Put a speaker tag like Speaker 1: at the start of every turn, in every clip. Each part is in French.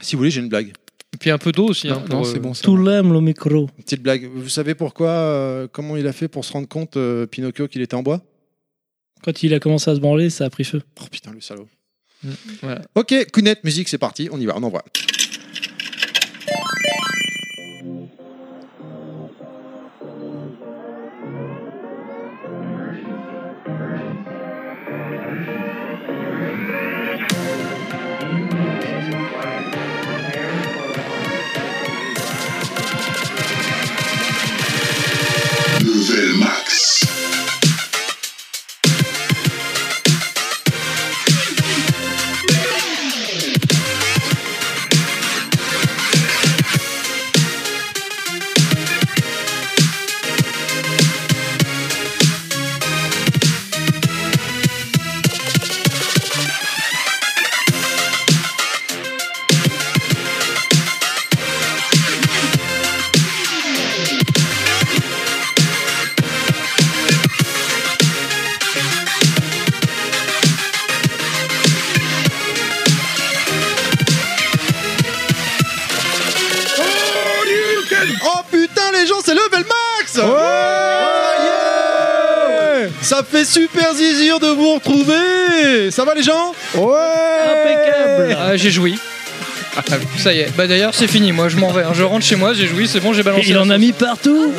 Speaker 1: Si vous voulez, j'ai une blague.
Speaker 2: Et puis un peu d'eau aussi. hein,
Speaker 1: Non,
Speaker 2: pour,
Speaker 1: non, c'est
Speaker 2: euh,
Speaker 1: bon. c'est
Speaker 3: Tout
Speaker 1: bon.
Speaker 3: l'aime le micro.
Speaker 1: Une petite blague. Vous savez pourquoi, euh, comment il a fait pour se rendre compte, euh, Pinocchio, qu'il était en bois
Speaker 3: Quand il a commencé à se branler, ça a pris feu.
Speaker 1: Oh putain, le salaud.
Speaker 2: Mm, voilà.
Speaker 1: Ok, Kounet, musique, c'est parti, on y va, on envoie.
Speaker 4: Level Max.
Speaker 1: Oh putain, les gens, c'est level max Ouais Ça fait super zizir de vous retrouver Ça va les gens
Speaker 3: Impeccable.
Speaker 2: Ah, j'ai joui. Ça y est. Bah d'ailleurs, c'est fini. Moi, je m'en vais. hein. Je rentre chez moi, j'ai joui, c'est bon, j'ai balancé.
Speaker 3: il
Speaker 2: la
Speaker 3: en a
Speaker 2: sauce.
Speaker 3: mis partout.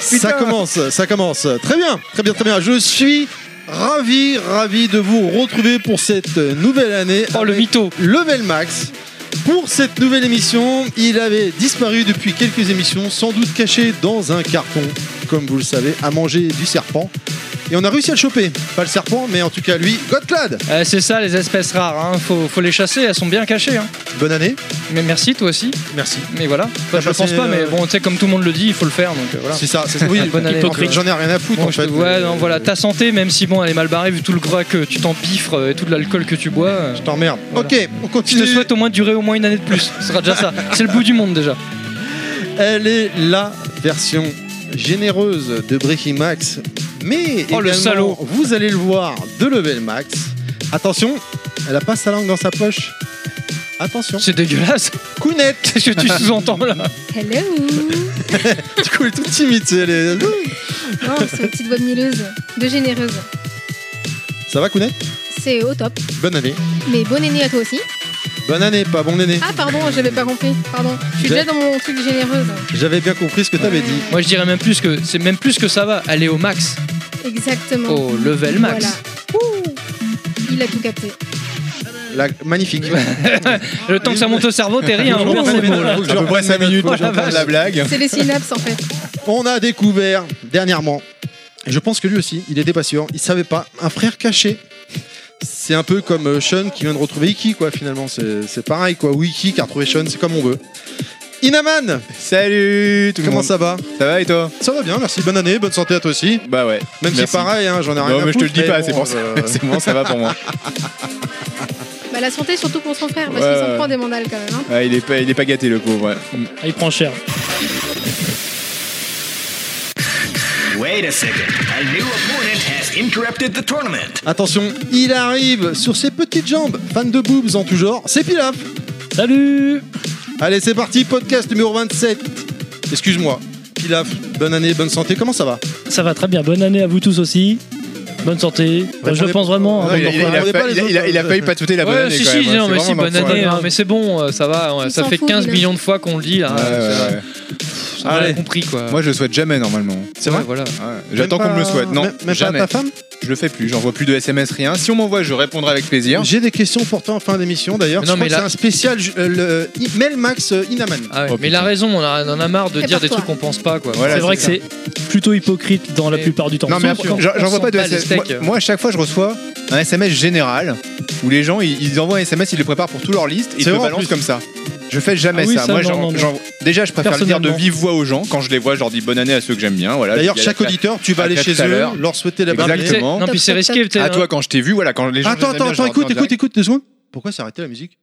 Speaker 1: Ça commence, ça commence. Très bien, très bien, très bien. Je suis ravi, ravi de vous retrouver pour cette nouvelle année.
Speaker 2: Oh, le
Speaker 1: avec
Speaker 2: mytho.
Speaker 1: Level Max. Pour cette nouvelle émission, il avait disparu depuis quelques émissions, sans doute caché dans un carton, comme vous le savez, à manger du serpent. Et on a réussi à le choper. Pas le serpent, mais en tout cas lui, Godclad.
Speaker 2: Euh, c'est ça, les espèces rares. hein. Faut, faut les chasser, elles sont bien cachées. hein.
Speaker 1: Bonne année.
Speaker 2: Mais merci, toi aussi.
Speaker 1: Merci.
Speaker 2: Mais voilà.
Speaker 1: T'as
Speaker 2: Bah, je le pense
Speaker 1: passé,
Speaker 2: pas, mais
Speaker 1: euh,
Speaker 2: bon, tu sais, comme tout le monde le dit, il faut le faire. Donc euh, voilà.
Speaker 1: C'est ça, c'est ça. Oui,
Speaker 2: Bonne année.
Speaker 1: en fait,
Speaker 2: Hypocrite.
Speaker 1: j'en ai rien à foutre
Speaker 2: Bon,
Speaker 1: en
Speaker 2: je
Speaker 1: fait.
Speaker 2: te- ouais,
Speaker 1: Euh,
Speaker 2: non, voilà, ta santé, même si bon, elle est mal barrée vu tout le gras que tu t'empiffres euh, et tout de l'alcool que tu bois. euh,
Speaker 1: Je t'emmerde.
Speaker 2: Voilà.
Speaker 1: Ok, on
Speaker 2: Je
Speaker 1: continue.
Speaker 2: te souhaite au moins de durer au moins une année de plus. Ce sera déjà ça. C'est le bout du monde déjà.
Speaker 1: Elle est la version généreuse de Breaking Max, mais
Speaker 2: Oh, le
Speaker 1: également,
Speaker 2: salaud.
Speaker 1: vous allez le voir, de Level Max. Attention, elle a pas sa langue dans sa poche. Attention.
Speaker 2: C'est dégueulasse.
Speaker 1: Counette
Speaker 2: Qu'est-ce que tu sous-entends là
Speaker 5: Hello
Speaker 1: Du coup, elle est toute timide. tu sais, elle est-
Speaker 5: Non, c'est une petite voix mielleuse, de généreuse.
Speaker 1: Ça va, Counette
Speaker 5: C'est au top.
Speaker 1: Bonne année.
Speaker 5: Mais bonne année à toi aussi.
Speaker 1: Bonne année, pas bon année.
Speaker 5: Ah pardon, j'avais pas compris. Pardon. Je suis
Speaker 1: J'ai-
Speaker 5: déjà dans mon truc de généreuse.
Speaker 1: J'avais bien compris ce que t'avais dit.
Speaker 2: Moi je dirais même plus que c'est même plus que ça va. Elle est au max,
Speaker 5: Exactement.
Speaker 2: au level max.
Speaker 5: Voilà. Ouh. Il a tout capté.
Speaker 1: La... Magnifique.
Speaker 2: Le temps que ça monte au cerveau, t'es rien.
Speaker 1: Je comprends
Speaker 2: c'est
Speaker 1: les
Speaker 2: bon,
Speaker 1: ménages.
Speaker 2: là.
Speaker 1: Faut que je reprenne mes notes, faut que je
Speaker 2: Oh, la
Speaker 1: reprenne la
Speaker 2: vache.
Speaker 1: blague.
Speaker 5: C'est les synapses en fait.
Speaker 1: On a découvert dernièrement, et je pense que lui aussi, il était pas sûr, il savait pas, un frère caché. C'est un peu comme euh, Sean qui vient de retrouver Iki, quoi, finalement. C'est c'est pareil, quoi. Ou Iki qui a retrouvé Sean, c'est comme on veut. Inaman,
Speaker 6: Salut tout le
Speaker 1: comment
Speaker 6: monde
Speaker 1: ça va
Speaker 6: Ça va et toi
Speaker 1: Ça va bien, merci. Bonne année, bonne santé à toi aussi.
Speaker 6: Bah ouais.
Speaker 1: Même si
Speaker 6: Merci.
Speaker 1: pareil, hein, j'en ai rien
Speaker 6: Non
Speaker 1: à
Speaker 6: mais je te le
Speaker 1: foutre,
Speaker 6: dis pas,
Speaker 1: bon,
Speaker 6: c'est pour ça.
Speaker 1: euh,
Speaker 6: C'est bon, ça va pour moi.
Speaker 5: Bah, la santé surtout pour son frère, parce
Speaker 6: Ouais,
Speaker 5: qu'il s'en
Speaker 6: ouais.
Speaker 5: prend des mandales quand même. hein.
Speaker 6: Ouais, Ah, il, est pas, il est pas gâté le pauvre. ouais.
Speaker 3: Ah, il prend cher.
Speaker 7: Wait a second. A new opponent has interrupted the tournament.
Speaker 1: Attention, il arrive sur ses petites jambes, fan de boobs en tout genre, c'est Pilaf.
Speaker 3: Salut
Speaker 1: Allez, c'est parti, podcast numéro 27. Excuse-moi, Pilaf, bonne année, bonne santé, comment ça va
Speaker 3: Ça va très bien. Bonne année à vous tous aussi. Bonne santé. Moi, je
Speaker 1: Répondez-
Speaker 3: le pense vraiment. hein,
Speaker 1: Ouais,
Speaker 6: Il a-
Speaker 3: donc,
Speaker 6: il a- il a
Speaker 1: on est pas
Speaker 6: fa-
Speaker 1: les
Speaker 6: il a- il a- il a
Speaker 1: autres,
Speaker 6: failli pas touter la bonne
Speaker 2: Ouais,
Speaker 6: année
Speaker 2: si,
Speaker 6: quand
Speaker 2: si,
Speaker 6: même, hein,
Speaker 2: non,
Speaker 6: c'est
Speaker 2: mais si,
Speaker 6: vraiment
Speaker 2: bonne
Speaker 6: n'importe
Speaker 2: année,
Speaker 3: quoi.
Speaker 2: hein, mais c'est bon, euh, ça va, ouais,
Speaker 5: Il
Speaker 2: ça
Speaker 5: s'en
Speaker 2: fait
Speaker 5: fout,
Speaker 2: 15
Speaker 5: il a-
Speaker 2: millions de fois qu'on le dit, là,
Speaker 6: quoi. Ouais,
Speaker 2: hein. c'est
Speaker 6: ouais,
Speaker 2: vrai.
Speaker 6: ouais.
Speaker 2: on a
Speaker 1: Allez.
Speaker 2: compris quoi.
Speaker 6: Moi je souhaite jamais normalement.
Speaker 1: C'est vrai
Speaker 2: Ouais, voilà.
Speaker 6: Ouais. J'attends
Speaker 1: Même
Speaker 6: qu'on me le
Speaker 1: pas-
Speaker 6: souhaite. Non,
Speaker 1: même- même pas à
Speaker 6: jamais.
Speaker 1: ta femme
Speaker 6: Je le fais plus, j'envoie plus de SMS, rien. Si on m'envoie, je répondrai avec plaisir.
Speaker 1: J'ai des questions pour toi en fin d'émission d'ailleurs.
Speaker 2: Mais
Speaker 1: Je
Speaker 2: non,
Speaker 1: crois
Speaker 2: mais
Speaker 1: que
Speaker 2: là-
Speaker 1: C'est un spécial ju- euh, le I- Mail Max euh, Inaman.
Speaker 2: Ah ouais,
Speaker 6: Oh,
Speaker 2: mais il a
Speaker 6: putain.
Speaker 2: raison, on a- on en a marre de
Speaker 5: Et
Speaker 2: dire des
Speaker 5: par
Speaker 2: trucs
Speaker 5: toi.
Speaker 2: qu'on pense pas quoi.
Speaker 6: Voilà,
Speaker 3: c'est vrai que c'est plutôt hypocrite dans la
Speaker 2: Mais-
Speaker 3: plupart du temps.
Speaker 6: Non mais
Speaker 2: s'en
Speaker 6: après,
Speaker 2: fout.
Speaker 6: j'en-
Speaker 2: On
Speaker 6: j'envoie
Speaker 2: s'en
Speaker 6: pas de
Speaker 2: bat les
Speaker 6: SMS. Moi,
Speaker 2: steaks.
Speaker 6: moi, à chaque fois je reçois un SMS général où les gens ils, ils envoient un SMS, ils le préparent pour toute leur liste et
Speaker 1: C'est
Speaker 6: ils le
Speaker 1: vrai, en
Speaker 6: balancent
Speaker 1: plus.
Speaker 6: comme ça. Je fais jamais
Speaker 3: Ah oui,
Speaker 6: ça.
Speaker 3: ça,
Speaker 6: Moi,
Speaker 3: non,
Speaker 6: j'en-
Speaker 3: non, non.
Speaker 6: j'en- déjà je préfère le dire de
Speaker 3: Personnellement.
Speaker 6: vive voix aux gens. Quand je les vois, je leur dis bonne année à ceux que j'aime bien. Voilà.
Speaker 1: D'ailleurs,
Speaker 6: Je dis à
Speaker 1: chaque
Speaker 6: la-
Speaker 1: auditeur, tu vas
Speaker 6: à
Speaker 1: aller
Speaker 6: la
Speaker 1: chez
Speaker 6: tout à
Speaker 1: eux,
Speaker 6: l'heure.
Speaker 1: leur souhaiter la
Speaker 2: Non,
Speaker 1: bonne
Speaker 2: mais tu sais-
Speaker 1: année.
Speaker 6: Exactement.
Speaker 2: Non, puis c'est risqué, tu sais,
Speaker 6: À
Speaker 2: hein.
Speaker 6: toi quand je t'ai vu, voilà, quand les gens. je les
Speaker 1: Attends,
Speaker 6: aime bien,
Speaker 1: attends,
Speaker 6: je
Speaker 1: attends,
Speaker 6: leur dis en
Speaker 1: écoute, écoute,
Speaker 6: direct.
Speaker 1: écoute deux secondes. Pourquoi s'est arrêtée la musique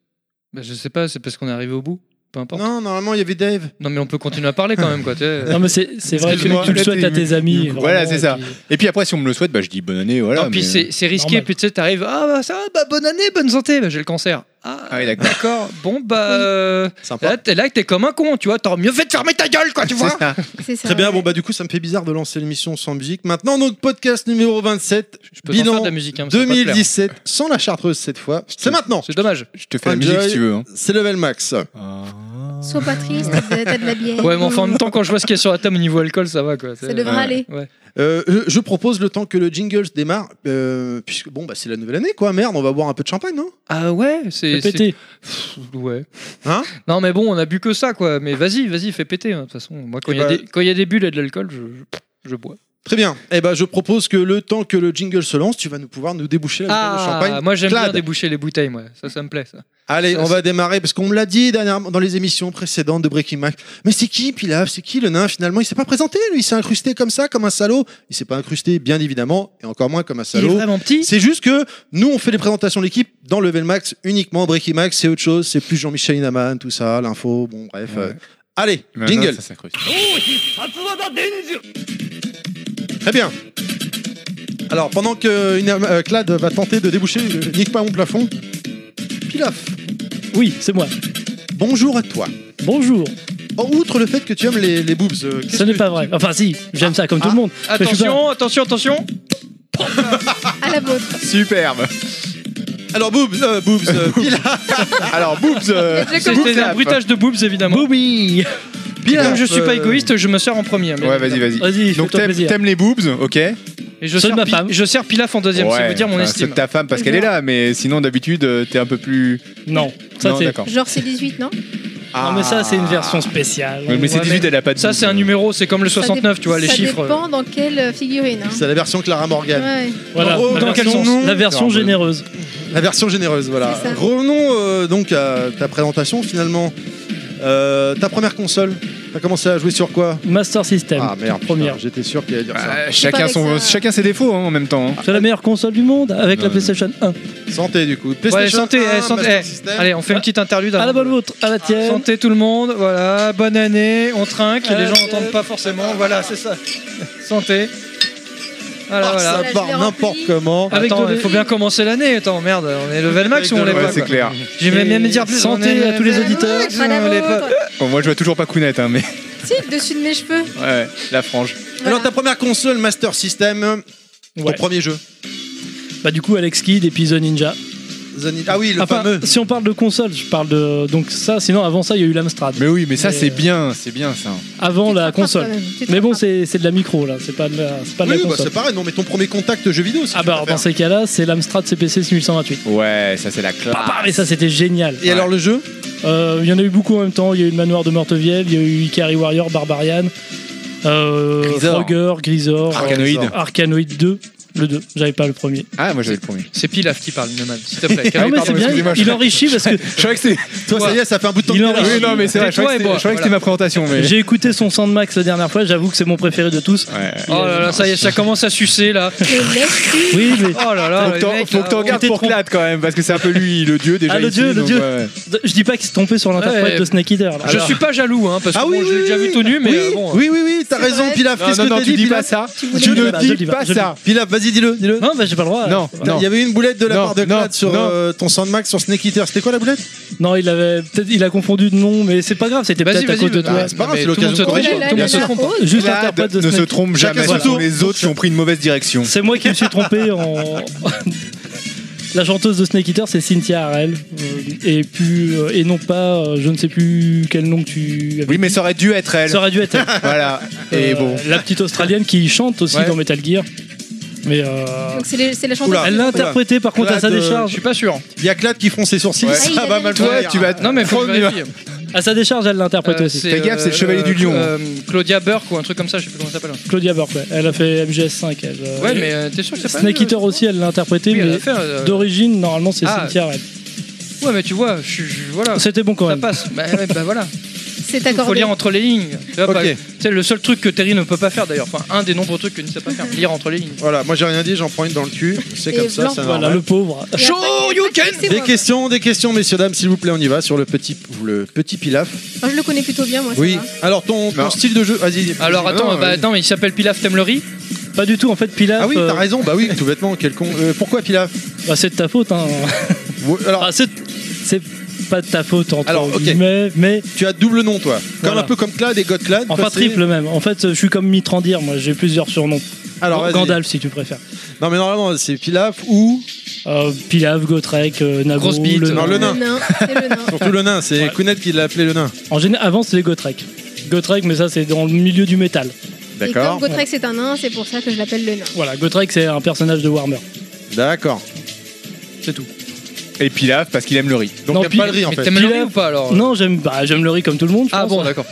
Speaker 2: Bah, je sais pas, c'est parce qu'on est arrivé au bout. Peu importe.
Speaker 1: Non, normalement il y avait Dave.
Speaker 2: Non, mais on peut continuer à parler quand même quoi. tu sais.
Speaker 3: Non, mais c'est c'est vrai
Speaker 6: Excuse-moi,
Speaker 3: que tu le
Speaker 6: là,
Speaker 3: souhaites
Speaker 6: t'es
Speaker 3: à tes
Speaker 6: ému.
Speaker 3: amis.
Speaker 6: Voilà,
Speaker 3: vraiment,
Speaker 6: c'est
Speaker 3: et
Speaker 6: ça.
Speaker 3: puis-
Speaker 6: Et puis après, si on me le souhaite, bah je dis bonne année, voilà.
Speaker 2: non, puis
Speaker 6: mais-
Speaker 2: c'est- c'est risqué,
Speaker 3: normal.
Speaker 2: puis tu sais, t'arrives, ah bah ça va, bah bonne année, bonne santé, bah j'ai le cancer. Ah,
Speaker 6: Ah oui, d'accord.
Speaker 2: d'accord. Bon, bah. euh,
Speaker 1: Sympa.
Speaker 2: là, t'es là que t'es comme un con, tu vois. T'aurais mieux fait de fermer ta gueule, quoi, tu vois.
Speaker 5: C'est ça.
Speaker 1: Très bien,
Speaker 5: ouais.
Speaker 1: bon bah du coup ça me fait bizarre de lancer l'émission sans musique. Maintenant notre podcast numéro 27,
Speaker 2: Je peux t'en
Speaker 1: Bilan
Speaker 2: faire de la musique, hein, mais ça va pas te plaire.
Speaker 1: 2017, sans la chartreuse cette fois. C'est maintenant,
Speaker 2: C'est dommage.
Speaker 6: Je te fais la
Speaker 1: Enjoy.
Speaker 6: musique si tu veux. hein.
Speaker 1: c'est level max.
Speaker 5: Sois pas triste, t'as t'as de la bière.
Speaker 2: Ouais, mais enfin, en même temps, quand je vois ce qu'il y a sur la table au niveau alcool, ça va, quoi.
Speaker 5: Ça devrait aller.
Speaker 2: Ouais.
Speaker 1: Euh, je, je propose le temps que le jingle se démarre, euh, puisque bon bah c'est la nouvelle année quoi, merde on va boire un peu de champagne non
Speaker 2: Ah ouais, c'est. c'est-
Speaker 3: Fais péter.
Speaker 2: Pff, Ouais.
Speaker 1: Hein
Speaker 2: Non, mais bon, on a bu que ça, quoi. Mais vas-y, vas-y, fais péter. hein. De toute façon, moi, quand
Speaker 1: Eh
Speaker 2: il y a
Speaker 1: ben-
Speaker 2: des- quand il y a des bulles et de l'alcool, je, je- je bois.
Speaker 1: Très bien, eh ben je propose que le temps que le jingle se lance, tu vas nous pouvoir nous déboucher la bouteille de champagne.
Speaker 2: Ah, moi, j'aime bien
Speaker 1: Clad.
Speaker 2: déboucher les bouteilles, moi. Ça, ça me plaît, ça.
Speaker 1: Allez,
Speaker 2: Ça,
Speaker 1: on va démarrer parce qu'on me l'a dit dernièrement dans les émissions précédentes de Breaking Mac. Mais c'est qui Pilaf C'est qui le nain finalement Il s'est pas présenté, lui, il s'est incrusté comme ça, comme un salaud. Il s'est pas incrusté, bien évidemment, et encore moins comme un
Speaker 2: Il est
Speaker 1: salaud.
Speaker 2: vraiment petit.
Speaker 1: C'est juste que nous, on fait les présentations de l'équipe dans Level Max uniquement. Breaking Max, c'est autre chose, c'est plus Jean-Michel Inaman, tout ça, l'info, bon, bref. euh. Allez,
Speaker 6: Mais
Speaker 1: jingle.
Speaker 6: non, ça s'incruste.
Speaker 1: Très bien. Alors, pendant que Inam- euh, Clad va tenter de déboucher, le nique pas mon plafond. Pilaf,
Speaker 3: Oui, c'est moi.
Speaker 1: bonjour à toi.
Speaker 3: Bonjour.
Speaker 1: Outre le fait que tu aimes les, les boobs, euh, qu'est-ce
Speaker 3: Ce n'est
Speaker 1: que-
Speaker 3: pas vrai. Enfin, si,
Speaker 6: Ah,
Speaker 3: j'aime ça comme tout le monde. Mais je suis pas-
Speaker 2: Attention, attention, attention.
Speaker 5: À la vôtre.
Speaker 6: Superbe.
Speaker 1: Alors boobs, euh, boobs, euh, Pilaf,
Speaker 6: Alors, boobs. euh,
Speaker 2: C'était un
Speaker 6: clap.
Speaker 2: bruitage de boobs, évidemment.
Speaker 3: Booby
Speaker 2: Et
Speaker 1: Pilaf,
Speaker 2: Comme je suis pas
Speaker 1: euh,
Speaker 2: égoïste, je me sers en premier. bien
Speaker 6: Ouais, vas-y,
Speaker 2: évidemment.
Speaker 6: vas-y.
Speaker 3: Vas-y,
Speaker 6: Donc,
Speaker 3: fais-toi
Speaker 6: t'aimes
Speaker 3: plaisir.
Speaker 6: t'aimes les boobs, ok
Speaker 2: Et je
Speaker 3: Ceux de
Speaker 2: sers,
Speaker 3: ma
Speaker 2: Pi-
Speaker 3: femme.
Speaker 2: je sers Pilaf en deuxième, c'est
Speaker 6: Ouais,
Speaker 2: vous dire mon
Speaker 6: enfin,
Speaker 2: estime.
Speaker 6: C'est ta femme parce qu'elle est là, mais sinon, d'habitude, euh, t'es un peu plus.
Speaker 3: Non, ça
Speaker 6: Non,
Speaker 3: c'est.
Speaker 6: d'accord.
Speaker 5: Genre, c'est 18, non
Speaker 3: Non, mais ça c'est une version spéciale.
Speaker 6: Ouais, mais c'est
Speaker 2: Ouais,
Speaker 6: 18, elle a pas de.
Speaker 2: Ça,
Speaker 6: boobs.
Speaker 2: c'est un numéro, c'est comme le 69, tu vois, les
Speaker 5: ça
Speaker 2: chiffres. euh.
Speaker 5: dépend dans quelle figurine. hein.
Speaker 1: C'est la version Clara Morgan.
Speaker 5: Ouais.
Speaker 3: Voilà,
Speaker 1: En gros,
Speaker 3: la
Speaker 1: dans quel
Speaker 3: version-
Speaker 1: sens
Speaker 3: la version
Speaker 6: Non, mais-
Speaker 3: généreuse.
Speaker 1: La version généreuse, voilà.
Speaker 5: C'est ça.
Speaker 1: Revenons euh, donc à ta présentation finalement. Euh, ta première console, t'as commencé à jouer sur quoi
Speaker 3: Master System.
Speaker 1: Ah merde, putain,
Speaker 3: Première.
Speaker 1: j'étais sûr qu'il allait dire ça.
Speaker 6: Bah, chacun,
Speaker 5: avec
Speaker 6: son,
Speaker 5: ça.
Speaker 6: chacun ses défauts hein, en même temps. hein.
Speaker 3: C'est la meilleure console du monde avec la
Speaker 6: Non,
Speaker 3: PlayStation 1.
Speaker 1: Santé du coup. PlayStation
Speaker 2: santé,
Speaker 1: 1,
Speaker 3: Ah,
Speaker 2: eh, santé,
Speaker 3: bah,
Speaker 1: Master
Speaker 2: eh,
Speaker 1: System.
Speaker 2: Allez, on fait une petite interlude.
Speaker 3: À Ah, la
Speaker 2: avant.
Speaker 3: bonne vôtre, à la tienne.
Speaker 2: Santé tout le monde, voilà, bonne année, on trinque, et les
Speaker 3: Euh,
Speaker 2: gens n'entendent pas forcément, voilà, c'est ça. Santé. Voilà,
Speaker 1: Ah,
Speaker 2: voilà.
Speaker 1: Ça part
Speaker 5: Je l'ai
Speaker 1: n'importe
Speaker 5: rempli.
Speaker 1: comment.
Speaker 3: Avec
Speaker 2: Attends,
Speaker 3: de
Speaker 2: il faut
Speaker 3: l'eau.
Speaker 2: bien commencer l'année, attends, merde, on est level max ou on
Speaker 1: Avec
Speaker 2: l'est
Speaker 1: de
Speaker 6: Ouais,
Speaker 2: pas
Speaker 6: c'est
Speaker 2: quoi.
Speaker 6: clair.
Speaker 2: J'aimerais bien me dire plus.
Speaker 3: Santé
Speaker 2: on est
Speaker 3: à tous les
Speaker 2: level
Speaker 3: auditeurs.
Speaker 2: max ou
Speaker 5: À la
Speaker 2: on l'est pas.
Speaker 5: vôtre.
Speaker 6: Bon, moi, je vois toujours pas Kounet, hein, mais.
Speaker 5: Si, le dessus de mes cheveux.
Speaker 6: Ouais, ouais, la frange.
Speaker 1: Alors ta première console, Master System, ton
Speaker 3: Ouais.
Speaker 1: premier jeu.
Speaker 3: Bah du coup Alex Kidd et puis The Ninja.
Speaker 1: The Nin- Ah oui, le
Speaker 3: Enfin,
Speaker 1: fameux.
Speaker 3: si on parle de console, je parle de donc ça. Sinon avant ça il y a eu l'Amstrad.
Speaker 6: Mais oui, mais ça,
Speaker 3: Mais,
Speaker 6: c'est
Speaker 3: euh,
Speaker 6: bien, c'est bien ça.
Speaker 3: Avant
Speaker 5: Tu te
Speaker 3: la
Speaker 5: rattrapes quand
Speaker 3: console.
Speaker 5: même, tu te
Speaker 3: Mais bon
Speaker 5: rattrapes.
Speaker 3: c'est c'est de la micro là, c'est pas de la, c'est pas de la
Speaker 1: Oui, bah,
Speaker 3: console.
Speaker 1: c'est pareil, non mais ton premier contact jeu vidéo. si
Speaker 3: ah
Speaker 1: tu
Speaker 3: bah dans
Speaker 1: préfères.
Speaker 3: ces cas-là c'est l'Amstrad CPC 1828.
Speaker 6: Ouais, ça, c'est la
Speaker 1: Ah.
Speaker 6: classe.
Speaker 3: Papa mais ça c'était génial.
Speaker 1: Et alors le jeu
Speaker 3: Euh, Il y en a eu beaucoup en même temps. Il y a eu le Manoir de Mortevielle, il y a eu Ikari Warrior, Barbarian, euh,
Speaker 6: Grisor.
Speaker 3: Frogger, Grisor,
Speaker 6: Arcanoïde.
Speaker 3: euh, Arcanoid 2. Le 2, j'avais pas le premier.
Speaker 6: Ah, moi, j'avais le premier.
Speaker 2: C'est Pilaf qui parle, Neumann, s'il te plaît.
Speaker 3: Ah,
Speaker 2: calme.
Speaker 3: mais
Speaker 6: pardon,
Speaker 3: c'est bien,
Speaker 6: excusez-moi,
Speaker 3: il,
Speaker 6: je-
Speaker 3: il enrichit parce que
Speaker 6: Je croyais que c'est.
Speaker 1: Toi, ça y est, ça fait un bout de temps.
Speaker 3: Il
Speaker 1: que t'es
Speaker 3: en
Speaker 1: là.
Speaker 3: reste.
Speaker 6: Oui, non, mais c'est vrai, je
Speaker 2: Tais-toi
Speaker 6: croyais que
Speaker 2: et
Speaker 6: c'était-
Speaker 2: bois,
Speaker 6: je croyais que c'était ma présentation, mais.
Speaker 3: j'ai écouté son Sandmax la dernière fois. J'avoue que c'est mon préféré de tous.
Speaker 6: Ouais.
Speaker 2: Oh là là, ça y est, ça commence à sucer là.
Speaker 5: Le lest,
Speaker 3: Oui, mais
Speaker 2: Oh là là,
Speaker 6: Faut que
Speaker 2: les
Speaker 6: t'en-
Speaker 2: mecs,
Speaker 6: faut
Speaker 2: là,
Speaker 6: que t'en
Speaker 2: on-
Speaker 6: gardes
Speaker 3: était
Speaker 6: pour
Speaker 3: trompé.
Speaker 6: Clad quand même, parce que c'est un peu lui, le dieu déjà.
Speaker 3: Ah, le
Speaker 6: ici,
Speaker 3: dieu, le
Speaker 6: donc,
Speaker 3: dieu.
Speaker 6: ouais, ouais.
Speaker 3: je dis pas qu'il s'est trompé sur l'interprète
Speaker 2: Ouais.
Speaker 3: de Snake Eater. là.
Speaker 2: Je suis pas jaloux, hein, parce que
Speaker 1: Ah
Speaker 2: bon,
Speaker 1: oui,
Speaker 2: je l'ai
Speaker 1: oui,
Speaker 2: déjà
Speaker 1: oui.
Speaker 2: vu tout nu, mais
Speaker 1: oui,
Speaker 2: euh, bon.
Speaker 1: oui, oui, oui, t'as
Speaker 5: C'est
Speaker 1: raison,
Speaker 5: vrai.
Speaker 1: Pilaf.
Speaker 6: Non,
Speaker 1: Qu'est-ce
Speaker 6: non,
Speaker 1: que
Speaker 6: non,
Speaker 1: t'as
Speaker 6: tu
Speaker 1: dit,
Speaker 6: dis pas
Speaker 1: Pilaf
Speaker 6: ça.
Speaker 3: voulais
Speaker 6: Tu
Speaker 3: dire
Speaker 6: ne
Speaker 3: là, je
Speaker 6: dis
Speaker 3: dis
Speaker 6: pas
Speaker 3: pas, je
Speaker 6: ça.
Speaker 1: Pilaf, vas-y, dis-le, dis-le.
Speaker 3: Non, bah j'ai pas le droit.
Speaker 6: Non,
Speaker 1: Il
Speaker 6: non.
Speaker 1: y avait une boulette de la
Speaker 6: Non,
Speaker 1: part de
Speaker 6: non,
Speaker 1: Clad sur
Speaker 6: non.
Speaker 1: euh, ton Sandmax sur Snake Eater. C'était quoi la boulette
Speaker 3: Non, il avait peut-être il a confondu de nom, mais c'est pas grave. C'était
Speaker 2: Vas-y,
Speaker 3: peut-être à
Speaker 2: vas-y,
Speaker 3: cause de toi.
Speaker 1: c'est pas grave,
Speaker 2: mais ah,
Speaker 1: c'est
Speaker 2: tout le
Speaker 1: l'occasion
Speaker 2: monde se
Speaker 1: de
Speaker 2: trompe,
Speaker 1: corriger.
Speaker 2: tout le
Speaker 5: Bien
Speaker 2: monde se
Speaker 5: sûr.
Speaker 2: trompe.
Speaker 3: Juste
Speaker 6: Clad
Speaker 3: l'interprète de
Speaker 6: ne se
Speaker 3: Snake.
Speaker 6: trompe jamais
Speaker 1: son
Speaker 6: sur
Speaker 1: tour.
Speaker 6: les autres qui ont pris une mauvaise direction.
Speaker 3: C'est moi qui me suis trompé en. La chanteuse de Snake Eater, c'est Cynthia Harel. Euh, Et, puis, euh, et non pas, euh, je ne sais plus quel nom que tu avais.
Speaker 6: Oui, mais ça aurait dû être elle.
Speaker 3: Ça aurait dû être elle.
Speaker 6: Voilà. Et
Speaker 3: Euh,
Speaker 6: bon.
Speaker 3: La petite australienne qui chante aussi
Speaker 2: Ouais.
Speaker 3: dans Metal Gear. Mais euh,
Speaker 5: Donc, c'est les- c'est la chanson.
Speaker 1: Oula.
Speaker 3: elle l'a interprétée par contre à sa
Speaker 1: Clad, euh,
Speaker 2: Je
Speaker 3: décharge.
Speaker 2: suis pas sûr.
Speaker 1: Il y a Clad qui fronce ses sourcils.
Speaker 6: Ouais.
Speaker 5: Ah, il
Speaker 1: Ça
Speaker 5: y
Speaker 1: va
Speaker 5: avait
Speaker 1: mal
Speaker 5: une-
Speaker 1: tourner,
Speaker 6: Toi,
Speaker 1: hein.
Speaker 6: tu vas.
Speaker 2: Non, mais faut
Speaker 6: Prends-
Speaker 2: que je vérifie.
Speaker 3: À sa décharge, elle l'a interprétée
Speaker 2: Euh,
Speaker 3: aussi.
Speaker 2: c'est,
Speaker 6: Fais gaffe, c'est le chevalier du lion.
Speaker 2: euh, Claudia Burke ou un truc comme ça, je sais plus comment ça s'appelle.
Speaker 3: Claudia Burke, ouais. elle a fait MGS5. Elle, euh,
Speaker 2: Ouais, mais euh, t'es sûr que c'est pas
Speaker 3: Snake
Speaker 2: elle,
Speaker 3: Eater
Speaker 2: euh,
Speaker 3: aussi, elle l'a interprétée,
Speaker 2: oui, elle a
Speaker 3: mais
Speaker 2: fait, euh,
Speaker 3: d'origine, normalement, c'est
Speaker 2: Ah.
Speaker 3: Cynthia Harel.
Speaker 2: Ouais, mais tu vois, je, suis- je- voilà.
Speaker 3: C'était bon quand
Speaker 2: Ça
Speaker 3: même.
Speaker 2: passe. Bah, ouais, bah voilà.
Speaker 5: C'est
Speaker 2: Faut
Speaker 5: accordé.
Speaker 2: lire entre les lignes. Tu vois,
Speaker 1: Ok.
Speaker 2: pas- C'est le seul truc que Terry ne peut pas faire d'ailleurs. Enfin, un des nombreux trucs que ne sait pas faire. Lire entre les lignes.
Speaker 1: Voilà, moi j'ai rien dit, j'en prends une dans le cul. C'est
Speaker 5: Et
Speaker 1: comme ça,
Speaker 5: blanc.
Speaker 1: c'est
Speaker 3: Voilà,
Speaker 1: normal.
Speaker 3: le pauvre.
Speaker 5: Et
Speaker 2: Show
Speaker 5: après,
Speaker 2: you
Speaker 5: après,
Speaker 2: can.
Speaker 5: c'est
Speaker 1: Des
Speaker 5: moi.
Speaker 1: questions, des questions, messieurs, dames, s'il vous plaît, on y va sur le petit, le petit pilaf.
Speaker 5: Moi, je le connais plutôt bien, moi. ça
Speaker 1: Oui.
Speaker 5: va.
Speaker 1: Alors ton, ton
Speaker 6: Non.
Speaker 1: style de jeu, vas-y. euh,
Speaker 2: Alors attends,
Speaker 6: non,
Speaker 2: bah,
Speaker 6: vas-y.
Speaker 2: attends, mais il s'appelle Pilaf t'aimes le riz
Speaker 3: Pas du tout, en fait, Pilaf,
Speaker 1: Ah oui,
Speaker 3: euh,
Speaker 1: t'as raison, bah oui, tout bêtement, quel con. Euh, pourquoi pilaf
Speaker 2: Ah.
Speaker 3: bah, c'est de ta faute. Hein.
Speaker 1: Ouais, Alors
Speaker 3: Ah, c'est c'est pas de ta faute entre
Speaker 1: Alors, ok.
Speaker 3: guillemets, mais
Speaker 1: Tu as double nom, toi. Comme
Speaker 3: Voilà.
Speaker 1: un peu comme Clad et God Clad.
Speaker 3: enfin
Speaker 1: toi, c'est-
Speaker 3: triple même. En fait, je suis comme Mitrandir, moi j'ai plusieurs surnoms.
Speaker 1: Alors, vas-y.
Speaker 3: Gandalf si tu préfères.
Speaker 1: Non, mais normalement, c'est Pilaf ou.
Speaker 3: Euh, Pilaf, Gotrek, euh, Naboo,
Speaker 2: Grosse bite.
Speaker 3: le-
Speaker 1: Non, le nain.
Speaker 5: Le nain, c'est le nain.
Speaker 1: Surtout le nain. C'est Kounet qui l'a appelé le nain.
Speaker 3: En général, avant c'était Gotrek. Gotrek, mais ça c'est dans le milieu du métal.
Speaker 5: Et comme
Speaker 6: D'accord.
Speaker 5: Gotrek c'est un nain, c'est pour ça que je l'appelle le nain.
Speaker 3: Voilà, Gotrek c'est un personnage de Warhammer.
Speaker 1: D'accord.
Speaker 3: C'est tout.
Speaker 6: Et Pilaf parce qu'il aime le riz.
Speaker 1: Donc,
Speaker 3: Non,
Speaker 1: t'aimes
Speaker 3: Pil-
Speaker 1: pas le riz, en
Speaker 2: Mais
Speaker 1: fait.
Speaker 2: t'aimes le riz
Speaker 3: Pilaf.
Speaker 2: ou pas alors euh
Speaker 3: Non, j'aime bah, j'aime le riz comme tout le monde. je
Speaker 2: Ah
Speaker 3: pense.
Speaker 2: bon, d'accord.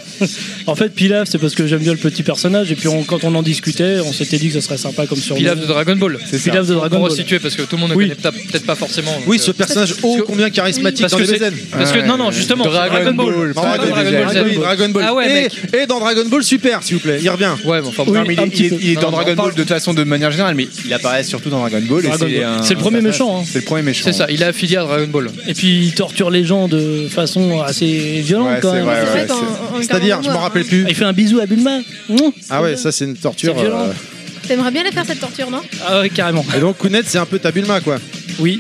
Speaker 3: En fait, Pilaf, c'est parce que j'aime bien le petit personnage. Et puis on- quand on en discutait, on s'était dit que ce serait sympa comme surnom.
Speaker 2: Pilaf de Dragon Ball.
Speaker 6: C'est ça.
Speaker 3: Pilaf de Dragon
Speaker 2: Pour
Speaker 3: Ball.
Speaker 2: resituer, parce que tout le monde ne
Speaker 3: Oui.
Speaker 2: connaît ta- peut-être pas forcément. donc,
Speaker 1: Oui,
Speaker 2: euh,
Speaker 1: ce personnage
Speaker 2: parce
Speaker 1: oh
Speaker 2: que-
Speaker 1: combien charismatique
Speaker 2: parce
Speaker 1: dans
Speaker 2: que
Speaker 1: les
Speaker 2: c'est-
Speaker 1: BZ.
Speaker 2: Parce que non, non, justement, c'est
Speaker 6: Dragon
Speaker 2: Dragon Ball.
Speaker 6: Ball,
Speaker 2: C'est
Speaker 1: Non,
Speaker 2: pas
Speaker 6: pas
Speaker 1: Dragon,
Speaker 6: des
Speaker 2: Dragon
Speaker 6: BZ.
Speaker 2: Ball Z.
Speaker 1: Ball, Dragon Ball.
Speaker 2: Ah ouais,
Speaker 1: et,
Speaker 2: mec.
Speaker 1: et dans Dragon Ball Super, s'il vous plaît, il revient.
Speaker 2: Ouais, mais enfin,
Speaker 3: Oui,
Speaker 6: Non, mais il,
Speaker 3: un
Speaker 6: est-
Speaker 3: petit
Speaker 6: il est-
Speaker 3: peu.
Speaker 6: il est dans
Speaker 2: Non,
Speaker 6: Dragon
Speaker 2: on parle.
Speaker 6: Ball de toute façon de manière générale, mais il apparaît surtout dans Dragon Ball. et
Speaker 3: Dragon
Speaker 6: c'est
Speaker 3: Ball.
Speaker 6: un-
Speaker 3: C'est le premier méchant, hein.
Speaker 6: C'est le premier méchant.
Speaker 2: c'est ça, il est affilié à Dragon Ball.
Speaker 3: Et puis il torture les gens de façon assez violente
Speaker 6: Ouais,
Speaker 3: quand
Speaker 6: c'est
Speaker 3: même.
Speaker 6: vrai,
Speaker 5: C'est
Speaker 6: Ah ouais,
Speaker 5: vrai
Speaker 6: ouais,
Speaker 5: qu'en-
Speaker 6: c'est-
Speaker 5: en- en
Speaker 1: C'est-à-dire, je m'en
Speaker 5: Carnivore,
Speaker 1: rappelle
Speaker 5: hein.
Speaker 1: plus.
Speaker 3: Ah, il fait un bisou à Bulma. Mmh.
Speaker 1: Ah ouais, ça c'est une torture. euh,
Speaker 3: C'est violent.
Speaker 5: hein. T'aimerais bien la faire cette torture, non
Speaker 3: Ah ouais, carrément.
Speaker 1: Et donc Kounet, c'est un peu ta Bulma, quoi.
Speaker 3: Oui,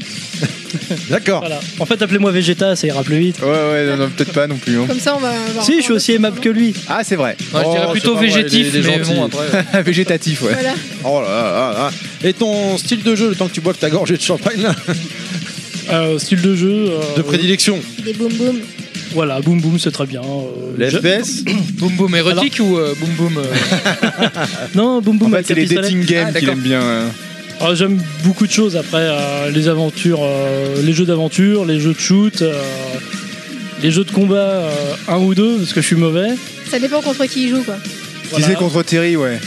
Speaker 1: D'accord.
Speaker 3: voilà. En fait, appelez-moi Vegeta, ça ira plus vite.
Speaker 6: Ouais, ouais, non, non, peut-être pas non plus. hein.
Speaker 5: Comme ça on va. on va
Speaker 3: Si, je suis
Speaker 5: encore-
Speaker 3: aussi aimable que lui.
Speaker 6: Ah, c'est vrai.
Speaker 2: Non, je
Speaker 1: Oh,
Speaker 2: dirais plutôt
Speaker 1: c'est pas vrai,
Speaker 2: végétif,
Speaker 1: il est- il est
Speaker 2: mais
Speaker 1: gentil.
Speaker 2: bon, après.
Speaker 6: Végétatif, ouais.
Speaker 5: Voilà.
Speaker 1: Oh là là là là. Et ton style de jeu, le temps que tu boives ta gorgée de champagne, là,
Speaker 3: Euh, style de jeu. euh,
Speaker 1: de prédilection.
Speaker 5: Des boum boum.
Speaker 3: Voilà, boum boum, c'est très bien. Euh,
Speaker 1: Les
Speaker 3: je-
Speaker 1: FPS
Speaker 2: Boum boum érotique ou euh, boum boum. euh,
Speaker 3: Non, boum
Speaker 6: En
Speaker 3: boum,
Speaker 6: fait,
Speaker 3: avec
Speaker 6: c'est
Speaker 3: le
Speaker 6: les
Speaker 3: pistolet.
Speaker 6: dating
Speaker 2: Ah,
Speaker 6: games qu'il
Speaker 2: d'accord.
Speaker 6: aime bien. euh.
Speaker 3: Ah, J'aime beaucoup de choses après euh, les aventures, euh, les jeux d'aventure, les jeux de shoot, euh, les jeux de combat, euh, un ou deux, parce que je suis mauvais.
Speaker 5: Ça dépend contre qui il joue quoi.
Speaker 6: Tu
Speaker 3: Voilà.
Speaker 6: sais, contre Terry, ouais.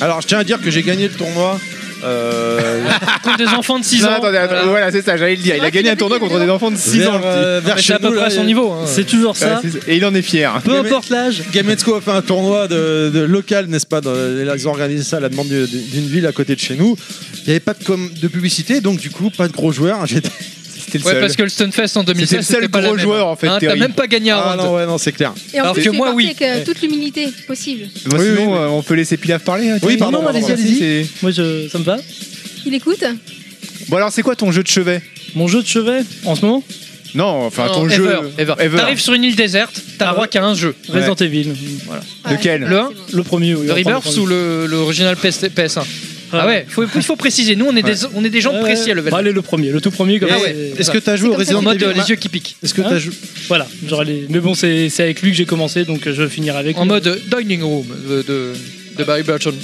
Speaker 1: Alors je tiens à dire que j'ai gagné le tournoi. Euh,
Speaker 2: Contre des enfants de 6
Speaker 6: Non,
Speaker 2: ans.
Speaker 6: attendez, attendez,
Speaker 2: Voilà.
Speaker 6: voilà, c'est ça, j'allais le dire.
Speaker 5: C'est
Speaker 6: Il
Speaker 5: vrai
Speaker 6: a gagné
Speaker 5: qu'il
Speaker 6: un tournoi
Speaker 5: avait
Speaker 6: contre des
Speaker 5: gagné
Speaker 6: enfants de
Speaker 2: Ah,
Speaker 6: 6
Speaker 1: vers,
Speaker 6: ans. le
Speaker 1: euh, vers
Speaker 2: Mais
Speaker 1: chez
Speaker 2: C'est à
Speaker 1: nous,
Speaker 2: peu près
Speaker 1: là,
Speaker 2: à son
Speaker 1: et-
Speaker 2: niveau. hein.
Speaker 3: C'est toujours
Speaker 6: petit.
Speaker 3: ça.
Speaker 6: Ouais, c'est- Et il en est fier.
Speaker 3: Peu importe l'âge.
Speaker 1: Game Let's Go a fait un tournoi de, de local, n'est-ce pas dans- Ils ont organisé ça à la demande du- d'une ville à côté de chez nous. Il n'y avait pas de, com- de publicité, donc du coup, pas de gros joueurs. hein, J'étais-
Speaker 6: C'était le
Speaker 2: Ouais,
Speaker 6: seul.
Speaker 2: parce que le Stunfest en 2016,
Speaker 6: C'était le seul
Speaker 2: pas la
Speaker 6: gros
Speaker 2: même.
Speaker 6: joueur, en fait,
Speaker 2: Hein, T'as
Speaker 6: Terry.
Speaker 2: même pas gagné un
Speaker 1: Ah
Speaker 2: round.
Speaker 1: non, ouais, non, c'est clair.
Speaker 5: Et en
Speaker 2: Alors
Speaker 5: plus,
Speaker 2: que
Speaker 5: tu fais
Speaker 2: moi,
Speaker 5: partie
Speaker 2: oui.
Speaker 5: Avec euh, toute l'humilité possible.
Speaker 6: Bon,
Speaker 1: Oui,
Speaker 6: sinon,
Speaker 1: oui,
Speaker 6: euh, on peut laisser Pilaf parler. hein,
Speaker 1: Oui,
Speaker 6: Terry
Speaker 1: pardon,
Speaker 3: non, non, allez-y,
Speaker 6: Si,
Speaker 3: allez-y.
Speaker 6: c'est-
Speaker 3: Moi, je- ça me va.
Speaker 5: Il écoute
Speaker 6: Bon, alors, c'est quoi ton jeu de chevet
Speaker 3: Mon jeu de chevet, en ce moment,
Speaker 6: Non, enfin,
Speaker 2: Non,
Speaker 6: ton
Speaker 2: ever,
Speaker 6: jeu.
Speaker 2: ever.
Speaker 6: Ever.
Speaker 2: T'arrives sur une île déserte, t'as
Speaker 3: Ah
Speaker 2: droit
Speaker 3: ouais.
Speaker 2: qu'à un jeu.
Speaker 3: Resident Evil. Voilà.
Speaker 6: Lequel
Speaker 5: c'est
Speaker 2: Le
Speaker 5: bon,
Speaker 2: un
Speaker 5: c'est bon.
Speaker 3: Le premier, oui.
Speaker 2: Le
Speaker 3: enfin,
Speaker 2: Rebirth
Speaker 3: premier.
Speaker 2: ou le- l'original PS, PS1 Ah ouais, faut- il faut, préciser, nous on est, des, on est des gens
Speaker 3: Ouais,
Speaker 2: précis à
Speaker 3: ouais.
Speaker 2: level.
Speaker 3: Bah, allez, le premier, le tout premier. Comme
Speaker 2: Ah
Speaker 3: ça,
Speaker 2: ouais.
Speaker 3: c'est-
Speaker 1: Est-ce que tu as joué au
Speaker 5: comme ça
Speaker 1: Resident
Speaker 2: en mode euh,
Speaker 1: Evil
Speaker 2: les yeux qui piquent.
Speaker 1: Est-ce que
Speaker 3: Hein
Speaker 1: t'as joué
Speaker 3: Voilà, genre les... Mais bon, c'est c'est avec lui que j'ai commencé, donc euh, je finirai avec
Speaker 2: En
Speaker 3: lui.
Speaker 2: mode euh, Dining Room de, de, de Barry Burton.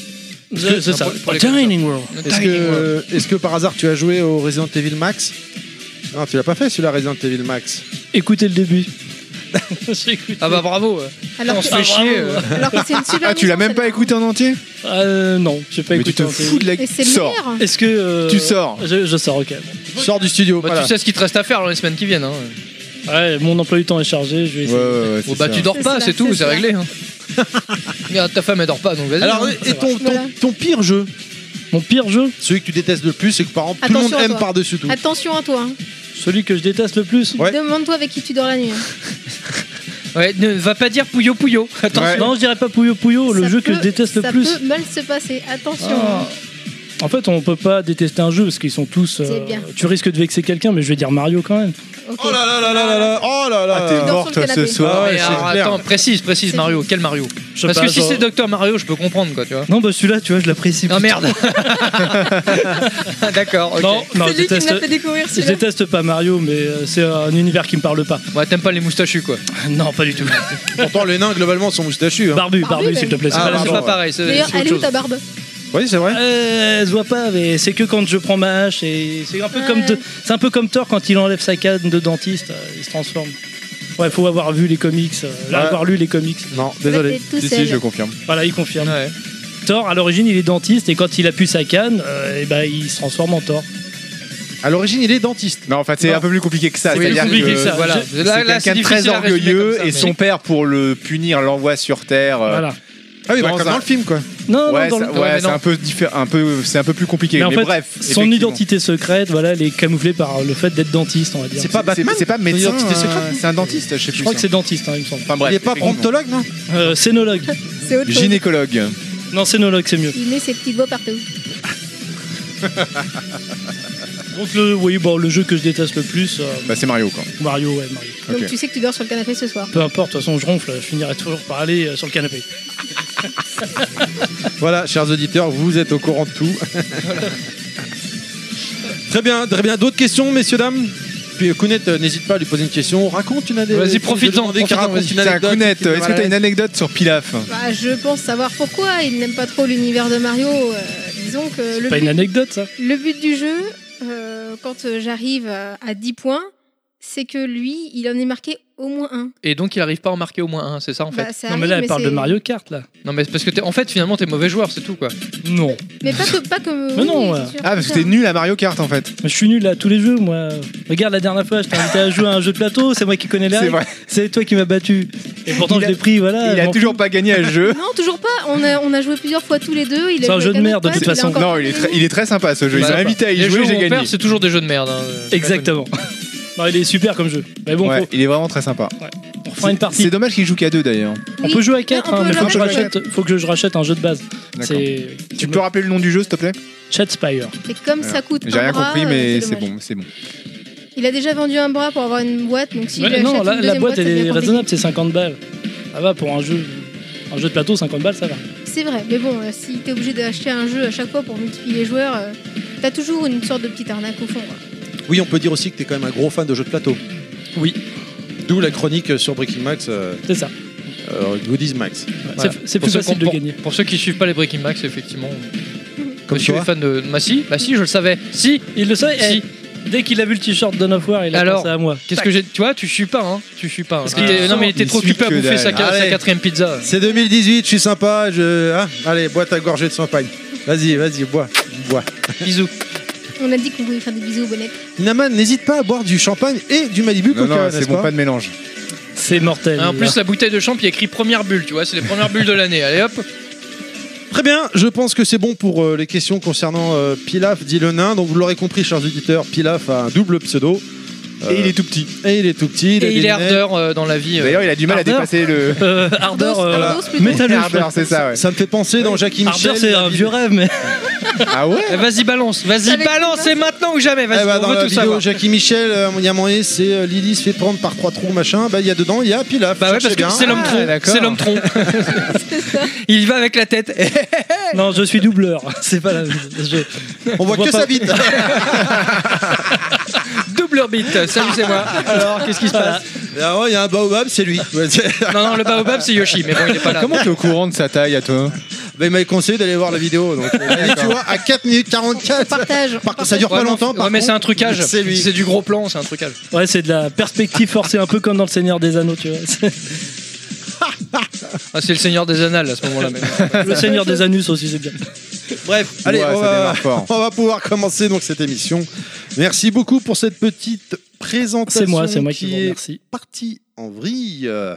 Speaker 3: C'est c'est ça.
Speaker 2: pour- pour les
Speaker 3: Dining World.
Speaker 1: Est-ce que, est-ce que par hasard tu as joué au Resident Evil Max Non, tu l'as pas fait celui-là, Resident Evil Max.
Speaker 3: Écoutez le début. J'ai écouté.
Speaker 2: Ah bah bravo, euh.
Speaker 5: Alors
Speaker 2: on
Speaker 5: que-
Speaker 2: se fait
Speaker 3: ah,
Speaker 2: chier.
Speaker 3: bravo.
Speaker 2: euh.
Speaker 5: alors que c'est une super.
Speaker 6: Ah, tu l'as
Speaker 5: mission,
Speaker 6: même pas
Speaker 5: celle-là.
Speaker 6: écouté en entier
Speaker 3: Euh, non, j'ai pas
Speaker 6: Mais tu
Speaker 3: écouté.
Speaker 6: te
Speaker 3: en fait.
Speaker 6: fous de la.
Speaker 5: Et c'est le
Speaker 6: Sors.
Speaker 5: meilleur.
Speaker 3: Est-ce que. euh,
Speaker 6: Tu sors.
Speaker 3: je, je sors, ok.
Speaker 1: Sors du studio.
Speaker 2: Bah,
Speaker 1: voilà.
Speaker 2: Tu sais ce qu'il te reste à faire dans les semaines qui viennent. Hein.
Speaker 3: Ouais, mon emploi du temps est chargé, je vais
Speaker 6: Ouais,
Speaker 3: essayer.
Speaker 6: ouais,
Speaker 2: Bon,
Speaker 6: ouais, c'est
Speaker 2: bah
Speaker 6: ça.
Speaker 2: tu dors
Speaker 5: C'est
Speaker 2: pas,
Speaker 5: ça,
Speaker 2: c'est tout,
Speaker 5: c'est
Speaker 2: c'est
Speaker 5: ça.
Speaker 2: réglé. Hein. Regarde, ta femme elle dort pas donc vas-y.
Speaker 1: Alors,
Speaker 2: hein.
Speaker 1: et ton, ton,
Speaker 5: Voilà.
Speaker 1: ton pire jeu
Speaker 3: Mon pire jeu,
Speaker 1: Celui que tu détestes le plus et que par exemple tout le
Speaker 5: Attention
Speaker 1: monde
Speaker 5: à
Speaker 1: aime
Speaker 5: toi.
Speaker 1: par-dessus tout.
Speaker 5: Attention à toi. hein.
Speaker 3: celui que je déteste le plus.
Speaker 1: Ouais.
Speaker 5: Demande-toi avec qui tu dors la nuit. hein.
Speaker 2: Ouais, ne va pas dire Pouillot Pouillot.
Speaker 6: Ouais.
Speaker 2: Attention.
Speaker 3: Non, je dirais pas Puyo Puyo, Oh, le
Speaker 5: Ça
Speaker 3: jeu que
Speaker 5: peut-
Speaker 3: je déteste le
Speaker 5: ça
Speaker 3: plus.
Speaker 5: peut mal se passer. Attention.
Speaker 3: Ah. En fait, on peut pas détester un jeu parce qu'ils sont tous. euh,
Speaker 5: C'est bien.
Speaker 3: tu risques de vexer quelqu'un, mais je vais dire Mario quand même.
Speaker 5: Ok.
Speaker 1: Oh là là là là là là Oh là là
Speaker 6: Ah, t'es
Speaker 5: dors
Speaker 1: là
Speaker 5: mort.
Speaker 6: morte
Speaker 5: sur le
Speaker 6: ce
Speaker 5: canapé.
Speaker 1: Ah
Speaker 6: soir.
Speaker 1: ouais,
Speaker 2: Mais
Speaker 1: c'est
Speaker 2: alors,
Speaker 1: clair.
Speaker 2: attends, précise, précise
Speaker 5: C'est-
Speaker 2: Mario, quel Mario
Speaker 3: Je sais
Speaker 2: Parce
Speaker 3: pas,
Speaker 2: que si
Speaker 3: genre-
Speaker 2: c'est Docteur Mario, je peux comprendre quoi, tu vois.
Speaker 3: Non, bah celui-là, tu vois, je l'apprécie.
Speaker 2: Ah
Speaker 3: plutôt.
Speaker 2: merde D'accord, ok.
Speaker 3: Non, non,
Speaker 5: C'est
Speaker 3: je
Speaker 5: lui qui me
Speaker 3: déteste.
Speaker 5: l'a fait découvrir
Speaker 3: Je
Speaker 5: celui-là.
Speaker 3: déteste pas Mario, mais euh, c'est un univers qui me parle pas.
Speaker 2: Ouais, Bah, t'aimes pas les moustachus quoi.
Speaker 3: Non, pas du tout.
Speaker 1: Pourtant les nains globalement sont moustachus.
Speaker 2: Bah.
Speaker 1: hein.
Speaker 3: Barbu, Barbu,
Speaker 5: même.
Speaker 3: s'il te plaît. c'est
Speaker 1: Ah,
Speaker 3: pas
Speaker 2: Ah,
Speaker 3: la
Speaker 2: c'est
Speaker 1: pardon,
Speaker 3: même
Speaker 2: pas
Speaker 1: ouais.
Speaker 2: pareil, c'est
Speaker 5: D'ailleurs,
Speaker 2: c'est
Speaker 5: elle
Speaker 2: autre
Speaker 5: est où
Speaker 2: chose.
Speaker 5: ta barbe
Speaker 1: Oui c'est vrai.
Speaker 3: Euh, elle se voit pas, mais c'est que quand je prends ma hache et c'est un peu
Speaker 5: Ouais.
Speaker 3: comme de- c'est un peu comme Thor quand il enlève sa canne de dentiste, euh, il se transforme. Ouais, faut avoir vu les comics, euh,
Speaker 1: Ouais.
Speaker 3: avoir lu les comics.
Speaker 1: Non désolé.
Speaker 5: T'es tout
Speaker 6: Si,
Speaker 5: seul.
Speaker 6: si, je confirme.
Speaker 3: Voilà, il confirme.
Speaker 2: Ouais.
Speaker 3: Thor, à l'origine, il est dentiste et quand il appuie sa canne, euh, eh ben, il se transforme en Thor.
Speaker 1: À l'origine il est dentiste.
Speaker 6: Non, en fait, c'est
Speaker 1: Non.
Speaker 6: un peu plus compliqué que ça.
Speaker 2: Oui,
Speaker 6: Ah, c'est-à-dire
Speaker 2: plus compliqué
Speaker 6: que
Speaker 2: que ça. Voilà. Là-
Speaker 3: Je-
Speaker 6: c'est
Speaker 2: là, c'est
Speaker 6: quelqu'un de
Speaker 2: difficile
Speaker 6: très
Speaker 2: à résumer
Speaker 6: orgueilleux
Speaker 2: comme ça,
Speaker 6: et
Speaker 2: mais-
Speaker 6: son père pour le punir l'envoie sur terre. euh,
Speaker 3: Voilà.
Speaker 1: Ah oui bah,
Speaker 6: Dans
Speaker 1: comme
Speaker 6: un-
Speaker 1: dans le film quoi.
Speaker 3: Non,
Speaker 6: Ouais,
Speaker 3: non, dans
Speaker 2: Ouais,
Speaker 3: le-
Speaker 6: ça-
Speaker 2: mais
Speaker 6: ouais, c'est
Speaker 2: non.
Speaker 6: un peu diffé- un peu, c'est un peu plus compliqué.
Speaker 3: Mais en
Speaker 6: Mais,
Speaker 3: fait,
Speaker 6: bref,
Speaker 3: son
Speaker 6: effectivement.
Speaker 3: identité secrète, voilà, elle est camouflée par le fait d'être dentiste, on va dire.
Speaker 1: C'est pas Batman
Speaker 6: C'est pas médecin.
Speaker 1: Son identité
Speaker 6: euh,
Speaker 1: secrète.
Speaker 6: C'est un dentiste. Je sais plus.
Speaker 3: Je crois que
Speaker 6: ça.
Speaker 3: c'est dentiste, hein, il me semble.
Speaker 6: Enfin bref.
Speaker 1: il est pas
Speaker 6: effectivement.
Speaker 1: promptologue non
Speaker 3: Euh, scénologue.
Speaker 5: C'est autre chose.
Speaker 6: Gynécologue.
Speaker 3: non, scénologue, c'est mieux.
Speaker 5: Il met ses petites voix partout.
Speaker 3: Donc le, oui, bon, le jeu que je déteste le plus, euh,
Speaker 6: Bah, c'est Mario, quoi.
Speaker 3: Mario, ouais, Mario.
Speaker 5: Donc
Speaker 6: Ok.
Speaker 5: tu sais que tu dors sur le canapé ce soir.
Speaker 3: Peu importe, de toute façon, je ronfle, je finirai toujours par aller euh, sur le canapé.
Speaker 1: Voilà, chers auditeurs, vous êtes au courant de tout. très bien, très bien. D'autres questions, messieurs, dames Puis euh, Kounet, euh, n'hésite pas à lui poser une question. Raconte une anecdote.
Speaker 2: Vas-y, profite-en,
Speaker 1: Demandez qu'il
Speaker 2: profite-en,
Speaker 1: raconte une
Speaker 2: vas-y.
Speaker 6: C'est
Speaker 1: anecdote.
Speaker 6: un coup net.
Speaker 1: qui le met
Speaker 6: Est-ce que
Speaker 1: mal à
Speaker 6: t'as une anecdote sur Pilaf
Speaker 5: Bah, je pense savoir pourquoi. Il n'aime pas trop l'univers de Mario. euh, disons que le
Speaker 3: Pas
Speaker 5: but,
Speaker 3: une anecdote, ça
Speaker 5: le but du jeu, euh, quand euh, j'arrive à, à 10 points, c'est que lui, il en est marqué au moins un.
Speaker 2: Et donc il arrive pas à en marquer au moins un, c'est ça en fait
Speaker 5: Bah, ça
Speaker 3: Non, mais
Speaker 5: arrive,
Speaker 3: là, elle parle
Speaker 5: c'est-
Speaker 3: de Mario Kart, là.
Speaker 2: Non mais c'est parce que t'es- en fait finalement t'es mauvais joueur, c'est tout quoi.
Speaker 3: Non.
Speaker 5: Mais pas que. Pas que
Speaker 3: Mais non, euh. ouais.
Speaker 5: c'est sûr,
Speaker 6: Ah, parce
Speaker 5: c'est
Speaker 6: que t'es
Speaker 5: ça.
Speaker 6: nul à Mario Kart en fait.
Speaker 3: Je suis nul à tous les jeux, moi. Regarde, la dernière fois, je t'ai invité à jouer à un jeu de plateau, c'est moi qui connais
Speaker 6: C'est
Speaker 3: les règles,
Speaker 6: vrai.
Speaker 3: c'est toi qui m'as battu. Et pourtant,
Speaker 6: Il
Speaker 3: je
Speaker 6: a-
Speaker 3: l'ai pris, voilà.
Speaker 6: Il a
Speaker 3: bon.
Speaker 6: toujours pas gagné à ce jeu.
Speaker 5: Non, toujours pas. On a, on a joué plusieurs fois tous les deux. il a
Speaker 3: C'est un
Speaker 5: joué
Speaker 3: jeu de
Speaker 5: avec
Speaker 3: merde, de
Speaker 5: autre
Speaker 3: toute
Speaker 5: pote,
Speaker 3: façon.
Speaker 5: a encore
Speaker 6: Non, il est,
Speaker 5: gagné.
Speaker 6: très- il est très sympa ce jeu. Ils
Speaker 2: Bah,
Speaker 6: ont invité à y
Speaker 2: Les
Speaker 6: jouer,
Speaker 2: jeux
Speaker 6: j'ai
Speaker 2: où on
Speaker 6: gagné.
Speaker 2: perd, c'est toujours des jeux de merde. hein, euh,
Speaker 3: Exactement. Non, il est super comme jeu. Mais bon,
Speaker 6: Ouais,
Speaker 3: faut-
Speaker 6: il est vraiment très sympa.
Speaker 3: on refera une partie.
Speaker 6: C'est dommage qu'il joue qu'à deux d'ailleurs.
Speaker 3: On
Speaker 5: Oui,
Speaker 3: peut jouer à 4,
Speaker 5: on peut
Speaker 3: mais faut que, je
Speaker 5: jouer à
Speaker 3: rachète, faut que je rachète un jeu de base.
Speaker 6: D'accord.
Speaker 3: C'est
Speaker 6: Tu peux rappeler le nom du jeu s'il te plaît
Speaker 3: Chatspire.
Speaker 5: Et comme ça coûte
Speaker 6: J'ai
Speaker 5: un
Speaker 6: rien
Speaker 5: bras,
Speaker 6: compris,
Speaker 5: euh,
Speaker 6: mais Ah, c'est
Speaker 5: dommage.
Speaker 6: bon, c'est bon.
Speaker 5: Il a déjà vendu un bras pour avoir une boîte, donc si
Speaker 3: Ouais, non, la,
Speaker 5: la,
Speaker 3: la boîte,
Speaker 5: boîte
Speaker 3: elle
Speaker 5: ça
Speaker 3: est
Speaker 5: devient
Speaker 3: raisonnable, c'est 50 balles. Ça va pour un jeu. Un jeu de plateau, 50 balles, ça va.
Speaker 5: compliqué. C'est vrai, mais bon, euh, si t'es obligé d'acheter un jeu à chaque fois pour multiplier les joueurs, euh, t'as toujours une sorte de petite arnaque au fond. quoi.
Speaker 1: Oui, on peut dire aussi que t'es quand même un gros fan de jeux de plateau.
Speaker 3: Oui.
Speaker 1: D'où la chronique sur Breaking Max, euh,
Speaker 3: C'est ça.
Speaker 1: euh, Goodies Max.
Speaker 2: Voilà.
Speaker 3: C'est- C'est
Speaker 2: Pour
Speaker 3: plus
Speaker 2: ceux,
Speaker 3: facile
Speaker 2: qui-
Speaker 3: de
Speaker 2: pour-
Speaker 3: gagner.
Speaker 2: pour ceux qui suivent pas les Breaking Max, effectivement.
Speaker 1: Comme
Speaker 2: je suis
Speaker 1: toi
Speaker 2: fan de. Bah si, bah si, je le savais. Si,
Speaker 3: Il le savait.
Speaker 2: si.
Speaker 3: eh, dès qu'il a vu le t-shirt de of War, il a
Speaker 2: Alors,
Speaker 3: pensé à moi.
Speaker 2: Qu'est-ce que j'ai. Tu vois, tu suis pas, hein. Tu suis pas. hein.
Speaker 3: Parce
Speaker 2: Il
Speaker 3: que-
Speaker 2: était- non mais il était
Speaker 6: Il
Speaker 2: trop
Speaker 6: suit
Speaker 2: occupé à
Speaker 6: que
Speaker 2: bouffer sa,
Speaker 6: dalle.
Speaker 2: ca- sa
Speaker 1: Allez.
Speaker 2: quatrième pizza.
Speaker 1: C'est 2018, je suis sympa. Je... hein Allez, bois ta gorgée de champagne. Vas-y, vas-y, bois. bois.
Speaker 2: Bisous.
Speaker 5: On a dit qu'on voulait faire des bisous aux bonnettes.
Speaker 1: Naman, n'hésite pas à boire du champagne et du Malibu
Speaker 6: Non,
Speaker 1: Coca,
Speaker 6: non,
Speaker 1: n'est-ce
Speaker 6: c'est bon,
Speaker 1: pas
Speaker 6: pas de mélange.
Speaker 3: C'est mortel.
Speaker 2: Ah, en plus, la bouteille de champ, il y a écrit première bulle, tu vois, c'est les premières bulles de l'année. Allez hop,
Speaker 1: Très bien, je pense que c'est bon pour euh, les questions concernant euh, Pilaf, dit le nain. Donc vous l'aurez compris, chers auditeurs, Pilaf a un double pseudo. Euh,
Speaker 6: Et il est tout petit.
Speaker 1: et il est tout petit.
Speaker 2: et
Speaker 1: a
Speaker 2: il
Speaker 1: des
Speaker 2: est
Speaker 1: lunettes.
Speaker 2: ardeur euh, dans la vie. euh.
Speaker 6: D'ailleurs, il a du mal à
Speaker 3: Ardeur
Speaker 6: dépasser le.
Speaker 3: Euh, ardeur,
Speaker 5: Ardos,
Speaker 3: euh,
Speaker 5: Ardos plutôt.
Speaker 3: métal- Métalleux,
Speaker 6: Ardeur, c'est ça, ouais.
Speaker 1: Ça me fait penser dans Jackie
Speaker 3: ardeur,
Speaker 1: Michel.
Speaker 3: c'est un vieux rêve, mais
Speaker 6: Ah ouais
Speaker 2: Eh, Vas-y, balance, vas-y,
Speaker 5: Avec
Speaker 2: balance,
Speaker 5: une
Speaker 2: c'est maintenant ou jamais,
Speaker 1: Eh
Speaker 2: vas-y,
Speaker 1: bah,
Speaker 2: on
Speaker 1: dans
Speaker 2: veut
Speaker 1: la
Speaker 2: tout
Speaker 1: vidéo
Speaker 2: savoir.
Speaker 1: Jackie Michel, euh, il y a moyen, c'est euh, Lily se fait prendre par trois trous, machin. Bah, il y a dedans, il y a Pilaf.
Speaker 2: Bah ouais, parce
Speaker 1: Cherchez
Speaker 2: que
Speaker 1: bien.
Speaker 2: c'est l'homme
Speaker 1: Ah,
Speaker 2: tronc,
Speaker 6: d'accord.
Speaker 2: c'est l'homme tronc.
Speaker 5: C'est ça.
Speaker 2: Il va avec la tête.
Speaker 3: non, je suis doubleur. C'est pas la. je-
Speaker 1: On voit
Speaker 3: Je vois
Speaker 1: que
Speaker 3: pas.
Speaker 1: sa bite.
Speaker 2: Double bit, salut, c'est moi.
Speaker 3: Alors, qu'est-ce qui se passe
Speaker 1: Ah ouais, il y a un baobab, c'est lui. Ouais, c'est-
Speaker 2: Non, non, le baobab, c'est Yoshi, mais bon, il est pas là.
Speaker 6: Comment t'es au courant de sa taille à toi
Speaker 1: Bah, il m'avait conseillé d'aller voir la vidéo. Donc, euh, et tu vois, à 4 minutes 44.
Speaker 5: Partage.
Speaker 1: Par contre, ça dure
Speaker 2: Ouais,
Speaker 1: pas
Speaker 2: non,
Speaker 1: longtemps.
Speaker 2: ouais,
Speaker 1: par
Speaker 2: mais
Speaker 1: contre.
Speaker 2: c'est un trucage.
Speaker 1: C'est lui.
Speaker 2: C'est du gros plan, c'est un trucage.
Speaker 3: Ouais, c'est de la perspective forcée, un peu comme dans le Seigneur des Anneaux, tu vois. C'est-
Speaker 2: Ah, c'est le seigneur des annales à ce moment-là. mais-
Speaker 3: Le Seigneur des Anus aussi, c'est bien.
Speaker 1: Bref, allez,
Speaker 6: Ouais,
Speaker 1: on,
Speaker 6: ça
Speaker 1: va,
Speaker 6: démarre fort.
Speaker 1: on va pouvoir commencer donc cette émission. Merci beaucoup pour cette petite présentation.
Speaker 3: C'est moi, c'est moi qui vous
Speaker 1: est
Speaker 3: remercie.
Speaker 1: partie en vrille. Euh,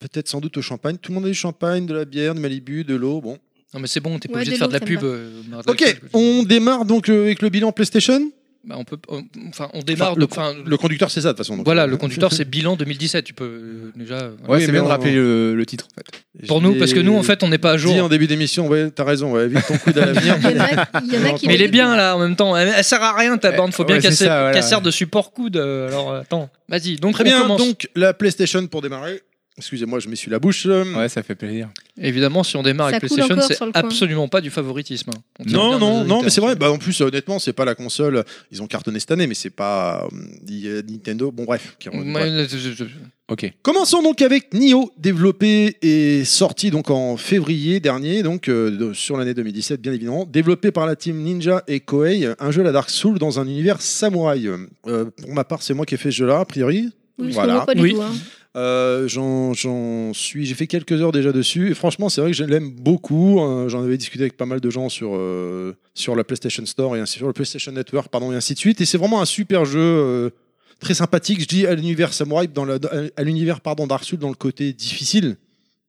Speaker 1: Peut-être sans doute au champagne. Tout le monde a du champagne, de la bière, du Malibu, de l'eau. Bon.
Speaker 2: Non, mais c'est bon, t'es pas
Speaker 5: Ouais,
Speaker 2: obligé de
Speaker 5: des
Speaker 2: faire de la
Speaker 5: lots,
Speaker 2: pub.
Speaker 5: ça me
Speaker 2: euh, Mardi
Speaker 1: Ok,
Speaker 2: Alcool.
Speaker 1: on démarre donc euh, avec le bilan PlayStation.
Speaker 2: Bah, on peut, on- enfin, on démarre.
Speaker 1: Enfin, le-
Speaker 2: enfin,
Speaker 1: Le conducteur, c'est ça de toute façon. donc.
Speaker 2: Voilà, le conducteur, c'est bilan 2017. Tu peux euh, déjà. euh,
Speaker 6: Ouais,
Speaker 1: Oui,
Speaker 6: c'est
Speaker 1: mais
Speaker 6: bien de
Speaker 1: on-
Speaker 6: rappeler le, le titre en fait.
Speaker 2: Pour nous, parce que nous, en fait, on n'est pas à
Speaker 1: Dit en
Speaker 2: jour.
Speaker 1: début d'émission, ouais, t'as raison, ouais, évite ton coude à l'avenir.
Speaker 5: Il y en a, il y en a qui.
Speaker 2: Mais il est
Speaker 5: l'écoutent.
Speaker 2: bien là en même temps. Elle, elle sert à rien ta
Speaker 6: Eh,
Speaker 2: borne. Faut
Speaker 6: ouais,
Speaker 2: bien
Speaker 6: c'est
Speaker 2: casser,
Speaker 6: ça, voilà.
Speaker 2: casser de support coude. euh, Alors euh, attends, vas-y. Donc
Speaker 1: Très
Speaker 2: on
Speaker 1: bien,
Speaker 2: commence.
Speaker 1: donc la PlayStation pour démarrer. Excusez-moi, je m'essuie la bouche. euh,
Speaker 6: Ouais, ça fait plaisir.
Speaker 2: Évidemment, si on démarre
Speaker 5: Ça
Speaker 2: avec
Speaker 5: coule
Speaker 2: PlayStation,
Speaker 5: encore
Speaker 2: c'est
Speaker 5: sur le coin.
Speaker 2: absolument pas du favoritisme. hein. On tient
Speaker 1: Non,
Speaker 2: bien nos
Speaker 1: non, non, mais c'est
Speaker 2: auditeurs.
Speaker 1: vrai. Bah, en plus, euh, honnêtement, c'est pas la console. Ils ont cartonné cette année, mais c'est pas euh, il y a Nintendo. Bon, bref. qui- bref.
Speaker 2: Ouais, je- je- je-
Speaker 6: Ok.
Speaker 1: Commençons donc avec Nioh, développé et sorti donc en février dernier, donc euh, de- sur l'année 2017, bien évidemment. Développé par la team Ninja et Koei, euh, un jeu à la Dark Souls dans un univers samouraï. Euh, pour ma part, c'est moi qui ai fait ce jeu-là, a priori.
Speaker 5: Oui, parce qu'on
Speaker 1: Voilà.
Speaker 5: voit pas du
Speaker 3: Oui.
Speaker 5: tout. hein.
Speaker 1: Euh, j'en j'en suis, j'ai fait quelques heures déjà dessus. Et franchement, c'est vrai que je l'aime beaucoup. Euh, J'en avais discuté avec pas mal de gens sur euh, sur la PlayStation Store et ainsi sur le PlayStation Network, pardon, et ainsi de suite. Et c'est vraiment un super jeu. euh, Très sympathique, je dis à l'univers samouraï, dans la- à l'univers pardon Dark Souls dans le côté difficile,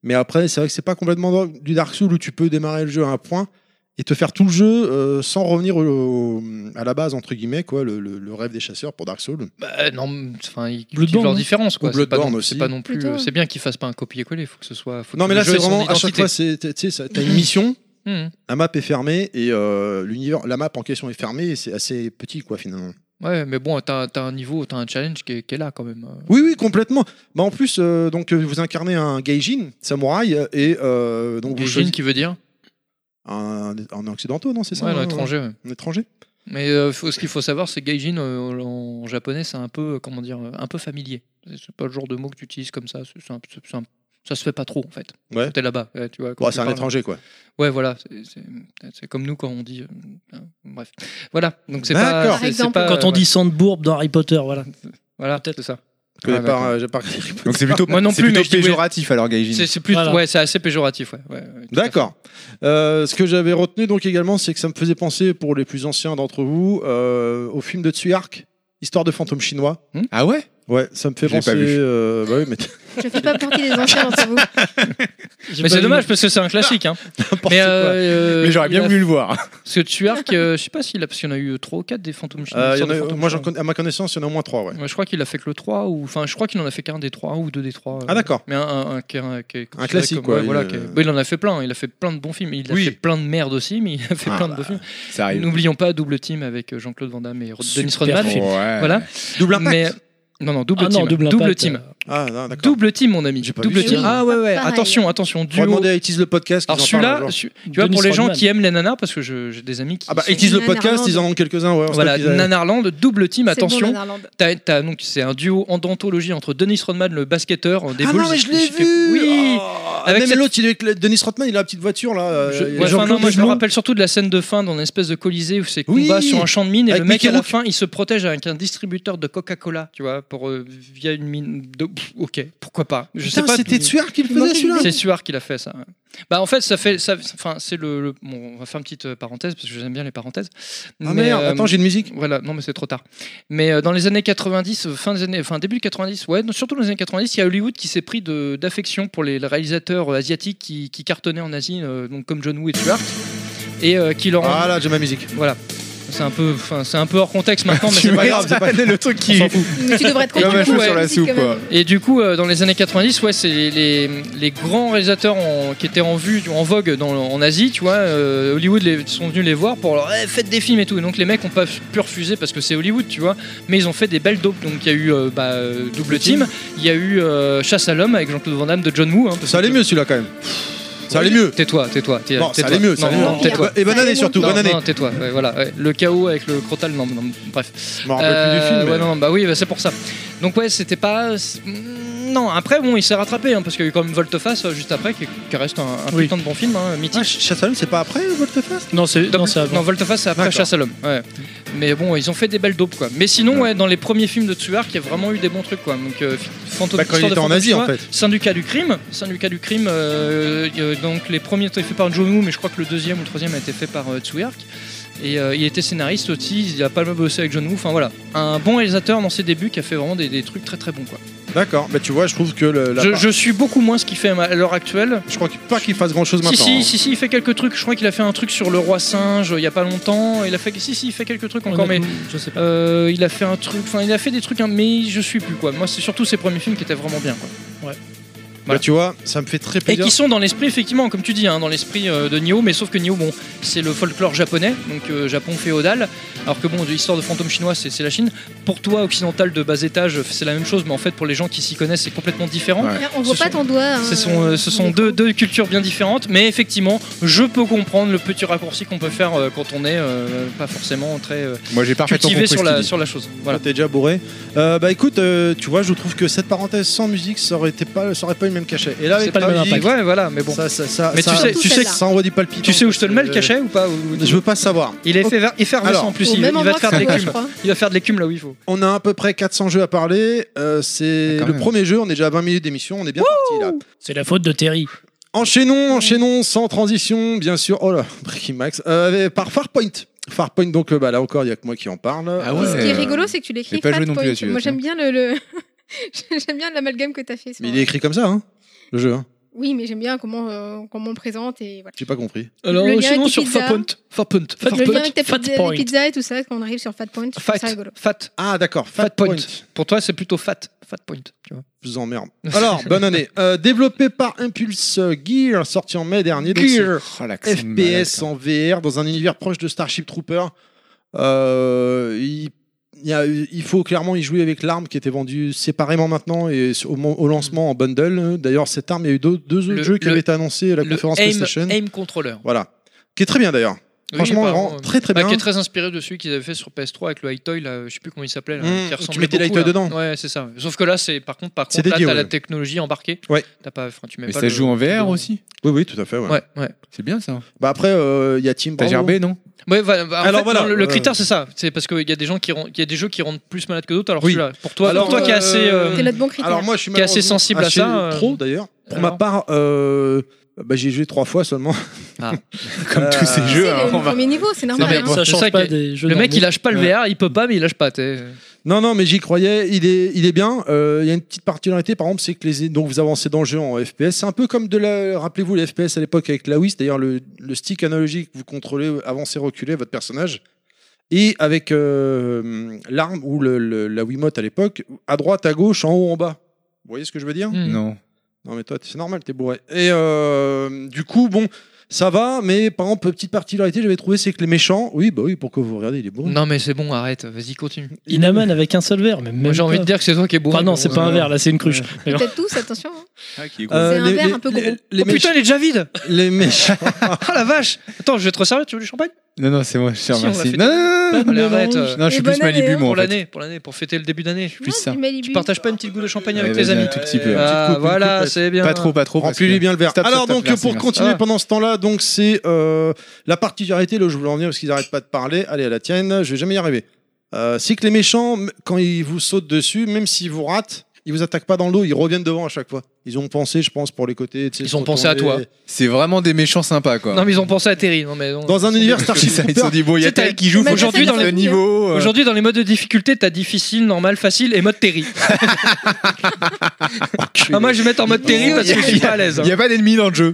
Speaker 1: mais après c'est vrai que c'est pas complètement dans- du Dark Souls où tu peux démarrer le jeu à un point et te faire tout le jeu euh, sans revenir au- à la base entre guillemets quoi, le- le- le rêve des chasseurs pour Dark Souls.
Speaker 2: Bah, non, mais, enfin, ils
Speaker 3: Bloodborne,
Speaker 2: cultivent leur
Speaker 3: hein.
Speaker 2: différence quoi.
Speaker 1: Ou
Speaker 2: C'est pas,
Speaker 1: Bloodborne
Speaker 2: non- c'est
Speaker 1: aussi.
Speaker 2: pas non plus.
Speaker 5: Plutôt,
Speaker 2: euh,
Speaker 5: ouais.
Speaker 2: C'est bien qu'ils fassent pas un copier-coller. Faut que ce soit. faut
Speaker 1: Non,
Speaker 2: que
Speaker 1: mais
Speaker 2: le
Speaker 1: là,
Speaker 2: jeu
Speaker 1: c'est
Speaker 2: ait son
Speaker 1: vraiment à chaque
Speaker 2: identité.
Speaker 1: fois, c'est- tu sais, ça- t'as une mission,
Speaker 2: Mhm.
Speaker 1: La map est fermée et euh, l'univers, la map en question est fermée et c'est assez petit quoi finalement.
Speaker 2: Ouais, mais bon, t'as t'as un niveau, t'as un challenge qui est, qui est là quand même. euh.
Speaker 1: Oui, oui, complètement. Bah, en plus, euh, donc euh, vous incarnez un gaijin, samouraï, euh, et euh, donc vous
Speaker 2: Gaijin
Speaker 1: choisissez
Speaker 2: qui veut dire
Speaker 1: un, un occidentaux, non C'est ça
Speaker 2: Ouais,
Speaker 1: non,
Speaker 2: non, étranger. ouais.
Speaker 1: Un étranger.
Speaker 2: Mais euh, faut- ce qu'il faut savoir, c'est que gaijin euh, en japonais, c'est un peu, euh, comment dire, euh, un peu familier. C'est- C'est pas le genre de mot que tu utilises comme ça. c'est- c'est un- c'est- c'est un- ça se fait pas trop en fait.
Speaker 1: Ouais.
Speaker 2: Quand T'es là-bas, ouais, tu vois. quand
Speaker 1: Bon,
Speaker 2: tu
Speaker 1: c'est un
Speaker 2: parles-
Speaker 1: étranger quoi.
Speaker 2: Ouais, voilà. c'est- c'est- C'est comme nous quand on dit. euh, euh, bref, voilà. Donc c'est
Speaker 1: D'accord.
Speaker 2: pas.
Speaker 5: Par
Speaker 2: c'est- c'est
Speaker 5: exemple.
Speaker 2: pas,
Speaker 3: Quand on
Speaker 2: ouais,
Speaker 3: dit Sandbourg dans Harry Potter, voilà.
Speaker 2: Voilà, c'est ça.
Speaker 1: Je connais
Speaker 2: Ah,
Speaker 1: pas,
Speaker 2: d'accord.
Speaker 1: euh, j'ai pas-
Speaker 6: Donc c'est plutôt,
Speaker 2: Moi non
Speaker 6: c'est
Speaker 2: plus,
Speaker 6: plutôt
Speaker 2: mais je dis oui.
Speaker 6: péjoratif alors, Gaijin.
Speaker 2: C'est c'est plus,
Speaker 3: Voilà.
Speaker 2: ouais, c'est assez péjoratif, ouais. ouais, ouais, tout à fait.
Speaker 1: D'accord. Euh, ce que j'avais retenu donc également, c'est que ça me faisait penser, pour les plus anciens d'entre vous, euh, au film de Tsuyark, Histoire de fantôme chinois.
Speaker 6: Ah ouais
Speaker 1: Ouais, ça me fait
Speaker 6: Je l'ai
Speaker 1: penser.
Speaker 6: pas vu.
Speaker 1: euh, bah oui, mais
Speaker 5: hein. Je fais pas partie des anciens d'entre vous.
Speaker 3: J'ai
Speaker 2: Mais
Speaker 3: pas
Speaker 2: c'est
Speaker 3: vu.
Speaker 2: dommage parce que c'est un classique. Hein.
Speaker 1: n'importe quoi.
Speaker 2: Mais, euh,
Speaker 6: Mais j'aurais bien
Speaker 2: il a-
Speaker 6: voulu le voir.
Speaker 2: Parce que Tuark, euh, je sais pas s'il a. Parce qu'il y en a eu 3 ou 4 des fantômes chinois.
Speaker 1: Euh, il y en
Speaker 2: sortes
Speaker 1: a-
Speaker 2: de fantômes
Speaker 1: moi, j'en
Speaker 2: chinois.
Speaker 1: connais- à ma connaissance, il y en a au moins trois. Ouais.
Speaker 2: Ouais, je crois qu'il a fait que le 3 ou enfin je crois qu'il en a fait qu'un des 3 ou deux des 3.
Speaker 1: Ah d'accord.
Speaker 2: Mais un, un, un qui est- un qui est considéré
Speaker 1: classique,
Speaker 2: comme-
Speaker 1: quoi,
Speaker 2: ouais,
Speaker 1: il,
Speaker 2: voilà,
Speaker 1: euh,
Speaker 2: qui est- bah, il en a fait plein, il a fait plein de bons films, il a
Speaker 1: Oui.
Speaker 2: fait plein de merde aussi mais il a fait
Speaker 6: Ah,
Speaker 2: plein
Speaker 6: bah,
Speaker 2: de bons films.
Speaker 6: Ça arrive.
Speaker 2: N'oublions pas Double Team avec euh, Jean-Claude Van Damme et Rod-
Speaker 3: Super
Speaker 2: Dennis Rodman.
Speaker 3: film.
Speaker 6: Ouais.
Speaker 2: Ah, Voilà.
Speaker 1: Double impact.
Speaker 2: non non, double
Speaker 3: Ah
Speaker 2: team.
Speaker 3: non, double, impact,
Speaker 2: team.
Speaker 3: euh,
Speaker 1: Ah non, d'accord.
Speaker 2: Double team mon ami.
Speaker 1: J'ai pas
Speaker 2: Double
Speaker 1: vu
Speaker 2: team.
Speaker 5: ça.
Speaker 2: Ah ouais ouais,
Speaker 5: Pareil.
Speaker 2: attention, attention,
Speaker 1: On va
Speaker 2: duo.
Speaker 1: demander à Itis le podcast.
Speaker 2: Alors
Speaker 1: qu'ils en
Speaker 2: celui-là,
Speaker 1: parlent un jour.
Speaker 2: tu tu vois
Speaker 3: Dennis
Speaker 2: pour les gens
Speaker 3: Rodman.
Speaker 2: qui aiment les nanas parce que je- j'ai des amis qui
Speaker 1: Ah bah,
Speaker 2: sont-
Speaker 1: Itis le
Speaker 5: Nanarland.
Speaker 1: podcast, ils en ont quelques-uns. Ouais, on se
Speaker 2: voilà,
Speaker 1: tape, ils-
Speaker 2: Nanarland, double team,
Speaker 5: C'est bon,
Speaker 2: attention.
Speaker 5: Nanarland.
Speaker 2: T'as- t'as- donc c'est un duo en dentologie entre Dennis Rodman, le basketteur euh, des
Speaker 1: Ah
Speaker 2: Bulls.
Speaker 1: non, mais je
Speaker 2: qui
Speaker 1: l'ai
Speaker 2: s'est fait-
Speaker 1: vu
Speaker 2: Oui.
Speaker 1: Oh,
Speaker 2: Avec
Speaker 1: Même
Speaker 2: cette-
Speaker 1: l'autre, il est avec le- Dennis Rothman, il a la petite voiture là. euh,
Speaker 3: Je-
Speaker 1: il-
Speaker 2: Ouais, enfin,
Speaker 3: Jean-Claude
Speaker 2: non, moi, je me
Speaker 3: Blond.
Speaker 2: rappelle surtout de la scène de fin dans une espèce de colisée où c'est
Speaker 1: Oui.
Speaker 2: combat sur un champ de mine et
Speaker 1: Avec
Speaker 2: le mec
Speaker 1: Mickey
Speaker 2: à la
Speaker 1: Rourke.
Speaker 2: fin il se protège avec un distributeur de Coca-Cola, tu vois, pour euh, via une mine. De... Pff, ok, pourquoi pas Je
Speaker 1: Putain,
Speaker 2: sais pas.
Speaker 1: C'était Tsuer qui le
Speaker 5: manquait
Speaker 1: faisait
Speaker 5: une
Speaker 1: celui-là.
Speaker 2: C'est Suard qui l'a fait ça. ouais. Bah en fait ça fait, ça- enfin c'est le, le- bon, on va faire une petite euh, parenthèse parce que j'aime bien les parenthèses.
Speaker 1: Ah
Speaker 2: Mais,
Speaker 1: merde,
Speaker 2: euh,
Speaker 1: attends, j'ai une musique.
Speaker 2: Voilà, non mais c'est trop tard. Mais euh, dans les années 90, euh, fin des années, enfin début 90, ouais, non, surtout dans les années 90, il y a Hollywood qui s'est pris de- d'affection pour les, les réalisateurs euh, asiatiques qui, qui cartonnaient en Asie, euh, donc comme John Woo et Stuart, et euh, qui leur
Speaker 1: Ah là, j'ai ma musique.
Speaker 2: voilà. C'est un peu, enfin c'est un peu hors contexte maintenant, mais
Speaker 6: Tu
Speaker 2: c'est pas grave.
Speaker 6: m'étonnes, le truc qui.
Speaker 2: On s'en fout.
Speaker 5: Mais tu devrais être content.
Speaker 6: Comme un
Speaker 5: du
Speaker 6: cheveu
Speaker 5: coup,
Speaker 6: sur
Speaker 5: ouais.
Speaker 6: la
Speaker 5: C'est quand
Speaker 6: soupe,
Speaker 5: même-
Speaker 6: quoi.
Speaker 2: Et du coup, euh, dans les années 90, ouais, c'est les, les, les grands réalisateurs en- qui étaient en vue, en vogue dans, en Asie, tu vois. euh, Hollywood les, sont venus les voir pour leur Eh, faites des films et tout. Et donc les mecs ont pas pu refuser parce que c'est Hollywood, tu vois. Mais ils ont fait des belles dopes. Donc il y a eu euh, bah, euh, Double Team, il y a eu euh, Chasse à l'homme avec Jean-Claude Van Damme de John Woo. hein, parce
Speaker 1: Ça allait
Speaker 2: que-
Speaker 1: mieux celui-là quand même. Ça allait mieux.
Speaker 2: Tais-toi, tais-toi. tais-
Speaker 1: Non, ça
Speaker 2: tais-toi.
Speaker 1: allait mieux. ça
Speaker 2: Non,
Speaker 1: allait
Speaker 2: non,
Speaker 1: mieux.
Speaker 2: tais-toi.
Speaker 1: Et bonne
Speaker 5: Ça
Speaker 1: année
Speaker 5: allait
Speaker 1: surtout,
Speaker 5: mieux.
Speaker 1: bonne
Speaker 2: Non,
Speaker 1: année.
Speaker 2: non, tais-toi. ouais, voilà. ouais. Le chaos avec le crotal, non, non, bref.
Speaker 1: Je m'en rappelle plus du
Speaker 2: Euh,
Speaker 1: film. mais-
Speaker 2: ouais, non, non, bah oui, bah, c'est pour ça. Donc ouais, c'était pas. c'est- mm, Non, après bon, il s'est rattrapé hein, parce qu'il y a eu quand même Volteface euh, juste après, qui, qui reste un, un
Speaker 3: Oui.
Speaker 2: putain de bon film, hein, mythique.
Speaker 1: Ah, Chatham, c'est pas après Volteface
Speaker 3: Non, c'est non, c'est avant.
Speaker 2: Non, Volteface, c'est après
Speaker 1: D'accord.
Speaker 2: Chasse à l'homme. Ouais. Mais bon, ils ont fait des belles dopes quoi. Mais sinon, ouais, dans les premiers films de Tsuar, il y a vraiment eu des bons trucs quoi. Donc, euh, fantôme,
Speaker 1: Bah, quand il
Speaker 2: Histoire de
Speaker 1: était en
Speaker 2: fantôme
Speaker 1: Asie en
Speaker 2: chinois,
Speaker 1: fait.
Speaker 2: Syndicat du crime, Syndicat du crime. euh, euh, donc les premiers étaient faits par John Woo, mais je crois que le deuxième ou le troisième a été fait par euh, Tsuyark. Et euh, il était scénariste aussi. Il a pas mal bossé avec John Woo. Enfin voilà, un bon réalisateur dans ses débuts qui a fait vraiment des, des trucs très très bons quoi.
Speaker 1: D'accord, bah tu vois, je trouve que le, la
Speaker 2: Je,
Speaker 1: part-
Speaker 2: je suis beaucoup moins ce qu'il fait à l'heure actuelle.
Speaker 1: je crois qu'il- pas qu'il fasse grand chose
Speaker 2: Si
Speaker 1: maintenant.
Speaker 2: si,
Speaker 1: hein.
Speaker 2: si si, il fait quelques trucs. Je crois qu'il a fait un truc sur le roi singe euh, il y a pas longtemps. Il a fait si si, il fait quelques trucs encore, mais
Speaker 3: Honnêtement, je sais pas.
Speaker 2: euh, il a fait un truc. Enfin, il a fait des trucs, hein, mais je suis plus quoi. Moi, c'est surtout ses premiers films qui étaient vraiment bien quoi.
Speaker 1: Bah tu vois, ça me fait très
Speaker 2: Et
Speaker 1: plaisir.
Speaker 2: qui sont dans l'esprit, effectivement, comme tu dis, hein, dans l'esprit euh, de Nioh, mais sauf que Nioh, bon, c'est le folklore japonais, donc euh, Japon féodal, alors que bon, l'histoire de fantôme chinois, c'est c'est la Chine. Pour toi, occidental de bas étage, c'est la même chose, mais en fait, pour les gens qui s'y connaissent, c'est complètement différent.
Speaker 6: Ouais.
Speaker 5: Là, On voit
Speaker 2: Ce
Speaker 5: pas
Speaker 2: sont-
Speaker 5: ton doigt. hein.
Speaker 2: Ce sont, euh, ce sont deux, deux cultures bien différentes, mais effectivement, je peux comprendre le petit raccourci qu'on peut faire euh, quand on est euh, pas forcément très euh,
Speaker 6: Moi j'ai parfaitement
Speaker 2: cultivé
Speaker 6: compris. ce
Speaker 2: sur
Speaker 6: qu'il
Speaker 2: la,
Speaker 6: dit.
Speaker 2: sur la chose. Voilà.
Speaker 1: T'es déjà bourré. Euh, bah écoute, euh, tu vois, je trouve que cette parenthèse sans musique, ça aurait, été pas, ça aurait pas eu le même cachet. Et là, avec
Speaker 3: pas le
Speaker 1: la
Speaker 3: même
Speaker 1: musique,
Speaker 3: impact.
Speaker 2: Ouais, voilà, mais bon.
Speaker 1: Ça, ça, ça,
Speaker 2: Mais
Speaker 1: ça-
Speaker 2: tu sais-
Speaker 5: Surtout tu sais- celle-là.
Speaker 1: ça envoie du palpitant.
Speaker 2: tu sais où je te le mets le
Speaker 1: Euh,
Speaker 2: cachet ou pas ou-
Speaker 1: Je veux pas savoir.
Speaker 2: Il est efferver- effervescent en plus,
Speaker 5: Au
Speaker 2: il,
Speaker 5: même
Speaker 2: il va
Speaker 5: endroit
Speaker 2: te faire
Speaker 5: que
Speaker 2: de
Speaker 5: toi, je
Speaker 2: l'écume.
Speaker 5: crois.
Speaker 2: Il va faire de l'écume là où il faut.
Speaker 1: On a à peu près 400 jeux à parler. Euh, c'est
Speaker 6: Ah, quand
Speaker 1: le
Speaker 6: même.
Speaker 1: premier jeu. On est déjà à 20 minutes d'émission. On est bien parti là.
Speaker 3: C'est la faute de Terry.
Speaker 1: Enchaînons, enchaînons sans transition, bien sûr. Oh là, Breaking Max. Euh, par Farpoint. Farpoint, donc euh, bah, là encore, il y a que moi qui en parle. Euh,
Speaker 6: Ah ouais.
Speaker 5: Ce qui est rigolo, c'est que tu l'écris
Speaker 6: J'ai pas
Speaker 5: Fat
Speaker 6: joué non plus
Speaker 5: Point.
Speaker 6: là-dessus,
Speaker 5: Moi,
Speaker 6: tiens.
Speaker 5: j'aime bien le. le- J'aime bien l'amalgame que t'as fait. sur-
Speaker 1: Mais il est écrit comme ça, hein, le jeu. hein.
Speaker 5: Oui, mais j'aime bien comment, euh, comment on le présente et voilà.
Speaker 1: J'ai pas compris.
Speaker 2: Alors,
Speaker 5: Le lien
Speaker 2: sinon,
Speaker 5: avec
Speaker 2: sur
Speaker 5: les pizzas.
Speaker 2: Farpoint. Farpoint.
Speaker 5: Le lien
Speaker 2: Farpoint.
Speaker 5: avec ta
Speaker 3: Fat
Speaker 5: pizza,
Speaker 3: Point.
Speaker 5: les pizzas et tout ça, quand on arrive sur Fat Point, je trouve
Speaker 2: Fat.
Speaker 5: ça rigolo.
Speaker 2: Fat.
Speaker 1: Ah, d'accord.
Speaker 2: Fat point. Pour toi, c'est plutôt fat. Fat point. Tu vois.
Speaker 1: Je vous emmerde. Alors, bonne année. Euh, développé par Impulse Gear, sorti en mai dernier. Donc, c'est
Speaker 6: Oh, la
Speaker 1: FPS
Speaker 6: crème malade, quoi.
Speaker 1: en VR dans un univers proche de Starship Trooper. Euh, il, il y a- il faut clairement y jouer avec l'arme qui était vendue séparément maintenant et sur- au, mo- au lancement en bundle. D'ailleurs, cette arme, il y a eu deux, deux autres
Speaker 2: Le-
Speaker 1: jeux qui
Speaker 2: le-
Speaker 1: avaient été annoncés à la
Speaker 2: Le
Speaker 1: conférence
Speaker 2: aim,
Speaker 1: PlayStation.
Speaker 2: aim controller.
Speaker 1: Voilà. Qui est très bien d'ailleurs.
Speaker 2: Oui,
Speaker 1: Franchement,
Speaker 2: bah,
Speaker 1: vraiment,
Speaker 2: euh,
Speaker 1: très très
Speaker 2: bah,
Speaker 1: bien.
Speaker 2: qui est très inspiré de celui qu'ils avaient fait sur PS3 avec le High là, je sais plus comment il s'appelait. là,
Speaker 1: Mmh,
Speaker 2: qui
Speaker 1: tu
Speaker 2: ressemblait
Speaker 1: mettais
Speaker 2: beaucoup,
Speaker 1: l'Hitoy
Speaker 2: là.
Speaker 1: dedans.
Speaker 2: Ouais, c'est ça. Sauf que là, c'est par contre, par
Speaker 1: C'est
Speaker 2: contre, là,
Speaker 1: dédié,
Speaker 2: t'as
Speaker 1: ouais.
Speaker 2: la technologie embarquée.
Speaker 1: Ouais.
Speaker 2: T'as pas, enfin, tu mets
Speaker 6: Mais
Speaker 2: pas
Speaker 6: ça
Speaker 2: le-
Speaker 6: joue en
Speaker 2: le-
Speaker 6: VR aussi
Speaker 1: Oui, oui, tout à fait. ouais.
Speaker 2: Ouais, ouais.
Speaker 6: C'est bien ça.
Speaker 1: Bah après, euh, il y a Team
Speaker 6: T'as gerbé, non
Speaker 2: Ouais, voilà, bah, en
Speaker 1: Alors
Speaker 2: fait,
Speaker 1: voilà,
Speaker 2: non, le, le
Speaker 1: euh,
Speaker 2: critère c'est ça, c'est parce qu'il y a des gens qui rendent, il y a des jeux qui rendent plus malade que d'autres. Alors
Speaker 1: Oui.
Speaker 2: celui-là, pour toi,
Speaker 1: Alors,
Speaker 2: pour toi qui est
Speaker 1: euh,
Speaker 2: assez,
Speaker 5: C'est
Speaker 2: euh,
Speaker 5: notre bon critère.
Speaker 1: Alors moi, je suis
Speaker 2: Qui est assez
Speaker 1: malheureusement
Speaker 2: sensible à
Speaker 1: assez
Speaker 2: ça, euh,
Speaker 1: Trop d'ailleurs. Pour
Speaker 2: alors.
Speaker 1: ma part, euh, bah, j'ai joué trois fois seulement.
Speaker 2: Ah.
Speaker 6: Comme tous ces
Speaker 1: Euh,
Speaker 5: C'est
Speaker 6: jeux. hein,
Speaker 5: le
Speaker 6: on va-
Speaker 5: premier niveau, c'est
Speaker 2: Non, mais
Speaker 5: normal. hein.
Speaker 2: bon,
Speaker 3: ça
Speaker 2: c'est
Speaker 3: change
Speaker 2: ça
Speaker 3: pas
Speaker 2: que-
Speaker 3: des jeux.
Speaker 2: le mec
Speaker 3: normaux.
Speaker 2: il lâche pas le
Speaker 6: Ouais.
Speaker 2: VR, il peut pas mais il lâche pas. t'es- euh,
Speaker 1: Non, non, mais j'y croyais. Il est, il est bien. Euh, Il y a une petite particularité, par exemple, c'est que les, donc vous avancez dans le jeu en FPS. C'est un peu comme de la. Rappelez-vous les FPS à l'époque avec la Wii. D'ailleurs, le, le stick analogique, vous contrôlez, avancez, reculez votre personnage. Et avec euh, l'arme ou le- le- la Wiimote à l'époque, à droite, à gauche, en haut, en bas. Vous voyez ce que je veux dire
Speaker 2: Hmm.
Speaker 6: Non.
Speaker 1: Non mais toi, c'est normal, t'es bourré. Et euh, du coup, bon, ça va, mais par exemple, petite particularité, j'avais trouvé, c'est que les méchants, oui, bah oui, pourquoi vous regardez, il est bourré.
Speaker 2: Non mais c'est bon, arrête, vas-y continue.
Speaker 3: Inaman avec un seul verre, mais même.
Speaker 2: Moi j'ai envie
Speaker 3: pas.
Speaker 2: de dire que c'est toi qui es bourré.
Speaker 3: Ah non,
Speaker 2: mais
Speaker 3: c'est
Speaker 2: bon,
Speaker 3: pas un
Speaker 2: euh,
Speaker 3: verre, là, c'est une cruche. Mais bon.
Speaker 5: Peut-être tous, attention. hein.
Speaker 6: Ah, qui est
Speaker 5: Euh, C'est un verre un peu gros.
Speaker 1: les- les
Speaker 2: Oh putain, il est déjà vide.
Speaker 1: méchants- les méchants.
Speaker 2: Ah la vache. Attends, je vais te resservir. Tu veux du champagne
Speaker 6: Non, non, c'est moi, je te
Speaker 2: on l'a
Speaker 6: remercie.
Speaker 2: fait
Speaker 6: Non, non, non, non,
Speaker 2: Allez, arrête. euh,
Speaker 6: non, non, je suis
Speaker 5: Et
Speaker 6: plus
Speaker 5: bonne année,
Speaker 6: Malibu,
Speaker 5: hein.
Speaker 6: moi, en
Speaker 2: Pour
Speaker 6: fait.
Speaker 2: l'année, pour l'année, pour fêter le début d'année.
Speaker 6: Plus
Speaker 5: Non,
Speaker 6: ça.
Speaker 5: du Malibu.
Speaker 2: Tu partages pas une petite goutte de champagne
Speaker 6: Allez,
Speaker 2: avec tes
Speaker 6: vas-y,
Speaker 2: amis
Speaker 6: Un tout petit peu.
Speaker 1: petite
Speaker 2: Ah
Speaker 1: coupe, une
Speaker 2: voilà,
Speaker 1: coupe.
Speaker 2: c'est bien.
Speaker 6: Pas trop, pas trop. parce
Speaker 1: Remplis-lui
Speaker 6: que-
Speaker 1: bien le verre.
Speaker 6: Stop, stop,
Speaker 1: Alors
Speaker 6: stop,
Speaker 1: donc,
Speaker 6: merci,
Speaker 1: pour
Speaker 6: merci.
Speaker 1: continuer
Speaker 6: Ah.
Speaker 1: pendant ce temps-là, donc c'est euh, la particularité, là, je voulais en venir parce qu'ils n'arrêtent pas de parler. Allez, à la tienne, je vais jamais y arriver. Euh, c'est que les méchants, m- quand ils vous sautent dessus, même s'ils vous ratent, ils vous attaquent pas dans le dos, ils reviennent devant à chaque fois. Ils ont pensé, je pense, pour les côtés. tu sais,
Speaker 2: Ils
Speaker 1: se
Speaker 2: ont pensé à
Speaker 1: retourner.
Speaker 6: C'est vraiment des méchants sympas, quoi.
Speaker 2: Non mais ils ont pensé à Terry. Non mais non.
Speaker 1: Dans un univers
Speaker 6: Ils
Speaker 1: Starship
Speaker 6: se
Speaker 1: Trooper,
Speaker 6: sont dit, bon, il y a
Speaker 2: C'est
Speaker 6: tel qui joue
Speaker 5: Mais
Speaker 2: aujourd'hui, dans
Speaker 6: le
Speaker 5: les-
Speaker 6: niveau. euh,
Speaker 2: Aujourd'hui, dans les modes de difficulté, t'as difficile, normal, facile et mode Terry. Ah, moi, je vais mettre en mode Terry parce que je suis pas à l'aise. hein.
Speaker 6: Il n'y a pas d'ennemis dans le jeu.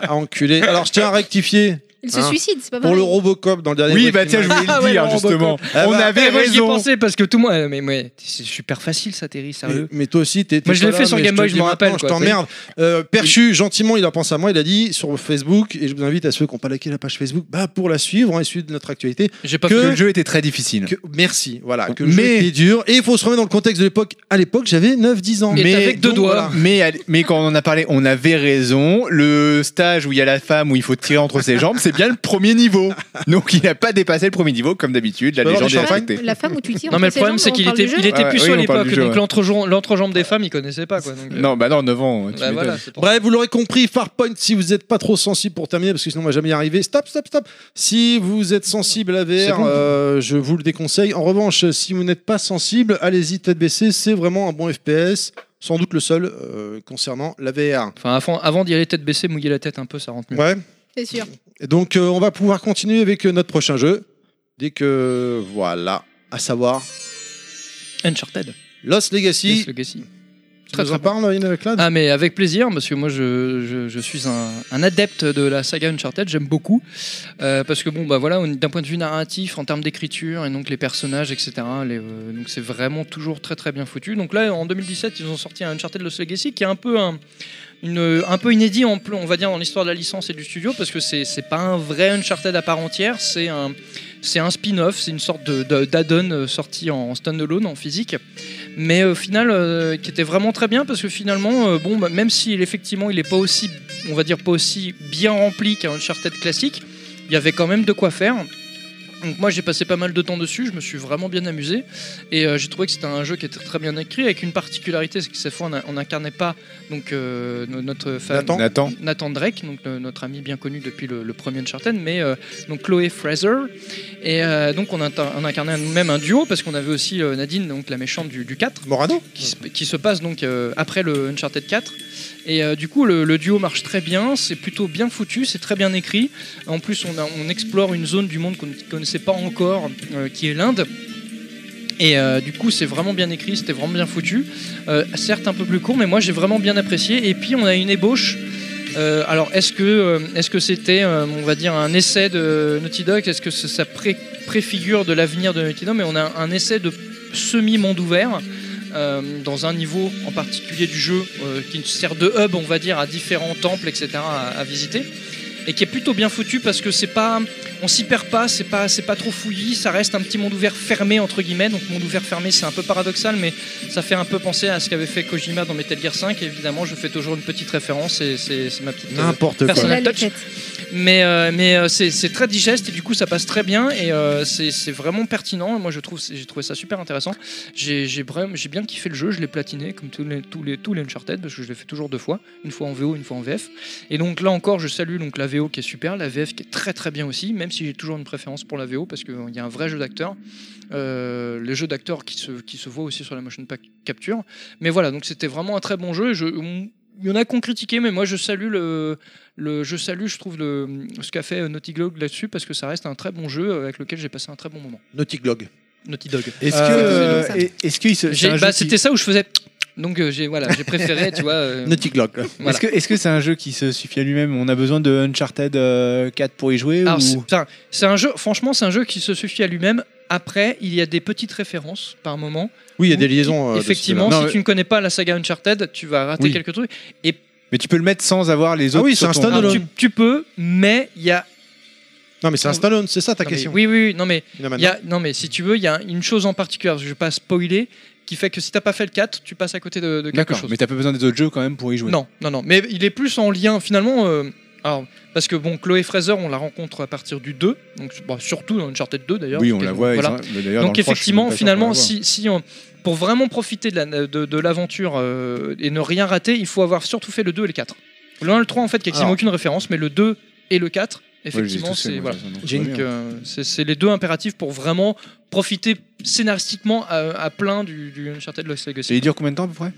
Speaker 1: Ah, enculé. Alors, je tiens à rectifier
Speaker 5: Il se
Speaker 1: Hein.
Speaker 5: suicide, c'est pas
Speaker 1: pour
Speaker 5: pareil.
Speaker 1: le Robocop dans le dernier.
Speaker 6: Oui,
Speaker 1: Breaking
Speaker 6: bah tiens, je
Speaker 1: Bad.
Speaker 6: voulais
Speaker 2: Ah
Speaker 6: le
Speaker 2: ouais,
Speaker 6: dire,
Speaker 2: le
Speaker 6: justement.
Speaker 2: Robocop.
Speaker 6: On
Speaker 1: bah,
Speaker 6: avait
Speaker 2: Eh, moi, Ah j'y ai
Speaker 6: raison.
Speaker 2: pensé parce que tout le monde. Mais, mais c'est super facile ça, Terry,
Speaker 1: mais,
Speaker 2: sérieux.
Speaker 1: mais toi aussi, t'es. t'es
Speaker 2: Moi, je
Speaker 1: pas
Speaker 2: l'ai
Speaker 1: là,
Speaker 2: fait sur
Speaker 1: mais
Speaker 2: Game
Speaker 1: te
Speaker 2: Boy,
Speaker 1: dis
Speaker 2: je m'en
Speaker 1: maintenant,
Speaker 2: rappelle,
Speaker 1: Je
Speaker 2: quoi,
Speaker 1: t'emmerde. Euh, Perchu, gentiment, il a pensé à moi. Il a dit sur Facebook, et je vous invite à ceux qui n'ont pas liké la page Facebook, bah pour la suivre, hein, et suivre de notre actualité.
Speaker 2: J'ai pas
Speaker 1: que-
Speaker 2: fait
Speaker 6: Le jeu était très difficile.
Speaker 1: Que, merci, voilà. Que
Speaker 6: Mais-
Speaker 1: mais était dur. Et il faut se remettre dans le contexte de l'époque. À l'époque, j'avais 9-10 ans.
Speaker 2: Et t'avais que deux
Speaker 1: donc,
Speaker 2: doigts.
Speaker 1: voilà.
Speaker 6: Mais, allez- mais quand on en a parlé, on avait raison. Le stage où il y a la femme où il faut tirer entre ses jambes, c'est bien le premier niveau. Donc il n'a pas dépassé le premier niveau, comme d'habitude. La
Speaker 1: Bah non, mais
Speaker 6: légende est
Speaker 5: la, femme,
Speaker 6: respectée.
Speaker 5: la femme où tu tires.
Speaker 2: Non, mais le
Speaker 5: entre ses
Speaker 2: problème,
Speaker 5: jambes,
Speaker 2: c'est
Speaker 5: on
Speaker 2: qu'il
Speaker 5: parle
Speaker 2: était,
Speaker 5: du jeu.
Speaker 2: il était
Speaker 6: Ouais,
Speaker 2: puceau
Speaker 6: oui,
Speaker 2: à
Speaker 6: on parle
Speaker 2: l'époque,
Speaker 6: du jeu,
Speaker 2: donc
Speaker 6: ouais.
Speaker 2: l'entrejambe l'entrejambe des femmes, il connaissait pas quoi. donc, euh,
Speaker 6: Non, bah non, 9 ans. tu
Speaker 2: bah,
Speaker 6: m'étonnes.
Speaker 2: voilà, c'est pour ça.
Speaker 1: Bref, vous l'aurez compris, Farpoint, si vous n'êtes pas trop sensible pour terminer, parce que sinon on va jamais y arriver, stop, stop, stop. Si vous êtes sensible à la
Speaker 6: C'est
Speaker 1: VR,
Speaker 6: bon.
Speaker 1: euh, je vous le déconseille. En revanche, si vous n'êtes pas sensible, allez-y tête baissée, c'est vraiment un bon FPS, sans doute le seul euh, concernant la VR.
Speaker 2: Enfin, avant, avant d'y aller tête baissée, mouiller la tête un peu, ça rentre mieux.
Speaker 1: Ouais.
Speaker 5: C'est sûr.
Speaker 1: Et donc euh, on va pouvoir continuer avec euh, notre prochain jeu, dès que voilà, à savoir
Speaker 2: Uncharted.
Speaker 1: Lost Legacy.
Speaker 2: Yes, Legacy.
Speaker 1: Tu
Speaker 2: Très,
Speaker 1: nous
Speaker 2: très
Speaker 1: en parles, Ian Clad
Speaker 2: Ah mais avec plaisir parce que moi je, je, je suis un, un adepte de la saga Uncharted, j'aime beaucoup Euh, parce que bon bah voilà on- d'un point de vue narratif en termes d'écriture et donc les personnages etc les, euh, donc c'est vraiment toujours très très bien foutu donc là en 2017 ils ont sorti un Uncharted Lost Legacy qui est un peu un une- un peu inédit en plus on va dire dans l'histoire de la licence et du studio parce que c'est c'est pas un vrai Uncharted à part entière c'est un c'est un spin-off c'est une sorte de- de- d'add-on euh, sorti en standalone en physique mais euh, au final euh, qui était vraiment très bien parce que finalement euh, bon bah, même si effectivement il est pas aussi on va dire pas aussi bien rempli qu'un Uncharted classique il y avait quand même de quoi faire donc moi j'ai passé pas mal de temps dessus, je me suis vraiment bien amusé et euh, j'ai trouvé que c'était un jeu qui était très bien écrit avec une particularité c'est que cette fois on a- on n'incarnait pas donc euh, no- notre fan,
Speaker 1: Nathan.
Speaker 6: Nathan.
Speaker 2: Nathan Drake, donc le- notre ami bien connu depuis le, le premier Uncharted, mais euh, donc Chloé Fraser. Et euh, donc on, inter- on incarnait nous-mêmes un duo parce qu'on avait aussi euh, Nadine, donc la méchante du, du 4
Speaker 1: Morano
Speaker 2: qui se, qui se passe donc euh, après le Uncharted 4. Et euh, du coup, le, le duo marche très bien, c'est plutôt bien foutu, c'est très bien écrit. En plus, on, a- on explore une zone du monde qu'on ne connaissait pas encore, euh, qui est l'Inde. Et euh, du coup, c'est vraiment bien écrit, c'était vraiment bien foutu. Euh, certes, un peu plus court, mais moi j'ai vraiment bien apprécié. Et puis, on a une ébauche. Euh, alors, est-ce que euh, est-ce que c'était, euh, on va dire, un essai de Naughty Dog Est-ce que ça, ça pré- préfigure de l'avenir de Naughty Dog Mais on a un essai de semi-monde ouvert. euh, dans un niveau en particulier du jeu euh, qui sert de hub, on va dire, à différents temples, etc., à- à visiter, et qui est plutôt bien foutu parce que c'est pas, on s'y perd pas, c'est pas, c'est pas trop fouillis, ça reste un petit monde ouvert fermé entre guillemets. Donc monde ouvert fermé, c'est un peu paradoxal, mais ça fait un peu penser à ce qu'avait fait Kojima dans Metal Gear 5. Et évidemment, je fais toujours une petite référence et c'est c'est ma petite. euh,
Speaker 1: N'importe quoi.
Speaker 5: C'est
Speaker 2: Personne-
Speaker 5: la
Speaker 2: touch.
Speaker 5: loquette.
Speaker 2: Mais euh, mais euh, c'est c'est très digeste et du coup ça passe très bien et euh, c'est c'est vraiment pertinent. Moi je trouve j'ai trouvé ça super intéressant. J'ai j'ai vraiment- j'ai bien kiffé le jeu, je l'ai platiné comme tous les tous les tous les Uncharted parce que je l'ai fait toujours deux fois, une fois en VO, une fois en VF. Et donc là encore je salue donc la VO qui est super, la VF qui est très très bien aussi, même si j'ai toujours une préférence pour la VO parce qu'il y a un vrai jeu d'acteur. Euh, les jeux d'acteurs qui se, qui se voient aussi sur la motion pa- capture. Mais voilà, donc c'était vraiment un très bon jeu. et je- il y en a qu'on critiqué, mais moi je salue le, le, je salue, je trouve, le, ce qu'a fait euh, Naughty Dog là-dessus parce que ça reste un très bon jeu euh, avec lequel j'ai passé un très bon moment.
Speaker 1: Naughty Glog.
Speaker 2: Naughty Dog.
Speaker 6: Est-ce
Speaker 2: Euh,
Speaker 6: que.
Speaker 5: euh,
Speaker 6: euh, Est-ce que il se- c'est
Speaker 2: J'ai-
Speaker 6: un jeu
Speaker 2: bah,
Speaker 6: qui-
Speaker 2: C'était ça où je faisais. Donc euh, j'ai voilà, j'ai préféré, tu vois. euh,
Speaker 1: Naughty Glog.
Speaker 2: voilà.
Speaker 6: Est-ce que est-ce que c'est un jeu qui se suffit à lui-même On a besoin de Uncharted euh, 4 pour y jouer
Speaker 2: Alors,
Speaker 6: ou-
Speaker 2: c'est- putain, c'est un jeu. Franchement, c'est un jeu qui se suffit à lui-même. Après, il y a des petites références par moment.
Speaker 1: Oui, il y a
Speaker 2: Ou
Speaker 1: des
Speaker 2: qui-
Speaker 1: liaisons. euh, de ce
Speaker 2: Effectivement,
Speaker 1: type-là.
Speaker 6: Non,
Speaker 2: si
Speaker 6: mais-
Speaker 2: tu ne connais pas la saga Uncharted, tu vas rater
Speaker 6: Oui.
Speaker 2: quelques trucs.
Speaker 6: Mais tu peux le mettre sans avoir les
Speaker 1: Ah
Speaker 6: autres.
Speaker 1: oui,
Speaker 6: sur
Speaker 1: c'est un
Speaker 6: ton-
Speaker 1: stand-
Speaker 2: Alors,
Speaker 1: non.
Speaker 2: tu, tu peux, mais il y a.
Speaker 1: Non, mais c'est un standalone, c'est ça ta
Speaker 2: non, mais-
Speaker 1: question.
Speaker 2: oui, oui, oui, non mais
Speaker 1: Inaman.
Speaker 2: il y a- non mais si tu veux, il y a une chose en particulier. Je vais pas spoiler, qui fait que si t'as pas fait le 4, tu passes à côté de, de quelque
Speaker 6: D'accord,
Speaker 2: chose.
Speaker 6: mais t'as pas besoin des autres jeux quand même pour y jouer.
Speaker 2: Non, non, non. Mais il est plus en lien finalement. euh, alors, parce que bon, Chloé Fraser, on la rencontre à partir du 2, donc bon, surtout dans Uncharted 2 d'ailleurs.
Speaker 6: Oui,
Speaker 2: parce
Speaker 6: on
Speaker 2: que,
Speaker 6: la voit. ils
Speaker 2: voilà.
Speaker 6: sont- mais d'ailleurs, dans
Speaker 2: Donc
Speaker 6: le trois, je suis
Speaker 2: effectivement,
Speaker 6: même pas sûr qu'on
Speaker 2: finalement,
Speaker 6: la voit.
Speaker 2: si, si on- pour vraiment profiter de la- de de l'aventure euh, et ne rien rater, il faut avoir surtout fait le 2 et le 4. Le 1 et le 3 en fait, qui n'ont
Speaker 1: Alors.
Speaker 2: aucune référence, mais le 2 et le 4,
Speaker 6: Ouais, j'ai
Speaker 2: effectivement,
Speaker 6: tous fait,
Speaker 2: c'est
Speaker 6: moi,
Speaker 2: voilà.
Speaker 6: ça, donc,
Speaker 2: Donc,
Speaker 6: très bien.
Speaker 2: euh, c'est c'est les deux impératifs pour vraiment profiter scénaristiquement à, à plein du, du Uncharted Lost Legacy.
Speaker 6: Et il dure combien de temps à peu près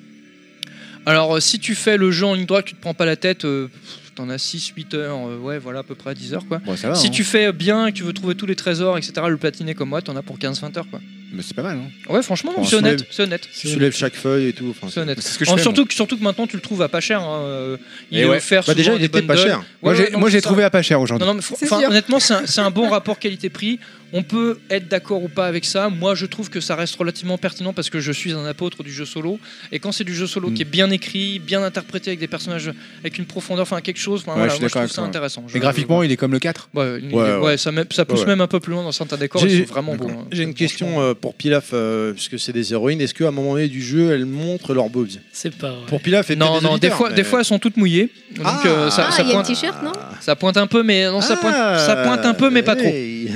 Speaker 2: Alors, euh, si tu fais le jeu en ligne droite, tu te prends pas la tête, euh, pff, t'en as 6-8 heures, euh, ouais, voilà, à peu près à 10 heures, quoi.
Speaker 6: Bon, ça va.
Speaker 2: si
Speaker 6: hein.
Speaker 2: tu fais bien, que tu veux trouver tous les trésors, etc., le platiner comme moi, t'en as pour 15-20 heures, quoi.
Speaker 6: Mais c'est pas mal. hein.
Speaker 2: Ouais, franchement,
Speaker 1: Bon,
Speaker 2: c'est honnête,
Speaker 1: soulève-
Speaker 2: c'est honnête.
Speaker 1: Tu soulèves chaque feuille et tout. enfin,
Speaker 2: C'est honnête.
Speaker 6: C'est ce que je
Speaker 2: En-
Speaker 6: fais,
Speaker 2: surtout, que, surtout que maintenant tu le trouves à pas cher. hein, euh, Il
Speaker 6: Et
Speaker 2: est
Speaker 6: ouais.
Speaker 2: offert
Speaker 1: Bah, déjà,
Speaker 2: souvent
Speaker 1: il
Speaker 2: des
Speaker 1: était pas
Speaker 2: bundles.
Speaker 1: cher.
Speaker 6: Moi,
Speaker 2: Ouais,
Speaker 6: j'ai-
Speaker 2: ouais, non,
Speaker 6: moi,
Speaker 2: c'est
Speaker 6: j'ai
Speaker 2: ça.
Speaker 6: trouvé à pas cher aujourd'hui.
Speaker 2: Non, non, mais fr-
Speaker 5: C'est
Speaker 2: enfin,
Speaker 5: sûr.
Speaker 2: honnêtement, c'est un, c'est un bon rapport qualité-prix. On peut être d'accord ou pas avec ça. Moi, je trouve que ça reste relativement pertinent parce que je suis un apôtre du jeu solo. Et quand c'est du jeu solo
Speaker 6: Mm.
Speaker 2: qui est bien écrit, bien interprété avec des personnages, avec une profondeur, enfin quelque chose, enfin,
Speaker 6: Ouais,
Speaker 2: voilà,
Speaker 6: je suis
Speaker 2: moi je trouve
Speaker 6: d'accord avec
Speaker 2: ça
Speaker 6: toi.
Speaker 2: intéressant. Je-
Speaker 6: Et graphiquement, il est comme le 4.
Speaker 2: ouais, il-
Speaker 6: Ouais, ouais.
Speaker 2: ouais, ça, me- ça pousse
Speaker 1: Ouais.
Speaker 2: même un peu plus loin dans certains décors.
Speaker 1: J'ai-
Speaker 2: C'est vraiment beau. hein.
Speaker 1: J'ai une
Speaker 2: Franchement.
Speaker 1: question euh, pour Pilaf, euh, puisque c'est des héroïnes. Est-ce qu'à un moment donné du jeu, elles montrent leurs boobs
Speaker 3: C'est pas vrai.
Speaker 1: Pour Pilaf, et
Speaker 2: Non,
Speaker 1: peut-être
Speaker 2: non, des
Speaker 1: auditeurs,
Speaker 2: fois,
Speaker 1: mais-
Speaker 2: des fois elles sont toutes mouillées. Donc
Speaker 1: Ah, Ah,
Speaker 2: euh, ça,
Speaker 5: Ah,
Speaker 2: ça
Speaker 5: il y a le
Speaker 2: pointe,
Speaker 5: t-shirt, non
Speaker 2: ça pointe un peu, mais non, ça, pointe, ça pointe un peu, mais pas trop. Oh,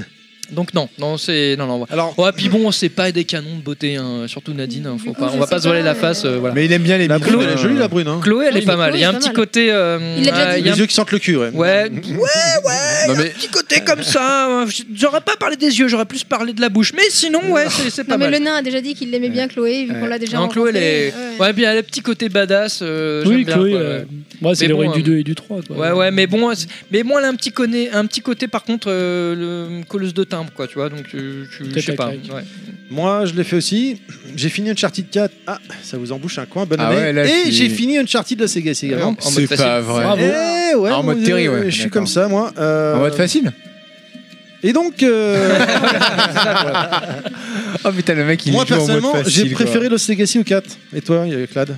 Speaker 2: Donc non, non, c'est. Non, non,
Speaker 1: Alors,
Speaker 2: Ouais, puis bon, c'est pas des canons de beauté, hein. surtout Nadine, hein, faut
Speaker 5: Du coup,
Speaker 2: pas- on
Speaker 5: je
Speaker 2: va
Speaker 5: sais
Speaker 2: pas se voiler
Speaker 5: pas,
Speaker 2: la face.
Speaker 5: euh,
Speaker 2: euh, voilà.
Speaker 6: Mais il aime bien les
Speaker 1: la
Speaker 6: micros,
Speaker 1: brune, elle
Speaker 6: euh,
Speaker 1: est jolie la brune. Hein.
Speaker 2: Chloé, elle
Speaker 5: Oui,
Speaker 2: est pas
Speaker 5: mais
Speaker 2: mal.
Speaker 5: Chloé,
Speaker 2: Il y a un
Speaker 5: c'est pas
Speaker 2: petit
Speaker 5: mal.
Speaker 2: côté. euh,
Speaker 5: Il l'a déjà
Speaker 2: euh,
Speaker 5: dit.
Speaker 2: il y a
Speaker 1: Les yeux qui sortent le cul. Ouais.
Speaker 2: un- Ouais,
Speaker 6: Non, mais
Speaker 2: petit côté comme ça. hein. J'aurais pas parlé des yeux, j'aurais plus parlé de la bouche. Mais sinon, ouais, c'est c'est pas
Speaker 5: Non, mais le
Speaker 2: mal.
Speaker 5: nain a déjà dit qu'il l'aimait bien, Chloé, vu qu'on l'a déjà
Speaker 2: Non, Chloé, elle
Speaker 5: rencontrée.
Speaker 2: est. Ouais, bien, elle a le petit côté badass. euh, j'aime
Speaker 3: Oui,
Speaker 2: bien,
Speaker 3: Chloé,
Speaker 2: quoi.
Speaker 3: euh, moi, c'est
Speaker 2: Mais
Speaker 3: l'héroïne
Speaker 2: bon,
Speaker 3: du
Speaker 2: euh,
Speaker 3: 2 et du 3. Quoi.
Speaker 2: Ouais, ouais, mais bon, c'est- mais moi, elle a un petit, conné- un petit côté, par contre, euh, le colleuse de timbre, quoi, tu vois, donc tu, tu- je sais
Speaker 3: Tête à
Speaker 2: pas.
Speaker 3: claque.
Speaker 2: ouais.
Speaker 1: Moi, je l'ai fait aussi. J'ai fini Uncharted 4. Ah, ça vous embouche un coin, bonne
Speaker 6: Ah
Speaker 1: année.
Speaker 6: ouais, là, je
Speaker 1: et
Speaker 6: suis-
Speaker 1: j'ai fini Uncharted la Sega également.
Speaker 2: En mode
Speaker 6: c'est
Speaker 2: facile.
Speaker 6: pas vrai.
Speaker 3: Bravo.
Speaker 1: Eh ouais,
Speaker 6: Ah, en mode
Speaker 1: mon
Speaker 6: Terry,
Speaker 1: Dieu,
Speaker 6: ouais,
Speaker 1: Je suis
Speaker 6: d'accord.
Speaker 1: comme ça, moi. euh,
Speaker 6: En mode facile
Speaker 1: Et donc, euh,
Speaker 6: Oh putain, le mec, il
Speaker 1: moi
Speaker 6: joue en mode
Speaker 1: personnellement, j'ai
Speaker 6: facile, quoi.
Speaker 1: préféré Lost Legacy au 4. Et toi, euh, Clad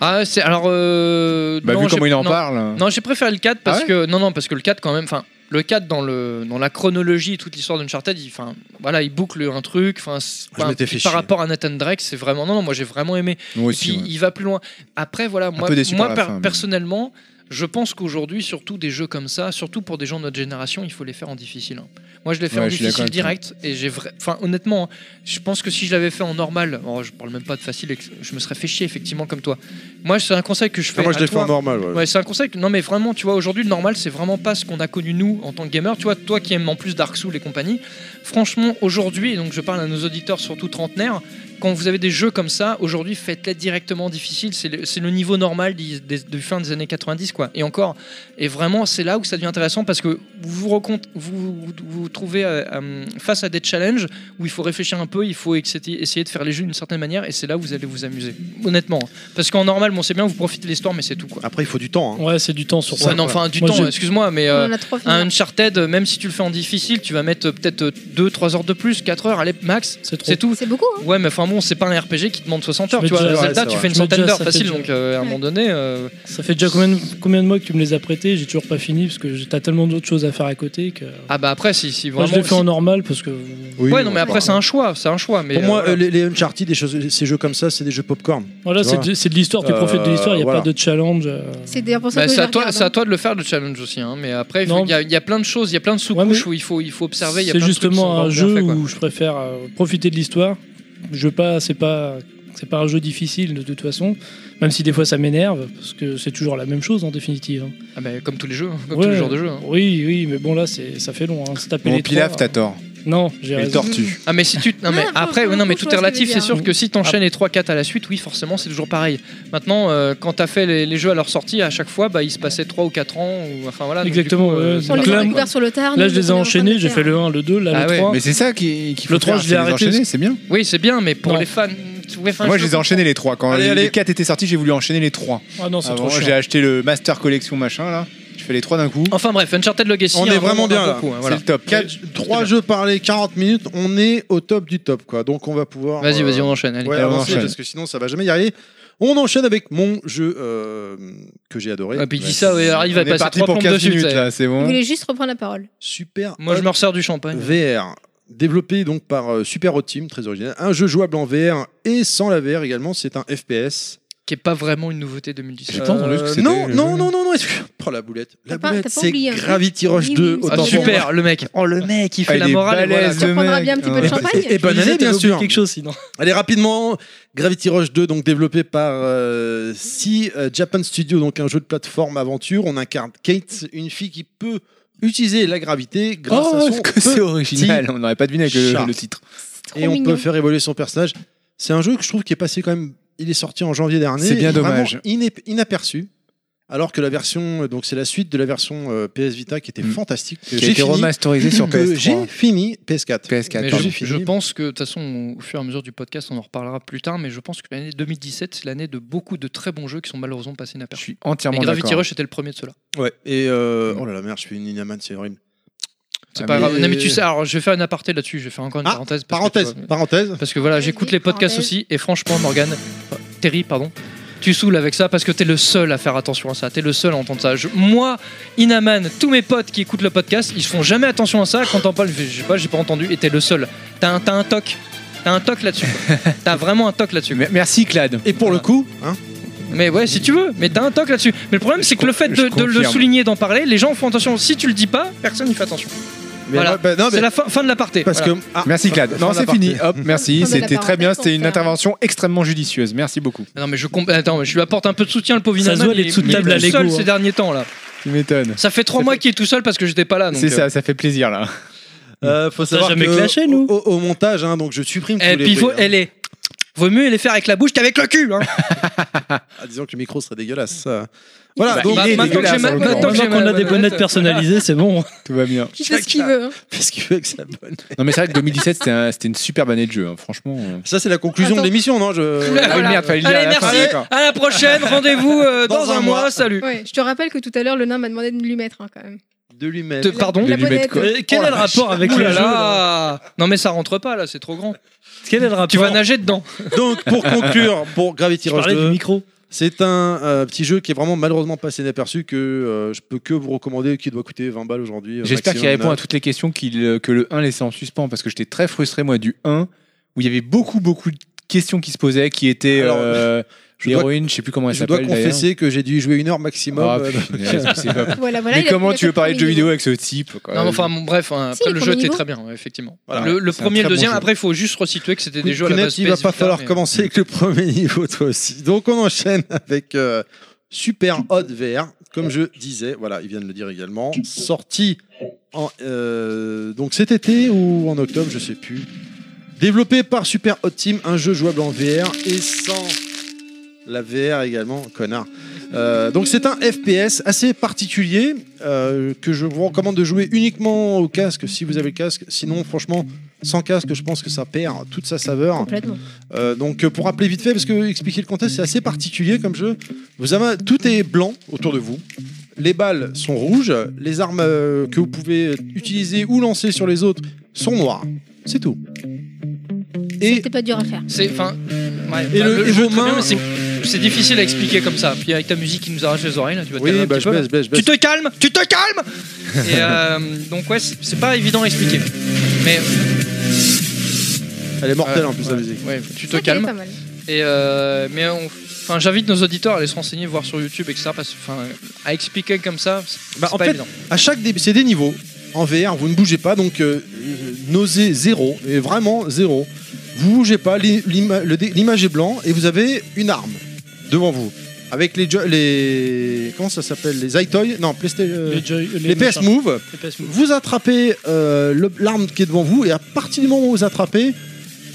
Speaker 2: Ah, c'est alors. Euh,
Speaker 6: Bah,
Speaker 2: non,
Speaker 6: vu
Speaker 2: j'ai-
Speaker 6: comment il en
Speaker 2: non.
Speaker 6: parle.
Speaker 2: Non, j'ai préféré le 4 parce
Speaker 6: Ah ouais
Speaker 2: que non non parce que le 4 quand même enfin le 4 dans le dans la chronologie et toute l'histoire d'Uncharted, il enfin voilà, il boucle un truc enfin c'est
Speaker 1: Je
Speaker 2: pas-
Speaker 1: m'étais
Speaker 2: puis
Speaker 1: fait
Speaker 2: par
Speaker 1: chier.
Speaker 2: rapport à Nathan Drake, c'est vraiment non non, moi j'ai vraiment aimé
Speaker 6: Moi
Speaker 2: et puis
Speaker 6: aussi. ouais.
Speaker 2: il va plus loin. Après voilà, moi
Speaker 6: peu déçu
Speaker 2: moi
Speaker 6: par la
Speaker 2: per-
Speaker 6: fin, mais-
Speaker 2: personnellement je pense qu'aujourd'hui, surtout des jeux comme ça, surtout pour des gens de notre génération, il faut les faire en difficile. hein. Moi, je l'ai fait
Speaker 6: Ouais,
Speaker 2: en
Speaker 6: je suis d'accord
Speaker 2: difficile
Speaker 6: avec toi.
Speaker 2: direct, et j'ai vrai. Enfin, honnêtement, hein, je pense que si je l'avais fait en normal, oh, je parle même pas de facile, et que je me serais fait chier effectivement comme toi. Moi, c'est un conseil que je fais.
Speaker 6: Ah,
Speaker 1: Ah, Moi, je
Speaker 2: à
Speaker 1: l'ai fait
Speaker 2: toi.
Speaker 1: en normal. ouais.
Speaker 2: Ouais, c'est un conseil. que- Non, mais vraiment, tu vois, aujourd'hui, le normal, c'est vraiment pas ce qu'on a connu nous en tant que gamer. Tu vois, toi qui aimes en plus Dark Souls et compagnie, franchement, aujourd'hui, et donc je parle à nos auditeurs, surtout trentenaires, quand vous avez des jeux comme ça, aujourd'hui, faites-les directement difficiles. C'est le, c'est le niveau normal du, des- du fin des années 90, quoi. Et encore, et vraiment, c'est là où ça devient intéressant parce que vous vous, recont- vous, vous, vous trouvez euh, euh, face à des challenges où il faut réfléchir un peu, il faut ex- essayer de faire les jeux d'une certaine manière, et c'est là où vous allez vous amuser. Honnêtement. Parce qu'en normal, bon, c'est bien, vous profitez de l'histoire, mais c'est tout, quoi.
Speaker 1: Après, il faut du temps. hein.
Speaker 3: Ouais, c'est du temps sur
Speaker 2: Ouais, non, enfin, du
Speaker 3: Moi,
Speaker 2: temps,
Speaker 3: j'ai-
Speaker 2: excuse-moi, mais.
Speaker 5: On
Speaker 2: euh,
Speaker 5: en a trois
Speaker 2: un
Speaker 5: films.
Speaker 2: Uncharted, euh, même si tu le fais en difficile, tu vas mettre euh, peut-être 2-3 heures de plus, 4 heures, allez, max,
Speaker 3: C'est trop.
Speaker 2: c'est tout.
Speaker 5: C'est beaucoup, hein
Speaker 2: Ouais, mais enfin bon, c'est pas un RPG qui te demande 60 heures,
Speaker 3: Je
Speaker 2: tu
Speaker 3: me
Speaker 2: vois.
Speaker 3: dis-
Speaker 1: ouais,
Speaker 2: Zelda,
Speaker 1: c'est
Speaker 2: tu
Speaker 1: vrai.
Speaker 2: fais une
Speaker 3: Je me dis
Speaker 2: centaine
Speaker 3: déjà,
Speaker 2: d'heures
Speaker 3: ça
Speaker 2: facile,
Speaker 3: fait
Speaker 2: donc euh, à un
Speaker 5: Ouais.
Speaker 2: moment donné. euh,
Speaker 3: Ça fait déjà combien de, combien de mois que tu me les as prêtés J'ai toujours pas fini parce que j'ai- t'as tellement d'autres choses à faire à côté que.
Speaker 2: Ah bah après, si, si
Speaker 3: Moi,
Speaker 2: vraiment.
Speaker 3: je les fais en
Speaker 2: si-
Speaker 3: normal parce que.
Speaker 2: Ouais, non, mais après, c'est un choix, c'est un choix. Mais
Speaker 1: Pour
Speaker 2: euh,
Speaker 1: moi,
Speaker 2: voilà.
Speaker 1: euh, les, les Uncharted, des choses, ces jeux comme ça, c'est des jeux popcorn.
Speaker 3: Voilà,
Speaker 1: Tu
Speaker 3: c'est
Speaker 1: vois.
Speaker 3: de, c'est de l'histoire, tu
Speaker 1: Euh,
Speaker 3: profites de l'histoire, il n'y a
Speaker 1: voilà.
Speaker 3: pas de challenge. euh.
Speaker 5: C'est d'ailleurs pour ça
Speaker 2: Bah,
Speaker 5: que je
Speaker 2: c'est à
Speaker 5: les
Speaker 2: toi,
Speaker 5: regarde,
Speaker 2: c'est
Speaker 5: hein.
Speaker 2: à toi de le faire le challenge aussi, hein. mais après il faut-
Speaker 3: Non.
Speaker 2: il y, a- il y a plein de choses, il y a plein de
Speaker 3: Ouais, mais-
Speaker 2: sous-couches où il faut, il faut observer. il y a
Speaker 3: C'est
Speaker 2: plein de trucs qui sont
Speaker 3: justement un
Speaker 2: pas bien
Speaker 3: jeu
Speaker 2: faits, quoi.
Speaker 3: où je préfère euh, profiter de l'histoire. Je veux pas, c'est pas, c'est pas un jeu difficile de toute façon, même si des fois ça m'énerve parce que c'est toujours la même chose en définitive. hein.
Speaker 2: Ah, bah, comme tous les jeux, hein, comme
Speaker 3: Ouais.
Speaker 2: tous les genres de jeux. hein.
Speaker 3: Oui, oui, mais bon là, c'est, ça fait long. Hein. Se taper
Speaker 6: Mon
Speaker 3: les
Speaker 6: pilaf,
Speaker 3: trois,
Speaker 6: t'as tort.
Speaker 3: Non, j'ai
Speaker 6: Les
Speaker 3: raison.
Speaker 6: tortues.
Speaker 2: Ah mais si tu non mais
Speaker 5: Non, faut-
Speaker 2: après
Speaker 5: faut-
Speaker 2: ouais, non
Speaker 5: faut
Speaker 2: mais
Speaker 5: que je
Speaker 2: tout
Speaker 5: vois
Speaker 2: est
Speaker 5: ce que
Speaker 2: relatif
Speaker 5: tu
Speaker 2: c'est
Speaker 5: veux
Speaker 2: sûr
Speaker 5: dire. Ah.
Speaker 2: que si t'enchaînes les 3 4 à la suite oui forcément c'est toujours pareil. Maintenant euh, quand t'as fait les, les jeux à leur sortie à chaque fois bah il se passait 3 ou 4 ans ou enfin voilà donc, du
Speaker 3: Exactement,
Speaker 2: coup, euh,
Speaker 3: ouais,
Speaker 2: c'est
Speaker 5: On
Speaker 3: Donc
Speaker 5: les a
Speaker 3: là,
Speaker 2: pareil,
Speaker 5: découverts sur le tard.
Speaker 3: Là,
Speaker 5: nous,
Speaker 3: je les ai
Speaker 5: on est en train de
Speaker 3: enchaînés, j'ai
Speaker 5: faire.
Speaker 3: fait le 1, le 2, là
Speaker 2: Ah
Speaker 3: le
Speaker 2: ouais,
Speaker 3: 3.
Speaker 6: Mais c'est ça qui, qu'il faut
Speaker 3: Le trois,
Speaker 6: faire,
Speaker 3: je l'ai
Speaker 6: c'est les
Speaker 3: arrêté.
Speaker 6: enchaîner, c'est bien.
Speaker 2: quoi. Oui c'est bien mais pour
Speaker 3: Non.
Speaker 2: les fans tu voulais faire un
Speaker 6: Moi,
Speaker 2: jeu
Speaker 6: je les ai enchaînés les trois. Quand
Speaker 1: Allez,
Speaker 6: les-
Speaker 1: allez.
Speaker 6: les quatre étaient sortis, j'ai voulu enchaîner les trois.
Speaker 3: Ah non, c'est
Speaker 6: Avant,
Speaker 3: trop chiant.
Speaker 6: j'ai acheté le Master Collection machin là. Je fais les trois d'un coup.
Speaker 2: pour- Enfin bref Uncharted Legacy
Speaker 1: On est
Speaker 2: hein,
Speaker 1: vraiment bien,
Speaker 2: un
Speaker 1: là.
Speaker 2: beaucoup, hein,
Speaker 6: c'est
Speaker 2: voilà.
Speaker 6: le top.
Speaker 1: Quatre- Trois jeux par les 40 minutes, on est au top du top, quoi. Donc on va pouvoir.
Speaker 2: Vas-y
Speaker 1: euh,
Speaker 2: vas-y on enchaîne allez.
Speaker 1: ouais,
Speaker 6: Allez, on
Speaker 1: avancer,
Speaker 6: enchaîne.
Speaker 1: parce que sinon ça va jamais y arriver. On enchaîne avec mon jeu euh, que j'ai adoré.
Speaker 2: Ah, puis dis ça ouais, arrive à
Speaker 6: On est
Speaker 2: passer
Speaker 6: parti
Speaker 2: 3
Speaker 6: pour
Speaker 2: plombes
Speaker 6: 15
Speaker 2: dessus.
Speaker 6: minutes
Speaker 2: t'sais.
Speaker 6: là, c'est
Speaker 5: Vous
Speaker 6: bon.
Speaker 5: voulez juste reprendre la parole.
Speaker 1: Super.
Speaker 2: Moi je me ressers du champagne.
Speaker 1: VR, développé donc par euh, Super Hot Team, très original. Un jeu jouable en VR et sans la VR également, c'est un FPS.
Speaker 2: Qui est pas vraiment une nouveauté 2017.
Speaker 6: J'ai pas entendu ce que c'était,
Speaker 1: Euh, non,
Speaker 6: le
Speaker 1: non,
Speaker 6: jeu.
Speaker 1: non, non, non, excuse- Oh la boulette. La
Speaker 5: T'as pas-
Speaker 1: boulette,
Speaker 5: t'as pas
Speaker 1: c'est
Speaker 5: oublié un truc
Speaker 1: Gravity Rush
Speaker 5: Oui,
Speaker 1: 2.
Speaker 5: oui,
Speaker 2: Ah,
Speaker 1: autant
Speaker 5: c'est
Speaker 1: pour moi.
Speaker 2: super le mec. Oh le mec il
Speaker 6: Ah,
Speaker 2: fait
Speaker 6: il
Speaker 2: la
Speaker 6: est
Speaker 2: morale et voilà.
Speaker 6: balèze,
Speaker 5: Tu
Speaker 6: le
Speaker 5: reprendras
Speaker 6: mec.
Speaker 5: bien un petit peu de
Speaker 6: Ouais.
Speaker 5: champagne
Speaker 1: Et, et bonne
Speaker 3: Je disais,
Speaker 1: année,
Speaker 3: t'avais
Speaker 1: bien
Speaker 3: oublié
Speaker 1: sûr.
Speaker 3: quelque chose sinon.
Speaker 1: Allez, rapidement, Gravity Rush 2, donc développé par euh, Sea euh, Japan Studio, donc un jeu de plateforme aventure. On incarne Kate, une fille qui peut utiliser la gravité grâce à
Speaker 6: Oh,
Speaker 1: son
Speaker 6: est-ce que c'est original On n'aurait pas deviné avec le,
Speaker 1: Chat.
Speaker 6: le titre.
Speaker 5: C'est trop
Speaker 1: et on
Speaker 5: mignon.
Speaker 1: peut faire évoluer son personnage. C'est un jeu que je trouve qui est passé quand même. Il est sorti en janvier dernier.
Speaker 6: C'est bien
Speaker 1: et vraiment
Speaker 6: dommage.
Speaker 1: inép- inaperçu. Alors que la version, euh, donc c'est la suite de la version euh, PS Vita qui était
Speaker 6: Mm.
Speaker 1: fantastique. que
Speaker 6: Qui a été remasterisé sur
Speaker 1: que j'ai
Speaker 6: PS3.
Speaker 1: fini PS4.
Speaker 6: PS4.
Speaker 2: Mais
Speaker 1: pardon.
Speaker 2: je,
Speaker 1: J'ai fini.
Speaker 2: je pense que, de toute façon, au fur et à mesure du podcast, on en reparlera plus tard, mais je pense que l'année 2017, c'est l'année de beaucoup de très bons jeux qui sont malheureusement passés
Speaker 6: Je
Speaker 2: inaperçus.
Speaker 6: suis
Speaker 2: Et
Speaker 6: entièrement
Speaker 2: Gravity
Speaker 6: d'accord.
Speaker 2: Rush était le premier de ceux-là.
Speaker 1: Ouais. Et euh, oh là là merde, je suis une inaman, c'est horrible.
Speaker 2: C'est
Speaker 6: Ah,
Speaker 2: pas
Speaker 6: mais-
Speaker 2: grave. Non, mais tu sais, alors je vais faire une aparté là-dessus, je vais faire encore une
Speaker 1: Ah,
Speaker 2: parenthèse. parce que
Speaker 1: Parenthèse,
Speaker 2: tu vois-
Speaker 1: parenthèse.
Speaker 2: parce que voilà, j'écoute
Speaker 5: Vas-y,
Speaker 2: les podcasts
Speaker 5: parenthèse.
Speaker 2: aussi, et franchement, Morgan, Terry, pardon, tu saoules avec ça parce que t'es le seul à faire attention à ça, t'es le seul à entendre ça. Je- moi, Inaman, tous mes potes qui écoutent le podcast, ils font jamais attention à ça. Quand t'en parles, je sais pas, j'ai pas entendu, et t'es le seul. T'as un, t'as un toc, t'as un toc là-dessus. quoi. T'as vraiment un toc là-dessus.
Speaker 6: Me- Merci Clad.
Speaker 1: Et pour le coup, hein,
Speaker 2: Mais ouais, si tu veux, mais t'as un toc là-dessus. Mais le problème, c'est que le fait
Speaker 6: je
Speaker 2: de, de le
Speaker 6: confirme.
Speaker 2: souligner, d'en parler, les gens font attention. Si tu le dis pas, personne n'y fait attention.
Speaker 1: mais
Speaker 2: Voilà.
Speaker 1: ouais, bah,
Speaker 3: Ah,
Speaker 1: non, mais
Speaker 2: C'est la fin, fin de l'aparté.
Speaker 1: parce
Speaker 2: Voilà.
Speaker 1: que ah,
Speaker 6: Merci Clad.
Speaker 1: fin
Speaker 6: Non,
Speaker 1: de
Speaker 6: c'est
Speaker 1: l'aparté.
Speaker 6: fini. Hop,
Speaker 5: Fin de
Speaker 6: merci.
Speaker 5: la
Speaker 6: C'était très bien.
Speaker 5: parenthèse,
Speaker 6: C'était une
Speaker 5: enfin.
Speaker 6: intervention extrêmement judicieuse. Merci beaucoup.
Speaker 2: Non, mais je, comp- Attends, mais je lui apporte un peu de soutien, le pauvre
Speaker 3: Ça se
Speaker 2: Inaman,
Speaker 3: voit,
Speaker 2: il
Speaker 3: les
Speaker 2: est-
Speaker 3: dessous de
Speaker 2: il est
Speaker 3: table à
Speaker 2: tout seul
Speaker 3: l'ego,
Speaker 2: ces
Speaker 3: hein.
Speaker 2: dernières temps là.
Speaker 6: Tu m'étonnes.
Speaker 2: Ça fait trois mois qu'il est tout seul parce que j'étais pas là. donc,
Speaker 6: C'est
Speaker 2: euh,
Speaker 6: ça, ça fait plaisir là.
Speaker 1: Euh, faut savoir
Speaker 3: jamais
Speaker 1: que
Speaker 3: clashé, nous.
Speaker 1: Au, au montage, hein, donc je supprime
Speaker 2: Et
Speaker 1: tous les
Speaker 2: Eh, puis il faut,
Speaker 1: bruits, hein.
Speaker 2: elle est. Vaut mieux les faire avec la bouche qu'avec le cul. Hein.
Speaker 1: Ah, disons que le micro serait dégueulasse. ça. Voilà,
Speaker 6: Bah,
Speaker 1: donc
Speaker 6: il est
Speaker 2: maintenant que
Speaker 6: dégueulasse,
Speaker 2: j'ai ma-
Speaker 6: en l'occurrence.
Speaker 2: maintenant que j'ai
Speaker 3: Maintenant qu'on
Speaker 2: ma-
Speaker 3: a des
Speaker 2: ma-
Speaker 3: bonnettes personnalisées, c'est bon.
Speaker 6: Tout va bien.
Speaker 5: Qui fait ce qu'il veut. hein.
Speaker 1: qu'est-ce qu'il veut que ça bonne
Speaker 6: Non, mais c'est vrai que 2017, c'était un- c'était une superbe année de jeu. hein. Franchement. euh,
Speaker 1: Ça, c'est la conclusion
Speaker 5: Attends.
Speaker 1: de l'émission, non je...
Speaker 2: Oula.
Speaker 6: Ah oui,
Speaker 2: Voilà.
Speaker 6: merde, fallait le dire à
Speaker 2: Allez,
Speaker 6: la fin,
Speaker 2: merci.
Speaker 6: d'accord.
Speaker 2: À la prochaine. Rendez-vous euh, dans, un mois. Salut.
Speaker 5: Ouais, je te rappelle que tout à l'heure, le nain m'a demandé de lui mettre hein, quand même.
Speaker 1: De lui
Speaker 2: Te-
Speaker 1: mettre.
Speaker 2: Pardon.
Speaker 6: De
Speaker 5: La
Speaker 6: lui mettre
Speaker 5: bonnette.
Speaker 6: quoi
Speaker 3: Euh, Quel
Speaker 1: Oh
Speaker 3: est le
Speaker 1: la
Speaker 3: rapport avec
Speaker 2: Ouh
Speaker 3: le
Speaker 2: là
Speaker 3: jeu là
Speaker 2: là. Non mais ça rentre pas là, c'est trop grand.
Speaker 3: Quel est le rapport
Speaker 2: Tu vas nager dedans.
Speaker 1: Donc, pour conclure, pour Gravity
Speaker 3: Je
Speaker 1: Rush
Speaker 3: parlais du
Speaker 1: 2,
Speaker 3: micro.
Speaker 1: c'est un euh, petit jeu qui est vraiment malheureusement passé inaperçu que euh, je peux que vous recommander, qui doit coûter 20 balles aujourd'hui. euh,
Speaker 6: J'espère qu'il
Speaker 1: maximum.
Speaker 6: répond à toutes les questions qu'il, euh, que le 1 laissait en suspens parce que j'étais très frustré moi du 1 où il y avait beaucoup beaucoup de questions qui se posaient qui étaient
Speaker 1: Alors,
Speaker 6: euh,
Speaker 1: je dois-
Speaker 6: héroïne, je sais plus comment elle
Speaker 1: Je dois
Speaker 6: s'appelle. d'ailleurs.
Speaker 1: confesser que j'ai dû y jouer une heure maximum.
Speaker 6: Ah,
Speaker 1: euh,
Speaker 6: punaise, mais c'est pas-
Speaker 5: Voilà, voilà,
Speaker 6: mais
Speaker 5: il a- il
Speaker 6: comment
Speaker 5: a
Speaker 6: tu veux
Speaker 5: fait trois
Speaker 6: parler de jeux
Speaker 5: minutes.
Speaker 6: vidéo avec ce type quoi
Speaker 2: Non, mais enfin bon, bref, hein,
Speaker 5: Si,
Speaker 2: après
Speaker 5: les
Speaker 2: le jeu
Speaker 5: premiers
Speaker 2: était
Speaker 5: niveaux.
Speaker 2: très bien, ouais, effectivement.
Speaker 1: Voilà.
Speaker 2: le le
Speaker 6: C'est un
Speaker 2: premier et le
Speaker 6: très bon
Speaker 2: deuxième,
Speaker 6: jeu.
Speaker 2: après il faut juste resituer que c'était des jeux à la
Speaker 1: Kounet,
Speaker 2: base.
Speaker 1: il va
Speaker 2: PS
Speaker 1: pas
Speaker 2: Vita,
Speaker 1: falloir
Speaker 2: mais-
Speaker 1: commencer avec le premier niveau toi aussi. Donc on enchaîne avec euh, Super Hot VR, comme je disais, voilà, ils viennent de le dire également, sorti en, euh, donc cet été ou en octobre, je sais plus. Développé par Super Hot Team, un jeu jouable en VR et sans la VR également, connard. Euh, donc c'est un FPS assez particulier euh, que je vous recommande de jouer uniquement au casque si vous avez le casque. Sinon, franchement, sans casque, je pense que ça perd toute sa saveur.
Speaker 5: Complètement.
Speaker 1: Euh, donc euh, pour rappeler vite fait, parce que expliquer le contexte, c'est assez particulier comme jeu. Vous avez tout est blanc autour de vous. Les balles sont rouges, les armes euh, que vous pouvez utiliser ou lancer sur les autres sont noires. C'est tout. Et
Speaker 5: C'était pas dur à faire.
Speaker 2: C'est enfin. ouais,
Speaker 1: Et
Speaker 2: bah,
Speaker 1: le- et
Speaker 2: jeu
Speaker 1: vos
Speaker 2: très bien,
Speaker 1: mains-
Speaker 2: mais c'est c'est difficile à expliquer comme ça. Puis avec ta musique qui nous arrache les oreilles, là, tu vas te calmer
Speaker 1: oui,
Speaker 2: un
Speaker 1: bah,
Speaker 2: petit
Speaker 1: je
Speaker 2: peu.
Speaker 1: baisse, baisse,
Speaker 2: Tu
Speaker 1: baisse.
Speaker 2: te calmes, tu te calmes. Et euh, donc ouais, c'est c'est pas évident à expliquer. Mais
Speaker 1: Elle est mortelle en plus la
Speaker 2: ouais,
Speaker 1: musique.
Speaker 2: ouais, tu te
Speaker 5: Ça, qu'elle est
Speaker 2: calmes.
Speaker 5: pas mal.
Speaker 2: Et euh, mais on- enfin, j'invite nos auditeurs à aller se renseigner, voir sur YouTube, etc. Parce, que, enfin, à expliquer comme ça, c'est
Speaker 1: Bah, en
Speaker 2: c'est pas
Speaker 1: fait,
Speaker 2: évident.
Speaker 1: À chaque dé- c'est des niveaux. En VR, vous ne bougez pas, donc euh, euh, nausée zéro, et vraiment zéro. Vous bougez pas, l'i- l'ima- le dé- l'image est blanc et vous avez une arme devant vous. Avec les, jo- les comment ça s'appelle les iToy non PlayStation
Speaker 3: Les, joy-
Speaker 1: Euh, les, PS
Speaker 3: machins.
Speaker 1: Move
Speaker 3: Les PS Move.
Speaker 1: vous attrapez euh, le- l'arme qui est devant vous et à partir du moment où vous attrapez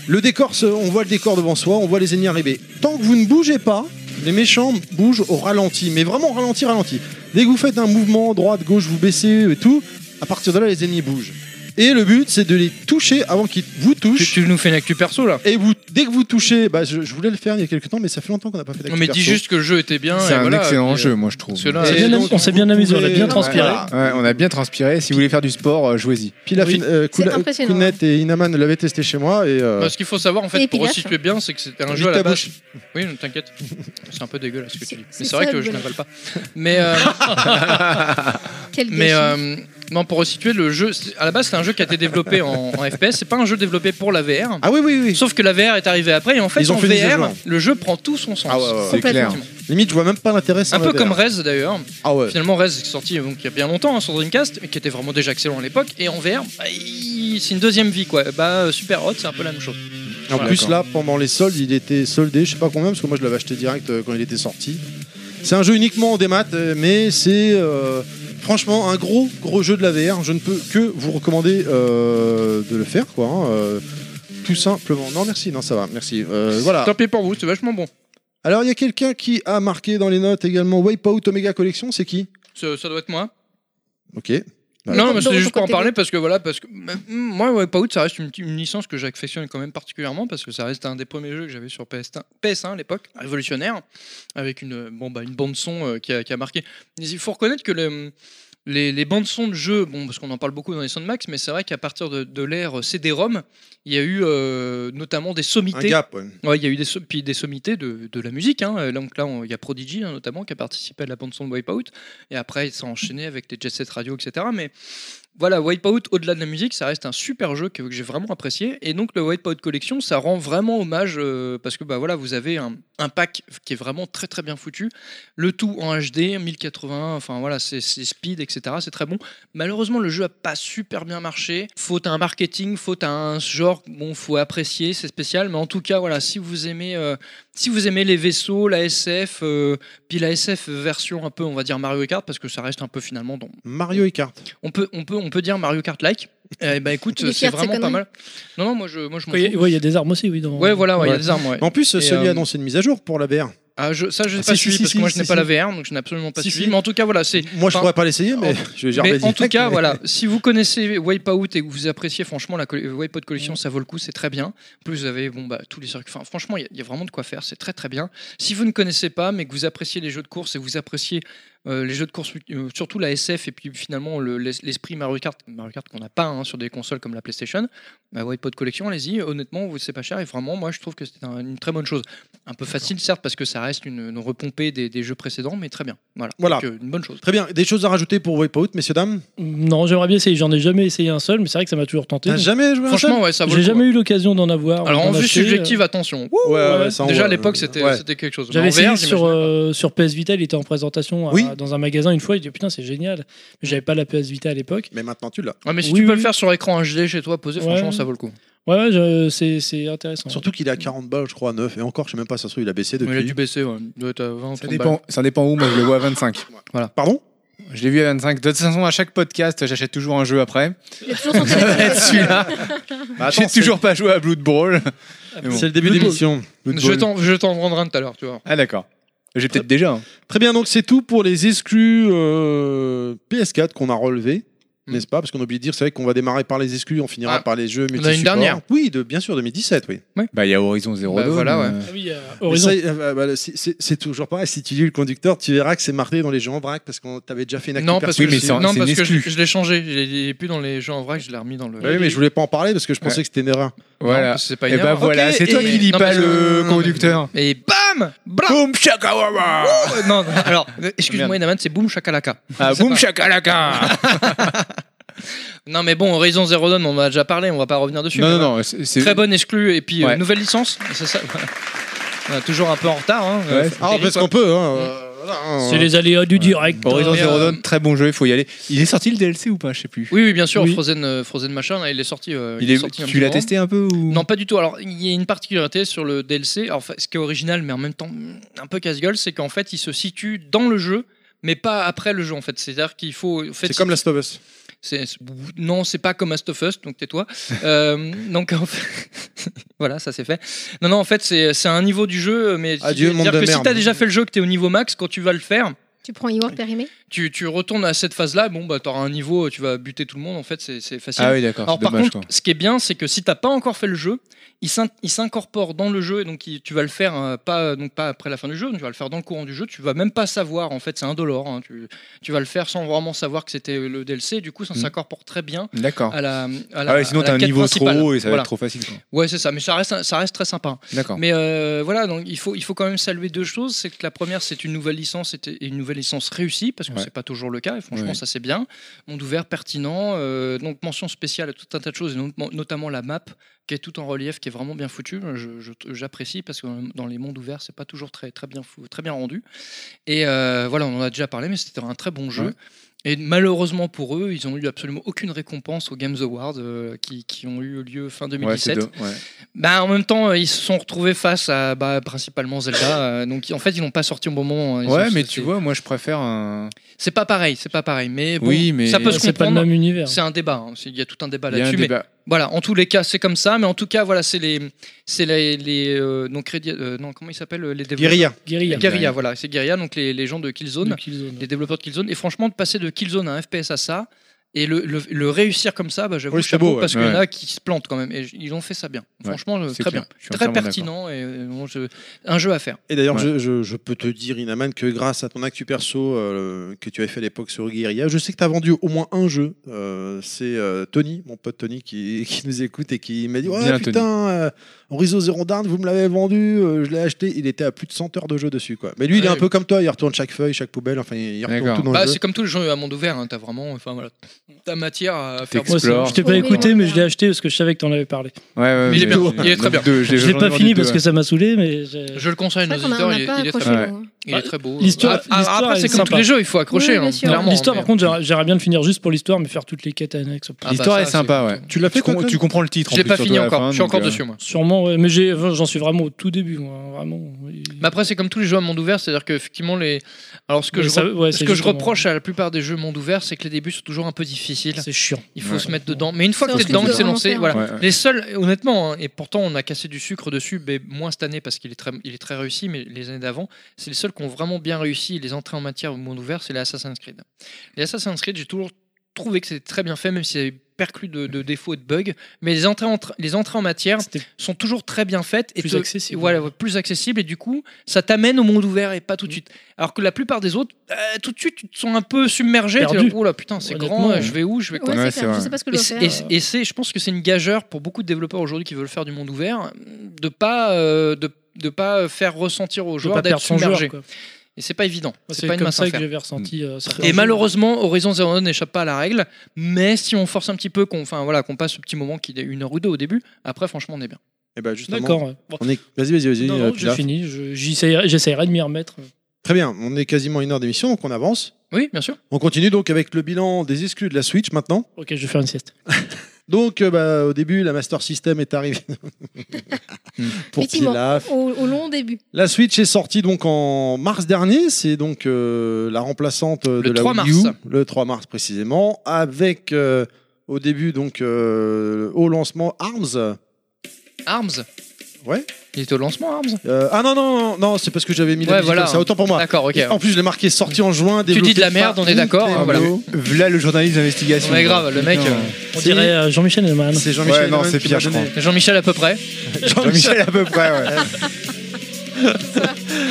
Speaker 1: le décor se- on voit le décor devant soi on voit les ennemis arriver tant que vous ne bougez pas les méchants bougent au ralenti mais vraiment ralenti ralenti dès que vous faites un mouvement droite gauche vous baissez et tout à partir de là les ennemis bougent et le but c'est de les toucher avant qu'ils vous
Speaker 2: Tu,
Speaker 1: touchent
Speaker 2: tu nous fais une actu perso là.
Speaker 1: et vous, dès que vous touchez, bah, je, je voulais le faire il y a quelques temps, mais ça fait longtemps qu'on n'a pas fait
Speaker 2: Non mais dis
Speaker 1: d'actu perso.
Speaker 2: juste que le jeu était bien.
Speaker 6: C'est
Speaker 2: et
Speaker 6: un
Speaker 2: voilà,
Speaker 6: excellent
Speaker 2: puis, euh,
Speaker 6: jeu, moi je trouve.
Speaker 2: parce que là,
Speaker 1: Et
Speaker 3: On s'est bien-
Speaker 1: donc,
Speaker 3: on s'est bien
Speaker 1: vous
Speaker 3: amusé, on a
Speaker 1: pouvez-
Speaker 3: bien
Speaker 1: Ouais,
Speaker 3: transpiré.
Speaker 1: voilà.
Speaker 6: Ouais, on a bien transpiré. Si vous voulez faire du sport, euh, jouez-y.
Speaker 1: Puis la
Speaker 3: Oui.
Speaker 1: fin- euh,
Speaker 5: C'est
Speaker 1: Kuna-
Speaker 5: impressionnant. hein.
Speaker 1: Kounet et Inaman l'avaient testé chez moi et euh,
Speaker 2: Bah, ce qu'il faut savoir en fait
Speaker 5: Et
Speaker 2: pour
Speaker 5: Pigasse.
Speaker 2: resituer bien, c'est que c'était un
Speaker 1: Vite
Speaker 2: jeu à la
Speaker 1: ta
Speaker 2: base. Oui, ne t'inquiète. C'est un peu dégueulasse ce que tu
Speaker 5: C'est-
Speaker 2: dis.
Speaker 5: c'est
Speaker 2: Mais c'est vrai
Speaker 5: ça,
Speaker 2: que je
Speaker 5: dégueulasse.
Speaker 2: n'avale pas. Mais euh,
Speaker 5: Quel
Speaker 2: mais
Speaker 5: gâchis.
Speaker 2: euh, non, pour resituer le jeu, c'est- à la base c'est un jeu qui a été développé en, en FPS. C'est pas un jeu développé pour la VR.
Speaker 1: ah oui oui oui.
Speaker 2: Sauf que la VR est arrivée après et en fait
Speaker 1: Ils ont
Speaker 2: en
Speaker 1: fait des jeux
Speaker 2: VR
Speaker 1: joueurs.
Speaker 2: le jeu prend tout son sens.
Speaker 1: Ah ouais, ouais, ouais.
Speaker 6: C'est clair.
Speaker 1: Limite, je vois même pas l'intérêt. sans
Speaker 2: Un peu
Speaker 1: la
Speaker 2: comme
Speaker 1: VR.
Speaker 2: Rez d'ailleurs.
Speaker 1: Ah ouais.
Speaker 2: Finalement Rez est sorti donc, il y a bien longtemps hein, sur Dreamcast, mais qui était vraiment déjà excellent à l'époque. Et en VR, bah, il- c'est une deuxième vie quoi. Bah euh, Super Hot c'est un peu la même chose.
Speaker 1: En
Speaker 2: Voilà,
Speaker 1: plus, là, pendant les soldes, il était soldé, je sais pas combien, parce que moi je l'avais acheté direct euh, quand il était sorti. C'est un jeu uniquement en démat, euh, mais c'est euh, franchement un gros, gros jeu de la VR. Je ne peux que vous recommander euh, de le faire, quoi. hein, euh, tout simplement. Non, merci, non, ça va, merci. Euh, voilà.
Speaker 2: Tant pis pour vous, c'est vachement bon.
Speaker 1: Alors, il y a quelqu'un qui a marqué dans les notes également Wipeout Omega Collection, c'est qui
Speaker 2: Ça, ça doit être moi.
Speaker 1: Ok. Voilà.
Speaker 2: Non, mais
Speaker 5: Dans
Speaker 2: c'est juste
Speaker 5: ton
Speaker 2: pour en
Speaker 5: côté.
Speaker 2: parler parce que voilà, parce que mais, mm, moi, Wipeout, ça reste une, petite- une licence que j'affectionne quand même particulièrement parce que ça reste un des premiers jeux que j'avais sur PS1, PS1 à l'époque, révolutionnaire, avec une, euh, bon, bah, une bande son euh, qui, a, qui a marqué. Mais il faut reconnaître que le- les, les bandes son de jeux, bon, parce qu'on en parle beaucoup dans les Soundmax, mais c'est vrai qu'à partir de, de l'ère CD-ROM, il y a eu euh, notamment des
Speaker 1: Un
Speaker 2: sommités
Speaker 1: gap, ouais.
Speaker 2: Ouais, il y a eu des, so- puis des sommités de, de la musique. Hein. Euh, Donc là, on- il y a Prodigy hein, notamment qui a participé à la bande son de Wipeout. Et après, ça a enchaîné avec les Jet Set Radio, etc. Mais voilà, Wipeout, au-delà de la musique, ça reste un super jeu que, que j'ai vraiment apprécié. Et donc le Wipeout Collection, ça rend vraiment hommage euh, parce que bah voilà, vous avez un, un pack qui est vraiment très très bien foutu. Le tout en HD, 1080, enfin voilà, c'est c'est speed, etc. C'est très bon. Malheureusement, le jeu a pas super bien marché. Faute à un marketing, faute à un genre, bon, faut apprécier, c'est spécial. Mais en tout cas, voilà, si vous aimez, euh, si vous aimez les vaisseaux, la SF, euh, puis la SF version un peu, on va dire Mario Kart, parce que ça reste un peu finalement dans
Speaker 1: Mario et Kart.
Speaker 2: on peut, on peut, on peut dire Mario Kart like. Eh ben écoute,
Speaker 5: Il est
Speaker 2: c'est
Speaker 5: fier de ses
Speaker 2: vraiment pas
Speaker 5: conneries.
Speaker 2: mal. Non, non, moi je, moi je m'en
Speaker 3: Ouais, il y a-
Speaker 2: fous.
Speaker 3: ouais, il y a des armes aussi, oui. Dans...
Speaker 2: Ouais, voilà, ouais, il y a
Speaker 1: Ouais.
Speaker 2: des armes. ouais.
Speaker 1: En plus,
Speaker 2: Et,
Speaker 1: Sony
Speaker 2: euh,
Speaker 1: a annoncé une mise à jour pour la VR.
Speaker 2: Ah, je- ça, je n'ai
Speaker 1: Ah,
Speaker 2: pas
Speaker 1: si, si,
Speaker 2: suivi
Speaker 1: si,
Speaker 2: parce que
Speaker 1: si,
Speaker 2: moi je n'ai
Speaker 1: si,
Speaker 2: pas la
Speaker 1: si.
Speaker 2: VR, donc je n'ai absolument pas
Speaker 1: Si,
Speaker 2: suivi.
Speaker 1: si.
Speaker 2: Mais en tout cas, voilà, c'est.
Speaker 1: Moi, je
Speaker 2: enfin,
Speaker 1: pourrais pas l'essayer, mais je vais gerber
Speaker 2: Mais en
Speaker 1: direct,
Speaker 2: tout cas,
Speaker 1: mais-
Speaker 2: voilà, si vous connaissez Wipeout et que vous appréciez, franchement, la coll- Wipeout Collection, ça vaut le coup, c'est très bien. En plus, vous avez bon, bah, tous les circuits. Enfin, franchement, il y a- il y, a vraiment de quoi faire, c'est très très bien. Si vous ne connaissez pas, mais que vous appréciez les jeux de course et vous appréciez euh, les jeux de course, euh, surtout la SF et puis finalement le- l'es- l'esprit Mario Kart, Mario Kart qu'on n'a pas hein, sur des consoles comme la PlayStation, bah, Wipeout Collection, allez-y, honnêtement, vous- c'est pas cher et vraiment, moi je trouve que c'est un- une très bonne chose. Un peu facile, certes, parce que ça reste une, une repompée des, des jeux précédents, mais très bien. Voilà,
Speaker 1: Voilà.
Speaker 2: Donc, euh, une bonne chose.
Speaker 1: Très bien. Des choses à rajouter pour Wipeout, messieurs, dames
Speaker 3: Non, j'aimerais bien essayer. J'en ai jamais essayé un seul, mais c'est vrai que ça m'a toujours tenté.
Speaker 1: T'as
Speaker 3: donc-
Speaker 1: jamais joué à ça
Speaker 2: Franchement, ouais, ça vaut
Speaker 3: J'ai
Speaker 2: le coup.
Speaker 3: jamais eu l'occasion d'en avoir.
Speaker 2: Alors en
Speaker 3: d'en
Speaker 2: vue
Speaker 3: acheter, euh,
Speaker 2: subjective, attention.
Speaker 1: Ouais, ouais,
Speaker 3: ouais.
Speaker 1: ça, on
Speaker 2: Déjà
Speaker 6: euh,
Speaker 1: voit.
Speaker 2: à l'époque, c'était
Speaker 1: Ouais.
Speaker 2: c'était quelque chose.
Speaker 3: J'avais
Speaker 2: Mais en
Speaker 3: essayé
Speaker 2: VR,
Speaker 3: sur,
Speaker 2: j'imagine.
Speaker 3: euh, sur PS Vita, il était en présentation à-
Speaker 1: Oui.
Speaker 3: dans un magasin une fois, il dit putain c'est génial, mais j'avais pas la PS Vita à l'époque.
Speaker 1: Mais maintenant, tu l'as.
Speaker 6: euh,
Speaker 2: Ouais, Ah, mais si
Speaker 3: oui,
Speaker 2: tu peux
Speaker 3: oui.
Speaker 2: le faire sur écran HD chez toi posé,
Speaker 3: Ouais.
Speaker 2: franchement, ça vaut le coup.
Speaker 3: Ouais, ouais, je- c'est c'est intéressant.
Speaker 1: Surtout qu'il est à 40 balles, je crois, à 9. Et encore, je sais même pas, ça se trouve, il a baissé depuis.
Speaker 2: Mais il a dû baisser, ouais. Il doit être à 20 30
Speaker 6: Ça
Speaker 2: balles.
Speaker 6: dépend, ça dépend où, moi je le vois à 25.
Speaker 1: Pardon
Speaker 6: Je l'ai vu à 25. De toute façon, à chaque podcast, j'achète toujours un jeu après.
Speaker 5: Il a toujours son
Speaker 6: Ça va
Speaker 5: téléphone.
Speaker 6: être celui-là.
Speaker 1: Bah, attends,
Speaker 6: J'ai
Speaker 1: c'est-
Speaker 6: toujours pas joué à Blood Brawl. Mais bon.
Speaker 1: C'est le début de
Speaker 2: Blood Bowl.
Speaker 1: l'émission.
Speaker 2: Je t'en, je t'en rendre un tout à l'heure, tu vois.
Speaker 6: Ah d'accord. J'ai peut-être déjà. hein.
Speaker 1: Très bien, donc c'est tout pour les exclus euh, PS4 qu'on a relevé.
Speaker 2: Mm.
Speaker 1: N'est-ce pas Parce qu'on oublie de dire, c'est vrai qu'on va démarrer par les exclus, on finira
Speaker 2: Ah,
Speaker 1: par les jeux
Speaker 2: a une
Speaker 1: multi
Speaker 2: dernière.
Speaker 1: Oui, de, bien sûr, 2017, oui.
Speaker 6: Bah il y a Horizon Zero
Speaker 2: Bah,
Speaker 6: Dawn,
Speaker 2: voilà, ouais.
Speaker 6: euh,
Speaker 3: Ah oui, il y a
Speaker 1: Mais
Speaker 3: Horizon.
Speaker 1: ça, euh, bah, c'est- c'est c'est toujours pareil. Si tu lis le conducteur, tu verras que c'est marqué dans les jeux en vrac parce qu'on t'avait déjà fait une actu
Speaker 2: Non, parce
Speaker 1: perso.
Speaker 2: que,
Speaker 6: Oui, mais
Speaker 2: je-
Speaker 6: c'est un-
Speaker 2: non,
Speaker 6: c'est
Speaker 2: parce
Speaker 6: une
Speaker 2: que je,
Speaker 6: exclu.
Speaker 2: je l'ai changé. Je l'ai- il est plus dans les jeux en vrac, je l'ai remis dans le.
Speaker 1: Bah oui, mais je voulais pas en parler parce que je pensais
Speaker 2: Ouais.
Speaker 1: que c'était une erreur.
Speaker 2: Non,
Speaker 6: Voilà.
Speaker 2: parce que c'est pas
Speaker 6: Et
Speaker 2: une
Speaker 6: bah
Speaker 2: erreur.
Speaker 6: voilà,
Speaker 2: Ok,
Speaker 6: c'est
Speaker 2: et-
Speaker 6: toi qui lis
Speaker 2: non,
Speaker 6: pas
Speaker 2: parce que-
Speaker 6: le
Speaker 2: non, mais-
Speaker 6: conducteur.
Speaker 2: Et bam Bla
Speaker 6: Boom shakalaka.
Speaker 2: Euh, Non, non, alors, euh,
Speaker 6: Ah, Merde.
Speaker 2: excuse-moi, Inaman, c'est Boom Shakalaka.
Speaker 6: Ah
Speaker 2: C'est
Speaker 6: boom
Speaker 2: pas-
Speaker 6: shakalaka.
Speaker 2: Non, mais bon, Horizon Zero Dawn, on en a déjà parlé, on va pas revenir dessus.
Speaker 6: Non
Speaker 2: mais
Speaker 6: non
Speaker 2: voilà.
Speaker 6: non, c'est c'est-
Speaker 2: Très bonne exclue, et puis euh,
Speaker 6: Ouais.
Speaker 2: nouvelle licence, c'est ça. On est toujours un peu en retard. Hein,
Speaker 6: Ouais.
Speaker 2: Euh,
Speaker 1: Ah, parce qu'on peut. hein, euh, voilà, hein.
Speaker 3: C'est les aléas du direct.
Speaker 6: Horizon
Speaker 2: Mais,
Speaker 6: Zero
Speaker 2: euh,
Speaker 6: Dawn, très bon jeu, il faut y aller. Il est sorti le DLC ou pas, je sais plus.
Speaker 2: Oui, oui, bien sûr,
Speaker 3: Oui.
Speaker 2: Frozen, euh, Frozen machin, là, il est sorti. euh,
Speaker 6: Il est-
Speaker 2: sorti un
Speaker 6: tu
Speaker 2: petit
Speaker 6: l'as
Speaker 2: moment.
Speaker 6: testé un peu ou
Speaker 2: Non, pas du tout. Alors, il y a une particularité sur le DLC, alors, enfin, ce qui est original, mais en même temps mm, un peu casse-gueule, c'est qu'en fait, il se situe dans le jeu, mais pas après le jeu, en fait. C'est-à-dire qu'il faut. en fait,
Speaker 1: C'est comme Last of Us.
Speaker 2: c'est- c'est- non, c'est pas comme Last of Us, donc tais-toi. Euh, donc, en fait- voilà, ça c'est fait. Non, non, en fait, c'est c'est un niveau du jeu, mais
Speaker 1: Adieu, monde
Speaker 2: c'est-à-dire
Speaker 1: de
Speaker 2: que si
Speaker 1: merde.
Speaker 2: t'as déjà fait le jeu, que t'es au niveau max, quand tu vas le faire,
Speaker 5: Tu prends Igor périmé
Speaker 2: tu, tu retournes à cette phase-là, bon, bah, t'auras un niveau, tu vas buter tout le monde, en fait, c'est c'est facile.
Speaker 6: Ah oui d'accord,
Speaker 2: Alors
Speaker 6: c'est
Speaker 2: par
Speaker 6: dommage
Speaker 2: contre,
Speaker 6: quoi.
Speaker 2: ce qui est bien, c'est que si t'as pas encore fait le jeu, il s'in- il s'incorpore dans le jeu et donc il- tu vas le faire euh, pas donc pas après la fin du jeu, tu vas le faire dans le courant du jeu. Tu vas même pas savoir en fait, c'est indolore. hein, tu, tu vas le faire sans vraiment savoir que c'était le DLC. Du coup, ça
Speaker 6: Mm.
Speaker 2: s'incorpore très bien
Speaker 6: D'accord.
Speaker 2: à la. À la
Speaker 6: Ah ouais, sinon
Speaker 2: à la
Speaker 6: t'as un
Speaker 2: quête
Speaker 6: niveau trop
Speaker 2: principale.
Speaker 6: haut et ça va
Speaker 2: Voilà.
Speaker 6: être trop facile quoi.
Speaker 2: Ouais, c'est ça. Mais ça reste ça reste très sympa.
Speaker 6: D'accord.
Speaker 2: Mais euh, voilà, donc il faut, il faut quand même saluer deux choses. C'est que la première, c'est une nouvelle licence et t- et une nouvelle licence réussie, parce que
Speaker 6: Ouais.
Speaker 2: c'est pas toujours le cas, et franchement,
Speaker 6: Ouais.
Speaker 2: ça c'est bien. Monde ouvert, pertinent, euh, donc mention spéciale à tout un tas de choses, et not- notamment la map, qui est tout en relief, qui est vraiment bien foutue. Je- je- J'apprécie, parce que euh, dans les mondes ouverts, c'est pas toujours très, très, bien, fou- très bien rendu. Et euh, voilà, on en a déjà parlé, mais c'était un très bon jeu.
Speaker 6: Ouais.
Speaker 2: Et malheureusement pour eux, ils ont eu absolument aucune récompense aux Games Awards euh, qui, qui ont eu lieu fin
Speaker 6: Ouais, c'est
Speaker 2: 2017.
Speaker 6: do- ouais.
Speaker 2: Bah, en même temps, euh, ils se sont retrouvés face à bah, principalement Zelda. euh, donc, en fait, ils n'ont pas sorti au bon moment. hein, ils
Speaker 6: Ouais,
Speaker 2: ont-
Speaker 6: mais
Speaker 2: c'est-
Speaker 6: tu vois, moi je préfère un.
Speaker 2: C'est pas pareil, c'est pas pareil. Mais bon,
Speaker 6: Oui, mais-
Speaker 2: ça peut se
Speaker 3: C'est pas le
Speaker 2: comprendre.
Speaker 3: même univers.
Speaker 2: C'est un débat. hein, c'est- Il y a tout un débat
Speaker 6: Il y a un
Speaker 2: là-dessus. mais
Speaker 6: débat.
Speaker 2: voilà, en tous les cas, c'est comme ça. Mais en tout cas, voilà, c'est les, c'est les, les euh, non crédit, euh, non comment ils s'appellent euh, les développeurs.
Speaker 1: Guérilla.
Speaker 3: Guérilla.
Speaker 2: Guerilla, voilà, c'est Guerilla, donc les, les gens de Killzone,
Speaker 3: De Killzone.
Speaker 2: les développeurs de Killzone. Et franchement, de passer de Killzone à un FPS à ça et le, le- le réussir comme ça, bah, j'avoue,
Speaker 1: Oui, c'est
Speaker 2: chapeau,
Speaker 1: beau, ouais.
Speaker 2: parce qu'il y en
Speaker 6: Ouais.
Speaker 2: a qui se plantent quand même. Et j- ils ont fait ça bien.
Speaker 6: Ouais,
Speaker 2: Franchement, euh,
Speaker 6: c'est
Speaker 2: très
Speaker 6: clair.
Speaker 2: bien
Speaker 6: Je suis
Speaker 2: très
Speaker 6: entièrement
Speaker 2: pertinent et euh, bon, je- un jeu à faire.
Speaker 1: Et d'ailleurs,
Speaker 6: Ouais.
Speaker 1: je, je- je peux te dire, Inaman, que grâce à ton actu perso euh, que tu avais fait à l'époque sur Guerilla, je sais que tu as vendu au moins un jeu. Euh, c'est euh, Tony, mon pote Tony, qui, qui nous écoute et qui m'a dit Ouais,
Speaker 6: Bien,
Speaker 1: putain, euh, Horizon Zero Dawn, vous me l'avez vendu, euh, je l'ai acheté. Il était à plus de 100 heures de jeu dessus. quoi. Mais lui, il est
Speaker 2: Ouais.
Speaker 1: un peu comme toi, il retourne chaque feuille, chaque poubelle, enfin, il retourne
Speaker 6: D'accord.
Speaker 1: tout dans
Speaker 2: Bah,
Speaker 1: le
Speaker 2: c'est
Speaker 1: jeu.
Speaker 2: comme tous les jeux à monde ouvert, hein, t'as vraiment enfin, voilà, ta matière à faire. hein.
Speaker 3: Moi, c'est-
Speaker 6: Explore.
Speaker 3: je t'ai pas
Speaker 5: Oui,
Speaker 3: écouté,
Speaker 5: oui.
Speaker 3: mais je l'ai acheté parce que je savais que t'en avais parlé.
Speaker 6: Ouais, ouais,
Speaker 2: Mais il est
Speaker 6: ouais,
Speaker 2: bien,
Speaker 6: j'ai-
Speaker 2: il est très bien.
Speaker 6: deux,
Speaker 3: Je l'ai
Speaker 6: j'en ai
Speaker 3: pas
Speaker 6: vendu
Speaker 3: fini
Speaker 6: deux,
Speaker 3: parce que ça m'a saoulé, mais j'ai-
Speaker 2: Je le conseille à nos
Speaker 5: C'est vrai qu'on a-
Speaker 2: auditeurs,
Speaker 5: on
Speaker 2: il,
Speaker 5: n'a pas
Speaker 2: il est,
Speaker 5: accroché
Speaker 2: très,
Speaker 6: Ouais.
Speaker 5: au mot.
Speaker 2: il est très beau.
Speaker 3: L'histoire-
Speaker 2: Ah, ah,
Speaker 3: l'histoire
Speaker 2: après, c'est
Speaker 3: est
Speaker 2: comme tous
Speaker 3: sympa.
Speaker 2: les jeux, il faut accrocher.
Speaker 5: Oui, bien
Speaker 2: hein,
Speaker 5: sûr.
Speaker 2: clairement,
Speaker 3: L'histoire,
Speaker 2: mais-
Speaker 3: par contre, j'aimerais- j'aimerais bien le finir juste pour l'histoire, mais faire toute les quêtes annexes.
Speaker 2: Ah, bah,
Speaker 6: L'histoire
Speaker 2: ça,
Speaker 6: est sympa, ouais.
Speaker 1: Tu l'as fait
Speaker 6: Tu com-
Speaker 1: quoi
Speaker 6: tu comprends le titre.
Speaker 2: Je
Speaker 6: en
Speaker 2: l'ai
Speaker 6: plus,
Speaker 2: pas
Speaker 6: surtout
Speaker 2: fini
Speaker 6: à la
Speaker 2: encore,
Speaker 6: fin,
Speaker 2: je suis encore
Speaker 6: donc, euh,
Speaker 2: dessus moi.
Speaker 3: Sûrement, ouais, mais j'ai- enfin, j'en suis vraiment au tout début, moi, vraiment. Et-
Speaker 2: Mais après, c'est comme tous les jeux à monde ouvert, c'est-à-dire que effectivement, les. Alors, ce Bah, que,
Speaker 3: Mais
Speaker 2: je,
Speaker 3: ça-
Speaker 2: re-
Speaker 3: ouais,
Speaker 2: ce
Speaker 3: c'est
Speaker 2: que je
Speaker 3: justement-
Speaker 2: reproche à la plupart des jeux monde ouvert, c'est que les débuts sont toujours un peu difficiles.
Speaker 3: C'est chiant.
Speaker 2: Il faut
Speaker 6: Ouais.
Speaker 2: se mettre dedans. Mais une fois
Speaker 5: C'est
Speaker 2: que t'es
Speaker 5: un
Speaker 2: dedans,
Speaker 5: truc
Speaker 2: que
Speaker 5: de
Speaker 2: c'est
Speaker 5: vraiment
Speaker 2: lancé,
Speaker 5: faire.
Speaker 2: voilà.
Speaker 6: Ouais, ouais.
Speaker 2: Les seuls, honnêtement, hein, et pourtant on a cassé du sucre dessus, mais moins cette année parce qu'il est très, il est très réussi, mais les années d'avant, c'est les seuls qui ont vraiment bien réussi les entrées en matière au monde ouvert, c'est les Assassin's Creed. Les Assassin's Creed, j'ai toujours trouvé que c'était très bien fait, même s'il y avait perclus de, de défauts et de bugs, mais les entrées, en, les entrées en matière
Speaker 3: C'était
Speaker 2: sont toujours très bien faites et
Speaker 3: Plus
Speaker 2: te-
Speaker 3: accessible.
Speaker 2: Voilà, ouais, plus accessible et du coup, ça t'amène au monde ouvert et pas tout de suite. Alors que la plupart des autres, euh, tout de suite, tu te sens un peu submergé.
Speaker 3: Perdu.
Speaker 2: Tu dis, oh là, putain, c'est grand,
Speaker 3: Honnêtement,
Speaker 2: euh, je vais où, je vais quoi.
Speaker 5: Ouais,
Speaker 6: Ouais,
Speaker 5: c'est
Speaker 6: c'est
Speaker 5: clair, je
Speaker 6: vrai.
Speaker 5: sais pas ce que
Speaker 2: Et
Speaker 5: je
Speaker 2: c'est-
Speaker 5: dois
Speaker 2: et,
Speaker 5: faire.
Speaker 2: c'est- et c'est, je pense que c'est une gageure pour beaucoup de développeurs aujourd'hui qui veulent faire du monde ouvert, de pas euh, de de pas faire ressentir aux
Speaker 3: je veux
Speaker 2: joueurs
Speaker 3: pas
Speaker 2: d'être
Speaker 3: perdre son joueur.
Speaker 2: submergés.
Speaker 3: quoi.
Speaker 2: Et c'est pas évident. C'est,
Speaker 3: C'est
Speaker 2: pas une
Speaker 3: comme
Speaker 2: masse à
Speaker 3: ça que
Speaker 2: faire.
Speaker 3: j'avais ressenti. euh, certains
Speaker 2: Et
Speaker 3: jeux.
Speaker 2: malheureusement, Horizon Zero Dawn n'échappe pas à la règle. Mais si on force un petit peu, qu'on, enfin voilà, qu'on passe ce petit moment qui est une heure ou deux au début, après franchement on est bien.
Speaker 1: Et bah, justement,
Speaker 3: D'accord. ouais. Bon,
Speaker 1: on est... Vas-y, vas-y, vas-y.
Speaker 3: non,
Speaker 1: euh,
Speaker 3: non,
Speaker 1: tu
Speaker 3: j'ai
Speaker 1: l'as.
Speaker 3: fini. je- j'essaierai- J'essaierai de m'y remettre.
Speaker 1: Très bien, on est quasiment une heure d'émission, donc on avance.
Speaker 2: Oui, bien sûr.
Speaker 1: On continue donc avec le bilan des exclus de la Switch maintenant.
Speaker 3: Ok, je vais faire une sieste.
Speaker 1: Donc, euh, bah, au début, la Master System est arrivée.
Speaker 2: Hmm.
Speaker 1: Pour
Speaker 5: Effectivement,
Speaker 1: Pilaf.
Speaker 5: au, au long début.
Speaker 1: La Switch est sortie donc en mars dernier, c'est donc euh, la remplaçante euh,
Speaker 2: Le
Speaker 1: de la
Speaker 2: 3
Speaker 1: Wii U,
Speaker 2: mars.
Speaker 1: le 3 mars précisément, avec euh, au début donc euh, au lancement Arms.
Speaker 2: Arms
Speaker 1: Ouais.
Speaker 2: Il était au lancement, Arms
Speaker 1: Euh, ah non non non, non, c'est parce que j'avais mis la
Speaker 2: Ouais,
Speaker 1: musique
Speaker 2: voilà.
Speaker 1: comme ça, autant pour moi.
Speaker 2: D'accord, ok.
Speaker 1: Et En plus, je l'ai marqué sorti en juin.
Speaker 2: Tu dis de la merde, on est d'accord, hein, voilà.
Speaker 6: V'là le journaliste d'investigation.
Speaker 2: Ouais, grave, le mec. euh,
Speaker 3: On dirait euh, Jean-Michel Hellman.
Speaker 1: C'est Jean-Michel.
Speaker 6: Ouais, non,
Speaker 1: Hellman
Speaker 6: c'est
Speaker 1: qui
Speaker 6: Pierre,
Speaker 1: m'a
Speaker 6: je
Speaker 1: donné.
Speaker 2: Jean-Michel à peu près.
Speaker 6: Jean-Michel à peu près, ouais.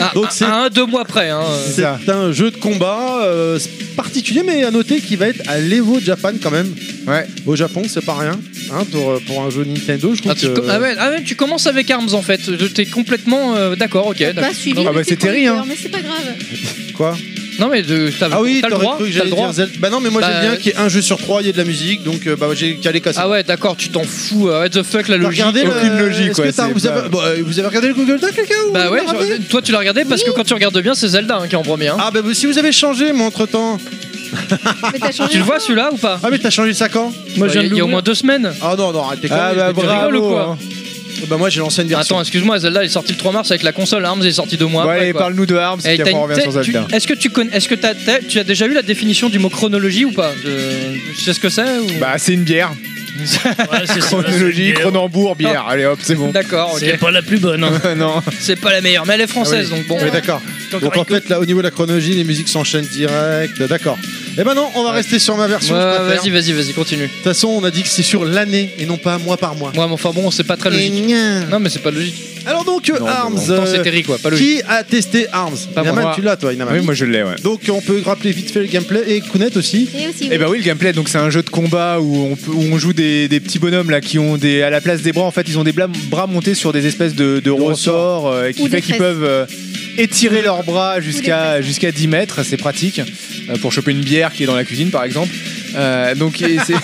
Speaker 2: Ah,
Speaker 1: Donc
Speaker 2: un-
Speaker 1: c'est-
Speaker 2: à un, deux mois près. hein.
Speaker 1: C'est
Speaker 6: ça.
Speaker 1: un jeu de combat euh, particulier, mais à noter qu'il va être à l'Evo Japan quand même.
Speaker 6: Ouais.
Speaker 1: Au Japon, c'est pas rien hein, pour, euh, pour un jeu Nintendo. Je trouve
Speaker 2: Ah, tu,
Speaker 1: que-
Speaker 2: com- ah ouais, ah ouais, tu commences avec Arms en fait. Je- T'es complètement euh, d'accord, ok. d'accord.
Speaker 5: Pas suivi.
Speaker 6: Ah
Speaker 5: le
Speaker 6: bah, c'est
Speaker 5: chroniqueur,
Speaker 6: terrible, hein.
Speaker 5: Mais c'est pas grave.
Speaker 1: quoi
Speaker 2: Non mais de- t'as
Speaker 1: Ah oui,
Speaker 2: t'as le
Speaker 1: t'aurais
Speaker 2: droit.
Speaker 1: cru que
Speaker 2: t'as le
Speaker 1: j'allais
Speaker 2: droit.
Speaker 1: dire Zelda. Bah non, mais moi
Speaker 2: Bah,
Speaker 1: j'aime
Speaker 2: euh,
Speaker 1: bien qu'il y ait un jeu sur trois, il y ait de la musique, donc euh, bah j'ai qu'à les casser.
Speaker 2: Ah ouais, d'accord, tu t'en fous. euh, What the fuck la
Speaker 1: T'as
Speaker 2: logique.
Speaker 1: regardé
Speaker 6: aucune
Speaker 1: le-
Speaker 6: logique,
Speaker 1: est-ce que
Speaker 6: ouais,
Speaker 1: t'as-
Speaker 6: c'est
Speaker 1: vous,
Speaker 6: pas-
Speaker 1: avez... bon, euh, vous avez regardé le Google Doc, les gars ou
Speaker 2: Bah
Speaker 1: vous
Speaker 2: ouais,
Speaker 1: l'avez regardé
Speaker 2: je- toi tu l'as regardé parce que quand tu regardes bien, c'est Zelda hein, qui est en premier. hein.
Speaker 1: Ah bah si vous avez changé, moi entre temps.
Speaker 5: Mais t'as changé.
Speaker 2: tu le vois celui-là ou pas
Speaker 1: Ah mais t'as changé ça quand
Speaker 3: Moi,
Speaker 2: Bah,
Speaker 3: je
Speaker 2: Il
Speaker 3: viens
Speaker 2: y,
Speaker 3: de
Speaker 2: a- il y a au moins
Speaker 3: l'ouvrir.
Speaker 2: deux semaines.
Speaker 1: Ah non, non, arrêtez
Speaker 6: Ah
Speaker 1: quand même,
Speaker 6: bah
Speaker 1: je te dis.
Speaker 6: bravo.
Speaker 2: rigoles ou quoi
Speaker 6: hein.
Speaker 1: Bah moi j'ai l'ancienne version.
Speaker 2: Attends, excuse-moi, Zelda il est sorti le 3 mars avec la console. Arms est sorti deux mois.
Speaker 6: Bon,
Speaker 2: après,
Speaker 6: allez,
Speaker 2: quoi.
Speaker 6: parle-nous de Arms,
Speaker 2: Eh,
Speaker 6: puis
Speaker 2: t'as
Speaker 6: après on
Speaker 2: une-
Speaker 6: revient sur
Speaker 2: t'as- tu-
Speaker 6: Zelda.
Speaker 2: Est-ce que tu connais, est-ce que t'as- t'as- tu as déjà eu la définition du mot chronologie ou pas De- Tu sais ce que c'est ou...
Speaker 6: Bah, c'est une bière.
Speaker 2: Ah,
Speaker 3: Ouais, c'est ça,
Speaker 6: Chronologie,
Speaker 3: c'est-
Speaker 6: Chronombourg, bière. Allez hop, c'est bon.
Speaker 2: D'accord, ok.
Speaker 3: C'est pas la plus bonne. hein.
Speaker 6: non.
Speaker 2: C'est pas la meilleure, mais elle est française donc bon.
Speaker 1: Oui d'accord. Donc en fait là au niveau de la chronologie les musiques s'enchaînent direct, d'accord. Eh ben non, on va rester sur ma version.
Speaker 2: Ouais,
Speaker 1: je préfère.
Speaker 2: vas-y, vas-y, vas-y, continue.
Speaker 1: De toute façon on a dit que c'est sur l'année et non pas mois par mois.
Speaker 2: Moi, mais enfin bon, c'est pas très logique.
Speaker 1: Et gna.
Speaker 2: Non, mais c'est pas logique.
Speaker 1: Alors donc euh,
Speaker 6: Non,
Speaker 1: Arms.
Speaker 2: Pourtant, c'est
Speaker 1: euh,
Speaker 2: terrible, quoi, pas logique.
Speaker 1: Qui a testé Arms
Speaker 2: Pas moi.
Speaker 1: Inaman, tu l'as toi, Inaman.
Speaker 6: Ah Oui, moi je l'ai, ouais.
Speaker 1: Donc on peut rappeler vite fait le gameplay et Kounet aussi.
Speaker 5: Et aussi.
Speaker 6: Eh ben oui, le gameplay, donc c'est un jeu de combat où on, peut- où on joue des, des petits bonhommes là qui ont des à la place des bras en fait ils ont des bla- bras montés sur des espèces de, de ressorts euh, qui
Speaker 5: Ou des
Speaker 6: fait qu'ils
Speaker 5: tresses.
Speaker 6: peuvent euh, étirer leurs bras jusqu'à
Speaker 5: tresses.
Speaker 6: jusqu'à 10 mètres, c'est pratique euh, pour choper une bière qui est dans la cuisine par exemple. Euh, donc et c'est-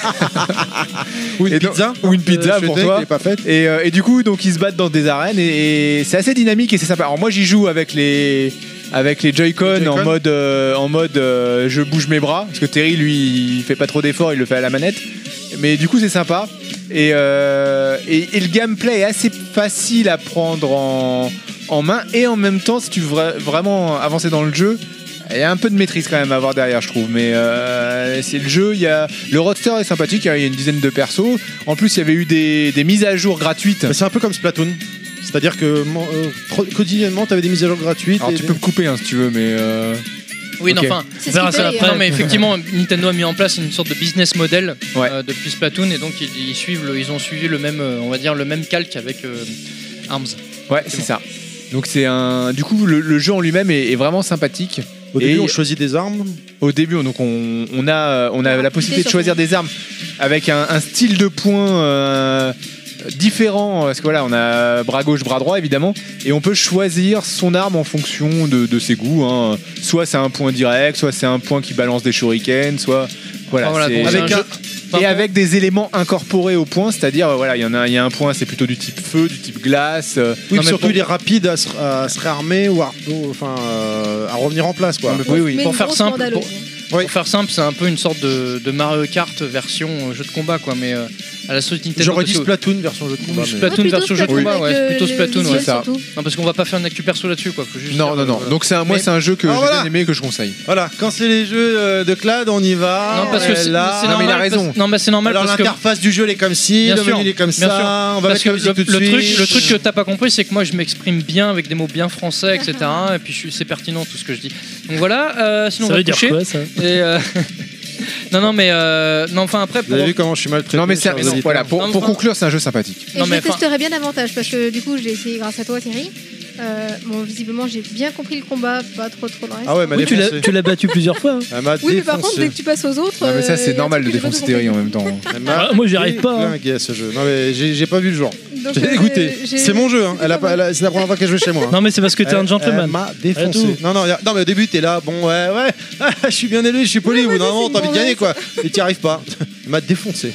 Speaker 1: Ou une
Speaker 6: Et donc-
Speaker 1: pizza.
Speaker 6: ou une pizza
Speaker 1: Euh, je
Speaker 6: pour
Speaker 1: sais
Speaker 6: toi.
Speaker 1: qu'elle est pas faite.
Speaker 6: Et, euh, et du coup, donc ils se battent dans des arènes et, et c'est assez dynamique et c'est sympa. Alors moi j'y joue avec les avec les Joy-Con
Speaker 1: Les Joy-Con.
Speaker 6: en mode euh, en mode euh, je bouge mes bras parce que Terry lui il fait pas trop d'efforts, il le fait à la manette. Mais du coup c'est sympa et, euh, et, et le gameplay est assez facile à prendre en, en main et en même temps si tu veux vra- vraiment avancer dans le jeu. Il y a un peu de maîtrise quand même à avoir derrière, je trouve. Mais euh, c'est le jeu. Il y a le roadster est sympathique. hein, Il y a une dizaine de persos. En plus, il y avait eu des, des mises à jour gratuites.
Speaker 1: Mais c'est un peu comme Splatoon. C'est-à-dire que mon- euh, tro- quotidiennement, t'avais des mises à jour gratuites.
Speaker 6: Alors
Speaker 1: et
Speaker 6: tu
Speaker 1: des-
Speaker 6: peux me couper hein, si tu veux, mais euh,
Speaker 2: Oui, non,
Speaker 6: Ok.
Speaker 2: enfin.
Speaker 5: C'est ce
Speaker 3: verra
Speaker 5: qui
Speaker 3: ça
Speaker 5: paye,
Speaker 3: après.
Speaker 5: hein.
Speaker 2: Non, mais effectivement, Nintendo a mis en place une sorte de business model
Speaker 6: Ouais.
Speaker 2: euh, depuis Splatoon et donc ils, ils suivent le- ils ont suivi le même, euh, on va dire, le même calque avec euh, Arms.
Speaker 6: ouais, c'est ça. Donc c'est un. Du coup, le, le jeu en lui-même est, est vraiment sympathique.
Speaker 1: Au début,
Speaker 6: Et-
Speaker 1: on choisit des armes.
Speaker 6: Au début, donc on, on a euh, on a la possibilité de choisir des armes avec un, un style de poing euh, différent parce que voilà, on a bras gauche, bras droit évidemment, et on peut choisir son arme en fonction de, de ses goûts. hein. Soit c'est un point direct, soit c'est un point qui balance des shurikens, soit Ah, voilà.
Speaker 2: Enfin, voilà,
Speaker 6: c'est-
Speaker 2: donc c'est
Speaker 1: Avec
Speaker 2: un
Speaker 1: un-
Speaker 2: jeu- enfin,
Speaker 6: et
Speaker 2: bon,
Speaker 6: avec des éléments incorporés au point, c'est-à-dire euh, voilà, il y en a, il y a un point, c'est plutôt du type feu, du type glace. euh,
Speaker 1: Oui,
Speaker 6: non, mais
Speaker 1: surtout
Speaker 6: pour-
Speaker 1: il est rapide à se, à se réarmer ou à, ou- enfin, euh, à revenir en place. Quoi.
Speaker 6: Non, mais pour- oui, oui.
Speaker 5: Mais
Speaker 2: pour
Speaker 5: une
Speaker 2: faire
Speaker 5: grosse
Speaker 2: simple,
Speaker 5: mandaleuse.
Speaker 1: oui.
Speaker 2: Pour faire simple, c'est un peu une sorte de, de Mario Kart version euh, jeu de combat, quoi, mais euh, à la sauce Nintendo.
Speaker 1: J'aurais dit
Speaker 2: parce que-
Speaker 1: Splatoon version jeu de combat.
Speaker 2: Oui,
Speaker 1: mais-
Speaker 2: Splatoon
Speaker 5: Ouais, plutôt
Speaker 2: version jeu de
Speaker 5: Splatoon
Speaker 2: combat,
Speaker 5: avec
Speaker 2: ouais,
Speaker 5: le-
Speaker 2: plutôt
Speaker 5: le
Speaker 2: Splatoon,
Speaker 5: visuel
Speaker 2: ouais.
Speaker 6: ça.
Speaker 5: surtout.
Speaker 2: Non, parce qu'on va pas faire une actu perso là-dessus, quoi. Faut juste
Speaker 6: Non,
Speaker 2: dire,
Speaker 6: non, non.
Speaker 2: euh,
Speaker 6: Donc c'est un, moi,
Speaker 2: Mais-
Speaker 6: c'est un jeu que
Speaker 1: Ah,
Speaker 6: j'ai
Speaker 1: voilà.
Speaker 6: bien aimé que je conseille.
Speaker 1: Voilà, quand c'est les jeux euh, de Clad, on y va.
Speaker 2: Non, parce
Speaker 1: on
Speaker 2: que
Speaker 1: est
Speaker 2: c'est
Speaker 1: Ah, là.
Speaker 2: c'est
Speaker 6: Non, mais il a
Speaker 2: normal.
Speaker 6: raison.
Speaker 2: parce- Non, mais c'est normal
Speaker 1: Alors
Speaker 2: parce que.
Speaker 1: l'interface du jeu elle est comme ci,
Speaker 2: Bien
Speaker 1: le
Speaker 2: sûr,
Speaker 1: menu il est comme
Speaker 2: bien
Speaker 1: ça.
Speaker 2: sûr.
Speaker 1: On va
Speaker 2: Parce
Speaker 1: mettre
Speaker 2: que
Speaker 1: la
Speaker 2: le,
Speaker 1: musique tout de
Speaker 2: le truc,
Speaker 1: suite.
Speaker 2: le truc que t'as pas compris, c'est que moi je m'exprime bien avec des mots bien français, etc. Et puis je suis- c'est pertinent tout ce que je dis. Donc voilà, euh, sinon
Speaker 3: Ça
Speaker 2: on va
Speaker 3: veut dire
Speaker 2: coucher.
Speaker 3: quoi, ça
Speaker 2: Et, euh, non, non, mais euh, non, enfin après,
Speaker 1: Vous
Speaker 2: pour-
Speaker 1: avez vu comment je suis mal traité
Speaker 6: Non, mais c'est
Speaker 1: chers
Speaker 6: un-
Speaker 1: auditeurs
Speaker 6: voilà. Pour,
Speaker 2: Non,
Speaker 6: pour
Speaker 2: enfin-
Speaker 6: conclure, c'est un jeu sympathique.
Speaker 5: Et
Speaker 2: Non,
Speaker 5: je
Speaker 2: mais
Speaker 5: le
Speaker 2: enfin-
Speaker 5: testerai bien davantage parce que du coup j'ai essayé grâce à toi Thierry. Euh, bon visiblement j'ai bien compris le combat, pas trop trop le reste.
Speaker 1: Ah ouais,
Speaker 5: hein.
Speaker 1: mais
Speaker 3: Oui, tu l'as-
Speaker 1: défoncé.
Speaker 3: tu l'as battu plusieurs fois. hein.
Speaker 1: Elle m'a
Speaker 5: Oui mais par contre
Speaker 1: défoncé.
Speaker 5: dès que tu passes aux autres.
Speaker 6: Non, mais ça,
Speaker 5: euh,
Speaker 6: c'est
Speaker 5: il y a un
Speaker 6: normal de
Speaker 5: truc que j'ai pas
Speaker 6: défoncer
Speaker 5: compris.
Speaker 6: Terry en même temps. hein.
Speaker 1: Elle m'a
Speaker 3: Ah, moi, j'y arrive pas, hein.
Speaker 1: déglingué à ce jeu. Non mais j'ai j'ai pas vu le jour.
Speaker 5: Donc,
Speaker 1: J'ai
Speaker 5: euh,
Speaker 1: écouté.
Speaker 5: j'ai-
Speaker 1: C'est mon jeu. hein. Elle a
Speaker 5: pas
Speaker 1: pas- elle a- C'est la première fois qu'elle joue chez moi. hein.
Speaker 3: Non, mais c'est parce que t'es un
Speaker 1: Elle- Elle
Speaker 3: gentleman.
Speaker 1: m'a défoncé.
Speaker 3: Et
Speaker 1: Non, non, y a- non, mais au début, t'es là, bon, ouais, ouais, Ah, je suis bien élu, je suis poli,
Speaker 5: Oui,
Speaker 1: ou
Speaker 5: oui,
Speaker 1: non,
Speaker 5: c'est
Speaker 1: t'as envie de
Speaker 5: une
Speaker 1: gagner, quoi. Et t'y arrives pas. Elle m'a défoncé.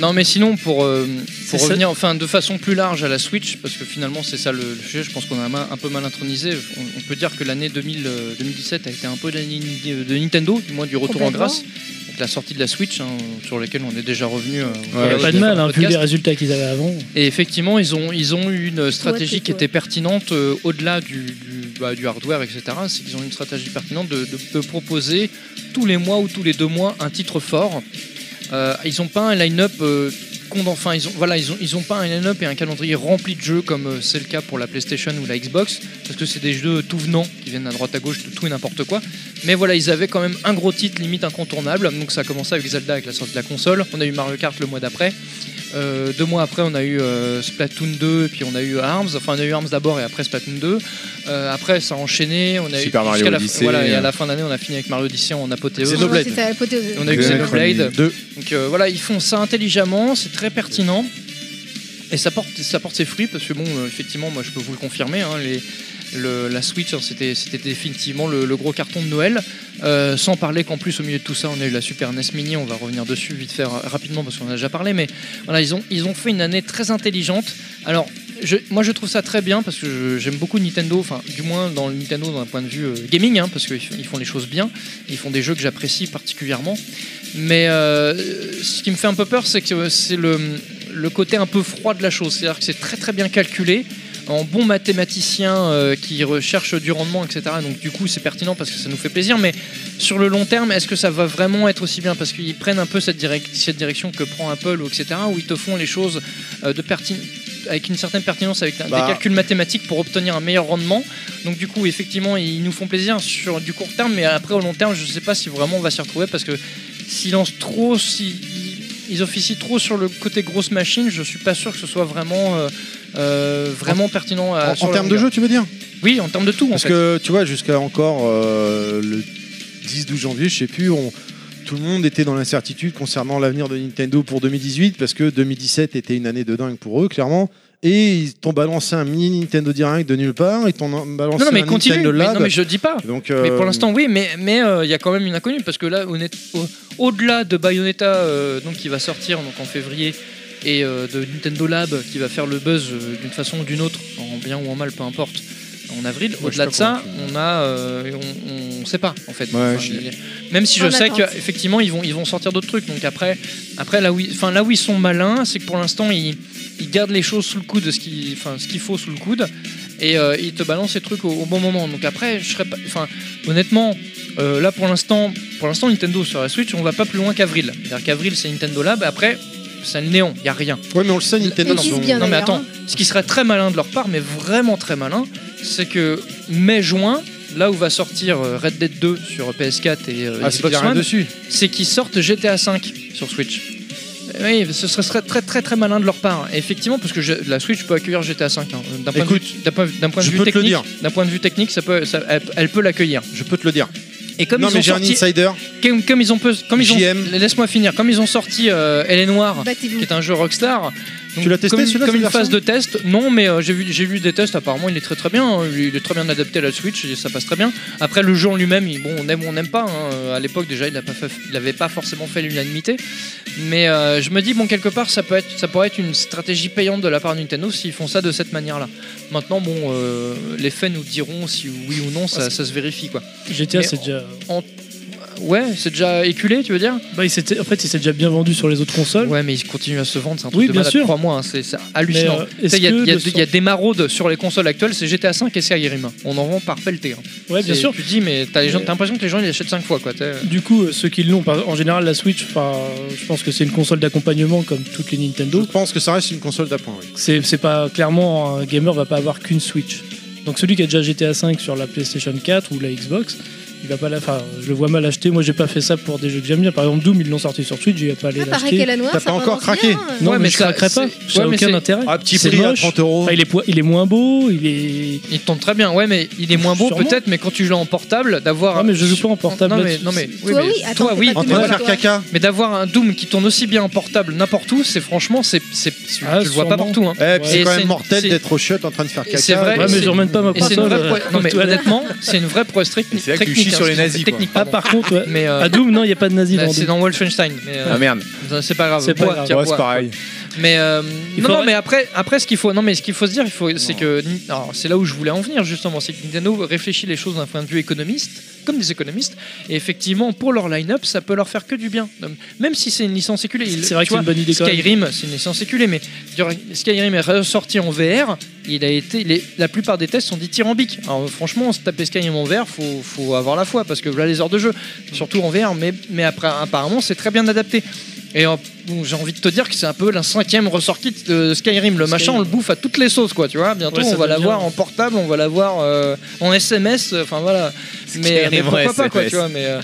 Speaker 2: non, mais sinon pour, euh,
Speaker 3: C'est
Speaker 2: pour
Speaker 3: ça.
Speaker 2: revenir enfin de façon plus large à la Switch, parce que finalement c'est ça le, le sujet. Je pense qu'on a un, un peu mal intronisé. On, on peut dire que l'année 2000, euh, 2017 a été un peu l'année de Nintendo, du moins du retour en
Speaker 5: Complètement.
Speaker 2: grâce. avec la sortie de la Switch, hein, sur laquelle on est déjà revenu. euh,
Speaker 1: Ouais,
Speaker 3: Il y a
Speaker 2: au
Speaker 3: pas de mal, hein, vu
Speaker 2: podcast.
Speaker 3: les résultats qu'ils avaient avant.
Speaker 2: Et effectivement, ils ont, ils ont eu une stratégie
Speaker 5: Ouais,
Speaker 2: qui
Speaker 5: ouais.
Speaker 2: était pertinente euh, au-delà du, du, bah, du hardware, etc. C'est qu'ils ont eu une stratégie pertinente de, de- de proposer tous les mois ou tous les deux mois un titre fort. Euh, ils n'ont pas un line-up. euh, cond- Enfin, ils ont, voilà, ils ont, ils ont pas un line-up et un calendrier rempli de jeux comme euh, c'est le cas pour la PlayStation ou la Xbox, parce que c'est des jeux tout venants qui viennent à droite à gauche de tout et n'importe quoi. Mais voilà, ils avaient quand même un gros titre limite incontournable. Donc ça a commencé avec Zelda avec la sortie de la console. On a eu Mario Kart le mois d'après. Euh, deux mois après, on a eu euh, Splatoon 2 et puis on a eu Arms. Enfin, on a eu Arms d'abord et après Splatoon 2. Euh, après, ça a enchaîné. On a
Speaker 6: Super
Speaker 2: eu
Speaker 6: Mario
Speaker 2: jusqu'à la fin-
Speaker 6: Odyssey. euh.
Speaker 2: voilà, et à la fin d'année, on a fini avec Mario Odyssey en apothéose.
Speaker 1: Xenoblade.
Speaker 5: C'était à l'apothéose.
Speaker 2: On a eu
Speaker 6: Xenoblade.
Speaker 2: Xenoblade.
Speaker 1: Deux.
Speaker 2: Donc euh, voilà, ils font ça intelligemment, c'est très pertinent. Et ça porte, ça porte ses fruits parce que bon, euh, effectivement, moi je peux vous le confirmer, hein, les- le- la Switch hein, c'était c'était définitivement le, le gros carton de Noël. Euh, sans parler qu'en plus au milieu de tout ça, on a eu la Super NES Mini, on va revenir dessus vite fait ra- rapidement parce qu'on en a déjà parlé, mais voilà, ils ont, ils ont fait une année très intelligente. Alors, je- moi je trouve ça très bien parce que je- j'aime beaucoup Nintendo, enfin du moins dans le Nintendo d'un point de vue euh, gaming, hein, parce qu'ils f- ils font les choses bien, ils font des jeux que j'apprécie particulièrement. Mais euh, ce qui me fait un peu peur, c'est que euh, c'est le, le côté un peu froid de la chose. C'est-à-dire que c'est très très bien calculé. En bon mathématicien euh, qui recherche du rendement, etc. Donc du coup, c'est pertinent parce que ça nous fait plaisir. Mais sur le long terme, est-ce que ça va vraiment être aussi bien Parce qu'ils prennent un peu cette, direc- cette direction que prend Apple, ou etc. Où ils te font les choses euh, de pertin- avec une certaine pertinence, avec un-
Speaker 6: Bah.
Speaker 2: des calculs mathématiques pour obtenir un meilleur rendement. Donc du coup, effectivement, ils nous font plaisir sur du court terme, mais après au long terme, je ne sais pas si vraiment on va s'y retrouver parce que s'ils lancent trop, si ils- ils officient trop sur le côté grosse machine, je suis pas sûr que ce soit vraiment euh, euh, vraiment pertinent. à-
Speaker 1: En,
Speaker 2: sur
Speaker 1: en
Speaker 2: la
Speaker 1: termes de
Speaker 2: longueur.
Speaker 1: jeu, tu veux dire
Speaker 2: Oui, en termes de tout. en
Speaker 1: Parce
Speaker 2: fait.
Speaker 1: que tu vois, jusqu'à encore euh, le 10-12 janvier, je sais plus, on- tout le monde était dans l'incertitude concernant l'avenir de Nintendo pour 2018, parce que 2017 était une année de dingue pour eux, clairement. Et ils t'ont balancé un mini Nintendo Direct de nulle part, ils t'ont balancé
Speaker 2: non, non, mais
Speaker 1: un
Speaker 2: continue.
Speaker 1: Nintendo
Speaker 2: mais
Speaker 1: Lab.
Speaker 2: non, mais je dis pas.
Speaker 1: Donc,
Speaker 2: Mais
Speaker 1: euh,
Speaker 2: pour l'instant, oui, mais mais, euh, il y a quand même une inconnue parce que là, honnête- au- au-delà de Bayonetta, euh, donc qui va sortir donc en février, et euh, de Nintendo Lab qui va faire le buzz euh, d'une façon ou d'une autre, en bien ou en mal, peu importe, en avril.
Speaker 1: Moi, je suis
Speaker 2: Au-delà de
Speaker 1: pas
Speaker 2: ça, on a, euh, on, on sait pas en fait.
Speaker 1: Ouais, je suis-
Speaker 2: il y a- Même si je
Speaker 5: En
Speaker 2: sais
Speaker 5: attente.
Speaker 2: qu'effectivement ils vont ils vont sortir d'autres trucs. Donc après, après là où ils, enfin, là où ils sont malins, c'est que pour l'instant ils, ils gardent les choses sous le coude, ce qui, enfin ce qu'il faut sous le coude. Et euh, ils te balancent ces trucs au, au bon moment. Donc après, je serais pas. Enfin, honnêtement, euh, là pour l'instant, pour l'instant Nintendo sur la Switch, on va pas plus loin qu'avril. C'est-à-dire qu'avril c'est Nintendo Lab, après c'est le néant, il y a rien.
Speaker 1: Ouais, mais on le sait, Nintendo.
Speaker 5: Ils disent
Speaker 1: sont-
Speaker 5: bien.
Speaker 2: non mais
Speaker 5: d'ailleurs,
Speaker 2: attends,
Speaker 5: hein.
Speaker 2: ce qui serait très malin de leur part, mais vraiment très malin, c'est que mai-juin, là où va sortir euh, Red Dead 2 sur PS4 et euh,
Speaker 1: Ah, c'est qu'il y
Speaker 2: Xbox
Speaker 1: a rien
Speaker 2: One,
Speaker 1: dessus.
Speaker 2: c'est qu'ils sortent GTA V sur Switch. Euh, Oui, ce serait serait très très très malin de leur part. Et effectivement, parce que je- la Switch peut accueillir GTA V. hein. D'un point, de
Speaker 1: Écoute,
Speaker 2: vue- d'un point- d'un point de
Speaker 1: je
Speaker 2: vue
Speaker 1: peux te le
Speaker 2: technique,
Speaker 1: dire.
Speaker 2: d'un point de vue technique, ça peut, ça- elle, elle peut l'accueillir.
Speaker 1: Je peux te le dire.
Speaker 2: Et comme
Speaker 1: non,
Speaker 2: ils
Speaker 1: mais
Speaker 2: ont
Speaker 1: j'ai un
Speaker 2: sorti,
Speaker 1: insider.
Speaker 2: comme, comme ils ont, peu- comme ils ont,
Speaker 1: JM.
Speaker 2: laisse-moi finir. Comme ils ont sorti euh, Elle est noire,
Speaker 5: Battez-vous.
Speaker 2: qui est un jeu Rockstar. Donc,
Speaker 1: Tu l'as testé,
Speaker 2: comme,
Speaker 1: celui-là,
Speaker 2: Comme
Speaker 1: cette
Speaker 2: une phase
Speaker 1: version
Speaker 2: de test, non, mais euh, j'ai vu, j'ai vu des tests. Apparemment, il est très très bien. hein. Il est très bien adapté à la Switch et ça passe très bien. Après, le jeu en lui-même, il- bon, on aime ou on n'aime pas. hein. Euh, À l'époque, déjà, il n'avait pas, fait- il avait pas forcément fait l'unanimité. Mais euh, je me dis, bon, quelque part, ça peut être, ça pourrait être une stratégie payante de la part de Nintendo s'ils font ça de cette manière-là. Maintenant, bon, euh, les faits nous diront si oui ou non ça, ça se vérifie, quoi.
Speaker 3: GTA,
Speaker 2: Mais
Speaker 3: c'est
Speaker 2: on-
Speaker 3: déjà.
Speaker 2: Ouais, c'est déjà éculé, tu veux dire
Speaker 3: Bah, il s'était- en fait, il s'est déjà bien vendu sur les autres consoles.
Speaker 2: Ouais, mais ils continuent à se vendre, c'est un truc
Speaker 3: Oui,
Speaker 2: de
Speaker 3: bien
Speaker 2: malade,
Speaker 3: sûr.
Speaker 2: crois-moi, hein, c'est c'est
Speaker 3: Mais,
Speaker 2: hallucinant.
Speaker 3: euh,
Speaker 2: Tu sais,
Speaker 3: est-ce
Speaker 2: Il y, a-
Speaker 3: que
Speaker 2: il y a-
Speaker 3: de
Speaker 2: il y a des maraudes sur les consoles actuelles, c'est GTA 5 et Skyrim. On en vend par pelleté. hein.
Speaker 3: sorte- Ouais, bien
Speaker 2: C'est-
Speaker 3: sûr.
Speaker 2: Tu dis, mais t'as les gens-
Speaker 3: Mais-
Speaker 2: t'as l'impression que les gens ils achètent 5 fois, quoi. t'es-
Speaker 3: Du coup, euh, ceux qui l'ont, par- en général, la Switch, enfin, euh, je pense que c'est une console d'accompagnement comme toutes les
Speaker 1: Je
Speaker 3: Nintendo.
Speaker 1: pense que ça reste une console d'appoint. oui.
Speaker 3: C'est c'est pas clairement un gamer va pas avoir qu'une Switch. Donc celui qui a déjà GTA 5 sur la PlayStation 4 ou la Xbox, il va pas la. Enfin, je le vois mal acheter. Moi, j'ai pas fait ça pour des jeux que j'aime bien. Par exemple, Doom, ils l'ont sorti sur Switch, j'ai pas allé
Speaker 5: Ah, pareil
Speaker 3: l'acheter.
Speaker 5: qu'elle a noire.
Speaker 1: T'as
Speaker 5: ça
Speaker 1: pas
Speaker 5: avance
Speaker 1: encore craqué.
Speaker 5: bien.
Speaker 3: Non,
Speaker 2: Ouais,
Speaker 3: mais,
Speaker 2: mais
Speaker 3: je
Speaker 2: ça-
Speaker 3: craquerais pas.
Speaker 2: c'est-
Speaker 3: Ça a
Speaker 2: ouais, mais
Speaker 3: aucun
Speaker 2: c'est-
Speaker 3: intérêt.
Speaker 1: Ah, petit
Speaker 3: C'est
Speaker 1: prix à
Speaker 3: moche.
Speaker 1: 30 euros.
Speaker 3: Enfin, il est, po- il est moins beau, il est.
Speaker 2: Il tombe très bien, ouais, mais il est moins beau
Speaker 3: Sûrement.
Speaker 2: peut-être, mais quand tu l'as en portable, d'avoir.
Speaker 3: Ah, mais je joue pas en portable
Speaker 2: Non, mais,
Speaker 3: là-dessus.
Speaker 2: non, mais, oui,
Speaker 5: Toi,
Speaker 2: mais-
Speaker 5: oui, attends,
Speaker 2: toi,
Speaker 5: t'es
Speaker 2: oui,
Speaker 5: pas
Speaker 1: En
Speaker 5: tout
Speaker 2: mais-
Speaker 1: train de
Speaker 5: voilà,
Speaker 1: faire
Speaker 5: toi.
Speaker 1: caca.
Speaker 2: mais d'avoir un Doom qui tourne aussi bien en portable n'importe où, c'est franchement, c'est, c'est, c'est-
Speaker 3: Ah,
Speaker 2: tu le vois
Speaker 3: sûrement.
Speaker 2: pas partout. hein.
Speaker 1: Eh, puis
Speaker 3: Et
Speaker 1: c'est quand
Speaker 2: c'est-
Speaker 1: même mortel
Speaker 2: c'est-
Speaker 1: d'être au chiottes en train de faire
Speaker 2: Et
Speaker 1: caca.
Speaker 2: c'est vrai,
Speaker 3: Ouais, mais
Speaker 2: c'est-
Speaker 3: je remène pas ma
Speaker 2: Et c'est une
Speaker 3: console.
Speaker 2: vraie
Speaker 3: euh,
Speaker 2: prouesse- Non,
Speaker 3: aux
Speaker 2: mais
Speaker 3: toilettes.
Speaker 2: honnêtement, c'est une vraie prouesse technique. hein,
Speaker 6: C'est vrai que tu chies sur les nazis, quoi.
Speaker 2: Technique,
Speaker 3: Ah,
Speaker 2: pardon.
Speaker 3: par contre, ouais.
Speaker 2: Mais euh,
Speaker 3: à Doom, non, il n'y a pas de nazi
Speaker 2: là,
Speaker 3: dans
Speaker 2: Bah, c'est
Speaker 3: Doom.
Speaker 2: dans Wolfenstein. mais, euh,
Speaker 6: Ah merde.
Speaker 2: Ça, C'est pas grave.
Speaker 3: C'est pas
Speaker 2: Bois,
Speaker 3: grave.
Speaker 2: tiens,
Speaker 6: Ouais, c'est
Speaker 2: bois.
Speaker 6: pareil.
Speaker 2: Mais euh,
Speaker 3: Il
Speaker 2: non,
Speaker 3: faudrait-
Speaker 2: non, mais après, après ce qu'il faut, non, mais ce qu'il faut se dire, il faut, c'est que Ni- alors, c'est là où je voulais en venir justement, c'est que Nintendo réfléchit les choses d'un point de vue économiste, comme des économistes, et effectivement pour leur line-up, ça peut leur faire que du bien, même si c'est une licence éculée. Ils-
Speaker 3: C'est vrai
Speaker 2: tu
Speaker 3: que c'est
Speaker 2: vois,
Speaker 3: une bonne idée quand même.
Speaker 2: Skyrim, c'est une licence éculée, mais je dirais, Skyrim est ressorti en VR. Il a été, les- la plupart des tests sont dithyrambiques. Alors, franchement, se taper Skyrim en VR, faut, faut avoir la foi parce que voilà les heures de jeu, surtout en VR. Mais, mais après, apparemment, c'est très bien adapté. Et euh, bon, j'ai envie de te dire que c'est un peu la cinquième ressort kit de Skyrim. Le machin, on le bouffe à toutes les sauces, quoi. Tu vois, bientôt
Speaker 3: Ouais, ça
Speaker 2: on va
Speaker 3: devient-
Speaker 2: l'avoir en portable, on va l'avoir euh, en SMS. euh, Enfin voilà. Mais,
Speaker 6: Skyrim
Speaker 2: mais pourquoi
Speaker 6: en
Speaker 2: pas, quoi.
Speaker 6: SMS.
Speaker 2: Tu vois, mais, euh,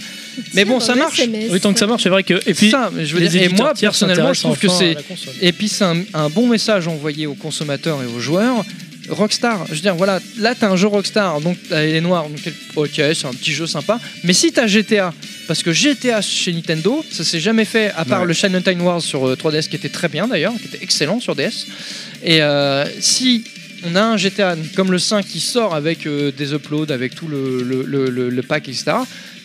Speaker 2: mais bon, ça marche.
Speaker 3: Oui, tant que ça marche, c'est vrai que. Et puis,
Speaker 2: ça, mais je veux
Speaker 3: les
Speaker 2: dire, et
Speaker 3: éditeurs
Speaker 2: moi,
Speaker 3: tiers
Speaker 2: personnellement, je trouve que
Speaker 3: s'intéressent enfin à
Speaker 2: c'est
Speaker 3: la console.
Speaker 2: et puis c'est un, un bon message envoyé aux consommateurs et aux joueurs. Rockstar, je veux dire, voilà, là t'as un jeu Rockstar, donc euh, il est noir, donc ok, c'est un petit jeu sympa. Mais si t'as GTA, parce que GTA chez Nintendo, ça s'est jamais fait, à part
Speaker 6: Ouais.
Speaker 2: le Shine Time Wars sur euh, 3DS qui était très bien d'ailleurs, qui était excellent sur DS. Et euh, si on a un GTA comme le 5 qui sort avec euh, des uploads, avec tout le, le, le- le- le pack, etc.,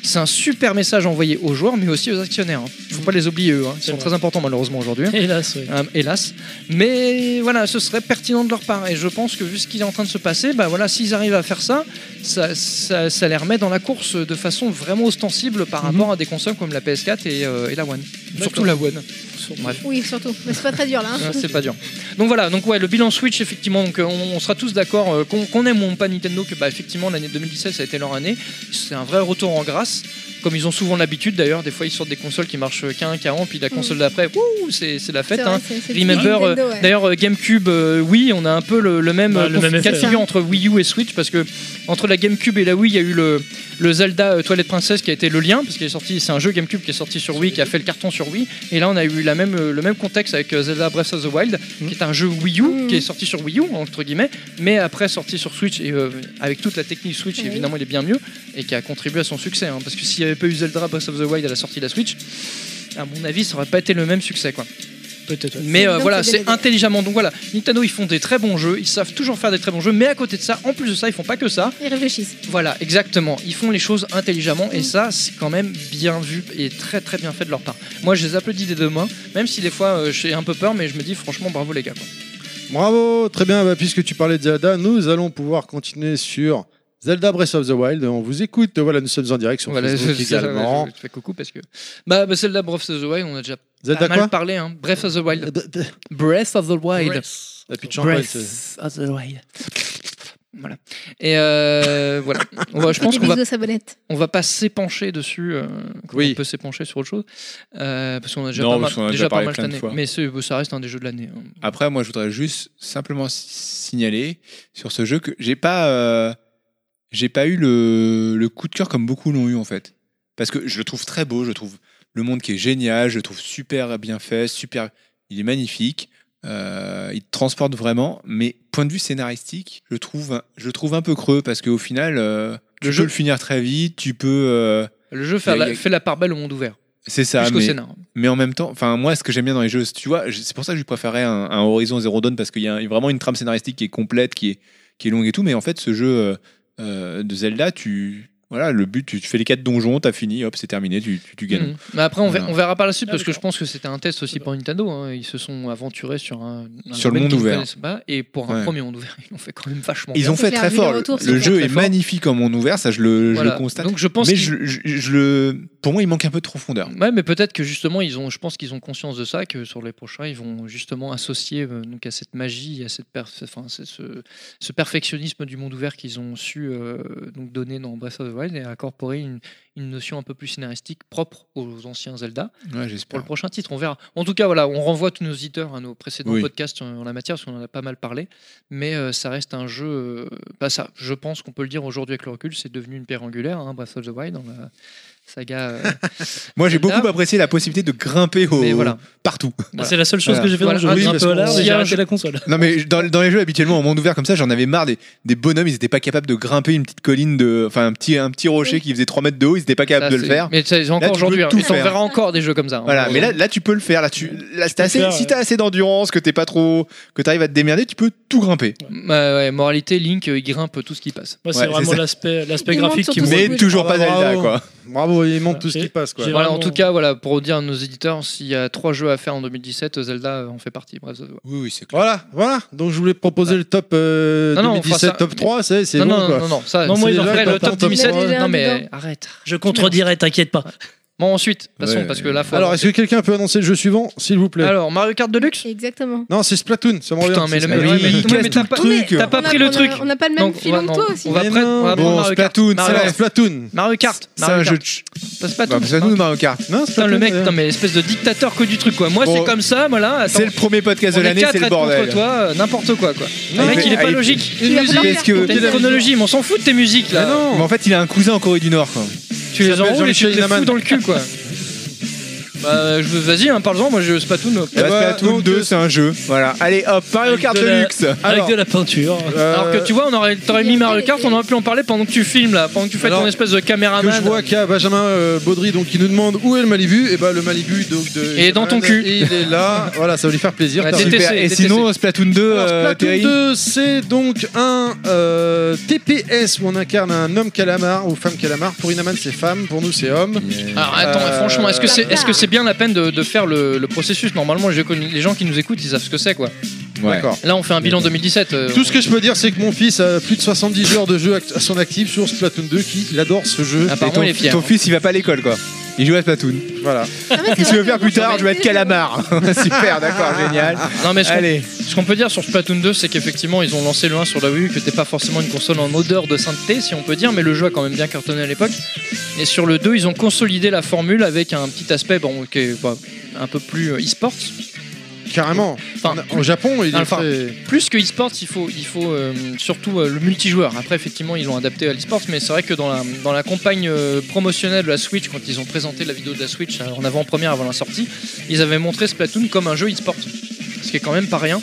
Speaker 2: c'est un super message envoyé aux joueurs, mais aussi aux actionnaires. hein. Faut pas les oublier eux, hein. ils
Speaker 3: Mm. C'est
Speaker 2: sont
Speaker 3: vrai.
Speaker 2: très importants malheureusement aujourd'hui.
Speaker 3: Hélas, oui.
Speaker 2: Euh, hélas. Mais voilà, ce serait pertinent de leur part. Et je pense que vu ce qui est en train de se passer, bah voilà, s'ils arrivent à faire ça, ça, ça, ça les remet dans la course de façon vraiment ostensible par
Speaker 3: Mhm.
Speaker 2: rapport à des consoles comme la PS4 et, euh, et la One. Surtout
Speaker 3: D'accord.
Speaker 2: la One. Bref.
Speaker 5: Oui, surtout. Mais c'est pas très dur là. hein.
Speaker 2: Ouais, c'est pas dur. Donc voilà, donc ouais, le bilan Switch, effectivement, donc, euh, on, on sera tous d'accord, euh, qu'on qu'on aime ou pas Nintendo, que bah, effectivement l'année 2017 ça a été leur année. C'est un vrai retour en grâce, comme ils ont souvent l'habitude d'ailleurs. Des fois ils sortent des consoles qui marchent qu'un, qu'un an, puis la console d'après, ouh, c'est c'est la fête.
Speaker 5: C'est vrai,
Speaker 2: hein.
Speaker 5: c'est- c'est
Speaker 2: Remember,
Speaker 5: typique
Speaker 2: euh,
Speaker 5: Nintendo, ouais.
Speaker 2: d'ailleurs euh, GameCube, euh, Wii, on a un peu le, le même,
Speaker 3: Ouais,
Speaker 2: euh,
Speaker 3: Bah, le même
Speaker 2: cas de
Speaker 3: effet.
Speaker 2: figure entre Wii U et Switch parce que entre la GameCube et la Wii, il y a eu le, le Zelda euh, Toilette Princesse qui a été le lien parce qu'il est sorti, c'est un jeu GameCube qui est sorti sur Wii qui a fait le carton sur Wii et là on a eu la même, euh, le même contexte avec euh, Zelda Breath of the Wild
Speaker 5: Mm.
Speaker 2: qui est un jeu Wii U
Speaker 5: Mhm.
Speaker 2: qui est sorti sur Wii U entre guillemets mais après sorti sur Switch et euh, avec toute la technique Switch
Speaker 5: Oui.
Speaker 2: évidemment il est bien mieux et qui a contribué à son succès hein, parce que s'il n'y avait pas eu Zelda Breath of the Wild à la sortie de la Switch à mon avis ça aurait pas été le même succès quoi
Speaker 3: Peut-être. ouais.
Speaker 2: mais euh,
Speaker 5: Donc,
Speaker 2: voilà,
Speaker 5: c'est
Speaker 2: c'est
Speaker 5: délégué.
Speaker 2: intelligemment. Donc voilà, Nintendo, ils font des très bons jeux, ils savent toujours faire des très bons jeux, mais à côté de ça, en plus de ça, ils font pas que ça.
Speaker 5: Ils réfléchissent.
Speaker 2: Voilà, exactement. Ils font les choses intelligemment et
Speaker 5: Mm.
Speaker 2: ça, c'est quand même bien vu et très très bien fait de leur part. Moi, je les applaudis des deux mains, même si des fois, euh, j'ai un peu peur, mais je me dis franchement, bravo les gars. quoi.
Speaker 1: Bravo, très bien. Bah, puisque tu parlais de Zelda, nous allons pouvoir continuer sur Zelda Breath of the Wild. On vous écoute. Voilà, nous sommes en direct sur
Speaker 2: Voilà,
Speaker 1: Facebook
Speaker 2: c'est ça,
Speaker 1: également.
Speaker 2: ouais, je- je fais coucou parce que. Bah, bah, celle-là, Breath of the Wild, on a déjà
Speaker 1: Zelda
Speaker 2: pas mal
Speaker 1: quoi
Speaker 2: parlé. Hein. Breath of the Wild.
Speaker 1: B- b-
Speaker 2: Breath of the Wild.
Speaker 1: La pute champagne, c'est-
Speaker 3: Bah,
Speaker 2: Voilà. Et euh, voilà. On va- je pense
Speaker 5: Des
Speaker 2: qu'on
Speaker 5: bisous
Speaker 2: va
Speaker 5: de sabonnette.
Speaker 2: on va pas s'épancher dessus euh, comme
Speaker 1: Oui.
Speaker 2: on peut s'épancher sur autre chose euh, parce qu'on a déjà
Speaker 6: Non,
Speaker 2: pas
Speaker 6: parce qu'on en
Speaker 2: mal,
Speaker 6: a
Speaker 2: déjà
Speaker 6: déjà
Speaker 2: pas
Speaker 6: parlé
Speaker 2: mal cette
Speaker 6: plein de
Speaker 2: année
Speaker 6: fois.
Speaker 2: mais c'est- ça reste un des jeux de l'année hein.
Speaker 6: Après, moi, je voudrais juste simplement s- signaler sur ce jeu que j'ai pas, euh, j'ai pas eu le, le coup de cœur comme beaucoup l'ont eu en fait, parce que je le trouve très beau, je trouve le monde qui est génial, je le trouve super bien fait, super, il est magnifique, euh, il te transporte vraiment, mais point de vue scénaristique, je le trouve, un- je le trouve un peu creux parce qu'au final, euh, tu
Speaker 2: Le jeu-
Speaker 6: peux le finir très vite, tu peux, euh,
Speaker 2: le jeu fait,
Speaker 6: Il y a- il
Speaker 2: la,
Speaker 6: y a-
Speaker 2: fait la part belle au monde ouvert
Speaker 6: c'est ça,
Speaker 2: jusqu'au
Speaker 6: mais,
Speaker 2: scénar
Speaker 6: mais en même temps, enfin moi ce que j'aime bien dans les jeux, c'est- tu vois, je- c'est pour ça que je préférais un, un Horizon Zero Dawn parce qu'il y a un- vraiment une trame scénaristique qui est complète, qui est, qui est longue et tout. Mais en fait, ce jeu euh, euh, de Zelda, tu voilà, le but, tu, tu fais les quatre donjons, t'as fini, hop, c'est terminé, tu, tu, tu gagnes.
Speaker 2: Mhm. mais après on verra,
Speaker 6: Voilà.
Speaker 2: on verra par la suite
Speaker 3: Ah,
Speaker 2: parce que je
Speaker 3: d'accord.
Speaker 2: pense que c'était un test aussi pour Nintendo hein. ils se sont aventurés sur un, un
Speaker 6: Sur le
Speaker 2: domaine
Speaker 6: monde
Speaker 2: qu'ils ne
Speaker 6: ouvert.
Speaker 2: connaissent pas, et pour un
Speaker 6: Ouais.
Speaker 2: premier monde ouvert ils l'ont fait quand même vachement
Speaker 6: Ils
Speaker 2: bien.
Speaker 6: ont fait
Speaker 5: C'est clair,
Speaker 6: très
Speaker 5: vu
Speaker 6: fort.
Speaker 5: le
Speaker 6: Le,
Speaker 5: retour,
Speaker 6: le
Speaker 5: c'est
Speaker 6: jeu
Speaker 2: clair,
Speaker 6: est
Speaker 2: très fort.
Speaker 6: magnifique en monde ouvert, ça je le, je
Speaker 2: Voilà.
Speaker 6: le constate.
Speaker 2: donc je pense
Speaker 6: mais
Speaker 2: qu'ils-
Speaker 6: je, je- je le, pour moi, il manque un peu de profondeur.
Speaker 2: Ouais, mais peut-être que justement, ils ont, je pense qu'ils ont conscience de ça, que sur les prochains, ils vont justement associer euh, donc à cette magie, à cette per- enfin, c'est ce, ce perfectionnisme du monde ouvert qu'ils ont su euh, donc donner dans Breath of the Wild et incorporer une, une notion un peu plus scénaristique propre aux anciens Zelda
Speaker 6: Ouais,
Speaker 2: pour
Speaker 6: j'espère.
Speaker 2: le prochain titre. On verra. En tout cas, voilà, on renvoie tous nos auditeurs à nos précédents
Speaker 6: Oui.
Speaker 2: podcasts euh, en la matière, parce qu'on en a pas mal parlé. Mais euh, ça reste un jeu. euh, bah, ça, je pense qu'on peut le dire aujourd'hui avec le recul, c'est devenu une pierre angulaire, hein, Breath of the Wild, dans la saga. euh,
Speaker 6: Moi, j'ai
Speaker 2: Zelda.
Speaker 6: beaucoup apprécié la possibilité de grimper au,
Speaker 2: mais voilà.
Speaker 6: partout.
Speaker 3: Ah, C'est la seule chose
Speaker 2: Voilà.
Speaker 3: que j'ai fait dans le
Speaker 2: Voilà.
Speaker 3: jeu.
Speaker 2: Oui,
Speaker 3: un
Speaker 6: parce
Speaker 3: peu à
Speaker 6: qu'on-
Speaker 3: l'art et
Speaker 2: s'il y
Speaker 3: j'ai
Speaker 2: a un
Speaker 3: arrêté
Speaker 2: jeu-
Speaker 3: la console.
Speaker 6: Non mais dans, dans les jeux habituellement en monde ouvert comme ça j'en avais marre des, des bonhommes ils étaient pas capables de grimper une petite colline de enfin un petit un petit rocher qui faisait 3 mètres de haut ils étaient pas
Speaker 2: Ça,
Speaker 6: capables de le
Speaker 2: c'est-
Speaker 6: faire
Speaker 2: Mais c'est
Speaker 6: Là,
Speaker 2: encore
Speaker 6: tu
Speaker 2: aujourd'hui.
Speaker 6: peux
Speaker 2: hein.
Speaker 6: tout
Speaker 2: Et t'en
Speaker 6: faire.
Speaker 2: verras encore des jeux comme ça. hein.
Speaker 6: voilà mais là là tu peux le faire là tu là c'est
Speaker 3: peux
Speaker 6: assez-
Speaker 3: faire,
Speaker 6: si
Speaker 3: ouais.
Speaker 6: t'as assez d'endurance que t'es pas trop que t'arrives à te démerder tu peux tout grimper
Speaker 2: Ouais, ouais, moralité, Link, euh, il grimpe tout ce qui passe.
Speaker 3: Moi,
Speaker 6: Ouais,
Speaker 3: c'est
Speaker 6: c'est
Speaker 3: vraiment
Speaker 6: ça.
Speaker 3: l'aspect l'aspect
Speaker 5: Il monte
Speaker 3: graphique
Speaker 5: sur
Speaker 3: qui
Speaker 5: tout
Speaker 3: me.
Speaker 5: ça.
Speaker 6: mais
Speaker 5: cool.
Speaker 6: toujours
Speaker 1: Ah
Speaker 6: pas
Speaker 1: bah,
Speaker 6: Zelda
Speaker 1: bravo.
Speaker 6: quoi
Speaker 1: Bravo, gros, il montre tout ce qui passe. Quoi.
Speaker 3: J'ai-
Speaker 2: Voilà, en
Speaker 3: vraiment-
Speaker 2: tout cas, voilà, pour dire à nos éditeurs, s'il y a trois jeux à faire en 2017, Zelda en fait partie. Bref, euh, ça se voit.
Speaker 8: Oui, oui, c'est clair.
Speaker 1: Voilà, voilà. Donc je voulais proposer le top euh,
Speaker 2: Non, non, on fera
Speaker 1: 2017,
Speaker 2: ça.
Speaker 1: top 3, c'est c'est
Speaker 2: Non,
Speaker 1: long
Speaker 2: non,
Speaker 1: quoi.
Speaker 2: non, non, non, ça,
Speaker 3: Non,
Speaker 2: c'est
Speaker 3: moi, ils
Speaker 2: déjà
Speaker 3: en feraient
Speaker 2: le
Speaker 1: pas
Speaker 2: top
Speaker 1: top
Speaker 2: 2017.
Speaker 5: trois.
Speaker 2: Non, mais
Speaker 5: Déjà,
Speaker 2: euh, arrête.
Speaker 9: Je contredirai, t'inquiète pas.
Speaker 2: Bon, ensuite, de toute façon,
Speaker 1: Ouais.
Speaker 2: parce que là, faut
Speaker 1: Alors,
Speaker 2: avancer.
Speaker 1: est-ce que quelqu'un peut annoncer le jeu suivant, s'il vous plaît
Speaker 2: Alors, Mario Kart Deluxe
Speaker 5: Exactement.
Speaker 1: Non, c'est Splatoon, ça me revient.
Speaker 2: Putain, mais
Speaker 1: c'est
Speaker 2: le mec,
Speaker 1: Splatoon.
Speaker 2: ouais, mais- ouais, mais t'as pas,
Speaker 5: truc.
Speaker 2: t'as pas
Speaker 5: On a-
Speaker 2: pris
Speaker 5: on
Speaker 2: le
Speaker 5: a-
Speaker 2: truc.
Speaker 5: On n'a pas le même
Speaker 2: Donc,
Speaker 5: filon
Speaker 2: ouais,
Speaker 5: que
Speaker 2: non,
Speaker 5: toi aussi.
Speaker 2: on va
Speaker 1: Mais
Speaker 2: prendre-
Speaker 1: non.
Speaker 2: on va prendre
Speaker 6: Bon,
Speaker 2: Mario Kart.
Speaker 6: Splatoon, c'est
Speaker 2: Mario
Speaker 6: la-
Speaker 1: Alors,
Speaker 2: Kart.
Speaker 1: Splatoon.
Speaker 2: Mario Kart,
Speaker 6: C'est un
Speaker 2: Mario
Speaker 6: jeu
Speaker 2: Kart.
Speaker 6: de ch-
Speaker 2: Passe pas
Speaker 6: Bah,
Speaker 2: tout.
Speaker 6: Splatoon ou Mario Kart
Speaker 1: Non,
Speaker 2: Putain, le mec,
Speaker 1: euh,
Speaker 2: putain, mais espèce de dictateur que du truc, quoi. Moi,
Speaker 6: Bon.
Speaker 2: c'est comme ça, voilà. attends,
Speaker 6: C'est le premier podcast de
Speaker 2: on est
Speaker 6: l'année,
Speaker 2: quatre
Speaker 6: c'est
Speaker 2: à
Speaker 6: le
Speaker 2: être contre
Speaker 6: bordel.
Speaker 2: toi, euh, n'importe quoi, quoi.
Speaker 6: Non,
Speaker 2: le mec,
Speaker 6: mais-
Speaker 2: il est pas
Speaker 6: ah,
Speaker 2: logique. Une
Speaker 5: vas
Speaker 2: musique,
Speaker 5: pas
Speaker 6: Parce que-
Speaker 2: t'as une chronologie, mais on s'en fout de tes musiques,
Speaker 1: mais
Speaker 2: là.
Speaker 6: Mais
Speaker 1: non.
Speaker 6: en fait, il a un cousin en Corée du Nord. quoi.
Speaker 2: Tu les
Speaker 1: s'appelle
Speaker 2: enroules et tu
Speaker 1: Jean-Michel
Speaker 2: te les fous
Speaker 1: Inaman.
Speaker 2: dans le cul, quoi. Bah, je veux- vas-y, hein, parle-en, moi, je Splatoon.
Speaker 1: Eh bah,
Speaker 6: ben, Splatoon
Speaker 1: donc,
Speaker 6: 2, c'est un jeu. Voilà. Allez, hop, Mario
Speaker 3: Avec
Speaker 6: Kart
Speaker 3: de la-
Speaker 6: Deluxe.
Speaker 2: Ah,
Speaker 3: Avec
Speaker 1: Alors-
Speaker 3: de la peinture.
Speaker 1: Euh,
Speaker 2: Alors que tu vois, on aurait, t'aurais mis Mario Kart, on aurait pu en parler pendant que tu filmes là, pendant que tu fais
Speaker 1: Alors,
Speaker 2: ton espèce de
Speaker 1: que
Speaker 2: caméraman.
Speaker 1: je vois qu'il y a Benjamin euh, Baudry donc qui nous demande où est le Malibu et bah le Malibu donc de
Speaker 2: Et dans ton cul.
Speaker 1: il est là voilà ça va lui faire plaisir
Speaker 2: Ouais,
Speaker 1: t'as
Speaker 2: DTC,
Speaker 6: Super. Et
Speaker 2: DTC.
Speaker 6: sinon, Splatoon 2,
Speaker 1: Alors,
Speaker 6: euh,
Speaker 1: Splatoon
Speaker 6: Terry
Speaker 1: 2, c'est donc un euh, TPS où on incarne un homme calamar ou femme calamar. Pour Inaman, c'est femme, pour nous, c'est homme.
Speaker 2: Alors attends,
Speaker 1: Euh,
Speaker 2: franchement, est-ce que c'est
Speaker 5: Barbare.
Speaker 2: est-ce que c'est bien la peine de, de faire le, le processus Normalement, je connais- les gens qui nous écoutent, ils savent ce que c'est quoi.
Speaker 6: Ouais.
Speaker 1: D'accord.
Speaker 2: Là, on fait un bilan 2017. euh,
Speaker 1: Tout ce que je peux dire, c'est que mon fils a plus de 70 heures de jeu act- à son actif sur Splatoon 2, qui il adore ce jeu.
Speaker 2: Ah, Apparemment,
Speaker 1: Et
Speaker 2: il est fier.
Speaker 6: Ton fils, il va pas à l'école, quoi. Il joue à Splatoon.
Speaker 1: donc, Voilà.
Speaker 6: Qu'est-ce que tu veux faire plus tard Je vais être calamar. Super, d'accord, génial.
Speaker 2: Non mais ce qu'on-
Speaker 6: Allez.
Speaker 2: ce qu'on peut dire sur Splatoon 2, c'est qu'effectivement, ils ont lancé le 1 sur la Wii U, que t'es pas forcément une console en odeur de sainteté, si on peut dire, mais le jeu a quand même bien cartonné à l'époque. Et sur le 2, ils ont consolidé la formule avec un petit aspect, bon, qui est bah, un peu plus euh, e-sport.
Speaker 1: Carrément.
Speaker 2: Enfin,
Speaker 1: En- Au Japon, il est
Speaker 2: Alpha.
Speaker 1: très-
Speaker 2: plus que e-sport, il faut, il faut euh, surtout euh, le multijoueur. Après, effectivement, ils l'ont adapté à l'e-sport, mais c'est vrai que dans la, dans la campagne euh, promotionnelle de la Switch, quand ils ont présenté la vidéo de la Switch euh, en avant-première avant la sortie, ils avaient montré Splatoon comme un jeu e-sport, ce qui est quand même pas rien.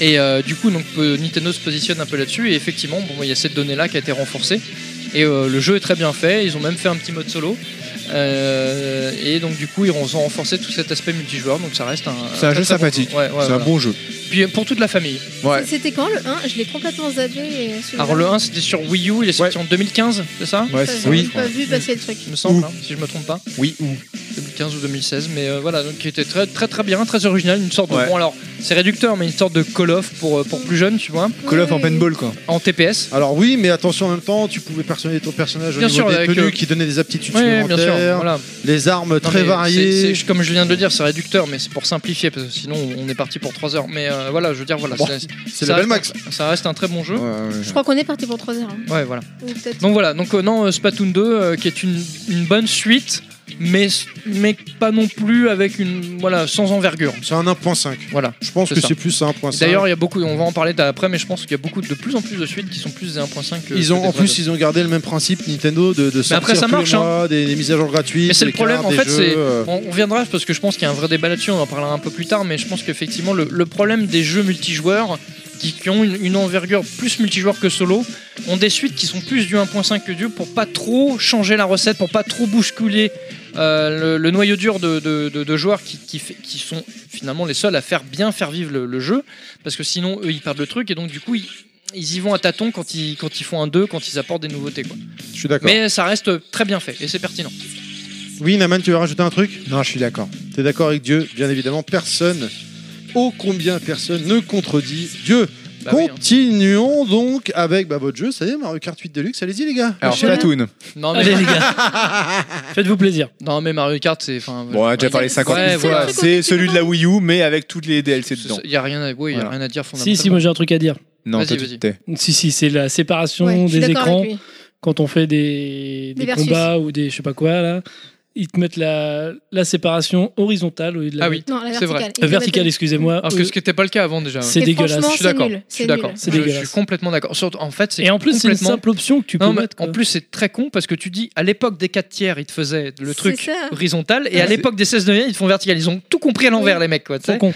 Speaker 2: Et euh, du coup, donc, euh, Nintendo se positionne un peu là-dessus, et effectivement, bon, il y a cette donnée-là qui a été renforcée. Et euh, le jeu est très bien fait, ils ont même fait un petit mode solo. Euh, et donc, du coup, ils ont ils ont renforcé tout cet aspect multijoueur, donc ça reste un.
Speaker 6: C'est un
Speaker 2: très,
Speaker 6: jeu
Speaker 2: très bon
Speaker 6: sympathique.
Speaker 2: jeu. Ouais, ouais,
Speaker 6: C'est un
Speaker 2: voilà.
Speaker 6: bon jeu.
Speaker 2: Puis euh, pour toute la famille.
Speaker 6: Ouais.
Speaker 5: C'était quand le 1 Je l'ai complètement zappé. et celui-là,
Speaker 2: Alors le 1 c'était sur Wii U, il est sorti en 2015, c'est ça
Speaker 6: Ouais,
Speaker 5: je
Speaker 6: c'est
Speaker 5: l'ai
Speaker 6: oui.
Speaker 5: pas vu passer le truc.
Speaker 2: Il me semble, hein, si je me trompe pas.
Speaker 6: Oui, ou.
Speaker 2: 2015 ou 2016, mais euh, voilà, donc qui était très très très bien, très original, une sorte de...
Speaker 6: Ouais.
Speaker 2: Bon alors, c'est réducteur, mais une sorte de call-off pour, euh, pour plus jeunes, tu vois,
Speaker 6: Call of en
Speaker 5: Ouais.
Speaker 6: paintball, quoi.
Speaker 2: en TPS.
Speaker 1: Alors oui, mais attention en même temps, tu pouvais personnaliser ton personnage au
Speaker 2: Bien
Speaker 1: niveau
Speaker 2: sûr,
Speaker 1: des
Speaker 2: avec,
Speaker 1: tenues
Speaker 2: euh,
Speaker 1: qui donnaient des aptitudes
Speaker 2: Oui, bien sûr,
Speaker 1: supplémentaires,
Speaker 2: voilà.
Speaker 1: les armes
Speaker 2: Non,
Speaker 1: très
Speaker 2: mais
Speaker 1: variées.
Speaker 2: c'est- c'est- comme je viens de le dire, c'est réducteur, mais c'est pour simplifier, parce que sinon on est parti pour 3 heures. Mais euh, voilà, je veux dire, voilà,
Speaker 1: Bon,
Speaker 2: c'est-
Speaker 1: c'est
Speaker 2: ça
Speaker 1: la belle max.
Speaker 2: reste un- ça reste un très bon jeu.
Speaker 5: Je crois qu'on est parti pour 3 heures. hein.
Speaker 2: ouais voilà.
Speaker 5: Ou peut-être.
Speaker 2: Donc voilà, donc euh, non, euh, Splatoon 2 euh, qui est une, une bonne suite, mais, mais pas non plus avec une. Voilà, sans envergure.
Speaker 1: C'est un 1.5.
Speaker 2: Voilà.
Speaker 1: Je pense
Speaker 2: C'est
Speaker 1: que
Speaker 2: ça.
Speaker 1: c'est plus un 1.5.
Speaker 2: D'ailleurs, il y a beaucoup, on va en parler après, mais je pense qu'il y a beaucoup de plus en plus de suites qui sont plus des 1.5 que.
Speaker 1: Ils ont,
Speaker 2: que des
Speaker 1: en
Speaker 2: vrais
Speaker 1: plus,
Speaker 2: jeux.
Speaker 1: ils ont gardé le même principe Nintendo de, de sortir
Speaker 2: après,
Speaker 1: tous
Speaker 2: ça
Speaker 1: les
Speaker 2: marche, hein.
Speaker 1: mois, des, des mises à jour gratuites.
Speaker 2: Mais c'est le
Speaker 1: des
Speaker 2: problème,
Speaker 1: cartes,
Speaker 2: en
Speaker 1: des
Speaker 2: fait,
Speaker 1: jeux,
Speaker 2: c'est.
Speaker 1: euh,
Speaker 2: On, on viendra parce que je pense qu'il y a un vrai débat là-dessus, on en parlera un peu plus tard, mais je pense qu'effectivement, le, le problème des jeux multijoueurs qui, qui ont une, une envergure plus multijoueur que solo ont des suites qui sont plus du 1.5 que du pour pas trop changer la recette, pour pas trop bousculer euh, le, le noyau dur de, de- de- de joueurs qui, qui fait- qui sont finalement les seuls à faire bien faire vivre le, le jeu parce que sinon eux ils perdent le truc et donc du coup ils. ils y vont à tâtons quand ils, quand ils font un 2, quand ils apportent des nouveautés. Quoi.
Speaker 1: Je suis d'accord.
Speaker 2: Mais ça reste très bien fait et c'est pertinent.
Speaker 1: Oui, Naman, tu veux rajouter un truc
Speaker 6: Non, je suis d'accord.
Speaker 1: T'es d'accord avec Dieu Bien évidemment, personne, ô combien personne ne contredit Dieu.
Speaker 2: Bah oui, hein.
Speaker 1: Continuons donc avec bah, votre jeu, ça y est, Mario Kart 8 Deluxe, allez-y les gars.
Speaker 6: Alors,
Speaker 5: Voilà.
Speaker 6: Splatoon.
Speaker 2: Non, mais
Speaker 3: Allez les gars, faites-vous plaisir.
Speaker 2: Non mais Mario Kart c'est enfin
Speaker 6: Bon, on a déjà parlé 50
Speaker 2: Ouais,
Speaker 6: fois.
Speaker 2: voilà.
Speaker 6: C'est celui de la Wii U, mais avec toutes les DLC dedans.
Speaker 2: il y a rien à ouais, y a
Speaker 6: Voilà.
Speaker 2: rien à dire fondamentalement.
Speaker 3: Si, si, moi j'ai un truc à dire.
Speaker 6: Non,
Speaker 2: Vas-y,
Speaker 6: toi,
Speaker 2: vas-y.
Speaker 6: tu t'es.
Speaker 3: Si, si, c'est la séparation
Speaker 5: Ouais, je suis
Speaker 3: des
Speaker 5: d'accord
Speaker 3: écrans.
Speaker 5: avec lui.
Speaker 3: Quand on fait des,
Speaker 5: Des
Speaker 3: des
Speaker 5: versus.
Speaker 3: combats ou des je sais pas quoi, là, ils te mettent la, la séparation horizontale au lieu de la
Speaker 2: Ah oui.
Speaker 5: Non, la
Speaker 2: C'est
Speaker 5: verticale.
Speaker 2: vrai.
Speaker 5: Il
Speaker 3: euh,
Speaker 5: devait
Speaker 3: verticale,
Speaker 5: être-
Speaker 3: excusez-moi.
Speaker 2: Alors que ce qui n'était pas le cas avant déjà.
Speaker 3: C'est
Speaker 5: Et
Speaker 3: dégueulasse.
Speaker 5: franchement,
Speaker 2: Je suis d'accord.
Speaker 5: c'est nul,
Speaker 2: Je suis
Speaker 5: c'est
Speaker 2: d'accord.
Speaker 5: nul.
Speaker 3: C'est
Speaker 2: Je- je,
Speaker 3: dégueulasse.
Speaker 2: suis complètement d'accord. Surtout, En fait, c'est
Speaker 3: Et en plus, c'est une
Speaker 2: complètement
Speaker 3: simple option que tu peux
Speaker 2: Non, mais
Speaker 3: mettre. euh,
Speaker 2: en
Speaker 3: quoi.
Speaker 2: plus, c'est très con parce que tu dis à l'époque des 4 tiers, ils te faisaient le truc
Speaker 5: C'est ça.
Speaker 2: horizontal
Speaker 3: Ah,
Speaker 2: et à
Speaker 6: Ouais.
Speaker 2: l'époque des 16 neuvième, ils te font vertical. Ils ont tout compris à l'envers,
Speaker 5: Oui.
Speaker 2: les mecs. Quoi, tu
Speaker 3: Trop
Speaker 2: sais.
Speaker 3: con.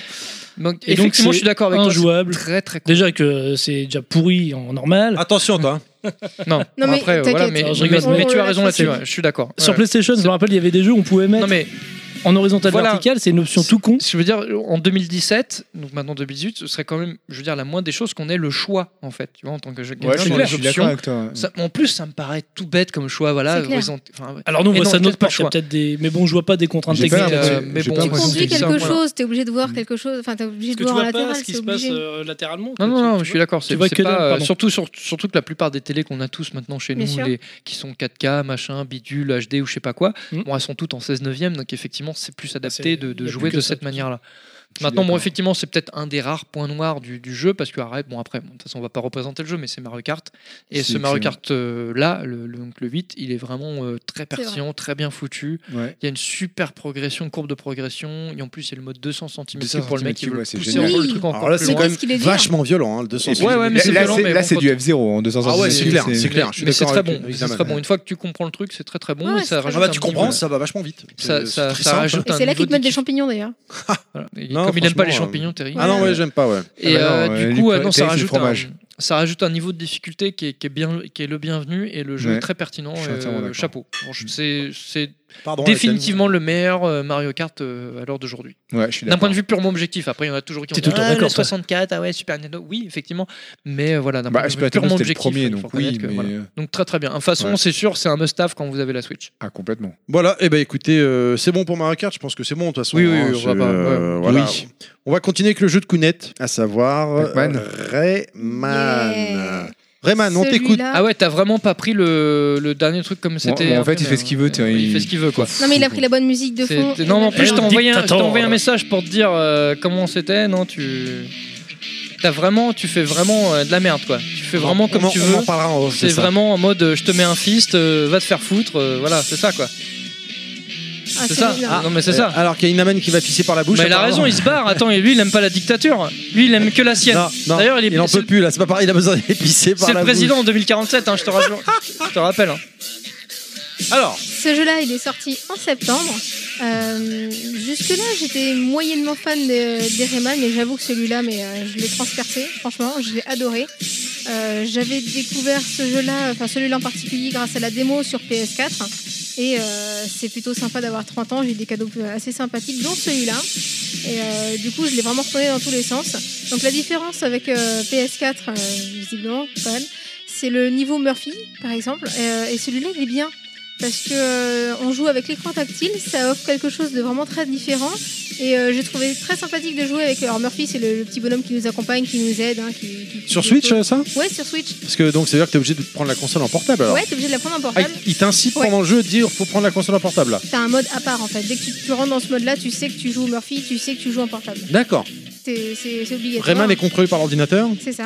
Speaker 2: donc,
Speaker 3: Et donc,
Speaker 2: effectivement,
Speaker 3: c'est
Speaker 2: je suis d'accord avec toi.
Speaker 3: Injouable.
Speaker 2: c'est Très, très con.
Speaker 3: Déjà que c'est déjà pourri en normal.
Speaker 8: Attention, toi. hein.
Speaker 2: Non,
Speaker 5: Non,
Speaker 2: bon,
Speaker 5: mais
Speaker 2: après, euh, voilà,
Speaker 5: t'inquiète.
Speaker 2: mais,
Speaker 3: Alors, je
Speaker 2: mais-
Speaker 3: rigole,
Speaker 2: mais
Speaker 5: on
Speaker 2: tu as
Speaker 5: relâche
Speaker 2: raison
Speaker 5: la
Speaker 2: là-dessus.
Speaker 5: scène.
Speaker 2: ouais, je suis d'accord.
Speaker 3: Sur
Speaker 2: Ouais.
Speaker 3: PlayStation, je me rappelle, il y avait des jeux où on pouvait mettre
Speaker 2: Non, mais
Speaker 3: en horizontal
Speaker 2: Voilà.
Speaker 3: vertical, c'est une option tout con.
Speaker 2: Ce que je veux dire, en 2017, donc maintenant 2018, ce serait quand même, je veux dire, la moindre des choses qu'on ait le choix, en fait, tu vois, en tant que jeu gamer,
Speaker 6: Ouais, je
Speaker 2: sur
Speaker 6: suis
Speaker 2: les
Speaker 6: je suis d'accord
Speaker 2: options.
Speaker 6: avec toi.
Speaker 2: Ça- en plus, ça me paraît tout bête comme choix, voilà.
Speaker 5: C'est clair.
Speaker 2: horizont- enfin, ouais.
Speaker 3: Alors non, on
Speaker 2: Et
Speaker 3: voit
Speaker 2: non,
Speaker 3: ça
Speaker 2: peut-être
Speaker 3: notre
Speaker 2: pas
Speaker 3: part,
Speaker 2: le
Speaker 3: il y
Speaker 2: choix.
Speaker 3: a peut-être des... Mais bon, je vois pas des contraintes
Speaker 6: J'ai pas
Speaker 3: techniques.
Speaker 6: l'impression-
Speaker 3: euh,
Speaker 2: mais
Speaker 6: Ah, j'ai
Speaker 2: bon,
Speaker 6: pas
Speaker 2: tu
Speaker 5: Tu
Speaker 6: l'impression
Speaker 5: conduis
Speaker 2: c'est ça,
Speaker 5: quelque
Speaker 2: voilà.
Speaker 5: chose, t'es obligé de voir quelque chose, enfin t'es obligé
Speaker 3: Parce
Speaker 5: de
Speaker 3: que tu
Speaker 5: voir en
Speaker 3: vois pas
Speaker 5: latéral,
Speaker 3: ce qui
Speaker 5: c'est
Speaker 3: se passe
Speaker 5: obligé.
Speaker 3: euh, latéralement. quoi,
Speaker 2: Non, non,
Speaker 3: tu-
Speaker 2: non,
Speaker 3: tu
Speaker 2: je suis
Speaker 3: vois.
Speaker 2: d'accord. C'est
Speaker 3: vois
Speaker 2: c'est
Speaker 3: que
Speaker 2: pas.
Speaker 3: dalle,
Speaker 2: euh,
Speaker 3: pardon.
Speaker 2: surtout, sur- surtout que la plupart des télés qu'on a tous maintenant chez
Speaker 5: Bien
Speaker 2: nous,
Speaker 5: sûr.
Speaker 2: les- qui sont 4K, machin, bidule, HD ou je sais pas quoi,
Speaker 3: Mhm.
Speaker 2: bon, elles sont toutes en 16 neuvième, donc effectivement, c'est plus
Speaker 3: c'est-
Speaker 2: adapté de, de
Speaker 3: y a
Speaker 2: jouer
Speaker 3: plus que
Speaker 2: de
Speaker 3: ça,
Speaker 2: cette
Speaker 3: tout
Speaker 2: manière-là.
Speaker 6: suis
Speaker 2: Maintenant, bon,
Speaker 6: d'accord.
Speaker 2: effectivement, c'est peut-être un des rares points noirs du, du jeu, parce que, arrête, bon, après, bon, de toute façon, on va pas représenter le jeu, mais c'est Mario Kart. Et
Speaker 6: C'est
Speaker 2: ce Mario
Speaker 6: excellent.
Speaker 2: Kart-là, le, le- donc le 8, il est vraiment euh, très
Speaker 5: vrai.
Speaker 2: pertinent, très bien foutu.
Speaker 6: Ouais.
Speaker 2: Il y a une super progression, courbe de progression. Et en plus, il y a le mode 200 cm
Speaker 6: 200
Speaker 2: pour le mec qui
Speaker 6: centimétres,
Speaker 2: veut
Speaker 6: ouais, c'est
Speaker 2: pousser
Speaker 5: génial.
Speaker 2: encore le
Speaker 5: Oui.
Speaker 2: truc
Speaker 1: Alors
Speaker 2: encore
Speaker 1: là,
Speaker 2: plus
Speaker 1: c'est
Speaker 2: loin.
Speaker 1: quand même
Speaker 5: Qu'est-ce qu'il est dur
Speaker 1: vachement violent, hein, le 200
Speaker 2: Ouais, ouais, Ah, mais c'est
Speaker 6: là,
Speaker 2: violent,
Speaker 6: c'est-
Speaker 2: mais
Speaker 6: là,
Speaker 2: bon,
Speaker 6: c'est
Speaker 2: quand
Speaker 6: du
Speaker 2: on-
Speaker 6: F0 en 200
Speaker 1: Ah ouais, c'est clair, c'est clair. je suis
Speaker 2: Mais c'est
Speaker 1: d'accord
Speaker 2: très
Speaker 1: avec-
Speaker 2: bon,
Speaker 1: avec
Speaker 2: c'est très
Speaker 1: Zaman.
Speaker 2: bon. Une fois que tu comprends le truc, c'est très très bon. et
Speaker 5: Ouais,
Speaker 2: ça
Speaker 5: c'est
Speaker 2: rajoute
Speaker 5: très
Speaker 1: Ah bah
Speaker 2: un
Speaker 1: tu
Speaker 2: petit
Speaker 1: comprends,
Speaker 2: peu-
Speaker 1: ça va vachement vite.
Speaker 2: Ça,
Speaker 1: C'est-
Speaker 2: ça-
Speaker 1: c'est très
Speaker 2: ça
Speaker 1: simple.
Speaker 2: rajoute
Speaker 5: Et
Speaker 2: un
Speaker 5: c'est là qu'ils
Speaker 2: niveau
Speaker 5: te mettent des
Speaker 2: de-
Speaker 5: champignons d'ailleurs.
Speaker 2: Voilà. Et
Speaker 1: Non,
Speaker 2: Comme il n'aime pas les
Speaker 1: franchement,
Speaker 2: champignons, Terry.
Speaker 1: Ah non, ouais, j'aime pas, ouais.
Speaker 2: Et
Speaker 6: Ah bah
Speaker 2: euh,
Speaker 6: non,
Speaker 2: du
Speaker 6: euh,
Speaker 2: coup,
Speaker 6: lui,
Speaker 2: euh, non, ça
Speaker 6: Terry, c'est
Speaker 2: rajoute
Speaker 6: le fromage.
Speaker 2: un. Ça rajoute un niveau de difficulté qui est, qui est bien, qui est le bienvenu et le jeu
Speaker 6: Ouais.
Speaker 2: est très pertinent.
Speaker 6: Je suis
Speaker 2: euh,
Speaker 6: entièrement d'accord.
Speaker 2: chapeau. Bon, je- c'est c'est
Speaker 1: Pardon,
Speaker 2: définitivement le meilleur euh, Mario Kart euh, à l'heure d'aujourd'hui.
Speaker 6: Ouais, je suis
Speaker 2: D'un
Speaker 6: d'accord.
Speaker 2: point de vue purement objectif, après il y en a toujours qui
Speaker 3: T'es
Speaker 2: vont dire,
Speaker 3: tout le temps
Speaker 2: ah, le
Speaker 3: d'accord, toi.
Speaker 2: 64, ah ouais, Super Nintendo, oui, effectivement, mais euh, voilà, d'un
Speaker 6: Bah,
Speaker 2: point de
Speaker 6: Super
Speaker 2: vue
Speaker 6: Nintendo,
Speaker 2: purement
Speaker 6: c'était le
Speaker 2: objectif,
Speaker 6: premier,
Speaker 2: il faut
Speaker 6: donc oui,
Speaker 2: reconnaître que,
Speaker 6: mais.
Speaker 2: voilà.
Speaker 6: euh,
Speaker 2: Donc très très bien. De toute façon,
Speaker 6: Ouais.
Speaker 2: c'est sûr, c'est un must-have quand vous avez la Switch.
Speaker 6: Ah, complètement.
Speaker 1: Voilà, et ben écoutez, euh, c'est bon pour Mario Kart, je pense que c'est bon de toute façon.
Speaker 2: Oui, oui,
Speaker 1: hein,
Speaker 2: oui, on
Speaker 1: c'est,
Speaker 2: va pas-
Speaker 1: euh,
Speaker 2: ouais.
Speaker 1: voilà.
Speaker 6: Oui.
Speaker 1: On va continuer avec le jeu de Kounet, à savoir euh,
Speaker 6: Pac-Man.
Speaker 1: Rayman.
Speaker 5: Yeah.
Speaker 1: Rayman, on t'écoute.
Speaker 5: Celui-là-
Speaker 2: Ah ouais, t'as vraiment pas pris le, le dernier truc comme c'était.
Speaker 6: bon, en fait,
Speaker 2: imprimé,
Speaker 6: il fait ce
Speaker 2: hein.
Speaker 6: qu'il veut, tiens,
Speaker 2: Il...
Speaker 6: il-
Speaker 2: fait ce qu'il veut, quoi.
Speaker 5: Non mais il a pris la bonne musique de fond.
Speaker 2: C'est- Non, mais en plus, je
Speaker 3: Elle
Speaker 2: t'ai envoyé, un- je t'ai
Speaker 3: dictator.
Speaker 2: envoyé un message pour te dire euh, comment c'était. Non, tu. T'as vraiment. Tu fais vraiment euh, de la merde, quoi. Tu fais vraiment comme
Speaker 1: on, en-
Speaker 2: tu
Speaker 1: on
Speaker 2: veux.
Speaker 1: en parlera en off,
Speaker 2: C'est
Speaker 1: ça.
Speaker 2: vraiment en mode euh, je te mets un fist, euh, va te faire foutre, euh, voilà, c'est ça, quoi. c'est
Speaker 5: Ah, c'est hein.
Speaker 2: ça.
Speaker 5: bizarre.
Speaker 2: non, mais c'est
Speaker 1: Euh,
Speaker 2: ça.
Speaker 1: Alors qu'il y a une amène qui va pisser par la bouche.
Speaker 2: Mais il a raison, il se barre. Attends, et lui, il aime pas la dictature. Lui, il aime que la sienne.
Speaker 1: Non, non,
Speaker 2: D'ailleurs, il est.
Speaker 1: il en
Speaker 2: c'est
Speaker 1: peut
Speaker 2: le-
Speaker 1: plus là, c'est pas pareil, il a besoin d'être pissé par
Speaker 2: C'est
Speaker 1: la
Speaker 2: le
Speaker 1: bouche.
Speaker 2: président en 2047, hein, je te rassure. je te rappelle. hein.
Speaker 1: Alors,
Speaker 5: Ce jeu-là, il est sorti en septembre. Euh, Jusque-là, j'étais moyennement fan de- des Rayman, mais j'avoue que celui-là, mais euh, je l'ai transpercé. Franchement, je l'ai adoré. Euh, J'avais découvert ce jeu-là, enfin celui-là en particulier, grâce à la démo sur PS4. Et euh, c'est plutôt sympa d'avoir 30 ans. J'ai eu des cadeaux assez sympathiques, dont celui-là. Et euh, du coup, je l'ai vraiment retourné dans tous les sens. Donc la différence avec euh, PS4, euh, visiblement, quand même, c'est le niveau Murphy, par exemple. Euh, et celui-là, il est bien parce que euh, on joue avec l'écran tactile, ça offre quelque chose de vraiment très différent. Et euh, j'ai trouvé très sympathique de jouer avec. Alors Murphy, c'est le, le petit bonhomme qui nous accompagne, qui nous aide, hein, qui, qui-
Speaker 1: sur
Speaker 5: qui-
Speaker 1: Switch euh, ça
Speaker 5: Ouais, sur Switch.
Speaker 1: Parce que donc ça veut dire que t'es obligé de prendre la console en portable alors.
Speaker 5: Ouais, t'es obligé de la prendre en
Speaker 1: Ah,
Speaker 5: portable.
Speaker 1: il- il t'incite
Speaker 5: Ouais.
Speaker 1: pendant le jeu à dire faut prendre la console en portable là.
Speaker 5: T'as un mode à part en fait. Dès que tu, tu rentres dans ce mode-là, tu sais que tu joues au Murphy, tu sais que tu joues en portable.
Speaker 1: D'accord.
Speaker 5: C'est c'est- c'est obligatoire.
Speaker 1: Rayman est contrôlé par l'ordinateur
Speaker 5: C'est ça.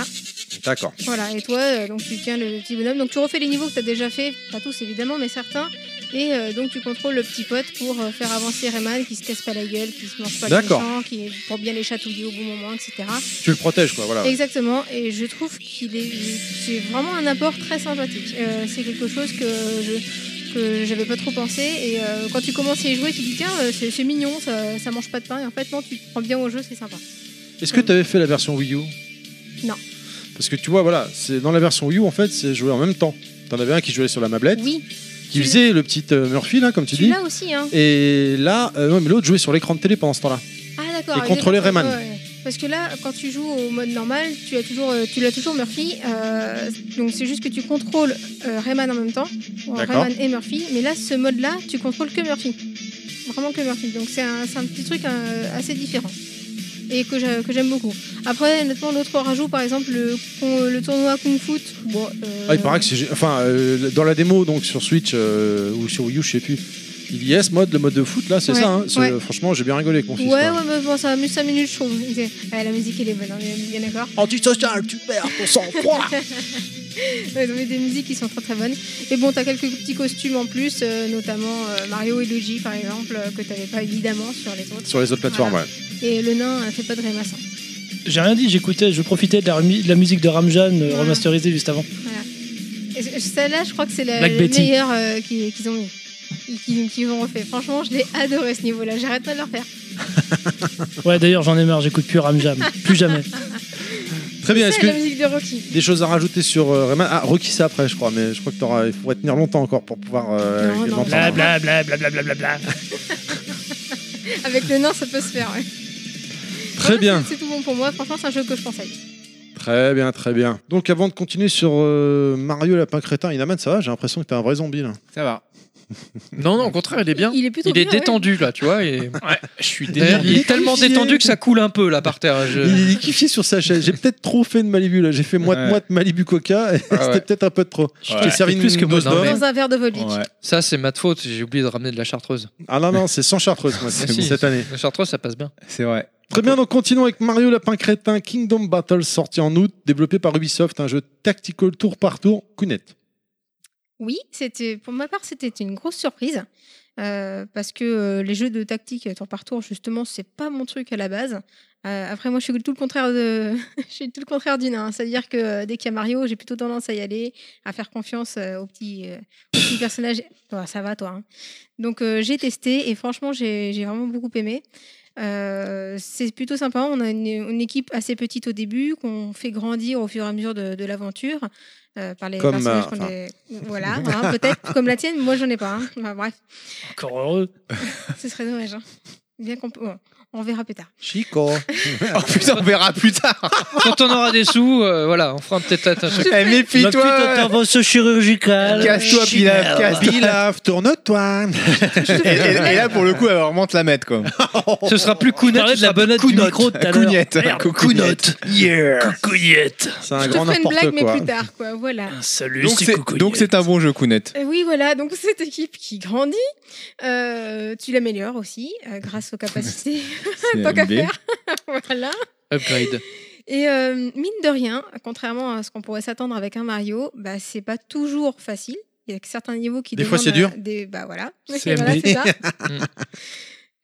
Speaker 1: D'accord.
Speaker 5: Voilà, et toi, euh, donc tu tiens le petit bonhomme. Donc tu refais les niveaux que tu as déjà fait, pas tous évidemment, mais certains. Et euh, donc tu contrôles le petit pote pour euh, faire avancer Rayman, qui se casse pas la gueule, qui se mange pas les
Speaker 1: D'accord.
Speaker 5: gens, qui pour bien les chatouiller au bon moment, etc.
Speaker 1: Tu le protèges quoi, voilà.
Speaker 5: Exactement, et je trouve qu'il est, c'est vraiment un apport très sympathique. Euh, c'est quelque chose que je que j'avais pas trop pensé et euh, quand tu commences à y jouer tu dis tiens euh, c'est c'est mignon ça, ça mange pas de pain et en fait non tu te prends bien au jeu c'est sympa
Speaker 1: Est-ce que tu avais fait la version Wii U
Speaker 5: Non.
Speaker 1: Parce que tu vois, voilà, c'est dans la version Wii U, en fait, c'est joué en même temps. T'en avais un qui jouait sur la mablette,
Speaker 5: oui
Speaker 1: qui faisait le petit euh, Murphy, là, comme tu
Speaker 5: tu
Speaker 1: dis.
Speaker 5: l'as aussi hein
Speaker 1: Et là, euh, non, mais l'autre jouait sur l'écran de télé pendant ce temps-là.
Speaker 5: Ah d'accord.
Speaker 1: Et
Speaker 5: avec
Speaker 1: contrôler
Speaker 5: les cartes-
Speaker 1: Rayman.
Speaker 5: ouais, ouais. Parce que là, quand tu joues au mode normal, tu as toujours, euh, tu l'as toujours Murphy. euh, donc c'est juste que tu contrôles euh, Rayman en même temps, ou
Speaker 1: D'accord.
Speaker 5: Rayman et Murphy. Mais là, ce mode-là, tu contrôles que Murphy, vraiment que Murphy. Donc c'est un, c'est un petit truc euh, assez différent et que j'a- que j'aime beaucoup. Après, honnêtement, l'autre rajout, par exemple, le, con- le tournoi Kung Fu. Bon, euh,
Speaker 1: Ah, il paraît que c'est. Enfin, euh, dans la démo, donc sur Switch euh, ou sur Wii U, je sais plus. Il y a ce mode, le mode de foot, là, c'est
Speaker 5: Ouais,
Speaker 1: ça. hein. Ce-
Speaker 5: ouais.
Speaker 1: Franchement, j'ai bien rigolé, confie.
Speaker 5: Ouais, ouais, mais bon, ça amuse 5 minutes, je trouve. Ouais, la musique, elle est bonne, on est bien d'accord.
Speaker 1: Antisocial, tu perds ton sang-froid
Speaker 5: Ouais, donc, des musiques qui sont très très bonnes. Et bon, t'as quelques petits costumes en plus, euh, notamment euh, Mario et Luigi par exemple, euh, que t'avais pas évidemment sur les autres.
Speaker 1: Sur les autres plateformes,
Speaker 5: Voilà.
Speaker 1: ouais.
Speaker 5: Et le nain euh, fait pas de rémassin.
Speaker 3: J'ai rien dit, j'écoutais, je profitais de la, remi- de la musique de Ramjan euh,
Speaker 5: Ouais.
Speaker 3: remasterisée juste avant.
Speaker 5: Et c- celle-là, je crois que c'est la,
Speaker 3: Black
Speaker 5: la
Speaker 3: Betty.
Speaker 5: meilleure euh, qui- qu'ils ont mis. Et qui- qu'ils ont refait. Franchement, je l'ai adoré ce niveau-là. J'arrête pas de le refaire.
Speaker 3: Ouais, d'ailleurs, j'en ai marre, j'écoute plus Ramjam. plus jamais.
Speaker 1: Très bien, est-ce
Speaker 5: C'est la
Speaker 1: que.
Speaker 5: musique de Rocky.
Speaker 1: Des choses à rajouter sur euh, Rayman Ah, Rocky, c'est après, je crois, mais je crois que t'auras- il faudrait tenir longtemps encore pour pouvoir euh,
Speaker 5: Non, non,
Speaker 1: l'entendre.
Speaker 5: non.
Speaker 3: Bla bla bla bla bla bla bla bla.
Speaker 5: Avec le nain, ça peut se faire. ouais.
Speaker 1: Très
Speaker 5: Voilà,
Speaker 1: bien.
Speaker 5: C'est c'est tout bon pour moi. Franchement, c'est un jeu que je conseille.
Speaker 1: Très bien, très bien. Donc avant de continuer sur euh, Mario Lapin Crétin, Inaman, ça va J'ai l'impression que t'es un vrai zombie là.
Speaker 6: Ça va.
Speaker 2: Non, non, au contraire, il est bien.
Speaker 5: Il est plutôt
Speaker 2: Il est
Speaker 5: bien, ouais.
Speaker 2: détendu là, tu vois. et-
Speaker 6: Je suis
Speaker 2: D'ailleurs, il est tellement
Speaker 1: Détendu.
Speaker 2: détendu que ça coule un peu là par terre.
Speaker 6: Euh.
Speaker 2: je-
Speaker 1: Il est kiffé sur sa chaise. J'ai peut-être trop fait de Malibu là. J'ai fait
Speaker 6: Ouais. Ah
Speaker 1: moite-moite Malibu Coca. et C'était
Speaker 6: ouais.
Speaker 1: peut-être un peu de trop.
Speaker 6: Ouais.
Speaker 1: J'ai servi une
Speaker 2: Plus que moi,
Speaker 1: dose
Speaker 2: non,
Speaker 1: d'or.
Speaker 2: mais-
Speaker 5: Dans un verre de vodka.
Speaker 6: Ah Ouais.
Speaker 2: Ça, c'est ma faute. J'ai oublié de ramener de la chartreuse.
Speaker 1: Ah non, non, c'est sans chartreuse moi, c'est-
Speaker 2: Ah, si,
Speaker 1: cette année.
Speaker 2: La chartreuse, ça passe bien.
Speaker 6: C'est vrai.
Speaker 1: Très bien, donc continuons avec Mario Lapin Crétin Kingdom Battle sorti en août, développé par Ubisoft, un jeu tactical tour par tour, Kounet.
Speaker 5: Oui, c'était pour ma part, c'était une grosse surprise. euh, parce que euh, les jeux de tactique euh, tour par tour, justement, c'est pas mon truc à la base. Euh, après, moi, je suis tout le contraire de, je suis tout le contraire du nain. C'est-à-dire que euh, dès qu'il y a Mario, j'ai plutôt tendance à y aller, à faire confiance euh, aux petits, euh, aux petits personnages. Toi, ça va, toi. hein. Donc, euh, j'ai testé et franchement, j'ai j'ai vraiment beaucoup aimé. Euh, c'est plutôt sympa. On a une, une équipe assez petite au début qu'on fait grandir au fur et à mesure de, de l'aventure euh, par les
Speaker 1: Comme,
Speaker 5: personnages.
Speaker 1: euh,
Speaker 5: qu'on
Speaker 1: enfin.
Speaker 5: est- Voilà, hein, peut-être comme la tienne. Moi, j'en ai pas. hein. Enfin, bref,
Speaker 3: Encore heureux.
Speaker 5: ce serait dommage. hein. Bien qu'on peut- bon, on verra plus tard.
Speaker 1: Chico.
Speaker 6: Oh putain, on verra plus tard.
Speaker 2: Quand on aura des sous, euh, voilà, on fera un peut-être un truc.
Speaker 6: Eh, Méfie-toi.
Speaker 3: intervention chirurgicale.
Speaker 6: Casse-toi, Pilaf. Casse-toi.
Speaker 1: Pilaf, tourne-toi.
Speaker 6: Et, et- et là, pour le coup, elle va vraiment te la mettre, quoi.
Speaker 2: Ce sera plus Kounat,
Speaker 3: Parler
Speaker 2: ce
Speaker 3: de
Speaker 2: sera
Speaker 3: la
Speaker 2: plus
Speaker 3: bonnette du
Speaker 2: Kounat.
Speaker 3: micro tout à l'heure.
Speaker 6: Cougnette. Cougnette. Yeah.
Speaker 1: C'est un
Speaker 5: Je te
Speaker 1: grand
Speaker 5: ferai une
Speaker 1: n'importe
Speaker 5: blague, mais
Speaker 1: quoi.
Speaker 5: plus tard, quoi. Voilà.
Speaker 3: Salut,
Speaker 6: Donc, c'est- Donc, c'est un bon jeu, Counette.
Speaker 5: Euh, Oui, voilà, donc cette équipe qui grandit, euh, tu l'améliores aussi euh, grâce aux capacités, tant qu'à faire. voilà.
Speaker 2: Upgrade.
Speaker 5: Et euh, mine de rien, contrairement à ce qu'on pourrait s'attendre avec un Mario, bah, c'est pas toujours facile. Il y a que certains niveaux qui
Speaker 1: Des fois, c'est
Speaker 5: demandent, euh, Des, bah voilà,
Speaker 3: CMD.
Speaker 5: Voilà, c'est ça.
Speaker 2: Mm.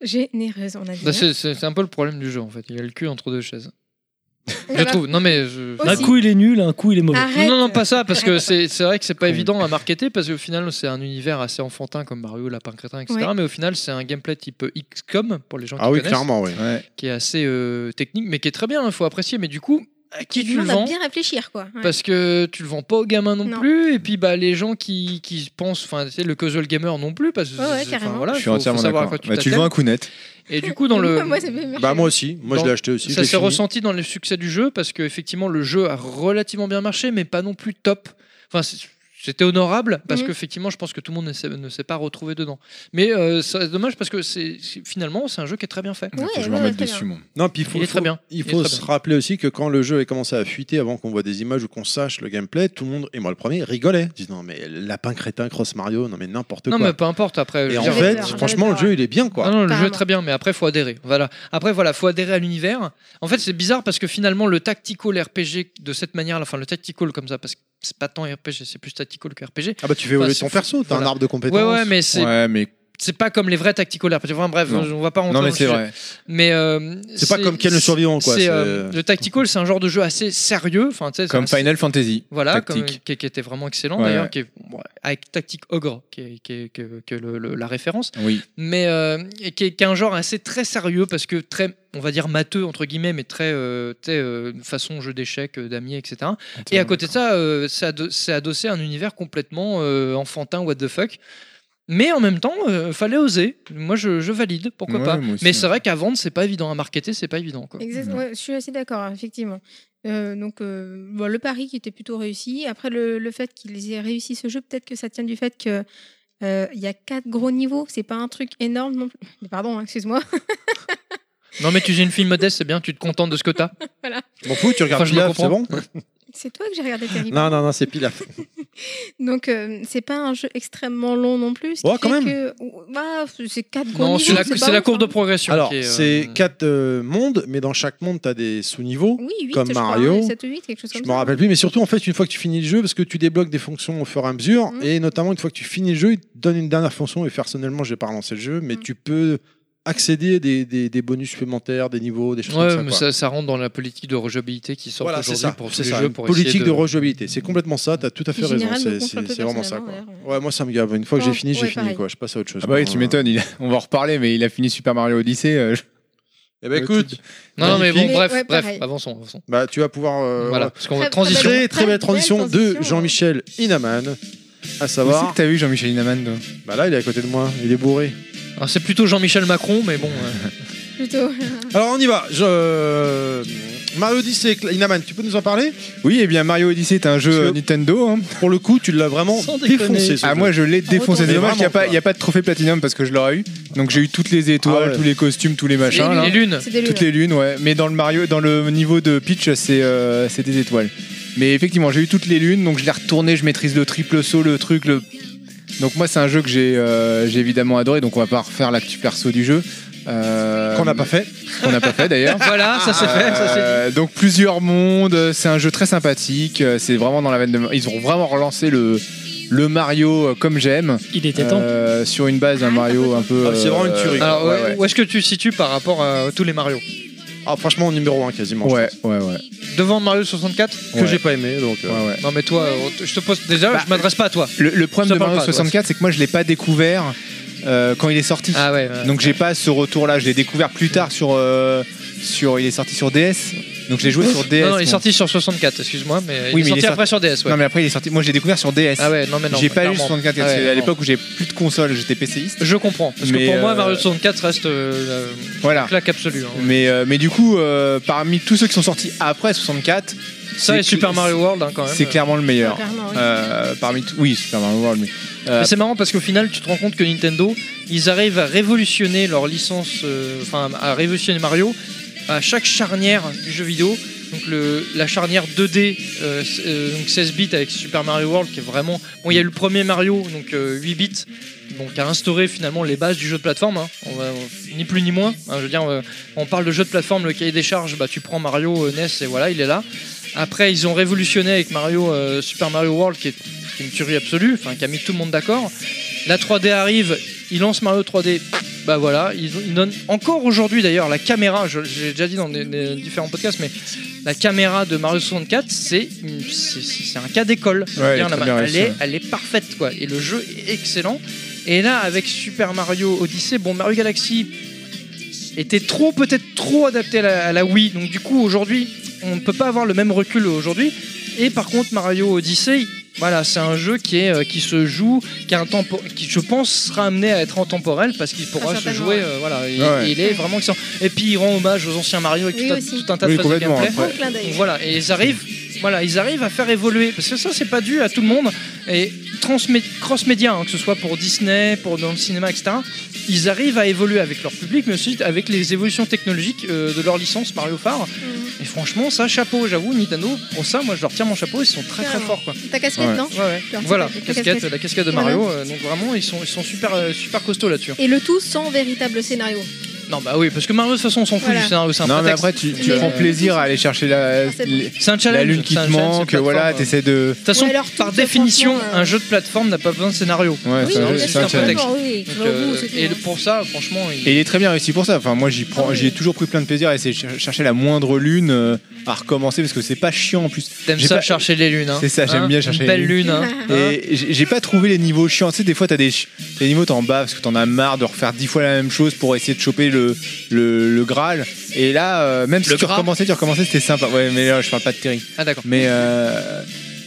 Speaker 5: Généreuse, on a dit.
Speaker 2: Bah,
Speaker 5: hein.
Speaker 2: c'est- C'est c'est un peu le problème du jeu en fait. Il a le cul entre deux chaises. Je
Speaker 5: Voilà.
Speaker 2: trouve. Non mais. je-
Speaker 5: Aussi.
Speaker 3: Un coup il est nul, un coup il est mauvais.
Speaker 5: Arrête.
Speaker 2: Non, non, pas ça, parce que
Speaker 5: Arrête.
Speaker 2: c'est c'est vrai que c'est pas
Speaker 6: Con.
Speaker 2: évident à marketer, parce qu'au final, c'est un univers assez enfantin comme Mario, Lapin Crétin, etc.
Speaker 5: Ouais.
Speaker 2: Mais au final, c'est un gameplay type XCOM, pour les gens qui
Speaker 1: Ah oui,
Speaker 2: connaissent,
Speaker 1: clairement, oui.
Speaker 6: Ouais.
Speaker 2: qui est assez euh, technique, mais qui est très bien, il faut apprécier. Mais du coup, à qui
Speaker 5: Tu
Speaker 2: tu le
Speaker 5: demandes à
Speaker 2: vends
Speaker 5: bah, bien réfléchir, quoi. Ouais.
Speaker 2: parce que tu le vends pas aux gamins non,
Speaker 5: Non.
Speaker 2: plus, et puis bah, les gens qui, qui pensent, enfin, tu sais, le puzzle gamer non plus, parce que
Speaker 5: Ouais, ouais,
Speaker 2: enfin,
Speaker 5: carrément.
Speaker 2: voilà,
Speaker 6: Je suis
Speaker 2: faut- faut
Speaker 6: entièrement
Speaker 2: savoir à
Speaker 6: d'accord.
Speaker 2: quoi tu
Speaker 6: Bah, tu le vends à Counette.
Speaker 2: t'attelles. Et du coup, dans le,
Speaker 5: Moi, ça me fait marcher.
Speaker 1: Bah moi aussi, moi je
Speaker 2: Dans-
Speaker 1: l'ai acheté aussi. je
Speaker 2: ça
Speaker 1: l'ai
Speaker 2: s'est
Speaker 1: fini.
Speaker 2: ressenti dans le succès du jeu parce que effectivement le jeu a relativement bien marché mais pas non plus top enfin c'est- c'était honorable parce
Speaker 5: Mhm.
Speaker 2: qu'effectivement je pense que tout le monde ne s'est- ne s'est pas retrouvé dedans mais euh, c'est dommage parce que c'est c'est- finalement c'est un jeu qui est très bien fait
Speaker 5: Ouais,
Speaker 6: Faut que je
Speaker 5: ouais,
Speaker 6: me
Speaker 5: ouais,
Speaker 6: remette
Speaker 5: très bien.
Speaker 6: dessus, moi.
Speaker 1: Non, puis il faut,
Speaker 2: Il est
Speaker 1: faut-
Speaker 2: très bien.
Speaker 1: Il
Speaker 2: Il est
Speaker 1: faut
Speaker 2: très
Speaker 1: se
Speaker 2: bien.
Speaker 1: rappeler aussi que quand le jeu a commencé à fuiter, avant qu'on voit des images ou qu'on sache le gameplay, tout le monde, et moi le premier, rigolait. Ils disaient non mais Lapin Crétin, Cross Mario, non mais n'importe
Speaker 2: non
Speaker 1: quoi.
Speaker 2: mais peu importe après je
Speaker 1: Et en
Speaker 2: veux dire-
Speaker 1: fait,
Speaker 5: peur, j'avais
Speaker 1: franchement, le
Speaker 5: peur,
Speaker 1: jeu il est bien quoi.
Speaker 2: Ah non, le jeu est
Speaker 5: Apparemment.
Speaker 2: très bien, mais après faut adhérer. Voilà. Après voilà, faut adhérer à l'univers. En fait, c'est bizarre parce que finalement le tactical RPG de cette manière, enfin le tactical comme ça, parce que c'est pas tant RPG, c'est plus tactical que RPG.
Speaker 1: Ah bah tu fais évoluer
Speaker 2: Enfin,
Speaker 1: ton
Speaker 2: c'est-
Speaker 1: perso, t'as un
Speaker 2: voilà.
Speaker 1: arbre de compétences.
Speaker 2: Ouais ouais, mais c'est
Speaker 6: Ouais, mais.
Speaker 2: c'est pas comme les vrais tactical RPG. Enfin, bref,
Speaker 6: Non.
Speaker 2: on va pas rentrer
Speaker 6: Non, mais
Speaker 2: dans le
Speaker 6: c'est
Speaker 2: sujet.
Speaker 6: vrai.
Speaker 2: Mais euh,
Speaker 1: C'est pas comme Ken le survivant quoi.
Speaker 2: c'est,
Speaker 1: c'est-
Speaker 2: euh, le tactical, c'est un genre de jeu assez sérieux, enfin tu sais, c'est
Speaker 6: Comme
Speaker 2: un- c'est-
Speaker 6: Final Fantasy.
Speaker 2: voilà, comme,
Speaker 6: Tactique.
Speaker 2: qui, qui était vraiment excellent
Speaker 6: Ouais,
Speaker 2: d'ailleurs,
Speaker 6: ouais.
Speaker 2: qui est- bon, avec Tactic Ogre, qui est, qui est- que- que le- le- la référence,
Speaker 6: Oui.
Speaker 2: mais euh, et qui, est, qui est un genre assez très sérieux parce que très, on va dire matheux entre guillemets, mais très euh, tu sais, euh, façon jeu d'échecs, euh, d'amis, etc. Et à côté de ça, euh, c'est ado- c'est adossé à un univers complètement euh, enfantin, what the fuck. Mais en même temps, euh, fallait oser. Moi, je, je valide, pourquoi
Speaker 6: Ouais,
Speaker 2: pas.
Speaker 6: moi aussi,
Speaker 1: hein.
Speaker 2: Mais
Speaker 6: ouais.
Speaker 2: c'est vrai qu'à vendre, c'est pas évident. À marketer, c'est pas évident. Quoi.
Speaker 5: Exact-
Speaker 6: Non.
Speaker 5: ouais, je suis assez d'accord, hein, effectivement. Euh, donc, euh, bon, le pari qui était plutôt réussi. Après, le, le fait qu'ils aient réussi ce jeu, peut-être que ça tient du fait que euh, il y a quatre gros niveaux. C'est pas un truc énorme. Non plus. Mais Pardon, hein, excuse-moi.
Speaker 2: Non, mais tu j'ai une fille modeste, c'est bien. Tu te contentes de ce que t'as.
Speaker 1: Je m'en fous, tu regardes
Speaker 2: Enfin, je me
Speaker 1: Pilaf, c'est bon
Speaker 5: C'est toi que j'ai regardé Terry.
Speaker 1: Non, non, non, c'est Pilaf.
Speaker 5: Donc, euh, c'est pas un jeu extrêmement long non plus. ce
Speaker 1: Ouais,
Speaker 5: qui
Speaker 1: quand
Speaker 5: fait
Speaker 1: même.
Speaker 5: que- Bah, c'est quatre gros
Speaker 2: Non,
Speaker 5: niveaux.
Speaker 2: c'est la,
Speaker 5: pas
Speaker 2: c'est la
Speaker 5: ouf,
Speaker 2: courbe de
Speaker 5: hein.
Speaker 2: progression.
Speaker 1: Alors,
Speaker 2: qui est, euh,
Speaker 1: c'est quatre euh, mondes, mais dans chaque monde, t'as des sous-niveaux.
Speaker 5: Oui, huit,
Speaker 1: Comme
Speaker 5: je crois,
Speaker 1: Mario.
Speaker 5: hein, sept ou 8, quelque chose
Speaker 1: Je
Speaker 5: comme
Speaker 1: me
Speaker 5: ça.
Speaker 1: rappelle plus, mais surtout en fait, une fois que tu finis le jeu, parce que tu débloques des fonctions au fur et à mesure,
Speaker 5: Mhm.
Speaker 1: et notamment une fois que tu finis le jeu, il te donne une dernière fonction. Et personnellement, j'ai pas relancé le jeu, mais
Speaker 5: Mhm.
Speaker 1: tu peux accéder à des, des- des bonus supplémentaires, des niveaux, des choses
Speaker 2: Ouais,
Speaker 1: comme
Speaker 2: mais
Speaker 1: ça. quoi.
Speaker 2: ça, ça rentre dans la politique de rejouabilité qui sort
Speaker 1: Voilà, c'est
Speaker 2: aujourd'hui
Speaker 1: ça.
Speaker 2: pour tous
Speaker 1: C'est
Speaker 2: les
Speaker 1: ça,
Speaker 2: jeux
Speaker 1: une
Speaker 2: pour essayer
Speaker 1: politique de,
Speaker 2: de-
Speaker 1: rejouabilité.
Speaker 5: Mm.
Speaker 1: C'est complètement ça. T'as tout à
Speaker 5: Qui,
Speaker 1: fait raison.
Speaker 5: général, me
Speaker 1: C'est
Speaker 5: gonfle un peu
Speaker 1: c'est- c'est vraiment ça. Quoi.
Speaker 5: personnellement,
Speaker 1: Ouais, moi ça me gave. Une fois que
Speaker 5: Ouais,
Speaker 1: j'ai fini, j'ai
Speaker 5: ouais,
Speaker 1: fini.
Speaker 5: pareil.
Speaker 1: Quoi. Je passe à autre chose.
Speaker 6: Ah bah oui, tu
Speaker 1: Bon,
Speaker 6: m'étonnes, il- on va en reparler, mais il a fini Super Mario Odyssey. euh, je-
Speaker 1: Eh ben, écoute,
Speaker 2: Non, non, mais bon,
Speaker 1: Magnifique.
Speaker 2: bref,
Speaker 5: Ouais,
Speaker 2: bref,
Speaker 5: pareil.
Speaker 2: avançons. avançons.
Speaker 1: bah, tu vas pouvoir. euh,
Speaker 2: voilà, parce qu'on
Speaker 5: Très-
Speaker 2: va
Speaker 5: très belle- hein.
Speaker 2: transition.
Speaker 1: Très très
Speaker 5: Très
Speaker 1: belle
Speaker 5: belle
Speaker 1: transition de
Speaker 5: transition.
Speaker 1: Jean-Michel Inaman à
Speaker 6: Où c'est
Speaker 1: savoir.
Speaker 6: que t'as vu Jean-Michel Inaman toi
Speaker 1: Bah là, il est à côté de moi, il est bourré.
Speaker 2: Alors, Ah, c'est plutôt Jean-Michel Macron, mais bon. euh,
Speaker 5: plutôt.
Speaker 1: Alors on y va. Je... Mario Odyssey, Cla- Inaman, tu peux nous en parler
Speaker 6: Oui, et bien Mario Odyssey est un jeu
Speaker 1: Parce que-
Speaker 6: euh, Nintendo. hein.
Speaker 1: Pour le coup, tu l'as vraiment
Speaker 2: Sans déconner.
Speaker 1: défoncé. ce
Speaker 6: Ah,
Speaker 1: jeu.
Speaker 6: moi je l'ai défoncé. C'est
Speaker 1: Mais
Speaker 6: dommage qu'il n'y a,
Speaker 1: vraiment,
Speaker 6: pas-
Speaker 1: quoi.
Speaker 6: il y a pas de trophée platinum parce que je l'aurais eu. Donc j'ai eu toutes les étoiles,
Speaker 1: Ah ouais.
Speaker 6: tous les costumes, tous les machins.
Speaker 2: les,
Speaker 6: là.
Speaker 2: les lunes.
Speaker 5: C'est des lunes.
Speaker 6: Toutes les lunes, ouais. Mais dans le Mario, dans le niveau de Peach, c'est euh, c'est des étoiles. Mais effectivement, j'ai eu toutes les lunes, donc je l'ai retourné, je maîtrise le triple saut, le truc, le. Donc moi, c'est un jeu que j'ai euh, j'ai évidemment adoré. Donc on va pas refaire l'actu perso du jeu. Euh,
Speaker 1: Qu'on n'a pas fait.
Speaker 6: qu'on n'a pas fait d'ailleurs.
Speaker 2: Voilà, ça c'est fait. Ça, c'est dit.
Speaker 6: Euh, donc plusieurs mondes, euh, c'est un jeu très sympathique. euh, C'est vraiment dans la veine de. Ils ont vraiment relancé le le Mario euh, comme j'aime
Speaker 3: Il était temps.
Speaker 6: euh, sur une base d'un
Speaker 5: Ah,
Speaker 6: Mario un peu.
Speaker 1: Ah, c'est vraiment une
Speaker 6: euh,
Speaker 1: tuerie, quoi.
Speaker 2: Alors,
Speaker 6: ouais, ouais.
Speaker 2: où est-ce que tu te situes par rapport à tous les Mario
Speaker 1: Ah, franchement, numéro 1 quasiment. je
Speaker 6: Ouais,
Speaker 1: pense.
Speaker 6: ouais, ouais.
Speaker 2: Devant Mario 64
Speaker 1: Que
Speaker 6: Ouais. Bah,
Speaker 1: j'ai pas aimé, donc. euh,
Speaker 6: ouais, ouais.
Speaker 2: Non, mais toi, euh, je te pose. Déjà, je m'adresse pas à toi.
Speaker 6: Le, le problème
Speaker 2: Ça
Speaker 6: de
Speaker 2: parle pas,
Speaker 6: Mario
Speaker 2: toi.
Speaker 6: 64, c'est que moi je l'ai pas découvert euh, quand il est sorti.
Speaker 2: Ah ouais. ouais.
Speaker 6: Donc j'ai pas ce retour-là. Je l'ai découvert plus tard sur, euh, sur. Il est sorti sur DS. Donc je l'ai joué sur DS.
Speaker 2: non, non, il est
Speaker 6: moi.
Speaker 2: sorti sur 64, excuse-moi, mais
Speaker 6: Oui,
Speaker 2: il est
Speaker 6: mais
Speaker 2: sorti
Speaker 6: il est
Speaker 2: après sur DS, ouais.
Speaker 6: Non mais après il est sorti. Moi je l'ai découvert sur DS.
Speaker 2: Ah ouais, non, mais non.
Speaker 6: j'ai pas eu le
Speaker 2: clairement.
Speaker 6: 64.
Speaker 2: Ah ouais,
Speaker 6: c'est à
Speaker 2: non.
Speaker 6: l'époque où j'ai plus de console, j'étais PCiste.
Speaker 2: Je comprends, parce que
Speaker 6: Mais,
Speaker 2: pour moi,
Speaker 6: euh,
Speaker 2: Mario 64 reste euh,
Speaker 6: Voilà.
Speaker 2: la claque absolue. hein.
Speaker 6: Mais, euh, mais du coup, euh, parmi tous ceux qui sont sortis après 64,
Speaker 2: Ça
Speaker 6: c'est
Speaker 2: et Super
Speaker 6: cl-
Speaker 2: Mario World, hein, quand même.
Speaker 6: c'est clairement le meilleur.
Speaker 5: hein, Clairement, oui.
Speaker 6: Euh, parmi tous- oui, Super Mario World. Mais...
Speaker 2: Mais c'est marrant parce qu'au final, tu te rends compte que Nintendo, ils arrivent à révolutionner leur licence, euh, enfin à révolutionner Mario à chaque charnière du jeu vidéo. Donc le, la charnière 2D, euh, s- euh, donc 16 bits avec Super Mario World, qui est vraiment. Bon, il y a eu le premier Mario, donc euh, 8 bits, bon, qui a instauré finalement les bases du jeu de plateforme, hein. On va- on- ni plus ni moins. hein. je veux dire, euh, on parle de jeu de plateforme, le cahier des charges, bah, tu prends Mario euh, NES et voilà, il est là. Après, ils ont révolutionné avec Mario euh, Super Mario World, qui est qui est une tuerie absolue, enfin qui a mis tout le monde d'accord. La 3D arrive, il lance Mario 3D, bah voilà, ils, ils donnent encore aujourd'hui d'ailleurs la caméra, je- j'ai déjà dit dans des, des différents podcasts, mais la caméra de Mario 64, c'est une- c'est- c'est- c'est un cas d'école. Je veux
Speaker 6: Ouais,
Speaker 2: dire,
Speaker 6: très
Speaker 2: là-bas.
Speaker 6: bien
Speaker 2: elle,
Speaker 6: réussi,
Speaker 2: est,
Speaker 6: ouais.
Speaker 2: elle est parfaite quoi, et le jeu est excellent. Et là, avec Super Mario Odyssey, bon Mario Galaxy était trop peut-être trop adapté à la, à la Wii, donc du coup aujourd'hui on ne peut pas avoir le même recul aujourd'hui. Et par contre, Mario Odyssey, voilà, c'est un jeu qui, est, euh, qui se joue, qui, a un tempo, qui je pense sera amené à être intemporel parce qu'il pourra
Speaker 5: Ah,
Speaker 2: se
Speaker 5: certainement,
Speaker 2: jouer.
Speaker 5: ouais.
Speaker 2: euh, voilà, et,
Speaker 6: Ouais.
Speaker 2: et il est vraiment excellent. Et puis il rend hommage aux anciens Mario avec
Speaker 5: Oui,
Speaker 2: tout, un-
Speaker 5: aussi.
Speaker 2: tout un tas de
Speaker 6: Oui,
Speaker 2: phases de
Speaker 6: complètement,
Speaker 2: gameplay.
Speaker 6: après.
Speaker 5: Grand clin d'œil.
Speaker 2: Donc voilà, et ils arrivent, voilà, ils arrivent à faire évoluer, parce que ça c'est pas dû à tout le monde, et transmé- cross-média, hein, que ce soit pour Disney, pour dans le cinéma, etc., ils arrivent à évoluer avec leur public, mais aussi avec les évolutions technologiques euh, de leur licence Mario Phare,
Speaker 5: Mhm.
Speaker 2: et franchement, ça, chapeau, j'avoue, Nintendo, pour ça, moi je leur tire mon chapeau, ils sont très très
Speaker 5: Carrément.
Speaker 2: forts, quoi.
Speaker 5: Ta casquette,
Speaker 6: Ouais.
Speaker 5: non
Speaker 2: Ouais, ouais.
Speaker 5: Leur
Speaker 2: Voilà,
Speaker 5: casquette,
Speaker 2: casquette,
Speaker 5: casquette.
Speaker 2: la casquette de Mario, euh, donc vraiment, ils sont, ils sont super, euh, super costauds là-dessus.
Speaker 5: Et le tout sans véritable scénario.
Speaker 2: Non, bah oui, parce que Mario, de toute façon, on s'en fout
Speaker 5: Voilà.
Speaker 2: du scénario, c'est un
Speaker 6: Non mais
Speaker 2: prétexte.
Speaker 6: après, tu, tu
Speaker 5: Mais-
Speaker 6: prends plaisir à aller chercher la,
Speaker 5: Ah, c'est bon.
Speaker 6: les-
Speaker 2: C'est un challenge.
Speaker 6: la lune qui
Speaker 2: c'est un
Speaker 6: te
Speaker 2: challenge, c'est une
Speaker 6: manque.
Speaker 2: plateforme,
Speaker 6: Voilà,
Speaker 2: euh.
Speaker 6: t'essaies de.
Speaker 2: De toute façon,
Speaker 5: Ouais, alors, tout
Speaker 2: par
Speaker 5: ça,
Speaker 2: définition,
Speaker 5: franchement, euh,
Speaker 2: un jeu de plateforme n'a pas besoin de scénario.
Speaker 6: Ouais,
Speaker 5: Oui,
Speaker 6: c'est un-
Speaker 2: oui,
Speaker 6: c'est un
Speaker 2: oui,
Speaker 6: challenge.
Speaker 2: prétexte.
Speaker 5: d'accord, oui,
Speaker 2: Donc,
Speaker 5: tu vas au
Speaker 2: euh,
Speaker 5: bout, Bah, c'est tout. hein.
Speaker 2: et pour ça, franchement, il-
Speaker 6: Et il est très bien réussi pour ça. Enfin, moi, j'y prends,
Speaker 5: Ah oui.
Speaker 6: j'y ai toujours pris plein de plaisir à essayer de cher- chercher la moindre lune euh, à recommencer parce que c'est pas chiant en plus.
Speaker 2: t'aimes
Speaker 6: j'ai
Speaker 2: ça
Speaker 6: pas-
Speaker 2: chercher les lunes. hein.
Speaker 6: C'est ça, j'aime
Speaker 2: Hein,
Speaker 6: bien chercher
Speaker 2: Une
Speaker 6: les
Speaker 2: belle lune. hein. Hein.
Speaker 6: Et j'ai j'ai pas trouvé les niveaux chiants. Tu sais, des fois, t'as des, ch- des niveaux, t'en bats parce que t'en as marre de refaire dix fois la même chose pour essayer de choper le, le, le Graal. Et là, euh, même si
Speaker 2: Le
Speaker 6: tu
Speaker 2: Graal.
Speaker 6: recommençais, tu recommençais, c'était sympa. Ouais, mais là, je parle pas de Terry.
Speaker 2: Ah, d'accord.
Speaker 6: Mais euh,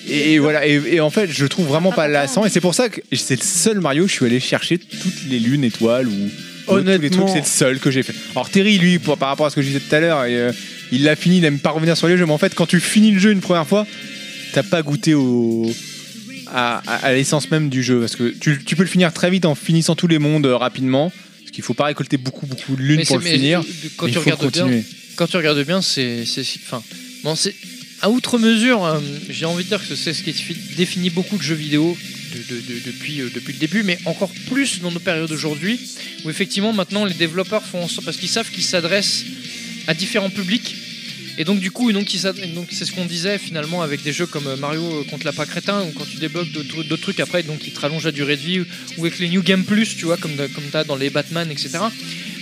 Speaker 6: et, et voilà, et, et en fait, je trouve vraiment pas lassant. Et c'est pour ça que c'est le seul Mario où je suis allé chercher toutes les lunes étoiles ou ou tous les
Speaker 1: Honnêtement.
Speaker 6: trucs. C'est le seul que j'ai fait. Alors Terry, lui, pour- par rapport à ce que je disais tout à l'heure, et, euh, il l'a fini, il aime pas revenir sur les jeux. Mais en fait, quand tu finis le jeu une première fois, t'as pas goûté au à, à- à l'essence même du jeu parce que tu, tu peux le finir très vite en finissant tous les mondes euh, rapidement. Parce qu'il faut pas récolter beaucoup beaucoup de lunes
Speaker 2: Mais
Speaker 6: pour le
Speaker 2: c'est- mais
Speaker 6: finir.
Speaker 2: Quand
Speaker 6: mais
Speaker 2: tu
Speaker 6: il faut
Speaker 2: regardes bien,
Speaker 6: continuer.
Speaker 2: quand tu regardes bien, c'est, c'est, c'est- enfin, bon, c'est à outre mesure. euh, j'ai envie de dire que c'est ce qui défi- définit beaucoup de jeux vidéo de- de- de- depuis euh, depuis le début, mais encore plus dans nos périodes d'aujourd'hui, où effectivement maintenant les développeurs font en sorte- parce qu'ils savent qu'ils s'adressent à différents publics. Et donc du coup, donc, ils s'ad- donc, c'est ce qu'on disait finalement avec des jeux comme euh, Mario euh, contre la Crétin, où quand tu débloques d'autres d'autres trucs après, donc ils te rallongent la durée de vie, ou- ou avec les New Game Plus, tu vois, comme, comme t'as dans les Batman, etc.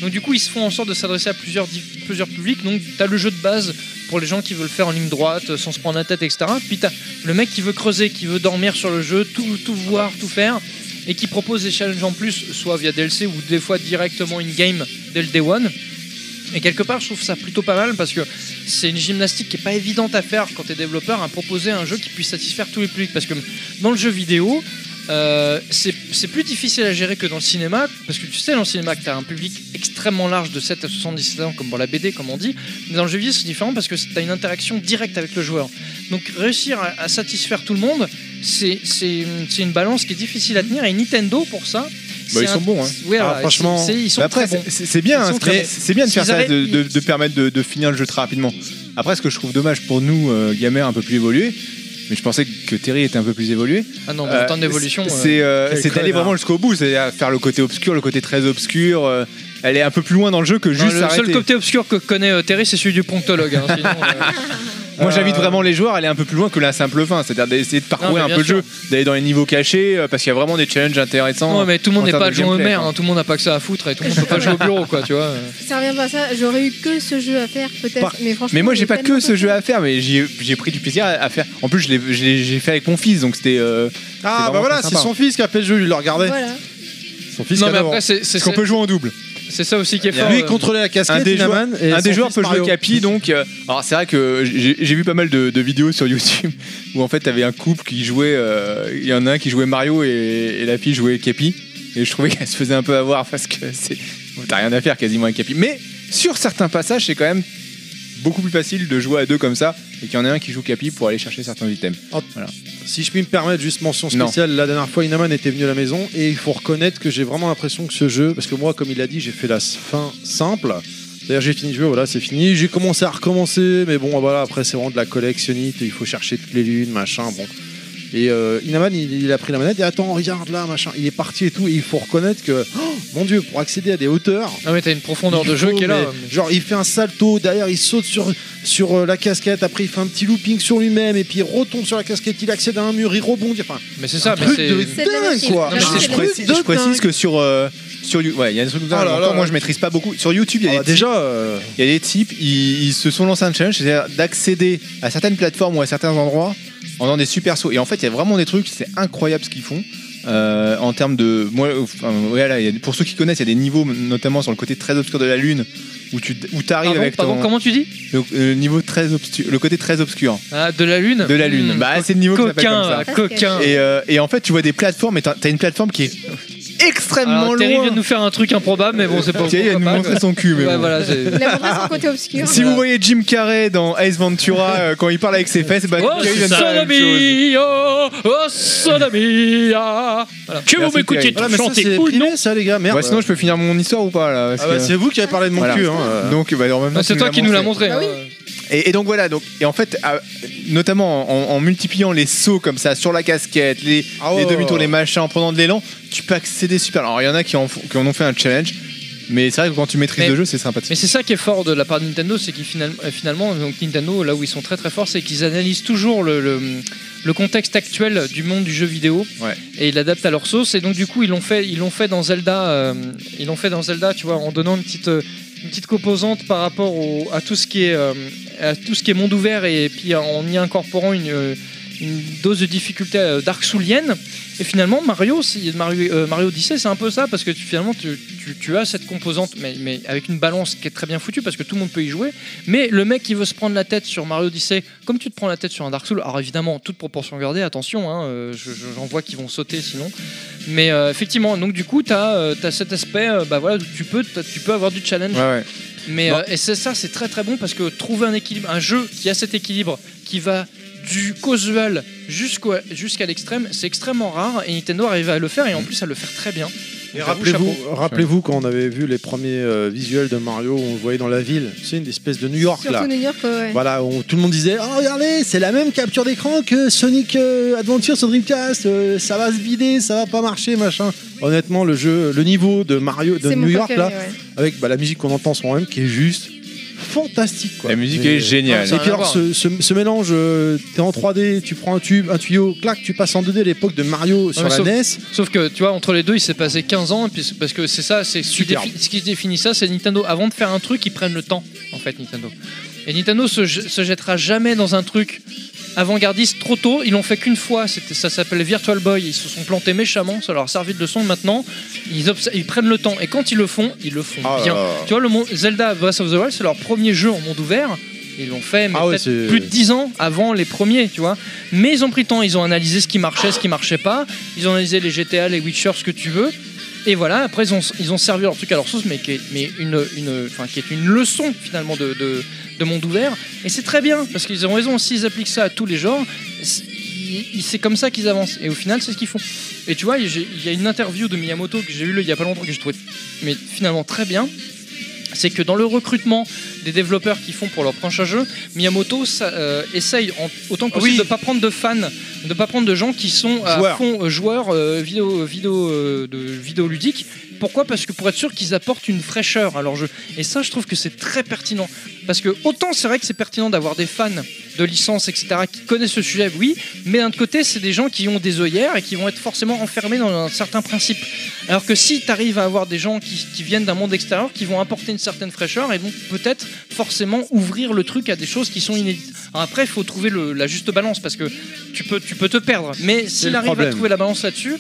Speaker 2: Donc du coup, ils se font en sorte de s'adresser à plusieurs, dif- plusieurs publics. Donc t'as le jeu de base pour les gens qui veulent le faire en ligne droite, euh, sans se prendre la tête, etc. Puis t'as le mec qui veut creuser, qui veut dormir sur le jeu, tout, tout voir, tout faire, et qui propose des challenges en plus, soit via DLC ou des fois directement in-game dès le day one. Et quelque part, je trouve ça plutôt pas mal parce que c'est une gymnastique qui est pas évidente à faire quand t'es développeur, à proposer un jeu qui puisse satisfaire tous les publics. Parce que dans le jeu vidéo, Euh, c'est c'est plus difficile à gérer que dans le cinéma, parce que tu sais, dans le cinéma, que tu as un public extrêmement large de 7 à 77 ans, comme pour la BD, comme on dit. Mais dans le jeu vidéo, c'est différent parce que tu as une interaction directe avec le joueur. Donc réussir à, à satisfaire tout le monde, c'est c'est- c'est une balance qui est difficile à tenir. Et Nintendo, pour ça, c'est
Speaker 6: Bah, ils sont bons, hein.
Speaker 2: Ouais,
Speaker 1: Ah,
Speaker 2: voilà,
Speaker 1: franchement.
Speaker 2: c'est- c'est- ils sont
Speaker 6: Bah après,
Speaker 2: très bons.
Speaker 6: c'est- c'est c'est bien,
Speaker 2: Ils
Speaker 6: hein,
Speaker 2: sont
Speaker 6: c'est
Speaker 2: très
Speaker 6: bien-
Speaker 2: bons.
Speaker 6: c'est bien de
Speaker 2: S'ils
Speaker 6: faire ça,
Speaker 2: avaient-
Speaker 6: de, de- de permettre de, de finir le jeu très rapidement. Après, ce que je trouve dommage pour nous, euh, gamers un peu plus évolués, mais je pensais que Terry était un peu plus évolué.
Speaker 2: Ah non, mais
Speaker 6: euh,
Speaker 2: en temps d'évolution. euh,
Speaker 6: C'est euh,
Speaker 1: quel
Speaker 6: c'est d'aller
Speaker 1: connard.
Speaker 6: vraiment jusqu'au bout, c'est à faire le côté obscur, le côté très obscur, euh, aller un peu plus loin dans le jeu que juste
Speaker 2: le
Speaker 6: s'arrêter.
Speaker 2: seul côté obscur que connaît euh, Terry, c'est celui du ponctologue. hein, sinon, euh,
Speaker 6: Moi, j'invite
Speaker 2: Euh,
Speaker 6: vraiment les joueurs à aller un peu plus loin que la simple fin, c'est-à-dire d'essayer de
Speaker 2: Non, mais
Speaker 6: parcourir un
Speaker 2: bien
Speaker 6: peu le
Speaker 2: sûr.
Speaker 6: jeu, d'aller dans les niveaux cachés, euh, parce qu'il y a vraiment des challenges intéressants.
Speaker 2: Non, mais tout le monde
Speaker 6: en
Speaker 2: n'est
Speaker 6: termes
Speaker 2: pas
Speaker 6: de
Speaker 2: Jean Homer,
Speaker 6: gameplay, quoi.
Speaker 2: hein, tout le monde n'a pas que ça à foutre et tout le monde peut pas jouer au bureau, quoi, tu vois. euh.
Speaker 5: Ça revient pas à ça, j'aurais eu que ce jeu à faire peut-être.
Speaker 6: Par-
Speaker 5: Mais franchement.
Speaker 6: Mais moi
Speaker 5: il
Speaker 6: j'ai
Speaker 5: est
Speaker 6: pas
Speaker 5: tellement
Speaker 6: que ce jeu
Speaker 5: content.
Speaker 6: à faire, mais j'ai j'ai pris du plaisir à, à faire. En plus je l'ai- je l'ai j'ai fait avec mon fils, donc c'était. euh,
Speaker 1: Ah,
Speaker 6: vraiment
Speaker 1: bah voilà,
Speaker 6: très
Speaker 1: c'est
Speaker 6: sympa.
Speaker 1: son fils qui a fait le jeu, il le regardait.
Speaker 5: Voilà.
Speaker 1: Son fils
Speaker 2: Non,
Speaker 1: qui
Speaker 2: mais
Speaker 1: avait
Speaker 2: après, c'est c'est-
Speaker 6: Parce qu'on peut jouer en double.
Speaker 2: c'est ça aussi qui est
Speaker 6: Il y a
Speaker 2: fort.
Speaker 1: Lui, il
Speaker 2: euh,
Speaker 1: contrôlait la casquette,
Speaker 6: un des joueurs-
Speaker 1: Inaman, et
Speaker 6: un des
Speaker 1: son
Speaker 6: joueurs
Speaker 1: fils
Speaker 6: peut jouer au
Speaker 1: Mario.
Speaker 6: capi, donc. euh, alors c'est vrai que j'ai j'ai vu pas mal de, de vidéos sur YouTube où en fait t'avais un couple qui jouait. euh, Il y en a un qui jouait Mario et, et la fille jouait capi. Et je trouvais qu'elle se faisait un peu avoir parce que c'est. bon, T'as rien à faire quasiment avec capi. Mais sur certains passages, c'est quand même beaucoup plus facile de jouer à deux comme ça et qu'il y en a un qui joue capi pour aller chercher certains items.
Speaker 1: Oh, Si je puis me permettre, juste mention
Speaker 6: Non.
Speaker 1: spéciale, la dernière fois Inaman était venu à la maison et il faut reconnaître que j'ai vraiment l'impression que ce jeu, parce que moi, comme il l'a dit, j'ai fait la fin simple. D'ailleurs, j'ai fini le jeu, voilà, c'est fini. J'ai commencé à recommencer, mais bon, voilà, après, c'est vraiment de la collectionnite, il faut chercher toutes les lunes, machin, bon. Et euh, Inaman, il, il a pris la manette et attends, regarde là, machin, il est parti et tout. Et il faut reconnaître que, oh, mon dieu, pour accéder à des hauteurs,
Speaker 2: Non, mais t'as une profondeur
Speaker 1: il
Speaker 2: de jeu
Speaker 1: faut,
Speaker 2: qui est là.
Speaker 1: mais Genre, il fait un salto, derrière, il saute sur, sur euh, la casquette, après, il fait un petit looping sur lui-même, et puis il retombe sur la casquette, il accède à un mur, il rebondit. Enfin,
Speaker 2: Mais c'est ça, mais
Speaker 1: truc
Speaker 2: c'est.
Speaker 1: de
Speaker 5: C'est de la
Speaker 1: dingue,
Speaker 5: machine.
Speaker 1: quoi.
Speaker 5: Non, mais
Speaker 1: Un
Speaker 5: c'est
Speaker 6: Je
Speaker 5: le hein.
Speaker 1: truc
Speaker 6: précise,
Speaker 1: de
Speaker 6: je précise
Speaker 1: dingue.
Speaker 6: que sur. euh, sur You- ouais, il y a des trucs comme ça,
Speaker 1: Ah là
Speaker 6: encore,
Speaker 1: là.
Speaker 6: moi je maîtrise pas beaucoup. Sur YouTube, il y a
Speaker 1: Ah,
Speaker 6: des types-
Speaker 1: déjà, euh,
Speaker 6: Il y a des types, ils, ils se sont lancés un challenge, c'est-à-dire d'accéder à certaines plateformes ou à certains endroits en faisant des super sauts. Et en fait, il y a vraiment des trucs, c'est incroyable ce qu'ils font. euh, en termes de. Moi, enfin, voilà, il y a- pour ceux qui connaissent, il y a des niveaux, notamment sur le côté très obscur de la Lune, où tu où arrives
Speaker 2: Pardon,
Speaker 6: avec
Speaker 2: Ah pardon,
Speaker 6: ton-
Speaker 2: comment tu dis
Speaker 6: le, le niveau très obscur, le côté très obscur
Speaker 2: Ah, De la lune
Speaker 6: de la Lune.
Speaker 2: Hmm,
Speaker 6: bah,
Speaker 2: co-
Speaker 6: c'est le niveau que s'appelle
Speaker 2: Coquin,
Speaker 6: comme ça.
Speaker 2: euh, coquin.
Speaker 6: Et, euh, et en fait, tu vois des plateformes, et t'as t'as une plateforme qui est extrêmement
Speaker 2: Alors, Terry
Speaker 6: loin.
Speaker 2: vient de Ah, nous faire un truc improbable, mais bon, c'est pas.
Speaker 6: Thierry vient de nous
Speaker 2: pourquoi
Speaker 6: montrer
Speaker 2: pas,
Speaker 6: son cul,
Speaker 2: quoi.
Speaker 6: mais
Speaker 2: Ouais,
Speaker 6: bon.
Speaker 2: voilà, c'est.
Speaker 5: Il a montré son côté obscur. hein.
Speaker 6: Si vous voyez Jim Carrey dans Ace Ventura euh, quand il parle avec ses fesses, bah,
Speaker 2: Oh,
Speaker 6: Thierry vient de faire la même chose.
Speaker 2: sodomie, oh, oh, sodomie, ah. Voilà.
Speaker 3: Que vous
Speaker 6: Merci,
Speaker 3: m'écoutiez
Speaker 6: Thierry.
Speaker 3: tous
Speaker 1: voilà, mais ça,
Speaker 3: chanter
Speaker 1: c'est
Speaker 3: ou non
Speaker 1: primé, ça, les gars, merde.
Speaker 6: Ouais, sinon, je peux finir mon histoire ou pas là parce
Speaker 1: Ah bah,
Speaker 6: que-
Speaker 1: c'est vous qui avez parlé de mon
Speaker 6: Voilà.
Speaker 1: cul, hein. euh.
Speaker 6: Donc, bah, en même temps,
Speaker 2: Non, C'est
Speaker 6: tu
Speaker 2: toi
Speaker 6: l'as
Speaker 2: qui nous l'as
Speaker 6: montré.
Speaker 2: montré.
Speaker 5: Bah oui.
Speaker 2: hein.
Speaker 6: Et, et donc voilà, donc, et en fait, à- notamment en, en multipliant les sauts comme ça sur la casquette, les,
Speaker 1: Ah ouais,
Speaker 6: les
Speaker 1: ouais,
Speaker 6: demi-tours,
Speaker 1: ouais.
Speaker 6: les machins, en prenant de l'élan, tu peux accéder super. Alors, il y en a qui en, font- qui en ont fait un challenge, mais c'est vrai que quand tu maîtrises
Speaker 2: Mais-
Speaker 6: le jeu, c'est sympathique.
Speaker 2: Mais c'est ça qui est fort de la part de Nintendo, c'est qu'ils finalement, euh, finalement, donc Nintendo, là où ils sont très très forts, c'est qu'ils analysent toujours le, le- le contexte actuel du monde du jeu vidéo
Speaker 6: Ouais.
Speaker 2: et ils l'adaptent à leur sauce. Et donc du coup, ils l'ont fait, ils l'ont fait dans Zelda, euh, ils l'ont fait dans Zelda, tu vois, en donnant une petite euh, une petite composante par rapport au- à tout ce qui est euh, à tout ce qui est monde ouvert et puis en y incorporant une euh, une dose de difficulté euh, Dark Soulienne et finalement Mario si- Mario, euh, Mario Odyssey c'est un peu ça parce que tu- finalement tu, tu- tu as cette composante mais, mais avec une balance qui est très bien foutue parce que tout le monde peut y jouer mais le mec qui veut se prendre la tête sur Mario Odyssey comme tu te prends la tête sur un Dark Souls alors évidemment toute proportion gardée attention hein, euh, je- je- j'en vois qui vont sauter sinon mais euh, effectivement donc du coup tu as, cet aspect euh, bah voilà tu peux, t'as- tu peux avoir du challenge
Speaker 6: Ouais, ouais.
Speaker 2: mais
Speaker 6: Bon.
Speaker 2: euh, et c'est ça, c'est très très bon parce que trouver un équilibre, un jeu qui a cet équilibre, qui va du causal jusqu'au jusqu'à l'extrême, c'est extrêmement rare et Nintendo arrive à le faire et en plus à le faire très bien.
Speaker 1: Et
Speaker 2: J'avoue,
Speaker 1: rappelez-vous,
Speaker 2: chapeau.
Speaker 1: rappelez-vous quand on avait vu les premiers euh, visuels de Mario, on le voyait dans la ville. C'est une espèce de New York, là.
Speaker 5: Surtout New York, ouais.
Speaker 6: Bah,
Speaker 1: Voilà, on- tout le monde disait Oh, regardez, c'est la même capture d'écran que Sonic euh, Adventure sur Dreamcast, euh, ça va se vider, ça va pas marcher, machin. Honnêtement, le jeu, le niveau de Mario de
Speaker 5: C'est mon
Speaker 1: New York,
Speaker 5: préféré,
Speaker 1: là,
Speaker 5: ouais.
Speaker 1: avec bah, la musique qu'on entend en ce moment même, qui est juste fantastique. Quoi.
Speaker 6: La musique
Speaker 1: Mais-
Speaker 6: est géniale.
Speaker 2: Ça
Speaker 1: Et
Speaker 2: n'a
Speaker 1: puis
Speaker 2: rien à
Speaker 1: alors,
Speaker 2: voir.
Speaker 1: ce, ce- ce mélange, euh, t'es en 3D, tu prends un tube, un tuyau, clac, tu passes en 2D à l'époque de Mario sur
Speaker 2: mais
Speaker 1: la E
Speaker 2: sauf-
Speaker 1: NES.
Speaker 2: Sauf que tu vois entre les deux, il s'est passé 15 ans et puis c'est- parce que c'est ça, c'est ce, qui
Speaker 1: Superbe.
Speaker 2: défi- ce qui définit ça, c'est Nintendo avant de faire un truc, ils prennent le temps en fait Nintendo. Et Nintendo se, je- se jettera jamais dans un truc avant-gardiste trop tôt, ils l'ont fait qu'une fois, c'était- ça s'appelle Virtual Boy, ils se sont plantés méchamment, ça leur a servi de leçon, maintenant ils, obs- ils prennent le
Speaker 1: Ah
Speaker 6: Ah,
Speaker 2: temps, et quand ils le font, ils le font bien. Tu vois, le monde Zelda Breath of the Wild, c'est leur premier jeu en monde ouvert. Ils l'ont fait, mais
Speaker 1: Ah ouais,
Speaker 2: peut-être
Speaker 1: c'est-
Speaker 2: plus de 10 ans avant les premiers, tu vois. Mais ils ont pris le temps, ils ont analysé ce qui marchait, ce qui marchait pas. Ils ont analysé les GTA, les Witcher, ce que tu veux. Et voilà, après, ils ont, ils ont servi leur truc à leur sauce, mais qui est, mais une, une, enfin, qui est une leçon finalement de, de, de monde ouvert. Et c'est très bien, parce qu'ils ont raison, s'ils appliquent ça à tous les genres, c'est- ils- c'est comme ça qu'ils avancent. Et au final, c'est ce qu'ils font. Et tu vois, j'ai- il y a une interview de Miyamoto que j'ai eue il y a pas longtemps que j'ai trouvé mais finalement très bien. C'est que dans le recrutement des développeurs qui font pour leur prochain jeu, Miyamoto ça, euh, essaye en- autant que possible
Speaker 6: Oui.
Speaker 2: de pas prendre de fans, de pas prendre de gens qui sont à
Speaker 6: Joueurs.
Speaker 2: fond euh, joueurs euh, vidéo, vidéo, euh, de vidéoludiques. Pourquoi Parce que pour être sûr qu'ils apportent une fraîcheur à leur jeu. Et ça, je trouve que c'est très pertinent. Parce que autant c'est vrai que c'est pertinent d'avoir des fans de licences, etc., qui connaissent ce sujet, oui, mais d'un autre côté, c'est des gens qui ont des œillères et qui vont être forcément enfermés dans un certain principe. Alors que si tu arrives à avoir des gens qui, qui viennent d'un monde extérieur, qui vont apporter une certaine fraîcheur et donc peut-être forcément ouvrir le truc à des choses qui sont inédites. Alors après, il faut trouver le- la juste balance parce que tu peux, tu peux te perdre. Mais s'il
Speaker 1: le
Speaker 2: arrive à
Speaker 1: problème.
Speaker 2: trouver la balance là-dessus,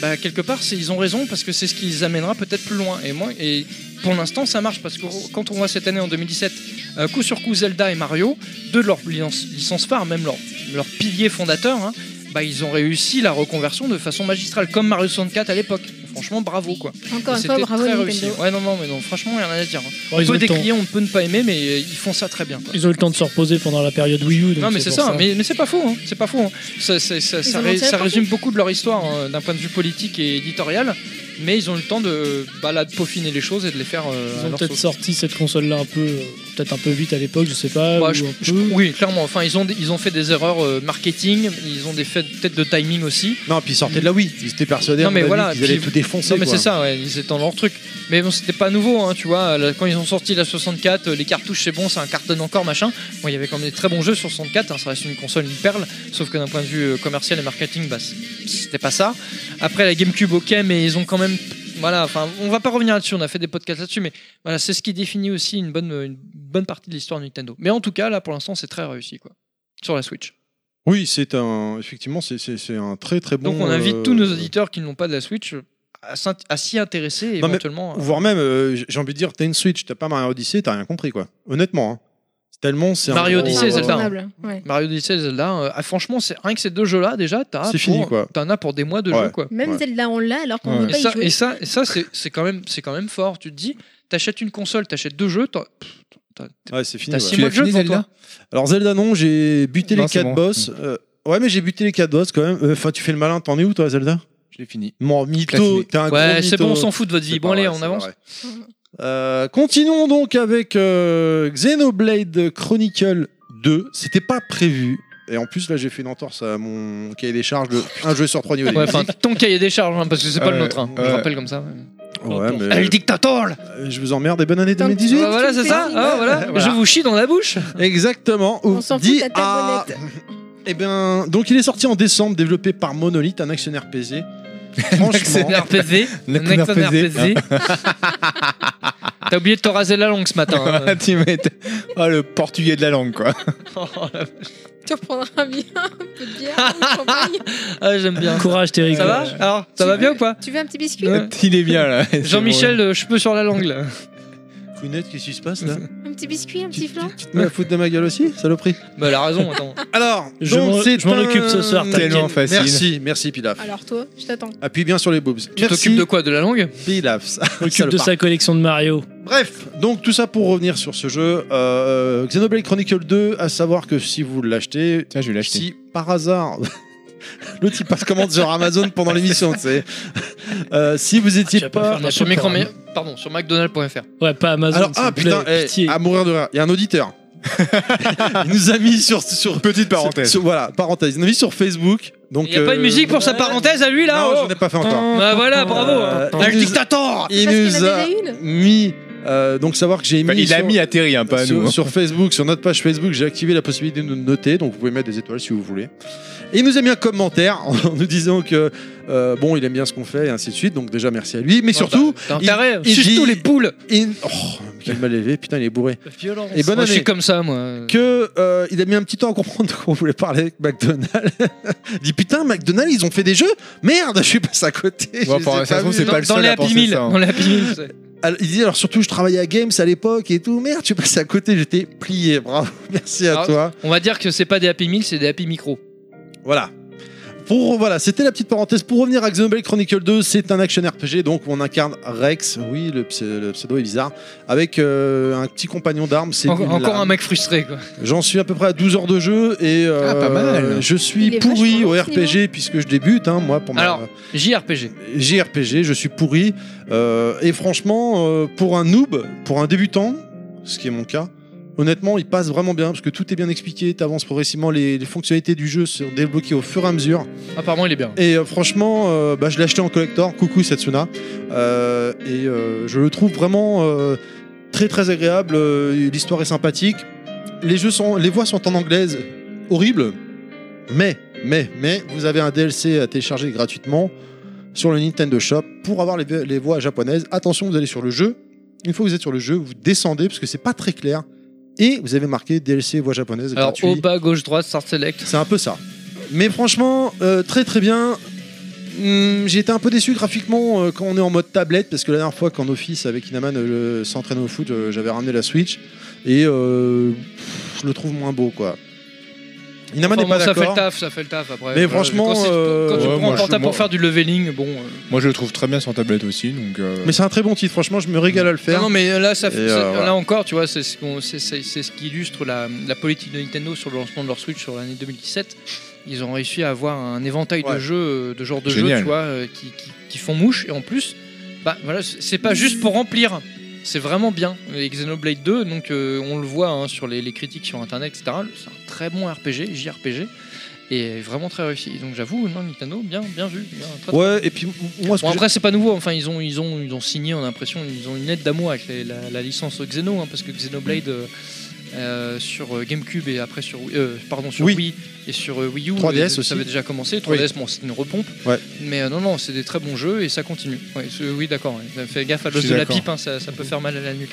Speaker 2: bah, quelque part, c'est- ils ont raison parce que c'est ce qui les amènera peut-être plus loin. Et moi, et pour l'instant, ça marche parce que quand on voit cette année en 2017, euh, coup sur coup, Zelda et Mario, deux de leurs licences licences phares, même leurs leur piliers fondateurs, hein, bah, ils ont réussi la reconversion de façon magistrale, comme Mario 64 à l'époque. Franchement, bravo quoi.
Speaker 5: Encore une
Speaker 2: C'était
Speaker 5: fois, bravo
Speaker 2: très
Speaker 5: Nintendo.
Speaker 2: réussi. Ouais, non, non, mais non, franchement, il a rien à dire. hein.
Speaker 3: Bon,
Speaker 2: On
Speaker 3: ils, ont
Speaker 2: peut
Speaker 3: le temps,
Speaker 2: décrier, on peut ne pas aimer, mais euh, ils font ça très bien. Quoi.
Speaker 3: ils ont eu le temps de se reposer pendant la période Wii U. donc
Speaker 2: Non mais c'est
Speaker 3: pour
Speaker 2: ça, mais, mais c'est pas faux, hein, c'est pas faux. hein. Ça, c'est- ça- ça
Speaker 5: ont
Speaker 2: ré-
Speaker 5: lancé la
Speaker 2: ça
Speaker 5: partie.
Speaker 2: résume beaucoup de leur histoire hein, d'un point de vue politique et éditorial, mais ils ont eu le temps de, bah, là, de peaufiner les choses et de les faire euh,
Speaker 3: Ils
Speaker 2: à
Speaker 3: ont
Speaker 2: leur
Speaker 3: peut-être
Speaker 2: sauce.
Speaker 3: sorti cette console-là un peu, euh, peut-être un peu vite à l'époque, je sais pas.
Speaker 2: Bah,
Speaker 3: ou
Speaker 2: je-
Speaker 3: un
Speaker 2: je-
Speaker 3: peu.
Speaker 2: oui, clairement. Enfin, ils ont, des- ils ont fait des erreurs euh, marketing, ils ont des faits peut-être de timing aussi.
Speaker 1: Non, puis ils sortaient de la Wii. Ils étaient persuadés
Speaker 2: Non,
Speaker 1: à mon
Speaker 2: mais
Speaker 1: avis,
Speaker 2: voilà,
Speaker 1: qu'ils allaient
Speaker 2: puis-
Speaker 1: tout défoncer.
Speaker 2: Non mais
Speaker 1: quoi.
Speaker 2: c'est ça, ouais, ils étaient dans leur truc. Mais bon, c'était pas nouveau, hein, tu vois. là, quand ils ont sorti la 64, euh, les cartouches c'est bon, c'est un carton encore, machin. Bon, il y avait quand même des très bons jeux sur 64, hein, ça reste une console, une perle. Sauf que d'un point de vue euh, commercial et marketing, bah, c'est- c'était pas ça. Après la GameCube, ok, mais ils ont quand même. Voilà, enfin, on va pas revenir là-dessus, on a fait des podcasts là-dessus, mais voilà, c'est ce qui définit aussi une bonne, une bonne partie de l'histoire de Nintendo. Mais en tout cas, là, pour l'instant, c'est très réussi, quoi. Sur la Switch.
Speaker 1: Oui, c'est un. Effectivement, c'est- c'est c'est un très très bon.
Speaker 2: Donc, on invite
Speaker 1: euh,
Speaker 2: tous nos auditeurs qui n'ont pas de la Switch à s'int- à s'y intéresser et
Speaker 1: Non, mais-
Speaker 2: éventuellement. à-
Speaker 1: Voire même, euh, j- j'ai envie de dire, t'as une Switch, t'as pas Mario Odyssey, t'as rien compris, quoi. Honnêtement, hein. C'est Tellement c'est un
Speaker 2: Mario
Speaker 1: gros-
Speaker 2: Odyssey, Zelda.
Speaker 5: Incontournable, ouais.
Speaker 2: Mario Odyssey, Zelda, euh, ah, franchement, c'est rien que ces deux jeux-là, déjà, t'as
Speaker 1: C'est fini,
Speaker 2: pour-
Speaker 1: quoi.
Speaker 2: t'en as pour des mois de
Speaker 1: Ouais.
Speaker 2: jeu, quoi.
Speaker 5: Même
Speaker 1: Ouais.
Speaker 5: Zelda, on l'a alors qu'on ne
Speaker 1: Ouais.
Speaker 5: veut
Speaker 2: Et
Speaker 5: pas
Speaker 2: ça,
Speaker 5: y jouer.
Speaker 2: et ça, et ça, c'est c'est quand même, c'est quand même fort. Tu te dis, t'achètes une console, t'achètes deux jeux, t'en- pff, t'as
Speaker 1: Ouais, c'est fini.
Speaker 2: t'as
Speaker 1: ouais.
Speaker 2: six
Speaker 6: Tu
Speaker 2: mois
Speaker 6: l'as
Speaker 2: de jeu
Speaker 6: fini,
Speaker 2: devant
Speaker 6: Zelda
Speaker 2: toi.
Speaker 1: Alors Zelda, non, j'ai buté
Speaker 6: Non,
Speaker 1: les
Speaker 6: c'est
Speaker 1: 4
Speaker 6: bon.
Speaker 1: boss. Euh, ouais, mais j'ai buté les 4 boss quand même. Euh, Enfin, tu fais le malin, t'en es où toi, Zelda
Speaker 6: Je l'ai fini.
Speaker 1: Mon mytho,
Speaker 6: Platiné.
Speaker 1: t'es un gros
Speaker 2: Ouais, c'est
Speaker 1: mytho.
Speaker 2: bon, on s'en fout de votre vie.
Speaker 1: C'est
Speaker 2: Bon,
Speaker 1: pas
Speaker 2: allez,
Speaker 1: vrai,
Speaker 2: on
Speaker 1: c'est
Speaker 2: avance.
Speaker 1: pas vrai. Euh, continuons donc avec euh, Xenoblade Chronicle 2. C'était pas prévu. Et en plus, là, j'ai fait une entorse à mon cahier des charges de un jeu sur trois niveaux.
Speaker 2: Ouais, enfin, ton cahier des charges, hein, parce que c'est pas le
Speaker 6: Euh,
Speaker 2: nôtre. hein. Je
Speaker 6: euh,
Speaker 2: rappelle comme ça. ouais.
Speaker 1: Ouais, mais,
Speaker 2: El dictator
Speaker 1: euh, je vous emmerde et bonne année 2018.
Speaker 2: Ah, Voilà, c'est ça. Ah, voilà.
Speaker 1: Voilà.
Speaker 2: Je vous chie dans la bouche.
Speaker 1: Exactement.
Speaker 5: On s'en fout de ta tête
Speaker 1: Ah.
Speaker 5: bonnette.
Speaker 1: Eh bien, donc il est sorti en décembre, développé par Monolith, un actionnaire PC. Franchement,
Speaker 2: RPG.
Speaker 6: Nexon
Speaker 2: RPG. T'as oublié de te raser la langue ce matin. hein.
Speaker 6: Ah, tu m'étais- Ah, le portugais de la langue, quoi.
Speaker 5: Tu reprendras bien un peu de bière ou de champagne.
Speaker 2: Ah, j'aime bien.
Speaker 3: Courage, Terry.
Speaker 2: Ça va
Speaker 3: courage.
Speaker 2: Alors, ça va bien ou pas
Speaker 5: Tu veux un petit biscuit
Speaker 2: Ouais.
Speaker 6: Il est bien, là. C'est
Speaker 2: Jean-Michel, euh, cheveux sur la langue là.
Speaker 1: Counette, qu'est-ce qui se passe là
Speaker 5: Un petit biscuit, un petit flan
Speaker 1: Tu te mets à foutre de ma gueule aussi, saloperie
Speaker 2: Bah, elle a raison, attends.
Speaker 1: Alors,
Speaker 3: Je
Speaker 1: donc,
Speaker 3: m'en-
Speaker 1: c'est
Speaker 3: je m'en
Speaker 1: un-
Speaker 3: occupe ce soir, t'inquiète.
Speaker 6: Tellement facile.
Speaker 1: Merci, merci Pilaf.
Speaker 5: Alors toi, je t'attends.
Speaker 1: Appuie bien sur les boobs.
Speaker 2: Tu
Speaker 1: merci
Speaker 2: t'occupes de quoi De la langue
Speaker 1: Pilaf.
Speaker 3: Occupe de
Speaker 1: Salopard.
Speaker 3: sa collection de Mario.
Speaker 1: Bref, donc tout ça pour revenir sur ce jeu. euh, Xenoblade Chronicle 2, à savoir que si vous l'achetez,
Speaker 6: Tiens, je vais l'acheter.
Speaker 1: si par hasard... L'autre il passe commande sur Amazon pendant l'émission, tu sais. Euh, si
Speaker 2: Ah,
Speaker 1: vous étiez
Speaker 3: tu vas pas
Speaker 1: pas.
Speaker 3: faire la
Speaker 2: sur,
Speaker 3: soupe,
Speaker 2: micro-
Speaker 3: quand même.
Speaker 2: Pardon, sur McDonald's.fr.
Speaker 3: Ouais, pas Amazon.
Speaker 1: Alors,
Speaker 3: s'il
Speaker 1: ah
Speaker 3: vous plaît,
Speaker 1: putain, eh,
Speaker 3: pitié.
Speaker 1: à mourir de rire. Il y a un auditeur. il nous a mis sur. sur
Speaker 6: Petite parenthèse.
Speaker 1: sur- voilà, parenthèse. Il nous a mis sur Facebook. Donc,
Speaker 2: Il n'y a pas
Speaker 1: euh,
Speaker 2: une musique pour sa parenthèse à lui là
Speaker 1: Non,
Speaker 2: oh
Speaker 1: j'en ai pas fait encore.
Speaker 2: Bah voilà, bravo
Speaker 1: Euh,
Speaker 2: hein.
Speaker 1: il nous-
Speaker 2: dictator
Speaker 1: Il
Speaker 5: Parce qu'il y en
Speaker 1: nous
Speaker 5: a
Speaker 1: a
Speaker 5: déjà une.
Speaker 1: mis. euh, donc, savoir que j'ai mis.
Speaker 6: Enfin, il a
Speaker 1: sur-
Speaker 6: mis à Terry, hein, pas à
Speaker 1: sur,
Speaker 6: nous. hein.
Speaker 1: sur Facebook, sur notre page Facebook, j'ai activé la possibilité de nous noter, donc vous pouvez mettre des étoiles si vous voulez. Et il nous a mis un commentaire en nous disant que euh, bon, il aime bien ce qu'on fait et ainsi de suite. Donc déjà merci à lui, mais surtout,
Speaker 2: T'as
Speaker 1: il-
Speaker 3: hein.
Speaker 2: intérêt,
Speaker 1: il
Speaker 2: Oh, suce
Speaker 1: dit-
Speaker 2: tous les poules
Speaker 1: il... oh, quel mal élevé, putain, il est bourré. Et bonne
Speaker 2: Moi, Je
Speaker 1: année.
Speaker 2: suis comme ça moi.
Speaker 1: que euh, il a mis un petit temps à comprendre qu'on voulait parler avec McDonald's. il dit putain McDonald's ils ont fait des jeux Merde, je suis passé à côté.
Speaker 6: Bon,
Speaker 1: je
Speaker 6: pour-
Speaker 1: les ai pas
Speaker 6: ça se trouve,
Speaker 1: vus.
Speaker 6: c'est pas
Speaker 2: Dans,
Speaker 6: le
Speaker 2: dans
Speaker 6: seul
Speaker 2: les
Speaker 6: à
Speaker 2: Happy
Speaker 6: penser
Speaker 2: Meal,
Speaker 6: ça, hein.
Speaker 2: dans les Happy Meal, c'est-
Speaker 1: Alors, il disait alors surtout je travaillais à Games à l'époque et tout. Merde, je suis passé à côté, j'étais plié. Bravo, merci à
Speaker 2: Ah.
Speaker 1: toi.
Speaker 2: On va dire que c'est pas des Happy Meal, c'est des Happy Micro.
Speaker 1: Voilà. Pour, voilà, c'était la petite parenthèse. Pour revenir à Xenoblade Chronicle 2, c'est un action RPG, donc on incarne Rex, oui, le, pse- le pseudo est bizarre, avec euh, un petit compagnon d'armes, c'est
Speaker 2: En-
Speaker 1: une
Speaker 2: encore
Speaker 1: lame.
Speaker 2: un mec frustré quoi.
Speaker 1: J'en suis à peu près à 12 heures de jeu et euh,
Speaker 6: Ah, pas mal.
Speaker 1: je suis
Speaker 5: Il est
Speaker 1: pourri
Speaker 5: vachement
Speaker 1: au
Speaker 5: long,
Speaker 1: RPG puisque je débute, hein, moi, pour ma-
Speaker 2: Alors. JRPG.
Speaker 1: JRPG, je suis pourri. Euh, et franchement, euh, pour un noob, pour un débutant, ce qui est mon cas, honnêtement, il passe vraiment bien parce que tout est bien expliqué, t'avances progressivement, les, les fonctionnalités du jeu sont débloquées au fur et à mesure.
Speaker 2: Apparemment, il est bien.
Speaker 1: Et euh, franchement, euh, bah, je l'ai acheté en collector, coucou Setsuna. Euh, et euh, je le trouve vraiment euh, très très agréable, euh, l'histoire est sympathique, les, jeux sont, les voix sont en anglaise, horrible, mais, mais, mais, vous avez un DLC à télécharger gratuitement sur le Nintendo Shop pour avoir les, les voix japonaises. Attention, vous allez sur le jeu. Une fois que vous êtes sur le jeu, vous descendez parce que c'est pas très clair. Et vous avez marqué DLC voix japonaise
Speaker 2: Alors,
Speaker 1: gratuit.
Speaker 2: haut, bas, gauche, droite, start select.
Speaker 1: C'est un peu ça. Mais franchement, euh, très très bien. Hmm, J'ai été un peu déçu graphiquement euh, quand on est en mode tablette parce que la dernière fois qu'en office avec Inaman euh, s'entraînait au foot, euh, j'avais ramené la Switch et euh, pff, je le trouve moins beau quoi. Inaman
Speaker 2: Enfin,
Speaker 1: n'est
Speaker 2: bon,
Speaker 1: pas
Speaker 2: ça fait le
Speaker 1: d'accord.
Speaker 2: taf, ça fait le taf après.
Speaker 1: Mais
Speaker 2: Voilà,
Speaker 1: franchement,
Speaker 2: quand, c'est-
Speaker 1: euh,
Speaker 2: quand tu
Speaker 6: ouais,
Speaker 2: prends
Speaker 6: moi,
Speaker 2: un
Speaker 6: je-
Speaker 2: portable
Speaker 6: moi-
Speaker 2: pour faire du leveling, bon. euh,
Speaker 6: Moi, je le trouve très bien sur tablette aussi, donc. euh,
Speaker 1: Mais c'est un très bon titre. Franchement, je me régale à le faire.
Speaker 2: Non, non, mais là, ça,
Speaker 1: Et,
Speaker 2: fait-
Speaker 1: euh,
Speaker 2: ça-
Speaker 1: voilà.
Speaker 2: là encore, tu vois, c'est ce, qu'on- c'est- c'est- c'est ce qui illustre la, la politique de Nintendo sur le lancement de leur Switch sur l'année 2017. Ils ont réussi à avoir un éventail de
Speaker 1: Ouais.
Speaker 2: jeux, euh, de genres de jeux,
Speaker 6: Génial.
Speaker 2: tu vois, euh, qui, qui- qui font mouche. Et en plus, bah, voilà, c'est c'est pas juste pour remplir. C'est vraiment bien. Et Xenoblade 2, donc euh, on le voit hein, sur les, les critiques sur Internet, etc. C'est un très bon RPG, JRPG, et vraiment très réussi. Donc j'avoue, non, Nintendo, bien, bien vu. bien, très, très
Speaker 1: Ouais, et puis m- moi, ce
Speaker 2: Bon,
Speaker 1: que
Speaker 2: après c'est pas nouveau, enfin ils ont, ils ont, ils ont signé, on a l'impression, ils ont une lettre d'amour avec les- la, la licence Xeno, hein, parce que Xenoblade euh, euh, sur euh, GameCube et après sur, Wii- euh, pardon, sur
Speaker 1: Oui.
Speaker 2: Wii et sur euh, Wii U,
Speaker 1: 3DS
Speaker 2: ça
Speaker 1: aussi.
Speaker 2: avait déjà commencé, 3DS bon c'est une repompe,
Speaker 1: Ouais.
Speaker 2: mais euh, non non c'est des très bons jeux et ça continue. Ouais, c'est- oui d'accord, ouais. fais gaffe à
Speaker 6: Je
Speaker 2: l'os
Speaker 6: suis
Speaker 2: de la
Speaker 6: d'accord.
Speaker 2: pipe, hein, ça, ça peut faire mal à la nuque.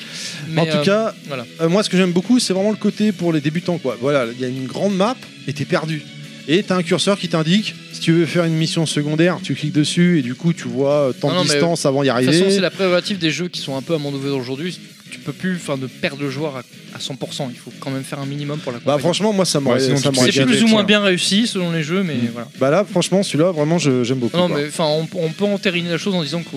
Speaker 1: Mais en
Speaker 2: Mais,
Speaker 1: tout
Speaker 2: euh,
Speaker 1: cas,
Speaker 2: voilà.
Speaker 1: euh, moi ce que j'aime beaucoup, c'est vraiment le côté pour les débutants. Quoi. Voilà, il y a une grande map et t'es perdu. Et t'as un curseur qui t'indique si tu veux faire une mission secondaire, tu cliques dessus et du coup tu vois euh, tant
Speaker 2: Non, non,
Speaker 1: de
Speaker 2: mais,
Speaker 1: distance avant y
Speaker 2: de toute façon
Speaker 1: arriver.
Speaker 2: c'est la prérogative des jeux qui sont un peu à mon nouveau aujourd'hui, tu peux plus enfin, de perdre le joueur à, à 100%, il faut quand même faire un minimum pour la
Speaker 1: Bah franchement, moi ça m'aurait
Speaker 6: Ouais, sinon,
Speaker 1: ça
Speaker 6: tu
Speaker 1: m'aurait
Speaker 2: c'est
Speaker 6: j'ai
Speaker 2: plus
Speaker 1: gâté,
Speaker 2: ou moins
Speaker 1: tiens.
Speaker 2: bien réussi selon les jeux, mais
Speaker 6: Mm.
Speaker 2: voilà.
Speaker 1: Bah là, franchement, celui-là vraiment je- j'aime beaucoup.
Speaker 2: Non,
Speaker 1: quoi.
Speaker 2: mais enfin, on, on peut entériner la chose en disant qu'à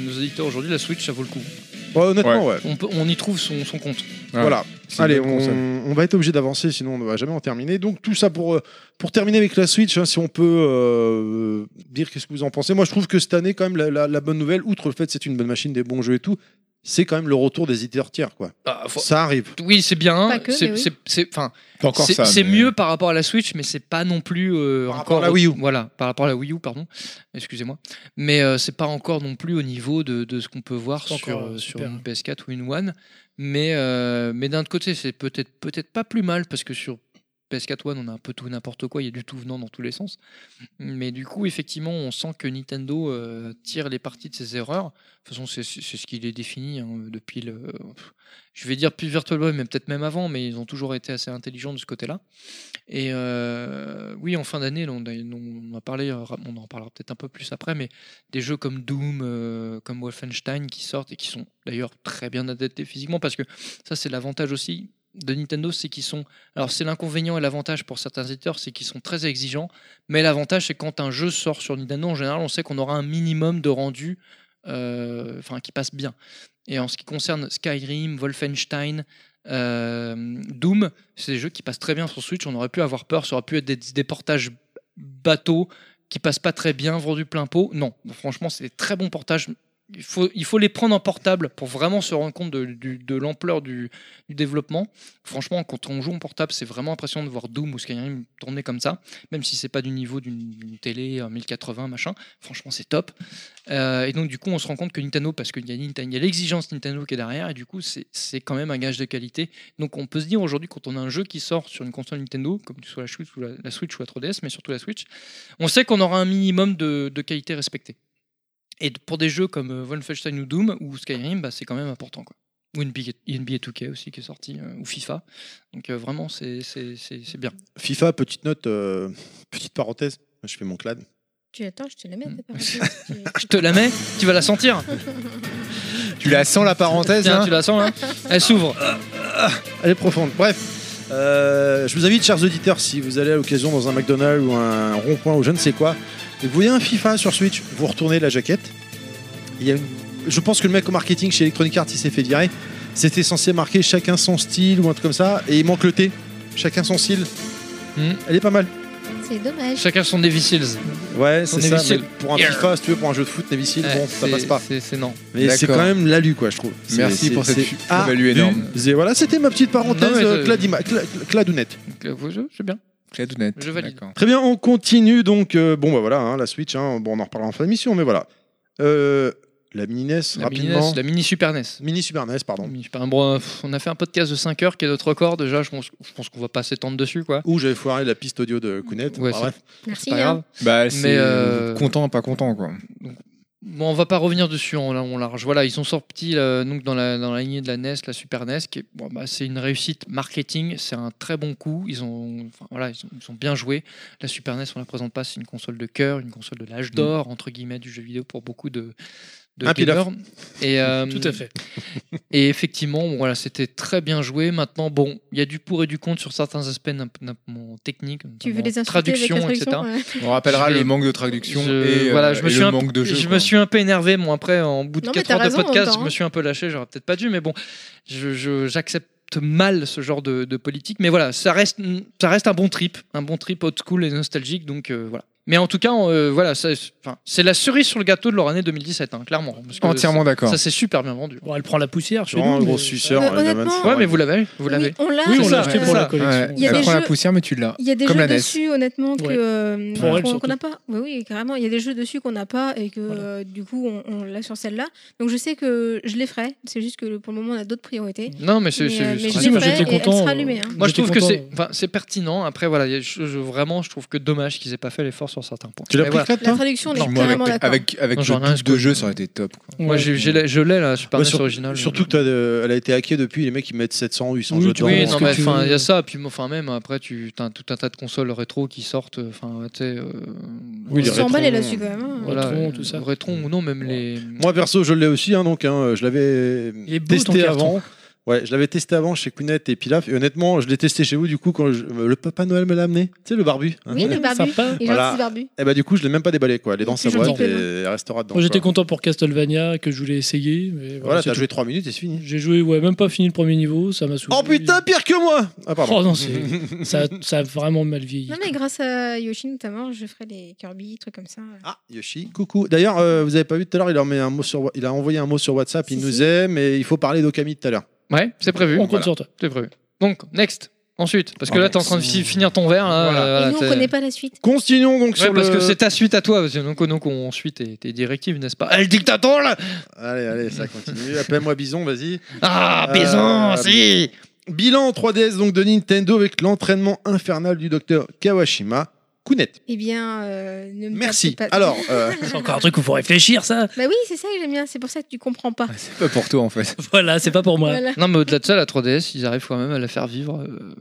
Speaker 2: nos auditeurs aujourd'hui, la Switch, ça vaut le coup.
Speaker 1: Ouais, Bah, honnêtement, ouais.
Speaker 2: On, peut- on y trouve son, son compte.
Speaker 6: Ouais.
Speaker 1: Voilà.
Speaker 6: c'est une
Speaker 1: Allez,
Speaker 6: bonne
Speaker 1: on,
Speaker 6: console.
Speaker 1: on va être obligé d'avancer, sinon on ne va jamais en terminer. Donc tout ça pour, euh, pour terminer avec la Switch, hein, si on peut euh, dire qu'est-ce que vous en pensez. Moi je trouve que cette année quand même la, la- la bonne nouvelle, outre le fait que c'est une bonne machine, des bons jeux et tout, c'est quand même le retour des éditeurs tiers. Quoi. Ça arrive.
Speaker 2: Bah, Oui, c'est bien.
Speaker 5: Pas que,
Speaker 2: c'est-
Speaker 5: mais oui.
Speaker 2: c'est- c'est- enfin,
Speaker 6: Pas encore
Speaker 2: c'est-
Speaker 6: ça.
Speaker 2: c'est
Speaker 6: mais-
Speaker 2: mieux par rapport à la Switch, mais c'est pas non plus euh,
Speaker 1: Par rapport
Speaker 2: encore
Speaker 1: à la Wii U.
Speaker 2: Voilà, par rapport à la Wii U, pardon. Excusez-moi. Mais euh, c'est pas encore non plus au niveau de, de ce qu'on peut voir sur,
Speaker 3: Pas encore,
Speaker 2: euh,
Speaker 3: euh,
Speaker 2: sur
Speaker 3: super.
Speaker 2: une PS4 ou une One. Mais euh, mais d'un autre côté, c'est peut-être peut-être pas plus mal parce que sur PS4 One, on a un peu tout et n'importe quoi, il y a du tout venant dans tous les sens. Mais du coup, effectivement, on sent que Nintendo euh, tire les parties de ses erreurs. De toute façon, c'est c'est- c'est ce qu'il est défini hein, depuis le. pff, Je vais dire plus Virtual Boy, mais peut-être même avant, mais ils ont toujours été assez intelligents de ce côté-là. Et euh, oui, en fin d'année, là, on, a- on a parlé, euh, on en parlera peut-être un peu plus après, mais des jeux comme Doom, euh, comme Wolfenstein qui sortent et qui sont d'ailleurs très bien adaptés physiquement parce que ça, c'est l'avantage aussi de Nintendo, c'est qu'ils sont. Alors, c'est l'inconvénient et l'avantage pour certains éditeurs, c'est qu'ils sont très exigeants, mais l'avantage, c'est quand un jeu sort sur Nintendo, en général, on sait qu'on aura un minimum de rendu euh, enfin, qui passe bien. Et en ce qui concerne Skyrim, Wolfenstein, euh, Doom, c'est des jeux qui passent très bien sur Switch. On aurait pu avoir peur, ça aurait pu être des, des portages bateaux qui passent pas très bien, vendus plein pot. Non, franchement, c'est des très bons portages. Il faut, il faut les prendre en portable pour vraiment se rendre compte de, du- de l'ampleur du, du développement. Franchement, quand on joue en portable, c'est vraiment impressionnant de voir Doom ou Skyrim tourner comme ça, même si c'est pas du niveau d'une d'une télé en 1080 machin. Franchement, c'est top. Euh, et donc du coup, on se rend compte que Nintendo, parce qu'il y a Nintendo- il y a l'exigence Nintendo qui est derrière, et du coup, c'est c'est quand même un gage de qualité. Donc on peut se dire aujourd'hui quand on a un jeu qui sort sur une console Nintendo, comme que ce soit la Switch ou la, la Switch ou la 3DS, mais surtout la Switch, on sait qu'on aura un minimum de, de qualité respectée. Et pour des jeux comme euh, Wolfenstein ou Doom ou Skyrim, bah, c'est quand même important. Quoi. Ou NBA, 2K aussi qui est sorti, euh, ou FIFA. Donc euh, vraiment, c'est- c'est c'est- c'est bien.
Speaker 1: FIFA, petite note, euh, petite parenthèse, je fais mon clad.
Speaker 5: Tu attends, je te la mets. ta parenthèse, tu-
Speaker 2: Mm. Je te la mets, tu vas la sentir.
Speaker 6: Tu la sens la parenthèse
Speaker 2: Tiens,
Speaker 6: hein
Speaker 2: tu la sens là Elle s'ouvre.
Speaker 1: Elle est profonde. Bref, euh, je vous invite, chers auditeurs, si vous allez à l'occasion dans un McDonald's ou un rond-point ou je ne sais quoi, et que vous voyez un FIFA sur Switch, vous retournez la jaquette. Il y a une- Je pense que le mec au marketing chez Electronic Arts, il s'est fait virer. C'était censé marquer chacun son style ou un truc comme ça, et il manque le T. Chacun son style.
Speaker 2: Hmm.
Speaker 1: Elle est pas mal.
Speaker 5: C'est dommage.
Speaker 2: Chacun son Navy Seals.
Speaker 1: Ouais, c'est
Speaker 2: Navy
Speaker 1: ça.
Speaker 2: Seal.
Speaker 1: mais pour un
Speaker 2: Yeah.
Speaker 1: FIFA, si tu veux, pour un jeu de foot, Navy Seal,
Speaker 2: Ouais,
Speaker 1: bon, ça
Speaker 2: Eh, c'est-
Speaker 1: passe pas.
Speaker 2: c'est- C'est non.
Speaker 1: Mais c'est
Speaker 6: D'accord.
Speaker 1: quand même l'alu, quoi, je trouve. C'est-
Speaker 6: Merci
Speaker 1: c'est-
Speaker 6: pour cette
Speaker 1: c'est
Speaker 6: fu- plus-value énorme.
Speaker 1: abusé. Voilà, c'était ma petite parenthèse
Speaker 2: Non, mais je-
Speaker 1: euh, cladima- cla- cladounette.
Speaker 2: Donc, euh, Je je sais bien.
Speaker 6: Cladounette.
Speaker 2: Je valide.
Speaker 6: D'accord.
Speaker 1: Très bien, on continue donc. euh, bon, bah voilà, hein, la Switch, hein, bon, on en reparlera en fin d'émission, mais voilà. Euh, la mini NES,
Speaker 2: La mini,
Speaker 1: rapidement.
Speaker 2: NES, la mini Super NES.
Speaker 1: Mini Super NES, pardon.
Speaker 2: Mini Super- bon, euh, pff, on a fait un podcast de 5 heures qui est notre record déjà. Je pense, je pense qu'on va pas s'étendre dessus quoi.
Speaker 1: Où j'avais foiré la piste audio de Kounet.
Speaker 2: Ouais,
Speaker 1: bah,
Speaker 2: c'est-
Speaker 1: bref.
Speaker 5: Merci.
Speaker 2: Pas
Speaker 5: hein.
Speaker 2: grave.
Speaker 6: Bah, c'est
Speaker 2: euh,
Speaker 6: content, pas content quoi.
Speaker 2: Bon, on va pas revenir dessus, on, la- on large. Voilà, ils sont sortis là, donc dans la, dans la lignée de la NES, la Super NES, qui est- bon, bah, c'est une réussite marketing, c'est un très bon coup. Ils ont, enfin, voilà, ils ont, ils ont bien joué. La Super NES, on la présente pas, c'est une console de cœur, une console de l'âge d'or
Speaker 3: Mm.
Speaker 2: entre guillemets du jeu vidéo pour beaucoup de, de
Speaker 1: Un pilaf.
Speaker 2: gamers. Et, euh,
Speaker 3: Tout à fait.
Speaker 2: Et effectivement, bon, voilà, c'était très bien joué. Maintenant, bon, il y a du pour et du contre sur certains aspects nam- nam- mon techniques,
Speaker 5: Tu veux
Speaker 2: notamment
Speaker 5: les insulter
Speaker 2: traduction,
Speaker 5: avec la
Speaker 2: etc.
Speaker 5: traduction ouais.
Speaker 6: On rappellera
Speaker 2: je vais-
Speaker 6: le manque de traduction
Speaker 2: Je-
Speaker 6: et, euh,
Speaker 2: voilà, je me
Speaker 6: et
Speaker 2: suis
Speaker 6: le
Speaker 2: un-
Speaker 6: manque de jeu.
Speaker 2: je
Speaker 6: quoi.
Speaker 2: me suis un peu énervé, moi, après, en bout de
Speaker 5: Non, mais
Speaker 2: 4
Speaker 5: t'as
Speaker 2: heures
Speaker 5: raison,
Speaker 2: de podcast,
Speaker 5: en même
Speaker 2: je
Speaker 5: temps, hein.
Speaker 2: me suis un peu lâché, j'aurais peut-être pas dû, mais bon, je- je- j'accepte mal ce genre de, de politique. Mais voilà, ça reste, ça reste un bon trip, un bon trip old school et nostalgique, donc euh, voilà. Mais en tout cas, euh, voilà, ça- enfin, c'est la cerise sur le gâteau de leur année 2017, hein, clairement. parce que
Speaker 6: Entièrement d'accord.
Speaker 2: Ça s'est super bien vendu.
Speaker 3: Bon, elle prend la poussière. chez
Speaker 1: Vraiment un
Speaker 3: nous,
Speaker 1: gros
Speaker 3: mais-
Speaker 1: suceur.
Speaker 5: Mais
Speaker 1: euh, la
Speaker 5: honnêtement-
Speaker 1: manne-
Speaker 2: Ouais, mais vous l'avez, vous l'avez.
Speaker 5: Oui, on l'a.
Speaker 3: Oui,
Speaker 2: Ah,
Speaker 3: on
Speaker 2: ça,
Speaker 3: l'a acheté
Speaker 2: ouais.
Speaker 3: pour
Speaker 2: ça.
Speaker 3: la collection.
Speaker 5: Il y a
Speaker 6: elle
Speaker 5: des
Speaker 6: prend la
Speaker 5: jeux-
Speaker 6: poussière, mais tu l'as.
Speaker 5: Il y a des
Speaker 6: Comme
Speaker 5: jeux
Speaker 6: la NES.
Speaker 2: E
Speaker 5: dessus, honnêtement, que,
Speaker 3: Ouais.
Speaker 5: euh,
Speaker 3: Pour elle,
Speaker 5: qu'on
Speaker 3: surtout.
Speaker 5: qu'on n'a pas. Oui, oui, carrément. Il y a des jeux dessus qu'on n'a pas et que
Speaker 3: Voilà.
Speaker 5: euh, du coup, on, on l'a sur celle-là. Donc je sais que je les ferai. C'est juste que pour le moment, on a d'autres priorités.
Speaker 2: Non, mais c'est.
Speaker 5: Mais,
Speaker 2: c'est-
Speaker 5: euh, mais
Speaker 2: c'est-
Speaker 5: je
Speaker 3: Ah,
Speaker 5: l'ai
Speaker 3: si, moi,
Speaker 5: fait
Speaker 3: j'étais
Speaker 5: et elle
Speaker 3: content,
Speaker 5: sera
Speaker 3: euh,
Speaker 5: allumée. hein.
Speaker 2: Moi, je
Speaker 3: J'étais
Speaker 2: trouve que
Speaker 3: content.
Speaker 2: c'est enfin, c'est pertinent. Après, voilà, il y a- je- je- vraiment, je trouve que dommage qu'ils aient pas fait l'effort sur certains points.
Speaker 1: Tu l'as
Speaker 2: Mais
Speaker 1: pris,
Speaker 2: voilà.
Speaker 1: Clad,
Speaker 5: La
Speaker 1: toi
Speaker 5: traduction, on est
Speaker 2: Non,
Speaker 6: Moi,
Speaker 5: carrément
Speaker 6: avec,
Speaker 5: d'accord.
Speaker 6: avec, avec
Speaker 2: Non,
Speaker 6: le
Speaker 2: j'en ai rien à
Speaker 6: double de
Speaker 2: secouer.
Speaker 6: jeu, ça aurait été top. quoi.
Speaker 3: Ouais.
Speaker 2: Moi, j'ai- j'ai la- je l'ai, la Super
Speaker 1: Ouais,
Speaker 2: NES
Speaker 1: sur-
Speaker 2: originale.
Speaker 1: Surtout que t'as de- elle a été hackée depuis, les mecs ils mettent 700 ou 800
Speaker 3: Oui,
Speaker 1: jeux
Speaker 3: tu
Speaker 1: dedans.
Speaker 3: vois,
Speaker 2: Oui,
Speaker 3: ce
Speaker 2: non,
Speaker 3: que
Speaker 2: mais
Speaker 3: tu
Speaker 2: enfin,
Speaker 3: veux.
Speaker 2: il y a ça. Puis, enfin, même après, tu as tout un tas de consoles rétro qui sortent. Enfin, tu sais. euh,
Speaker 1: Oui, les
Speaker 5: On s'emballe
Speaker 1: rétro-
Speaker 5: là-dessus quand même. hein.
Speaker 2: voilà,
Speaker 3: Rétron,
Speaker 2: euh,
Speaker 3: tout ça.
Speaker 2: Rétron ou non, même les.
Speaker 1: Moi perso, je l'ai aussi, hein, donc hein, je l'avais
Speaker 3: Il est beau, ton
Speaker 1: testé
Speaker 3: carton.
Speaker 1: avant. Ouais, je l'avais testé avant chez Kounet et Pilaf. Et honnêtement, je l'ai testé chez vous du coup quand je- euh, le Papa Noël me l'a amené. Tu sais, le barbu. hein.
Speaker 5: Bah Oui, le barbu.
Speaker 3: Sympa.
Speaker 5: Et
Speaker 1: Voilà.
Speaker 5: gentil barbu.
Speaker 1: Et bah du coup, je l'ai même pas déballé quoi. Elle est dans
Speaker 5: Et
Speaker 1: sa
Speaker 5: puis,
Speaker 1: boîte
Speaker 5: j'en
Speaker 1: et
Speaker 5: ai fait,
Speaker 1: elle restera dedans.
Speaker 3: Moi, j'étais
Speaker 1: quoi.
Speaker 3: content pour Castlevania que je voulais essayer. mais
Speaker 1: Voilà,
Speaker 3: c'est
Speaker 1: t'as
Speaker 3: tout.
Speaker 1: joué 3 minutes et c'est fini.
Speaker 3: J'ai joué, ouais, même pas fini le premier niveau, ça m'a saoulé.
Speaker 1: Oh putain, pire que moi Ah pardon.
Speaker 3: Oh non, c'est- ça, ça a vraiment mal vieilli.
Speaker 5: Non, mais grâce à Yoshi notamment, je ferai les Kirby, trucs comme ça.
Speaker 2: Oh.
Speaker 1: Ah, Yoshi, coucou. D'ailleurs, euh, vous avez pas vu tout à l'heure, il, a remis un mot sur- il a envoyé un mot sur WhatsApp, il
Speaker 5: Si,
Speaker 1: nous
Speaker 5: si.
Speaker 1: aime et il faut parler d'Okami tout à l'heure.
Speaker 2: Ouais, c'est prévu.
Speaker 3: On compte bah,
Speaker 2: Voilà,
Speaker 3: sur toi.
Speaker 2: C'est prévu. Donc, next. Ensuite, parce que
Speaker 6: Ah,
Speaker 2: là, t'es en train de fi- finir ton verre. là,
Speaker 6: Voilà.
Speaker 2: euh,
Speaker 5: Et
Speaker 2: voilà,
Speaker 5: nous, on
Speaker 2: t'es-
Speaker 5: connaît pas la suite.
Speaker 1: Continuons donc
Speaker 2: Ouais,
Speaker 1: sur
Speaker 2: parce
Speaker 1: le...
Speaker 2: que c'est ta suite à toi. parce que Donc, donc on suit tes, tes directives, n'est-ce pas Ah, le dictateur, là
Speaker 1: Allez, allez, ça continue. Appelle-moi Bison, vas-y.
Speaker 2: Ah,
Speaker 1: Euh,
Speaker 2: Bison, si
Speaker 1: Bilan 3DS donc de Nintendo avec l'entraînement infernal du docteur Kawashima. Kounet.
Speaker 5: Eh bien, euh, ne me
Speaker 1: Merci.
Speaker 5: tapez pas-
Speaker 1: Alors, euh,
Speaker 3: C'est encore un truc où faut réfléchir, ça.
Speaker 5: Bah oui, c'est ça que j'aime bien. C'est pour ça que tu comprends pas.
Speaker 6: C'est pas pour toi en fait.
Speaker 3: Voilà, c'est pas pour moi.
Speaker 5: Voilà.
Speaker 2: Non, mais au-delà de ça, la 3DS, ils arrivent quand même à la faire vivre. euh,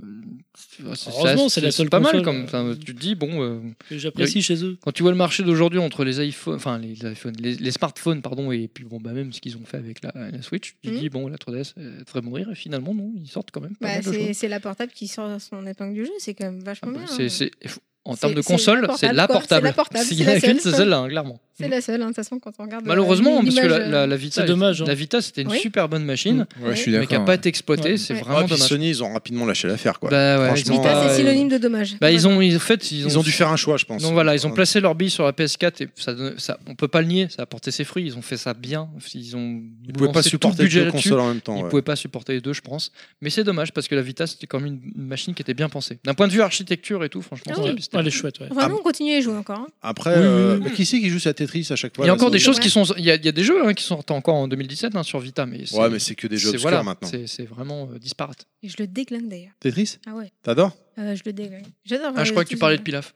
Speaker 2: c'est-
Speaker 3: Heureusement,
Speaker 2: ça-
Speaker 3: c'est la seule
Speaker 2: pas mal
Speaker 3: console,
Speaker 2: comme.
Speaker 3: euh,
Speaker 2: enfin, Tu te dis, bon, euh,
Speaker 3: que J'apprécie chez eux.
Speaker 2: quand tu vois le marché d'aujourd'hui entre les iPhones, enfin les, iPhones, les, les smartphones, pardon, et puis bon, bah même ce qu'ils ont fait avec la, la Switch, tu te
Speaker 5: Mhm.
Speaker 2: dis, bon, la 3DS, elle devrait mourir, et finalement, non, ils sortent quand même pas
Speaker 5: Bah,
Speaker 2: mal de
Speaker 5: c'est
Speaker 2: choses.
Speaker 5: c'est la portable qui sort son épingle du jeu. C'est quand même
Speaker 2: Ah
Speaker 5: vachement
Speaker 2: bah,
Speaker 5: bien.
Speaker 2: c'est-
Speaker 5: hein.
Speaker 2: c'est- il faut- en
Speaker 5: C'est-
Speaker 2: termes de
Speaker 5: c'est la
Speaker 2: console,
Speaker 5: portable,
Speaker 2: c'est la
Speaker 5: quoi.
Speaker 2: portable.
Speaker 5: C'est la portable,
Speaker 2: S'il
Speaker 5: c'est
Speaker 2: y en a
Speaker 5: la
Speaker 2: qu'une,
Speaker 5: seule.
Speaker 2: c'est celle-là, hein, clairement. Mm.
Speaker 5: C'est la seule, hein, de toute façon, quand on regarde.
Speaker 2: Malheureusement,
Speaker 5: euh,
Speaker 2: parce que la,
Speaker 5: l'image,
Speaker 2: la-
Speaker 5: euh,
Speaker 2: la Vita,
Speaker 3: C'est dommage, hein.
Speaker 2: la Vita, c'était une
Speaker 5: Oui.
Speaker 2: super bonne
Speaker 1: Mm.
Speaker 2: machine,
Speaker 6: Ouais, je suis
Speaker 2: mais qui n'a
Speaker 6: d'accord.
Speaker 2: pas été exploitée.
Speaker 3: Ouais.
Speaker 2: C'est
Speaker 5: Ouais.
Speaker 1: ah,
Speaker 2: vraiment
Speaker 1: puis
Speaker 2: dommage.
Speaker 1: Sony, ils ont rapidement lâché l'affaire quoi.
Speaker 2: Bah ouais, ils
Speaker 1: Franchement, euh,
Speaker 2: ont
Speaker 5: Vita,
Speaker 2: pas-
Speaker 5: c'est synonyme de dommage.
Speaker 2: Bah, ils ont, ils- en fait, ils ont,
Speaker 1: Ils ont dû faire un choix, je pense.
Speaker 2: Donc voilà, ils ont placé leur bille sur la PS4 et ça, donne- ça, on peut pas le nier, ça a porté ses fruits. Ils ont fait ça bien. Ils ont.
Speaker 1: Ils pouvaient pas
Speaker 2: lancé tout le
Speaker 1: supporter
Speaker 2: budget
Speaker 1: deux
Speaker 2: là-dessus.
Speaker 1: consoles en même
Speaker 2: Ils
Speaker 1: temps. ouais.
Speaker 2: pouvaient pas supporter les deux, je pense. Mais c'est dommage parce que la Vita c'était quand même une, une machine qui était bien pensée. D'un point de vue architecture et tout, franchement.
Speaker 5: Ah
Speaker 2: ça-
Speaker 5: oui.
Speaker 2: c'était-
Speaker 3: Elle est chouette, ouais.
Speaker 2: Ah
Speaker 5: Vraiment, on continue à y jouer encore. hein.
Speaker 1: Après,
Speaker 3: Oui,
Speaker 1: euh,
Speaker 3: oui, oui.
Speaker 1: mais qui c'est qui joue à Tetris à chaque fois
Speaker 2: il y
Speaker 1: là,
Speaker 2: a encore
Speaker 1: ça-
Speaker 2: des choses
Speaker 5: Ouais.
Speaker 2: qui sont. Il y, a, il y a des jeux hein, qui sont encore en 2017 hein, sur Vita, mais.
Speaker 1: Ouais, mais c'est que des jeux
Speaker 2: c'est-
Speaker 1: obscurs
Speaker 2: voilà,
Speaker 1: maintenant.
Speaker 2: C'est c'est vraiment euh, disparate.
Speaker 5: Et je le déglingue d'ailleurs.
Speaker 1: Tetris
Speaker 5: Ah ouais,
Speaker 1: T'adores
Speaker 5: euh, je le déglingue. J'adore.
Speaker 2: Ah, je
Speaker 5: euh,
Speaker 2: crois que tu
Speaker 5: tous-
Speaker 2: parlais de Pilaf.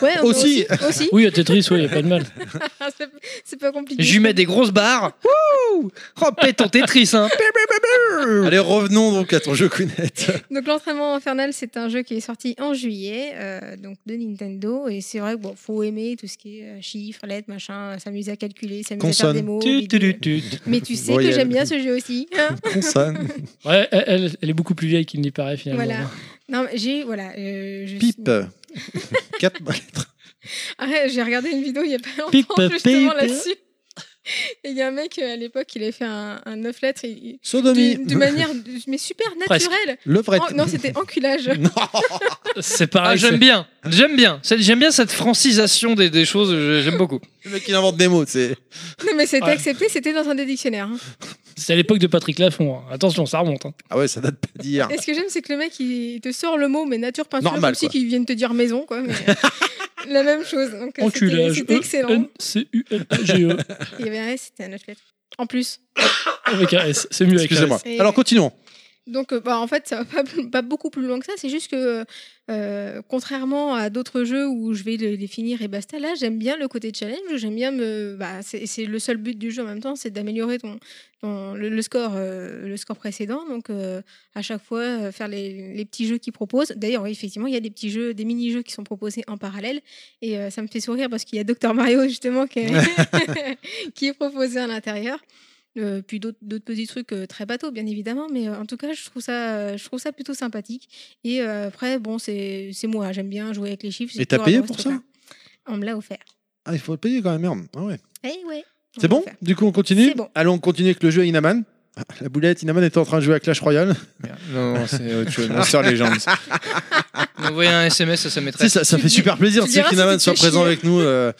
Speaker 5: Ouais, bah,
Speaker 1: Aussi.
Speaker 5: aussi. Aussi.
Speaker 3: Oui, à Tetris, ouais, y a pas de mal.
Speaker 5: C'est- C'est pas compliqué.
Speaker 2: J'y mets des grosses barres. Wouh Oh, pète ton Tetris, hein.
Speaker 1: Allez, revenons donc à ton jeu Queenette.
Speaker 5: Donc l'entraînement infernal, c'est un jeu qui est sorti en juillet, euh, donc de Nintendo, et c'est vrai que bon, faut aimer tout ce qui est euh, chiffres, lettres, machin, euh, s'amuser à calculer, s'amuser à faire
Speaker 1: Consonne.
Speaker 5: des mots.
Speaker 3: Tu, tu,
Speaker 5: bidule.
Speaker 3: tu, tu.
Speaker 5: Mais tu sais
Speaker 1: Voyelle.
Speaker 5: que j'aime bien ce jeu aussi. hein.
Speaker 1: Consonne.
Speaker 3: Ouais, elle, elle- elle est beaucoup plus vieille qu'il n'y paraît finalement.
Speaker 5: Voilà. non, mais j'ai voilà. euh, je-
Speaker 1: Pipe. 4 lettres.
Speaker 5: Ah ouais, j'ai regardé une vidéo il y a pas longtemps
Speaker 3: Pipe,
Speaker 5: justement
Speaker 3: pipe.
Speaker 5: là-dessus. Et il y a un mec euh, à l'époque, il avait fait un, un 9 lettres, et-
Speaker 1: Sodomie.
Speaker 5: d'une d'une manière mais super
Speaker 3: Presque.
Speaker 5: naturelle.
Speaker 1: Le prêtre.
Speaker 5: En- Oh, non, c'était enculage.
Speaker 1: Non.
Speaker 3: C'est
Speaker 2: Ah,
Speaker 3: pareil.
Speaker 2: j'aime bien, j'aime bien, C'est- j'aime bien cette francisation des, des choses, je- j'aime beaucoup.
Speaker 1: Le mec, il invente des mots, c'est.
Speaker 5: Non, mais c'était
Speaker 3: Ouais.
Speaker 5: accepté, c'était dans un des dictionnaires. hein.
Speaker 3: C'est à l'époque de Patrick Lafont. hein. Attention, ça remonte. hein.
Speaker 1: Ah ouais, ça date pas d'hier.
Speaker 5: Et ce que j'aime, c'est que le mec, il te sort le mot, mais nature peinture,
Speaker 1: Normal,
Speaker 5: aussi
Speaker 1: quoi.
Speaker 5: qu'il vienne te dire maison, quoi. mais, euh, la même chose. Donc, euh, c'était
Speaker 3: Enculage.
Speaker 5: c'était excellent.
Speaker 3: E-N-C-U-L-A-G-E.
Speaker 5: Il y avait un S, c'était un autre lettre. En plus.
Speaker 3: Avec un S. C'est mieux avec un
Speaker 1: Excusez-moi.
Speaker 3: S.
Speaker 5: Et-
Speaker 1: Alors, continuons.
Speaker 5: Donc, euh, bah, en fait, ça va pas, plus- pas beaucoup plus loin que ça. C'est juste que, euh, contrairement à d'autres jeux où je vais le- les finir et basta, là, j'aime bien le côté challenge. J'aime bien me. Bah, c'est c'est le seul but du jeu en même temps, c'est d'améliorer ton, ton- le, le score, euh, le score précédent. Donc, euh, à chaque fois, euh, faire les, les petits jeux qu'ils proposent. D'ailleurs, oui, effectivement, il y a des petits jeux, des mini-jeux qui sont proposés en parallèle. Et euh, ça me fait sourire parce qu'il y a Dr. Mario, justement, qui est, qui est proposé à l'intérieur. Euh, puis d'autres d'autres petits trucs euh, très bateaux, bien évidemment, mais euh, en tout cas, je trouve ça, euh, je trouve ça plutôt sympathique. Et euh, après, bon, c'est c'est moi, j'aime bien jouer avec les chiffres. j'ai
Speaker 1: Et t'as
Speaker 5: toujours
Speaker 1: payé
Speaker 5: adoré
Speaker 1: pour
Speaker 5: ce
Speaker 1: ça
Speaker 5: truc-là. On me l'a offert.
Speaker 1: Ah, il faut le payer quand même, merde. Ah ouais.
Speaker 5: Eh ouais. on
Speaker 1: C'est
Speaker 5: me l'a
Speaker 1: bon
Speaker 5: offert.
Speaker 1: Du coup, on continue
Speaker 5: C'est bon.
Speaker 1: Allons, on continue avec le jeu Inaman. Ah, La boulette, Inaman était en train de jouer à Clash Royale.
Speaker 6: Non, hein. non, c'est euh, autre chose. Monster Legends.
Speaker 2: Vous voyez un SMS à sa
Speaker 1: Tu sais,
Speaker 2: maîtresse.
Speaker 1: ça, ça
Speaker 5: Tu
Speaker 1: fait
Speaker 5: dis-
Speaker 1: super plaisir
Speaker 5: tu
Speaker 1: tu sais,
Speaker 5: diras si
Speaker 1: qu'Inaman
Speaker 5: tu te
Speaker 1: soit
Speaker 5: fais
Speaker 1: présent
Speaker 5: chier.
Speaker 1: avec nous. euh.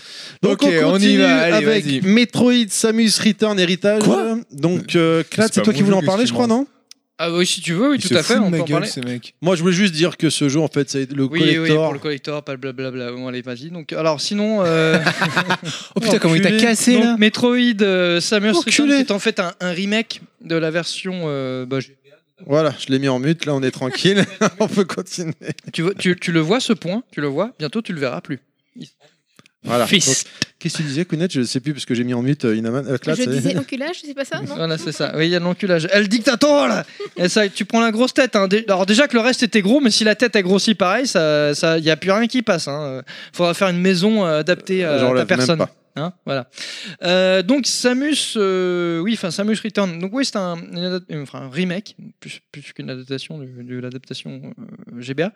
Speaker 1: Donc, on,
Speaker 6: Ok, on y
Speaker 1: continue
Speaker 6: va, allez, vas-y.
Speaker 1: avec Metroid Samus Return Héritage.
Speaker 6: Quoi
Speaker 1: Donc, euh, Clad,
Speaker 6: C'est
Speaker 1: c'est
Speaker 6: pas
Speaker 1: toi qui
Speaker 6: mon
Speaker 1: voulais en
Speaker 6: jeu,
Speaker 1: parler, je crois, non
Speaker 2: Ah oui, si tu veux, oui,
Speaker 6: Il
Speaker 2: tout
Speaker 6: se
Speaker 2: à fait,
Speaker 6: fout de
Speaker 2: on
Speaker 6: ma
Speaker 2: peut en
Speaker 6: gueule,
Speaker 2: parler.
Speaker 6: ce mec.
Speaker 1: Moi, je voulais juste dire que ce jeu, en fait, c'est le
Speaker 2: Oui, oui,
Speaker 1: collector.
Speaker 2: pour le collector, pas le blablabla. Bon, allez, vas-y. Donc, alors, sinon, euh,
Speaker 6: Oh putain, comment il t'a
Speaker 2: enculé.
Speaker 6: cassé
Speaker 2: Donc,
Speaker 6: là
Speaker 2: Metroid euh, Samus Returns,
Speaker 1: Enculé.
Speaker 2: c'est en fait un, un remake de la version. euh, bah, je-
Speaker 1: Voilà, je l'ai mis en mute, là, on est tranquille. on peut continuer.
Speaker 2: tu, vois- tu, tu le vois ce point, tu le vois. Bientôt, tu le verras plus.
Speaker 1: Voilà.
Speaker 3: Fils.
Speaker 1: Donc, Qu'est-ce que tu disais, Kounet Je ne sais plus, parce que j'ai mis en mute euh, Inaman. euh, Clad,
Speaker 5: Je
Speaker 1: c'est-
Speaker 5: disais enculage, c'est pas ça, non
Speaker 2: Voilà, c'est ça. Oui, il y a de l'enculage. Elle dit que t'attends là. Et ça, tu prends la grosse tête. hein. Dé- Alors déjà que le reste était gros, mais si la tête a grossi pareil, ça, ça, y a plus rien qui passe. Hein. Euh, Faudra faire une maison euh, adaptée à
Speaker 1: J'enlève
Speaker 2: la
Speaker 1: même
Speaker 2: personne.
Speaker 1: pas.
Speaker 2: Hein, voilà. Euh, donc Samus, euh, oui, enfin Samus Return. Donc oui, c'est un, une adap- euh, enfin, un remake, plus, plus qu'une adaptation de, de l'adaptation euh, GBA,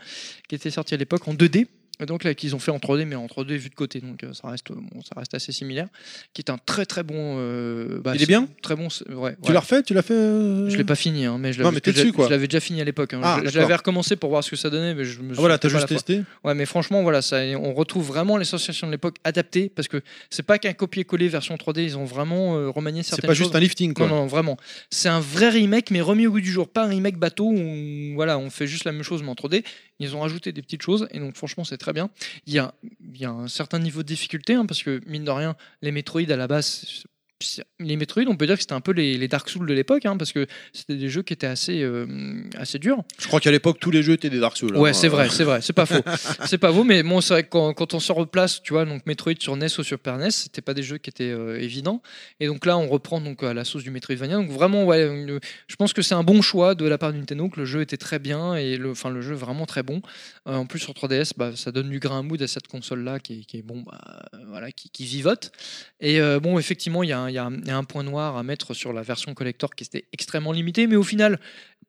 Speaker 2: qui était sortie à l'époque en 2D. Et donc là, qu'ils ont fait en 3D, mais en 3D vu de côté, donc euh, ça reste, euh, bon, ça reste assez similaire. Qui est un très très bon. euh, bah,
Speaker 1: Il est bien
Speaker 2: Très bon. c'est- Ouais,
Speaker 1: Tu
Speaker 2: ouais.
Speaker 1: l'as refait Tu l'as fait euh,
Speaker 2: Je l'ai pas fini, hein, mais je
Speaker 1: Non,
Speaker 2: l'avais
Speaker 1: mais
Speaker 2: parce que
Speaker 1: t'es dessus,
Speaker 2: j'a-
Speaker 1: quoi.
Speaker 2: je l'avais déjà fini à l'époque. hein.
Speaker 1: Ah,
Speaker 2: Je- je
Speaker 1: d'accord.
Speaker 2: l'avais recommencé pour voir ce que ça donnait, mais je me.
Speaker 1: Ah, Voilà, t'as
Speaker 2: souviens pas
Speaker 1: juste
Speaker 2: la fin.
Speaker 1: testé
Speaker 2: Ouais, mais franchement, voilà, ça, on retrouve vraiment les sensations de l'époque adaptées parce que c'est pas qu'un copier-coller version 3D. Ils ont vraiment euh, remanié
Speaker 1: C'est
Speaker 2: certaines
Speaker 1: pas
Speaker 2: choses.
Speaker 1: juste un lifting, quoi.
Speaker 2: Non, non, vraiment. C'est un vrai remake, mais remis au goût du jour. Pas un remake bateau où on, voilà, on fait juste la même chose, mais en 3D. Ils ont rajouté des petites choses, et donc franchement, c'est très bien. Il y a, il y a un certain niveau de difficulté, hein, parce que mine de rien, les Metroid à la base. c'est- c'est- Les Metroid, on peut dire que c'était un peu les, les Dark Souls de l'époque, hein, parce que c'était des jeux qui étaient assez, euh, assez durs.
Speaker 1: Je crois qu'à l'époque, tous les jeux étaient des Dark Souls.
Speaker 2: Ouais,
Speaker 1: hein.
Speaker 2: c'est vrai, c'est vrai, c'est pas faux. C'est pas faux, mais bon, c'est vrai que quand, quand on se replace, tu vois, donc Metroid sur NES ou sur Super NES, c'était pas des jeux qui étaient euh, évidents. Et donc là, on reprend donc à la sauce du Metroidvania. Donc vraiment, ouais, une- je pense que c'est un bon choix de la part de Nintendo, que le jeu était très bien et le, enfin, le jeu vraiment très bon. Euh, en plus, sur 3DS, bah, ça donne du grain à moudre à cette console-là qui, est- qui est bon, bah, euh, voilà, qui, qui vivote. Et euh, bon, effectivement, il y, a un- il y a un il y a un point noir à mettre sur la version collector qui était extrêmement limitée, mais au final,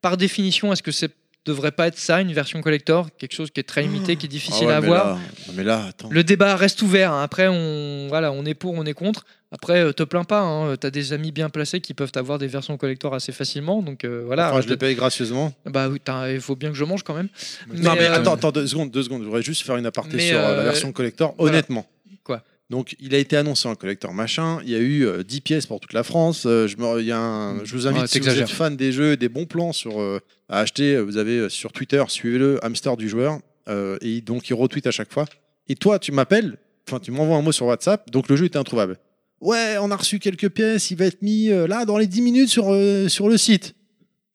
Speaker 2: par définition, est-ce que c'est devrait pas être ça, une version collector, quelque chose qui est très limité, qui est
Speaker 1: Ah
Speaker 2: difficile
Speaker 1: ouais,
Speaker 2: à
Speaker 1: mais
Speaker 2: avoir.
Speaker 1: là- non, Mais là, attends.
Speaker 2: Le débat reste ouvert. hein. Après, on, voilà, on est pour, on est contre. Après, euh, te plains pas. Hein. T'as des amis bien placés qui peuvent avoir des versions collector assez facilement. Donc euh, voilà.
Speaker 1: Enfin, je le paye gracieusement.
Speaker 2: Bah oui, t'as- il faut bien que je mange quand même.
Speaker 1: non, mais
Speaker 2: euh,
Speaker 1: attends, attends, deux secondes, deux secondes. Je voudrais juste faire une aparté
Speaker 2: mais,
Speaker 1: sur euh, la
Speaker 2: euh,
Speaker 1: version collector,
Speaker 2: voilà.
Speaker 1: honnêtement.
Speaker 2: Quoi
Speaker 1: Donc, il a été annoncé en collector machin. Il y a eu euh, 10 pièces pour toute la France. Euh, je, me, il y a un- je vous invite,
Speaker 2: Ah,
Speaker 1: si vous
Speaker 2: t'exagères.
Speaker 1: êtes fan des jeux, et des bons plans sur, euh, à acheter, euh, vous avez euh, sur Twitter, suivez-le, hamster du joueur. Euh, et il- donc, il retweet à chaque fois. Et toi, tu m'appelles, enfin, tu m'envoies un mot sur WhatsApp. Donc, le jeu était introuvable. Ouais, on a reçu quelques pièces. Il va être mis euh, là dans les 10 minutes sur, euh, sur le site.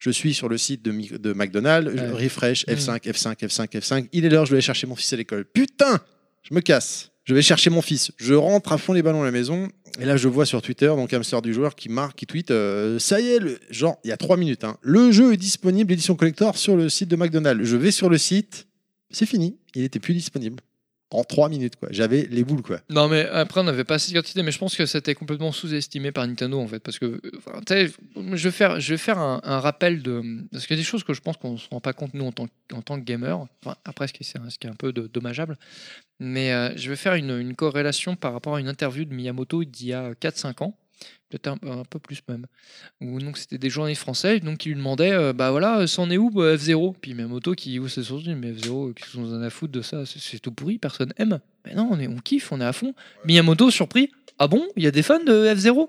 Speaker 1: Je suis sur le site de, Mi- de McDonald's, je
Speaker 2: Ouais.
Speaker 1: Mmh. refresh, F5, F5, F5, F5. Il est l'heure, je vais aller chercher mon fils à l'école. Putain, je me casse. Je vais chercher mon fils. Je rentre à fond les ballons à la maison. Et là, je vois sur Twitter, donc hamster du joueur, qui marque, qui tweet euh, Ça y est, le... genre, il y a trois minutes. hein. le jeu est disponible, édition collector, sur le site de McDonald's. Je vais sur le site. C'est fini. Il était plus disponible. En trois minutes, quoi. J'avais les boules, quoi.
Speaker 2: Non, mais après, on n'avait pas assez de quantité, mais je pense que c'était complètement sous-estimé par Nintendo, en fait. Parce que, euh, enfin, tu sais, je vais faire, je vais faire un, un rappel de. Parce qu'il y a des choses que je pense qu'on ne se rend pas compte, nous, en tant, que- en tant que gamers. Enfin, après, ce qui est, ce qui est un peu de- dommageable. Mais euh, je vais faire une, une corrélation par rapport à une interview de Miyamoto d'il y a 4-5 ans. Peut-être un, un peu plus même. Où donc c'était des journalistes français donc qui lui demandaient euh, Bah voilà, c'en est où bah, F0 Puis Miyamoto qui ouvre ses sources dit Mais F0, qu'est-ce qu'on en a à foutre de ça C'est- C'est tout pourri, personne aime. Mais Bah non, on, est, on kiffe, on est à fond. Miyamoto surpris. Ah bon Il y a des fans de F0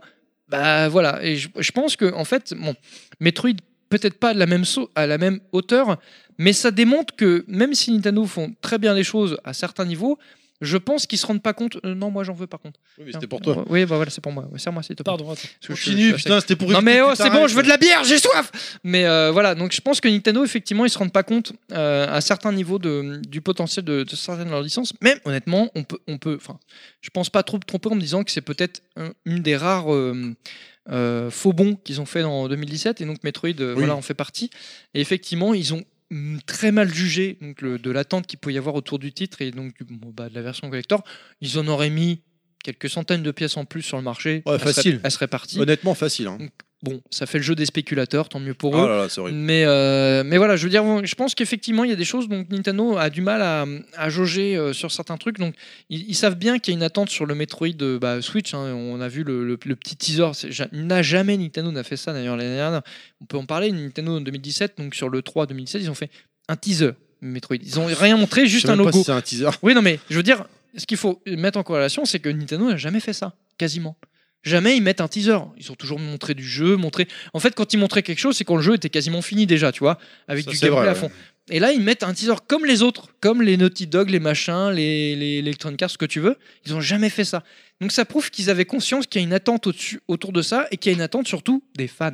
Speaker 2: Bah voilà. Et je, je pense que, en fait, bon, Metroid, peut-être pas de la même sau- à la même hauteur, mais ça démontre que même si Nintendo font très bien les choses à certains niveaux, je pense qu'ils se rendent pas compte. Euh, non, moi j'en veux par contre.
Speaker 1: c'était pour toi.
Speaker 2: Oui, bah voilà, c'est pour moi. Ouais, Serre-moi, s'il te plaît.
Speaker 3: Pardon, attends.
Speaker 2: Parce que je- je
Speaker 1: Continue,
Speaker 2: suis assez-
Speaker 1: putain, c'était pour
Speaker 2: non mais
Speaker 1: éviter que
Speaker 2: oh,
Speaker 1: tu
Speaker 2: c'est bon,
Speaker 1: t'arrêtes.
Speaker 2: je veux de la bière, j'ai soif. Mais euh, voilà, donc je pense que Nintendo effectivement ils se rendent pas compte euh, à certains niveaux de, du potentiel de, de certaines de leurs licences. Mais honnêtement, on peut, on peut, enfin, je pense pas trop me tromper en me disant que c'est peut-être un- une des rares euh, euh, faux bons qu'ils ont fait en 2017 et donc Metroid, euh, voilà, en fait partie. Et effectivement, ils ont mm, très mal jugé donc le- de l'attente qu'il peut y avoir autour du titre et donc du- bon, bah, de la version collector. Ils en auraient mis quelques centaines de pièces en plus sur le marché.
Speaker 1: Ouais,
Speaker 2: Elle serait-
Speaker 1: facile.
Speaker 2: Elle serait partie.
Speaker 1: Honnêtement, facile. hein.
Speaker 2: Bon, ça fait le jeu des spéculateurs, tant mieux pour
Speaker 1: Oh
Speaker 2: eux.
Speaker 1: là là, c'est horrible.
Speaker 2: Mais, euh, mais voilà, je veux dire, je pense qu'effectivement, il y a des choses dont Nintendo a du mal à, à jauger euh, sur certains trucs. Donc, ils, ils savent bien qu'il y a une attente sur le Metroid euh, bah, Switch. hein. on a vu le, le- le petit teaser. C'est- ja- N'a jamais Nintendo n'a fait ça d'ailleurs l'année dernière. On peut en parler. Nintendo en 2017, donc sur le 3 2017, ils ont fait un teaser Metroid. Ils ont rien montré,
Speaker 1: Je
Speaker 2: juste
Speaker 1: sais
Speaker 2: un
Speaker 1: même pas
Speaker 2: logo.
Speaker 1: si c'est un teaser.
Speaker 2: Oui, non, mais je veux dire, ce qu'il faut mettre en corrélation, c'est que Nintendo n'a jamais fait ça, quasiment. Jamais ils mettent un teaser. Ils ont toujours montré du jeu, montré. En fait, quand ils montraient quelque chose, c'est quand le jeu était quasiment fini déjà, tu vois, avec
Speaker 1: Ça,
Speaker 2: du
Speaker 1: c'est
Speaker 2: gameplay
Speaker 1: vrai,
Speaker 2: à fond. Et là, ils mettent un teaser comme les autres, comme les Naughty Dog, les machins, les, les Electronic Arts, ce que tu veux. Ils ont jamais fait ça. Donc ça prouve qu'ils avaient conscience qu'il y a une attente au-dessus, autour de ça et qu'il y a une attente surtout des fans.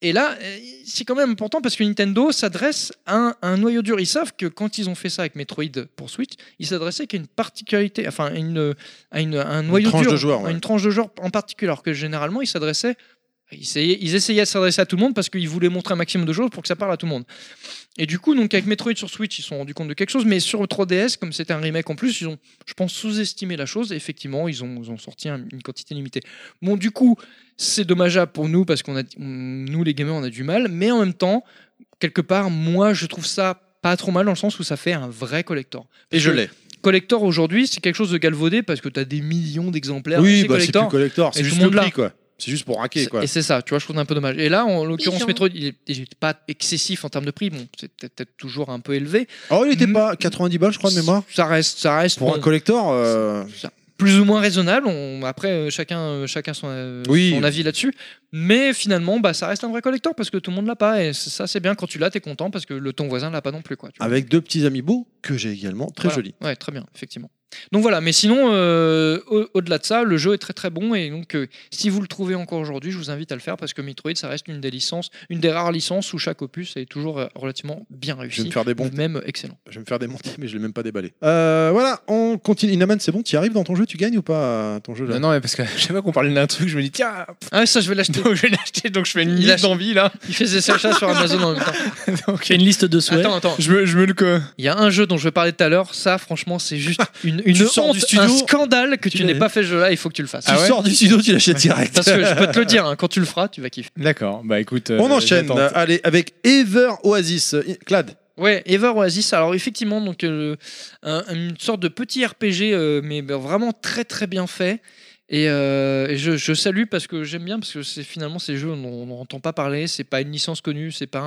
Speaker 2: Et là, euh, c'est quand même important parce que Nintendo s'adresse à un, à un noyau dur. Ils savent que quand ils ont fait ça avec Metroid pour Switch, ils s'adressaient qu'à une particularité, enfin à, une, à une- à un noyau
Speaker 1: tranche
Speaker 2: dur,
Speaker 1: de joueurs, ouais.
Speaker 2: à une tranche de joueurs en particulier, alors que généralement ils s'adressaient, ils essayaient, ils essayaient de s'adresser à tout le monde parce qu'ils voulaient montrer un maximum de choses pour que ça parle à tout le monde. Et du coup, donc avec Metroid sur Switch, ils se sont rendus compte de quelque chose, mais sur le 3DS, comme c'était un remake en plus, ils ont, je pense, sous-estimé la chose. Et effectivement, ils ont, ils ont sorti un- une quantité limitée. Bon, du coup, c'est dommageable pour nous parce qu'on a, on- nous les gamers, on a du mal, mais en même temps, quelque part, moi, je trouve ça pas trop mal dans le sens où ça fait un vrai collector.
Speaker 1: Et je l'ai.
Speaker 2: Collector aujourd'hui, c'est quelque chose de galvaudé parce que tu as des millions d'exemplaires.
Speaker 1: Oui,
Speaker 2: c'est
Speaker 1: bah, c'est
Speaker 2: collector.
Speaker 1: plus collector.
Speaker 2: Et
Speaker 1: C'est
Speaker 2: tout
Speaker 1: juste
Speaker 2: le
Speaker 1: le
Speaker 2: monde l'a.
Speaker 1: prix, quoi. C'est juste pour raquer,
Speaker 2: C'est-
Speaker 1: quoi.
Speaker 2: Et c'est ça, tu vois, je trouve ça un peu dommage. Et là, en l'occurrence,
Speaker 5: Pigeon.
Speaker 2: Metroid, il est- il est pas excessif en termes de prix. Bon, c'est peut-être peut-être toujours un peu élevé.
Speaker 1: Oh, il était
Speaker 2: Mm.
Speaker 1: pas 90 balles, je crois, de mémoire.
Speaker 2: Ça reste, ça reste
Speaker 1: Pour
Speaker 2: bon,
Speaker 1: un collector, euh,
Speaker 2: plus ou moins raisonnable. On, après, euh, chacun, euh, chacun son, euh,
Speaker 1: Oui.
Speaker 2: son avis là-dessus. Mais finalement, bah, ça reste un vrai collector parce que tout le monde l'a pas. Et c- ça, c'est bien. Quand tu l'as, t'es content parce que le ton voisin l'a pas non plus. Quoi, tu vois.
Speaker 1: avec deux petits amiibo que j'ai également, très
Speaker 2: Voilà.
Speaker 1: joli.
Speaker 2: Ouais, très bien, effectivement. Donc voilà, mais sinon, euh, au- au-delà de ça, le jeu est très très bon. Et donc, euh, si vous le trouvez encore aujourd'hui, je vous invite à le faire parce que Metroid, ça reste une des licences, une des rares licences où chaque opus est toujours euh, relativement bien
Speaker 1: Je vais me
Speaker 2: réussi.
Speaker 1: faire des bons.
Speaker 2: Même excellent.
Speaker 1: Je vais me faire démonter, mais je l'ai même pas déballé. Euh, voilà, on continue. Inaman, c'est bon, tu y arrives dans ton jeu, tu gagnes ou pas euh, ton jeu là
Speaker 6: Non, non, mais parce que chaque fois qu'on parlait d'un truc, je me dis, tiens,
Speaker 2: Ah, ça, je vais l'acheter.
Speaker 6: donc je vais l'acheter, donc je fais une
Speaker 2: Il
Speaker 6: liste
Speaker 2: achète.
Speaker 6: d'envie là.
Speaker 2: Il fait des achats sur Amazon en même temps.
Speaker 3: J'ai une liste de souhaits.
Speaker 2: Attends, attends.
Speaker 6: Je me, je me le. co-
Speaker 2: Il y a un jeu dont je vais parler tout à l'heure, ça franchement c'est juste une, une
Speaker 1: Tu sors
Speaker 2: honte,
Speaker 1: du studio,
Speaker 2: un scandale que
Speaker 1: tu Ah
Speaker 2: tu n'aies
Speaker 1: l'as-
Speaker 2: pas fait ce jeu-là, il faut que tu le fasses.
Speaker 1: Tu sors du studio, tu l'achètes direct.
Speaker 2: Ah Parce que je peux te le dire, hein, quand tu le feras, tu vas kiffer.
Speaker 6: D'accord, bah écoute. euh,
Speaker 1: on enchaîne,
Speaker 6: j'attends.
Speaker 1: euh, allez, avec Ever Oasis. Euh, Clad,
Speaker 2: Ouais, Ever Oasis. Alors effectivement, donc euh, un- une sorte de petit RPG, euh, mais ben, vraiment très très bien fait. Et, euh, et je, je salue parce que j'aime bien parce que c'est finalement ces jeux dont on n'entend pas parler. C'est pas une licence connue, c'est pas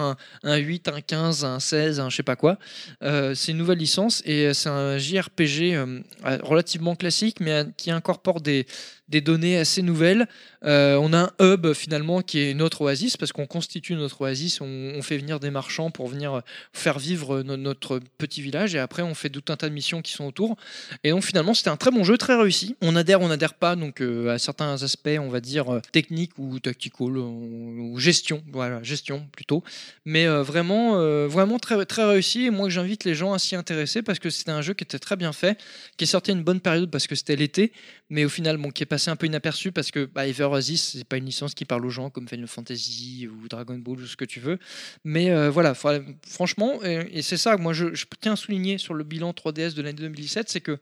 Speaker 2: un, un 8, un 15, un 16, un je sais pas quoi. Euh, c'est une nouvelle licence et c'est un JRPG euh, relativement classique, mais euh, qui incorpore des, des données assez nouvelles. Euh, on a un hub finalement qui est notre oasis parce qu'on constitue notre oasis, on, on fait venir des marchands pour venir euh, faire vivre euh, no- notre petit village et après on fait tout un tas de missions qui sont autour. Et donc finalement c'était un très bon jeu, très réussi. On adhère, on n'adhère pas donc euh, à certains aspects, on va dire euh, techniques ou tactical ou, ou gestion, voilà gestion plutôt. Mais euh, vraiment euh, vraiment très très réussi et moi j'invite les gens à s'y intéresser parce que c'était un jeu qui était très bien fait, qui est sorti à une bonne période parce que c'était l'été mais au final bon, qui est passé un peu inaperçu parce que bah, Ever Oasis c'est pas une licence qui parle aux gens comme Final Fantasy ou Dragon Ball ou ce que tu veux mais euh, voilà faudra- franchement euh, et, c'est ça que moi je, je tiens à souligner sur le bilan 3DS de l'année 2017 c'est que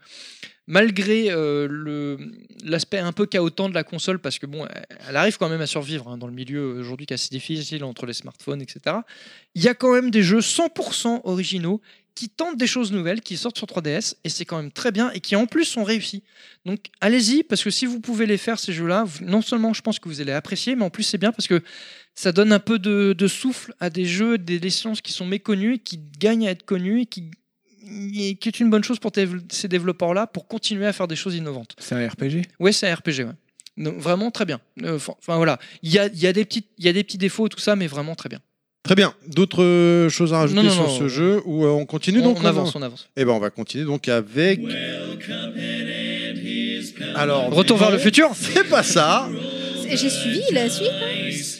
Speaker 2: malgré euh, le- l'aspect un peu chaotant de la console parce que bon elle- elle arrive quand même à survivre hein, dans le milieu aujourd'hui qui est assez difficile entre les smartphones etc il y a quand même des jeux 100% originaux qui tentent des choses nouvelles, qui sortent sur 3DS, et c'est quand même très bien, et qui en plus sont réussis. Donc allez-y, parce que si vous pouvez les faire, ces jeux-là, vous- non seulement je pense que vous allez apprécier, mais en plus c'est bien parce que ça donne un peu de, de souffle à des jeux, des licences qui sont méconnues, et qui gagnent à être connues, et qui, et qui est une bonne chose pour dév- ces développeurs-là pour continuer à faire des choses innovantes.
Speaker 6: C'est un RPG
Speaker 2: Ouais, c'est un RPG, ouais. Donc, vraiment très bien. Euh, Enfin enfin, voilà, il y a, il y, a des petites- il y a des petits défauts, tout ça, mais vraiment très bien.
Speaker 1: Très bien. D'autres euh, choses à rajouter
Speaker 2: Non, non,
Speaker 1: sur
Speaker 2: non.
Speaker 1: ce jeu ou euh, on continue
Speaker 2: on,
Speaker 1: donc
Speaker 2: on avance, on avance.
Speaker 1: Et ben on va continuer donc avec. Alors.
Speaker 2: Retour vers le futur
Speaker 1: C'est pas ça.
Speaker 5: Et J'ai suivi la suite.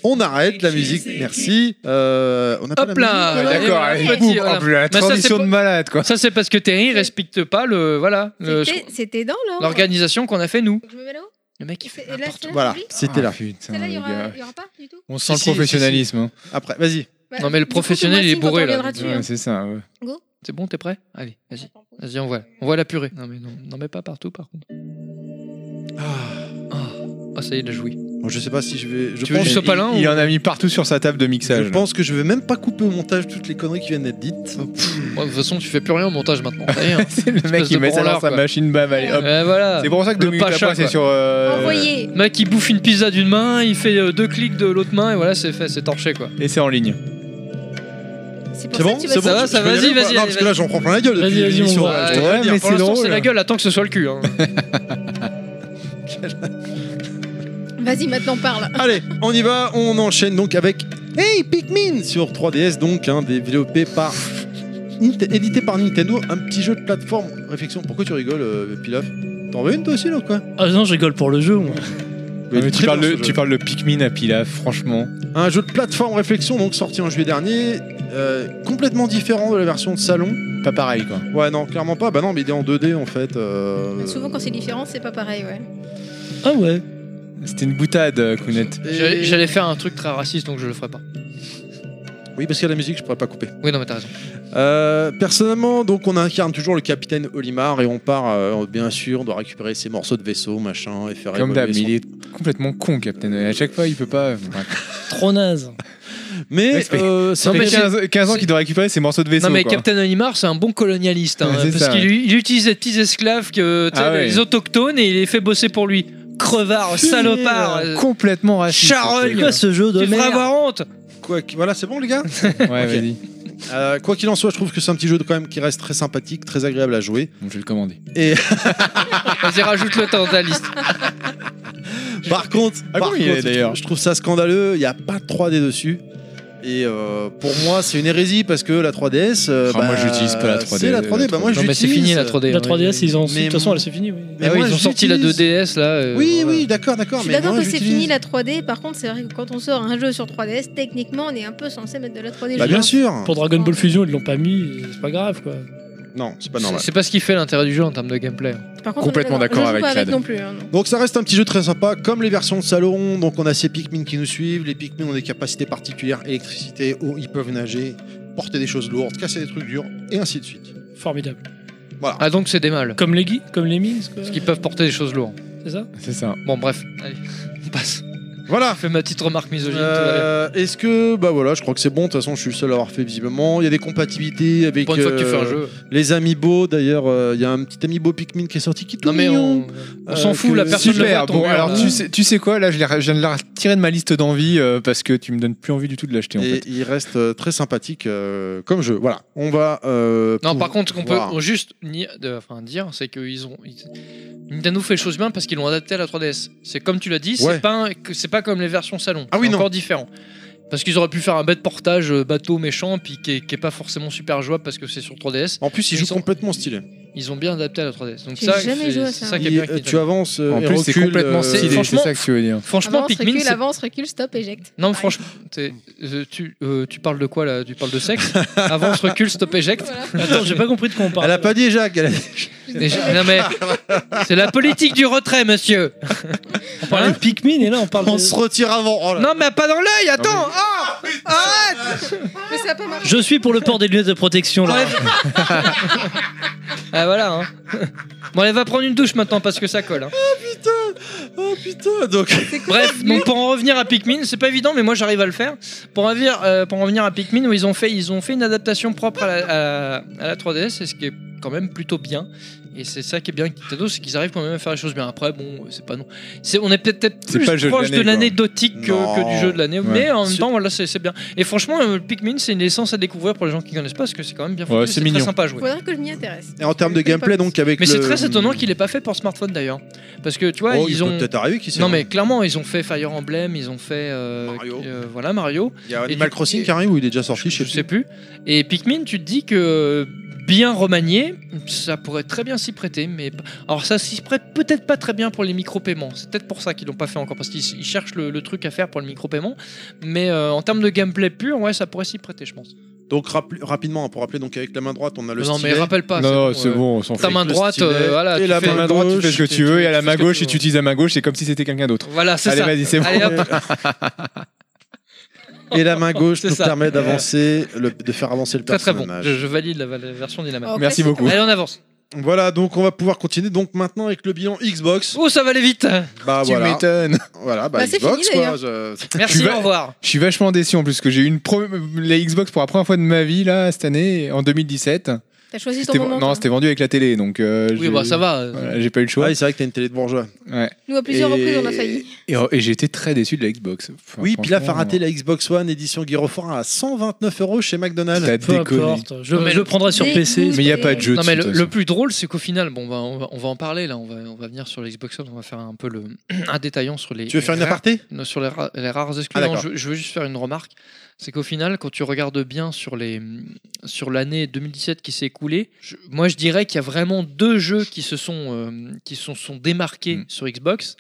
Speaker 1: On arrête la musique. Merci. Euh, on a pas
Speaker 2: Hop
Speaker 1: la musique,
Speaker 2: là
Speaker 5: Ouais,
Speaker 2: Allez,
Speaker 6: D'accord,
Speaker 2: voilà,
Speaker 6: allez,
Speaker 2: petit,
Speaker 6: boum,
Speaker 2: voilà.
Speaker 6: oh,
Speaker 2: Bah,
Speaker 6: la
Speaker 2: ça, c'est
Speaker 6: transition
Speaker 2: pas-
Speaker 6: de malade quoi.
Speaker 2: Ça, c'est parce que Terry respecte pas le voilà le-
Speaker 5: C'était- C'était dans l'ordre.
Speaker 2: l'organisation qu'on a fait nous.
Speaker 5: Je me mets là-haut.
Speaker 2: Le mec il fait ah,
Speaker 5: C'est- et là,
Speaker 2: n'importe
Speaker 5: c'est-
Speaker 1: Voilà,
Speaker 5: Oui.
Speaker 1: c'était là.
Speaker 6: Ah, putain,
Speaker 5: Celle-là, il y
Speaker 6: les
Speaker 5: aura,
Speaker 6: gars.
Speaker 5: il y aura pas du tout.
Speaker 6: On sent
Speaker 1: Si,
Speaker 6: le
Speaker 1: si,
Speaker 6: professionnalisme. hein.
Speaker 1: Après, vas-y.
Speaker 5: Bah,
Speaker 2: Non, mais le
Speaker 5: du coup,
Speaker 2: professionnel,
Speaker 5: ce
Speaker 2: il est
Speaker 5: mois-ci, quand
Speaker 2: bourré,
Speaker 5: on
Speaker 2: là.
Speaker 5: reviendra dessus,
Speaker 6: Ouais,
Speaker 5: hein.
Speaker 6: c'est ça. ouais.
Speaker 5: Go.
Speaker 2: C'est bon, t'es prêt Allez, vas-y.
Speaker 5: Attends.
Speaker 2: Vas-y, on voit. On voit la purée. Non, mais non, n'en mets pas partout, par contre. Ah, Ah, ça y est, il a joué.
Speaker 1: Bon, je sais pas si je vais. Je
Speaker 2: Tu veux
Speaker 1: pense,
Speaker 2: du
Speaker 1: je
Speaker 2: sopalin
Speaker 6: il,
Speaker 2: ou-
Speaker 6: il en a mis partout sur sa table de mixage. là.
Speaker 1: pense que je vais même pas couper au montage toutes les conneries qui viennent d'être dites.
Speaker 2: Ouais, de toute façon, tu fais plus rien au montage maintenant. Ça y est, hein.
Speaker 6: c'est le mec
Speaker 2: espèce
Speaker 6: qui
Speaker 2: de
Speaker 6: met ça dans
Speaker 2: branleur,
Speaker 6: sa
Speaker 2: quoi.
Speaker 6: machine, bam, allez hop.
Speaker 2: Ouais, voilà.
Speaker 6: C'est pour ça que
Speaker 2: Le
Speaker 6: deux minutes
Speaker 2: pacha,
Speaker 6: après, c'est
Speaker 2: quoi.
Speaker 6: sur. euh,
Speaker 5: Envoyé.
Speaker 2: Le Mec, il bouffe une pizza d'une main, il fait euh, deux clics de l'autre main, et voilà, c'est fait, c'est torché, quoi.
Speaker 6: Et c'est en ligne.
Speaker 5: C'est
Speaker 1: C'est bon,
Speaker 5: pour
Speaker 1: c'est bon.
Speaker 2: va, ça
Speaker 1: Je
Speaker 2: va,
Speaker 1: peux y
Speaker 2: vas-y,
Speaker 1: aller ou pas
Speaker 2: vas-y,
Speaker 1: Non,
Speaker 2: allez,
Speaker 1: parce que
Speaker 2: vas-y.
Speaker 1: là, j'en prends plein la gueule.
Speaker 3: Vas-y,
Speaker 1: depuis
Speaker 3: vas-y, on
Speaker 1: l'émission,
Speaker 3: va.
Speaker 1: là, je
Speaker 2: Ouais,
Speaker 1: te
Speaker 6: ouais,
Speaker 1: le dis, hein.
Speaker 6: mais
Speaker 2: pour
Speaker 6: c'est
Speaker 2: l'instant,
Speaker 6: drôle,
Speaker 2: c'est la
Speaker 6: hein.
Speaker 2: gueule, attends que ce soit le cul. hein.
Speaker 5: ça. Vas-y, maintenant parle.
Speaker 1: Allez, on y va, on enchaîne donc avec Hey Pikmin sur 3DS, donc hein, développé par. Ninte- édité par Nintendo, un petit jeu de plateforme. Réflexion, pourquoi tu rigoles, euh, Pilaf T'en veux une toi aussi là ou quoi
Speaker 3: Ah non, je rigole pour le jeu, moi.
Speaker 1: Ah, Mais
Speaker 6: Non, mais
Speaker 1: très
Speaker 6: tu, parles
Speaker 1: bien,
Speaker 6: le,
Speaker 1: ce
Speaker 6: tu
Speaker 1: jeu.
Speaker 6: parles le Pikmin à Pilaf, franchement.
Speaker 1: Un jeu de plateforme réflexion, donc sorti en juillet dernier, euh, complètement différent de la version de salon.
Speaker 6: Pas pareil quoi.
Speaker 1: Ouais, non, clairement pas. Bah non, mais il est en 2D en fait. euh.
Speaker 5: Souvent, quand c'est différent, c'est pas pareil, ouais.
Speaker 3: Ah ouais.
Speaker 6: C'était une boutade, euh, Kounet.
Speaker 1: Et-
Speaker 2: J'allais j'allais faire un truc très raciste, donc je le ferai pas.
Speaker 1: Oui, parce qu'il y a la musique, je pourrais pas couper.
Speaker 2: Oui, non, mais t'as raison.
Speaker 1: Euh, personnellement, donc on incarne toujours le capitaine Olimar et on part, euh, bien sûr, on doit récupérer ses morceaux de vaisseau, machin, et faire
Speaker 6: Comme
Speaker 1: évoluer
Speaker 6: d'hab, mais
Speaker 1: son-
Speaker 6: il est complètement con, Captain. À chaque fois, il peut pas. euh, Bref.
Speaker 3: Trop naze.
Speaker 1: Mais
Speaker 6: Respect.
Speaker 1: euh, c'est
Speaker 6: Ça
Speaker 1: un
Speaker 2: mais
Speaker 1: peu-
Speaker 6: fait
Speaker 2: c'est-
Speaker 6: 15, 15 ans
Speaker 2: c'est-
Speaker 6: qu'il doit récupérer ses morceaux de vaisseau.
Speaker 2: non, mais
Speaker 6: quoi.
Speaker 2: Captain Olimar, c'est un bon colonialiste. hein,
Speaker 6: Ouais, c'est
Speaker 2: parce
Speaker 6: ça,
Speaker 2: qu'il il utilise des petits esclaves, que, tu sais,
Speaker 6: Ah ouais.
Speaker 2: les autochtones, et il les fait bosser pour lui. Crevard, oh, salopard,
Speaker 6: Euh,
Speaker 2: euh,
Speaker 6: Complètement raciste.
Speaker 2: charogne.
Speaker 6: ce truc.
Speaker 3: ce jeu
Speaker 2: tu devrais avoir honte.
Speaker 1: quoi qu'- Voilà, c'est bon les gars.
Speaker 6: Ouais,
Speaker 1: Ok.
Speaker 6: vas-y.
Speaker 1: Euh, quoi qu'il en soit, je trouve que c'est un petit jeu de- quand même qui reste très sympathique, très agréable à jouer.
Speaker 6: Bon, je vais le commander.
Speaker 2: Vas-y, rajoute le temps de la liste.
Speaker 1: Par contre,
Speaker 6: Ah
Speaker 1: par
Speaker 6: bon, il est
Speaker 1: contre,
Speaker 6: d'ailleurs.
Speaker 1: je trouve ça scandaleux. Il n'y a pas de 3D dessus. Et euh, pour moi, c'est une hérésie parce que la 3DS. euh,
Speaker 6: Ah, moi, j'utilise pas la 3D,
Speaker 1: C'est la 3D. bah,
Speaker 6: la
Speaker 1: moi,
Speaker 2: Non, mais c'est
Speaker 1: j'utilise.
Speaker 2: fini la 3D.
Speaker 3: La
Speaker 2: hein,
Speaker 3: 3DS, ils ont.
Speaker 1: Mais
Speaker 3: De toute façon,
Speaker 1: mon-
Speaker 3: elle c'est fini, oui.
Speaker 1: Mais
Speaker 2: Ah oui,
Speaker 1: moi,
Speaker 2: ils ont sorti la
Speaker 1: j'utilise.
Speaker 2: 2DS là. euh,
Speaker 1: Oui,
Speaker 2: voilà.
Speaker 1: oui, d'accord, d'accord.
Speaker 5: Je suis
Speaker 1: mais
Speaker 5: d'accord
Speaker 1: moi,
Speaker 5: que c'est
Speaker 1: j'utilise.
Speaker 5: fini la 3D. Par contre, c'est vrai que quand on sort un jeu sur 3DS, techniquement, on est un peu censé mettre de la 3D.
Speaker 1: Bah,
Speaker 5: je
Speaker 1: bien
Speaker 5: pense.
Speaker 1: sûr.
Speaker 3: Pour Dragon Ball Fusion, ils l'ont pas mis, c'est pas grave quoi.
Speaker 1: Non, c'est pas
Speaker 2: C'est-
Speaker 1: normal.
Speaker 2: C'est pas ce qui fait l'intérêt du jeu en termes de gameplay.
Speaker 5: Par contre, on est
Speaker 6: Complètement d'accord
Speaker 5: Je joue
Speaker 6: avec
Speaker 5: pas avec
Speaker 6: Chad.
Speaker 5: non plus. hein, non.
Speaker 1: Donc ça reste un petit jeu très sympa, comme les versions de Salon. Donc on a ces Pikmin qui nous suivent. Les Pikmin ont des capacités particulières, électricité, eau, ils peuvent nager, porter des choses lourdes, casser des trucs durs, et ainsi de suite.
Speaker 3: Formidable.
Speaker 1: Voilà.
Speaker 2: Ah donc c'est des mâles.
Speaker 3: Comme les gui, comme les mines, quoi.
Speaker 2: Parce qu'ils peuvent porter des choses lourdes.
Speaker 3: C'est ça
Speaker 6: C'est ça.
Speaker 2: Bon bref, allez, on passe.
Speaker 1: Voilà.
Speaker 2: Fais ma petite remarque misogyne. tout va bien.
Speaker 1: Euh, Est-ce que bah voilà, je crois que c'est bon. De toute façon, je suis le seul à avoir fait visiblement. Il y a des compatibilités avec
Speaker 2: Pour une fois que tu
Speaker 1: euh,
Speaker 2: fais un jeu.
Speaker 1: les amiibo. D'ailleurs, euh, il y a un petit amiibo Pikmin qui est sorti qui est tout
Speaker 2: Non mais
Speaker 1: mignon.
Speaker 2: on, on s'en
Speaker 1: Euh,
Speaker 2: fout,
Speaker 1: que-
Speaker 2: la personne le voit
Speaker 6: Super.
Speaker 2: tomber, hein.
Speaker 6: Bon, alors
Speaker 2: là.
Speaker 6: tu sais, tu sais quoi Là, je, l'ai- je viens de la retirer de ma liste d'envie euh, parce que tu me donnes plus envie du tout de l'acheter en
Speaker 1: Et
Speaker 6: fait.
Speaker 1: il reste euh, très sympathique euh, comme jeu. Voilà. On va. euh,
Speaker 2: Non,
Speaker 1: pour-
Speaker 2: par contre, ce qu'on peut
Speaker 1: voir.
Speaker 2: juste ni- de- enfin, dire, c'est qu'ils ont. ils- Nintendo fait les choses bien parce qu'ils l'ont adapté à la 3DS. C'est comme tu l'as dit,
Speaker 1: Ouais.
Speaker 2: c'est pas un- que- c'est pas comme les versions salon.
Speaker 1: Ah oui,
Speaker 2: C'est
Speaker 1: non.
Speaker 2: encore différent. Parce qu'ils auraient pu faire un bête portage euh, bateau méchant puis qui est, qui est pas forcément super jouable parce que c'est sur 3DS.
Speaker 1: En plus, il
Speaker 2: Ils
Speaker 1: joue
Speaker 2: sont-
Speaker 1: complètement stylé.
Speaker 2: Ils ont bien adapté à la 3DS. Donc
Speaker 5: J'ai
Speaker 2: ça,
Speaker 5: jamais
Speaker 2: c'est
Speaker 5: joué à
Speaker 2: c'est
Speaker 5: ça.
Speaker 2: ça qui est
Speaker 1: Il-
Speaker 2: bien.
Speaker 1: euh,
Speaker 2: avec
Speaker 1: tu
Speaker 2: Nintendo.
Speaker 1: avances. euh,
Speaker 6: En
Speaker 1: et
Speaker 6: plus, c'est
Speaker 1: recules,
Speaker 6: complètement
Speaker 1: euh,
Speaker 2: stylé.
Speaker 6: stylé, c'est
Speaker 2: franchement-
Speaker 6: ça que tu veux dire.
Speaker 2: Franchement,
Speaker 5: Avance,
Speaker 2: Pikmin,
Speaker 5: recule,
Speaker 2: c'est-
Speaker 5: avance, recule, stop, éjecte.
Speaker 2: non mais franchement, t'es- euh, tu, euh, tu parles de quoi là Tu parles de sexe Avance, recul, stop, éjecte.
Speaker 5: Voilà.
Speaker 3: Attends, j'ai pas compris de quoi on
Speaker 1: Elle
Speaker 3: parle.
Speaker 1: a pas dit Jacques. elle a-
Speaker 2: Et je- non mais c'est la politique du retrait, monsieur.
Speaker 3: On parle de Pikmin et là on parle
Speaker 1: Hein On
Speaker 3: de...
Speaker 1: se retire avant. Oh là là.
Speaker 2: Non mais pas dans l'œil, attends. Ah, arrête.
Speaker 5: Mais ça a pas marché.
Speaker 3: Je suis pour le port des lunettes de protection là.
Speaker 2: Ah voilà. hein. Bon, elle va prendre une douche maintenant parce que ça colle. hein.
Speaker 1: Oh putain. Donc,
Speaker 2: Bref, donc pour en revenir à Pikmin, c'est pas évident, mais moi j'arrive à le faire. Pour en revenir, euh, pour en revenir à Pikmin, où ils ont fait, ils ont fait une adaptation propre à la, à- à la 3DS, et ce qui est quand même plutôt bien. Et c'est ça qui est bien avec Nintendo, c'est qu'ils arrivent quand même à faire les choses bien. Après, bon, c'est pas non. c'est- on est peut-être peut-être
Speaker 6: C'est
Speaker 2: plus
Speaker 6: pas le jeu de
Speaker 2: proche de
Speaker 6: l'année, quoi.
Speaker 2: l'anecdotique que,
Speaker 1: Non.
Speaker 2: que du jeu de l'année, mais en même
Speaker 1: C'est-
Speaker 2: temps, voilà, c'est c'est bien. Et franchement, euh, Pikmin, c'est une licence à découvrir pour les gens qui connaissent pas, parce que c'est quand même bien foutu,
Speaker 6: c'est
Speaker 2: c'est très
Speaker 6: mignon.
Speaker 2: sympa à jouer.
Speaker 5: Faudrait que je m'y intéresse.
Speaker 1: et en termes de
Speaker 5: Je connais pas
Speaker 1: gameplay, donc avec.
Speaker 2: Mais c'est
Speaker 1: le-
Speaker 2: très étonnant qu'il ait pas fait pour smartphone d'ailleurs, parce que tu vois,
Speaker 1: Oh, il
Speaker 2: ils
Speaker 1: peut
Speaker 2: ont.
Speaker 1: peut-être arriver qui sait.
Speaker 2: Non mais clairement ils ont fait Fire Emblem, ils ont fait euh,
Speaker 1: Mario.
Speaker 2: euh, voilà Mario,
Speaker 1: Il y a
Speaker 2: Et
Speaker 1: Animal
Speaker 2: du-
Speaker 1: Crossing qui arrive ou il est déjà sorti.
Speaker 2: je
Speaker 1: Je
Speaker 2: sais
Speaker 1: sais plus.
Speaker 2: plus. Et Pikmin, tu te dis que euh, bien remanié, ça pourrait très bien s'y prêter, mais p- alors ça s'y prête peut-être pas très bien pour les micro-paiements. C'est peut-être pour ça qu'ils l'ont pas fait encore parce qu'ils ils cherchent le, le truc à faire pour le micro-paiement. Mais euh, en termes de gameplay pur, ouais, ça pourrait s'y prêter, je pense.
Speaker 1: Donc rappel- rapidement, hein, pour rappeler, donc avec la main droite, on a le
Speaker 2: non
Speaker 1: stylet.
Speaker 2: mais rappelle pas.
Speaker 6: non, non,
Speaker 2: bon,
Speaker 6: c'est
Speaker 2: euh,
Speaker 6: bon, on s'en fout.
Speaker 2: Ta main
Speaker 1: Le
Speaker 2: droite,
Speaker 1: stylet
Speaker 2: euh, voilà.
Speaker 1: et
Speaker 2: tu
Speaker 1: la
Speaker 2: fais-
Speaker 1: main
Speaker 6: À la droite, tu fais ce que tu veux, et à la
Speaker 2: tu
Speaker 6: main
Speaker 2: fais ce que
Speaker 6: gauche,
Speaker 2: tu
Speaker 6: si tu utilises la main gauche, c'est comme si c'était quelqu'un d'autre.
Speaker 2: Voilà, c'est
Speaker 6: Allez,
Speaker 2: ça.
Speaker 6: vas-y, c'est bon.
Speaker 2: Allez, hop.
Speaker 1: Et la main gauche
Speaker 2: C'est
Speaker 1: nous
Speaker 2: ça.
Speaker 1: permet d'avancer, le- de faire avancer le
Speaker 2: Très très bon.
Speaker 1: personnage.
Speaker 2: Je, je valide la, la version dynamique.
Speaker 5: Oh,
Speaker 6: Merci
Speaker 5: classique.
Speaker 6: beaucoup.
Speaker 2: Allez, on avance.
Speaker 1: Voilà, donc on va pouvoir continuer. Donc maintenant avec le bilan Xbox.
Speaker 2: Oh, ça va aller vite.
Speaker 6: Ah,
Speaker 1: Bah voilà,
Speaker 6: m'étonnes.
Speaker 1: voilà, bah,
Speaker 5: Bah, c'est
Speaker 1: Xbox
Speaker 5: fini,
Speaker 1: quoi.
Speaker 5: d'ailleurs.
Speaker 1: je-
Speaker 2: Merci,
Speaker 6: Tu vas-
Speaker 2: au revoir.
Speaker 6: Je suis vachement déçu en plus, parce que j'ai eu une pro- la Xbox pour la première fois de ma vie, là, cette année, en 2017.
Speaker 5: T'as choisi ton
Speaker 6: C'était-
Speaker 5: moment.
Speaker 6: Non,
Speaker 5: toi.
Speaker 6: c'était vendu avec la télé, donc. euh,
Speaker 2: Oui,
Speaker 6: j'ai-
Speaker 2: bah ça va. euh,
Speaker 6: Voilà, j'ai pas eu le
Speaker 1: Ah
Speaker 6: choix.
Speaker 1: oui, c'est vrai que t'as une télé de bourgeois.
Speaker 6: Ouais.
Speaker 5: Nous, à plusieurs
Speaker 6: Et-
Speaker 5: reprises, on a failli.
Speaker 6: Et, et j'ai été très déçu de la Xbox. Enfin,
Speaker 1: oui, puis là, t'as
Speaker 6: franchement,
Speaker 1: raté la Xbox One édition Guirofort à 129 euros chez McDonald's.
Speaker 6: T'as
Speaker 3: Peu
Speaker 6: déconné.
Speaker 3: importe. Je,
Speaker 2: Non, mais
Speaker 3: je
Speaker 2: le-
Speaker 3: prendrai sur
Speaker 5: Des
Speaker 3: PC.
Speaker 5: goûts.
Speaker 6: Mais il n'y a pas de jeu.
Speaker 2: Non
Speaker 6: de
Speaker 2: mais
Speaker 6: toute
Speaker 2: le,
Speaker 6: façon.
Speaker 2: le plus drôle c'est qu'au final bon bah on va, on va en parler là on va on va venir sur l'Xbox One on va faire un peu le un détaillant sur les
Speaker 1: Tu veux faire une
Speaker 2: rares-
Speaker 1: aparté
Speaker 2: non, sur les, ra- les rares exclus
Speaker 1: Ah,
Speaker 2: Non,
Speaker 1: d'accord.
Speaker 2: je, je veux juste faire une remarque c'est qu'au final quand tu regardes bien sur les sur l'année 2017 qui s'est écoulée je- moi je dirais qu'il y a vraiment deux jeux qui se sont euh, qui se sont, sont démarqués
Speaker 1: Hmm.
Speaker 6: Mm.
Speaker 2: sur Xbox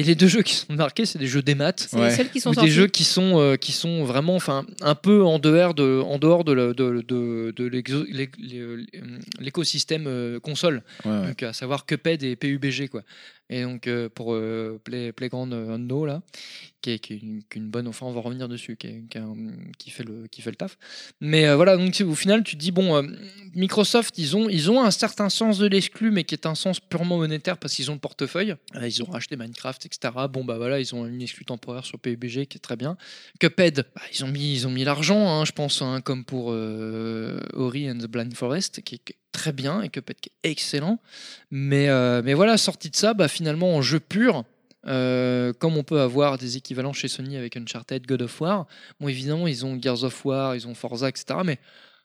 Speaker 2: et les deux jeux qui sont marqués c'est des jeux des maths
Speaker 5: C'est
Speaker 6: Ouais.
Speaker 5: les seuls qui sont
Speaker 2: ou
Speaker 5: sortis.
Speaker 2: des jeux qui sont euh, qui sont vraiment enfin un peu en dehors de en dehors de le- de, de- de l'exo- l'é- l'é- euh, l'écosystème euh, console
Speaker 6: Ouais, ouais.
Speaker 2: donc à savoir Cuphead et PUBG quoi et donc euh, pour euh, Play, Playground Undo là qui est, qui est une, qui est une bonne enfin on va revenir dessus qui, est- qui est un- qui fait le qui fait le taf mais euh, voilà donc tu- au final tu te dis bon euh, Microsoft ils ont ils ont un certain sens de l'exclu mais qui est un sens purement monétaire parce qu'ils ont le portefeuille Euh, ils ont racheté Minecraft etc bon bah voilà ils ont une exclu temporaire sur PUBG qui est très bien Cuphead bah, ils ont mis ils ont mis l'argent hein, je pense hein, comme pour euh, Ori and the Blind Forest qui est qui est très bien et Cuphead qui est excellent mais euh, mais voilà sorti de ça bah finalement en jeu pur euh, comme on peut avoir des équivalents chez Sony avec Uncharted, God of War, bon évidemment ils ont Gears of War, ils ont Forza, etc. Mais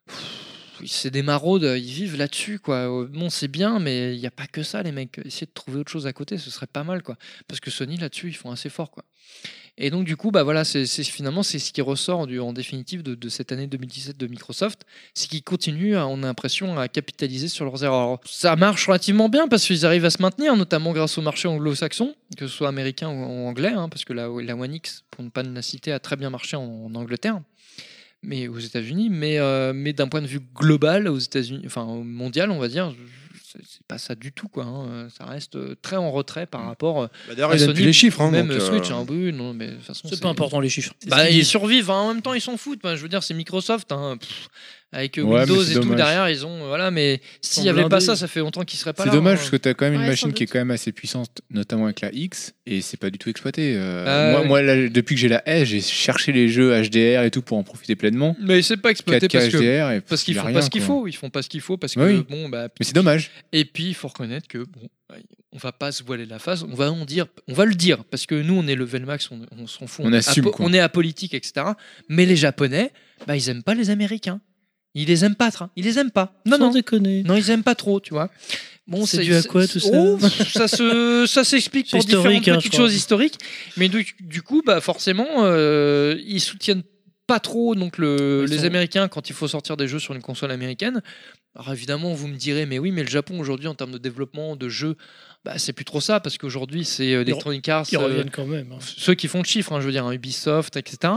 Speaker 2: pff, c'est des maraudes, ils vivent là-dessus quoi. Euh, Bon c'est bien, mais il n'y a pas que ça les mecs. Essayez de trouver autre chose à côté, ce serait pas mal quoi. Parce que Sony là-dessus ils font assez fort quoi. Et donc du coup bah voilà c'est c'est- finalement c'est ce qui ressort du- en définitive de, de cette année 2017 de Microsoft c'est qu'ils continuent, à- hein, on a l'impression, à capitaliser sur leurs erreurs. Alors, ça marche relativement bien parce qu'ils arrivent à se maintenir, notamment grâce au marché anglo-saxon, que ce soit américain ou, ou anglais, hein, parce que la, la One X, pour ne pas la citer, a très bien marché en, en Angleterre, mais aux États-Unis, mais, euh, mais d'un point de vue global, aux États-Unis, enfin au mondial, on va dire. C'est c'est pas ça du tout, quoi. hein. Ça reste euh, très en retrait par rapport euh,
Speaker 1: Bah, D'ailleurs,
Speaker 2: Ouais,
Speaker 1: ils donnent
Speaker 2: Sony,
Speaker 1: plus les chiffres. Hein,
Speaker 2: même
Speaker 1: donc, euh,
Speaker 2: Switch. Hein, oui, non, mais de toute façon,
Speaker 3: C'est pas important les chiffres.
Speaker 2: bah, ils survivent, hein. en même temps ils s'en foutent. Bah, je veux dire, c'est Microsoft, hein, pff, avec euh,
Speaker 6: Ouais, mais
Speaker 2: Windows
Speaker 6: c'est
Speaker 2: et tout
Speaker 6: dommage.
Speaker 2: derrière, ils ont. euh, Voilà, mais s'il n'y
Speaker 3: sont
Speaker 2: avait pas
Speaker 3: blindés.
Speaker 2: ça, ça fait longtemps qu'ils seraient pas
Speaker 6: C'est
Speaker 2: là.
Speaker 6: dommage
Speaker 2: hein.
Speaker 6: parce que tu as quand même
Speaker 5: Ouais,
Speaker 6: une
Speaker 5: sans
Speaker 6: machine qui est
Speaker 5: doute.
Speaker 6: quand même assez puissante, notamment avec la X, et c'est pas du tout exploité. Euh,
Speaker 2: Euh,
Speaker 6: moi,
Speaker 2: oui.
Speaker 6: moi, là, depuis que j'ai la S, j'ai cherché les jeux HDR et tout pour en profiter pleinement.
Speaker 2: Mais c'est pas exploité
Speaker 6: 4K
Speaker 2: parce que.
Speaker 6: HDR, et
Speaker 2: Parce qu'ils
Speaker 6: y a
Speaker 2: font
Speaker 6: rien,
Speaker 2: pas ce qu'il
Speaker 6: quoi.
Speaker 2: faut, ils font pas ce qu'il faut parce que
Speaker 6: Bah oui.
Speaker 2: bon bah
Speaker 6: Mais c'est dommage.
Speaker 2: et puis il faut reconnaître que bon bah, on va pas se voiler la face, on va en dire, on va le dire parce que nous on est level max, on, on s'en fout,
Speaker 6: On
Speaker 2: est
Speaker 6: assume,
Speaker 2: apo-
Speaker 6: quoi.
Speaker 2: on est apolitique etc. Mais les japonais, bah ils aiment pas hein. les américains, ils les aiment pas, tra- ils les aiment pas. Non non,
Speaker 3: déconner.
Speaker 2: Non, ils aiment pas trop, tu vois.
Speaker 3: Bon, c'est
Speaker 2: C'est-
Speaker 3: dû à
Speaker 2: c'est-
Speaker 3: quoi tout ça
Speaker 2: Oh, ça se- ça s'explique
Speaker 3: C'est
Speaker 2: pour différentes
Speaker 3: historique, hein, je
Speaker 2: petites
Speaker 3: crois.
Speaker 2: choses historiques, mais du, du coup, bah forcément, euh, ils soutiennent pas trop donc le-
Speaker 3: Ils
Speaker 2: les
Speaker 3: sont-
Speaker 2: Américains quand il faut sortir des jeux sur une console américaine. Alors évidemment, vous me direz, mais oui, mais le Japon aujourd'hui en termes de développement de jeux, bah c'est plus trop ça parce qu'aujourd'hui c'est euh, Electronic Arts.
Speaker 3: Ils
Speaker 2: euh,
Speaker 3: reviennent quand même. hein.
Speaker 2: ceux qui font le chiffre, hein, je veux dire, hein, Ubisoft, etc.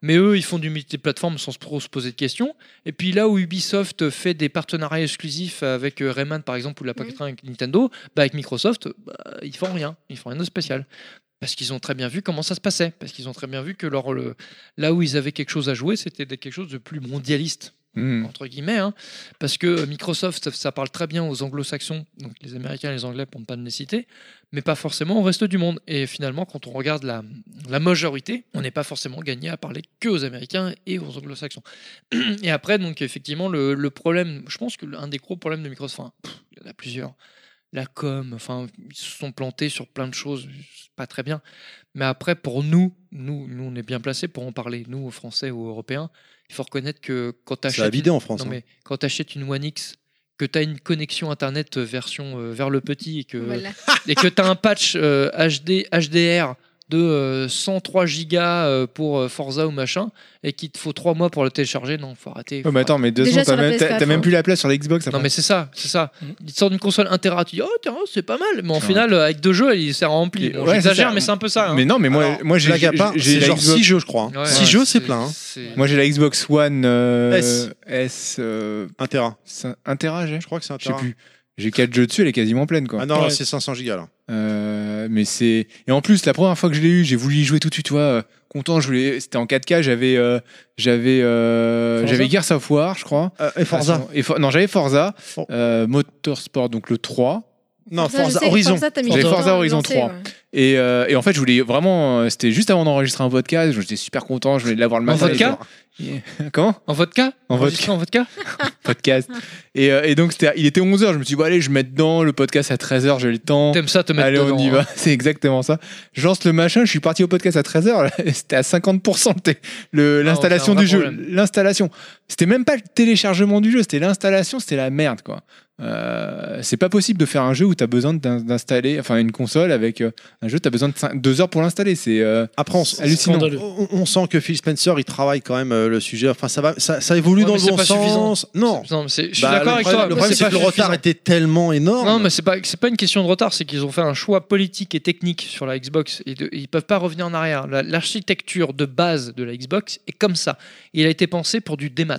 Speaker 2: Mais eux, ils font du multiplateforme sans trop se poser de questions. Et puis là où Ubisoft fait des partenariats exclusifs avec euh, Rayman, par exemple, ou la Pocket Train avec Nintendo, bah, avec Microsoft, bah, ils font rien. Ils font rien de spécial. Parce qu'ils ont très bien vu comment ça se passait. Parce qu'ils ont très bien vu que leur, le- là où ils avaient quelque chose à jouer, c'était des- quelque chose de plus mondialiste
Speaker 6: Hmm.
Speaker 2: entre guillemets, hein, parce que euh, Microsoft, ça, ça parle très bien aux anglo-saxons, donc les Américains et les Anglais pour ne pas les citer, mais pas forcément au reste du monde. Et finalement, quand on regarde la, la majorité, on n'est pas forcément gagné à parler que aux Américains et aux anglo-saxons. Et après, donc effectivement, le, le problème, je pense que l'un des gros problèmes de Microsoft, enfin, pff, il y en a plusieurs, la com, enfin, ils se sont plantés sur plein de choses, c'est pas très bien. Mais après, pour nous, nous, nous, on est bien placés pour en parler, nous, aux Français ou aux Européens. Il faut reconnaître que quand tu
Speaker 1: Ça a vidé en France.
Speaker 2: non,
Speaker 1: hein.
Speaker 2: mais quand tu achètes une One X, que tu as une connexion internet version euh, vers le petit et que
Speaker 5: Voilà.
Speaker 2: et que tu as un patch euh, HD HDR de euh, 103 gigas euh, pour euh, Forza ou machin et qu'il te faut 3 mois pour le télécharger, non, faut arrêter.
Speaker 6: Oh, mais attends, mais deux
Speaker 5: Déjà
Speaker 6: ans, t'as
Speaker 5: sur la
Speaker 6: même, t'as-
Speaker 5: PS4,
Speaker 6: t'as même
Speaker 5: hein.
Speaker 6: plus la place sur la Xbox.
Speaker 2: Non
Speaker 6: après.
Speaker 2: mais c'est ça, c'est ça.
Speaker 3: Mhm.
Speaker 2: Il te sort d'une console Intera, tu dis oh tiens c'est pas mal, mais en
Speaker 6: Ouais.
Speaker 2: final euh, avec deux jeux il s'est rempli.
Speaker 6: Et-
Speaker 2: Bon,
Speaker 6: ouais, c'est
Speaker 2: J'exagère
Speaker 6: ça.
Speaker 2: mais c'est un peu ça. hein.
Speaker 6: Mais non, mais moi,
Speaker 1: Alors,
Speaker 6: moi j'ai
Speaker 1: blague à
Speaker 6: j'ai-
Speaker 1: part,
Speaker 6: j'ai
Speaker 1: c'est
Speaker 6: la
Speaker 1: genre
Speaker 6: Xbox-
Speaker 1: 6 jeux, je crois.
Speaker 2: Ouais,
Speaker 1: 6
Speaker 2: ouais,
Speaker 1: jeux, c'est
Speaker 2: c'est-
Speaker 1: plein. Hein.
Speaker 2: c'est-
Speaker 6: Moi j'ai la Xbox One euh,
Speaker 1: S.
Speaker 6: S euh,
Speaker 1: Un Tera.
Speaker 6: cin- un Tera, j'ai
Speaker 1: Je crois que c'est un
Speaker 6: Je sais
Speaker 1: Tera.
Speaker 6: plus. J'ai 4 jeux dessus, elle est quasiment pleine quoi.
Speaker 1: Ah non,
Speaker 3: Ouais.
Speaker 1: c'est 500 gigas là.
Speaker 6: Euh, mais c'est et en plus la première fois que je l'ai eu, j'ai voulu y jouer tout de suite, tu vois, euh, content, je voulais c'était en 4K, j'avais euh, j'avais euh,
Speaker 3: Forza
Speaker 6: j'avais Gears of War, je crois.
Speaker 1: et
Speaker 6: Ah,
Speaker 1: Forza
Speaker 6: c'est- et For- non, j'avais Forza,
Speaker 1: Oh.
Speaker 6: euh, Motorsport donc le 3
Speaker 1: Non,
Speaker 5: Ça, je sais
Speaker 1: Forza
Speaker 5: que
Speaker 1: Horizon.
Speaker 5: Forza, t'as mis
Speaker 6: J'ai
Speaker 5: du temps
Speaker 6: Forza
Speaker 5: à
Speaker 6: Horizon
Speaker 5: lancer,
Speaker 6: 3.
Speaker 5: ouais.
Speaker 6: et, euh, et en fait, je voulais vraiment euh, c'était juste avant d'enregistrer un podcast, j'étais super content, je voulais l'avoir le
Speaker 2: En
Speaker 6: matin.
Speaker 2: vodka
Speaker 6: Comment
Speaker 2: En vodka
Speaker 6: En
Speaker 2: Enregistré En vodka
Speaker 6: podcast. Et, euh, et donc, c'était- il était 11h. Je me suis dit, bon, allez, je mets dedans le podcast à 13h, j'ai le temps.
Speaker 2: T'aimes ça te mettre
Speaker 6: Allez, on
Speaker 2: dedans,
Speaker 6: y
Speaker 2: hein.
Speaker 6: va. C'est exactement ça. Je lance le machin, je suis parti au podcast à 13h. C'était à 50% le té- le-
Speaker 2: Ah,
Speaker 6: l'installation
Speaker 2: on fait un
Speaker 6: du
Speaker 2: vrai
Speaker 6: jeu. L'installation. C'était même pas le téléchargement du jeu, c'était l'installation, c'était la merde, quoi. Euh, c'est pas possible de faire un jeu où t'as besoin d'in- d'installer, enfin une console avec euh, un jeu, t'as besoin de 5 deux heures pour l'installer. C'est euh,
Speaker 1: Après, on, s-
Speaker 6: C'est hallucinant.
Speaker 1: on- on- on sent que Phil Spencer, il travaille quand même euh, le sujet. Enfin, ça, va, ça, ça évolue
Speaker 2: Ouais,
Speaker 1: dans
Speaker 2: mais
Speaker 1: le
Speaker 2: c'est
Speaker 1: bon
Speaker 2: pas
Speaker 1: sens. Non.
Speaker 2: Non, mais c'est- je suis
Speaker 1: Bah,
Speaker 2: d'accord
Speaker 1: le
Speaker 2: avec
Speaker 1: problème-
Speaker 2: toi.
Speaker 1: Le
Speaker 2: mais
Speaker 1: problème, c'est
Speaker 2: pas
Speaker 1: que le
Speaker 2: suffisant.
Speaker 1: retard était tellement énorme.
Speaker 2: Non, mais c'est pas c'est pas une question de retard, c'est qu'ils ont fait un choix politique et technique sur la Xbox et de- ils peuvent pas revenir en arrière. La- L'architecture de base de la Xbox est comme ça. Il a été pensé pour du démat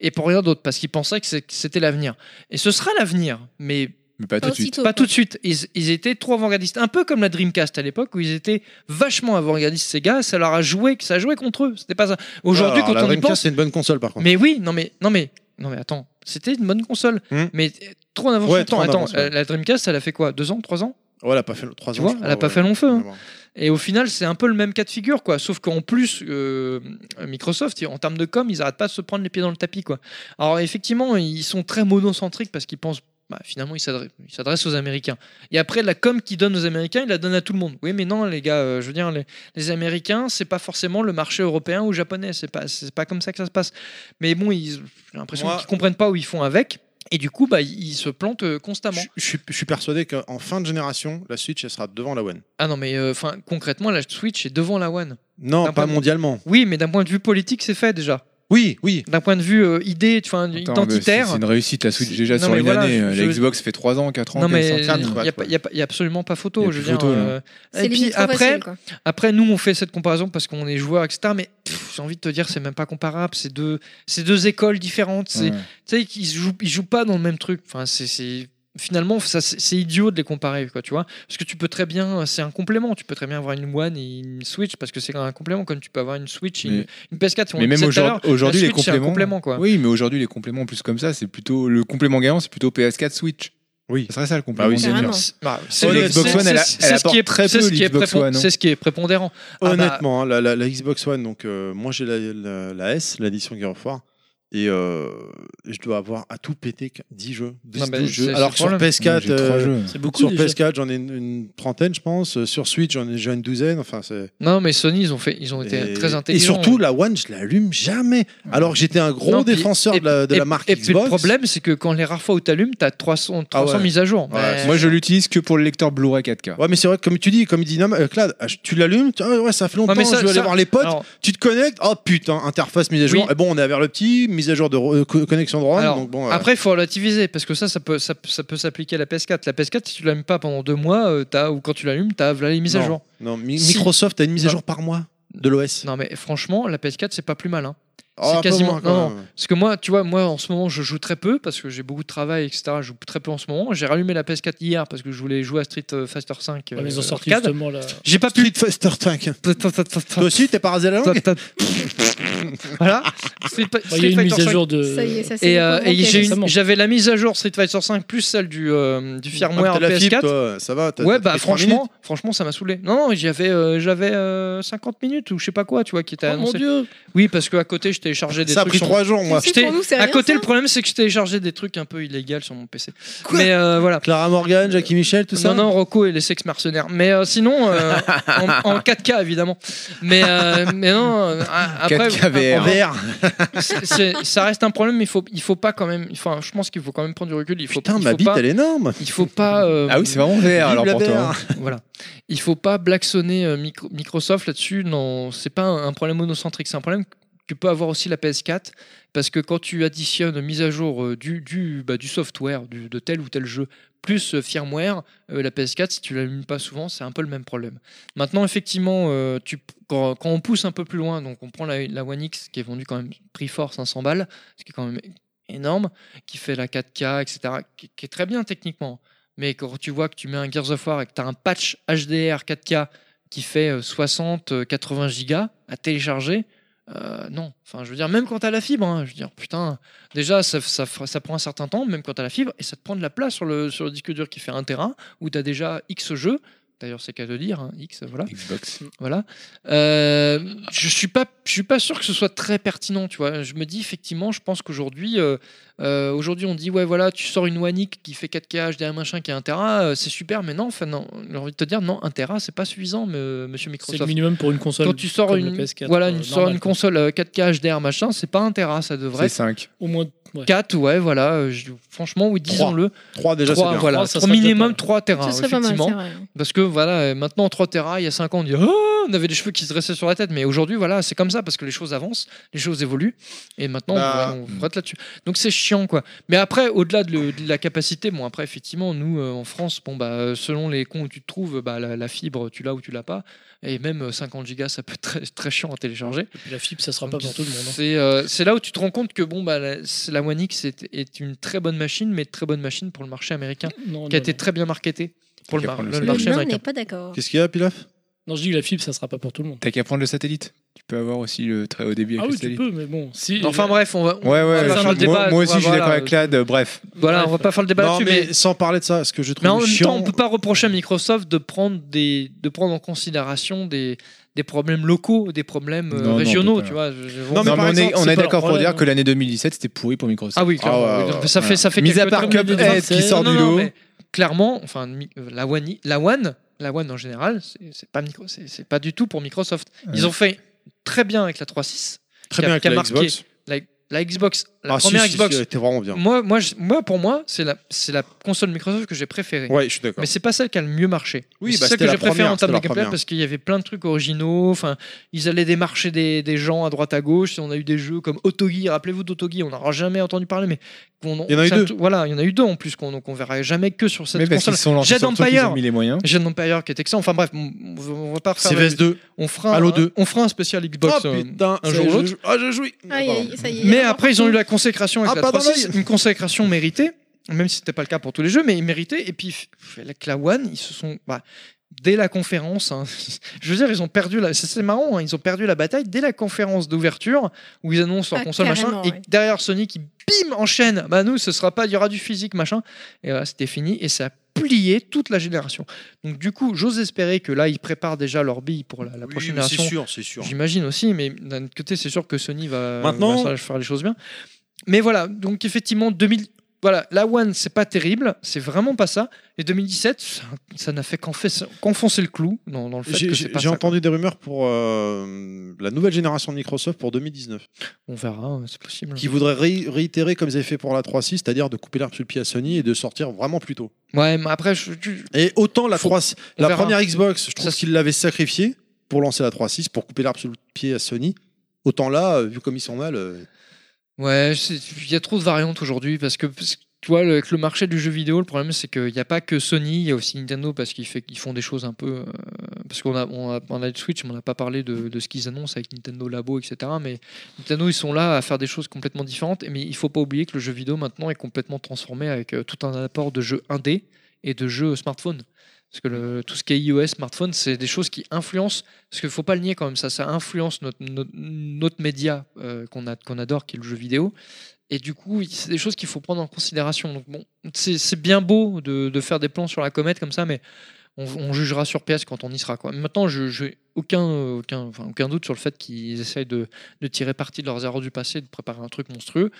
Speaker 2: et pour rien d'autre parce qu'ils pensaient que c'est- que c'était l'avenir. Et ce sera l'avenir, mais
Speaker 6: mais pas tout
Speaker 5: Pas
Speaker 6: de suite.
Speaker 5: aussitôt.
Speaker 2: pas tout de suite. Ils, ils étaient trop avant-gardistes. Un peu comme la Dreamcast à l'époque où ils étaient vachement avant-gardistes, ces gars. Ça leur a joué, que ça jouait contre eux. C'était pas ça. Aujourd'hui,
Speaker 1: Alors,
Speaker 2: quand
Speaker 1: Ah, la
Speaker 2: on y
Speaker 1: Dreamcast,
Speaker 2: pense.
Speaker 1: c'est une bonne console par contre.
Speaker 2: Mais oui, non mais, non mais, non mais attends. C'était une bonne console.
Speaker 1: Hmm.
Speaker 2: Mais euh, trop en avance
Speaker 1: Ouais,
Speaker 2: sur le temps.
Speaker 1: trop en
Speaker 2: Attends,
Speaker 1: avance, ouais.
Speaker 2: euh, la Dreamcast, elle a fait quoi Deux ans Trois ans
Speaker 1: Ouais, elle a pas fait 3 ans.
Speaker 2: Tu vois,
Speaker 1: je crois,
Speaker 2: elle a pas
Speaker 1: ouais.
Speaker 2: fait long feu, hein.
Speaker 1: Mais bon.
Speaker 2: Et au final, c'est un peu le même cas de figure, quoi. Sauf qu'en plus, euh, Microsoft, en termes de com, ils n'arrêtent pas de se prendre les pieds dans le tapis, quoi. Alors effectivement, ils sont très monocentriques parce qu'ils pensent, bah, finalement, ils s'adressent- ils s'adressent aux Américains. Et après, la com qu'ils donnent aux Américains, ils la donnent à tout le monde. Oui, mais non, les gars, euh, je veux dire, les, les Américains, c'est pas forcément le marché européen ou japonais. C'est pas, c'est pas comme ça que ça se passe. Mais bon, ils- j'ai l'impression
Speaker 1: Moi-
Speaker 2: qu'ils comprennent pas où ils font avec. Et du coup, bah, ils ils se plantent euh, constamment.
Speaker 1: Je- Je suis- je suis persuadé qu'en fin de génération, la Switch, elle sera devant la One.
Speaker 2: Ah non, mais enfin, concrètement, la Switch est devant la One.
Speaker 1: Non,
Speaker 2: D'un
Speaker 1: pas
Speaker 2: point de-
Speaker 1: mondialement.
Speaker 2: Oui, mais d'un point de vue politique, c'est fait déjà.
Speaker 1: Oui, oui.
Speaker 2: D'un point de vue euh, idée, tu vois,
Speaker 6: Attends, mais c'est
Speaker 2: identitaire.
Speaker 6: c'est une réussite la Switch
Speaker 2: C'est-
Speaker 6: déjà
Speaker 2: non,
Speaker 6: sur
Speaker 2: mais
Speaker 6: une
Speaker 2: voilà,
Speaker 6: année. euh,
Speaker 2: je-
Speaker 6: la
Speaker 2: je-
Speaker 6: Xbox fait 3 ans, 4 ans,
Speaker 2: Non mais
Speaker 6: qu'elle sorte.
Speaker 1: sortir,
Speaker 2: il
Speaker 1: quoi,
Speaker 2: n'y a,
Speaker 1: tu vois.
Speaker 2: pas- y a pas- y a absolument pas
Speaker 6: Y
Speaker 2: photo.
Speaker 6: a
Speaker 2: Je
Speaker 6: plus
Speaker 2: veux dire,
Speaker 6: photo, là.
Speaker 2: euh,
Speaker 5: C'est
Speaker 2: et puis
Speaker 5: limite trop
Speaker 2: après,
Speaker 5: facile, quoi.
Speaker 2: après nous on fait cette comparaison parce qu'on est joueur etc. Mais pff, j'ai envie de te dire c'est même pas comparable. C'est deux, c'est deux écoles différentes. c'est-
Speaker 6: Ouais.
Speaker 2: Tu sais qu'ils se jouent, ils jouent pas dans le même truc. Enfin c'est- c'est finalement ça c'est c'est idiot de les comparer quoi tu vois parce que tu peux très bien c'est un complément tu peux très bien avoir une one et une switch parce que c'est un complément comme tu peux avoir une switch et une,
Speaker 6: Mais-
Speaker 2: une PS4 on
Speaker 6: Mais
Speaker 2: le
Speaker 6: même
Speaker 2: disait tout à
Speaker 6: aujourd'hui,
Speaker 2: l'heure,
Speaker 6: aujourd'hui,
Speaker 2: la
Speaker 6: les
Speaker 2: Switch, c'est un
Speaker 6: compléments.
Speaker 2: complément, quoi.
Speaker 6: Oui, mais aujourd'hui, les compléments plus comme ça, c'est plutôt le complément gagnant, c'est plutôt PS4 Switch.
Speaker 1: Oui.
Speaker 6: Ça serait ça le complément.
Speaker 1: Bah oui, c'est
Speaker 6: gagnant.
Speaker 5: Carrément.
Speaker 2: Bah, c'est
Speaker 1: Oh,
Speaker 2: le-
Speaker 1: la Xbox
Speaker 2: c'est-
Speaker 1: One,
Speaker 6: elle a-
Speaker 2: c'est-
Speaker 6: elle
Speaker 2: c'est ce qui est
Speaker 6: apporte très
Speaker 2: c'est
Speaker 6: peu,
Speaker 2: ce qui est
Speaker 6: l'Xbox
Speaker 2: prépon-
Speaker 6: One, hein.
Speaker 2: c'est ce qui est prépondérant Ah bah,
Speaker 1: Honnêtement, hein, la, la- la Xbox One, donc euh, moi j'ai la, la- la S, l'édition Gear of War. Et euh, je dois avoir à tout péter qu- 10 jeux, 10,
Speaker 2: Non, mais
Speaker 1: 12
Speaker 2: c'est-
Speaker 1: jeux.
Speaker 2: c'est
Speaker 1: Alors
Speaker 2: le
Speaker 1: que sur
Speaker 2: problème.
Speaker 1: PS4,
Speaker 8: J'ai trois
Speaker 1: euh,
Speaker 8: jeux.
Speaker 3: C'est beaucoup.
Speaker 1: sur
Speaker 3: déjà.
Speaker 1: PS4 j'en ai une, une trentaine, je pense. Euh, Sur Switch, j'en ai déjà une douzaine. Enfin, c'est.
Speaker 2: Non, mais Sony, ils ont, fait, ils ont été
Speaker 1: et-
Speaker 2: très intelligents. hein.
Speaker 1: Et surtout, la One, je l'allume jamais. Alors que j'étais un gros
Speaker 2: Non, puis-
Speaker 1: défenseur de la, de
Speaker 2: et,
Speaker 1: la marque
Speaker 2: et
Speaker 1: Xbox.
Speaker 2: puis le problème, c'est que quand les rares fois où t'allumes, t'as 300, 300
Speaker 1: ouais.
Speaker 2: mises à jour.
Speaker 1: Ouais,
Speaker 2: Mais-
Speaker 6: Moi, je l'utilise que pour le lecteur Blu-ray 4K.
Speaker 1: Ouais, mais c'est vrai que comme tu dis, comme il dit Nam- euh, Clad, ah, je- tu l'allumes, tu- ah ouais, ça fait longtemps,
Speaker 2: mais ça-
Speaker 1: je vais aller
Speaker 2: ça-
Speaker 1: voir les potes,
Speaker 2: Alors,
Speaker 1: tu te connectes, oh putain, interface mise à jour,
Speaker 2: Oui.
Speaker 1: et bon, on est vers le petit, mise à jour de re- euh, co- connexion de ROM,
Speaker 2: Alors,
Speaker 1: donc bon, euh,
Speaker 2: Après, il faut relativiser parce que ça, ça peut, ça, ça peut s'appliquer à la PS4. La PS4, si tu l'allumes pas pendant deux mois, euh, t'as- ou quand tu l'allumes, t'as voilà, les mises à
Speaker 1: Non.
Speaker 2: jour.
Speaker 1: non, Mi-
Speaker 2: si.
Speaker 1: Microsoft a une mise à
Speaker 2: Non.
Speaker 1: jour par mois de l'OS.
Speaker 2: Non, mais franchement, la PS4, c'est pas plus mal. hein.
Speaker 1: Oh, un peu
Speaker 2: quasiment-
Speaker 1: moins, quand
Speaker 2: non,
Speaker 1: même.
Speaker 2: Parce que moi, tu vois, moi en ce moment, je joue très peu parce que j'ai beaucoup de travail, etc. Je joue très peu en ce moment. J'ai rallumé la PS4 hier parce que je voulais jouer à Street euh, Fighter 5.
Speaker 3: Ouais, mais ils ont sorti justement la.
Speaker 2: J'ai pas pu.
Speaker 1: Street Fighter 5. Toi aussi, t'es parasé la langue
Speaker 2: voilà. Street, Fi-
Speaker 3: Bah, Il y a
Speaker 2: Street
Speaker 3: une mise
Speaker 2: Fighter
Speaker 3: à
Speaker 2: 5.
Speaker 3: jour de.
Speaker 5: Ça y est, ça c'est.
Speaker 2: Et,
Speaker 5: le
Speaker 2: euh, et
Speaker 5: point bancaire.
Speaker 2: j'ai une-
Speaker 3: récemment.
Speaker 2: j'avais la mise à jour Street Fighter 5 plus celle du, euh, du firmware
Speaker 1: Ah, t'as la fibre,
Speaker 2: PS4.
Speaker 1: toi, ça va, t'as-
Speaker 2: ouais,
Speaker 1: t'as
Speaker 2: bah
Speaker 1: pris trois
Speaker 2: franchement,
Speaker 1: minutes.
Speaker 2: franchement, ça m'a saoulé. Non, non, j'avais euh, j'avais euh, 50 minutes ou je sais pas quoi, tu vois, qui était
Speaker 3: Oh mon
Speaker 2: annoncé.
Speaker 3: dieu
Speaker 2: Oui, parce qu'à côté, je téléchargeais des
Speaker 1: ça a
Speaker 2: trucs.
Speaker 1: pris
Speaker 2: sur-
Speaker 1: trois jours, moi.
Speaker 5: Tu sais,
Speaker 2: j'étais-
Speaker 5: pour nous, c'est
Speaker 2: à
Speaker 5: rien,
Speaker 2: côté,
Speaker 5: ça.
Speaker 2: le problème, c'est que je téléchargeais des trucs un peu illégaux sur mon PC.
Speaker 1: Quoi
Speaker 2: Mais euh, voilà.
Speaker 1: Clara Morgan, Jackie Michel, tout ça
Speaker 2: non, non, Rocco et les sexes mercenaires. Mais euh, sinon, euh, en, en 4K évidemment. Mais, euh, mais non, euh, a- après,
Speaker 6: 4K
Speaker 1: En
Speaker 6: VR.
Speaker 1: VR.
Speaker 2: c'est- c'est- ça reste un problème, mais il faut, il faut pas quand même. Enfin, je pense qu'il faut quand même prendre du recul. Il faut,
Speaker 1: Putain,
Speaker 2: il
Speaker 1: ma
Speaker 2: faut
Speaker 1: bite,
Speaker 2: pas,
Speaker 1: elle est énorme.
Speaker 2: il faut pas. euh,
Speaker 6: Ah oui, c'est vraiment VR alors
Speaker 1: Vive
Speaker 6: pour
Speaker 1: la
Speaker 6: toi.
Speaker 1: VR.
Speaker 2: voilà. Il faut pas blaxonner euh, Micro- Microsoft là-dessus. Non, c'est pas un un problème monocentrique, c'est un problème que peut avoir aussi la PS4 parce que quand tu additionnes mise à jour euh, du du bah, du software du- de tel ou tel jeu plus euh, firmware, euh, la PS4 si tu l'allumes pas souvent, c'est un peu le même problème. Maintenant effectivement, euh, tu quand, quand on pousse un peu plus loin, donc on prend la, la One X qui est vendue quand même prix fort 500 balles, ce qui est quand même énorme, qui fait la 4K, etc., qui, qui est très bien techniquement. Mais quand tu vois que tu mets un Gears of War et que tu as un patch HDR 4K qui fait euh, 60, euh, 80 gigas à télécharger, euh, non. Enfin, je veux dire, même quand tu as la fibre, hein, je veux dire, putain, déjà, ça, ça, fera- ça prend un certain temps, même quand tu as la fibre, et ça te prend de la place sur le, sur le disque dur qui fait 1 Tera, où tu as déjà X jeux. D'ailleurs, c'est qu'à de dire, hein, X, voilà.
Speaker 6: Xbox.
Speaker 2: Voilà. Euh, je suis pas, je suis pas sûr que ce soit très pertinent, tu vois. Je me dis effectivement, je pense qu'aujourd'hui, euh, euh, aujourd'hui on dit ouais voilà, tu sors une Wanic qui fait 4K HDR machin qui est 1 Tera, euh, c'est super, mais non, enfin non, j'ai envie de te dire non, 1 Tera c'est pas suffisant, me- Monsieur
Speaker 3: C'est le
Speaker 2: Microsoft.
Speaker 3: minimum pour une console.
Speaker 2: Quand tu sors
Speaker 3: comme la
Speaker 2: une,
Speaker 3: PS4,
Speaker 2: voilà,
Speaker 3: euh,
Speaker 2: une, sors
Speaker 3: normale,
Speaker 2: une
Speaker 3: quoi.
Speaker 2: console euh, 4K HDR machin, c'est pas 1 Tera, ça devrait.
Speaker 6: C'est
Speaker 2: être
Speaker 6: 5.
Speaker 3: Au moins. ouais.
Speaker 2: 4 ouais voilà, euh, je- franchement oui
Speaker 1: Trois.
Speaker 2: disons-le,
Speaker 1: 3 déjà, c'est
Speaker 2: 3
Speaker 1: bien.
Speaker 2: voilà,
Speaker 3: Trois, ça
Speaker 2: Trois
Speaker 3: serait hein.
Speaker 2: minimum
Speaker 3: bien.
Speaker 2: 3 Tera
Speaker 5: Ce serait pas mal,
Speaker 2: effectivement.
Speaker 5: c'est vrai.
Speaker 2: Parce que voilà, euh, maintenant 3 Tera, il y a 5 ans, on dit oh, on avait des cheveux qui se dressaient sur la tête, mais aujourd'hui, voilà, c'est comme ça parce que les choses avancent, les choses évoluent, et maintenant
Speaker 1: Bah.
Speaker 2: on,
Speaker 3: hmm.
Speaker 2: on rate là-dessus. Donc c'est chiant quoi. Mais après, au-delà de, le- de la capacité, bon après effectivement, nous euh, en France, bon bah euh, selon les cons où tu te trouves, bah la, la fibre, tu l'as ou tu l'as pas, et même euh, 50 gigas, ça peut être très, très chiant à télécharger.
Speaker 3: Et puis la fibre, ça sera pas
Speaker 2: Donc,
Speaker 3: pour tout le monde. hein.
Speaker 2: C'est euh, c'est là où tu te rends compte que bon bah la, c'est- la One X est, est une très bonne machine, mais très bonne machine pour le marché américain,
Speaker 3: Non,
Speaker 2: qui a
Speaker 3: non,
Speaker 2: été
Speaker 3: non.
Speaker 2: très bien marketé pour le, mar-
Speaker 6: prendre le
Speaker 2: le
Speaker 6: soleil.
Speaker 2: marché
Speaker 5: Mais on
Speaker 2: américain.
Speaker 5: n'est pas d'accord.
Speaker 1: Qu'est-ce qu'il y a, Pilaf
Speaker 3: Non, je dis que la fibre, ça sera pas pour tout le monde.
Speaker 6: T'as qu'à prendre le satellite. Tu peux avoir aussi le très haut débit
Speaker 3: Ah
Speaker 6: avec
Speaker 3: oui,
Speaker 6: le
Speaker 3: tu
Speaker 6: satellite.
Speaker 3: peux, mais bon. Si,
Speaker 2: Enfin bref, on va. on-
Speaker 6: Ouais,
Speaker 2: on va
Speaker 6: ouais,
Speaker 2: pas faire le
Speaker 6: je- moi,
Speaker 2: débat,
Speaker 6: moi
Speaker 2: on
Speaker 6: aussi
Speaker 2: va-
Speaker 6: je suis d'accord
Speaker 2: voilà,
Speaker 6: avec Clad, euh, bref.
Speaker 2: Voilà, on va pas faire le débat
Speaker 1: Non,
Speaker 2: là-dessus, mais.
Speaker 1: mais sans parler de ça, ce que je
Speaker 2: Mais en
Speaker 1: trouve
Speaker 2: même temps, on
Speaker 1: chiant.
Speaker 2: peut pas reprocher à Microsoft de prendre, des, de prendre en considération des, des problèmes locaux, des problèmes euh,
Speaker 6: Non, non, on peut
Speaker 2: régionaux,
Speaker 6: pas.
Speaker 2: tu vois. je- je-
Speaker 1: Non, mais
Speaker 6: Non, mais
Speaker 1: par
Speaker 6: on est-
Speaker 1: exemple,
Speaker 6: on
Speaker 3: c'est
Speaker 6: est
Speaker 3: pas
Speaker 6: d'accord
Speaker 3: leur
Speaker 6: pour dire
Speaker 3: problème.
Speaker 6: que l'année 2017 c'était pourri pour Microsoft.
Speaker 2: ah oui, clairement,
Speaker 1: Ah ouais,
Speaker 2: oui,
Speaker 1: ouais,
Speaker 2: ça fait ça fait.
Speaker 6: Mis à
Speaker 2: quelques
Speaker 6: part
Speaker 2: temps-
Speaker 6: Cuphead qui sort
Speaker 2: Non,
Speaker 6: du
Speaker 2: non,
Speaker 6: lot.
Speaker 2: mais Clairement, enfin mi- euh, la One, i- la One, la One en général, c'est- c'est pas micro, c'est c'est pas du tout pour Microsoft. Ils ont fait très bien avec la 3.6,
Speaker 1: Très
Speaker 2: qui a-
Speaker 1: bien avec
Speaker 2: qui a
Speaker 1: la
Speaker 2: marqué.
Speaker 1: Xbox.
Speaker 2: la, la Xbox, la
Speaker 1: Ah, si,
Speaker 2: première
Speaker 1: si, si,
Speaker 2: Xbox.
Speaker 1: elle était vraiment bien.
Speaker 2: Moi, moi, je- moi, pour moi, c'est la, c'est la console Microsoft que j'ai préférée.
Speaker 1: Ouais, je suis d'accord.
Speaker 2: Mais c'est pas celle qui a le mieux marché.
Speaker 1: Oui,
Speaker 2: c'est
Speaker 1: bah,
Speaker 2: celle
Speaker 1: c'était
Speaker 2: que
Speaker 1: la
Speaker 2: j'ai préférée en
Speaker 1: première,
Speaker 2: termes de
Speaker 1: c'était la
Speaker 2: gameplay
Speaker 1: première.
Speaker 2: parce qu'il y avait plein de trucs originaux. Enfin, ils allaient démarcher des, des gens à droite à gauche. Et on a eu des jeux comme Otogi. Rappelez-vous d'Otogi, on n'aura jamais entendu parler, mais qu'on-
Speaker 1: Il y en a eu
Speaker 2: ça-
Speaker 1: deux.
Speaker 2: Voilà, il y en a eu deux en plus qu'on donc on verra jamais que sur cette
Speaker 6: Mais parce
Speaker 2: console.
Speaker 6: qu'ils sont lancés
Speaker 2: Jade
Speaker 6: sur tout, ils
Speaker 2: Empire.
Speaker 6: ont mis les moyens.
Speaker 2: Jeune Empire qui était excellent. Enfin bref, on, on va pas refaire. la-
Speaker 1: CVS2.
Speaker 2: On fera
Speaker 1: Halo
Speaker 2: un,
Speaker 1: 2.
Speaker 2: On fera un spécial Xbox.
Speaker 1: Oh,
Speaker 2: euh, un jour ou l'autre.
Speaker 1: Ah, je jouis.
Speaker 5: Aïe, aïe, ça y est, il y a
Speaker 2: Mais
Speaker 5: un
Speaker 2: après, ils ont eu la consécration avec
Speaker 1: Ah,
Speaker 2: la
Speaker 1: pas dans
Speaker 2: 3.6,
Speaker 1: l'œil.
Speaker 2: une consécration méritée, même si c'était pas le cas pour tous les jeux, mais ils méritaient. Et puis, f- f- avec la One, ils se sont. bah, dès la conférence, hein, je veux dire, ils ont perdu la. C'est c'est marrant, hein, ils ont perdu la bataille dès la conférence d'ouverture où ils annoncent leur
Speaker 5: Ah,
Speaker 2: console, machin,
Speaker 5: carrément,
Speaker 2: et
Speaker 5: ouais.
Speaker 2: derrière Sony qui bim enchaîne. Bah, nous, ce sera pas, il y aura du physique, machin. Et voilà, c'était fini, et ça a plié toute la génération. Donc, du coup, j'ose espérer que là, ils préparent déjà leur bille pour la, la prochaine génération.
Speaker 1: sûr, c'est sûr.
Speaker 2: J'imagine aussi, mais d'un autre côté, c'est sûr que Sony va,
Speaker 1: Maintenant-
Speaker 2: va faire les choses bien. Mais voilà, donc effectivement, 2000, voilà, la One, c'est pas terrible, c'est vraiment pas ça. Et 2017, ça- ça n'a fait qu'enfe- qu'enfoncer le clou dans, dans le fait
Speaker 1: J'ai
Speaker 2: que c'est
Speaker 1: j'ai-
Speaker 2: pas
Speaker 1: j'ai
Speaker 2: ça.
Speaker 1: entendu des rumeurs pour euh, la nouvelle génération de Microsoft pour 2019,
Speaker 2: On verra, hein, c'est possible.
Speaker 1: qui voudrait ré- réitérer comme ils avaient fait pour la 3.6, c'est-à-dire de couper l'arbre sous le pied à Sony et de sortir vraiment plus tôt.
Speaker 2: Ouais, mais après, je- tu-
Speaker 1: Et autant la,
Speaker 2: Faut-
Speaker 1: 3,
Speaker 2: on
Speaker 1: la
Speaker 2: verra.
Speaker 1: première Xbox, je trouve
Speaker 2: Ça,
Speaker 1: qu'ils l'avaient sacrifiée pour lancer la 3.6, pour couper l'arbre sous le pied à Sony. Autant là, euh, vu comme ils sont mal, euh,
Speaker 2: ouais, c'est- il y a trop de variantes aujourd'hui parce que. parce que, tu vois, le- avec le marché du jeu vidéo, le problème c'est qu'il n'y a pas que Sony, il y a aussi Nintendo parce qu'ils fait- ils font des choses un peu. euh, parce qu'on a, on a, on a le Switch, mais on n'a pas parlé de, de ce qu'ils annoncent avec Nintendo Labo, etc. Mais Nintendo, ils sont là à faire des choses complètement différentes. Mais il faut pas oublier que le jeu vidéo maintenant est complètement transformé avec euh, tout un apport de jeux indé et de jeux smartphone. Parce que le- tout ce qui est iOS, smartphone, c'est des choses qui influencent. Parce qu'il faut pas le nier quand même, ça, ça influence notre, notre, notre média euh, qu'on a- qu'on adore, qui est le jeu vidéo. Et du coup, il- c'est des choses qu'il faut prendre en considération. Donc bon, c'est c'est bien beau de, de faire des plans sur la comète comme ça, mais on, on jugera sur PS quand on y sera. Quoi. Maintenant, je n'ai aucun, euh, aucun, enfin, aucun doute sur le fait qu'ils essayent de, de tirer parti de leurs erreurs du passé, de préparer un truc monstrueux.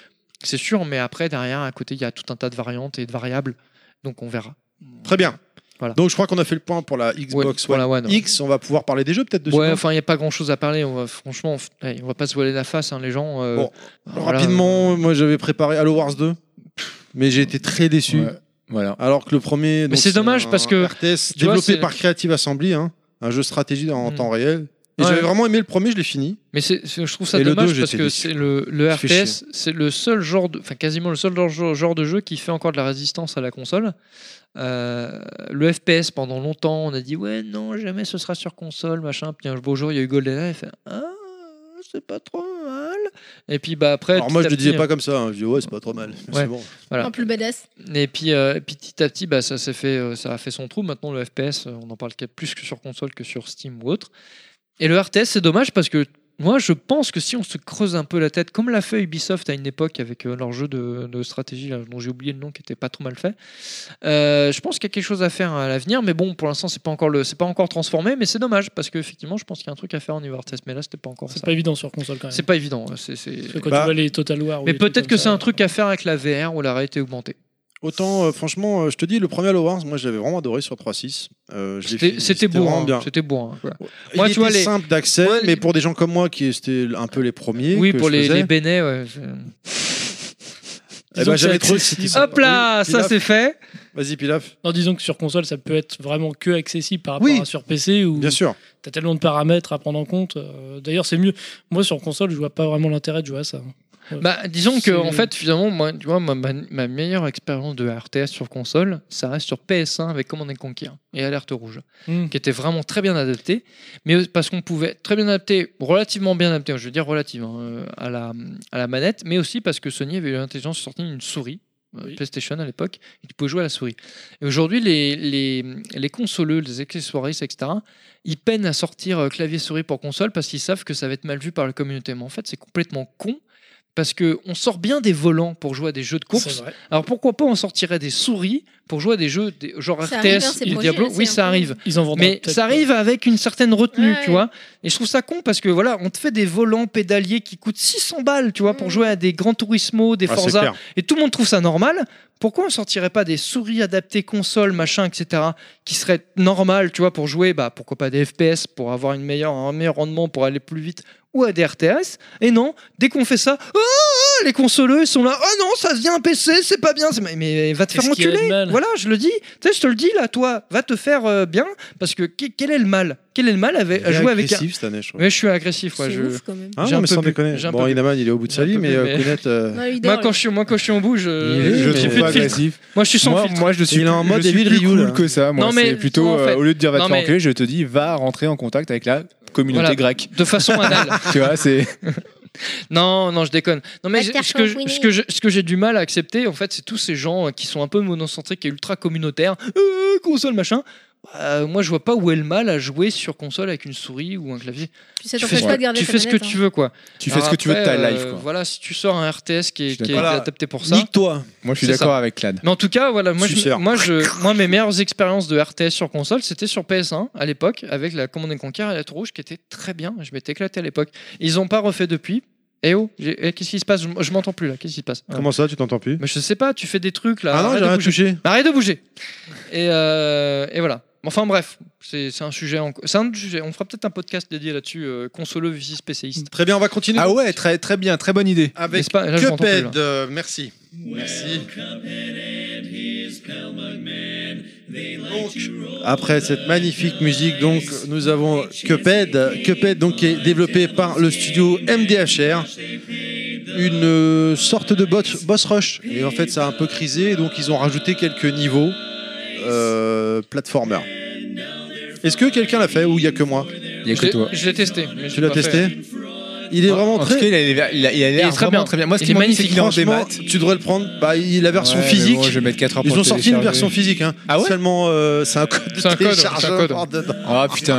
Speaker 2: C'est sûr, mais après, derrière, à côté, il y a tout un tas de variantes et de variables. Donc on verra.
Speaker 1: très bien.
Speaker 2: Voilà.
Speaker 1: Donc je crois qu'on a fait le point pour la
Speaker 2: Ouais,
Speaker 1: Xbox
Speaker 2: pour
Speaker 1: One
Speaker 2: la One, ouais.
Speaker 1: X. On va pouvoir parler des jeux peut-être dessus.
Speaker 2: Ouais,
Speaker 1: non
Speaker 2: enfin, il n'y a pas grand chose à parler. On va, franchement, on, f- ouais, on va pas se voiler la face, hein, les gens. euh,
Speaker 1: Bon,
Speaker 2: voilà.
Speaker 1: Rapidement, moi j'avais préparé Halo Wars 2, mais j'ai été très déçu.
Speaker 6: Ouais. Voilà.
Speaker 1: Alors que le premier. donc,
Speaker 2: c'est dommage
Speaker 1: un
Speaker 2: parce que,
Speaker 1: RTS
Speaker 2: tu vois,
Speaker 1: développé
Speaker 2: c'est-
Speaker 1: par Creative Assembly, hein, un jeu de stratégie en
Speaker 2: Mm.
Speaker 1: temps réel. Et
Speaker 2: Ouais.
Speaker 1: j'avais vraiment aimé le premier, je l'ai fini.
Speaker 2: Mais c'est- c'est- je trouve ça
Speaker 1: Et le
Speaker 2: dommage
Speaker 1: deux,
Speaker 2: parce
Speaker 1: j'étais
Speaker 2: que
Speaker 1: déçu.
Speaker 2: c'est le, le
Speaker 1: Ça fait chier.
Speaker 2: RTS, c'est le seul genre, de, enfin quasiment le seul genre, genre de jeu qui fait encore de la résistance à la console. Euh, le FPS pendant longtemps, on a dit ouais non jamais ce sera sur console machin. Puis un beau jour il y a eu GoldenEye, il fait ah c'est pas trop mal. Et puis bah après.
Speaker 1: Alors moi
Speaker 2: petit
Speaker 1: je
Speaker 2: à
Speaker 1: le disais
Speaker 2: petit-
Speaker 1: pas comme ça, hein. je disais ouais c'est pas trop mal.
Speaker 2: Ouais.
Speaker 1: C'est bon.
Speaker 2: Voilà.
Speaker 5: En plus badass.
Speaker 2: Et puis, euh, et puis petit à petit, bah, ça, s'est fait, euh, ça a fait son trou. Maintenant, le FPS, euh, on en parle qu'à- plus que sur console que sur Steam ou autre. Et le RTS, c'est dommage parce que moi, je pense que si on se creuse un peu la tête, comme l'a fait Ubisoft à une époque avec euh, leur jeu de, de stratégie, là, dont j'ai oublié le nom, qui était pas trop mal fait, euh, je pense qu'il y a quelque chose à faire à l'avenir. Mais bon, pour l'instant, c'est pas encore le, c'est pas encore transformé, mais c'est dommage parce qu'effectivement, je pense qu'il y a un truc à faire en niveau RTS. Mais là, c'était pas encore
Speaker 3: C'est
Speaker 2: ça.
Speaker 3: pas évident sur console quand même.
Speaker 2: C'est pas évident. euh, c'est- c'est-
Speaker 3: Parce que quand
Speaker 1: Bah.
Speaker 3: tu vois les Total War. ou
Speaker 2: Mais
Speaker 3: les trucs
Speaker 2: peut-être
Speaker 3: comme
Speaker 2: que c'est
Speaker 3: ça,
Speaker 2: un truc à faire avec la VR ou la réalité augmentée.
Speaker 1: Autant euh, franchement, euh, je te dis le premier Halo Wars, moi j'avais vraiment adoré sur 3.6. Euh, je l'ai
Speaker 2: C'était
Speaker 1: fini,
Speaker 2: c'était beau.
Speaker 1: vraiment
Speaker 2: hein,
Speaker 1: bien.
Speaker 2: C'était beau. hein.
Speaker 1: Il
Speaker 2: Moi, tu
Speaker 1: était
Speaker 2: vois, les-
Speaker 1: simple d'accès,
Speaker 2: Ouais, les-
Speaker 1: mais pour des gens comme moi qui étaient un peu les premiers.
Speaker 2: Oui,
Speaker 1: que
Speaker 2: pour
Speaker 1: je
Speaker 2: les,
Speaker 1: faisais,
Speaker 2: les Bénais. ouais, c'est-
Speaker 1: eh ben, j'avais trouvé que c'était
Speaker 2: Hop
Speaker 1: sympa.
Speaker 2: là,
Speaker 1: Oui,
Speaker 2: ça
Speaker 1: Pilaf,
Speaker 2: c'est fait.
Speaker 1: Vas-y Pilaf.
Speaker 3: Non, disons que sur console, ça peut être vraiment que accessible par rapport
Speaker 1: Oui.
Speaker 3: à sur PC où
Speaker 1: Bien sûr.
Speaker 3: t'as tellement de paramètres à prendre en compte. Euh, D'ailleurs, c'est mieux. Moi, sur console, je vois pas vraiment l'intérêt de jouer à ça.
Speaker 2: Bah, disons que
Speaker 3: C'est-
Speaker 2: en fait, finalement, moi, tu vois, ma, ma- ma meilleure expérience de RTS sur console, ça reste sur PS1 avec Command and Conquer et Alerte Rouge,
Speaker 3: Hmm.
Speaker 2: qui était vraiment très bien adapté, mais parce qu'on pouvait très bien adapter, relativement bien adapté, je veux dire relativement euh, à la à la manette, mais aussi parce que Sony avait eu l'intelligence de sortir une souris. euh,
Speaker 3: Oui.
Speaker 2: PlayStation à l'époque, et tu pouvais jouer à la souris. Et aujourd'hui, les, les, les consoleux, les accessoiristes, etc., ils peinent à sortir euh, clavier-souris pour console parce qu'ils savent que ça va être mal vu par la communauté. Mais en fait, c'est complètement con parce qu'on sort bien des volants pour jouer à des jeux de
Speaker 3: C'est
Speaker 2: course.
Speaker 3: vrai.
Speaker 2: Alors pourquoi pas on sortirait des souris pour jouer à des jeux des- genre
Speaker 5: Ça arrive, hein,
Speaker 2: RTS,
Speaker 5: c'est
Speaker 2: les
Speaker 5: proche,
Speaker 2: Diablo
Speaker 5: c'est
Speaker 2: Oui,
Speaker 5: un
Speaker 2: ça
Speaker 5: peu-
Speaker 2: arrive
Speaker 3: Ils en vendent.
Speaker 2: mais
Speaker 1: euh,
Speaker 2: ça arrive avec une certaine retenue,
Speaker 5: Ouais.
Speaker 2: tu vois. Et je trouve ça con parce que voilà, on te fait des volants pédaliers qui coûtent 600 balles, tu vois, pour
Speaker 5: Mm.
Speaker 2: jouer à des Gran Turismo, des
Speaker 1: Ah, c'est
Speaker 2: Forza,
Speaker 1: clair.
Speaker 2: et tout le monde trouve ça normal. Pourquoi on sortirait pas des souris adaptées console, machin, etc., qui seraient normales, tu vois, pour jouer, bah pourquoi pas des FPS pour avoir une meilleure, un meilleur rendement, pour aller plus vite, ou à des RTS. Et non, dès qu'on fait ça, oh, oh, les consoleux ils sont là, oh non, ça devient un PC, c'est pas bien, c'est- mais, mais va te faire
Speaker 3: Qu'est-ce qu'il y a de
Speaker 2: enculer.
Speaker 3: mal
Speaker 2: Voilà, je le dis, tu sais, je te le dis là, toi, va te faire euh, bien, parce que que- quel est le mal Quel est le mal avec- à jouer avec un.
Speaker 1: agressif cette année, je trouve.
Speaker 2: Mais je suis agressif, ouais,
Speaker 5: C'est
Speaker 2: je.
Speaker 5: ouf quand même.
Speaker 1: Ah
Speaker 2: J'ai
Speaker 1: non,
Speaker 2: un
Speaker 1: mais
Speaker 2: peu
Speaker 1: sans
Speaker 2: bu-
Speaker 1: déconner.
Speaker 2: j'ai un
Speaker 1: Bon,
Speaker 2: peu bu.
Speaker 1: Inaman, il est au bout de
Speaker 2: J'ai
Speaker 1: sa
Speaker 2: un
Speaker 1: vie,
Speaker 2: peu
Speaker 1: mais
Speaker 2: bu,
Speaker 1: euh,
Speaker 2: mais-
Speaker 1: connaître. euh,
Speaker 5: Non, il
Speaker 2: Moi
Speaker 5: dort,
Speaker 2: quand, je suis, moi quand je suis en bout, je.
Speaker 1: est- mais-
Speaker 6: je le
Speaker 2: Euh, j'ai
Speaker 6: trouve
Speaker 2: plus de
Speaker 6: pas
Speaker 2: filtre.
Speaker 6: agressif.
Speaker 2: Moi je suis sans
Speaker 6: moi,
Speaker 2: filtre.
Speaker 6: moi, je le suis,
Speaker 1: Il a un mode
Speaker 6: je suis
Speaker 1: David
Speaker 6: plus
Speaker 1: Rioux,
Speaker 6: cool
Speaker 1: là.
Speaker 6: que ça. Moi,
Speaker 2: Non, mais
Speaker 6: c'est plutôt
Speaker 2: en fait-
Speaker 6: euh, au lieu de dire va te
Speaker 2: Non,
Speaker 6: faire
Speaker 2: mais-
Speaker 6: enculer, je te dis va rentrer en contact avec la communauté
Speaker 2: Voilà.
Speaker 6: grecque.
Speaker 2: De façon anale.
Speaker 6: Tu vois, c'est
Speaker 2: Non, non, je déconne. Non, mais
Speaker 5: Va
Speaker 2: je-
Speaker 5: te faire
Speaker 2: ce que, je-
Speaker 5: champouiner.
Speaker 2: ce que je- ce que j'ai du mal à accepter, en fait, c'est tous ces gens euh, qui sont un peu monocentriques et ultra communautaires. Euh, console, machin. Euh, moi, je vois pas où est le mal à jouer sur console avec une souris ou un clavier.
Speaker 5: Puis ça
Speaker 2: tu
Speaker 5: t'empêche
Speaker 2: fais-
Speaker 5: pas de garder
Speaker 2: Tu
Speaker 5: ta
Speaker 2: fais ce que
Speaker 5: manette,
Speaker 2: tu
Speaker 5: hein.
Speaker 2: veux, quoi.
Speaker 6: tu fais
Speaker 2: Alors
Speaker 6: ce que tu veux de ta
Speaker 2: après,
Speaker 6: life.
Speaker 2: euh,
Speaker 6: quoi.
Speaker 2: Voilà, si tu sors un RTS qui
Speaker 6: Je suis
Speaker 2: est, qui est
Speaker 1: d'accord. Voilà.
Speaker 2: adapté pour ça.
Speaker 1: Nique-toi.
Speaker 6: Moi, je suis
Speaker 2: c'est ça.
Speaker 6: d'accord avec Clad.
Speaker 2: Mais en tout cas, voilà, moi, je,
Speaker 1: Suceur.
Speaker 2: moi, je, moi, mes meilleures expériences de RTS sur console, c'était sur PS1 à l'époque, avec la Command Conquer et la Tour Rouge, qui était très bien. Je m'étais éclaté à l'époque. Ils n'ont pas refait depuis. Eh oh, j'ai- eh, qu'est-ce qui se passe Je m- Je m'entends plus là, qu'est-ce qui se passe Ah.
Speaker 1: Comment ça, tu t'entends plus
Speaker 2: Mais je sais pas, tu fais des trucs là.
Speaker 1: Ah non,
Speaker 2: arrête
Speaker 1: j'ai
Speaker 2: de
Speaker 1: rien
Speaker 2: bouger.
Speaker 1: touché.
Speaker 2: Arrête de bouger et, euh, et voilà. Enfin bref, c'est c'est un sujet. en- C'est un autre sujet. On fera peut-être un podcast dédié là-dessus, euh, consoleux, vici spécialiste.
Speaker 1: Très bien, on va continuer
Speaker 6: Ah ouais, très, très bien, très bonne idée.
Speaker 1: avec
Speaker 2: N'est-ce pas Là, je m'entends plus, là.
Speaker 1: Cuphead. euh, merci. Merci. Donc, après cette magnifique musique, donc nous avons Cuphead. Cuphead donc qui est développé par le studio MDHR. Une euh, sorte de bot- boss rush. Et en fait, ça a un peu crisé, donc ils ont rajouté quelques niveaux euh, platformer. Est-ce que quelqu'un l'a fait ou il n'y a que moi
Speaker 6: Il y a
Speaker 2: Je l'ai- Je l'ai testé. mais je
Speaker 1: Tu
Speaker 2: l'ai
Speaker 1: l'as
Speaker 2: pas fait. Bah,
Speaker 1: testé Il est vraiment
Speaker 6: En tout
Speaker 1: très.
Speaker 6: cas, il a l'air il a- il a
Speaker 2: Il est
Speaker 6: l'air
Speaker 2: très
Speaker 6: vraiment
Speaker 2: bien.
Speaker 6: très bien. Moi, ce
Speaker 2: Il
Speaker 6: qui
Speaker 2: est
Speaker 6: m'ennuie,
Speaker 2: magnifique.
Speaker 6: c'est qu'il est en
Speaker 1: Franchement,
Speaker 6: démat.
Speaker 1: Tu devrais le prendre. Bah, il- la version
Speaker 6: Ouais, mais
Speaker 1: physique.
Speaker 6: bon, je vais mettre 4 heures
Speaker 1: Ils
Speaker 6: pour
Speaker 1: ont
Speaker 6: le
Speaker 1: sorti une
Speaker 6: télécharger.
Speaker 1: version physique. hein.
Speaker 6: Ah ouais
Speaker 1: Seulement, euh, c'est un code de
Speaker 2: C'est un code,
Speaker 1: téléchargement
Speaker 2: c'est un code.
Speaker 1: dedans.
Speaker 6: Ah putain.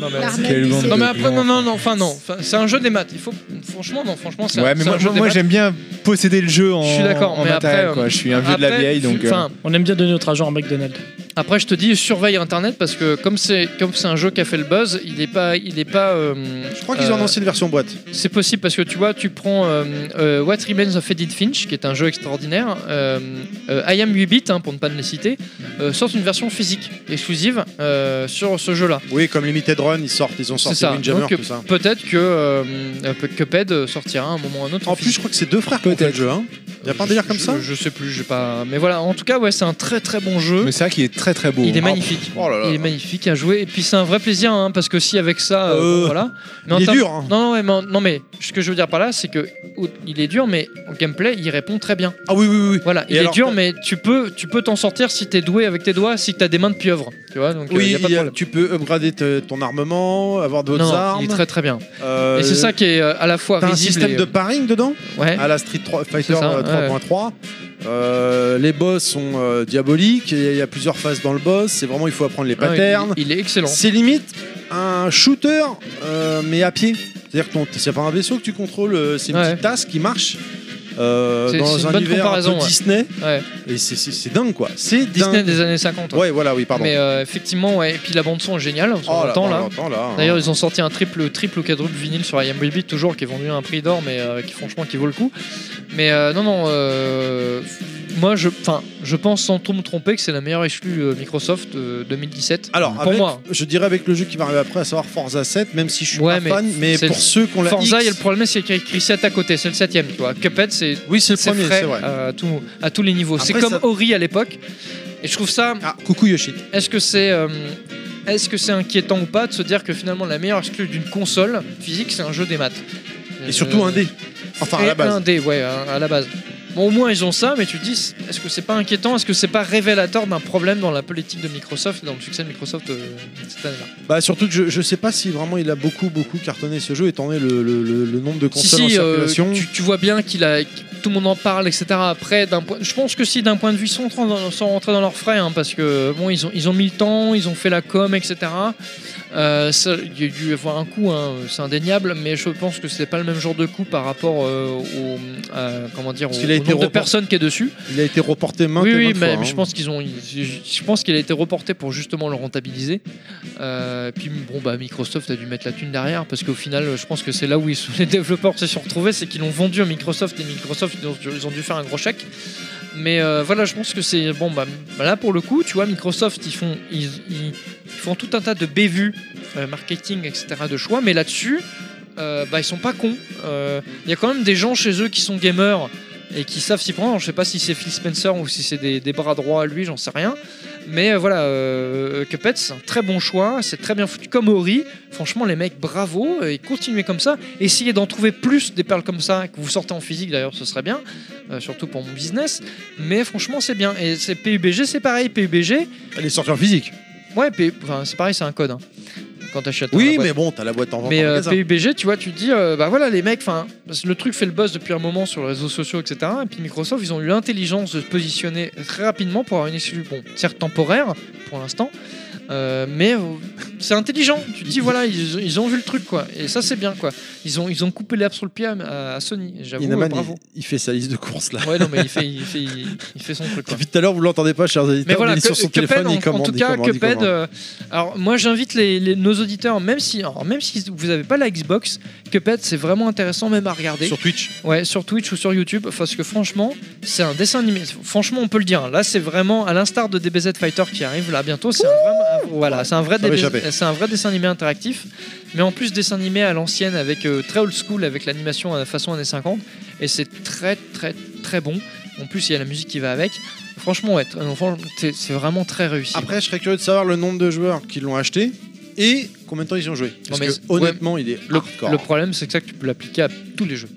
Speaker 2: Non, mais-
Speaker 5: L'arnaque
Speaker 6: Quel
Speaker 5: du
Speaker 6: monde.
Speaker 5: siècle.
Speaker 2: Non mais
Speaker 6: de
Speaker 2: après non
Speaker 6: blanc.
Speaker 2: non non enfin non Enfin, c'est un jeu des maths il faut franchement non franchement c'est un-
Speaker 6: Ouais, mais
Speaker 2: c'est
Speaker 6: moi,
Speaker 2: un jeu des
Speaker 6: moi,
Speaker 2: maths.
Speaker 6: j'aime bien posséder le jeu en,
Speaker 2: Je suis d'accord,
Speaker 6: en
Speaker 2: mais
Speaker 6: matériel.
Speaker 2: après, euh,
Speaker 6: quoi. Je suis un vieux de la
Speaker 2: Après,
Speaker 6: vieille, donc. euh,
Speaker 2: enfin,
Speaker 3: On aime bien donner notre argent à McDonald's.
Speaker 2: après je te dis surveille internet parce que comme c'est comme c'est un jeu qui a fait le buzz il est pas il est pas euh,
Speaker 1: Je crois qu'ils ont
Speaker 2: euh,
Speaker 1: annoncé une version boîte.
Speaker 2: C'est possible parce que tu vois, tu prends euh, euh, What Remains of Edith Finch, qui est un jeu extraordinaire, euh, euh, I Am 8 bit hein, pour ne pas ne les citer, euh, sortent une version physique exclusive euh, sur ce jeu-là.
Speaker 1: Oui, comme Limited Run, ils sortent. Ils ont
Speaker 2: C'est
Speaker 1: sorti
Speaker 2: ça.
Speaker 1: Windjammer,
Speaker 2: Donc,
Speaker 1: tout ça.
Speaker 2: Peut-être que euh, euh, Cuphead sortira à un moment ou à un autre.
Speaker 1: En plus, je crois que c'est deux frères qui ont fait le jeu. Hein. Y a pas un délire comme ça
Speaker 2: je, je sais plus, j'ai pas. Mais voilà, en tout cas, ouais, c'est un très très bon jeu.
Speaker 6: euh, Mais c'est vrai qu'il est très très beau.
Speaker 2: Il est
Speaker 6: hein.
Speaker 2: magnifique.
Speaker 1: Oh là là.
Speaker 2: Il est magnifique à jouer. Et puis c'est un vrai plaisir, hein, parce que si avec ça, euh,
Speaker 1: Euh,
Speaker 2: bon, voilà. Mais en
Speaker 1: il est
Speaker 2: termes-
Speaker 1: dur, hein.
Speaker 2: Non, non, ouais, mais, en- non, mais ce que je veux dire par là, c'est que au- il est dur, mais en gameplay, il répond très bien.
Speaker 1: Ah oui, oui, oui.
Speaker 2: Voilà, il
Speaker 1: Et
Speaker 2: est
Speaker 1: alors-
Speaker 2: dur, mais tu peux, tu peux t'en sortir si t'es doué avec tes doigts, si t'as des mains de pieuvre. Tu vois, donc euh,
Speaker 1: Oui,
Speaker 2: y a pas de
Speaker 1: il y a-
Speaker 2: problème.
Speaker 1: tu peux upgrader te- ton armement, avoir d'autres
Speaker 2: Non,
Speaker 1: armes.
Speaker 2: il est très très bien.
Speaker 1: euh,
Speaker 2: et c'est ça qui est euh, à la fois
Speaker 1: T'as un
Speaker 2: risible
Speaker 1: système
Speaker 2: et- euh,
Speaker 1: de paring dedans
Speaker 2: Ouais.
Speaker 1: à la Street 3 Fighter
Speaker 2: ça,
Speaker 1: euh,
Speaker 2: ouais.
Speaker 1: 3.3. Euh, les boss sont euh, diaboliques, il y a- il y, a plusieurs phases dans le boss, c'est vraiment il faut apprendre les
Speaker 2: Ah, il-
Speaker 1: patterns.
Speaker 2: il, est excellent.
Speaker 1: C'est limite un shooter, euh, mais à pied. C'est-à-dire que ton- c'est pas un vaisseau que tu contrôles, euh, c'est une
Speaker 2: Ouais.
Speaker 1: petite tasse qui marche euh,
Speaker 2: C'est- c'est une
Speaker 1: dans un
Speaker 2: bonne
Speaker 1: univers un peu
Speaker 2: comparaison, ouais.
Speaker 1: Disney.
Speaker 2: Ouais.
Speaker 1: Et c'est- c'est c'est dingue quoi. C'est
Speaker 2: Disney
Speaker 1: dingue.
Speaker 2: des années 50. ouais.
Speaker 1: Ouais, voilà, oui, pardon.
Speaker 2: Mais euh, effectivement, ouais. Et puis la bande son est géniale. On
Speaker 1: Oh là,
Speaker 2: l'entend
Speaker 1: on
Speaker 2: là.
Speaker 1: l'entend, là, hein.
Speaker 2: D'ailleurs, ils ont sorti un triple, triple ou quadruple vinyle sur IMDb toujours, qui est vendu à un prix d'or, mais euh, qui franchement qui vaut le coup. Mais euh, non, non, euh, moi, je, enfin, je pense sans trop me tromper que c'est la meilleure exclue euh, Microsoft euh, 2017.
Speaker 1: Alors,
Speaker 2: pour
Speaker 1: avec-
Speaker 2: moi,
Speaker 1: je dirais avec le jeu qui va arriver après, à savoir Forza 7, même si je suis
Speaker 2: Ouais,
Speaker 1: pas
Speaker 2: mais
Speaker 1: fan, mais
Speaker 2: c'est
Speaker 1: pour
Speaker 2: le-
Speaker 1: ceux qui ont la
Speaker 2: Forza, il y
Speaker 1: X,
Speaker 2: a le problème, c'est qu'il y a écrit 7 à côté, c'est le 7 tu vois. Cuphead, c'est
Speaker 1: oui, c'est le
Speaker 2: c'est
Speaker 1: premier,
Speaker 2: frais,
Speaker 1: c'est vrai.
Speaker 2: euh, à, tout- à tous les niveaux. C'est
Speaker 1: Après,
Speaker 2: comme
Speaker 1: ça-
Speaker 2: Ori à l'époque. Et je trouve ça,
Speaker 1: Ah, coucou Yoshi.
Speaker 2: Est-ce que c'est euh, est-ce que c'est inquiétant ou pas de se dire que finalement la meilleure exclue d'une console physique c'est un jeu des maths
Speaker 1: Et surtout un
Speaker 2: dé.
Speaker 1: dé. Enfin, à la base.
Speaker 2: Euh, Un dé, ouais, à à la base. Bon, au moins ils ont ça, mais tu te dis, est-ce que c'est pas inquiétant Est-ce que c'est pas révélateur d'un problème dans la politique de Microsoft et dans le succès de Microsoft euh, cette année-là
Speaker 1: Bah surtout que je, je sais pas si vraiment il a beaucoup beaucoup cartonné ce jeu étant donné le, le- le- le nombre de consoles en
Speaker 2: euh,
Speaker 1: circulation.
Speaker 2: tu, tu vois bien qu'il a, qu'il- tout le monde en parle, etc. Après, d'un point, je pense que si d'un point de vue sans, rentrer dans- sans rentrer dans leurs frais, hein, parce que bon, ils ont, ils ont mis le temps, ils ont fait la com, etc. Euh, ça, Il y a dû avoir un coup, hein, c'est indéniable, mais je pense que c'est pas le même genre de coup par rapport euh, au, euh, comment dire, au,
Speaker 1: Parce qu'il a
Speaker 2: au
Speaker 1: été
Speaker 2: nombre de
Speaker 1: report-
Speaker 2: personnes qui est dessus.
Speaker 1: Il a été reporté maintes
Speaker 2: Oui,
Speaker 1: et
Speaker 2: oui,
Speaker 1: maintes
Speaker 2: mais
Speaker 1: fois,
Speaker 2: je
Speaker 1: hein.
Speaker 2: pense qu'ils ont, je je pense qu'il a été reporté pour justement le rentabiliser. Euh, puis bon, bah Microsoft a dû mettre la thune derrière parce qu'au final, je pense que c'est là où ils sont- les développeurs se sont retrouvés, c'est qu'ils l'ont vendu à Microsoft et Microsoft ils ont, dû- ils ont dû faire un gros chèque. Mais euh, voilà, je pense que c'est bon. Bah, bah là pour le coup, tu vois, Microsoft ils font, ils, ils- ils font tout un tas de bévues euh, marketing, etc. de choix, mais là-dessus. euh, bah, ils sont pas cons. Euh, Il y a quand même des gens chez eux qui sont gamers et qui savent s'y prendre. Je sais pas si c'est Phil Spencer ou si c'est des, des bras droits à lui, j'en sais rien. Mais euh, voilà, euh, Cuphead, c'est un très bon choix, c'est très bien foutu. Comme Ori, franchement, les mecs, bravo, euh, et continuez comme ça. Essayez d'en trouver plus des perles comme ça, que vous sortez en physique d'ailleurs, ce serait bien, euh, surtout pour mon business. Mais franchement, c'est bien. Et c'est PUBG, c'est pareil, PUBG,
Speaker 1: Elle est sortie en physique.
Speaker 2: ouais, P- enfin, c'est pareil, c'est un code. hein, quand t'achètes. dans la
Speaker 1: Oui, bah,
Speaker 2: boîte.
Speaker 1: mais bon, t'as la boîte en vente.
Speaker 2: bah, Mais
Speaker 1: en
Speaker 2: euh,
Speaker 1: magasin.
Speaker 2: PUBG, tu vois, tu te dis, euh, bah voilà, les mecs, enfin, parce que le truc fait le buzz depuis un moment sur les réseaux sociaux, etc. Et puis Microsoft, ils ont eu l'intelligence de se positionner très rapidement pour avoir une exclu, bon, certes temporaire pour l'instant, euh, mais euh, c'est intelligent. Tu te dis, voilà, ils, ils ont vu le truc, quoi. Et ça, c'est bien, quoi. Ils ont, ils ont coupé l'herbe sur le pied à, à Sony. Et J'avoue, euh,
Speaker 1: Inaman,
Speaker 2: bravo.
Speaker 1: il, il fait sa liste de courses là.
Speaker 2: Ouais, non, mais il fait, il fait, il, il fait son truc, quoi.
Speaker 1: Depuis tout à l'heure, vous l'entendez pas, chers auditeurs.
Speaker 2: Mais voilà,
Speaker 1: il est sur
Speaker 2: que-
Speaker 1: son
Speaker 2: Cuphead,
Speaker 1: téléphone,
Speaker 2: en-
Speaker 1: il commande.
Speaker 2: en tout
Speaker 1: il
Speaker 2: cas,
Speaker 1: commande, il
Speaker 2: Cuphead,
Speaker 1: commande.
Speaker 2: euh, alors moi j'invite les, les- nos auditeurs, même si, alors, même si vous n'avez pas la Xbox, Cuphead, c'est vraiment intéressant même à regarder.
Speaker 1: Sur Twitch.
Speaker 2: Ouais, sur Twitch ou sur YouTube, parce que franchement, c'est un dessin animé. Franchement, on peut le dire. Là, c'est vraiment, à l'instar de DBZ Fighter qui arrive là bientôt, c'est un, vrai, voilà, c'est un, vrai
Speaker 1: Ça va
Speaker 2: DBZ
Speaker 1: échapper.
Speaker 2: c'est un vrai dessin animé interactif, mais en plus dessin animé à l'ancienne, avec euh, très old school, avec l'animation à la façon années 50, et c'est très très très bon. En plus, il y a la musique qui va avec. Franchement, ouais, t- euh, franchement, c'est c'est vraiment très réussi.
Speaker 1: Après, je serais curieux de savoir le nombre de joueurs qui l'ont acheté et combien de temps ils y ont joué. Parce
Speaker 2: mais
Speaker 1: que,
Speaker 2: c'est-
Speaker 1: honnêtement, il est
Speaker 2: le,
Speaker 1: hardcore.
Speaker 2: le problème, c'est que ça, que tu peux l'appliquer à tous les jeux.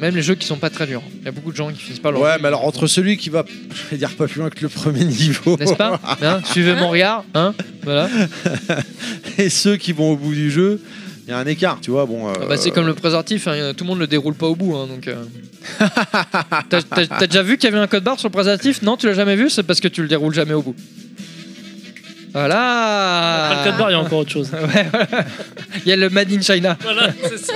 Speaker 2: Même les jeux qui sont pas très durs. Il y a beaucoup de gens qui finissent pas leur
Speaker 1: Ouais,
Speaker 2: jeu.
Speaker 1: mais alors entre celui qui va, je vais dire pas plus loin que le premier niveau,
Speaker 2: N'est-ce pas Hein Suivez mon regard, hein Voilà.
Speaker 1: et ceux qui vont au bout du jeu, il y a un écart, tu vois. Bon, euh,
Speaker 2: Ah bah, c'est comme le préservatif, hein, tout le monde le déroule pas au bout. hein, donc, euh. T'as- T'as t'as déjà vu qu'il y avait un code barre sur le préservatif Non, tu l'as jamais vu, c'est parce que tu le déroules jamais au bout. Voilà
Speaker 3: Après le code barre, il y a encore autre chose.
Speaker 2: Ouais, voilà. Il y a le Made in China,
Speaker 3: voilà, c'est ça.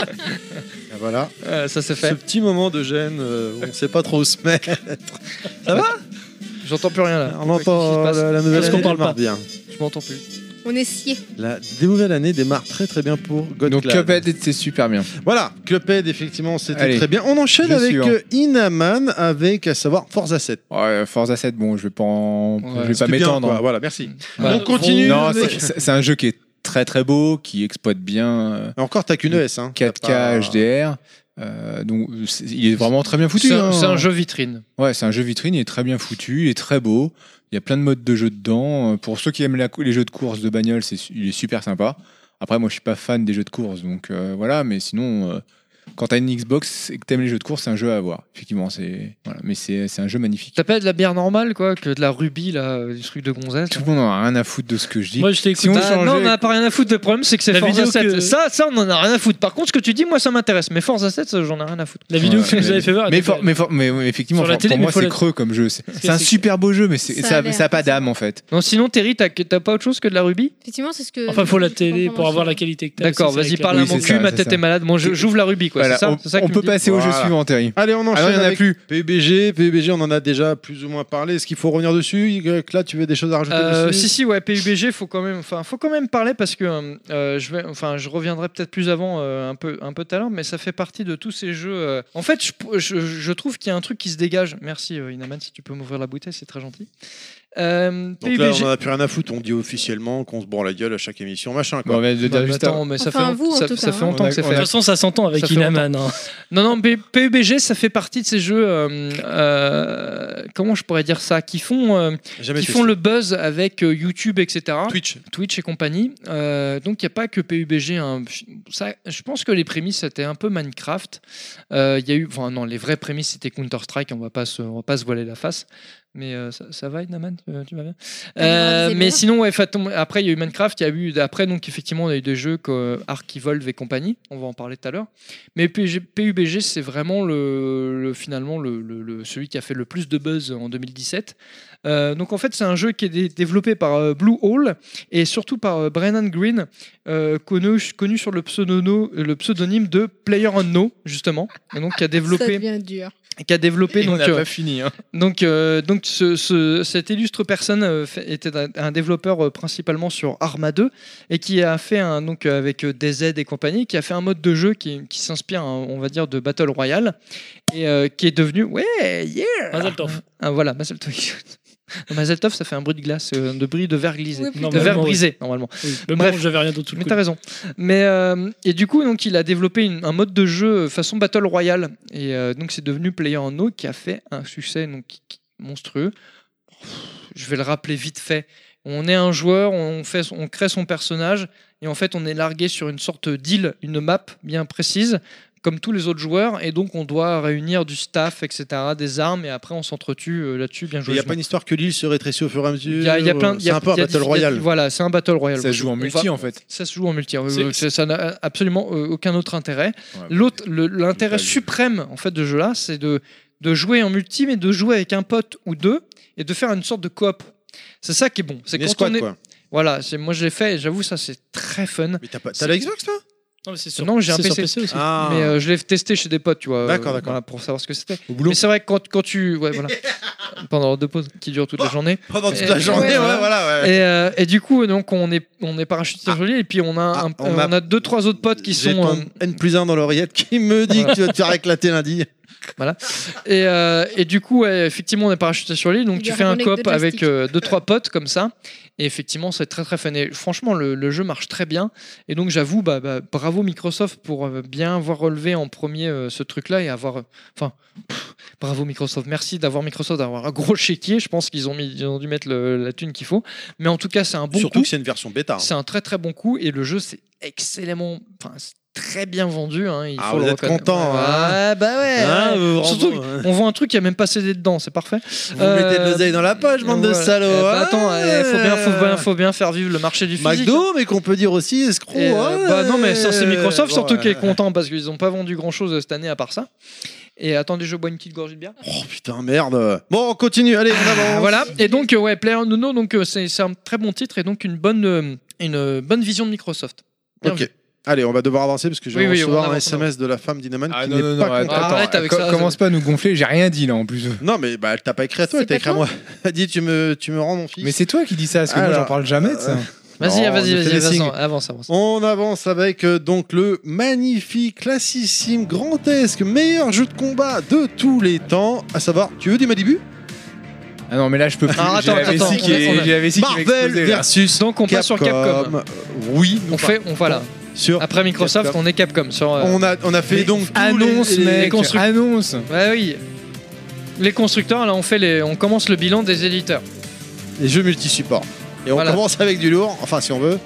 Speaker 1: Voilà,
Speaker 2: Euh, ça c'est
Speaker 1: ce
Speaker 2: fait.
Speaker 1: petit moment de gêne, euh, où on sait pas trop où se mettre.
Speaker 2: J'entends plus rien là.
Speaker 1: Euh, On entend
Speaker 2: Qu'est-ce qui se Bah,
Speaker 1: la, la nouvelle
Speaker 3: Parce qu'on
Speaker 1: année
Speaker 3: parle
Speaker 1: démarre
Speaker 3: pas.
Speaker 1: bien.
Speaker 2: passe euh, Je m'entends plus.
Speaker 5: On est sciés.
Speaker 1: La nouvelle année démarre très très bien pour God
Speaker 6: Donc
Speaker 1: Clan.
Speaker 6: Cuphead, c'est super bien.
Speaker 1: Voilà, Cuphead, effectivement, c'était
Speaker 6: Allez,
Speaker 1: très bien. On enchaîne
Speaker 6: le
Speaker 1: avec
Speaker 6: suivant.
Speaker 1: euh, Inaman, avec à savoir Forza 7.
Speaker 6: Ouais, Forza 7, bon, je vais pas, en-
Speaker 2: Ouais.
Speaker 6: je vais pas
Speaker 1: C'était bien, quoi.
Speaker 6: m'étendre. hein.
Speaker 1: Voilà, merci.
Speaker 2: Voilà.
Speaker 1: On continue.
Speaker 6: Non,
Speaker 1: avec-
Speaker 6: c'est- c'est c'est un jeu qui est très très beau, qui exploite bien euh,
Speaker 1: Encore, t'as qu'une ES. Hein.
Speaker 6: 4K
Speaker 1: T'as pas-
Speaker 6: HDR. euh, donc c'est- il est vraiment très bien foutu.
Speaker 2: C'est un,
Speaker 6: hein.
Speaker 2: c'est un jeu vitrine.
Speaker 6: Ouais, c'est un jeu vitrine, il est très bien foutu, il est très beau. Il y a plein de modes de jeu dedans. Euh, Pour ceux qui aiment la cou- les jeux de course de bagnole, c'est su- il est super sympa. Après, moi, je suis pas fan des jeux de course, donc euh, voilà. Mais sinon, euh, quand t'as une Xbox et que t'aimes les jeux de course, c'est un jeu à avoir. Effectivement, c'est voilà. Mais c'est c'est un jeu magnifique.
Speaker 2: T'as pas de la bière normale quoi, que de la rubis là, du truc de gonzesse.
Speaker 6: Tout
Speaker 2: là.
Speaker 6: le monde en a rien à foutre de ce que je dis.
Speaker 3: Moi, je t'ai
Speaker 6: Si
Speaker 3: écouté.
Speaker 6: on
Speaker 2: Bah,
Speaker 6: changeait-
Speaker 2: non, on en a pas rien à foutre. Le problème, c'est que c'est
Speaker 3: La
Speaker 2: Forza
Speaker 3: vidéo
Speaker 2: 7.
Speaker 3: que-
Speaker 2: Ça, ça, on en a rien à foutre. Par contre, ce que tu dis, moi, ça m'intéresse. Mais Forza 7, ça, j'en ai rien à foutre.
Speaker 3: La vidéo
Speaker 6: Ouais,
Speaker 3: que tu nous
Speaker 6: mais-
Speaker 3: avais fait voir.
Speaker 6: Mais,
Speaker 3: était-
Speaker 6: for- mais, for- mais- mais effectivement,
Speaker 3: Sur la
Speaker 6: for-
Speaker 3: télé,
Speaker 6: pour
Speaker 3: mais
Speaker 6: moi,
Speaker 3: faut
Speaker 6: c'est
Speaker 3: la-
Speaker 6: creux comme jeu. C'est
Speaker 3: Parce que
Speaker 6: c'est un
Speaker 3: c'est-
Speaker 6: super beau jeu, mais c'est-
Speaker 5: Ça a
Speaker 6: ça
Speaker 5: l'air.
Speaker 6: ça a pas d'âme en fait.
Speaker 2: Non, sinon, Terry, t'as t'as pas autre chose que de la rubis
Speaker 5: Effectivement, c'est ce que.
Speaker 3: Enfin, faut la télé pour avoir la
Speaker 5: qualité.
Speaker 3: qualité que t'as.
Speaker 2: D'accord,
Speaker 3: Ça, c'est
Speaker 2: vas-y,
Speaker 3: avec la-
Speaker 2: parle à
Speaker 6: Oui,
Speaker 2: mon
Speaker 6: Ah, c'est
Speaker 2: cul,
Speaker 6: ça,
Speaker 2: ma
Speaker 6: c'est
Speaker 2: tête
Speaker 6: ça.
Speaker 2: est malade. Bon, je- j'ouvre la rubis, quoi.
Speaker 6: Voilà,
Speaker 2: c'est ça,
Speaker 6: on
Speaker 2: c'est ça que
Speaker 6: on
Speaker 2: tu
Speaker 6: peut
Speaker 2: me dis
Speaker 6: passer au jeu
Speaker 1: Voilà.
Speaker 6: suivant, Terry.
Speaker 1: Allez, on enchaîne
Speaker 6: Alors, il n'y en a
Speaker 1: avec
Speaker 6: plus.
Speaker 1: PUBG. PUBG, on en a déjà plus ou moins parlé. Est-ce qu'il faut revenir dessus Y, Là, tu veux des choses à rajouter
Speaker 2: Euh,
Speaker 1: dessus
Speaker 2: si si ouais PUBG faut quand même enfin faut quand même parler parce que euh, je vais enfin je reviendrai peut-être plus avant euh, un peu un peu tout à l'heure mais ça fait partie de tous ces jeux euh. en fait je, je- je trouve qu'il y a un truc qui se dégage merci euh, Inaman si tu peux m'ouvrir la bouteille c'est très gentil Euh,
Speaker 1: Donc là, on en a plus rien à foutre. On dit officiellement qu'on se branle la gueule à chaque émission, machin. Quoi.
Speaker 6: Bon, mais
Speaker 2: Bah,
Speaker 6: juste
Speaker 2: attends, mais ça
Speaker 5: Enfin,
Speaker 2: fait,
Speaker 5: vous, en
Speaker 2: ça,
Speaker 5: tout
Speaker 2: ça
Speaker 5: cas,
Speaker 2: fait
Speaker 5: hein.
Speaker 2: longtemps que c'est
Speaker 6: On
Speaker 2: fait.
Speaker 3: De toute façon, ça s'entend
Speaker 2: Ça
Speaker 3: avec
Speaker 2: fait
Speaker 3: Inaman. hein.
Speaker 2: Non, non, P- PUBG, ça fait partie de ces jeux, euh, euh, comment je pourrais dire ça, qui font, euh,
Speaker 1: Jamais
Speaker 2: qui
Speaker 1: fait
Speaker 2: font
Speaker 1: ça.
Speaker 2: le buzz avec euh, YouTube, etc.
Speaker 1: Twitch.
Speaker 2: Twitch et compagnie. Euh, donc il n'y a pas que PUBG. hein. Ça, je pense que les prémices c'était un peu Minecraft. Euh, Il y a eu, enfin non, les vraies prémices c'était Counter Strike. On va pas se, on va pas se voiler la face. Mais euh, ça, ça va, Inaman Tu tu vas bien
Speaker 5: Ah,
Speaker 2: Euh,
Speaker 5: disais
Speaker 2: Mais
Speaker 5: bien.
Speaker 2: sinon, ouais, Fatom- après il y a eu Minecraft. Il y a eu après donc effectivement on a eu des jeux comme Ark Evolve et compagnie. On va en parler tout à l'heure. Mais PUBG, PUBG, c'est vraiment le, le- finalement le, le- le- celui qui a fait le plus de buzz en 2017. Euh, donc en fait, c'est un jeu qui est dé- développé par euh, Blue Hole et surtout par euh, Brennan Green, euh, connu, connu sur le, pseudono- le pseudonyme de Player Unknown justement, et donc qui a
Speaker 5: Ça
Speaker 2: développé,
Speaker 5: devient dur.
Speaker 2: qui a développé donc, euh,
Speaker 6: fini. Hein.
Speaker 2: donc, euh, donc ce, ce- cette illustre personne euh, fait- était un, un développeur euh, principalement sur Arma 2 et qui a fait un, donc euh, avec euh, DZ et compagnie, qui a fait un mode de jeu qui, qui s'inspire, hein, on va dire, de Battle Royale et euh, qui est devenu ouais yeah
Speaker 3: Mazel tov.
Speaker 2: Ah, voilà Mazel Tov. Non, Mazel Tov, ça fait un bruit de glace, euh, de bruit de verre glissé,
Speaker 5: Oui,
Speaker 2: de
Speaker 3: normalement,
Speaker 2: verre
Speaker 3: oui.
Speaker 2: brisé normalement.
Speaker 3: Oui. Mais
Speaker 2: Bref.
Speaker 3: bon, j'avais rien d'autre sous le
Speaker 2: Mais
Speaker 3: coup.
Speaker 2: t'as raison. Mais euh, et du coup, donc il a développé une- un mode de jeu euh, façon battle royale. Et euh, donc c'est devenu Player Unknown qui a fait un succès donc qui- qui- monstrueux. Je vais le rappeler vite fait. On est un joueur, on fait, son- on crée son personnage et en fait on est largué sur une sorte d'île, une map bien précise. Comme tous les autres joueurs, et donc on doit réunir du staff, etc., des armes, et après on s'entretue euh, là-dessus. Bien
Speaker 1: Il
Speaker 2: joué.
Speaker 1: n'y a pas une histoire que l'île se rétrécit au fur et à mesure.
Speaker 2: Il y a- il y a plein. il y
Speaker 1: C'est
Speaker 2: a-
Speaker 1: un peu un
Speaker 2: il y a-
Speaker 1: Battle
Speaker 2: il y a-
Speaker 1: Royale.
Speaker 2: Voilà, c'est un battle royale.
Speaker 6: Ça se joue en
Speaker 2: On va-
Speaker 6: multi en fait.
Speaker 2: ça se joue en multi. euh,
Speaker 3: C'est-
Speaker 2: euh, ça ça n'a absolument euh, aucun autre intérêt.
Speaker 6: Ouais.
Speaker 2: L'autre, le-
Speaker 6: Pas
Speaker 2: l'intérêt
Speaker 6: du tout.
Speaker 2: suprême en fait de ce jeu-là, c'est de de jouer en multi, mais de jouer avec un pote ou deux et de faire une sorte de coop. C'est ça qui est bon. C'est
Speaker 1: Une
Speaker 2: quand
Speaker 1: escouade,
Speaker 2: on est...
Speaker 1: quoi.
Speaker 2: Voilà, c'est moi je l'ai fait. et J'avoue ça c'est très fun.
Speaker 1: Mais t'as pas... t'as
Speaker 2: C'est-
Speaker 1: la Xbox, toi
Speaker 3: Non, mais c'est sur-
Speaker 2: Non, j'ai un
Speaker 3: c'est sur
Speaker 2: PC.
Speaker 3: aussi.
Speaker 1: Ah.
Speaker 2: Mais euh, je l'ai euh, testé chez des potes, tu vois.
Speaker 1: D'accord,
Speaker 2: euh,
Speaker 1: d'accord.
Speaker 2: voilà, pour savoir ce que c'était.
Speaker 1: Au boulot.
Speaker 2: Mais c'est vrai que quand, quand tu. Ouais, voilà. pendant deux pauses qui durent toute la journée.
Speaker 1: Pendant toute
Speaker 2: Et-
Speaker 1: la journée,
Speaker 2: euh, ouais,
Speaker 1: ouais,
Speaker 2: voilà.
Speaker 1: voilà. ouais.
Speaker 2: Et, euh, et du coup, donc on est on est parachutiste sur l'île et puis on a,
Speaker 1: Ah,
Speaker 2: un-
Speaker 1: on
Speaker 2: euh, on
Speaker 1: a-
Speaker 2: a deux trois autres potes qui
Speaker 1: J'ai
Speaker 2: sont
Speaker 1: ton
Speaker 2: euh,
Speaker 1: N plus 1 dans l'oreillette qui me dit que tu vas te faire éclater lundi.
Speaker 2: Et, euh, et du coup, ouais, effectivement, on est parachuté sur l'île, donc
Speaker 5: Il
Speaker 2: tu
Speaker 5: y a
Speaker 2: fais un
Speaker 5: René avec
Speaker 2: coop
Speaker 5: deux
Speaker 2: avec
Speaker 5: plastiques.
Speaker 2: euh, deux trois potes comme ça. Et effectivement, c'est très très fun. Et franchement, le, le jeu marche très bien. Et donc, j'avoue, bah, bah, bravo Microsoft pour euh, bien avoir relevé en premier euh, ce truc-là et avoir. euh, Enfin, pff, bravo Microsoft. Merci d'avoir Microsoft d'avoir un gros chéquier. Je pense qu'ils ont, mis- ils ont dû mettre le- la thune qu'il faut. Mais en tout cas, c'est un bon
Speaker 1: Surtout
Speaker 2: coup.
Speaker 1: que c'est une version bêta. hein.
Speaker 2: C'est un très très bon coup et le jeu c'est excellemment, enfin c'est très bien vendu. Hein, il
Speaker 1: Ah,
Speaker 2: faut
Speaker 1: vous
Speaker 2: le
Speaker 1: êtes
Speaker 2: reconnaître.
Speaker 1: contents,
Speaker 2: Ouais,
Speaker 1: hein.
Speaker 2: ouais, bah ouais.
Speaker 1: Hein,
Speaker 2: ouais.
Speaker 1: vous,
Speaker 2: Surtout
Speaker 1: vraiment, hein.
Speaker 2: on voit un truc qui a même pas cédé dedans, c'est parfait.
Speaker 1: Vous mettez de l'oseille dans la poche, bande de
Speaker 2: euh, Voilà.
Speaker 1: salauds.
Speaker 2: Eh ben,
Speaker 1: hein.
Speaker 2: attends, eh, faut bien, faut bien, faut bien faire vivre le marché du physique. hein.
Speaker 1: McDo, mais qu'on peut dire aussi escroc.
Speaker 2: Et, euh,
Speaker 1: hein.
Speaker 2: bah non mais ça c'est Microsoft
Speaker 1: Bon,
Speaker 2: surtout qui
Speaker 1: ouais.
Speaker 2: est content parce qu'ils ont pas vendu grand chose cette année à part ça. Et attendez je bois une petite gorgée de bière.
Speaker 1: Oh putain, merde. Bon, on continue, allez, on avance.
Speaker 2: Voilà. Et donc euh, ouais Player Unknown, donc euh, c'est c'est un très bon titre et donc une bonne euh, une euh, bonne vision de Microsoft. Bien
Speaker 1: Ok.
Speaker 2: vu.
Speaker 1: Allez, on va devoir avancer parce que je vais
Speaker 2: Oui, oui,
Speaker 1: recevoir
Speaker 2: on
Speaker 1: un
Speaker 2: avance, on
Speaker 1: SMS de la femme d'Inaman
Speaker 6: Ah
Speaker 1: qui
Speaker 6: non,
Speaker 1: n'est
Speaker 6: non,
Speaker 1: pas
Speaker 6: non,
Speaker 1: contente.
Speaker 6: attends,
Speaker 2: content. Arrête
Speaker 6: attends,
Speaker 2: avec
Speaker 6: co-
Speaker 2: ça,
Speaker 6: commence pas à nous gonfler, j'ai rien dit là en plus.
Speaker 1: Non, mais bah, elle t'a pas écrit à toi,
Speaker 5: C'est
Speaker 1: elle t'a écrit
Speaker 5: pas
Speaker 1: à
Speaker 5: toi
Speaker 1: moi. Elle dit tu me, tu me rends mon fils.
Speaker 6: Mais c'est toi qui dis ça, parce que moi
Speaker 1: Alors,
Speaker 6: j'en parle jamais de ça.
Speaker 2: Vas-y
Speaker 1: Non,
Speaker 2: vas-y
Speaker 1: on fait des
Speaker 2: vas-y
Speaker 1: signes.
Speaker 2: Vincent, avance avance.
Speaker 1: On avance avec euh, donc le magnifique, classissime, grandesque, meilleur jeu de combat de tous les temps, à savoir, tu veux du Madibu
Speaker 6: Ah non, mais là je peux plus.
Speaker 2: Ah,
Speaker 6: j'ai
Speaker 2: attends,
Speaker 6: la vessie
Speaker 2: attends,
Speaker 6: qui
Speaker 2: on est-
Speaker 6: est-
Speaker 2: on est-
Speaker 6: j'ai la vessie qui va
Speaker 1: Marvel
Speaker 6: exploser, là.
Speaker 1: versus
Speaker 2: Donc on passe sur Capcom.
Speaker 1: Oui,
Speaker 2: On fait on voilà.
Speaker 1: sur.
Speaker 2: Après Microsoft,
Speaker 1: Capcom.
Speaker 2: on est Capcom sur euh,
Speaker 1: On a, on a fait
Speaker 6: Mais
Speaker 1: donc tous les-
Speaker 6: annonce,
Speaker 1: les-
Speaker 6: mec,
Speaker 2: constructeurs.
Speaker 6: annonce.
Speaker 2: Ouais, oui. Les constructeurs, là, on, fait les... on commence le bilan des éditeurs.
Speaker 1: les jeux multi-supports. Et on
Speaker 2: Voilà.
Speaker 1: commence avec du lourd, enfin si on veut.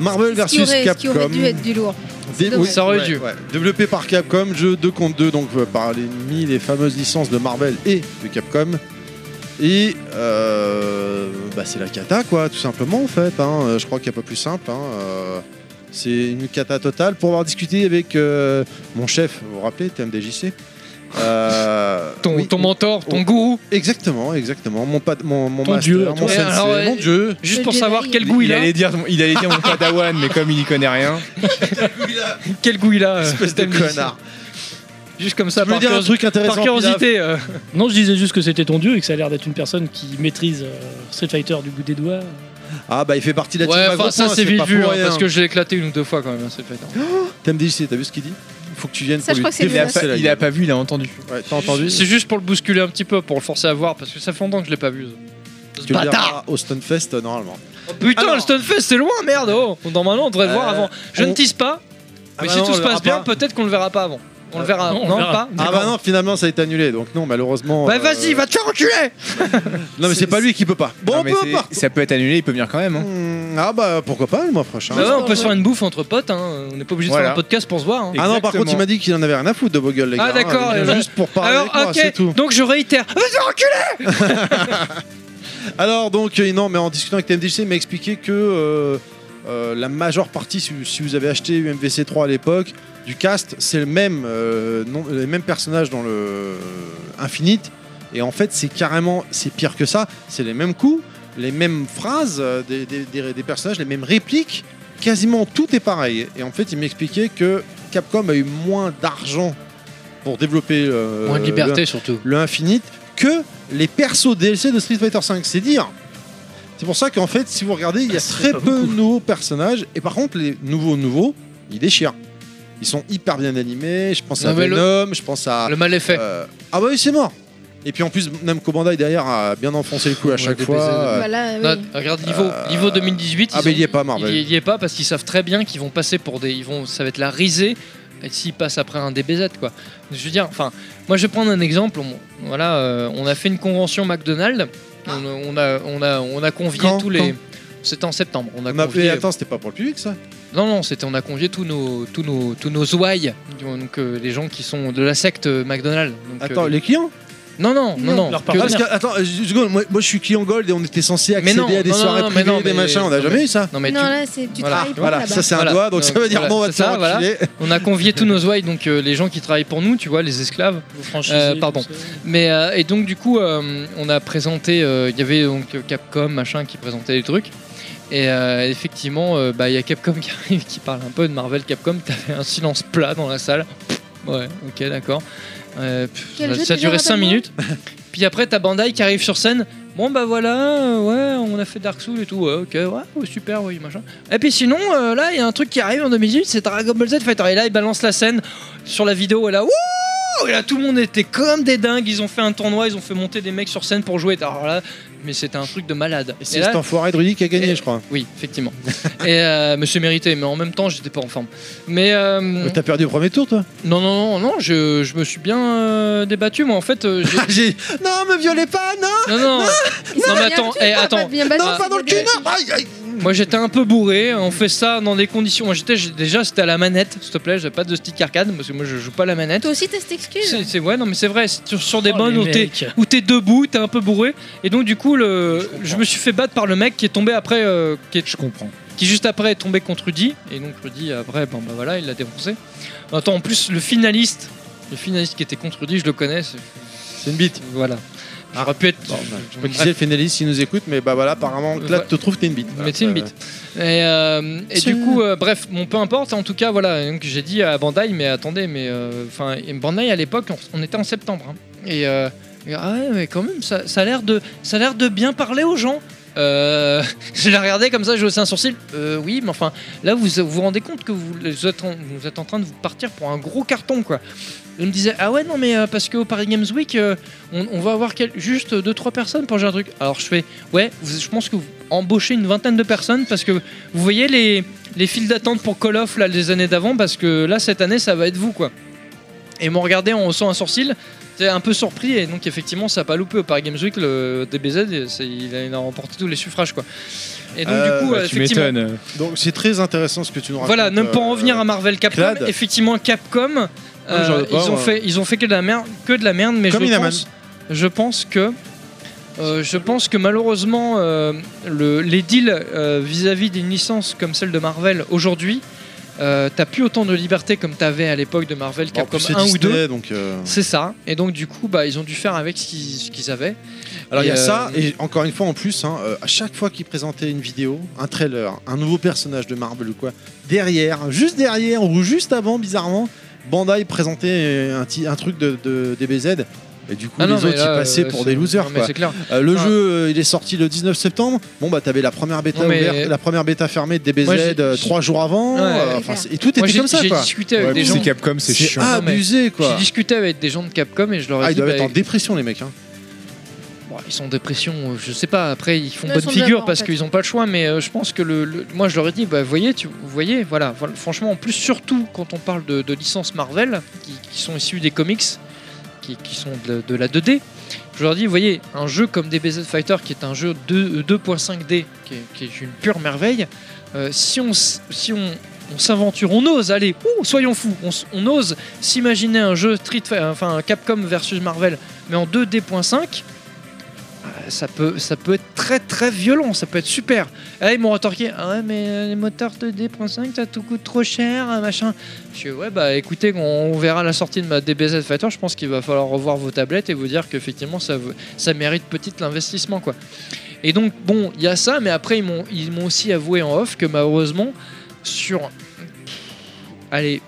Speaker 1: Marvel
Speaker 5: Ce qui,
Speaker 1: versus
Speaker 5: aurait, ce qui
Speaker 1: Capcom.
Speaker 5: aurait dû être du lourd.
Speaker 1: Dé-
Speaker 5: dommage.
Speaker 2: Ça aurait dû.
Speaker 1: Développé par Capcom, jeu 2 contre 2, donc euh, par l'ennemi les fameuses licences de Marvel et de Capcom. Et euh, bah, c'est la cata, quoi, tout simplement, en fait. hein. Euh, Je crois qu'il n'y a pas plus simple. hein. Euh, c'est une cata totale. Pour avoir discuté avec euh, mon chef, vous vous rappelez, TMDJC euh,
Speaker 2: Ton,
Speaker 1: oui,
Speaker 2: ton mentor, ton
Speaker 1: Oh.
Speaker 2: gourou.
Speaker 1: Exactement, exactement. Mon, pad- mon, mon
Speaker 3: Ton
Speaker 1: master,
Speaker 3: dieu,
Speaker 1: mon
Speaker 3: ton-
Speaker 1: sensei,
Speaker 2: Alors, ouais.
Speaker 1: mon dieu.
Speaker 2: Juste
Speaker 5: Le
Speaker 2: pour
Speaker 5: Jedi.
Speaker 2: savoir quel goût il, a.
Speaker 6: allait dire, il allait dire mon padawan, mais comme il y connaît rien.
Speaker 2: Quel goût il a. euh,
Speaker 1: Espèce de
Speaker 2: Stan Lee.
Speaker 1: connard.
Speaker 2: Juste comme ça,
Speaker 1: Ça
Speaker 2: par,
Speaker 1: me dire un
Speaker 2: curiosi-
Speaker 1: truc intéressant.
Speaker 2: par curiosité. euh,
Speaker 3: Non, je disais juste que c'était ton dieu et que ça a l'air d'être une personne qui maîtrise euh, Street Fighter du bout des doigts. euh,
Speaker 1: Ah bah il fait partie de la
Speaker 2: Ouais,
Speaker 1: team
Speaker 2: enfin,
Speaker 1: Bagro
Speaker 2: ça
Speaker 1: Point,
Speaker 2: c'est vite
Speaker 1: pas
Speaker 2: vu,
Speaker 1: pour
Speaker 2: hein,
Speaker 1: rien.
Speaker 2: parce que je l'ai éclaté une ou deux fois quand même. hein, cette fête, hein.
Speaker 1: TMDJC, t'as vu ce qu'il dit Faut que tu viennes
Speaker 5: Ça,
Speaker 1: pour
Speaker 5: je
Speaker 1: lui
Speaker 5: crois que c'est
Speaker 6: Il a,
Speaker 1: défoncer
Speaker 6: pas,
Speaker 1: la
Speaker 6: il a
Speaker 1: gueule.
Speaker 6: pas vu, il a entendu.
Speaker 1: Ouais, t'as entendu
Speaker 2: C'est juste pour le bousculer un petit peu, pour le forcer à voir, parce que ça fait longtemps que je l'ai pas vu. ça.
Speaker 1: Tu le
Speaker 2: Bâtard.
Speaker 1: verras au Stunfest euh, normalement.
Speaker 2: Putain,
Speaker 1: Alors-
Speaker 2: le Stunfest c'est loin, merde. Oh. Normalement, on devrait le voir
Speaker 1: Euh,
Speaker 2: avant. Je
Speaker 1: on-
Speaker 2: ne tease pas, mais
Speaker 1: bah
Speaker 2: si
Speaker 1: non,
Speaker 2: tout
Speaker 1: on
Speaker 2: se
Speaker 1: le
Speaker 2: passe bien,
Speaker 1: verra pas.
Speaker 2: peut-être qu'on le verra pas avant. On le verra.
Speaker 3: non, on
Speaker 2: Non,
Speaker 3: verra.
Speaker 2: pas.
Speaker 1: Ah bah
Speaker 2: D'accord.
Speaker 1: non, finalement ça a été annulé, donc non, malheureusement.
Speaker 2: Bah
Speaker 1: euh,
Speaker 2: vas-y, va te faire enculer
Speaker 1: Non mais c'est pas lui qui peut pas. Bon,
Speaker 6: Non,
Speaker 1: on
Speaker 6: mais
Speaker 1: peut
Speaker 6: c'est-
Speaker 1: pas.
Speaker 6: ça peut être annulé, il peut venir quand même. hein.
Speaker 1: Hmm, Ah bah pourquoi pas le mois prochain.
Speaker 2: Bah ouais, on peut se faire une bouffe entre potes, hein. on n'est pas obligé de faire
Speaker 6: Voilà.
Speaker 2: un podcast pour se voir. hein.
Speaker 1: Ah non, par
Speaker 6: Exactement.
Speaker 1: contre, il m'a dit qu'il en avait rien à foutre de vos gueules, les gars.
Speaker 2: Ah,
Speaker 1: hein,
Speaker 2: d'accord,
Speaker 1: il
Speaker 2: et
Speaker 1: vient
Speaker 2: bah-
Speaker 1: Juste pour parler
Speaker 2: Alors,
Speaker 1: avec moi, c'est tout.
Speaker 2: ok, donc je réitère. Vas-y, enculé
Speaker 1: Alors donc, euh, non, mais en discutant avec TMDJC, il m'a expliqué que euh, euh, la majeure partie, si, si vous avez acheté UMVC 3 à l'époque, du cast, c'est le même, euh, nom- les mêmes personnages dans le euh, Infinite. Et en fait, c'est carrément, c'est pire que ça. C'est les mêmes coups, les mêmes phrases euh, des, des- des- des personnages, les mêmes répliques. Quasiment tout est pareil. Et en fait, il m'expliquait que Capcom a eu moins d'argent pour développer euh,
Speaker 2: Moins de
Speaker 1: le-
Speaker 2: liberté surtout.
Speaker 1: le Infinite que les persos DLC de Street Fighter V. C'est dire. C'est pour ça qu'en fait, si vous regardez,
Speaker 2: Ah,
Speaker 1: il y a
Speaker 3: Ça fait
Speaker 1: très
Speaker 3: pas
Speaker 1: peu de
Speaker 3: beaucoup.
Speaker 1: nouveaux personnages. Et par contre, les nouveaux nouveaux, ils déchirent. Ils sont hyper bien animés. Je pense
Speaker 2: Non,
Speaker 1: à
Speaker 2: mais le-
Speaker 1: Venom, je pense à.
Speaker 2: Le mal est fait.
Speaker 1: euh, Ah bah oui, c'est mort. Et puis en plus, Namco Bandai derrière a bien enfoncé le coup à
Speaker 2: Ouais,
Speaker 1: chaque
Speaker 2: des
Speaker 1: fois.
Speaker 2: baisers de-
Speaker 1: Euh,
Speaker 5: Voilà, Ah oui.
Speaker 2: Non, regarde niveau,
Speaker 1: Euh,
Speaker 2: niveau 2018.
Speaker 1: ah,
Speaker 2: ils
Speaker 1: bah,
Speaker 2: ont-
Speaker 1: il y est pas, Marvel.
Speaker 2: Il y- il y est pas parce qu'ils savent très bien qu'ils vont passer pour des. Ils vont, ça va être la risée et s'ils passent après un DBZ quoi. Je veux dire, enfin, moi je vais prendre un exemple. On, voilà, euh, on a fait une convention McDonald's. On, on a, on, a, on a convié
Speaker 1: Quand
Speaker 2: tous
Speaker 1: Quand
Speaker 2: les. C'était en septembre. On a
Speaker 1: On a-
Speaker 2: convié.
Speaker 1: et attends, c'était pas pour le public ça
Speaker 2: Non, non, c'était on a convié tous nos tous nos tous nos ouailles, donc euh, les gens qui sont de la secte euh, McDonald's. Donc, euh,
Speaker 1: Attends, les clients
Speaker 2: non, non, non, non.
Speaker 3: leur
Speaker 2: que-
Speaker 1: Ah,
Speaker 3: partenaire.
Speaker 1: parce que, Attends, euh, une seconde, moi, moi, je suis client gold et on était censé
Speaker 2: Mais
Speaker 1: accéder
Speaker 2: non,
Speaker 1: à des
Speaker 2: non, non,
Speaker 1: soirées
Speaker 2: non, mais
Speaker 1: privées,
Speaker 2: non,
Speaker 1: des
Speaker 2: mais-
Speaker 1: machins, on n'a
Speaker 2: non,
Speaker 1: jamais eu ça.
Speaker 2: non mais
Speaker 5: non,
Speaker 2: tu-
Speaker 5: là, c'est, tu
Speaker 2: Voilà.
Speaker 5: travailles pas
Speaker 1: Voilà,
Speaker 5: là-bas.
Speaker 1: ça c'est un
Speaker 2: Voilà.
Speaker 1: doigt, donc
Speaker 2: Donc,
Speaker 1: ça veut dire
Speaker 2: voilà,
Speaker 1: non, on va te
Speaker 2: c'est
Speaker 1: faire
Speaker 2: ça, voilà.
Speaker 1: enculer.
Speaker 2: on a convié tous nos ouailles, donc euh, les gens qui travaillent pour nous, tu vois, les esclaves.
Speaker 3: Vous franchisez,
Speaker 2: Euh, pardon.
Speaker 3: tout ça.
Speaker 2: Mais euh, et donc du coup, euh, on a présenté. euh, Il y avait donc euh, Capcom machin qui présentait les trucs. Et euh, effectivement, euh, bah, il y a Capcom qui arrive, qui parle un peu de Marvel. Capcom, t'avais un silence plat dans la salle. Pff, Ouais, ok, d'accord. Euh, pff,
Speaker 5: Quel
Speaker 2: ça-
Speaker 5: jeu
Speaker 2: ça a
Speaker 5: déjà,
Speaker 2: duré 5
Speaker 5: rappelle-moi
Speaker 2: minutes. Puis après, t'as Bandai qui arrive sur scène. Bon, bah voilà, euh, ouais, on a fait Dark Souls et tout. Ouais, ok, ouais, ouais, super, oui, machin. Et puis sinon, euh, là, il y a un truc qui arrive en 2018, c'est Dragon Ball Z Fighter. Et là, ils balancent la scène sur la vidéo. Et là, ouh Et là, tout le monde était comme des dingues. Ils ont fait un tournoi, ils ont fait monter des mecs sur scène pour jouer. Alors là, mais c'était un truc de malade.
Speaker 1: Et
Speaker 2: Et
Speaker 1: c'est
Speaker 2: là,
Speaker 1: cet enfoiré de Rudy qui a gagné,
Speaker 2: Et-
Speaker 1: je crois.
Speaker 2: oui, effectivement. et euh, mais c'est mérité, mais en même temps, j'étais pas en forme. Mais euh,
Speaker 1: Mais T'as perdu au premier tour, toi
Speaker 2: non, non, non, non, je, je me suis bien euh, débattu, moi. En fait, euh, j'ai-
Speaker 1: Ah, J'ai non, me violez pas, non
Speaker 2: non, non, non, mais attends, eh, attends.
Speaker 1: Non, pas dans le cul, non Aïe, aïe
Speaker 2: Moi, j'étais un peu bourré. On fait ça dans des conditions. Moi, j'étais j'ai- déjà, c'était à la manette, s'il te plaît. J'avais pas de stick arcade parce que moi, je joue pas à la manette.
Speaker 5: Toi aussi, t'as cette excuse
Speaker 2: C'est c'est- ouais, non, mais c'est vrai. c'est Sur, sur des
Speaker 3: Oh,
Speaker 2: bonnes
Speaker 3: les
Speaker 2: où t'es
Speaker 3: mecs.
Speaker 2: où t'es debout, t'es un peu bourré. Et donc, du coup, le, je, me suis fait battre par le mec qui est tombé après, euh, qui est
Speaker 8: Je comprends.
Speaker 2: qui juste après est tombé contre Rudy et donc Rudy après bon bah voilà il l'a défoncé. Attends en plus le finaliste le finaliste qui était contre Rudy je le connais c'est c'est une bite voilà. J'aurais pu être
Speaker 1: Bon, bah, Je sais pas qui
Speaker 2: Bref,
Speaker 1: c'est le finaliste s'il nous écoute, mais bah voilà, apparemment, là,
Speaker 2: Ouais.
Speaker 1: tu te trouves, t'es une bite.
Speaker 2: mais c'est une bite. Et, euh, et
Speaker 1: C'est-
Speaker 2: du coup, euh, bref, bon, peu importe, en tout cas, voilà. Donc j'ai dit à Bandai, mais attendez, mais euh, enfin, et Bandai à l'époque, on, on était en septembre. hein. et euh, et, ah ouais, mais quand même, ça, ça a l'air de, ça a l'air de bien parler aux gens. Euh, je la regardais comme ça, je haussais un sourcil. Euh, oui, mais enfin, là, vous vous, vous rendez compte que vous, vous êtes en, vous êtes en train de vous partir pour un gros carton, quoi. Il me disait ah ouais non mais euh, parce qu'au Paris Games Week euh, on, on va avoir quel- juste deux trois personnes pour gérer un truc. Alors je fais ouais vous- je pense que vous embauchez une vingtaine de personnes parce que vous voyez les, les files d'attente pour Call of là, les années d'avant parce que là cette année ça va être vous quoi. Et ils m'ont regardé en haussant un sourcil, j'étais un peu surpris et donc effectivement ça a pas loupé au Paris Games Week le DBZ c'est- il a, il a remporté tous les suffrages quoi. Et donc
Speaker 1: Euh,
Speaker 2: du coup
Speaker 6: Bah,
Speaker 2: euh,
Speaker 6: tu
Speaker 2: effectivement
Speaker 6: m'étonnes.
Speaker 1: Donc c'est très intéressant ce que tu nous racontes.
Speaker 2: voilà, ne pas en revenir à
Speaker 1: euh,
Speaker 2: Marvel Capcom.
Speaker 1: Clad.
Speaker 2: Effectivement, Capcom, euh,
Speaker 1: j'en ai pas,
Speaker 2: ils, ont
Speaker 1: moi.
Speaker 2: fait, ils ont fait que de la merde, que de la merde mais
Speaker 1: Comme
Speaker 2: je,
Speaker 1: Inaman.
Speaker 2: pense, je pense que. euh, je pense que malheureusement, euh, le- les deals euh, vis-à-vis d'une licence comme celle de Marvel aujourd'hui, euh, t'as plus autant de liberté comme t'avais à l'époque de Marvel
Speaker 1: bon, en plus,
Speaker 2: Capcom
Speaker 1: c'est
Speaker 2: 1 ou 2.
Speaker 1: Disney, Donc, euh,
Speaker 2: C'est ça. Et donc, du coup, bah, ils ont dû faire avec ce qu'ils ce qu'ils avaient.
Speaker 1: Alors il y a
Speaker 2: Et, euh,
Speaker 1: ça, et encore une fois en plus, hein, euh, à chaque fois qu'ils présentaient une vidéo, un trailer, un nouveau personnage de Marvel ou quoi, derrière, juste derrière ou juste avant, bizarrement, Bandai présentait euh, un, ti- un truc de, de DBZ. Et du coup,
Speaker 2: Ah non,
Speaker 1: les
Speaker 2: mais
Speaker 1: autres,
Speaker 2: là,
Speaker 1: ils passaient
Speaker 2: euh,
Speaker 1: pour
Speaker 2: c'est-
Speaker 1: des losers.
Speaker 2: non, mais
Speaker 1: quoi.
Speaker 2: C'est clair.
Speaker 1: Euh, le
Speaker 2: enfin-
Speaker 1: jeu, euh, il est sorti le 19 septembre. Bon, bah, t'avais la première bêta
Speaker 2: Non, mais-
Speaker 1: ouverte, la première bêta fermée de DBZ
Speaker 2: Moi, j'ai-
Speaker 1: euh, trois jours avant.
Speaker 2: Ouais.
Speaker 1: euh, enfin, c'est- et tout était
Speaker 2: Moi, j'ai-
Speaker 1: comme ça,
Speaker 2: J'ai
Speaker 1: quoi.
Speaker 2: discuté avec
Speaker 6: Ouais,
Speaker 2: des
Speaker 6: mais
Speaker 2: gens.
Speaker 6: C'est Capcom, c'est
Speaker 1: C'est
Speaker 6: chiant.
Speaker 2: Ah, mais-
Speaker 1: abusé,
Speaker 2: J'ai
Speaker 1: quoi.
Speaker 2: discuté avec des gens de Capcom et je leur ai
Speaker 1: Ah, ils
Speaker 2: dit
Speaker 1: doivent
Speaker 2: bah,
Speaker 1: être en dépression, les mecs. hein.
Speaker 2: Bon, ils sont en dépression, euh, je sais pas. Après, ils font
Speaker 5: Non, ils
Speaker 2: bonne
Speaker 5: sont
Speaker 2: figure
Speaker 5: d'accord, en
Speaker 2: parce
Speaker 5: fait.
Speaker 2: qu'ils n'ont pas le choix. Mais euh, je pense que le, le- moi, je leur ai dit, bah, voyez, tu, vous voyez, voilà, voilà. Franchement, en plus, surtout quand on parle de, de licences Marvel, qui, qui sont issues des comics, qui, qui sont de, de la 2D, je leur dis, voyez, un jeu comme DBZ Fighter, qui est un jeu de- euh, 2.5D, qui est, qui est une pure merveille, euh, si on, s- si on, on s'aventure, on ose, allez, ouh, soyons fous, on, s- on ose s'imaginer un jeu Street, Fi- enfin un Capcom versus Marvel, mais en 2D.5 ça peut, ça peut être très très violent, ça peut être super. Et là, ils m'ont rétorqué Ah ouais, mais euh, les moteurs 2D.5, ça tout coûte trop cher, euh, machin. Je dis Ouais, bah écoutez, on, on verra la sortie de ma DBZ Fighter. Je pense qu'il va falloir revoir vos tablettes et vous dire qu'effectivement, ça, vaut- ça mérite petit l'investissement, quoi. Et donc, bon, il y a ça, mais après, ils m'ont, ils m'ont aussi avoué en off que malheureusement, sur. Allez.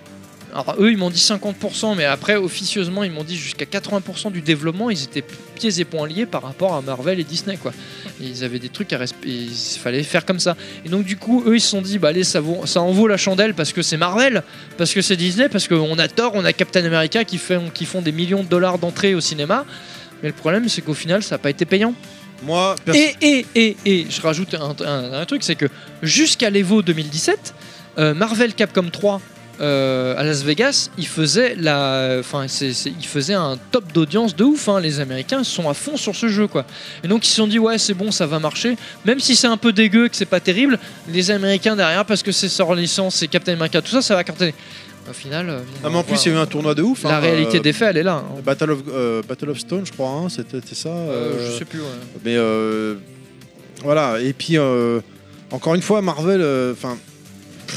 Speaker 2: Alors, eux, ils m'ont dit 50%, mais après, officieusement, ils m'ont dit jusqu'à 80% du développement, ils étaient pieds et poings liés par rapport à Marvel et Disney quoi. Et ils avaient des trucs à respecter, il fallait faire comme ça. Et donc du coup, eux ils se sont dit bah allez ça, vaut- ça en vaut la chandelle parce que c'est Marvel, parce que c'est Disney, parce qu'on a tort, on a Captain America qui, fait, qui font des millions de dollars d'entrées au cinéma. Mais le problème c'est qu'au final ça n'a pas été payant.
Speaker 1: Moi, perso-
Speaker 2: Et, et, et, et, je rajoute un, un- un truc, c'est que jusqu'à l'Evo 2017, euh, Marvel Capcom 3 euh, à Las Vegas, il faisait la, enfin, c'est- c'est- il faisait un top d'audience de ouf. hein. Les Américains sont à fond sur ce jeu, quoi. Et donc ils se sont dit ouais, c'est bon, ça va marcher. Même si c'est un peu dégueu, que c'est pas terrible, les Américains derrière, parce que c'est sort licence, c'est Captain America, tout ça, ça va cartonner. Au final, euh,
Speaker 1: Ah, mais en plus, il y a eu un tournoi de ouf.
Speaker 2: la
Speaker 1: hein,
Speaker 2: réalité
Speaker 1: euh,
Speaker 2: des faits, elle est là. hein.
Speaker 1: Battle of, euh, Battle of Stone, je crois, hein, c'était c'était ça.
Speaker 2: Euh,
Speaker 1: euh,
Speaker 2: je sais plus. ouais.
Speaker 1: Mais euh, voilà, et puis euh, encore une fois, Marvel, euh, enfin,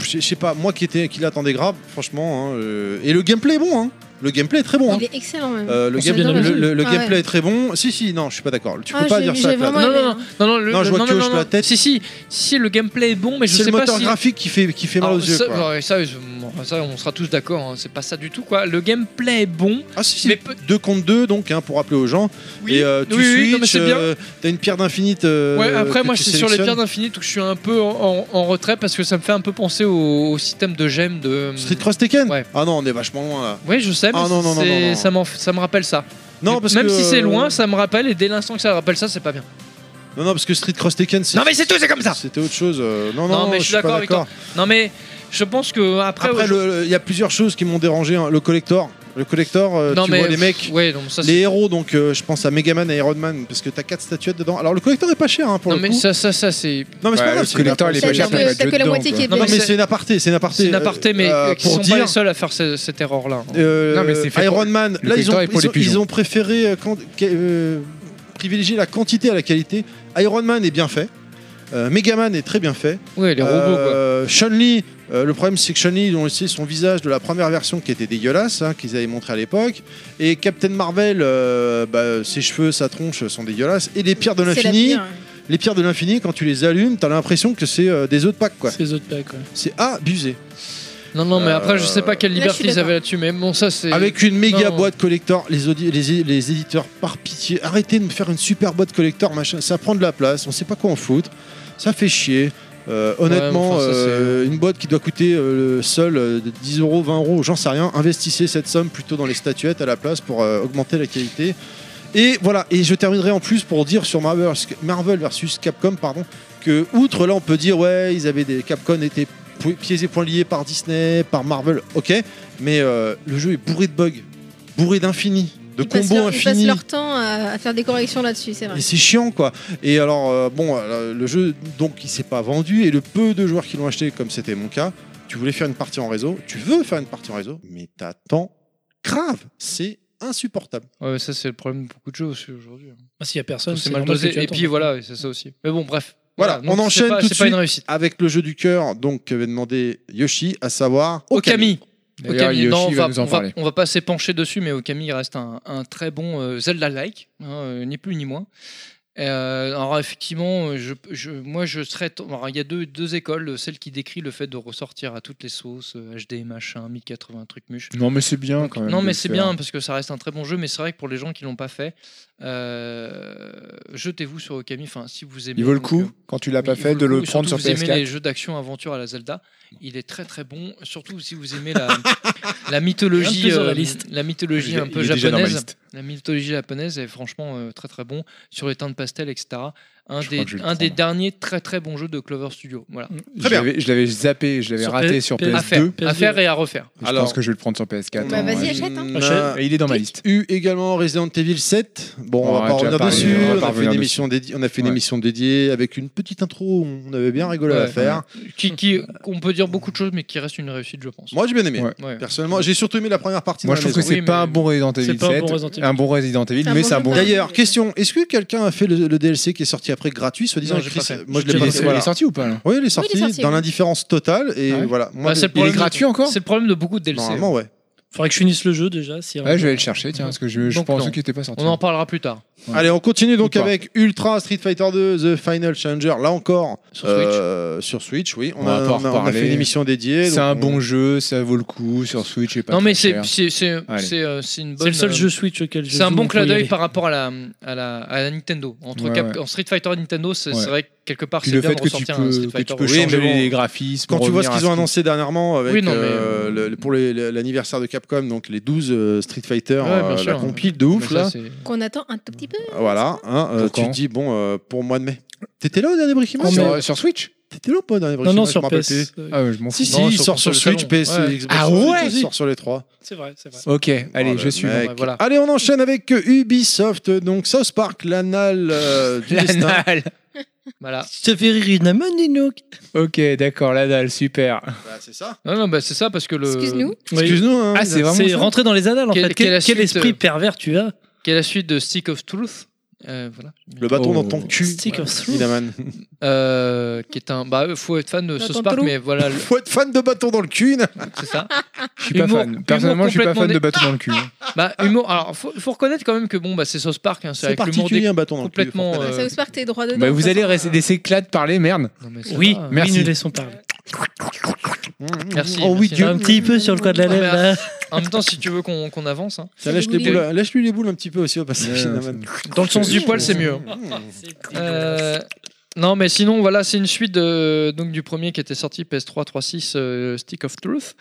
Speaker 1: je sais pas, moi qui, était, qui l'attendais grave, franchement, hein, euh, et le gameplay est bon, hein, le gameplay est très bon. hein.
Speaker 5: Il est excellent, même.
Speaker 1: Euh, le
Speaker 3: On s'est
Speaker 1: game-
Speaker 3: bien
Speaker 1: le-
Speaker 3: amusé.
Speaker 1: le- le
Speaker 5: Ah
Speaker 1: gameplay
Speaker 5: ouais.
Speaker 1: est très bon. Si, si, non, je suis pas d'accord. Tu
Speaker 5: Ah,
Speaker 1: peux pas
Speaker 5: j'ai-
Speaker 1: dire ça.
Speaker 5: j'ai
Speaker 1: Claude.
Speaker 5: vraiment
Speaker 2: Non,
Speaker 5: aimé,
Speaker 2: non,
Speaker 5: hein.
Speaker 2: non, non, le,
Speaker 1: Non, je
Speaker 2: le-
Speaker 1: vois
Speaker 2: non,
Speaker 1: que tu
Speaker 2: non,
Speaker 1: hoches
Speaker 2: non.
Speaker 1: la tête.
Speaker 2: Si, si, si, le gameplay est bon, mais je
Speaker 1: C'est
Speaker 2: sais
Speaker 1: le
Speaker 2: pas
Speaker 1: moteur
Speaker 2: si.
Speaker 1: graphique qui fait, qui fait mal
Speaker 2: Alors,
Speaker 1: aux yeux.
Speaker 2: ça,
Speaker 1: quoi.
Speaker 2: ouais, ça, je m'en ça on sera tous d'accord, hein, c'est pas ça du tout quoi. Le gameplay est bon,
Speaker 1: Ah si, si.
Speaker 2: Mais peut-
Speaker 1: 2 contre 2 donc hein, pour rappeler aux gens.
Speaker 2: Oui,
Speaker 1: et euh, tu
Speaker 2: oui, oui, non, mais
Speaker 1: switches,
Speaker 2: c'est bien.
Speaker 1: euh, t'as une pierre d'infinite. euh,
Speaker 2: Ouais, après,
Speaker 1: que
Speaker 2: moi,
Speaker 1: tu
Speaker 2: c'est sur les pierres
Speaker 1: sélectionnes.
Speaker 2: d'infini où je suis un peu en, en- en retrait parce que ça me fait un peu penser au, au système de gemmes de.
Speaker 1: Street Cross Tekken
Speaker 2: Ouais.
Speaker 1: Ah non, on est vachement loin là.
Speaker 2: Oui, je sais, mais
Speaker 1: Ah, non, non, non,
Speaker 2: c'est-
Speaker 1: non, non.
Speaker 2: Ça, m'en- ça me rappelle ça.
Speaker 1: Non,
Speaker 2: Mais
Speaker 1: parce
Speaker 2: Même
Speaker 1: que,
Speaker 2: si c'est
Speaker 1: euh,
Speaker 2: loin, ça me rappelle, et dès l'instant que ça rappelle ça, c'est pas bien.
Speaker 1: Non, non, parce que Street Cross Tekken, c'est-
Speaker 2: Non, mais c'est tout, c'est comme ça
Speaker 1: C'était autre chose. euh, Non,
Speaker 2: Non,
Speaker 1: non,
Speaker 2: mais je suis d'accord
Speaker 1: pas
Speaker 2: avec toi. Non, mais je pense que après.
Speaker 1: Après,
Speaker 2: ouais,
Speaker 1: le- le- il y a plusieurs choses qui m'ont dérangé. hein. Le collector, le collector, euh,
Speaker 2: je- non,
Speaker 1: tu
Speaker 2: mais.
Speaker 1: vois les mecs,
Speaker 2: Ouais, non, ça, c'est-
Speaker 1: les héros. Donc, euh, je pense à Mega Man et Iron Man parce que t'as quatre statuettes dedans. Alors, le collector est pas cher hein, pour
Speaker 2: Non,
Speaker 1: le
Speaker 2: mais
Speaker 1: coup.
Speaker 2: ça, ça, ça, c'est.
Speaker 1: Non, mais c'est pas
Speaker 6: Ouais,
Speaker 1: grave.
Speaker 6: le
Speaker 1: c'est une
Speaker 6: collector, il est
Speaker 1: aparté.
Speaker 6: pas
Speaker 5: T'as
Speaker 6: cher.
Speaker 5: que-
Speaker 6: ça va
Speaker 5: t'as
Speaker 6: être
Speaker 5: que la
Speaker 6: dedans,
Speaker 5: moitié qui est
Speaker 2: quoi.
Speaker 1: Non,
Speaker 5: belle.
Speaker 1: mais
Speaker 2: c'est-
Speaker 1: c'est une aparté, c'est une aparté.
Speaker 2: C'est un aparté, mais
Speaker 1: euh,
Speaker 2: qui sont
Speaker 1: pour
Speaker 2: pas
Speaker 1: dire,
Speaker 2: les seuls à faire ce- cette erreur-là. hein.
Speaker 1: euh,
Speaker 6: Non, mais c'est fait
Speaker 1: Iron
Speaker 6: pour-
Speaker 1: Man,
Speaker 6: le
Speaker 1: là ils ont,
Speaker 6: collector est
Speaker 1: ils
Speaker 6: pour les
Speaker 1: ont-
Speaker 6: pigeons.
Speaker 1: ils ont préféré euh, quand- qu'est- euh, privilégier la quantité à la qualité. Iron Man est bien fait, euh, Mega Man est très bien fait.
Speaker 2: Ouais, les robots, quoi.
Speaker 1: Euh, Chun-Li, euh, le problème c'est que Chun-Li, ils ont laissé son visage de la première version qui était dégueulasse, hein, qu'ils avaient montré à l'époque. Et Captain Marvel, euh, bah, ses cheveux, sa tronche sont dégueulasses. Et les pierres de
Speaker 5: C'est la
Speaker 1: l'infini,
Speaker 5: pire.
Speaker 1: les pierres de l'infini, quand tu les allumes, t'as l'impression que c'est euh, des œufs de Pâques, quoi.
Speaker 3: Ces autres packs, ouais.
Speaker 1: C'est abusé.
Speaker 2: Non, non, mais après, je sais pas quelle
Speaker 5: Là, je
Speaker 2: liberté
Speaker 5: suis
Speaker 2: ils avaient
Speaker 5: d'accord.
Speaker 2: là-dessus, mais bon, ça, c'est.
Speaker 1: euh, Avec une méga
Speaker 2: Non.
Speaker 1: boîte collector, les, audi- les, les éditeurs, par pitié, arrêtez de me faire une super boîte collector, machin, ça prend de la place, on sait pas quoi en foutre, ça fait chier. Euh, honnêtement,
Speaker 2: mais enfin, ça,
Speaker 1: euh, une boîte qui doit coûter euh, seule euh, 10 euros, 20 euros, j'en sais rien, investissez cette somme plutôt dans les statuettes à la place pour euh, augmenter la qualité. Et voilà, et je terminerai en plus pour dire sur Marvel, Marvel versus Capcom, pardon, que outre là on peut dire ouais ils avaient des Capcom était pou- pieds et poings liés par Disney, par Marvel, ok, mais euh, le jeu est bourré de bugs, bourré d'infini, de
Speaker 5: Ils passent
Speaker 1: combos
Speaker 5: leur- Ils passent
Speaker 1: infinis.
Speaker 5: leur temps à à faire des corrections là-dessus, c'est vrai.
Speaker 1: Et c'est chiant quoi. Et alors euh, bon, euh, le jeu donc il s'est pas vendu et le peu de joueurs qui l'ont acheté comme c'était mon cas, tu voulais faire une partie en réseau, tu veux faire une partie en réseau, mais t'attends grave, c'est insupportable.
Speaker 2: Ouais, ça, c'est le problème de beaucoup de jeux aussi aujourd'hui.
Speaker 3: Ah, S'il y a personne,
Speaker 2: c'est
Speaker 3: c'est
Speaker 2: mal
Speaker 3: normal que
Speaker 2: dosé.
Speaker 3: tu
Speaker 2: Et
Speaker 3: attends. hein.
Speaker 2: puis voilà, c'est ça aussi. Mais bon, bref.
Speaker 1: Voilà, on
Speaker 2: donc c'est
Speaker 1: enchaîne
Speaker 2: pas-
Speaker 1: tout de
Speaker 2: C'est pas une
Speaker 1: suite.
Speaker 2: réussite.
Speaker 1: Avec le jeu du cœur donc qu'avait demandé Yoshi, à savoir
Speaker 2: Okami.
Speaker 6: D'ailleurs,
Speaker 2: Okami, non,
Speaker 6: Yoshi
Speaker 2: on
Speaker 6: va
Speaker 2: va,
Speaker 6: nous en
Speaker 2: on va-
Speaker 6: parler.
Speaker 2: on va pas s'épancher dessus, mais Okami il reste un, un très bon euh, Zelda-like, hein, euh, ni plus ni moins. Euh, alors effectivement, euh, je, je- moi je serais. t- alors, il y a deux, deux écoles, euh, celle qui décrit le fait de ressortir à toutes les sauces, euh, HD machin, 1080 truc muche.
Speaker 6: Non, mais c'est bien
Speaker 2: Donc,
Speaker 6: quand même. euh,
Speaker 2: non
Speaker 6: de
Speaker 2: mais
Speaker 6: le hein.
Speaker 2: c'est
Speaker 6: faire.
Speaker 2: bien parce que ça reste un très bon jeu, mais c'est vrai que pour les gens qui l'ont pas fait, euh, jetez-vous sur Okami. Enfin, si vous aimez.
Speaker 6: Il vaut le
Speaker 2: donc,
Speaker 6: coup,
Speaker 2: euh,
Speaker 6: quand tu l'as pas
Speaker 2: oui,
Speaker 6: fait,
Speaker 2: vaut
Speaker 6: de le
Speaker 2: coup.
Speaker 6: prendre sur
Speaker 2: Surtout vous aimez
Speaker 6: PS4.
Speaker 2: les jeux d'action aventure à la Zelda, il est très très bon. Surtout si vous aimez la, la
Speaker 3: Rien de
Speaker 2: mythologie,
Speaker 3: plus dans la
Speaker 2: euh,
Speaker 3: liste.
Speaker 2: la mythologie
Speaker 6: Il est-
Speaker 2: un peu
Speaker 6: il est déjà dans ma
Speaker 2: japonaise.
Speaker 6: liste.
Speaker 2: La mythologie japonaise est franchement euh, très très bon sur les teintes pastel, etc. Un,
Speaker 6: Je crois
Speaker 2: des,
Speaker 6: que je vais le
Speaker 2: un des
Speaker 6: prendre.
Speaker 2: derniers très très bons jeux de Clover Studio. Voilà.
Speaker 1: Très bien.
Speaker 6: Je l'avais- je l'avais zappé, je l'avais
Speaker 3: Sur
Speaker 6: raté
Speaker 3: P-
Speaker 6: sur
Speaker 3: P-
Speaker 2: À faire,
Speaker 6: PS2.
Speaker 2: à faire et à refaire.
Speaker 6: Je
Speaker 1: Alors-
Speaker 6: pense que je vais le prendre sur PS4.
Speaker 5: Bah,
Speaker 6: hein,
Speaker 5: vas-y,
Speaker 6: ouais.
Speaker 5: achète, hein.
Speaker 1: On
Speaker 3: Achète.
Speaker 1: a
Speaker 6: Et il est dans ma liste.
Speaker 1: eu également Resident Evil 7. Bon, on,
Speaker 6: On
Speaker 1: va
Speaker 6: a
Speaker 1: pas
Speaker 6: déjà
Speaker 1: revenir
Speaker 6: parlé,
Speaker 1: dessus.
Speaker 6: on va
Speaker 1: On,
Speaker 6: pas
Speaker 1: a fait une
Speaker 6: revenir
Speaker 1: émission dédiée. On a fait une
Speaker 6: Ouais.
Speaker 1: émission dédiée avec une petite intro. On avait bien rigolé à la
Speaker 2: Ouais.
Speaker 1: faire.
Speaker 2: Qui, qui, on peut dire beaucoup de choses, mais qui reste une réussite, je pense.
Speaker 1: Moi, j'ai bien aimé.
Speaker 6: Ouais.
Speaker 2: Ouais.
Speaker 1: Personnellement, j'ai surtout aimé la première partie.
Speaker 6: Moi,
Speaker 1: de
Speaker 6: je
Speaker 1: la
Speaker 6: trouve que
Speaker 1: maison.
Speaker 6: c'est
Speaker 2: Oui,
Speaker 6: pas un
Speaker 2: mais-
Speaker 6: bon Resident Evil
Speaker 3: C'est
Speaker 6: 7.
Speaker 3: pas un bon Resident Evil.
Speaker 6: Un bon Resident Evil,
Speaker 5: C'est un
Speaker 6: mais
Speaker 5: bon
Speaker 6: c'est un
Speaker 5: jeu
Speaker 6: bon.
Speaker 5: de base.
Speaker 1: D'ailleurs, question est-ce que quelqu'un a fait le, le DLC qui est sorti après gratuit, soi-disant
Speaker 2: Non,
Speaker 1: avec
Speaker 2: j'ai pas
Speaker 1: Chris-
Speaker 2: fait.
Speaker 1: Moi, je
Speaker 2: J'ai
Speaker 1: l'ai pas
Speaker 2: pas
Speaker 6: Il
Speaker 1: fait.
Speaker 2: fait.
Speaker 6: est- il est
Speaker 1: Voilà.
Speaker 6: sorti ou pas là
Speaker 1: Oui, il est sorti,
Speaker 5: sorti,
Speaker 1: dans
Speaker 5: oui.
Speaker 1: l'indifférence totale. Et
Speaker 6: Ah ouais
Speaker 1: voilà. Moi,
Speaker 2: Bah, c'est le
Speaker 6: Il est
Speaker 2: problème de-
Speaker 6: gratuit encore
Speaker 2: C'est le problème de beaucoup de DLC.
Speaker 1: Normalement, ouais.
Speaker 3: Faudrait que je finisse le jeu déjà. s'il y a un-
Speaker 6: Ouais, je vais aller le chercher, tiens, parce que je, je
Speaker 2: Donc, non.
Speaker 6: pensais qu'il était pas sorti.
Speaker 2: On en parlera plus tard.
Speaker 6: Ouais.
Speaker 1: Allez, on continue donc
Speaker 6: Ou pas.
Speaker 1: avec Ultra Street Fighter 2 The Final Challenger. Là encore,
Speaker 2: Sur Switch.
Speaker 1: euh, sur Switch, oui. On,
Speaker 6: On
Speaker 1: a,
Speaker 6: va pas
Speaker 1: on a- on a
Speaker 6: reparler.
Speaker 1: fait une émission dédiée.
Speaker 6: C'est
Speaker 1: donc
Speaker 6: un
Speaker 1: on-
Speaker 6: bon jeu, ça vaut le coup sur Switch et pas
Speaker 2: non,
Speaker 6: très
Speaker 2: mais c'est
Speaker 6: cher.
Speaker 2: c'est- c'est-
Speaker 6: Allez.
Speaker 2: c'est, euh, c'est une bonne.
Speaker 3: C'est le seul
Speaker 2: euh,
Speaker 3: jeu Switch auquel je
Speaker 2: C'est un
Speaker 3: joue,
Speaker 2: bon
Speaker 3: donc
Speaker 2: clin
Speaker 3: faut y
Speaker 2: d'œil
Speaker 3: aller.
Speaker 2: par rapport à la, à la, à la Nintendo. Entre
Speaker 6: Ouais,
Speaker 2: Cap-
Speaker 6: ouais.
Speaker 2: En Street Fighter et Nintendo, c'est
Speaker 6: Ouais.
Speaker 2: c'est vrai que quelque part,
Speaker 6: Puis
Speaker 2: c'est
Speaker 6: le
Speaker 2: bien
Speaker 6: fait
Speaker 2: de
Speaker 6: que tu
Speaker 2: ressortir un
Speaker 6: peux,
Speaker 2: Street
Speaker 6: que tu
Speaker 2: Fighter.
Speaker 6: peux
Speaker 1: Oui, mais
Speaker 6: changer
Speaker 1: bon,
Speaker 6: les graphismes.
Speaker 1: Quand tu vois ce
Speaker 6: revenir à
Speaker 1: qu'ils ont
Speaker 6: qui-
Speaker 1: annoncé dernièrement avec,
Speaker 2: Oui, non, mais-
Speaker 1: euh, le- le- pour les- le- l'anniversaire de Capcom, donc les 12 euh, Street Fighter,
Speaker 2: Ouais, bien
Speaker 1: euh, la
Speaker 2: sûr.
Speaker 1: compile de
Speaker 2: Mais
Speaker 1: ouf
Speaker 2: ça,
Speaker 1: là.
Speaker 2: c'est-
Speaker 5: Qu'on attend un tout petit peu.
Speaker 1: Voilà, hein, euh,
Speaker 6: Pour
Speaker 1: tu
Speaker 6: quand
Speaker 1: te dis bon euh, pour mois de mai. T'étais là au dernier Brickyman
Speaker 6: sur, euh, sur Switch
Speaker 1: T'étais là ou pas au dernier
Speaker 3: Non,
Speaker 1: Brickyman
Speaker 3: non,
Speaker 1: Je
Speaker 3: sur
Speaker 1: m'en rappelle
Speaker 3: PS.
Speaker 1: plus.
Speaker 6: Ah ouais, je m'en fous.
Speaker 1: Si, si,
Speaker 2: Non,
Speaker 1: il
Speaker 2: sur
Speaker 1: sort sur
Speaker 2: console
Speaker 1: Switch,
Speaker 2: salon.
Speaker 1: PS,
Speaker 2: Ouais.
Speaker 1: Xbox
Speaker 6: Ah
Speaker 1: One,
Speaker 6: ouais
Speaker 1: il sort sur les trois.
Speaker 3: C'est vrai, c'est vrai.
Speaker 6: Ok, allez,
Speaker 1: Oh,
Speaker 6: je
Speaker 1: le
Speaker 6: suis.
Speaker 1: mec.
Speaker 2: Ouais, voilà.
Speaker 1: Allez, on enchaîne avec euh, Ubisoft, donc South Park, l'anal euh, du destin.
Speaker 6: L'anal.
Speaker 2: Voilà.
Speaker 3: Ça fait rire une amandinoque.
Speaker 6: Ok, d'accord, la dalle, super.
Speaker 1: Bah, c'est ça.
Speaker 2: Non, non, bah, c'est ça parce que le.
Speaker 5: Excuse-nous.
Speaker 1: Excuse-nous. hein,
Speaker 6: Ah, c'est vraiment.
Speaker 3: C'est
Speaker 6: ça
Speaker 3: rentrer dans les annales en
Speaker 2: Quel-
Speaker 3: fait.
Speaker 2: quelle
Speaker 3: Quel,
Speaker 2: suite,
Speaker 3: quel esprit
Speaker 2: euh,
Speaker 3: pervers tu as
Speaker 2: Qui est la suite de Stick of Truth. euh, voilà.
Speaker 1: Le bâton
Speaker 6: Oh.
Speaker 1: dans ton cul.
Speaker 3: Stick of Truth.
Speaker 1: Inaman.
Speaker 2: Euh, qui est un. Bah, faut être fan de
Speaker 5: Attends,
Speaker 2: South Park,
Speaker 5: Talou.
Speaker 2: mais voilà, le-
Speaker 1: Faut être fan de bâton dans le cul. Inaman.
Speaker 2: c'est ça.
Speaker 6: Je suis pas
Speaker 2: Humour-
Speaker 6: fan.
Speaker 2: humour
Speaker 6: Personnellement, je suis pas
Speaker 2: complètement
Speaker 6: fan de
Speaker 2: dé-
Speaker 6: bateau dans le cul. hein.
Speaker 2: Bah, humour. Alors, faut, faut reconnaître quand même que bon, bah, c'est South Park, hein, c'est
Speaker 1: C'est
Speaker 2: avec l'humour
Speaker 1: particulier
Speaker 2: des.
Speaker 1: un bâton dans le cul.
Speaker 2: Complètement.
Speaker 1: faut
Speaker 2: euh,
Speaker 5: Ça vous part tes droits dedans.
Speaker 6: Bah, vous
Speaker 5: de toute
Speaker 6: allez
Speaker 5: façon.
Speaker 6: laisser éclats de parler, merde.
Speaker 2: Non, mais ça
Speaker 3: Oui,
Speaker 2: va.
Speaker 6: Merci.
Speaker 3: oui, nous laissons parler.
Speaker 1: Mmh,
Speaker 2: Merci.
Speaker 8: Oh oui,
Speaker 2: merci.
Speaker 8: tu as un petit peu sur le coin de la
Speaker 2: Ah,
Speaker 8: lèvre
Speaker 2: bah,
Speaker 8: là.
Speaker 2: En même temps, si tu veux qu'on qu'on avance, hein.
Speaker 1: Ça lâche les
Speaker 5: Oui.
Speaker 1: boules, lâche-lui les boules un petit peu aussi au passage. Mmh,
Speaker 6: Ouais,
Speaker 1: Naman.
Speaker 2: dans le sens du poil, c'est mieux. Euh, non, mais sinon, voilà, c'est une suite de- donc, du premier qui était sorti PS3, 3.6, euh, Stick of Truth.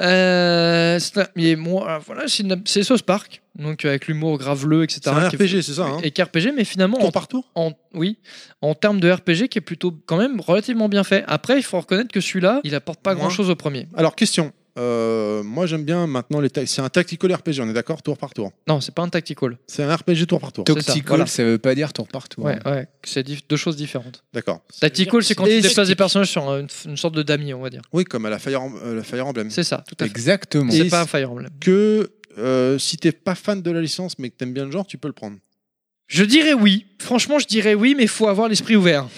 Speaker 2: Euh, c'est un- mais moi, voilà, c'est une- c'est South Park, donc avec l'humour graveleux, etc.
Speaker 1: C'est un
Speaker 2: qui est-
Speaker 1: RPG, c'est ça. Hein
Speaker 2: Et qui est RPG, mais finalement, en,
Speaker 1: Tour par tour
Speaker 2: en- oui, en termes de RPG, qui est plutôt quand même relativement bien fait. Après, il faut reconnaître que celui-là, il apporte pas
Speaker 1: Moins.
Speaker 2: grand-chose au premier.
Speaker 1: Alors, question. Euh, moi, j'aime bien maintenant les. ta- C'est un tactical RPG, on est d'accord Tour par tour.
Speaker 2: Non, c'est pas un tactical.
Speaker 1: C'est un RPG tour par tour.
Speaker 2: C'est ça,
Speaker 6: Toxical, ça,
Speaker 2: voilà.
Speaker 6: veut pas dire tour par tour.
Speaker 2: Ouais, ouais, c'est diff- deux choses différentes.
Speaker 1: D'accord.
Speaker 2: Tactical, c'est quand
Speaker 1: Et
Speaker 2: tu déplaces des
Speaker 1: stick.
Speaker 2: personnages sur une, une sorte de damier, on va dire.
Speaker 1: Oui, comme à la Fire, Em- euh, la Fire Emblem.
Speaker 2: C'est ça, tout à fait.
Speaker 6: Exactement.
Speaker 1: Et
Speaker 2: C'est pas un Fire Emblem.
Speaker 1: Que euh, si t'es pas fan de la licence mais que t'aimes bien le genre, tu peux le prendre.
Speaker 2: Je dirais oui. Franchement, je dirais oui, mais faut avoir l'esprit ouvert.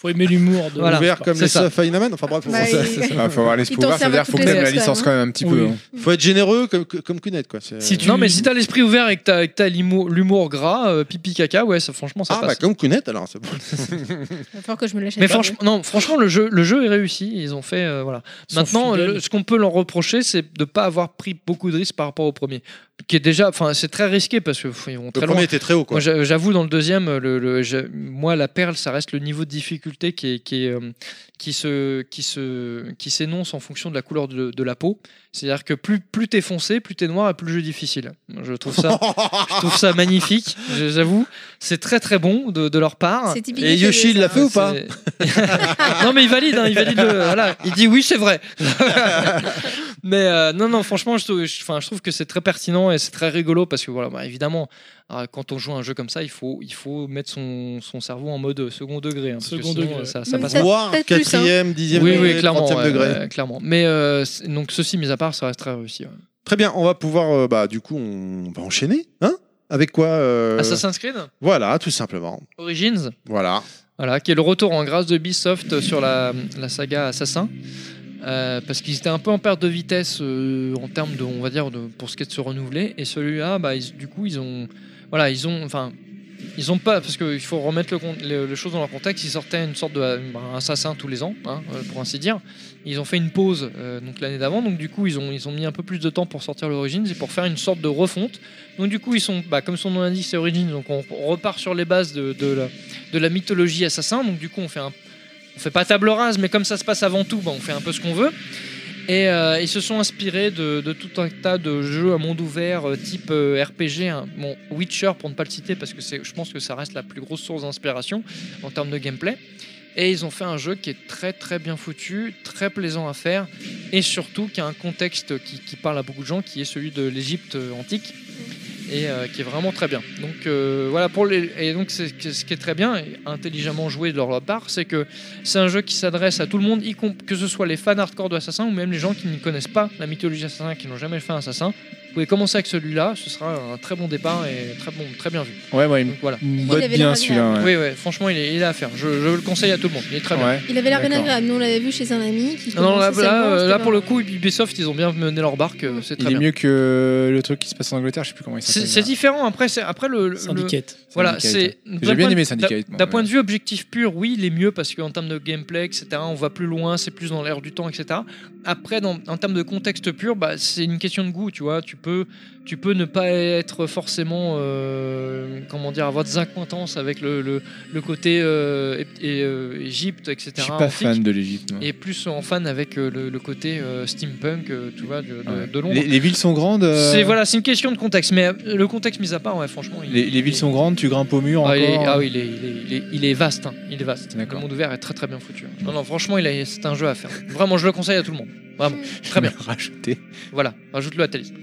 Speaker 3: Faut aimer l'humour de.
Speaker 2: Voilà.
Speaker 1: Ouvert comme
Speaker 2: c'est
Speaker 1: les
Speaker 2: ça.
Speaker 1: Safai Naman. Enfin bref,
Speaker 5: Bah,
Speaker 1: ça-
Speaker 5: il-
Speaker 6: Ah, faut avoir
Speaker 5: Ils
Speaker 6: l'esprit
Speaker 5: t'en
Speaker 6: ouvert, ça
Speaker 5: servent
Speaker 6: veut
Speaker 5: à
Speaker 6: dire faut
Speaker 5: toutes
Speaker 6: que
Speaker 5: les
Speaker 6: t'aimes la
Speaker 5: sauces,
Speaker 6: licence
Speaker 5: quand
Speaker 6: quand même un petit peu.
Speaker 3: Oui.
Speaker 6: hein.
Speaker 1: faut être généreux comme, comme Kounet quoi. C'est-
Speaker 3: Si tu-
Speaker 2: Non, mais si t'as l'esprit ouvert et que t'as, que t'as l'humour l'humour gras, euh, pipi caca, ouais, ça, franchement, ça
Speaker 1: Ah bah
Speaker 2: passe.
Speaker 1: comme Kounet alors. c'est bon.
Speaker 5: Il va falloir que je me lâche.
Speaker 2: mais
Speaker 5: avec
Speaker 2: franchement, non, franchement, le jeu, le jeu est réussi. Ils ont fait, euh, voilà.
Speaker 3: Ils sont
Speaker 2: Maintenant,
Speaker 3: fidèles.
Speaker 2: le- ce qu'on peut leur reprocher, c'est de pas avoir pris beaucoup de risques par rapport au premier, qui est déjà, enfin, c'est très risqué parce que pff, ils vont
Speaker 1: Le
Speaker 2: très loin.
Speaker 1: premier était très haut quoi.
Speaker 2: Moi, j'a- j'avoue, dans le deuxième, euh, le, le- j'a- moi, la perle, ça reste le niveau de difficulté qui, est, qui, est, euh, qui, se, qui, se, qui s'énonce en fonction de la couleur de, de la peau. C'est-à-dire que plus, plus t'es foncé, plus t'es noir et plus le jeu est difficile. Je trouve ça, je trouve ça magnifique, je- j'avoue. C'est très très bon de, de leur part.
Speaker 5: C'est typique.
Speaker 1: Et Yoshi il l'a fait ou pas
Speaker 2: Euh, C'est- Non mais il valide, hein, il valide. le- voilà, il dit oui c'est vrai. mais euh, non non franchement je, trou- je- enfin, je trouve que c'est très pertinent et c'est très rigolo parce que voilà bah, évidemment euh, quand on joue à un jeu comme ça il faut il faut mettre son, son cerveau en mode second degré. hein, parce que
Speaker 3: Second
Speaker 2: sinon,
Speaker 3: degré.
Speaker 2: euh, ça, ça
Speaker 5: Même
Speaker 2: passe
Speaker 5: ça-
Speaker 2: pas.
Speaker 1: Voir
Speaker 5: peut-être plus, hein.
Speaker 1: quatrième, dixième,
Speaker 2: Oui oui
Speaker 1: degré,
Speaker 2: clairement
Speaker 1: trentième
Speaker 2: ouais,
Speaker 1: degré.
Speaker 2: ouais, clairement. Mais euh, c'est- donc ceci mis à part ça reste très réussi. ouais.
Speaker 1: Très bien, on va pouvoir euh, bah du coup on va enchaîner hein avec quoi euh,
Speaker 2: Assassin's Creed
Speaker 1: Voilà tout simplement.
Speaker 2: Origins
Speaker 1: Voilà.
Speaker 2: Voilà, qui est le retour en grâce de Ubisoft sur la, la saga Assassin. Euh, parce qu'ils étaient un peu en perte de vitesse euh, en termes de, on va dire, de, pour ce qui est de se renouveler. Et celui-là, bah, ils- du coup, ils ont, voilà, ils ont, enfin, ils ont pas, parce qu'il faut remettre le, con- le- les choses dans leur contexte. Ils sortaient une sorte de euh, un assassin tous les ans, hein, euh, pour ainsi dire. Ils ont fait une pause euh, donc l'année d'avant, donc du coup, ils ont, ils ont mis un peu plus de temps pour sortir l'Origins et pour faire une sorte de refonte. Donc du coup, ils sont, bah, comme son nom l'indique, c'est Origins, donc on, on repart sur les bases de, de la de la mythologie assassin. Donc du coup, on fait un, on fait pas table rase, mais comme ça se passe avant tout, bah, on fait un peu ce qu'on veut. Et euh, ils se sont inspirés de, de tout un tas de jeux à monde ouvert euh, type euh, RPG, hein. bon Witcher pour ne pas le citer parce que c'est, je pense que ça reste la plus grosse source d'inspiration en termes de gameplay. Et ils ont fait un jeu qui est très très bien foutu, très plaisant à faire, et surtout qui a un contexte qui, qui parle à beaucoup de gens, qui est celui de l'Égypte euh, antique, et euh, qui est vraiment très bien. Donc euh, voilà pour les et donc c'est c'est- ce qui est très bien, et intelligemment joué de leur part, c'est que c'est un jeu qui s'adresse à tout le monde, y comp- que ce soit les fans hardcore de Assassin ou même les gens qui ne connaissent pas la mythologie Assassin, qui n'ont jamais fait un Assassin. Vous pouvez commencer avec celui-là, ce sera un très bon départ et très bon, très bien vu.
Speaker 6: Ouais, ouais, il
Speaker 2: Donc voilà.
Speaker 6: me
Speaker 5: avait
Speaker 6: botte
Speaker 5: l'air
Speaker 6: bien
Speaker 5: agréable.
Speaker 6: celui-là. ouais.
Speaker 2: Oui, ouais, franchement, il est, il est à faire. Je, je le conseille à tout le monde. Il est très bien.
Speaker 6: Ouais.
Speaker 5: Il avait l'air bien
Speaker 6: D'accord.
Speaker 5: agréable. Nous, on l'avait vu chez un ami. Qui
Speaker 2: Non, là,
Speaker 5: commençait
Speaker 2: là,
Speaker 5: seulement,
Speaker 2: euh,
Speaker 5: c'était
Speaker 2: là, pour
Speaker 5: pas-
Speaker 2: le coup, Ubisoft, ils ont bien mené leur barque. euh, C'est très
Speaker 6: Il est
Speaker 2: bien.
Speaker 6: mieux que le truc qui se passe en Angleterre, je sais plus comment il
Speaker 2: C'est
Speaker 6: s'appelle.
Speaker 2: c'est
Speaker 6: là.
Speaker 2: différent. Après, c'est- après le, le-
Speaker 3: Syndicate.
Speaker 2: Voilà,
Speaker 6: Syndicate.
Speaker 2: c'est. d'un
Speaker 6: J'ai bien
Speaker 2: point-
Speaker 6: aimé
Speaker 2: d'un-
Speaker 6: Syndicate. moi,
Speaker 2: D'un
Speaker 6: mais-
Speaker 2: point de vue objectif pur, oui, il est mieux parce qu'en termes de gameplay, etc., on va plus loin, c'est plus dans l'air du temps, etc. Après, dans- en termes de contexte pur, bah, c'est une question de goût, tu vois. Tu peux, tu peux ne pas être forcément, euh, comment dire, avoir des acquaintances avec le, le, le côté euh, Ép- et, euh, Égypte, etc.
Speaker 6: Je suis pas
Speaker 2: antique,
Speaker 6: fan de l'Égypte. moi.
Speaker 2: Et plus en fan avec euh, le, le côté euh, steampunk, euh, tu vois, de, de-
Speaker 6: Ouais.
Speaker 2: de Londres.
Speaker 6: Les, les villes sont grandes. euh,
Speaker 2: C'est voilà, c'est une question de contexte, mais euh, le contexte mis à part, ouais, franchement. il-
Speaker 6: Les, les villes sont grandes, tu grimpes au mur
Speaker 2: Ah, il est,
Speaker 6: encore.
Speaker 2: ah oui, il est, il est- il est- il est vaste. hein, Il est vaste. Le
Speaker 6: D'accord.
Speaker 2: monde ouvert est très très bien foutu. hein. Non, non, franchement, il est- c'est un jeu à faire. Vraiment, je le conseille à tout le monde. Vraiment, très bien.
Speaker 6: Rajouter.
Speaker 2: Voilà, rajoute-le à ta liste.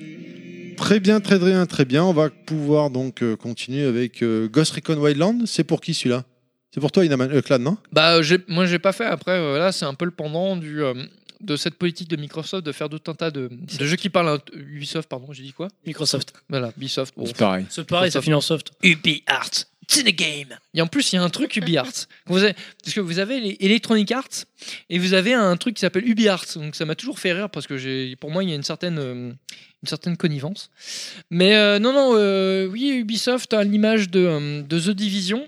Speaker 1: Très bien, très bien, très bien. On va pouvoir donc euh, continuer avec euh, Ghost Recon Wildland. C'est pour qui celui-là C'est pour toi, Inaman euh, Clan, non
Speaker 2: Bah, euh, j'ai- moi, j'ai pas fait. Après, euh, là, c'est un peu le pendant du. euh, de cette politique de Microsoft de faire tout un tas de, de jeux qui parlent à Ubisoft pardon j'ai dit quoi
Speaker 3: Microsoft.
Speaker 2: voilà Ubisoft bon.
Speaker 6: C'est pareil.
Speaker 3: C'est pareil, ça finit en soft.
Speaker 2: Ubi Arts, it's in the game. Et en plus, il y a un truc Ubi Arts. Vous avez- parce que vous avez les Electronic Arts et vous avez un truc qui s'appelle Ubi Arts. Donc ça m'a toujours fait rire parce que j'ai, pour moi, il y a une certaine, euh, une certaine connivence. Mais euh, non, non, euh, oui, Ubisoft à l'image de, euh, de The Division.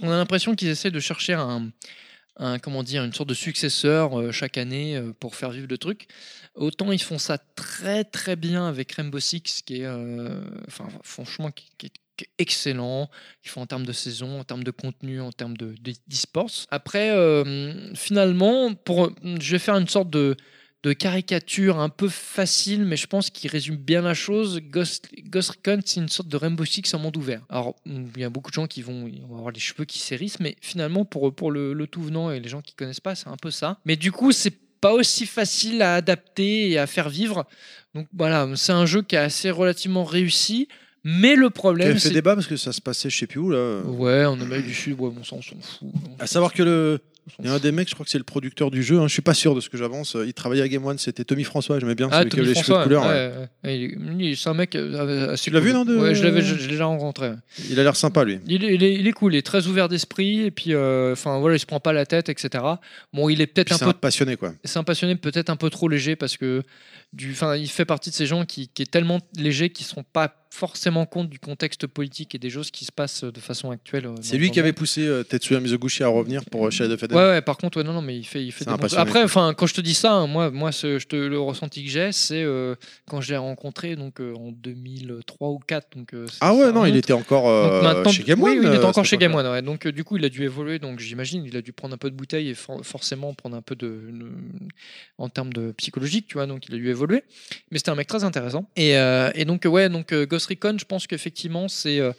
Speaker 2: On a l'impression qu'ils essaient de chercher un, un comment dire une sorte de successeur euh, chaque année euh, pour faire vivre le truc. Autant ils font ça très très bien avec Rainbow Six qui est euh, enfin franchement qui, qui est qui est excellent, qu'ils font en termes de saison, en termes de contenu, en termes de de- d'e-sports. Après, euh, finalement, pour, je vais faire une sorte de, de caricature un peu facile, mais je pense qu'il résume bien la chose. Ghost, Ghost Recon, c'est une sorte de Rainbow Six en monde ouvert. Alors, il y a beaucoup de gens qui vont ils vont avoir les cheveux qui s'hérissent, mais finalement, pour, pour le, le tout venant et les gens qui connaissent pas, c'est un peu ça. Mais du coup, c'est pas aussi facile à adapter et à faire vivre. Donc voilà, c'est un jeu qui est assez relativement réussi. Mais le problème,
Speaker 1: T'avais
Speaker 2: c'est
Speaker 1: fait débat parce que ça se passait je sais plus où là.
Speaker 2: Ouais, en Amérique du Sud, ouais, bon sang, on s'en fout.
Speaker 1: À savoir que le.
Speaker 2: On s'en
Speaker 1: Il y a un
Speaker 2: fout.
Speaker 1: des mecs, je crois que c'est le producteur du jeu, hein, je suis pas sûr de ce que j'avance. euh, Il travaillait à Game One, c'était Tommy François, j'aimais bien
Speaker 2: Ah,
Speaker 1: celui qui avait
Speaker 2: Tommy
Speaker 1: les cheveux de
Speaker 2: François,
Speaker 1: couleur. ouais.
Speaker 2: ouais, ouais, ouais. Il est- c'est un mec euh, assez
Speaker 1: Tu l'as
Speaker 2: cool.
Speaker 1: vu, non, de-
Speaker 2: Ouais, je l'avais, je, je l'ai déjà rencontré. ouais.
Speaker 1: Il a l'air sympa lui.
Speaker 2: Il est, il, est, il est cool, il est très ouvert d'esprit, et puis, euh, enfin, voilà, il se prend pas la tête, etc. Bon, il est peut-être
Speaker 1: Puis
Speaker 2: un
Speaker 1: C'est
Speaker 2: peu
Speaker 1: un passionné quoi.
Speaker 2: c'est un passionné peut-être un peu trop léger parce que du, enfin, il fait partie de ces gens qui, qui est tellement léger qu'ils ne sont pas forcément compte du contexte politique et des choses qui se passent de façon actuelle. euh,
Speaker 1: C'est
Speaker 2: dans-
Speaker 1: lui
Speaker 2: dans
Speaker 1: qui
Speaker 2: le
Speaker 1: avait poussé euh, Tetsuya Mizoguchi à revenir pour euh, Shadow of the Dead.
Speaker 2: Ouais, ouais, par contre, ouais, non, non, mais il fait, il fait
Speaker 1: C'est
Speaker 2: des
Speaker 1: un
Speaker 2: bons-
Speaker 1: passionné.
Speaker 2: Après, enfin, quand je te dis ça, hein, moi, moi, ce, je te, le ressenti que j'ai, c'est euh, quand je l'ai rencontré, donc euh, en 2003 ou 4 donc. euh, ça-
Speaker 1: Ah ouais,
Speaker 2: ça
Speaker 1: non,
Speaker 2: remonte.
Speaker 1: il était encore
Speaker 2: Donc,
Speaker 1: euh,
Speaker 2: maintenant-
Speaker 1: chez Game One.
Speaker 2: oui, oui, il était
Speaker 1: euh,
Speaker 2: encore
Speaker 1: cette
Speaker 2: chez Game
Speaker 1: époque-là.
Speaker 2: One, ouais. donc euh, du coup il a dû évoluer, donc j'imagine il a dû prendre un peu de bouteille et for- forcément prendre un peu de, une- en termes de psychologique, tu vois, donc il a dû évoluer. Mais c'était un mec très intéressant. Et, euh, et donc euh, ouais, donc euh, Ghost Recon, je pense qu'effectivement c'est euh,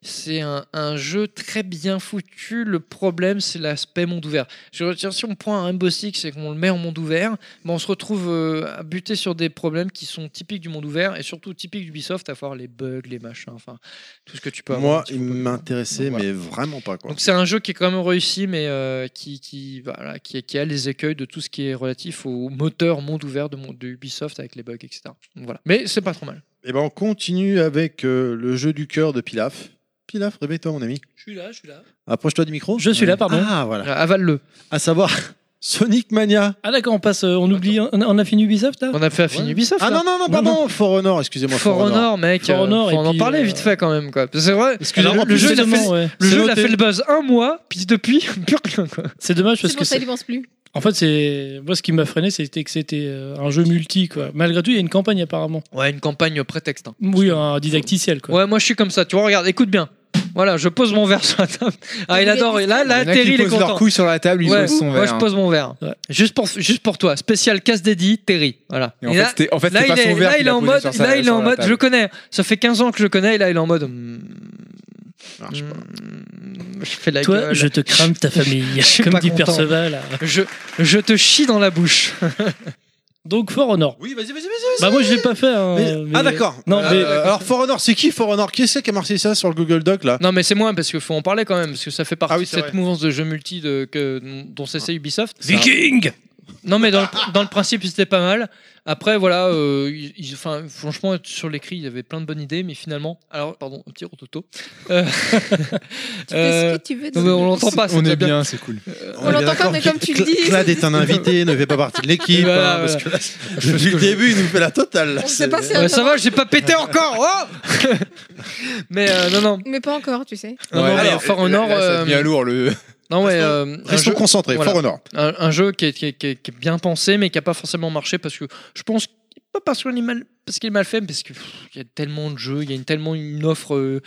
Speaker 2: c'est un, un jeu très bien foutu. Le problème c'est l'aspect monde ouvert. Je veux dire, si on prend un Rainbow Six et qu'on le met en monde ouvert, ben, on se retrouve euh, à buter sur des problèmes qui sont typiques du monde ouvert et surtout typiques d'Ubisoft, à voir les bugs, les machins, enfin tout ce que tu peux avoir. un
Speaker 1: Moi,
Speaker 2: petit
Speaker 1: il
Speaker 2: peu.
Speaker 1: m'intéressait,
Speaker 2: Voilà.
Speaker 1: mais vraiment pas quoi.
Speaker 2: Donc c'est un jeu qui est quand même réussi, mais euh, qui, qui, voilà, qui, qui a les écueils de tout ce qui est relatif au moteur monde ouvert de, mon- de Ubisoft avec les bugs, etc. Donc voilà. Mais c'est pas trop mal.
Speaker 1: Et ben on continue avec euh, le jeu du cœur de Pilaf. Pilaf, réveille-toi mon ami.
Speaker 3: Je suis là, je suis là.
Speaker 1: Approche-toi du micro.
Speaker 3: Je suis là, pardon.
Speaker 1: Ah voilà.
Speaker 2: Avale-le.
Speaker 1: À savoir Sonic Mania.
Speaker 3: Ah d'accord, on passe, euh, on oublie, on, on a fini Ubisoft là
Speaker 2: On a fait la fini
Speaker 1: Ouais.
Speaker 2: Ubisoft.
Speaker 1: Ah
Speaker 2: là.
Speaker 1: non non non
Speaker 3: Non,
Speaker 1: pardon For Honor excusez-moi
Speaker 2: For Honor, mec.
Speaker 3: For
Speaker 2: euh,
Speaker 3: Honor,
Speaker 2: faut
Speaker 3: et
Speaker 2: en
Speaker 3: puis,
Speaker 2: parler
Speaker 3: euh,
Speaker 2: vite fait quand même. quoi. C'est vrai.
Speaker 1: Excusez-moi,
Speaker 2: Alors, le
Speaker 1: plus
Speaker 2: jeu, il a
Speaker 1: justement,
Speaker 2: fait,
Speaker 3: ouais.
Speaker 2: le,
Speaker 1: C'est
Speaker 2: jeu, il a
Speaker 1: noté.
Speaker 2: fait le buzz un mois, puis depuis, plus rien. Quoi.
Speaker 3: C'est dommage parce
Speaker 5: C'est
Speaker 3: que
Speaker 5: pour ça,
Speaker 3: c'est
Speaker 5: il y pense plus.
Speaker 3: En fait, c'est moi ce qui m'a freiné, c'était que c'était euh, un jeu multi quoi. Malgré tout, il y a une campagne apparemment.
Speaker 2: Ouais, une campagne prétexte. hein.
Speaker 3: Oui, un didacticiel quoi.
Speaker 2: Ouais, moi je suis comme ça. Tu vois, regarde, écoute bien. Voilà, je pose mon verre sur la table. Ah, il
Speaker 5: Vous êtes
Speaker 2: adore. Et là,
Speaker 6: Il y
Speaker 2: là,
Speaker 6: en a
Speaker 2: Terry,
Speaker 6: qui
Speaker 2: il est
Speaker 6: posent leurs
Speaker 2: content.
Speaker 6: couilles sur la table, ils
Speaker 2: Ouais,
Speaker 6: posent son
Speaker 2: moi
Speaker 6: verre.
Speaker 2: je pose mon verre.
Speaker 3: Ouais.
Speaker 2: Juste, pour, juste pour toi, spécial casse dédi, Terry. Voilà.
Speaker 6: Et en
Speaker 2: Et
Speaker 6: fait,
Speaker 2: là,
Speaker 6: c'était- en fait,
Speaker 2: là,
Speaker 6: c'était
Speaker 2: il
Speaker 6: pas
Speaker 2: est,
Speaker 6: son verre
Speaker 2: là,
Speaker 6: qu'il
Speaker 2: il est
Speaker 6: a
Speaker 2: en
Speaker 6: posé
Speaker 2: mode,
Speaker 6: sur sa-
Speaker 2: là, il est
Speaker 6: sur
Speaker 2: en
Speaker 6: la
Speaker 2: mode
Speaker 6: table.
Speaker 2: je connais. Ça fait 15 ans que je connais, et là il est en mode. hmm,
Speaker 1: Ah, je sais pas.
Speaker 2: hmm, je fais la
Speaker 3: Toi,
Speaker 2: gueule.
Speaker 3: je te crame ta famille,
Speaker 2: suis
Speaker 3: comme
Speaker 2: pas
Speaker 3: dit
Speaker 2: content.
Speaker 3: Perceval.
Speaker 2: Je, je te chie dans la bouche.
Speaker 3: Donc For Honor.
Speaker 1: Oui vas-y vas-y vas-y.
Speaker 3: Bah moi je l'ai pas fait. hein,
Speaker 1: Mais-
Speaker 3: mais-
Speaker 1: Ah d'accord.
Speaker 3: Non,
Speaker 1: Euh,
Speaker 3: mais-
Speaker 1: alors For Honor, c'est qui For Honor Qui c'est qui a marqué ça sur le Google Doc là
Speaker 2: Non, mais c'est moi, parce qu'il faut en parler quand même, parce que ça fait partie
Speaker 1: Ah oui,
Speaker 2: de
Speaker 1: c'est
Speaker 2: cette
Speaker 1: vrai.
Speaker 2: mouvance de jeux multi de, que, dont s'essaie Ubisoft.
Speaker 3: Viking.
Speaker 2: Non, mais dans le, pr- dans le principe, c'était pas mal. Après, voilà, euh, ils- ils- enfin, franchement, sur l'écrit, il y avait plein de bonnes idées, mais finalement. Alors, pardon, un petit rototo. Euh,
Speaker 5: Tu fais
Speaker 2: euh,
Speaker 5: ce que tu veux.
Speaker 2: non, mais on l'entend pas, c'est
Speaker 6: On
Speaker 2: déjà
Speaker 6: est
Speaker 2: bien.
Speaker 6: bien, c'est cool.
Speaker 5: On l'entend pas, mais comme tu le dis.
Speaker 1: Clad est un invité, ne fait pas partie de l'équipe.
Speaker 2: Voilà,
Speaker 1: hein, parce
Speaker 2: voilà.
Speaker 1: que là, depuis le début, il nous fait la totale. là.
Speaker 5: On sait
Speaker 1: C'est-
Speaker 5: pas si-
Speaker 2: Ouais, ça va, j'ai pas pété encore. oh mais euh, non, non,
Speaker 5: Mais pas encore, tu sais.
Speaker 2: non, non, mais
Speaker 1: alors,
Speaker 2: Fort Honor.
Speaker 6: Là, ça
Speaker 2: euh,
Speaker 6: devient lourd le.
Speaker 2: non, ouais, euh, un
Speaker 1: Restons
Speaker 2: jeu-
Speaker 1: concentrés,
Speaker 2: voilà.
Speaker 1: For Honor.
Speaker 2: un, un jeu qui est, qui, est, qui est- qui est bien pensé, mais qui n'a pas forcément marché parce que je pense pas parce qu'il est mal, parce qu'il est mal fait, mais parce qu'il y a tellement de jeux, il y a une- tellement une offre euh,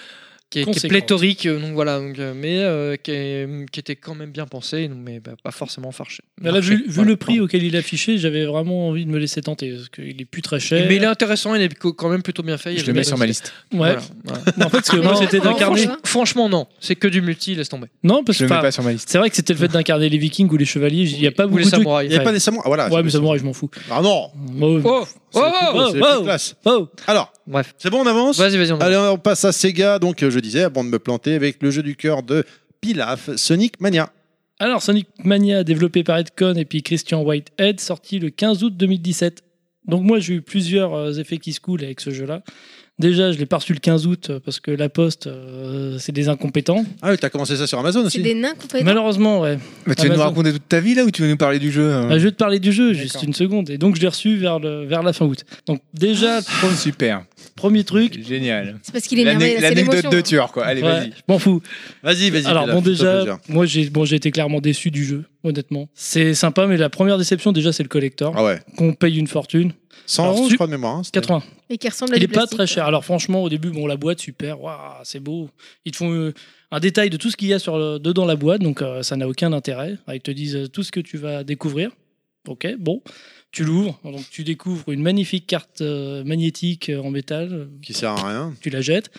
Speaker 2: qui, est, qui est
Speaker 3: Conséquente.
Speaker 2: pléthorique, euh, donc voilà, donc, euh, mais euh, qui, est- qui était quand même bien pensé, donc, mais bah, pas forcément farché.
Speaker 3: Mais là,
Speaker 2: marché.
Speaker 3: vu, vu
Speaker 2: Voilà.
Speaker 3: le prix auquel il est affiché, j'avais vraiment envie de me laisser tenter parce qu'il est plus très cher.
Speaker 2: Mais il est intéressant, il est co- quand même plutôt bien fait. il y a
Speaker 6: Je
Speaker 2: des
Speaker 6: le mets
Speaker 2: bonnes
Speaker 6: sur ma
Speaker 2: idées.
Speaker 6: liste.
Speaker 3: Ouais.
Speaker 2: Voilà, voilà.
Speaker 3: Mais En fait, ce que moi
Speaker 2: Non,
Speaker 3: c'était
Speaker 5: non,
Speaker 3: d'incarner.
Speaker 2: franchement- Franchement, non, c'est que du multi, laisse tomber.
Speaker 3: Non, parce
Speaker 6: Je
Speaker 3: que
Speaker 6: le mets
Speaker 3: enfin,
Speaker 6: pas sur ma liste.
Speaker 3: c'est vrai que c'était le fait d'incarner les Vikings ou les chevaliers. Il y a pas
Speaker 2: Ou
Speaker 3: beaucoup
Speaker 2: les
Speaker 3: de. trucs-
Speaker 2: samouraïs.
Speaker 1: Il n'y avait
Speaker 3: Ouais.
Speaker 1: pas des samouraïs. Voilà.
Speaker 3: Ouais, mais samouraï, je m'en fous.
Speaker 1: Ah non
Speaker 3: Moi,
Speaker 1: C'est
Speaker 2: Oh, oh,
Speaker 1: plus-
Speaker 2: oh.
Speaker 1: c'est
Speaker 3: oh,
Speaker 1: plus classe.
Speaker 3: oh.
Speaker 1: Alors,
Speaker 2: Bref,
Speaker 1: c'est bon, on avance
Speaker 2: vas-y, vas-y, on va.
Speaker 1: Allez, on passe à Sega. Donc, euh, je disais, avant de me planter, avec le jeu du cœur de Pilaf, Sonic Mania.
Speaker 3: Alors, Sonic Mania, développé par Ed Cohn et puis Christian Whitehead, sorti le 15 août 2017. Donc, moi, j'ai eu plusieurs euh, effets qui se coulent avec ce jeu-là. Déjà, je l'ai pas reçu le 15 août euh, parce que la poste, euh, c'est des incompétents.
Speaker 1: Ah oui, t'as commencé ça sur Amazon
Speaker 5: C'est
Speaker 1: aussi
Speaker 5: des nains complètement.
Speaker 3: Malheureusement, ouais.
Speaker 6: Mais tu vas nous
Speaker 3: Amazon.
Speaker 6: raconter toute ta vie là ou tu vas nous parler du jeu hein
Speaker 3: Bah, je vais te parler du jeu, juste
Speaker 6: D'accord.
Speaker 3: une seconde. Et donc, je l'ai reçu vers, le, vers la fin août. Donc, déjà, le pro-
Speaker 6: Super.
Speaker 3: Premier truc.
Speaker 6: Génial.
Speaker 5: C'est parce qu'il est énervé,
Speaker 6: L'ane-
Speaker 5: c'est
Speaker 6: L'anecdote
Speaker 5: l'émotion.
Speaker 6: de Turc, quoi. Allez,
Speaker 3: Ouais,
Speaker 6: vas-y.
Speaker 3: je m'en fous.
Speaker 1: Vas-y, vas-y.
Speaker 3: Alors
Speaker 1: fais-la,
Speaker 3: bon
Speaker 1: fais-toi
Speaker 3: déjà,
Speaker 1: plaisir.
Speaker 3: moi j'ai bon j'ai été clairement déçu du jeu, honnêtement. C'est sympa, mais la première déception déjà c'est le collector,
Speaker 1: Ah ouais.
Speaker 3: qu'on paye une fortune,
Speaker 1: 100
Speaker 3: Alors,
Speaker 1: euros,
Speaker 3: tu-
Speaker 1: je crois, de mémoire. hein, c'était-
Speaker 3: 80.
Speaker 5: Et qui ressemble à
Speaker 3: Il
Speaker 5: du
Speaker 3: est pas
Speaker 5: plastique.
Speaker 3: très cher. Alors franchement au début bon la boîte super, waouh c'est beau. Ils te font euh, un détail de tout ce qu'il y a sur le- dedans la boîte, donc euh, ça n'a aucun intérêt. Ah, Ils te disent euh, tout ce que tu vas découvrir. Ok bon, tu l'ouvres, donc tu découvres une magnifique carte euh, magnétique euh, en métal, euh,
Speaker 1: Qui sert à rien.
Speaker 3: tu la jettes.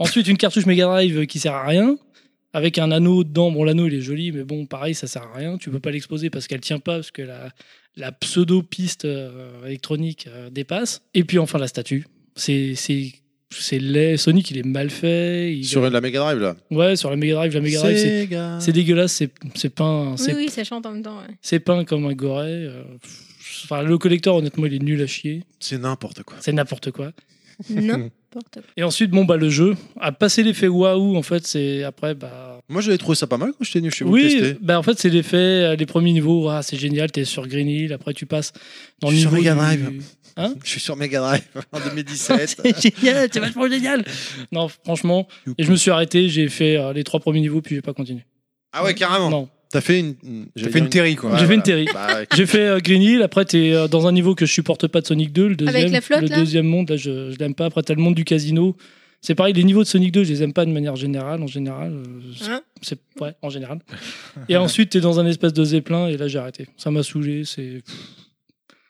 Speaker 3: Ensuite, une cartouche Mega Drive euh, qui sert à rien, avec un anneau dedans. Bon, l'anneau il est joli, mais bon, pareil, ça sert à rien. Tu peux pas l'exposer parce qu'elle tient pas, parce que la, la pseudo piste euh, électronique euh, dépasse. Et puis enfin la statue. C'est c'est c'est laid. Sonic il est mal fait. Il
Speaker 1: Sur de la Mega Drive, là.
Speaker 3: Ouais, sur la Mega Drive, la Mega Drive c'est
Speaker 1: Sega.
Speaker 3: c'est dégueulasse. C'est c'est pas un-
Speaker 5: Oui,
Speaker 3: c'est
Speaker 5: oui, ça chante en même temps. ouais.
Speaker 3: c'est peint comme un goret. euh, pff, Enfin, le collector, honnêtement, il est nul à chier.
Speaker 1: C'est n'importe quoi.
Speaker 3: C'est n'importe quoi.
Speaker 5: N'importe quoi.
Speaker 3: Et ensuite, bon, bah, le jeu, à passer l'effet waouh, en fait, c'est après, bah.
Speaker 1: Moi, j'avais trouvé ça pas mal quand j'étais venu chez vous
Speaker 3: Oui,
Speaker 1: tester.
Speaker 3: bah, en fait, c'est l'effet, euh, les premiers niveaux, ah, c'est génial, t'es sur Green Hill, après, tu passes dans
Speaker 1: Je
Speaker 3: le
Speaker 1: suis
Speaker 3: niveau.
Speaker 1: sur Mega
Speaker 3: du-
Speaker 1: Drive. Je suis sur Mega Drive en 2017.
Speaker 3: C'est génial, c'est vachement génial. Non, franchement, et je me suis arrêté, j'ai fait euh, les trois premiers niveaux, puis j'ai pas continué.
Speaker 1: ah ouais, carrément.
Speaker 3: Non,
Speaker 1: T'as fait une. une-
Speaker 6: J'ai
Speaker 1: j'allais
Speaker 6: fait
Speaker 1: dire
Speaker 6: une terrie, quoi.
Speaker 1: Ouais,
Speaker 3: j'ai fait une
Speaker 1: voilà.
Speaker 3: terrible.
Speaker 1: Bah ouais.
Speaker 3: J'ai fait euh, Green Hill, après t'es euh, dans un niveau que je supporte pas de Sonic 2, le deuxième,
Speaker 5: la flotte,
Speaker 3: le
Speaker 5: là
Speaker 3: deuxième monde, là je, je l'aime pas, après t'as le monde du casino. C'est pareil, les niveaux de Sonic 2, je les aime pas de manière générale, en général. euh, c'est-
Speaker 5: Hein
Speaker 3: c'est ouais, en général. Et ensuite t'es dans un espèce de zeppelin et là j'ai arrêté. Ça m'a saoulé, c'est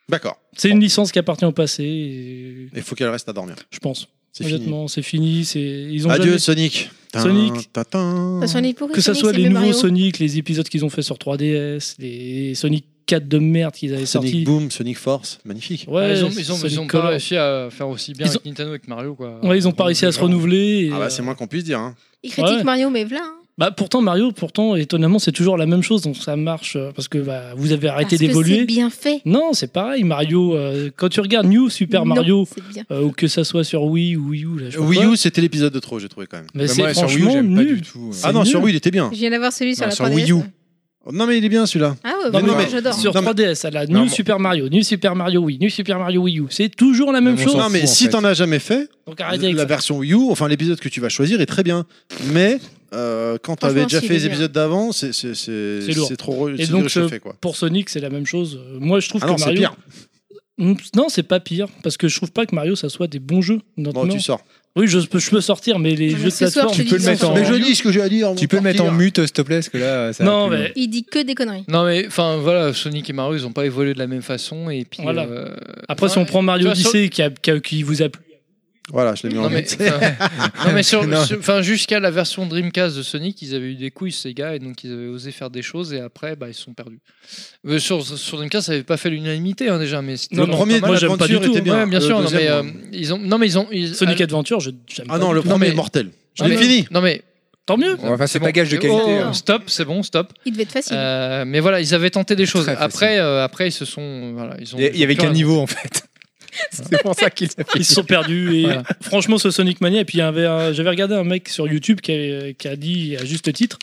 Speaker 1: D'accord.
Speaker 3: c'est une licence qui appartient au passé, et
Speaker 1: Il faut qu'elle reste à dormir.
Speaker 3: je pense.
Speaker 1: C'est fini.
Speaker 3: Honnêtement, c'est fini, c'est ils ont
Speaker 1: Adieu,
Speaker 3: jamais-
Speaker 1: Sonic.
Speaker 3: Sonic.
Speaker 1: Tin, tin,
Speaker 5: Parce
Speaker 1: tin.
Speaker 5: qu'on est pourri,
Speaker 3: Ah. que ça
Speaker 5: Ah, Sonic,
Speaker 3: soit
Speaker 5: c'est
Speaker 3: les
Speaker 5: mieux
Speaker 3: nouveaux
Speaker 5: Mario.
Speaker 3: Sonic, les épisodes qu'ils ont fait sur 3DS, les Sonic 4 de merde qu'ils avaient
Speaker 1: Sonic
Speaker 3: sorti.
Speaker 1: Boom, Sonic Force, magnifique.
Speaker 3: Ouais,
Speaker 2: Ah, ils ont, ils ont, ils
Speaker 3: Sonic
Speaker 2: ont pas
Speaker 3: Colors.
Speaker 2: réussi à faire aussi bien
Speaker 3: Ils
Speaker 2: avec Nintendo avec Mario quoi.
Speaker 3: Ouais, ils ont pas réussi à se renouveler. et,
Speaker 1: Ah bah c'est
Speaker 3: euh,
Speaker 1: moins qu'on puisse dire. hein.
Speaker 5: Il critique
Speaker 3: Ouais.
Speaker 5: Mario, mais voilà. hein.
Speaker 3: Bah pourtant Mario, pourtant étonnamment c'est toujours la même chose donc ça marche euh, parce que bah, vous avez arrêté
Speaker 5: Parce que C'est
Speaker 3: d'évoluer.
Speaker 5: bien fait.
Speaker 3: Non c'est pareil Mario. euh, quand tu regardes New Super
Speaker 5: Non,
Speaker 3: Mario
Speaker 5: C'est bien.
Speaker 3: euh, ou que ça soit sur Wii ou Wii U là. je sais pas
Speaker 1: Euh, Wii
Speaker 3: quoi,
Speaker 1: U, c'était l'épisode de trop, j'ai trouvé quand même.
Speaker 3: Mais
Speaker 6: Bah,
Speaker 3: c'est
Speaker 6: moi, sur Wii U,
Speaker 3: franchement
Speaker 6: j'aime pas du
Speaker 3: nul.
Speaker 6: tout. euh.
Speaker 3: C'est
Speaker 1: Ah non, sur
Speaker 3: nul.
Speaker 1: Wii, il était bien.
Speaker 5: Je viens d'avoir celui sur
Speaker 1: Non,
Speaker 5: la
Speaker 1: sur
Speaker 5: 3DS.
Speaker 1: Wii U. Oh, Non mais il est bien celui-là.
Speaker 5: Ah ouais,
Speaker 3: Non,
Speaker 5: bah,
Speaker 1: mais
Speaker 5: moi,
Speaker 1: non, mais-
Speaker 5: j'adore.
Speaker 3: Sur
Speaker 1: Non, mais-
Speaker 3: 3DS, elle a New
Speaker 6: Non, mais-
Speaker 3: Super Mario, New Super Mario Wii, New Super Mario Wii U. C'est toujours la même
Speaker 6: mais on
Speaker 3: chose.
Speaker 6: s'en
Speaker 1: Non mais
Speaker 6: fout, en
Speaker 1: si
Speaker 6: fait.
Speaker 1: t'en as jamais fait,
Speaker 3: Donc arrêtez avec
Speaker 1: la
Speaker 3: ça.
Speaker 1: version Wii U, enfin l'épisode que tu vas choisir est très bien. Mais euh, quand t'avais
Speaker 5: Franchement,
Speaker 1: déjà
Speaker 5: si,
Speaker 1: fait
Speaker 5: il est
Speaker 1: les
Speaker 5: bien.
Speaker 1: épisodes d'avant, c'est c'est- c'est-
Speaker 3: C'est lourd.
Speaker 1: c'est trop re-
Speaker 3: Et
Speaker 1: c'est
Speaker 3: donc, euh,
Speaker 1: réchauffé quoi.
Speaker 3: Pour Sonic, c'est la même chose. Euh, Moi, je trouve
Speaker 1: Ah non,
Speaker 3: que
Speaker 1: c'est
Speaker 3: Mario.
Speaker 1: pire.
Speaker 3: Mm, Non, c'est pas pire parce que je trouve pas que Mario, ça soit des bons jeux.
Speaker 1: Non,
Speaker 3: honnêtement.
Speaker 1: tu sors.
Speaker 3: Oui, je, je peux sortir, mais les
Speaker 5: Non, mais
Speaker 3: jeux de
Speaker 5: ce soir,
Speaker 3: plateforme,
Speaker 5: je te
Speaker 6: tu peux
Speaker 5: dis
Speaker 6: le mettre
Speaker 5: non,
Speaker 6: en-
Speaker 5: mais
Speaker 1: Mais je dis ce que j'ai à dire.
Speaker 6: Tu peux le mettre en mute, euh, s'il te plaît, parce que là, ça. va
Speaker 3: Non,
Speaker 6: plus
Speaker 3: mais
Speaker 6: loin.
Speaker 5: Il dit que des conneries.
Speaker 2: Non mais enfin voilà Sonic et Mario ils ont pas évolué de la même façon et puis
Speaker 3: Voilà.
Speaker 2: euh,
Speaker 3: Après, si
Speaker 2: ouais.
Speaker 3: on prend Mario
Speaker 2: Tu vois, sur-
Speaker 3: Odyssey qui, a- qui a- qui vous a plu.
Speaker 1: Voilà, je l'ai mis en
Speaker 2: Non mais,
Speaker 1: mute.
Speaker 2: enfin, non, mais sur-
Speaker 6: Non.
Speaker 2: sur- enfin, jusqu'à la version Dreamcast de Sonic, ils avaient eu des couilles ces gars et donc ils avaient osé faire des choses et après bah, ils se sont perdus. Euh, sur, sur Dreamcast, ça n'avait pas fait l'unanimité hein, déjà, mais c'était
Speaker 1: Le
Speaker 2: pas
Speaker 1: premier
Speaker 2: mal.
Speaker 3: moi,
Speaker 1: de
Speaker 3: j'aime pas du
Speaker 1: l'aventure
Speaker 3: tout.
Speaker 1: était bien.
Speaker 2: Ouais, bien
Speaker 1: Le
Speaker 2: sûr, non,
Speaker 1: deuxième,
Speaker 2: mais euh,
Speaker 1: moi.
Speaker 2: ils ont non mais ils ont ils-
Speaker 3: Sonic
Speaker 2: ah,
Speaker 3: Adventure, je j'aime
Speaker 1: Ah
Speaker 3: pas
Speaker 1: non,
Speaker 3: du
Speaker 1: le
Speaker 3: tout.
Speaker 1: premier
Speaker 2: mais-
Speaker 1: est mortel. Je
Speaker 2: non,
Speaker 1: l'ai
Speaker 2: mais-
Speaker 1: fini.
Speaker 2: Non mais
Speaker 3: Tant mieux.
Speaker 6: Ouais, Enfin, c'est
Speaker 2: bon.
Speaker 6: pas gage de
Speaker 2: Oh,
Speaker 6: qualité.
Speaker 2: oh,
Speaker 6: hein.
Speaker 2: stop, c'est bon, stop.
Speaker 5: Il devait être facile.
Speaker 2: Euh, mais voilà, ils avaient tenté des choses.
Speaker 6: Très facile.
Speaker 2: Après, euh, après, ils se sont voilà, ils ont.
Speaker 6: Il y a- il y avait
Speaker 2: ils ont
Speaker 6: qu'un
Speaker 2: plus
Speaker 6: niveau, en fait. C'est pour ça qu'il s'appelle.
Speaker 3: Ils se sont perdus. Et
Speaker 2: Voilà.
Speaker 3: franchement, ce Sonic Mania. Et puis, il y avait un- j'avais regardé un mec sur YouTube qui a, qui a dit, à juste titre,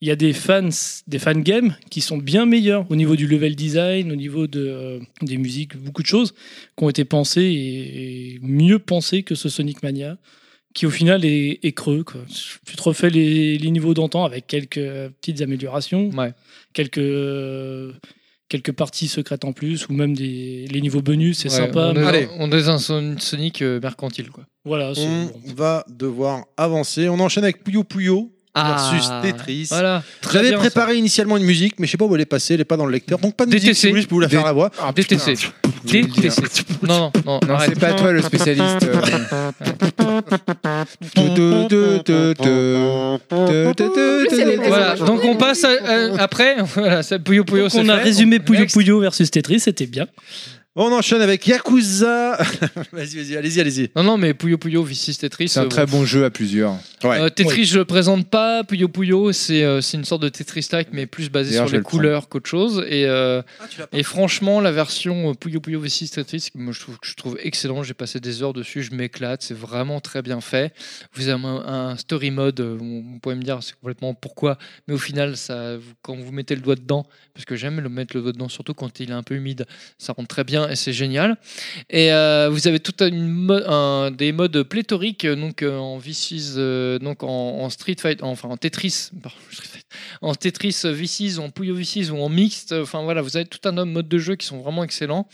Speaker 3: il y a des fans, des fan games qui sont bien meilleurs au niveau du level design, au niveau de, euh, des musiques, beaucoup de choses qui ont été pensées et, et mieux pensées que ce Sonic Mania, qui au final est, est creux. quoi. Tu te refais les, les niveaux d'antan avec quelques euh, petites améliorations,
Speaker 2: Ouais.
Speaker 3: quelques euh, quelques parties secrètes en plus, ou même des, les niveaux bonus, c'est
Speaker 2: Ouais,
Speaker 3: sympa.
Speaker 2: On est,
Speaker 1: Allez.
Speaker 2: on est un Son- Sonic euh, mercantile quoi.
Speaker 3: Voilà, c'est
Speaker 1: On
Speaker 3: bon.
Speaker 1: va devoir avancer. On enchaîne avec Puyo Puyo versus
Speaker 2: Ah,
Speaker 1: Tetris.
Speaker 2: Voilà. Très
Speaker 1: J'avais
Speaker 2: bien,
Speaker 1: préparé initialement une musique, mais je sais pas où elle est passée, elle est pas dans le lecteur. Donc pas de musique,
Speaker 2: DTC.
Speaker 1: si vous voulez, je peux vous la faire la voix.
Speaker 2: ça.
Speaker 6: Ah,
Speaker 2: DTC. DTC. Non non non.
Speaker 6: Non,
Speaker 2: arrête.
Speaker 6: c'est pas toi le spécialiste. euh.
Speaker 1: Euh,
Speaker 5: c'est les mêmes.
Speaker 2: Voilà, donc on passe à- à- après. Voilà, ça, Puyo Puyo.
Speaker 3: Donc
Speaker 2: c'est
Speaker 3: on a
Speaker 2: fait.
Speaker 3: résumé Puyo
Speaker 2: Next.
Speaker 3: Puyo versus Tetris, c'était bien.
Speaker 1: On enchaîne avec Yakuza. vas-y, vas-y, allez-y, allez-y.
Speaker 2: Non, non, mais Puyo Puyo, Vicis Tetris.
Speaker 6: C'est un
Speaker 2: euh,
Speaker 6: très bon jeu à plusieurs.
Speaker 2: Euh, Tetris, je le présente pas. Puyo Puyo, c'est euh, c'est une sorte de Tetris-like, mais plus basé
Speaker 6: D'ailleurs,
Speaker 2: sur
Speaker 6: je vais
Speaker 2: les
Speaker 6: le
Speaker 2: couleurs qu'autre chose. Et, euh,
Speaker 1: Ah, tu l'as
Speaker 2: et franchement, la version euh, Puyo Puyo V6 Tetris, que moi, je trouve, que je trouve excellent. J'ai passé des heures dessus, je m'éclate. C'est vraiment très bien fait. Vous avez un, un story mode, euh, on, on pourrait me dire c'est complètement pourquoi, mais au final, ça, vous- quand vous mettez le doigt dedans, parce que j'aime le mettre le doigt dedans, surtout quand il est un peu humide, ça rentre très bien. bien et c'est génial. Et euh, vous avez tout une mo- un- des modes pléthoriques euh, donc euh, en V6, euh, donc en, en Street Fight, enfin en Tetris, pardon, Street Fight, en Tetris V6, en Puyo V6 ou en mixte. Enfin voilà, vous avez tout un mode de jeu qui sont vraiment excellents.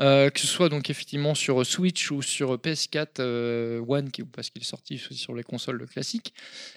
Speaker 2: Euh, que ce soit donc effectivement sur Switch ou sur PS4 euh, One qui, parce qu'il est sorti sur les consoles classiques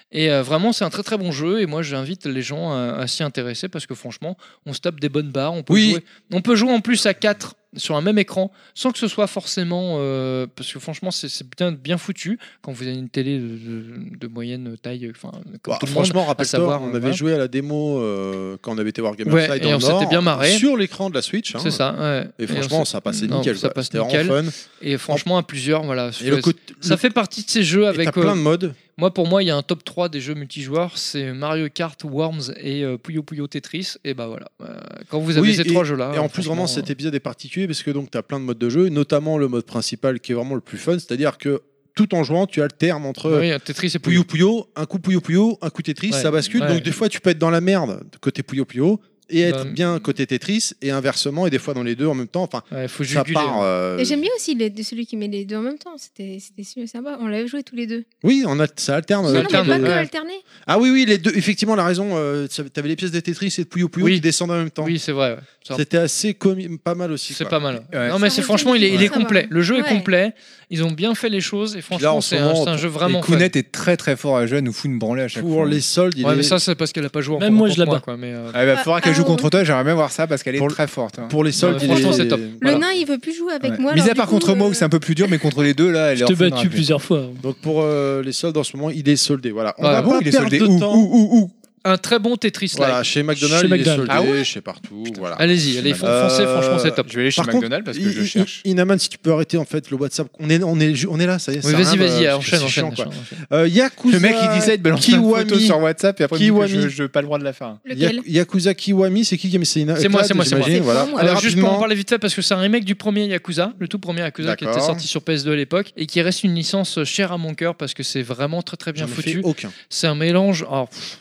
Speaker 2: et euh, vraiment c'est un très très bon jeu et moi j'invite les gens à, à s'y intéresser parce que franchement on se tape des bonnes barres on peut,
Speaker 1: Oui.
Speaker 2: jouer, on peut jouer en plus à 4 sur un même écran sans que ce soit forcément euh, parce que franchement c'est- c'est bien, bien foutu quand vous avez une télé de, de- de moyenne taille enfin comme
Speaker 1: Bah,
Speaker 2: tout le monde
Speaker 1: franchement, rappelle-toi,
Speaker 2: savoir,
Speaker 1: on
Speaker 2: euh,
Speaker 1: avait
Speaker 2: voilà.
Speaker 1: joué à la démo euh, quand on avait été voir Game
Speaker 2: Ouais,
Speaker 1: Outside
Speaker 2: et
Speaker 1: en
Speaker 2: on s'était
Speaker 1: Nord,
Speaker 2: bien marré.
Speaker 1: Sur l'écran de la Switch. hein.
Speaker 2: c'est ça ouais.
Speaker 1: Et
Speaker 2: on
Speaker 1: franchement,
Speaker 2: s-
Speaker 1: ça passait
Speaker 2: non,
Speaker 1: nickel.
Speaker 2: ça
Speaker 1: quoi.
Speaker 2: passe
Speaker 1: C'était vraiment fun.
Speaker 2: nickel. et franchement à plusieurs voilà
Speaker 1: Et le
Speaker 2: c'est-
Speaker 1: côté-
Speaker 2: ça fait partie de ces jeux
Speaker 1: et
Speaker 2: avec
Speaker 1: t'as
Speaker 2: euh,
Speaker 1: plein de modes.
Speaker 2: Moi, pour moi, il y a un top 3 des jeux multijoueurs, c'est Mario Kart, Worms et euh, Puyo Puyo Tetris. Et bah voilà, Euh, quand vous avez
Speaker 1: Oui,
Speaker 2: ces trois jeux-là... euh,
Speaker 1: et en plus,
Speaker 2: ah, franchement,
Speaker 1: vraiment, cet épisode est particulier parce que donc t'as plein de modes de jeu, notamment le mode principal qui est vraiment le plus fun, c'est-à-dire que tout en jouant, tu alternes entre
Speaker 2: Ah euh, oui, Tetris et Puyo.
Speaker 1: euh, Puyo Puyo, un coup Puyo Puyo, un coup Tetris,
Speaker 2: Ouais,
Speaker 1: ça bascule.
Speaker 2: ouais.
Speaker 1: Donc des fois, tu peux être dans la merde côté Puyo Puyo et être
Speaker 2: Bah,
Speaker 1: bien côté Tetris et inversement et des fois dans les deux en même temps. Enfin,
Speaker 2: Ouais, faut
Speaker 1: ça
Speaker 2: juguler.
Speaker 1: part. euh,
Speaker 5: Et j'aime bien aussi les- celui qui met les deux en même temps. C'était c'était celui sympa. On l'avait joué tous les deux.
Speaker 1: Oui, on a, ça alterne.
Speaker 5: Non,
Speaker 1: euh,
Speaker 5: non, mais
Speaker 2: alterne,
Speaker 5: pas que
Speaker 2: ouais.
Speaker 5: alterné.
Speaker 1: Ah oui, oui, les deux. Effectivement, la raison. euh, ça- T'avais les pièces de Tetris et de Puyo Puyo
Speaker 2: Oui.
Speaker 1: qui descendent en même temps.
Speaker 2: Oui, c'est vrai. ouais. Ça-
Speaker 1: C'était assez comi- pas mal aussi.
Speaker 2: C'est
Speaker 1: quoi.
Speaker 2: pas mal.
Speaker 6: Ouais.
Speaker 2: Non, mais
Speaker 5: Ça
Speaker 2: c'est
Speaker 5: résume
Speaker 2: franchement, il est, il est
Speaker 5: tout, ça
Speaker 2: complet.
Speaker 5: va.
Speaker 2: Le jeu est
Speaker 5: Ouais.
Speaker 2: complet. Ils ont bien fait les choses. Et
Speaker 1: là, en
Speaker 2: franchement,
Speaker 1: ce
Speaker 2: c'est un,
Speaker 1: moment,
Speaker 2: c'est un jeu
Speaker 6: Et
Speaker 2: vraiment fun.
Speaker 6: Kounet est très très fort à jouer, elle nous fout une branlée à chaque
Speaker 1: Pour
Speaker 6: fois.
Speaker 1: les soldes, il
Speaker 2: Ouais,
Speaker 1: est-
Speaker 2: mais ça, c'est parce qu'elle a pas joué en
Speaker 3: Même moi, je la bats.
Speaker 2: Quoi, mais, euh,
Speaker 6: Ah, il va
Speaker 5: Ah,
Speaker 6: falloir qu'elle
Speaker 5: ah,
Speaker 6: joue contre
Speaker 5: ouais.
Speaker 6: toi, j'aimerais bien voir ça parce qu'elle est
Speaker 1: Pour le-
Speaker 6: très forte. hein.
Speaker 1: pour les soldes,
Speaker 2: Ouais,
Speaker 1: il
Speaker 2: franchement,
Speaker 1: est-
Speaker 2: c'est top.
Speaker 5: Le
Speaker 2: Voilà.
Speaker 5: nain, il veut plus jouer avec
Speaker 6: Ouais.
Speaker 5: moi.
Speaker 6: Mis
Speaker 5: alors
Speaker 6: à part
Speaker 5: du coup,
Speaker 6: contre moi où
Speaker 5: euh,
Speaker 6: c'est un peu plus dur, mais contre les deux là, elle
Speaker 3: Je
Speaker 6: est
Speaker 3: te
Speaker 6: en Ah, train de
Speaker 3: battu
Speaker 6: racler.
Speaker 3: plusieurs fois.
Speaker 1: Donc pour euh, les soldes en ce moment, il est soldé. Voilà. On
Speaker 2: Ouais,
Speaker 1: va
Speaker 2: ah
Speaker 6: bon,
Speaker 1: pas
Speaker 6: il est
Speaker 1: perdre
Speaker 6: soldé
Speaker 1: de
Speaker 6: où,
Speaker 1: temps.
Speaker 6: Ouh, ouh, ouh.
Speaker 2: Un très bon Tetris-like.
Speaker 1: Voilà, chez McDonald's,
Speaker 3: Chez
Speaker 1: il est soldé,
Speaker 3: McDonald's.
Speaker 6: Ah ouais
Speaker 1: chez partout. Voilà.
Speaker 2: Allez-y, allez, fon-
Speaker 1: Euh,
Speaker 2: foncez. Franchement, c'est top.
Speaker 6: Je vais aller chez
Speaker 1: Par contre,
Speaker 6: McDonald's parce que
Speaker 1: I-
Speaker 6: je
Speaker 1: I-
Speaker 6: cherche.
Speaker 1: Inaman, si tu peux arrêter en fait le WhatsApp. On est, on est, ju- on est là, ça y est.
Speaker 2: Oui,
Speaker 1: ça
Speaker 2: vas-y,
Speaker 1: rame, euh,
Speaker 2: vas-y,
Speaker 1: parce que
Speaker 2: enchaîne,
Speaker 1: c'est
Speaker 2: enchaîne.
Speaker 1: chiant, quoi.
Speaker 2: enchaîne.
Speaker 1: Euh, Yakuza.
Speaker 6: Le mec il dit ça, il te balance une
Speaker 1: Kiwami.
Speaker 6: photo sur WhatsApp et après il me dit que
Speaker 1: Kiwami.
Speaker 6: je- je n'ai pas le droit de la faire. hein.
Speaker 5: Lequel
Speaker 1: Yak- Yakuza Kiwami, c'est qui qui a mis C'est Ina-
Speaker 2: C'est moi,
Speaker 1: Clad,
Speaker 2: c'est moi, c'est moi.
Speaker 1: j'imagine,
Speaker 5: C'est
Speaker 1: Voilà.
Speaker 5: moi, moi.
Speaker 2: Alors,
Speaker 1: Alors,
Speaker 2: juste pour en
Speaker 1: rapidement,
Speaker 2: parler vite fait, parce que c'est un remake du premier Yakuza, le tout premier Yakuza qui était
Speaker 1: D'accord.
Speaker 2: sorti sur PS2 à l'époque, et qui reste une licence euh, chère à mon cœur parce que c'est vraiment très très bien
Speaker 1: j'en ai fait
Speaker 2: foutu.
Speaker 1: Aucun.
Speaker 2: C'est un mélange. alors, pff,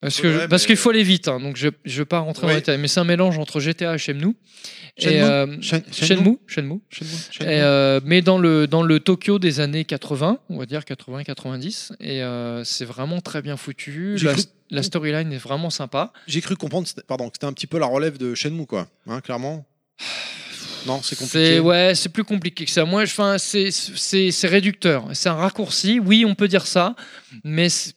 Speaker 2: parce que
Speaker 1: Ouais,
Speaker 2: parce
Speaker 1: mais-
Speaker 2: qu'il faut aller vite, hein, donc je je vais pas rentrer dans
Speaker 1: Oui.
Speaker 2: les détails, mais c'est un mélange entre GTA et Shenmue. Et,
Speaker 1: Shenmue
Speaker 2: euh,
Speaker 1: Shen-
Speaker 2: Shenmue, Shenmue. Et, euh, mais dans le, dans le Tokyo des années 80, on va dire 80-90, et euh, c'est vraiment très bien foutu.
Speaker 1: J'ai
Speaker 2: La,
Speaker 1: cru-
Speaker 2: la storyline est vraiment sympa.
Speaker 1: J'ai cru comprendre, que c'était- pardon, que c'était un petit peu la relève de Shenmue, quoi. Hein, clairement. Non, c'est
Speaker 2: C'est
Speaker 1: compliqué.
Speaker 2: ouais, c'est plus compliqué que ça. Moi, je, enfin, c'est c'est c'est réducteur. C'est un raccourci. Oui, on peut dire ça, mais c'est-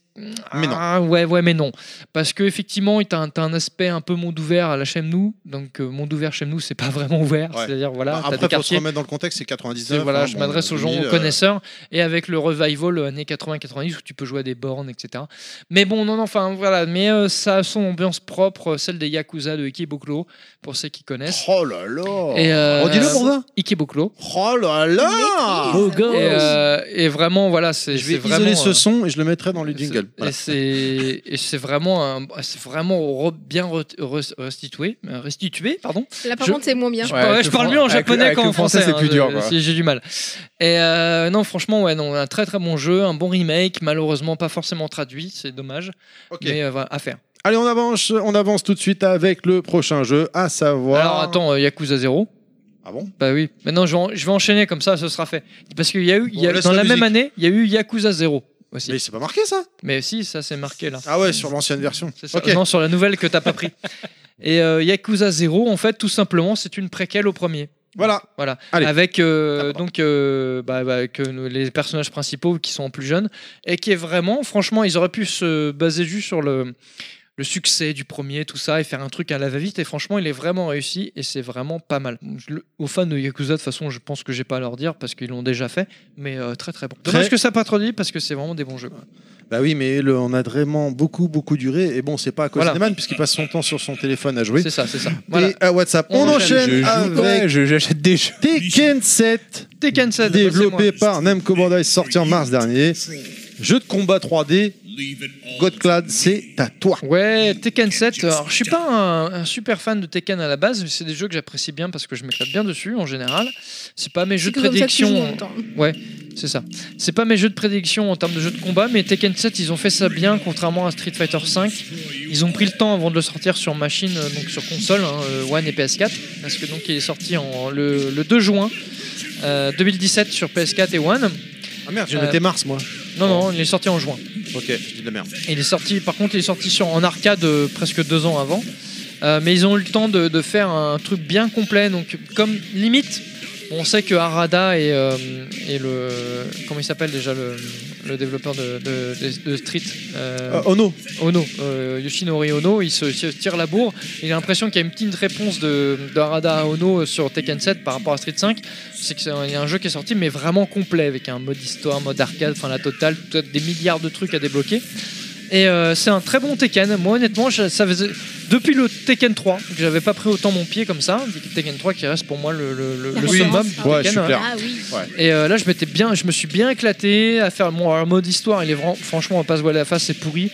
Speaker 1: Mais non.
Speaker 2: Ah, ouais, ouais, mais non. Parce que effectivement, t'as un, t'as un aspect un peu monde ouvert à la Chemnou. Donc euh, monde ouvert Chemnou, c'est pas vraiment ouvert.
Speaker 1: Ouais.
Speaker 2: C'est-à-dire voilà,
Speaker 1: Bah,
Speaker 2: t'as des
Speaker 1: après, faut se
Speaker 2: quartiers.
Speaker 1: remettre dans le contexte, c'est 99.
Speaker 2: Et voilà,
Speaker 1: hein,
Speaker 2: je
Speaker 1: bon,
Speaker 2: m'adresse aux gens
Speaker 1: 2000, euh,
Speaker 2: connaisseurs et avec le revival euh, années 80-90 où tu peux jouer à des bornes, etc. Mais bon, non, non, enfin voilà, mais euh, ça a son ambiance propre, euh, celle des Yakuza de Ikebukuro pour ceux qui connaissent.
Speaker 1: Oh là là
Speaker 2: Et, euh,
Speaker 1: Redis-le, Bourdin
Speaker 2: Ikebukuro.
Speaker 1: Oh là là
Speaker 5: Maîtrise. Oh,
Speaker 6: Oh,
Speaker 2: Et, euh, et vraiment, voilà, c'est
Speaker 1: Je vais
Speaker 2: c'est vraiment.
Speaker 1: isoler ce
Speaker 2: euh,
Speaker 1: son et je le mettrai dans le
Speaker 2: c'est-
Speaker 1: jingle. Voilà.
Speaker 2: Et c'est et c'est vraiment, un- c'est vraiment re- bien re- re- restitué, euh, restitué, pardon.
Speaker 5: Là, par
Speaker 2: Je-
Speaker 5: contre, c'est moins bien.
Speaker 2: Je,
Speaker 6: Ouais,
Speaker 2: parle-
Speaker 6: avec
Speaker 2: je
Speaker 6: le
Speaker 2: parle
Speaker 6: fran-
Speaker 2: mieux en
Speaker 6: avec le-
Speaker 2: japonais
Speaker 6: avec
Speaker 2: qu'en
Speaker 6: le français,
Speaker 2: français.
Speaker 6: c'est plus
Speaker 2: hein,
Speaker 6: dur,
Speaker 2: je-
Speaker 6: quoi.
Speaker 2: si J'ai du mal. Et euh, non, franchement, ouais, non, un très très bon jeu, un bon remake, malheureusement pas forcément traduit, c'est dommage.
Speaker 1: Ok.
Speaker 2: Mais euh, voilà, à faire.
Speaker 1: Allez, on avance, on avance tout de suite avec le prochain jeu, à savoir.
Speaker 2: Alors attends, euh, Yakuza 0.
Speaker 1: Ah bon
Speaker 2: Bah oui. Maintenant, je vais, en- je vais enchaîner comme ça, ce sera fait. Parce qu'il y a eu, il y a-
Speaker 1: On laisse
Speaker 2: dans
Speaker 1: la
Speaker 2: la même
Speaker 1: musique.
Speaker 2: année, il y a eu Yakuza 0 aussi.
Speaker 1: Mais c'est pas marqué ça
Speaker 2: Mais si, ça c'est marqué là.
Speaker 1: Ah ouais, sur l'ancienne version.
Speaker 2: C'est ça.
Speaker 1: Ok.
Speaker 2: Non, sur la nouvelle que t'as pas pris. Et euh, Yakuza 0, en fait, tout simplement, c'est une préquelle au premier.
Speaker 1: Voilà.
Speaker 2: Voilà.
Speaker 1: Allez.
Speaker 2: Avec euh, donc euh, bah, bah, que nous- les personnages principaux qui sont en plus jeunes et qui est vraiment, franchement, ils auraient pu se baser juste sur le le succès du premier, tout ça, et faire un truc à la va-vite. Et franchement, il est vraiment réussi et c'est vraiment pas mal. Je le- aux fans de Yakuza, de toute façon, je pense que j'ai pas à leur dire parce qu'ils l'ont déjà fait, mais euh, très très bon. Dommage
Speaker 1: Très-
Speaker 2: que ça n'a pas trop dit parce que c'est vraiment des bons jeux. quoi.
Speaker 1: Bah oui, mais le- on a vraiment beaucoup, beaucoup duré. Et bon, c'est pas à cause
Speaker 2: Voilà.
Speaker 1: d'Eman, puisqu'il passe son temps sur son téléphone à jouer.
Speaker 2: C'est ça, c'est ça. Voilà.
Speaker 1: Et à WhatsApp.
Speaker 2: On
Speaker 1: On,
Speaker 2: enchaîne.
Speaker 1: enchaîne,
Speaker 6: Je joue pas,
Speaker 1: avec
Speaker 6: je- j'achète des jeux.
Speaker 1: Tekken 7,
Speaker 2: Tekken 7,
Speaker 1: développé
Speaker 2: passez-moi.
Speaker 1: par Namco Bandai, sorti en mars dernier. Jeu de combat 3D Godclad, c'est à toi.
Speaker 2: Ouais, Tekken 7. Alors, je suis pas un, un super fan de Tekken à la base, mais c'est des jeux que j'apprécie bien parce que je m'éclate bien dessus en général. C'est pas mes jeux
Speaker 5: C'est
Speaker 2: de
Speaker 5: que comme ça que tu joues en
Speaker 2: prédiction. hein.
Speaker 5: même temps.
Speaker 2: C'est ça. C'est pas mes jeux de prédiction en termes de jeux de combat, mais Tekken 7, ils ont fait ça bien, contrairement à Street Fighter 5. Ils ont pris le temps avant de le sortir sur machine, euh, donc sur console, hein, euh, One et PS4, parce que donc il est sorti en, le, le 2 juin euh, 2017 sur PS4 et One.
Speaker 1: Ah merde,
Speaker 2: j'ai noté
Speaker 1: mars moi.
Speaker 2: Non, non, il est sorti en juin.
Speaker 1: Ok, je dis de la merde.
Speaker 2: Et Il est sorti, par contre, il est sorti sur, en arcade euh, presque deux ans avant. Euh, mais ils ont eu le temps de, de faire un truc bien complet. Donc, comme limite, on sait que Harada et, euh, et le. Comment il s'appelle déjà le, le développeur de, de- de- de Street euh,
Speaker 6: oh non
Speaker 2: Ono, euh, Yoshinori Ono, il se, se tire la bourre. Il a l'impression qu'il y a une petite réponse de, de Harada à Ono euh, sur Tekken 7 par rapport à Street 5. C'est qu'il y a un jeu qui est sorti, mais vraiment complet, avec un mode histoire, mode arcade, enfin la totale, peut-être des milliards de trucs à débloquer. Et euh, c'est un très bon Tekken. Moi, honnêtement, je- ça faisait- depuis le Tekken 3, que j'avais pas pris autant mon pied comme ça. Tekken 3 qui reste pour moi le, le, le-
Speaker 5: La
Speaker 2: le
Speaker 5: référence,
Speaker 2: summum
Speaker 5: hein.
Speaker 2: du
Speaker 6: Ouais,
Speaker 2: Tekken,
Speaker 6: super.
Speaker 5: Ah oui.
Speaker 2: et euh, là, je m'étais bien, je me suis bien éclaté à faire mon alors, mode histoire. Il est vraiment, franchement, on va pas se voiler la face, c'est pourri.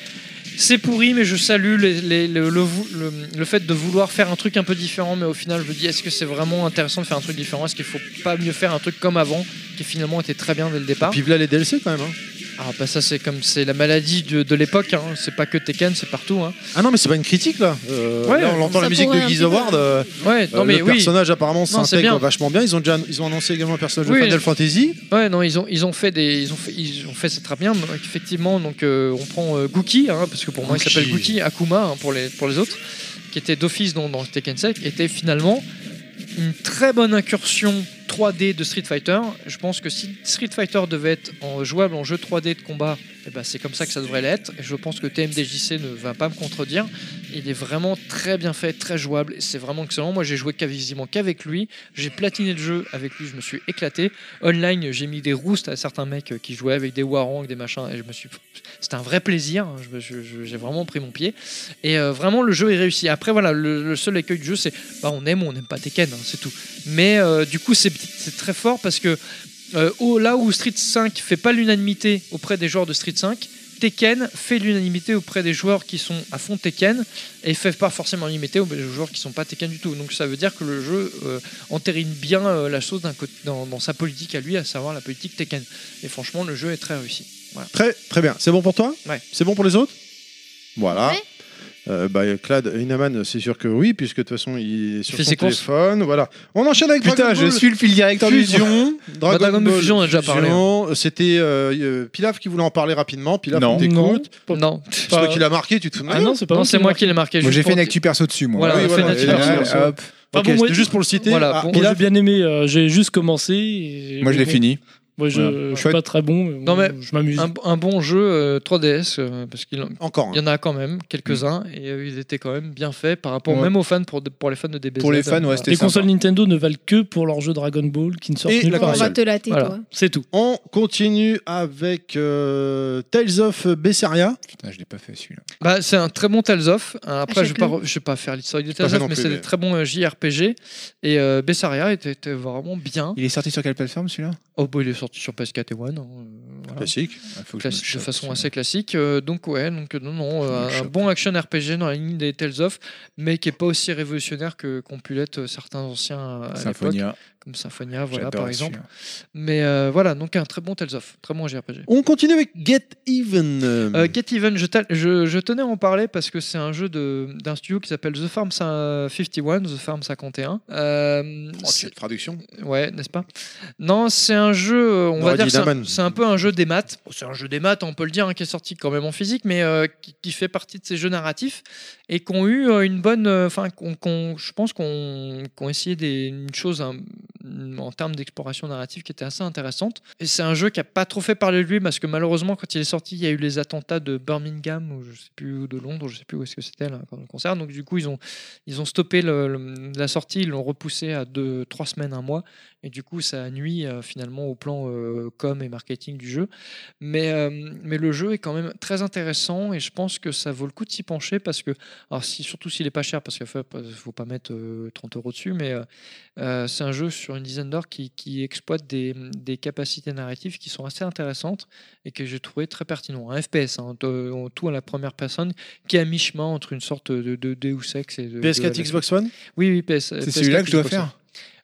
Speaker 2: C'est pourri, mais je salue les- les- le, le vou- le- le fait de vouloir faire un truc un peu différent. Mais au final, je me dis, est-ce que c'est vraiment intéressant de faire un truc différent Est-ce qu'il faut pas mieux faire un truc comme avant, qui finalement était très bien dès le départ
Speaker 1: Puis voilà les DLC quand même. hein.
Speaker 2: Ah, bah ça, c'est comme c'est la maladie de, de l'époque. hein. C'est pas que Tekken, c'est partout. hein.
Speaker 1: Ah non, mais c'est pas une critique là. Euh,
Speaker 2: Ouais,
Speaker 1: là, on entend
Speaker 5: ça
Speaker 1: la musique de
Speaker 5: pourrait un
Speaker 1: Geese
Speaker 5: petit peu.
Speaker 1: Award. euh,
Speaker 2: Ouais, non
Speaker 1: euh,
Speaker 2: mais
Speaker 1: le
Speaker 2: oui.
Speaker 1: personnage apparemment s'intègre
Speaker 2: bien.
Speaker 1: vachement bien. Ils ont déjà, ils ont annoncé également un personnage
Speaker 2: Oui.
Speaker 1: de Final Fantasy.
Speaker 2: Ouais, non, ils ont, ils ont fait des, ils ont fait, ils ont fait ça très bien. Donc, Effectivement, donc euh, on prend euh, Gookie, hein, parce que pour moi il
Speaker 1: Gookie.
Speaker 2: s'appelle Gookie, Akuma hein, pour les pour les autres, qui était d'office dans, dans Tekken 7, était finalement une très bonne incursion 3D de Street Fighter. Je pense que si Street Fighter devait être en, jouable en jeu 3D de combat, eh ben, c'est comme ça que ça devrait l'être. Et je pense que TMDJC ne va pas me contredire. Il est vraiment très bien fait, très jouable. et C'est vraiment excellent. Moi, j'ai joué quasiment qu'avec lui. J'ai platiné le jeu avec lui. Je me suis éclaté. Online, j'ai mis des roustes à certains mecs euh, qui jouaient avec des warangs, des machins. Et je me suis. C'était un vrai plaisir. hein, je me- je- je- J'ai vraiment pris mon pied. Et euh, vraiment, le jeu est réussi. Après, voilà, le, le seul écueil du jeu, c'est bah, on aime ou on n'aime pas Tekken, hein, c'est tout. Mais euh, du coup, c'est c'est très fort parce que euh, au- là où Street 5 fait pas l'unanimité auprès des joueurs de Street 5, Tekken fait l'unanimité auprès des joueurs qui sont à fond Tekken et fait pas forcément l'unanimité auprès des joueurs qui sont pas Tekken du tout. Donc ça veut dire que le jeu euh, entérine bien euh, la chose d'un côté- dans, dans sa politique à lui, à savoir la politique Tekken. Et franchement, le jeu est très réussi.
Speaker 1: Très, très bien. C'est bon pour toi
Speaker 2: Ouais.
Speaker 1: C'est bon pour les autres Voilà.
Speaker 5: Ouais.
Speaker 1: Euh, bah, Clad Inaman, c'est sûr que oui, puisque de toute façon, il est sur
Speaker 2: fait
Speaker 1: son
Speaker 2: ses courses.
Speaker 1: téléphone. Voilà. On enchaîne avec
Speaker 6: Putain,
Speaker 1: Dragon
Speaker 6: je
Speaker 1: Ball
Speaker 6: suis le fil directeur du son.
Speaker 1: Fusion.
Speaker 2: Bah, Dragon Ball Fusion, on a déjà parlé. hein.
Speaker 1: Fusion. C'était euh, euh, Pilaf qui voulait en parler rapidement. Pilaf,
Speaker 6: Non.
Speaker 1: on
Speaker 3: Non,
Speaker 1: t'écoute.
Speaker 3: pas-
Speaker 2: Non,
Speaker 1: C'est toi qui l'as marqué, tu te fous de ma
Speaker 3: Ah
Speaker 1: gueule
Speaker 3: non, c'est pas
Speaker 2: Non,
Speaker 3: moi
Speaker 2: c'est
Speaker 3: qui
Speaker 2: moi
Speaker 3: l'ai
Speaker 2: qui l'ai marqué.
Speaker 6: Moi, j'ai
Speaker 2: juste
Speaker 6: fait
Speaker 2: pour-
Speaker 6: une actu perso dessus, moi.
Speaker 2: Voilà,
Speaker 1: Oui,
Speaker 2: on a
Speaker 1: voilà,
Speaker 2: fait une
Speaker 1: et
Speaker 2: actu
Speaker 1: là,
Speaker 2: perso.
Speaker 1: euh,
Speaker 6: Hop.
Speaker 1: Ok,
Speaker 3: Enfin, bon, moi,
Speaker 1: c'était juste pour le citer.
Speaker 2: Voilà,
Speaker 1: Ah,
Speaker 2: bon,
Speaker 3: marqué. Moi,
Speaker 1: Pilaf,
Speaker 3: j'ai bien aimé, euh, j'ai juste commencé. et-
Speaker 6: Moi, je
Speaker 3: mais
Speaker 6: l'ai
Speaker 3: bon,
Speaker 6: fini.
Speaker 3: Moi, je,
Speaker 6: Voilà.
Speaker 3: je suis pas
Speaker 6: Chouette.
Speaker 3: très bon, mais, bon,
Speaker 2: Non, mais-
Speaker 3: je m'amuse.
Speaker 2: un, un bon jeu euh, 3DS, euh, parce qu'il en-
Speaker 1: encore. hein.
Speaker 2: il y en a quand même quelques-uns, et euh, ils étaient quand même bien faits par rapport
Speaker 6: Mm. Ouais.
Speaker 2: même aux fans, pour, de- pour les fans de DBZ.
Speaker 6: Pour les fans, ouais,
Speaker 2: voilà.
Speaker 6: c'était
Speaker 3: Les
Speaker 6: sympa.
Speaker 3: consoles Nintendo ne valent que pour leurs jeux Dragon Ball qui ne sortent
Speaker 1: Et
Speaker 3: nulle
Speaker 1: la
Speaker 3: part
Speaker 5: On va
Speaker 3: ailleurs.
Speaker 5: te latter,
Speaker 2: Voilà.
Speaker 5: toi.
Speaker 3: C'est tout.
Speaker 1: On continue avec euh, Tales of Berseria.
Speaker 6: Putain, je l'ai pas fait celui-là.
Speaker 2: Bah, c'est un très bon Tales of.
Speaker 6: Ah,
Speaker 2: Euh, Après, je ne vais, pas
Speaker 5: Achète-le.
Speaker 2: re- je vais pas faire l'histoire du
Speaker 1: pas
Speaker 2: Tales
Speaker 1: ça
Speaker 2: of,
Speaker 1: non
Speaker 2: mais
Speaker 1: plus,
Speaker 2: c'est
Speaker 1: mais-
Speaker 2: des très bons euh, JRPG. Et euh, Bessaria était, était vraiment bien.
Speaker 6: Il est sorti sur quelle plateforme celui-là
Speaker 2: Oh, bah, il est sorti sur PS4 et One. hein, euh, voilà.
Speaker 1: Classique.
Speaker 6: Ah, faut que je me
Speaker 2: Classi-
Speaker 6: chope,
Speaker 2: de façon
Speaker 6: celui-là.
Speaker 2: assez classique. Euh, donc ouais, donc non, non,
Speaker 6: me
Speaker 2: euh,
Speaker 6: le
Speaker 2: un
Speaker 6: chope.
Speaker 2: bon action RPG dans la ligne des Tales of, mais qui est pas aussi révolutionnaire que qu'ont pu l'être euh, certains anciens euh, à l'époque,
Speaker 6: Symphonia.
Speaker 2: comme Symphonia, voilà
Speaker 6: j'adore
Speaker 2: par exemple.
Speaker 6: celui-là.
Speaker 2: Mais euh, voilà, donc un très bon Tales of, très bon JRPG.
Speaker 1: On continue avec Get Even. euh,
Speaker 2: Euh, Get Even, je, t'a- je- je tenais à en parler parce que c'est un jeu de- d'un studio qui s'appelle The Farm 51, The Farm 51. Euh,
Speaker 1: oh,
Speaker 2: c'est-
Speaker 1: cette traduction.
Speaker 2: Ouais, n'est-ce pas Non, c'est un jeu, euh, on
Speaker 1: Non,
Speaker 2: va dire, c'est
Speaker 1: Dynaman.
Speaker 2: un, c'est un peu un jeu des maths. Bon, C'est un jeu des maths, on peut le dire, hein, qui est sorti quand même en physique, mais euh, qui, qui fait partie de ces jeux narratifs et qui ont eu euh, une bonne. euh, Enfin, qu'on- qu'on- je pense qu'on qu'on essayait des, une chose hein, en termes d'exploration narrative qui était assez intéressante. Et c'est un jeu qui a pas trop fait parler de lui parce que malheureusement, quand il est sorti, il y a eu les attentats de Birmingham ou je sais plus ou de Londres, je sais plus où est-ce que c'était là quand le concert. Donc du coup, ils ont ils ont stoppé le- le- la sortie, ils l'ont repoussé à deux, trois semaines, un mois. Et du coup, ça nuit euh, finalement au plan euh, com et marketing du jeu. Mais, euh, mais le jeu est quand même très intéressant et je pense que ça vaut le coup de s'y pencher parce que, alors si, surtout s'il est pas cher, parce qu'il ne faut, faut pas mettre euh, 30 euros dessus, mais euh, euh, c'est un jeu sur une dizaine d'heures qui, qui exploite des, des capacités narratives qui sont assez intéressantes et que j'ai trouvé très pertinent. Un FPS, hein, de- en tout à la première personne, qui est à mi-chemin entre une sorte de, de Deus Ex et de.
Speaker 1: PS4,
Speaker 2: de-
Speaker 1: Xbox One
Speaker 2: Oui, oui, PS.
Speaker 6: C'est celui-là que je dois faire.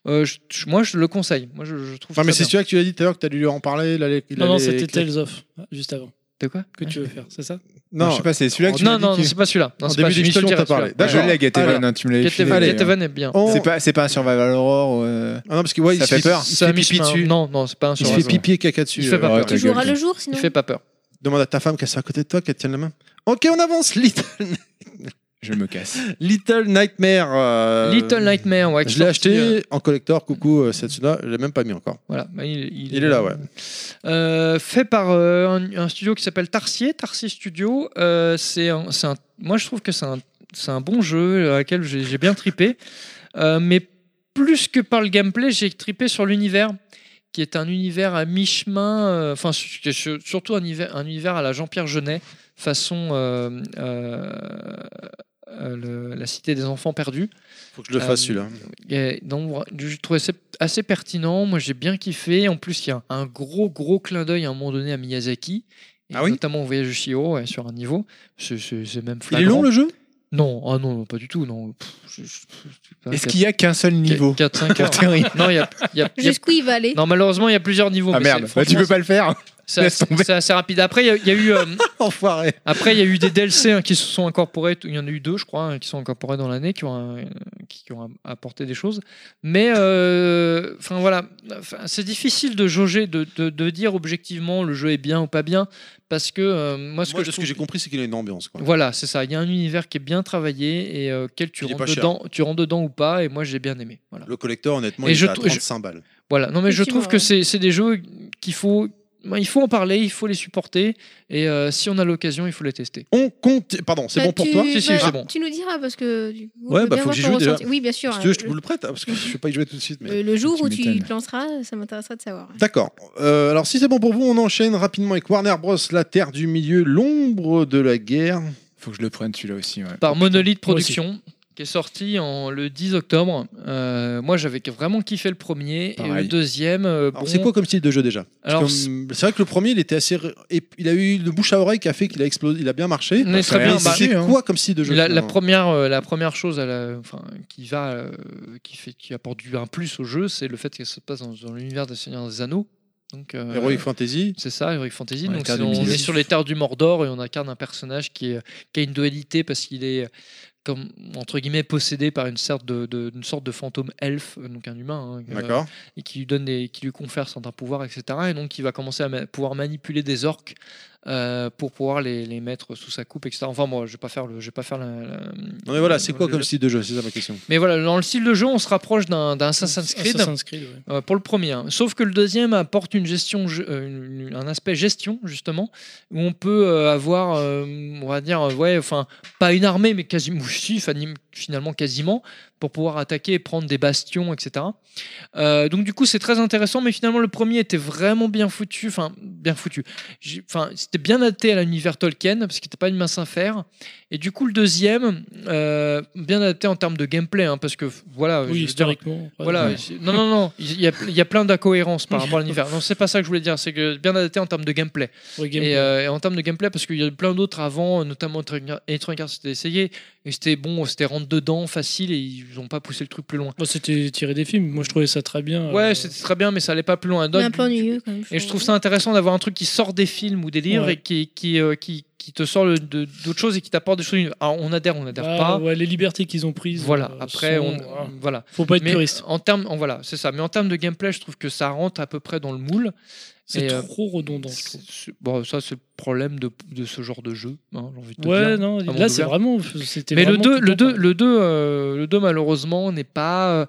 Speaker 2: Euh, je- je- moi, je le conseille. Moi, je, je trouve.
Speaker 1: Enfin, mais
Speaker 2: très
Speaker 1: c'est celui-là
Speaker 2: bien.
Speaker 1: que tu as dit tout à l'heure que tu as dû lui en parler. il allait- il
Speaker 3: Non, non,
Speaker 1: allait-
Speaker 3: c'était Tales of, juste avant,
Speaker 2: De quoi Oh,
Speaker 3: que tu veux faire, c'est ça
Speaker 1: Non,
Speaker 6: je sais pas, c'est celui-là que tu
Speaker 2: Non,
Speaker 6: m'as dit
Speaker 2: non,
Speaker 6: qu'il-
Speaker 2: c'est pas celui-là. Non,
Speaker 1: En
Speaker 2: c'est
Speaker 1: début
Speaker 2: pas celui- je te le
Speaker 1: d'émission,
Speaker 2: dirai,
Speaker 1: t'as parlé.
Speaker 2: celui-là.
Speaker 1: D'accord.
Speaker 6: Je l'ai à Get
Speaker 1: Alors,
Speaker 6: Even, hein, tu me l'avais
Speaker 2: Get
Speaker 6: filé.
Speaker 2: Even-
Speaker 1: Allez.
Speaker 2: Get Even est bien.
Speaker 1: On-
Speaker 6: C'est pas, c'est pas un Survival Horror. euh,
Speaker 1: Ah non, parce que ouais, il
Speaker 6: Ça
Speaker 1: se
Speaker 6: fait
Speaker 1: fait-
Speaker 6: peur.
Speaker 1: Il
Speaker 2: C'est
Speaker 1: se
Speaker 2: à
Speaker 1: fait
Speaker 2: mi-chemin.
Speaker 1: pipi dessus.
Speaker 2: Non, non, c'est pas un
Speaker 1: Il se
Speaker 2: survival.
Speaker 1: fait pipi et caca dessus.
Speaker 2: Il se fait
Speaker 1: euh,
Speaker 2: pas
Speaker 6: ouais,
Speaker 2: peur.
Speaker 6: ta
Speaker 5: Tu joueras
Speaker 6: gueule.
Speaker 5: le jour sinon.
Speaker 2: Il fait pas peur.
Speaker 1: Demande à ta femme qu'elle soit à côté de toi, qu'elle te tienne la main. Ok, on avance. Little,
Speaker 6: Je me casse.
Speaker 1: Little Nightmare. euh,
Speaker 2: Little Nightmare, ouais. qui
Speaker 1: Je l'ai
Speaker 2: sorti, euh,
Speaker 1: acheté en collector. Coucou euh, Setsuna. Je l'ai même pas mis encore.
Speaker 2: Voilà. Bah, Il, il-
Speaker 1: Il est là, ouais.
Speaker 2: Euh, fait par euh, un, un studio qui s'appelle Tarsier, Tarsier Studio. Euh, c'est un, c'est un- moi, je trouve que c'est un, c'est un bon jeu à laquelle j'ai j'ai bien tripé. Euh, mais plus que par le gameplay, j'ai tripé sur l'univers, qui est un univers à mi-chemin, euh, enfin, su- qui est sur- surtout un univers, un univers à la Jean-Pierre Jeunet, façon euh, euh, euh, le- La Cité des Enfants Perdus.
Speaker 1: Faut que je le
Speaker 2: Euh,
Speaker 1: fasse celui-là.
Speaker 2: Et donc, voilà, je trouvais ça assez pertinent. Moi, j'ai bien kiffé. En plus, il y a un gros, gros clin d'œil à un moment donné à Miyazaki. Et
Speaker 1: Ah oui
Speaker 2: notamment au voyage de Shiro ouais, sur un niveau. C'est- C'est c'est même
Speaker 1: Il
Speaker 2: flagrant.
Speaker 1: est long le jeu
Speaker 2: Non, ah non, non, pas du tout. Non. Pff, je- je- je-
Speaker 6: Est-ce qu'il y a qu'un seul niveau
Speaker 2: 4, 5 heures. non, il y a, il y a- il y a-
Speaker 5: Jusqu'où il va aller
Speaker 2: non, malheureusement, il y a plusieurs niveaux.
Speaker 6: Ah
Speaker 2: mais c'est-
Speaker 6: merde, bah, tu
Speaker 2: franchement,
Speaker 6: peux pas le faire.
Speaker 2: c'est
Speaker 6: laisse
Speaker 2: assez-
Speaker 6: tomber.
Speaker 2: c'est assez rapide. Après, il y a- il y, a eu. euh,
Speaker 1: Enfoiré.
Speaker 2: Après, il y a eu des DLC hein, qui se sont incorporés. Il y en a eu deux, je crois, hein, qui sont incorporés dans l'année, qui ont, un- qui, qui ont apporté des choses. Mais, euh, enfin voilà, Enfin, c'est difficile de jauger, de, de- de dire objectivement le jeu est bien ou pas bien, parce que euh, moi, ce
Speaker 1: Moi,
Speaker 2: que je
Speaker 1: de ce que
Speaker 2: trouve-
Speaker 1: j'ai compris, c'est qu'il a une ambiance. quoi.
Speaker 2: voilà, c'est ça. Il y a un univers qui est bien travaillé et euh, auquel tu
Speaker 1: Il est pas
Speaker 2: rentres,
Speaker 1: cher.
Speaker 2: dedans, tu rentres dedans ou pas. Et moi, j'ai bien aimé. Voilà.
Speaker 1: Le collector, honnêtement,
Speaker 2: Et
Speaker 1: il
Speaker 2: je
Speaker 1: est à
Speaker 2: trou- je-
Speaker 1: 35 balles.
Speaker 2: Voilà. Non, mais je trouve
Speaker 5: Effectivement,
Speaker 2: que c'est
Speaker 5: ouais.
Speaker 2: c'est des jeux qu'il faut, il faut en parler, il faut les supporter. Et euh, si on a l'occasion, il faut les tester.
Speaker 1: On compte. Pardon, c'est
Speaker 5: Bah,
Speaker 1: bon pour
Speaker 5: tu
Speaker 1: toi
Speaker 2: Si, si,
Speaker 5: vas-
Speaker 2: c'est bon.
Speaker 5: Tu nous diras parce que du coup, on
Speaker 1: Ouais,
Speaker 5: veut
Speaker 1: bah,
Speaker 5: bien
Speaker 1: faut que
Speaker 5: voir
Speaker 1: j'y
Speaker 5: ton
Speaker 1: joue déjà.
Speaker 5: ressenti. Oui, bien sûr.
Speaker 1: Si tu veux, je
Speaker 5: Le-
Speaker 1: peux le prête, hein, parce que je ne vais pas y jouer tout de suite. mais-
Speaker 5: le, le jour
Speaker 6: Tu
Speaker 5: où tu
Speaker 6: m'étonnes.
Speaker 5: te lanceras, ça m'intéressera de savoir.
Speaker 1: D'accord. Euh, alors si c'est bon pour vous, on enchaîne rapidement avec Warner Bros. La Terre du Milieu, l'ombre de la guerre.
Speaker 6: Faut que je le prenne celui-là aussi. ouais.
Speaker 2: par Monolith
Speaker 3: Moi aussi.
Speaker 2: Productions qui est sorti en, le 10 octobre. Euh, moi, j'avais vraiment kiffé le premier et le
Speaker 6: Pareil.
Speaker 2: deuxième. euh,
Speaker 1: Alors
Speaker 2: bon,
Speaker 1: c'est quoi comme style de jeu déjà Parce
Speaker 2: alors,
Speaker 1: que,
Speaker 2: c'est-
Speaker 1: hum, c'est vrai que le premier, il était assez, ré- et il a eu le bouche à oreille qui a fait qu'il a explosé, il a bien marché.
Speaker 2: on est très
Speaker 6: ça a
Speaker 2: bien.
Speaker 1: Mais
Speaker 6: l'air
Speaker 2: bah,
Speaker 6: marché,
Speaker 1: c'est
Speaker 6: hein.
Speaker 1: quoi comme style de jeu
Speaker 2: la, la
Speaker 1: finalement
Speaker 2: première, euh, la première chose à la- enfin, qui va, euh, qui fait, qui apporte du un plus au jeu, c'est le fait que ça se passe dans, dans l'univers des Seigneurs des Anneaux. Donc, euh,
Speaker 1: Heroic Fantasy.
Speaker 2: C'est ça, Heroic Fantasy.
Speaker 6: Ouais,
Speaker 2: donc
Speaker 6: Terre
Speaker 2: c'est-
Speaker 6: du
Speaker 2: on
Speaker 6: Milieu.
Speaker 2: est sur les terres du Mordor et on incarne un personnage qui, est- qui a une dualité parce qu'il est comme entre guillemets possédé par une sorte de, de- une sorte de fantôme elfe, euh, donc un humain, hein, euh,
Speaker 1: D'accord.
Speaker 2: et qui lui donne des, qui lui confère certains pouvoirs, etc. Et donc il va commencer à ma- pouvoir manipuler des orques euh, pour pouvoir les, les mettre sous sa coupe, etc. Enfin moi, je vais pas faire le, je vais pas faire la. la-
Speaker 1: Non mais voilà, c'est quoi
Speaker 2: le
Speaker 1: comme
Speaker 2: jeu.
Speaker 1: style de jeu C'est ça ma question.
Speaker 2: Mais voilà, dans le style de jeu, on se rapproche d'un d'un Assassin's Creed.
Speaker 3: Assassin's Creed, ouais.
Speaker 2: Euh, pour le premier. hein. Sauf que le deuxième apporte une gestion, je- euh, une- une- un aspect gestion justement, où on peut euh, avoir, euh, on va dire, euh, ouais, enfin, pas une armée, mais quasiment, si, fanim- finalement quasiment, pour pouvoir attaquer, et prendre des bastions, etc. Euh, donc du coup, c'est très intéressant, mais finalement le premier était vraiment bien foutu, enfin bien foutu. J'ai- Enfin, c'était bien adapté à l'univers Tolkien parce qu'il n'était pas une mince affaire. Et du coup, le deuxième, euh, bien adapté en termes de gameplay, hein, parce que voilà, je
Speaker 3: Oui,
Speaker 2: veux dire,
Speaker 3: historiquement. pas
Speaker 2: voilà,
Speaker 3: de-
Speaker 2: c'est- non, non, non, il y a, il y a plein d'incohérences par rapport à l'univers. Non, c'est pas ça que je voulais dire, c'est que bien adapté en termes de gameplay.
Speaker 3: Ouais, gameplay.
Speaker 2: Et, euh, et en termes de gameplay, parce qu'il y a eu plein d'autres avant, notamment Electronic Electronic Arts c'était essayé, et c'était bon, c'était rentre dedans, facile, et ils ont pas poussé le truc plus loin.
Speaker 3: Bon, c'était tiré des films. Moi, je trouvais ça très bien.
Speaker 2: Ouais,
Speaker 3: euh,
Speaker 2: c'était très bien, mais ça allait pas plus loin.
Speaker 5: Mais un
Speaker 2: Donc,
Speaker 5: peu ennuyeux quand même.
Speaker 2: et je trouve ça intéressant d'avoir un truc qui sort des films ou des livres
Speaker 3: Ouais.
Speaker 2: et qui, qui, euh, qui, qui te sort le- de- d'autres choses et qui t'apporte des choses. Alors, on adhère, on adhère
Speaker 3: bah,
Speaker 2: pas.
Speaker 3: ouais, les libertés qu'ils ont prises.
Speaker 2: Voilà,
Speaker 3: euh,
Speaker 2: après,
Speaker 3: sont-
Speaker 2: on,
Speaker 3: voilà.
Speaker 2: voilà.
Speaker 3: Faut pas être
Speaker 2: Mais
Speaker 3: puriste.
Speaker 2: en termes, en- voilà, c'est ça. Mais en termes de gameplay, je trouve que ça rentre à peu près dans le moule.
Speaker 3: C'est
Speaker 2: et, euh,
Speaker 3: trop redondant. je
Speaker 2: C'est-
Speaker 3: trouve.
Speaker 2: c'est- bon, ça c'est le problème de, de ce genre de jeu. hein, j'ai envie de te
Speaker 3: Ouais,
Speaker 2: dire.
Speaker 3: non,
Speaker 2: mon
Speaker 3: là, c'est
Speaker 2: ouvert.
Speaker 3: vraiment. c'était
Speaker 2: Mais le
Speaker 3: vraiment
Speaker 2: 2,
Speaker 3: tout
Speaker 2: le
Speaker 3: le temps
Speaker 2: 2, le 2, euh, le 2 malheureusement n'est pas, euh,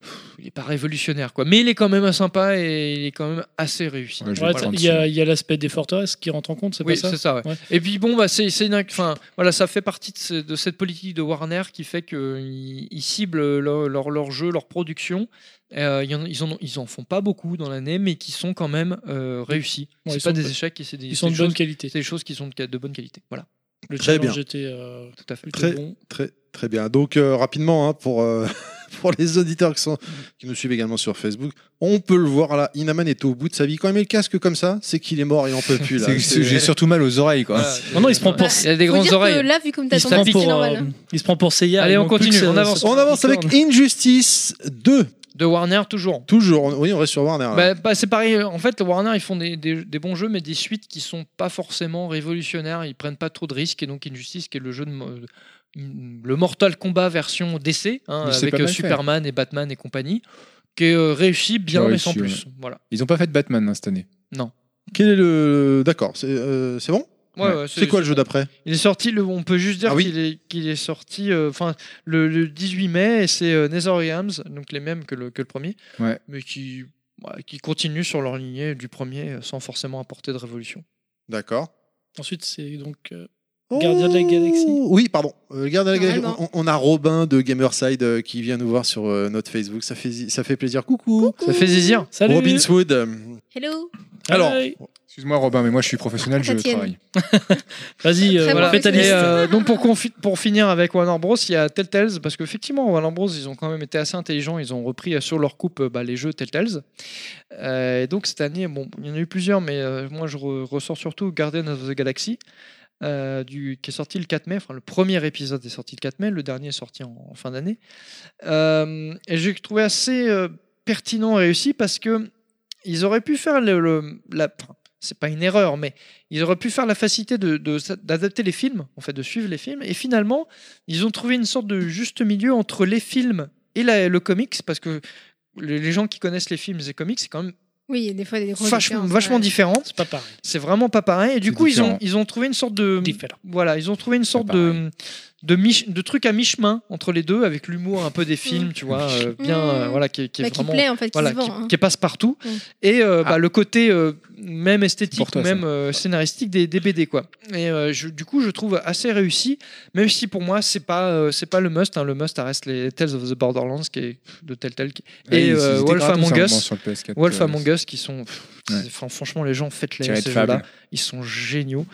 Speaker 2: pff, il est pas révolutionnaire quoi. Mais il est quand même sympa et il est quand même assez réussi.
Speaker 6: Ouais, je vais
Speaker 3: Ouais,
Speaker 6: le
Speaker 3: t'as-
Speaker 6: prendre
Speaker 3: Il y a,
Speaker 6: celui-là.
Speaker 3: il y a l'aspect des forteresses qui rentre en compte, c'est
Speaker 2: Oui,
Speaker 3: pas ça
Speaker 2: c'est ça. ouais.
Speaker 3: Ouais.
Speaker 2: Et puis bon, bah, c'est, c'est une- enfin, voilà, ça fait partie de, ce- de cette politique de Warner qui fait qu'ils ciblent leur, leur, leur jeu, leur production. Euh, il y en- ils, en, ont- ils en font pas beaucoup dans l'année, mais qui sont quand même euh, réussis.
Speaker 3: Ouais,
Speaker 2: c'est
Speaker 3: ils
Speaker 2: pas
Speaker 3: sont
Speaker 2: des
Speaker 3: pas-
Speaker 2: échecs, et c'est des,
Speaker 3: Ils sont
Speaker 2: c'est
Speaker 3: de
Speaker 2: des
Speaker 3: bonne
Speaker 2: choses,
Speaker 3: qualité.
Speaker 2: c'est des choses qui sont de, de bonne qualité. Voilà.
Speaker 3: Le
Speaker 1: Très
Speaker 3: challenge
Speaker 1: bien.
Speaker 3: était euh,
Speaker 2: Tout à fait.
Speaker 3: plutôt
Speaker 1: Très-
Speaker 3: bon.
Speaker 1: Très, très bien. Donc, euh, rapidement, hein, pour, euh, pour les auditeurs qui, sont, qui nous suivent également sur Facebook, on peut le voir là. Inaman est au bout de sa vie. Quand il met le casque comme ça, c'est qu'il est mort, il en peut plus. Là.
Speaker 6: C'est- c'est- J'ai surtout mal aux oreilles, quoi.
Speaker 2: Voilà.
Speaker 3: Ah, Non, non, il se prend pour-
Speaker 2: Il a des
Speaker 5: Faut
Speaker 2: grandes
Speaker 5: dire que
Speaker 2: oreilles.
Speaker 5: Là, vu comme t'as
Speaker 3: Il se, prend
Speaker 5: tendu, c'est
Speaker 3: pour, euh,
Speaker 5: normal.
Speaker 3: il se prend pour Seiya. euh,
Speaker 2: Allez,
Speaker 3: il
Speaker 2: on
Speaker 3: manque plus
Speaker 2: continue,
Speaker 3: que ça-
Speaker 2: on avance.
Speaker 3: ça-
Speaker 1: On avance avec Injustice 2.
Speaker 2: De Warner, toujours.
Speaker 1: Toujours, on- oui, on reste sur Warner. là.
Speaker 2: Bah, bah, c'est pareil, en fait, Warner, ils font des, des- des bons jeux, mais des suites qui sont pas forcément révolutionnaires, ils prennent pas trop de risques, et donc Injustice, qui est le jeu de. mo- euh, Le Mortal Kombat version DC, hein,
Speaker 6: Mais c'est
Speaker 2: avec
Speaker 6: pas
Speaker 2: euh,
Speaker 6: mal fait.
Speaker 2: Superman et Batman et compagnie, qui est euh, réussi bien,
Speaker 6: Ouais,
Speaker 2: mais sans
Speaker 6: réussi,
Speaker 2: plus. Voilà.
Speaker 6: Ils ont pas fait de Batman hein, cette année.
Speaker 1: Quel est le. D'accord, c'est euh, c'est bon
Speaker 2: Ouais, ouais,
Speaker 1: C'est quoi le jeu d'après
Speaker 2: Il est sorti, le, on peut juste dire
Speaker 1: Ah oui.
Speaker 2: qu'il est, qu'il est sorti euh, enfin le, le 18 mai, et c'est euh, Netherrealms, donc les mêmes que le, que le premier,
Speaker 6: Ouais.
Speaker 2: mais qui, ouais, qui continue sur leur lignée du premier euh, sans forcément apporter de révolution.
Speaker 1: D'accord.
Speaker 3: Ensuite, c'est donc. euh, Gardien de la
Speaker 1: Oh
Speaker 3: Galaxie.
Speaker 1: Oui, pardon. Euh, Gardien de la Galaxie.
Speaker 5: Normalement.
Speaker 1: On, on a Robin de Gamerside euh, qui vient nous voir sur euh, notre Facebook. Ça fait, zi- ça fait plaisir. Coucou.
Speaker 2: Ça fait zizir
Speaker 3: Salut
Speaker 1: Robinswood. euh,
Speaker 5: Hello.
Speaker 1: Alors,
Speaker 3: Hey.
Speaker 6: Excuse-moi, Robin, mais moi je suis professionnel, je
Speaker 5: Tatiane.
Speaker 6: travaille.
Speaker 3: Vas-y, euh,
Speaker 5: Très
Speaker 2: Voilà.
Speaker 5: bon
Speaker 3: fais ta
Speaker 5: résumé.
Speaker 2: Et,
Speaker 3: liste.
Speaker 2: euh, donc pour, confi- pour finir avec Warner Bros, il y a Telltales parce qu'effectivement Warner Bros ils ont quand même été assez intelligents, ils ont repris euh, sur leur coupe euh, bah, les jeux Telltales. Euh, et donc cette année, bon, il y en a eu plusieurs, mais euh, moi je re- ressors surtout Guardian of the Galaxy. euh, du, qui est sorti le 4 mai, enfin le premier épisode est sorti le 4 mai, le dernier est sorti en, en fin d'année. Euh, et j'ai trouvé assez euh, pertinent et réussi parce que ils auraient pu faire le, le- la, enfin, c'est pas une erreur, mais ils auraient pu faire la facilité de- de s- d'adapter les films, en fait, de suivre les films. Et finalement, ils ont trouvé une sorte de juste milieu entre les films et la- le comics, parce que les les gens qui connaissent les films et les comics, c'est quand même
Speaker 5: Oui, il y a des fois, il y a des grosses
Speaker 2: vachement,
Speaker 5: différences,
Speaker 2: vachement
Speaker 5: ouais.
Speaker 2: différent.
Speaker 3: C'est pas pareil.
Speaker 2: C'est vraiment pas pareil. Et du
Speaker 6: C'est
Speaker 2: coup, ils ont,
Speaker 6: différent.
Speaker 2: ils ont trouvé une sorte de.
Speaker 3: Différent.
Speaker 2: Voilà, ils ont trouvé une sorte
Speaker 6: Pas
Speaker 2: de, de, mi- de truc à mi-chemin entre les deux, avec l'humour un peu des films, tu vois, euh, bien. euh,
Speaker 5: Mm.
Speaker 2: voilà, qui, est- qui est
Speaker 5: Bah, Qui
Speaker 2: vraiment
Speaker 5: plaît en fait, qui
Speaker 2: voilà,
Speaker 5: se
Speaker 2: qui,
Speaker 5: vend. hein.
Speaker 2: qui passe partout
Speaker 5: Mm.
Speaker 2: et euh, bah, le côté euh, même esthétique
Speaker 6: Ah. Pour toi,
Speaker 2: ou même euh, scénaristique des, des BD quoi et euh, je- du coup je trouve assez réussi même si pour moi c'est pas euh, c'est pas le must hein. le must ça reste les Tales of the Borderlands qui est de Telltale qui- et
Speaker 6: ils- ils
Speaker 2: euh,
Speaker 6: étaient
Speaker 2: Wolf
Speaker 6: gratos à un
Speaker 2: Among
Speaker 6: moment
Speaker 2: Us
Speaker 6: sur le PS4,
Speaker 2: Wolf
Speaker 6: euh,
Speaker 2: Among Us qui sont pff,
Speaker 6: Ouais.
Speaker 2: c'est- fran- franchement les gens faites les
Speaker 6: tiré
Speaker 2: ces
Speaker 6: de
Speaker 2: jeux
Speaker 6: fable.
Speaker 2: là ils sont géniaux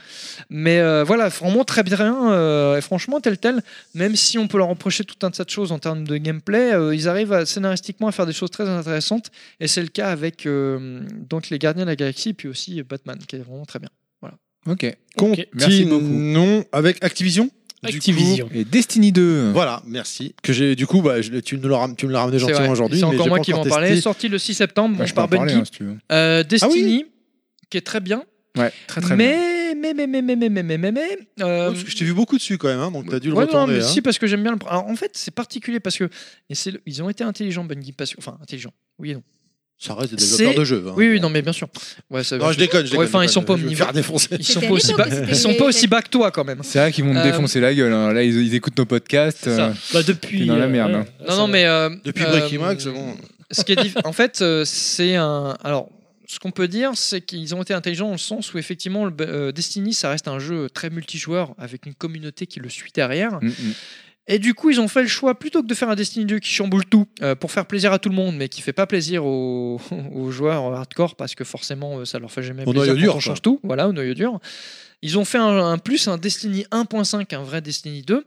Speaker 2: mais euh, voilà vraiment très bien euh, et franchement Telltale même si on peut leur reprocher tout un tas de choses en termes de gameplay euh, ils arrivent à- scénaristiquement à faire des choses très intéressantes et c'est le cas avec euh, donc les Gardiens de la Galaxie et puis aussi euh, Batman qui est vraiment très bien
Speaker 6: Ok.
Speaker 3: Ok,
Speaker 6: merci beaucoup.
Speaker 1: Continuons avec Activision. Du coup,
Speaker 3: Activision.
Speaker 6: Et Destiny euh, 2.
Speaker 1: voilà, merci. Que j'ai, du coup, bah, je l'ai- tu, nous le ram- tu me l'as ramené
Speaker 2: C'est
Speaker 1: gentiment
Speaker 2: vrai.
Speaker 1: aujourd'hui.
Speaker 2: c'est
Speaker 1: mais
Speaker 2: encore
Speaker 1: j'ai
Speaker 2: moi
Speaker 1: pas
Speaker 2: qui m'en
Speaker 1: encore
Speaker 2: parlais
Speaker 1: testé.
Speaker 2: sorti le 6 septembre
Speaker 6: Bah,
Speaker 2: bon,
Speaker 6: je
Speaker 2: je
Speaker 6: peux en
Speaker 2: pars
Speaker 6: parler,
Speaker 2: Bungie
Speaker 6: hein, si tu veux.
Speaker 2: Euh, Destiny
Speaker 1: Ah
Speaker 2: qui est très bien
Speaker 6: Ouais, très très bien.
Speaker 2: mais, mais mais mais mais mais mais mais mais mais, euh,
Speaker 1: Oh, parce que je t'ai vu beaucoup dessus quand même, hein, donc t'as dû le
Speaker 2: Ouais, non,
Speaker 1: retourner.
Speaker 2: mais
Speaker 1: hein.
Speaker 2: si, parce que j'aime bien le. Alors, en fait, c'est particulier parce que. Et c'est le- Ils ont été intelligents, Bungie, parce que- Enfin, intelligents. Oui et non.
Speaker 1: Ça reste des
Speaker 2: C'est-
Speaker 1: développeurs de jeux. hein.
Speaker 2: Oui, oui, non, mais bien sûr. Ouais, ça-
Speaker 1: Non, je déconne. je déconne,
Speaker 2: Ouais, enfin,
Speaker 1: je
Speaker 2: ils sont
Speaker 1: déconne.
Speaker 2: pas au
Speaker 1: Je vais me
Speaker 2: niveau-
Speaker 1: faire défoncer.
Speaker 2: Ils sont
Speaker 5: C'était
Speaker 2: pas
Speaker 5: à
Speaker 2: aussi
Speaker 5: l'époque
Speaker 2: bas,
Speaker 5: que c'était
Speaker 2: ils sont
Speaker 5: les-
Speaker 2: pas aussi bas que toi, quand même.
Speaker 6: C'est vrai qu'ils vont me
Speaker 2: Euh,
Speaker 6: défoncer la gueule. hein. Là, ils, ils écoutent nos podcasts.
Speaker 2: C'est ça.
Speaker 6: euh,
Speaker 3: Bah, depuis.
Speaker 6: T'es dans la merde, hein.
Speaker 2: Non, non, mais. euh,
Speaker 1: Depuis
Speaker 2: euh,
Speaker 1: Breaking Max, c'est bon.
Speaker 2: ce qui est diff- en fait, euh, c'est un. Alors, ce qu'on peut dire, c'est qu'ils ont été intelligents dans le sens où effectivement, le, B- euh, Destiny, ça reste un jeu très multijoueur avec une communauté qui le suit derrière.
Speaker 6: mm, mm.
Speaker 2: Et du coup, ils ont fait le choix, plutôt que de faire un Destiny 2 qui chamboule tout, euh, pour faire plaisir à tout le monde, mais qui fait pas plaisir aux, aux joueurs hardcore, parce que forcément, euh, ça leur fait jamais
Speaker 1: Au
Speaker 2: plaisir
Speaker 1: noyau
Speaker 2: quand
Speaker 1: dur,
Speaker 2: on
Speaker 1: quoi.
Speaker 2: change tout, voilà, au noyau dur. Ils ont fait un, un plus, un Destiny 1.5, un vrai Destiny 2.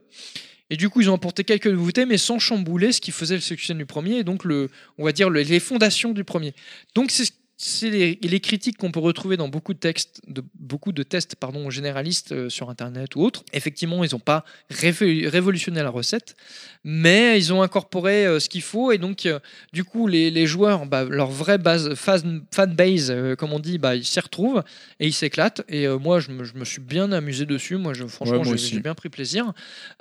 Speaker 2: Et du coup, ils ont apporté quelques nouveautés, mais sans chambouler ce qui faisait le succès du premier, et donc, le, on va dire, le- les fondations du premier. Donc, c'est c'est les, les critiques qu'on peut retrouver dans beaucoup de textes, de, beaucoup de tests pardon, généralistes euh, sur Internet ou autres. Effectivement, ils n'ont pas révo- révolutionné la recette, mais ils ont incorporé euh, ce qu'il faut et donc euh, du coup les, les joueurs, bah, leur vraie base fan, fanbase, euh, comme on dit, bah, ils s'y retrouvent et ils s'éclatent. Et euh, moi, je me, je me suis bien amusé dessus. Moi, je, franchement,
Speaker 6: moi
Speaker 2: j'ai-
Speaker 6: aussi.
Speaker 2: j'ai bien pris plaisir.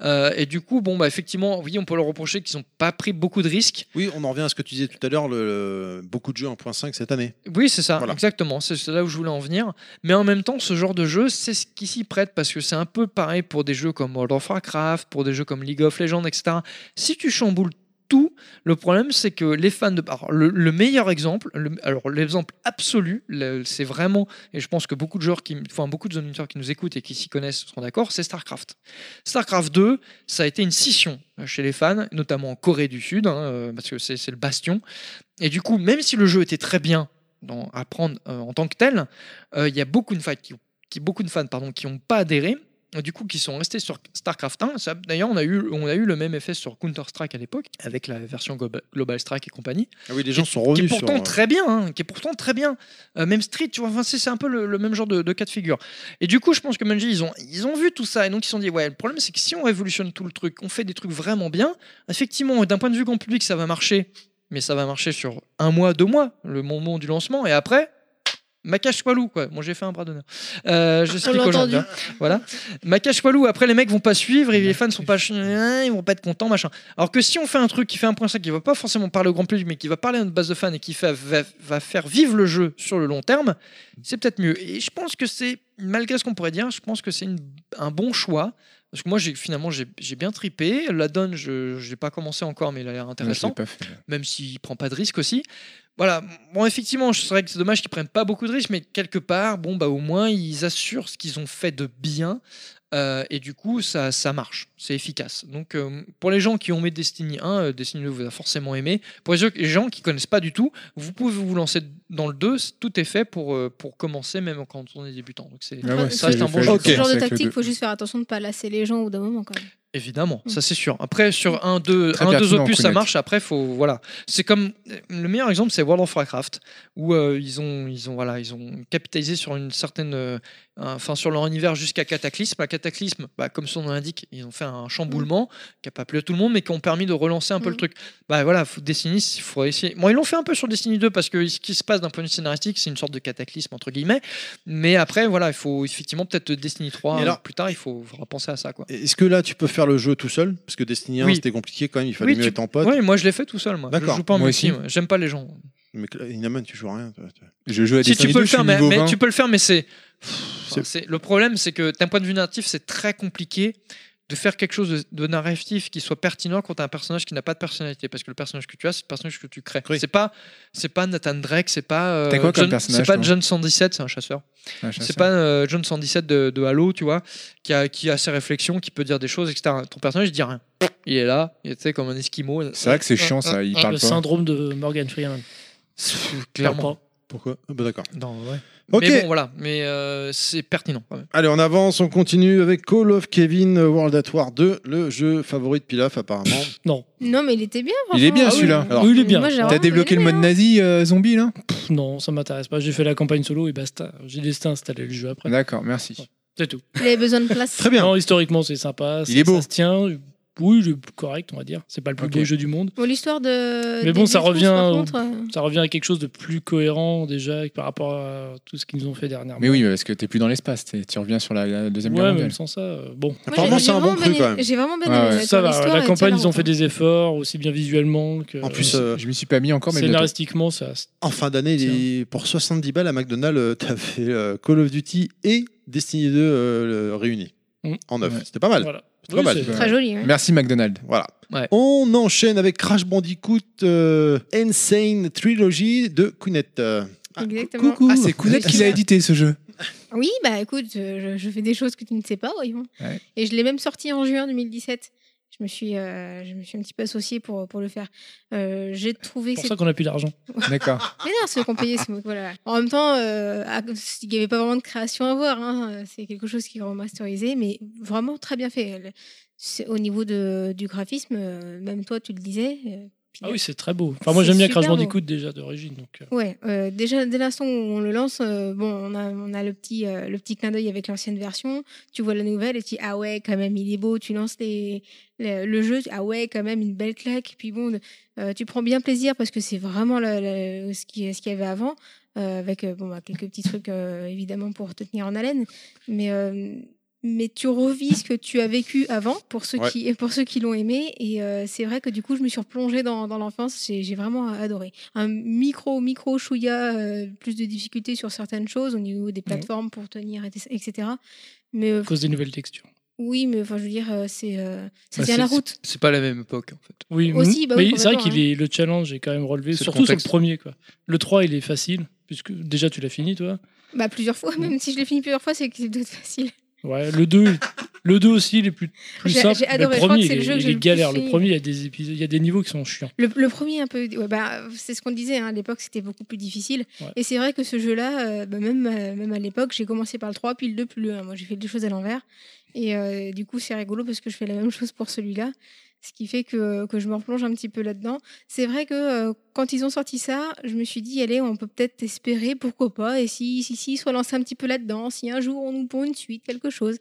Speaker 2: Euh, et du coup, bon, bah, effectivement, oui, on peut leur reprocher qu'ils n'ont pas pris beaucoup de risques.
Speaker 1: Oui, on en revient à ce que tu disais tout à l'heure, le, le- beaucoup de jeux en point 5 cette année.
Speaker 2: Oui, c'est ça,
Speaker 1: Voilà.
Speaker 2: exactement. C'est c'est là où je voulais en venir. Mais en même temps, ce genre de jeu, c'est ce qui s'y prête parce que c'est un peu pareil pour des jeux comme World of Warcraft, pour des jeux comme League of Legends, etc. Si tu chamboules tout, le problème c'est que les fans de. alors, le, le meilleur exemple, le- alors l'exemple absolu, le- c'est vraiment, et je pense que beaucoup de joueurs qui, enfin beaucoup de auditeurs qui nous écoutent et qui s'y connaissent seront d'accord, c'est StarCraft. StarCraft 2, ça a été une scission chez les fans, notamment en Corée du Sud, hein, euh, parce que c'est c'est le bastion. Et du coup, même si le jeu était très bien dans- à prendre euh, en tant que tel, euh, il y a beaucoup de fans qui, qui- beaucoup de fans pardon, qui n'ont pas adhéré. du coup qui sont restés sur StarCraft 1. Ça, D'ailleurs, on, a eu- on a eu le même effet sur Counter-Strike à l'époque, avec la version Goba- Global Strike et compagnie,
Speaker 1: Ah oui, les gens sont
Speaker 2: qui est
Speaker 1: revenus sur. euh,
Speaker 2: pourtant très bien, hein, qui est pourtant très bien. Euh, même Street, tu vois, enfin, c'est c'est un peu le, le même genre de, de cas de figure. Et du coup, je pense que Bungie, ils ont, ils ont vu tout ça, et donc ils se sont dit, ouais, le problème c'est que si on révolutionne tout le truc, on fait des trucs vraiment bien, effectivement, d'un point de vue grand public, ça va marcher, mais ça va marcher sur un mois, deux mois, le moment du lancement, et après... Macache Walou, quoi. Bon, j'ai fait un bras d'honneur. Euh, je
Speaker 5: On
Speaker 2: sais
Speaker 5: l'a
Speaker 2: aux gens, tu
Speaker 5: entendu.
Speaker 2: vois. Voilà. Macache Walou, après les mecs vont pas suivre et les fans sont pas ch- hein, ils vont pas être contents machin. Alors que si on fait un truc qui fait un point qui va pas forcément parler au grand public mais qui va parler à notre base de fans et qui fait- va, va faire vivre le jeu sur le long terme, c'est peut-être mieux. Et je pense que c'est malgré ce qu'on pourrait dire, je pense que c'est une- un bon choix parce que moi j'ai finalement j'ai j'ai bien tripé, la donne je j'ai pas commencé encore mais il a l'air intéressant même s'il prend pas de risque aussi. Voilà, bon effectivement, je serais que c'est dommage qu'ils prennent pas beaucoup de risques, mais quelque part, bon bah au moins ils assurent ce qu'ils ont fait de bien euh, et du coup ça, ça marche, c'est efficace. Donc euh, pour les gens qui ont aimé Destiny 1, euh, Destiny 2 vous a forcément aimé. Pour les gens- les gens qui connaissent pas du tout, vous pouvez vous lancer dans le 2, c'est- tout est fait pour, euh, pour commencer même quand on est débutant. Donc c'est
Speaker 5: ouais,
Speaker 2: ça reste un bon jeu.
Speaker 5: Ce genre de
Speaker 6: Avec le
Speaker 5: tactique,
Speaker 6: deux.
Speaker 5: faut juste faire attention de pas lasser les gens au bout d'un moment quand même.
Speaker 2: Évidemment,
Speaker 5: Mm.
Speaker 2: ça c'est sûr. Après, sur un, deux,
Speaker 6: Très
Speaker 2: un, deux
Speaker 6: pertinent,
Speaker 2: opus, ça
Speaker 6: Kounet.
Speaker 2: marche. Après, faut voilà. C'est comme le meilleur exemple, c'est World of Warcraft, où euh, ils ont, ils ont, voilà, ils ont capitalisé sur une certaine, euh, un- enfin sur leur univers jusqu'à Cataclysme. À Cataclysme, bah, comme son nom l'indique, ils ont fait un chamboulement qui a pas plu à tout le monde, mais qui ont permis de relancer un peu le
Speaker 5: Mm.
Speaker 2: truc. Bah voilà, faut- Destiny, il faut essayer. Bon, ils l'ont fait un peu sur Destiny 2 parce que ce qui se passe d'un point de vue scénaristique, c'est une sorte de cataclysme entre guillemets. Mais après, voilà, il faut effectivement peut-être Destiny 3
Speaker 1: Et alors-
Speaker 2: plus tard, il faut faudra penser à ça quoi.
Speaker 1: Est-ce que là, tu peux faire le jeu tout seul Parce que Destiny 1,
Speaker 2: Oui.
Speaker 1: c'était compliqué quand même, il fallait
Speaker 2: Oui,
Speaker 1: mieux
Speaker 2: tu-
Speaker 1: être en pote.
Speaker 2: Oui, moi je l'ai fait tout seul, moi. Je
Speaker 1: D'accord.
Speaker 2: joue pas en
Speaker 6: Moi
Speaker 2: multi,
Speaker 6: aussi. Bah,
Speaker 2: moi. J'aime pas les gens.
Speaker 1: Mais Cla- Inaman, tu joues à rien. toi, toi.
Speaker 6: Je joue à
Speaker 2: Si tu
Speaker 6: Destiny
Speaker 2: peux
Speaker 6: 2,
Speaker 2: le
Speaker 6: je suis
Speaker 2: faire, mais,
Speaker 6: niveau
Speaker 2: mais
Speaker 6: 20.
Speaker 2: tu peux le faire, mais c'est.
Speaker 1: C'est-
Speaker 2: c'est- Le problème, c'est que d'un point de vue narratif, c'est très compliqué de faire quelque chose de, de narratif qui soit pertinent quand t'as un personnage qui n'a pas de personnalité, parce que le personnage que tu as, c'est le personnage que tu crées.
Speaker 1: Oui.
Speaker 2: C'est pas, c'est pas Nathan Drake, c'est pas. euh,
Speaker 6: T'as quoi comme
Speaker 2: John-
Speaker 6: personnage,
Speaker 2: C'est pas
Speaker 6: toi
Speaker 2: John 117, c'est un chasseur.
Speaker 6: Ah, je sais
Speaker 2: C'est pas euh, John 117 de, de Halo, tu vois, qui a, qui a ses réflexions, qui peut dire des choses, etc. Ton personnage, il dit rien. Il est là, il est tu sais, comme un esquimau.
Speaker 6: C'est vrai que c'est chiant ça, il
Speaker 2: Ah,
Speaker 6: parle
Speaker 3: Le
Speaker 6: pas.
Speaker 3: syndrome de Morgan Freeman.
Speaker 2: Clairement.
Speaker 3: Pas.
Speaker 1: Pourquoi Ah, bah, D'accord.
Speaker 2: Non, ouais.
Speaker 1: Ok.
Speaker 2: Mais bon, voilà, mais euh, c'est pertinent quand même.
Speaker 1: Allez, on avance, on continue avec Call of Kevin euh, World at War 2, le jeu favori de Pilaf apparemment.
Speaker 3: Non. Ah
Speaker 5: Non, mais il était bien.
Speaker 6: Il est
Speaker 5: franchement.
Speaker 6: bien, Ah, celui-là.
Speaker 5: oui.
Speaker 1: Alors,
Speaker 3: oui, il est bien.
Speaker 5: Moi, j'ai
Speaker 6: T'as
Speaker 5: vraiment
Speaker 6: débloqué le
Speaker 5: bien
Speaker 6: mode
Speaker 5: aimé, hein.
Speaker 6: nazi euh, zombie là
Speaker 3: Pff, non, ça m'intéresse pas. J'ai fait la campagne solo et basta. J'ai laissé installer le jeu après.
Speaker 6: D'accord, merci.
Speaker 3: C'est tout.
Speaker 5: Il avait besoin de place.
Speaker 1: Très bien.
Speaker 3: Non, historiquement, c'est sympa.
Speaker 6: Il
Speaker 3: ça-
Speaker 6: est beau.
Speaker 3: Ça se tient. Oui, il est correct, on va dire. C'est pas le plus
Speaker 6: Ok.
Speaker 3: beau jeu du monde.
Speaker 5: Bon, l'histoire de.
Speaker 3: Mais bon,
Speaker 5: des
Speaker 3: ça
Speaker 5: Détrons,
Speaker 3: revient
Speaker 5: par
Speaker 3: au-
Speaker 5: contre, euh,
Speaker 3: Ça revient à quelque chose de plus cohérent déjà que par rapport à tout ce qu'ils nous ont fait dernièrement.
Speaker 6: Mais oui, parce que t'es plus dans l'espace, t'es- tu reviens sur la, la deuxième guerre
Speaker 3: Ouais, même
Speaker 6: mondiale.
Speaker 3: sans ça, euh, bon.
Speaker 5: moi,
Speaker 1: Apparemment,
Speaker 5: j'ai-
Speaker 1: c'est un
Speaker 5: j'ai
Speaker 1: bon
Speaker 5: vraiment
Speaker 1: cru
Speaker 5: bien-
Speaker 1: quand même.
Speaker 5: J'ai vraiment bien
Speaker 6: Ouais,
Speaker 5: aimé.
Speaker 6: ouais.
Speaker 5: honnêtement,
Speaker 3: Ça va,
Speaker 5: l'histoire
Speaker 3: la
Speaker 5: était
Speaker 3: campagne, ils ont
Speaker 5: marrante.
Speaker 3: fait des efforts, aussi bien visuellement que.
Speaker 1: En plus,
Speaker 3: euh,
Speaker 1: euh,
Speaker 6: Je m'y suis pas mis encore, mais bientôt.
Speaker 3: scénaristiquement, ça.
Speaker 1: en fin d'année, il est- pour 70 balles à McDonald's, euh, t'as fait euh, Call of Duty et Destiny 2 euh, le- réunis
Speaker 3: Mm.
Speaker 2: Mmh.
Speaker 1: en neuf.
Speaker 6: Ouais.
Speaker 1: C'était pas mal.
Speaker 3: Voilà.
Speaker 1: C'est pas mal.
Speaker 3: c'est-
Speaker 5: Très joli. ouais.
Speaker 6: Merci McDonald's.
Speaker 1: Voilà.
Speaker 2: Ouais.
Speaker 1: On enchaîne avec Crash Bandicoot euh, Insane Trilogy de Kounet. Euh, Ah,
Speaker 5: Exactement.
Speaker 6: Ah, c'est Kounet qui l'a édité ce jeu.
Speaker 5: Oui, bah écoute, euh, je, je fais des choses que tu ne sais pas, voyons.
Speaker 6: Ouais.
Speaker 5: Et je l'ai même sorti en juin 2017. Je me suis, euh, je me suis un petit peu associée pour, pour le faire. Euh, J'ai trouvé
Speaker 3: C'est
Speaker 5: que
Speaker 3: pour
Speaker 5: c'était
Speaker 3: ça qu'on a plus d'argent.
Speaker 6: D'accord.
Speaker 5: Mais non, ceux qu'on payait, c'est moi. Voilà. En même temps, euh, à- il n'y avait pas vraiment de création à voir. hein. C'est quelque chose qui est remasterisé, mais vraiment très bien fait. Le- c'est- Au niveau de, du graphisme, euh, même toi, tu le disais. euh,
Speaker 3: Ah oui, c'est très beau. Enfin, moi,
Speaker 5: C'est
Speaker 3: j'aime bien
Speaker 5: super
Speaker 3: Crash
Speaker 5: beau.
Speaker 3: Bandicoot déjà d'origine. Donc, euh,
Speaker 5: Ouais, euh, déjà dès l'instant où on le lance, euh, bon, on a, on a le petit, euh, le petit clin d'œil avec l'ancienne version. Tu vois la nouvelle et tu dis ah ouais, quand même il est beau. Tu lances les, le, le jeu, ah ouais, quand même une belle claque. Puis bon, euh, tu prends bien plaisir parce que c'est vraiment la- la- ce qui, ce qu'il y avait avant, euh, avec euh, bon bah, quelques petits trucs euh, évidemment pour te tenir en haleine, mais euh, mais tu revis ce que tu as vécu avant pour ceux
Speaker 1: Ouais.
Speaker 5: qui pour ceux qui l'ont aimé et euh, c'est vrai que du coup je me suis replongée dans, dans l'enfance j'ai j'ai vraiment adoré un micro micro chouïa euh, plus de difficultés sur certaines choses au niveau des plateformes pour tenir et- etc mais euh,
Speaker 3: à cause des nouvelles textures.
Speaker 5: oui mais enfin je veux dire euh, c'est euh, ça
Speaker 2: Bah,
Speaker 5: tient la
Speaker 2: c'est-
Speaker 5: route
Speaker 2: C'est pas la même époque en fait.
Speaker 3: Oui,
Speaker 5: Aussi,
Speaker 3: mm,
Speaker 5: bah oui,
Speaker 3: mais c'est vrai
Speaker 5: complètement,
Speaker 3: qu'il est le challenge est quand même relevé,
Speaker 2: C'est le
Speaker 3: surtout sur le
Speaker 2: contexte.
Speaker 3: premier. Quoi. Le 3, il est facile, puisque déjà tu l'as fini, toi.
Speaker 5: bah plusieurs fois même si je l'ai fini plusieurs fois c'est que c'est peut-être facile
Speaker 3: Ouais, le 2, Le 2 aussi, il est plus, plus
Speaker 5: J'ai-
Speaker 3: simple.
Speaker 5: j'ai
Speaker 3: mais
Speaker 5: adoré,
Speaker 3: le
Speaker 5: je crois
Speaker 3: premier,
Speaker 5: que c'est le
Speaker 3: il
Speaker 5: jeu
Speaker 3: est-
Speaker 5: que
Speaker 3: il
Speaker 5: j'ai
Speaker 3: est
Speaker 5: le plus
Speaker 3: galère. Le
Speaker 5: fait.
Speaker 3: premier, il y a des épisodes, il y a des niveaux qui sont chiants.
Speaker 5: Le, le premier, un peu, ouais, bah, c'est ce qu'on disait, hein, à l'époque c'était beaucoup plus difficile.
Speaker 3: Ouais.
Speaker 5: Et c'est vrai que ce jeu-là, euh, bah, même, euh, même à l'époque, j'ai commencé par le 3, puis le 2, puis le 1. Moi j'ai fait les choses à l'envers. Et euh, du coup, c'est rigolo parce que je fais la même chose pour celui-là. Ce qui fait que, que je me replonge un petit peu là-dedans. C'est vrai que euh, quand ils ont sorti ça, je me suis dit, allez, on peut peut-être espérer, pourquoi pas. Et si, si, si, soit lancé un petit peu là-dedans, si un jour on nous pond une suite, quelque chose.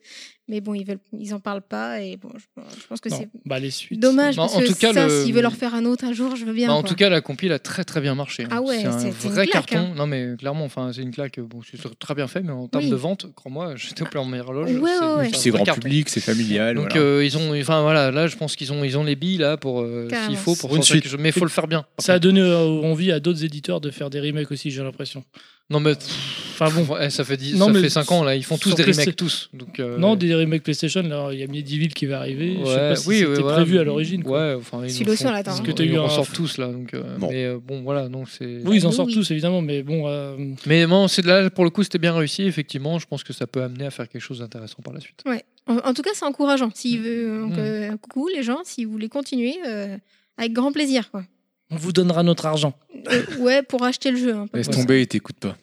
Speaker 5: Mais bon, ils veulent, ils en parlent pas. Et bon, je, je pense que
Speaker 3: Non,
Speaker 5: c'est
Speaker 3: bah, les suites.
Speaker 5: Dommage,
Speaker 2: Bah,
Speaker 5: parce
Speaker 2: en
Speaker 5: que
Speaker 2: tout cas,
Speaker 5: ça,
Speaker 2: le-
Speaker 5: s'ils veulent en refaire un autre un jour, je veux bien.
Speaker 2: Bah, en
Speaker 5: quoi.
Speaker 2: tout cas, la compile a très très bien marché. hein.
Speaker 5: Ah ouais,
Speaker 2: c'est un
Speaker 5: c'est- c'est une
Speaker 2: vrai
Speaker 5: claque,
Speaker 2: carton.
Speaker 5: hein.
Speaker 2: Non mais clairement, enfin, c'est une claque. Bon, c'est très bien fait, mais en termes
Speaker 5: Oui.
Speaker 2: de vente, crois-moi, j'étais plein en meilleure loge.
Speaker 5: Ouais, ouais, ouais.
Speaker 2: un
Speaker 5: Puis
Speaker 6: C'est
Speaker 2: vrai
Speaker 6: grand
Speaker 2: carton.
Speaker 6: public, c'est familial.
Speaker 2: Donc
Speaker 6: voilà.
Speaker 2: euh, ils ont, enfin voilà, là je pense qu'ils ont, ils ont les billes là pour euh,
Speaker 5: Carrément.
Speaker 2: s'il faut pour
Speaker 1: Pour une
Speaker 2: sortir
Speaker 1: suite.
Speaker 2: quelque chose. mais faut le faire bien.
Speaker 3: Ça a donné euh, envie à d'autres éditeurs de faire des remakes aussi, j'ai l'impression.
Speaker 2: Non mais
Speaker 3: Enfin bon,
Speaker 2: Ouais, eh, ça fait, dix-
Speaker 3: Non,
Speaker 2: ça
Speaker 3: mais
Speaker 2: fait 5 ans là, ils font tous
Speaker 3: sur
Speaker 2: des
Speaker 3: PC.
Speaker 2: remakes tous. Donc, euh,
Speaker 3: non, des remakes PlayStation, là, il y a Medieval qui va arriver. je sais
Speaker 2: ouais,
Speaker 3: pas si
Speaker 2: oui,
Speaker 3: c'était
Speaker 2: ouais, voilà.
Speaker 3: prévu à l'origine. quoi.
Speaker 2: Ouais, enfin ils
Speaker 5: Celui-là
Speaker 2: en
Speaker 5: aussi,
Speaker 2: font-
Speaker 5: on l'attend,
Speaker 2: ils-
Speaker 5: hein.
Speaker 3: Parce que t'as
Speaker 2: ils
Speaker 3: eu
Speaker 2: en
Speaker 3: un-
Speaker 2: sortent tous là, donc. euh,
Speaker 6: Bon.
Speaker 2: Mais euh, bon voilà, donc c'est.
Speaker 3: Oui, ils en
Speaker 5: Ah Oui,
Speaker 3: sortent
Speaker 5: oui.
Speaker 3: tous évidemment, mais bon, euh,
Speaker 2: Mais bon, c'est là pour le coup c'était bien réussi. Effectivement, je pense que ça peut amener à faire quelque chose d'intéressant par la suite.
Speaker 5: En, en tout cas, c'est encourageant. S'il veut, donc,
Speaker 2: Mm.
Speaker 5: euh, coucou les gens, si vous voulez continuer, euh, avec grand plaisir. Quoi.
Speaker 3: on vous donnera notre argent.
Speaker 5: Euh, ouais, pour acheter le jeu. hein, pas
Speaker 6: Laisse
Speaker 5: pour-
Speaker 6: tomber et t'écoutes pas.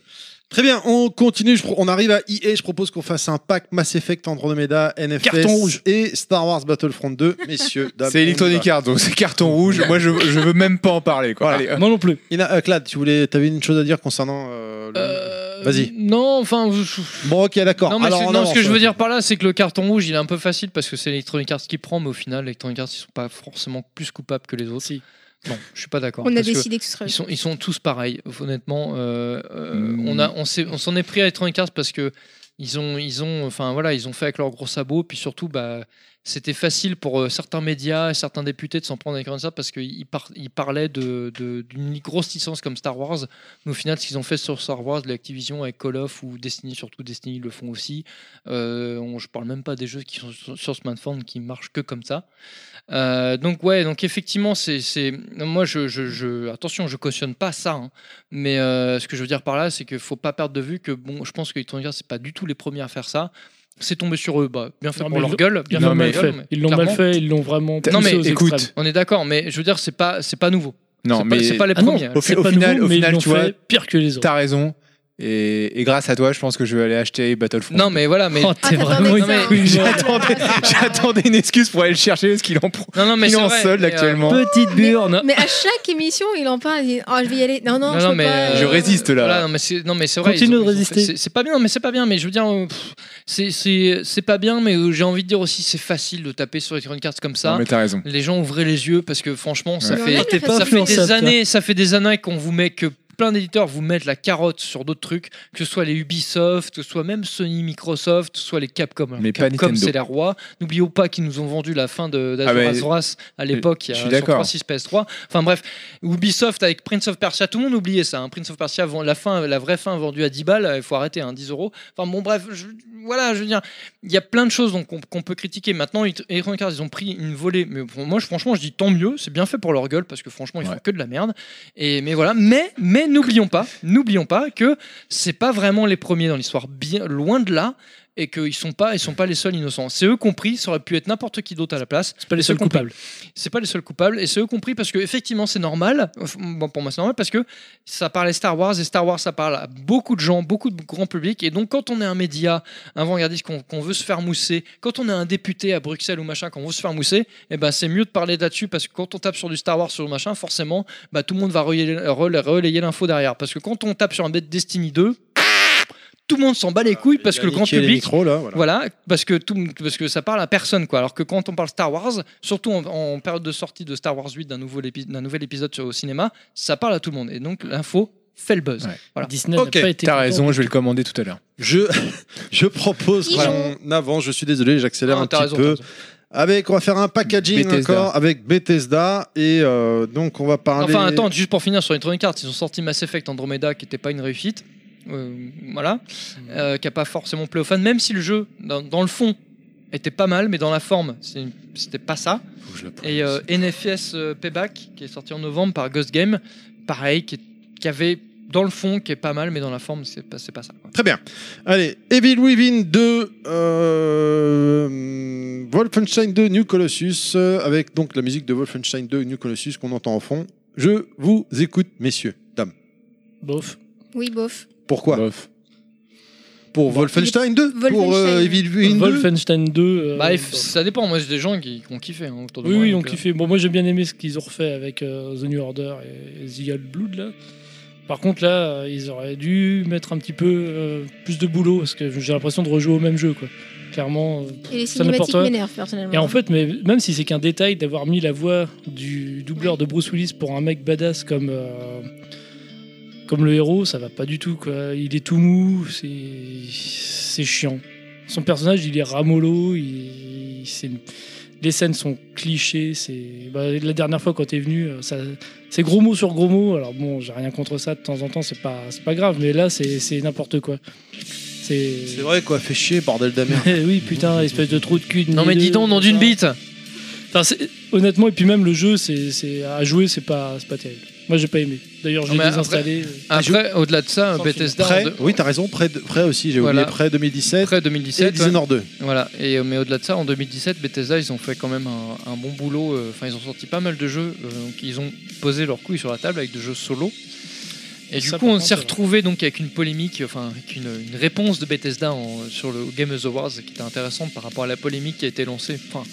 Speaker 1: Très bien, on continue. je pro- on arrive à EA. Je propose qu'on fasse un pack Mass Effect, Andromeda, NFS
Speaker 3: Carton rouge.
Speaker 1: et Star Wars Battlefront 2. Messieurs, dames.
Speaker 6: C'est Electronic Arts, donc c'est carton rouge. Moi, je, je veux même pas en parler. Quoi. Allez, hop.
Speaker 3: Moi non plus.
Speaker 1: Ina, euh, Clad, tu voulais, avais une chose à dire concernant. euh, le... Vas-y.
Speaker 2: Non, enfin. je-
Speaker 1: Bon, ok, d'accord.
Speaker 2: Non, mais
Speaker 1: Alors,
Speaker 2: c'est-
Speaker 1: on
Speaker 2: non,
Speaker 1: avance.
Speaker 2: ce que je veux dire par là, c'est que le carton rouge, il est un peu facile parce que c'est Electronic Arts qui prend, mais au final, Electronic Arts, ils sont pas forcément plus coupables que les autres.
Speaker 3: Si.
Speaker 2: Non, je suis pas d'accord.
Speaker 5: On a
Speaker 2: parce que-
Speaker 5: décidé que ce serait.
Speaker 2: Ils sont, ils sont tous pareils, honnêtement. euh, euh,
Speaker 6: Mm.
Speaker 2: On a, on s'est- on s'en est pris à Electronic Arts parce que ils ont, ils ont, enfin voilà, ils ont fait avec leurs gros sabots. Puis surtout, bah, c'était facile pour euh, certains médias, et certains députés de s'en prendre à Electronic Arts parce qu'ils par- ils parlaient de- de- d'une grosse licence comme Star Wars. Mais au final, ce qu'ils ont fait sur Star Wars, l'Activision avec Call of ou Destiny, surtout Destiny, ils le font aussi. Euh, on- je parle même pas des jeux qui sont sur, sur smartphone qui marchent que comme ça. Euh, donc ouais, donc effectivement, c'est, c'est- moi je, je, je- attention, je cautionne pas ça, hein. mais euh, ce que je veux dire par là, c'est qu'il faut pas perdre de vue que bon, je pense que Electronic Arts c'est pas du tout les premiers à faire ça. C'est tombé sur eux, bah, bien fait
Speaker 3: Non,
Speaker 2: pour
Speaker 3: mais
Speaker 2: leur
Speaker 3: ils
Speaker 2: gueule, bien fait
Speaker 3: Ils l'ont
Speaker 2: pour
Speaker 3: mal
Speaker 2: leur
Speaker 3: fait.
Speaker 2: gueule, mais
Speaker 3: Ils l'ont mal
Speaker 2: clairement,
Speaker 3: fait, ils l'ont vraiment.
Speaker 6: Non,
Speaker 3: poussé
Speaker 6: mais
Speaker 3: aux
Speaker 6: écoute,
Speaker 3: extrêmes.
Speaker 2: On est d'accord, mais je veux dire, c'est pas, c'est pas nouveau.
Speaker 6: Non,
Speaker 2: c'est,
Speaker 6: mais
Speaker 2: pas, c'est pas les
Speaker 3: Ah non,
Speaker 2: premiers.
Speaker 6: au, fi-
Speaker 3: C'est
Speaker 6: au
Speaker 3: pas
Speaker 6: final,
Speaker 3: nouveau,
Speaker 6: au
Speaker 3: mais ils
Speaker 6: final
Speaker 3: l'ont
Speaker 6: tu vois,
Speaker 3: fait pire que les autres.
Speaker 6: t'as raison. Et, et grâce à toi, je pense que je vais aller acheter Battlefront.
Speaker 2: Non, mais voilà, mais
Speaker 3: Oh,
Speaker 5: Ah,
Speaker 3: t'es
Speaker 5: t'attendais
Speaker 3: vraiment
Speaker 5: ça, hein. Ah,
Speaker 3: une couille.
Speaker 6: J'attendais, j'attendais une excuse pour aller le chercher parce qu'il en prend.
Speaker 2: non, non, mais
Speaker 6: il est
Speaker 2: c'est
Speaker 6: en
Speaker 2: vrai,
Speaker 6: solde
Speaker 2: mais, euh,
Speaker 6: actuellement.
Speaker 3: Petite burne.
Speaker 5: Mais à chaque émission, il en parle. Il dit Oh, je vais y aller. Non, non,
Speaker 2: Non,
Speaker 5: je
Speaker 2: non,
Speaker 5: peux
Speaker 2: mais
Speaker 5: pas,
Speaker 2: euh,
Speaker 6: Je résiste là.
Speaker 2: Voilà, non, mais c'est, non, mais c'est vrai.
Speaker 3: Continue
Speaker 2: ils ont-
Speaker 3: de
Speaker 2: ils ont fait-
Speaker 3: résister.
Speaker 2: c'est- C'est pas bien, mais c'est pas bien. Mais je veux dire, euh, pff, c'est, c'est, c'est pas bien, mais euh, j'ai envie de dire aussi, c'est facile de taper sur Electronic Arts comme ça.
Speaker 6: Non, mais t'as raison.
Speaker 2: Les gens ouvraient les yeux parce que franchement, ça
Speaker 5: Ouais.
Speaker 2: fait,
Speaker 5: Ouais, mais
Speaker 2: ça
Speaker 5: pas
Speaker 2: fait des
Speaker 3: influençable,
Speaker 2: années, ça fait des années qu'on vous met que plein d'éditeurs vous mettent la carotte sur d'autres trucs, que ce soit les Ubisoft, que ce soit même Sony, Microsoft, que ce soit les Capcom. Alors,
Speaker 6: Mais pas
Speaker 2: Capcom,
Speaker 6: Nintendo.
Speaker 2: c'est la roi. N'oublions pas qu'ils nous ont vendu la fin de d'Azura's
Speaker 6: Ah, mais-
Speaker 2: Wrath à l'époque, il y
Speaker 6: je
Speaker 2: a
Speaker 6: suis
Speaker 2: sur
Speaker 6: d'accord.
Speaker 2: 3.6 PS3. Enfin bref, Ubisoft avec Prince of Persia, tout le monde oubliait ça. hein. Prince of Persia, vend- la fin, la vraie fin vendue à 10 balles, il faut arrêter, hein, 10 euros. Enfin bon, bref, je- voilà, je veux dire, il y a plein de choses donc, qu'on qu'on peut critiquer. Maintenant, ils- Electronic Arts, ils ont pris une volée. Mais bon, moi, je- franchement, je dis tant mieux, c'est bien fait pour leur gueule parce que franchement, ils
Speaker 6: Ouais.
Speaker 2: font que de la merde. Et, mais voilà, mais, mais n'oublions pas, n'oublions pas que c'est pas vraiment les premiers dans l'histoire, bien loin de là. Et qu'ils sont pas, ils sont pas les seuls innocents. C'est eux compris. Ça aurait pu être n'importe qui d'autre à la place
Speaker 3: C'est pas les seuls coupables.
Speaker 2: c'est pas les seuls coupables et c'est eux compris parce que effectivement c'est normal Enfin, bon, pour moi c'est normal parce que ça parlait Star Wars et Star Wars ça parle à beaucoup de gens beaucoup de grand public et donc quand on est un média un avant-gardiste qu'on qu'on veut se faire mousser quand on est un député à Bruxelles ou machin qu'on veut se faire mousser et ben c'est mieux de parler là-dessus parce que quand on tape sur du Star Wars sur le machin forcément bah, tout le monde va relayer rela- relayer l'info derrière parce que quand on tape sur un bête Destiny 2 tout le monde s'en bat les couilles
Speaker 1: Ah,
Speaker 2: parce que le grand public
Speaker 1: Micro, là, voilà.
Speaker 2: voilà, parce que tout, parce que ça parle à personne, quoi. Alors que quand on parle Star Wars, surtout en, en période de sortie de Star Wars 8 d'un nouveau épi- d'un nouvel épisode sur- au cinéma, ça parle à tout le monde. Et donc l'info fait le buzz.
Speaker 6: Ouais.
Speaker 2: Voilà.
Speaker 3: Disney
Speaker 1: Ok,
Speaker 3: n'a pas été.
Speaker 6: T'as
Speaker 3: content.
Speaker 6: raison, je vais le commander tout à l'heure.
Speaker 1: Je, je propose
Speaker 5: Ils
Speaker 1: qu'on avance. Je suis désolé, j'accélère
Speaker 2: Ah,
Speaker 1: un
Speaker 2: t'as
Speaker 1: petit
Speaker 2: raison,
Speaker 1: peu.
Speaker 2: t'as raison.
Speaker 1: Avec, on va faire un packaging
Speaker 6: Bethesda.
Speaker 1: encore avec Bethesda et euh, donc on va parler.
Speaker 2: Enfin, attends, juste pour finir sur Electronic Arts, ils ont sorti Mass Effect Andromeda qui n'était pas une réussite. Euh,
Speaker 1: Mm.
Speaker 2: voilà, Euh, qui n'a pas forcément plu aux fans, même si le jeu, dans, dans le fond, était pas mal, mais dans la forme, c'est- c'était pas ça.
Speaker 6: Faut que je le prenne.
Speaker 2: Et euh, NFS euh, Payback, qui est sorti en novembre par Ghost Game, pareil, qui, est- qui avait dans le fond, qui est pas mal, mais dans la forme, c'est pas, c'est pas ça. quoi.
Speaker 1: Très bien. Allez, Evil Within 2. euh, Wolfenstein 2 New Colossus, euh, avec donc la musique de Wolfenstein 2 New Colossus qu'on entend en fond. Je vous écoute, messieurs, dames.
Speaker 3: Bof.
Speaker 5: Oui, bof.
Speaker 1: Pourquoi
Speaker 6: Bof.
Speaker 1: Pour Wolfenstein 2 Pour
Speaker 5: Wolfenstein.
Speaker 1: euh, Evil Wyn 2
Speaker 3: Wolfenstein 2. euh,
Speaker 2: Bah, f- ça dépend. Moi, j'ai des gens qui, qui ont kiffé. hein, autour de
Speaker 3: Oui,
Speaker 2: moi,
Speaker 3: oui, ils
Speaker 2: donc,
Speaker 3: ont
Speaker 2: euh,
Speaker 3: kiffé. Bon, moi j'ai bien aimé ce qu'ils ont refait avec euh, The New Order et The Old Blood là. Par contre là, euh, ils auraient dû mettre un petit peu euh, plus de boulot parce que j'ai l'impression de rejouer au même jeu quoi. Clairement. euh.
Speaker 5: Et les
Speaker 3: Ça n'importe
Speaker 5: cinématiques
Speaker 3: quoi.
Speaker 5: m'énervent personnellement.
Speaker 3: Et en fait, mais même si c'est qu'un détail d'avoir mis la voix du doubleur de Bruce Willis pour un mec badass comme euh, comme le héros, ça va pas du tout quoi. Il est tout mou, c'est c'est chiant. Son personnage, il est ramolo, il, c'est les scènes sont clichés. C'est bah, la dernière fois quand t'es venu, euh, ça, c'est gros mot sur gros mot. Alors bon, j'ai rien contre ça. De temps en temps, c'est pas, c'est pas grave. Mais là, c'est, c'est n'importe quoi. C'est.
Speaker 1: C'est vrai quoi, fait chier, bordel de merde.
Speaker 3: oui, putain, espèce de trou de cul. de
Speaker 2: Non, mais
Speaker 3: nideux,
Speaker 2: dis donc, nom d'une
Speaker 3: putain.
Speaker 2: bite
Speaker 3: Enfin, c'est- honnêtement, et puis même le jeu, c'est, c'est à jouer, c'est pas, c'est pas terrible. Moi, j'ai pas aimé. D'ailleurs, je
Speaker 2: Non,
Speaker 3: l'ai
Speaker 2: mais
Speaker 3: désinstallé.
Speaker 2: Après, au-delà de ça,
Speaker 3: Sans
Speaker 2: Bethesda, en
Speaker 1: Prêt
Speaker 2: deux-
Speaker 1: Oui, t'as raison, près, de- près aussi, j'ai
Speaker 2: Voilà.
Speaker 1: oublié près 2017.
Speaker 2: après
Speaker 1: et
Speaker 2: 2017, ouais.
Speaker 1: Dishonored 2.
Speaker 2: voilà. Et euh, mais au-delà de ça, en 2017, Bethesda, ils ont fait quand même un, un bon boulot. euh, Enfin, ils ont sorti pas mal de jeux. euh, donc ils ont posé leur couille sur la table avec des jeux solo. Et du
Speaker 3: Ça,
Speaker 2: coup,
Speaker 3: par
Speaker 2: on
Speaker 3: contre, euh,
Speaker 2: s'est
Speaker 3: c'est vrai.
Speaker 2: retrouvé donc avec une polémique, enfin avec une, une réponse de Bethesda en- sur le Games Awards qui était intéressante par rapport à la polémique qui a été lancée, enfin,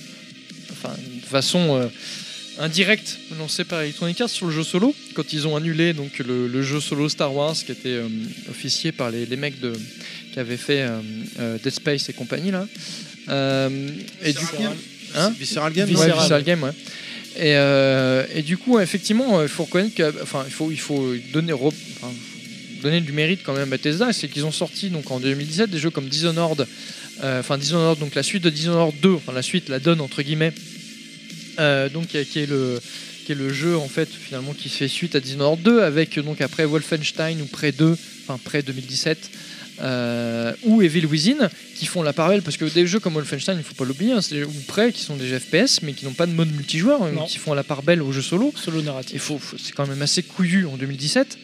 Speaker 2: enfin de façon euh, indirecte lancée par Electronic Arts sur le jeu solo quand ils ont annulé donc le, le jeu solo Star Wars qui était euh, officié par les, les mecs de qui avaient fait euh, euh, Dead Space et compagnie là. Euh, et du coup, Hein
Speaker 1: Visceral Game
Speaker 3: Visceral.
Speaker 2: Ouais, Visceral Game, ouais. Et, euh, et du coup, effectivement, euh, il faut reconnaître que, enfin, il faut, il faut donner, rep- enfin, faut donner du mérite quand même à Bethesda, c'est qu'ils ont sorti donc en 2017 des jeux comme Dishonored, euh, enfin Dishonored, donc la suite de Dishonored 2, enfin la suite, la donne entre guillemets, euh, donc euh, qui est le qui est le jeu en fait finalement qui fait suite à Dishonored 2 avec euh, donc après Wolfenstein ou près 2, enfin près 2017 euh, ou Evil Within qui font la parallèle parce que des jeux comme Wolfenstein il faut pas l'oublier hein, c'est- ou près qui sont des jeux FPS mais qui n'ont pas de mode multijoueur hein,
Speaker 3: Non.
Speaker 2: qui font la part belle aux jeux solo
Speaker 3: Solo narratif.
Speaker 2: il faut, faut- c'est quand même assez couillu en 2017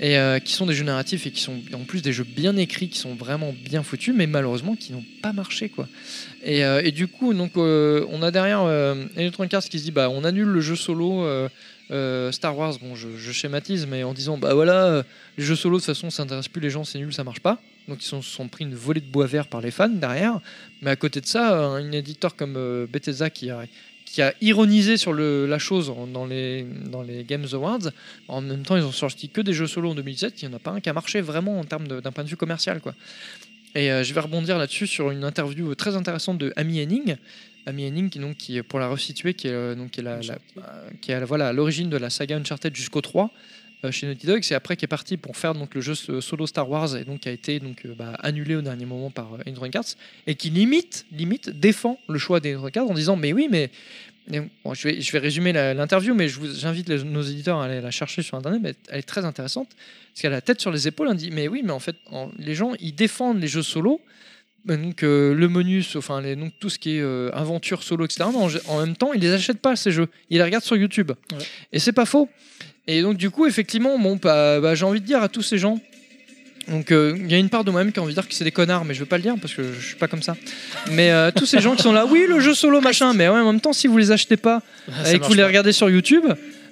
Speaker 2: et euh, qui sont des jeux narratifs et qui sont en plus des jeux bien écrits qui sont vraiment bien foutus mais malheureusement qui n'ont pas marché quoi et, euh, et du coup donc euh, on a derrière euh, Electronic Arts qui se dit bah on annule le jeu solo euh, euh, Star Wars bon je, je schématise mais en disant bah voilà euh, les jeux solo de toute façon ça intéresse plus les gens c'est nul ça marche pas donc ils se sont, sont pris une volée de bois vert par les fans derrière mais à côté de ça euh, un éditeur comme euh, Bethesda qui a qui a ironisé sur le- la chose en- dans les, dans les Games Awards. En même temps, ils ont sorti que des jeux solo en 2017. Il n'y en a pas un qui a marché vraiment en termes de- d'un point de vue commercial. Quoi. Et euh, je vais rebondir là-dessus sur une interview très intéressante de Amy Henning. Amy Henning, qui, donc, qui, est- pour la resituer, qui est, euh, donc, qui est, la, la- euh, qui est à la- voilà, à l'origine de la saga Uncharted jusqu'au 3 euh, chez Naughty Dog. C'est après qu'est parti pour faire donc, le jeu so- solo Star Wars et donc qui a été donc, euh, bah, annulé au dernier moment par euh, Electronic Arts et qui limite, limite défend le choix d'Electronic Arts en disant Mais oui, mais et bon, je, vais, je vais résumer la- l'interview, mais je vous- j'invite les- nos éditeurs à aller la chercher sur Internet. Mais elle est très intéressante parce qu'elle a la tête sur les épaules. Elle dit Mais oui, mais en fait, en- les gens, ils défendent les jeux solo. mais Donc, euh, le menu, enfin, les- donc, tout ce qui est euh, aventure solo, etc. Mais en, gé- en même temps, ils les achètent pas, ces jeux. Ils les regardent sur YouTube.
Speaker 3: Ouais.
Speaker 2: Et c'est pas faux. Et donc, du coup, effectivement, bon, bah, bah, j'ai envie de dire à tous ces gens. Donc, euh, il y a une part de moi-même qui a envie de dire que c'est des connards, mais je veux pas le dire parce que je suis pas comme ça. Mais euh, tous ces gens qui sont là, oui, le jeu solo, machin, mais ouais, en même temps, si vous les achetez pas,
Speaker 3: Ah, Ça
Speaker 2: et que vous
Speaker 3: marche
Speaker 2: les
Speaker 3: pas.
Speaker 2: regardez sur YouTube,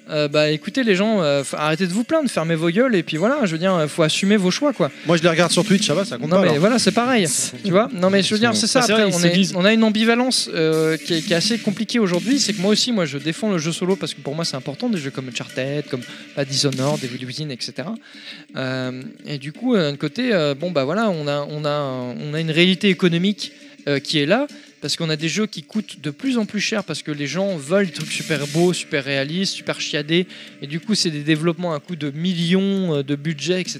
Speaker 2: euh, bah écoutez les gens, euh, f- arrêtez de vous plaindre, fermez vos gueules et puis voilà, je veux dire, euh, faut assumer vos choix quoi.
Speaker 1: Moi je les regarde sur Twitch, ça va, ça compte
Speaker 2: Non
Speaker 1: pas.
Speaker 2: mais
Speaker 1: alors.
Speaker 2: voilà, c'est pareil, tu vois. Non mais je veux dire, c'est ça.
Speaker 3: Ah, c'est
Speaker 2: Après,
Speaker 3: vrai, ils
Speaker 2: on,
Speaker 3: se
Speaker 2: est-
Speaker 3: lisent.
Speaker 2: on a une ambivalence euh, qui, est, qui est assez compliquée aujourd'hui. C'est que moi aussi, moi je défends le jeu solo parce que pour moi c'est important, des jeux comme Uncharted, comme bah, Dishonored, Evil Within, etc. Euh, et du coup, euh, d'un côté, euh, bon bah voilà, on a, on a, on a une réalité économique euh, qui est là. Parce qu'on a des jeux qui coûtent de plus en plus cher parce que les gens veulent des trucs super beaux, super réalistes, super chiadés. Et du coup, c'est des développements à coût de millions euh, de budget, etc.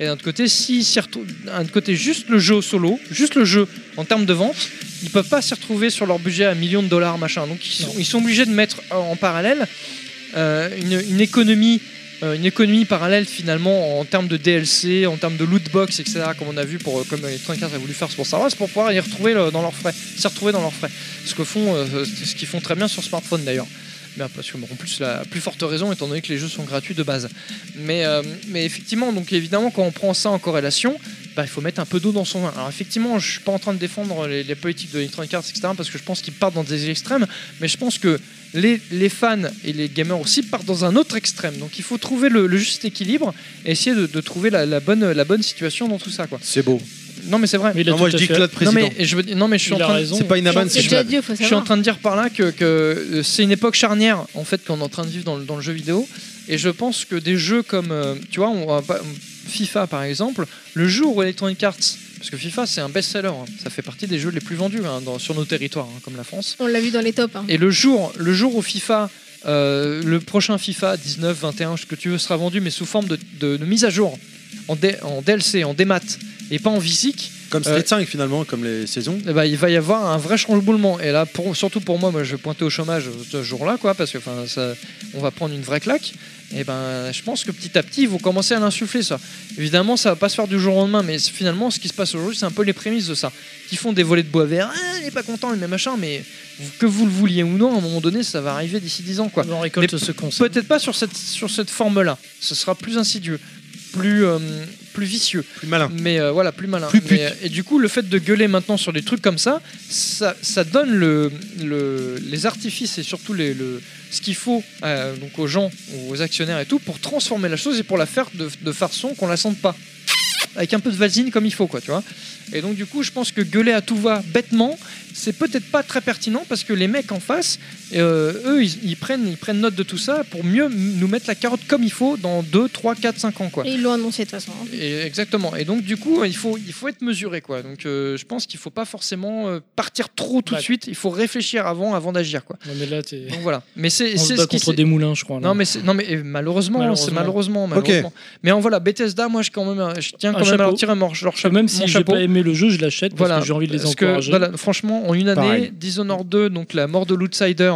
Speaker 2: Et d'un autre côté, si s'y retrou- d'un autre côté juste le jeu solo, juste le jeu en termes de vente, ils peuvent pas s'y retrouver sur leur budget à millions de dollars, machin. Donc ils sont, ils sont obligés de mettre en en parallèle euh, une, une économie. euh, une économie parallèle finalement en termes de DLC, en termes de loot box, etc. Comme on a vu pour euh, comme Electronic Arts a voulu faire pour Star Wars, pour pouvoir y retrouver le- dans leurs frais, s'y retrouver dans leurs frais. Ce que font, euh, ce qu'ils font très bien sur smartphone d'ailleurs. Bien, parce que bon, en plus la plus forte raison étant donné que les jeux sont gratuits de base. Mais, euh, mais effectivement, donc évidemment, quand on prend ça en corrélation, bah, il faut mettre un peu d'eau dans son vin. Alors effectivement, je suis pas en train de défendre les, les politiques de Electronic Arts, etc., parce que je pense qu'ils partent dans des extrêmes, mais je pense que les, les fans et les gamers aussi partent dans un autre extrême. Donc il faut trouver le, le juste équilibre et essayer de, de trouver la, la bonne, la bonne situation dans tout ça. Quoi.
Speaker 1: C'est beau.
Speaker 2: Non mais c'est vrai.
Speaker 3: Mais il a
Speaker 1: Non, moi je
Speaker 3: tout à
Speaker 1: dis
Speaker 3: fait-
Speaker 1: Claude
Speaker 2: Non
Speaker 1: Président.
Speaker 2: mais, je, veux dire- non mais je suis en
Speaker 3: il a
Speaker 2: train de-
Speaker 3: raison.
Speaker 1: C'est pas une amende,
Speaker 5: C'est
Speaker 1: c'est
Speaker 5: déjà
Speaker 1: une
Speaker 5: dit, il faut
Speaker 2: je suis en
Speaker 5: savoir.
Speaker 2: train de dire par là que, que, euh, c'est une époque charnière en fait qu'on est en train de vivre dans le, dans le jeu vidéo et je pense que des jeux comme euh, tu vois on va pas- FIFA par exemple le jour où Electronic Arts parce que FIFA c'est un best-seller hein, ça fait partie des jeux les plus vendus hein, dans- sur nos territoires hein, comme la France
Speaker 5: On l'a vu dans les tops. hein.
Speaker 2: et le jour le jour où FIFA euh, le prochain FIFA 19 21 ce que tu veux sera vendu mais sous forme de, de- de mise à jour en, D- en DLC en démat et pas en physique
Speaker 1: Comme Street 5 finalement, comme les saisons.
Speaker 2: eh ben, il va y avoir un vrai chamboulement. Et là, pour- surtout pour moi, moi, je vais pointer au chômage ce jour-là, quoi, parce que enfin, ça, on va prendre une vraie claque. Et ben, je pense que petit à petit, ils vont commencer à l'insuffler ça. Évidemment, ça va pas se faire du jour au lendemain, mais c'est- finalement, ce qui se passe aujourd'hui, c'est un peu les prémices de ça. Qui font des volets de bois vert, Ah, il est pas content, il met machin, mais que vous le vouliez ou non, à un moment donné, ça va arriver d'ici 10 ans, quoi.
Speaker 3: On récolte
Speaker 2: Mais
Speaker 3: ce concept.
Speaker 2: Peut-être pas sur cette, sur cette forme-là. Ce sera plus insidieux, plus, euh, plus vicieux
Speaker 1: Plus malin.
Speaker 2: mais euh, voilà plus malin
Speaker 1: Plus pute.
Speaker 2: Mais, euh, et du coup le fait de gueuler maintenant sur des trucs comme ça ça, ça donne le, le- les artifices et surtout les, le, ce qu'il faut euh, donc aux gens aux actionnaires et tout pour transformer la chose et pour la faire de, de façon qu'on la sente pas avec un peu de vasine comme il faut quoi tu vois et donc du coup je pense que gueuler à tout va bêtement c'est peut-être pas très pertinent parce que les mecs en face euh, eux ils, ils prennent ils prennent note de tout ça pour mieux nous mettre la carotte comme il faut dans 2 3 4 5 ans quoi
Speaker 5: Et ils l'ont annoncé de toute façon. hein.
Speaker 2: et exactement. Et donc du coup, il faut il faut être mesuré quoi. Donc euh, je pense qu'il faut pas forcément euh, partir trop tout de
Speaker 3: Ouais.
Speaker 2: suite. Il faut réfléchir avant avant d'agir quoi.
Speaker 3: Non, mais là, t'es-
Speaker 2: Donc voilà. Mais c'est
Speaker 3: on se
Speaker 2: c'est
Speaker 3: bat
Speaker 2: ce qui
Speaker 3: contre
Speaker 2: s'est-
Speaker 3: des moulins, je crois. là.
Speaker 2: non mais c'est- non mais euh, malheureusement
Speaker 3: Malheureusement.
Speaker 2: c'est malheureusement malheureusement. Mais en voilà Bethesda moi je quand même euh, je tiens
Speaker 3: Un
Speaker 2: quand même à leur
Speaker 3: chapeau.
Speaker 2: tirer mort- leur cha-
Speaker 3: même
Speaker 2: mon
Speaker 3: si j'ai
Speaker 2: chapeau.
Speaker 3: pas aimé le jeu, je l'achète parce
Speaker 2: Voilà,
Speaker 3: que j'ai envie de les
Speaker 2: Parce que,
Speaker 3: encourager.
Speaker 2: voilà, franchement, en une année,
Speaker 6: Pareil.
Speaker 2: Dishonored 2, donc la mort de l'outsider,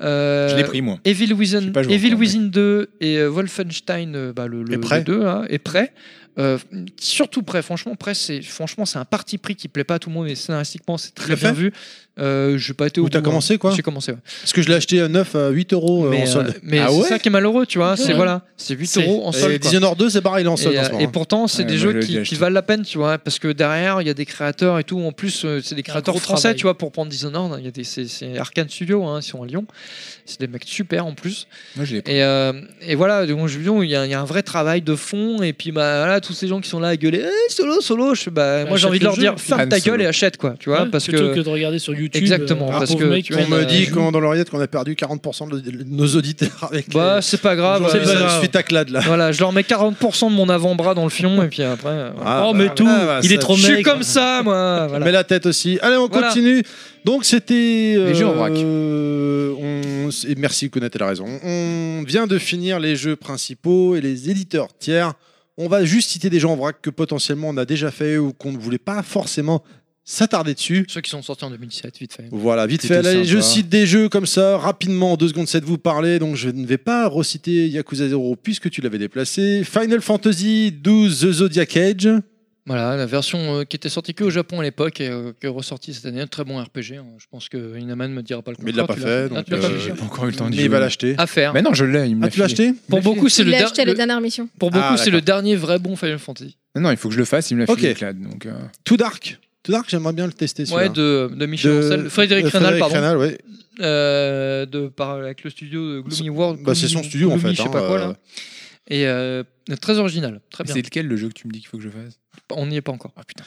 Speaker 2: euh,
Speaker 6: Je l'ai pris, moi.
Speaker 2: Evil Within,
Speaker 6: J'ai pas joué
Speaker 2: Evil
Speaker 6: encore, mais-
Speaker 2: Within 2 et euh, Wolfenstein, euh, bah, le, le,
Speaker 1: Et prêt.
Speaker 2: le 2, hein, est prêt. Euh, surtout prêt, franchement, prêt, c'est franchement c'est un parti pris qui plaît pas à tout le monde, mais scénaristiquement c'est très
Speaker 1: l'as
Speaker 2: bien
Speaker 1: fait
Speaker 2: vu. Euh, j'ai pas été au
Speaker 1: Où t'as
Speaker 2: bout, hein.
Speaker 1: commencé quoi
Speaker 2: J'ai commencé. ouais.
Speaker 1: Parce que je l'ai acheté à 9 à 8 euros euh,
Speaker 2: mais
Speaker 1: en
Speaker 2: euh,
Speaker 1: solde.
Speaker 2: mais
Speaker 6: Ah
Speaker 2: c'est
Speaker 6: ouais
Speaker 2: ça qui est malheureux, tu vois. C'est
Speaker 3: Ouais.
Speaker 2: voilà, c'est 8
Speaker 3: C'est-
Speaker 2: euros en
Speaker 1: Et
Speaker 2: solde. quoi.
Speaker 1: Dishonored 2 c'est pareil il est en solde
Speaker 2: Et,
Speaker 1: en ce
Speaker 2: euh,
Speaker 1: moment. hein.
Speaker 2: et pourtant, c'est
Speaker 6: Ouais,
Speaker 2: des
Speaker 6: moi, je
Speaker 2: jeux
Speaker 6: l'ai
Speaker 2: qui,
Speaker 6: acheté.
Speaker 2: qui valent la peine, tu vois, parce que derrière, il y a des créateurs et tout. En plus, euh, c'est des créateurs
Speaker 3: gros
Speaker 2: français,
Speaker 3: travail.
Speaker 2: tu vois, pour prendre Dishonored. hein, il y a des- c'est- C'est Arkane Studio, hein, ils sont à Lyon. C'est des mecs super en plus.
Speaker 6: Moi, je l'ai pris.
Speaker 2: Et, euh, et voilà, donc, je dis, il y, a- il y a un vrai travail de fond. Et puis, bah, voilà, tous ces gens qui sont là à gueuler, Eh, solo, solo, je, bah, moi j'ai
Speaker 3: achète
Speaker 2: envie de
Speaker 3: le
Speaker 2: leur
Speaker 3: jeu,
Speaker 2: dire,
Speaker 3: et puis-
Speaker 2: ferme
Speaker 6: Han
Speaker 2: ta
Speaker 6: Solo.
Speaker 2: gueule et achète, quoi, tu vois,
Speaker 3: Ouais,
Speaker 2: parce
Speaker 3: plutôt
Speaker 2: que.
Speaker 3: que de regarder sur YouTube.
Speaker 2: Exactement,
Speaker 3: euh, un
Speaker 2: parce
Speaker 3: pauvre
Speaker 2: que
Speaker 3: mec
Speaker 2: tu
Speaker 3: qui
Speaker 2: vois,
Speaker 1: On me
Speaker 2: euh,
Speaker 1: dit
Speaker 2: je-
Speaker 1: comment dans l'oreillette qu'on a perdu 40% de de nos auditeurs avec
Speaker 2: Bah, c'est pas grave.
Speaker 1: les...
Speaker 2: euh,
Speaker 3: pas grave.
Speaker 1: suite à Clad là.
Speaker 2: voilà, je leur mets 40% de mon avant-bras dans le fion, et puis après. euh, voilà.
Speaker 1: Ah,
Speaker 3: oh,
Speaker 1: bah,
Speaker 3: mais tout,
Speaker 1: voilà, bah,
Speaker 3: il
Speaker 1: ça-
Speaker 3: est trop
Speaker 2: je suis
Speaker 3: maigre.
Speaker 2: comme ça, moi. voilà.
Speaker 1: Mets la tête aussi. Allez, on
Speaker 2: Voilà.
Speaker 1: continue. Donc c'était.
Speaker 6: Les jeux en vrac.
Speaker 1: euh, on... et Merci, Kounette, elle a raison. On vient de finir les jeux principaux et les éditeurs tiers. On va juste citer des jeux en vrac que potentiellement on a déjà fait ou qu'on ne voulait pas forcément s'attarder dessus.
Speaker 2: Ceux qui sont sortis en 2017, vite fait.
Speaker 1: Voilà, vite fait.
Speaker 6: C'était
Speaker 1: Allez, je
Speaker 6: sympa.
Speaker 1: cite des jeux comme ça, rapidement, en 2 secondes 7 vous parler. Donc je ne vais pas reciter Yakuza 0 puisque tu l'avais déplacé. Final Fantasy 12 The Zodiac Age.
Speaker 2: Voilà, la version euh, qui était sortie que au Japon à l'époque et euh, qui est ressortie cette année, un très bon RPG. hein. Je pense que Inaman me dira pas le contraire.
Speaker 1: Mais il l'a pas
Speaker 2: tu
Speaker 1: fait,
Speaker 2: Ah,
Speaker 1: donc,
Speaker 2: tu l'as pas
Speaker 1: euh,
Speaker 2: fait.
Speaker 6: J'ai pas encore eu le temps d'y
Speaker 1: Mais il va
Speaker 6: jouer.
Speaker 1: l'acheter.
Speaker 2: À faire.
Speaker 6: Mais non, je l'ai. il me
Speaker 1: Ah,
Speaker 6: l'a
Speaker 1: tu l'as
Speaker 6: filé.
Speaker 1: acheté
Speaker 2: pour beaucoup, c'est
Speaker 5: Tu
Speaker 2: le,
Speaker 5: l'as
Speaker 2: der-
Speaker 5: acheté à la
Speaker 2: le-
Speaker 5: dernière mission.
Speaker 2: pour beaucoup,
Speaker 1: Ah,
Speaker 2: c'est le dernier vrai bon Final Fantasy.
Speaker 6: Non, non, il faut que je le fasse. Il me l'a filé,
Speaker 1: Ok.
Speaker 6: Clad, donc, euh,
Speaker 1: Too Dark. Too Dark, j'aimerais bien le tester.
Speaker 2: Ouais,
Speaker 1: celui-là.
Speaker 2: de, euh, de Michel
Speaker 1: De-
Speaker 2: Ancel- Frédéric
Speaker 1: Euh,
Speaker 2: Renal, pardon.
Speaker 1: Renal, ouais.
Speaker 2: Euh, de, par, avec le studio de Gloomy World.
Speaker 1: Bah, c'est son
Speaker 2: Gloomy-
Speaker 1: studio en
Speaker 2: Gloomy,
Speaker 1: fait.
Speaker 2: Je sais
Speaker 1: hein,
Speaker 2: pas quoi là.
Speaker 1: euh,
Speaker 2: Et euh, très original, très bien.
Speaker 6: C'est lequel le jeu que tu me dis qu'il faut que je fasse
Speaker 2: On n'y est pas encore.
Speaker 6: Ah putain.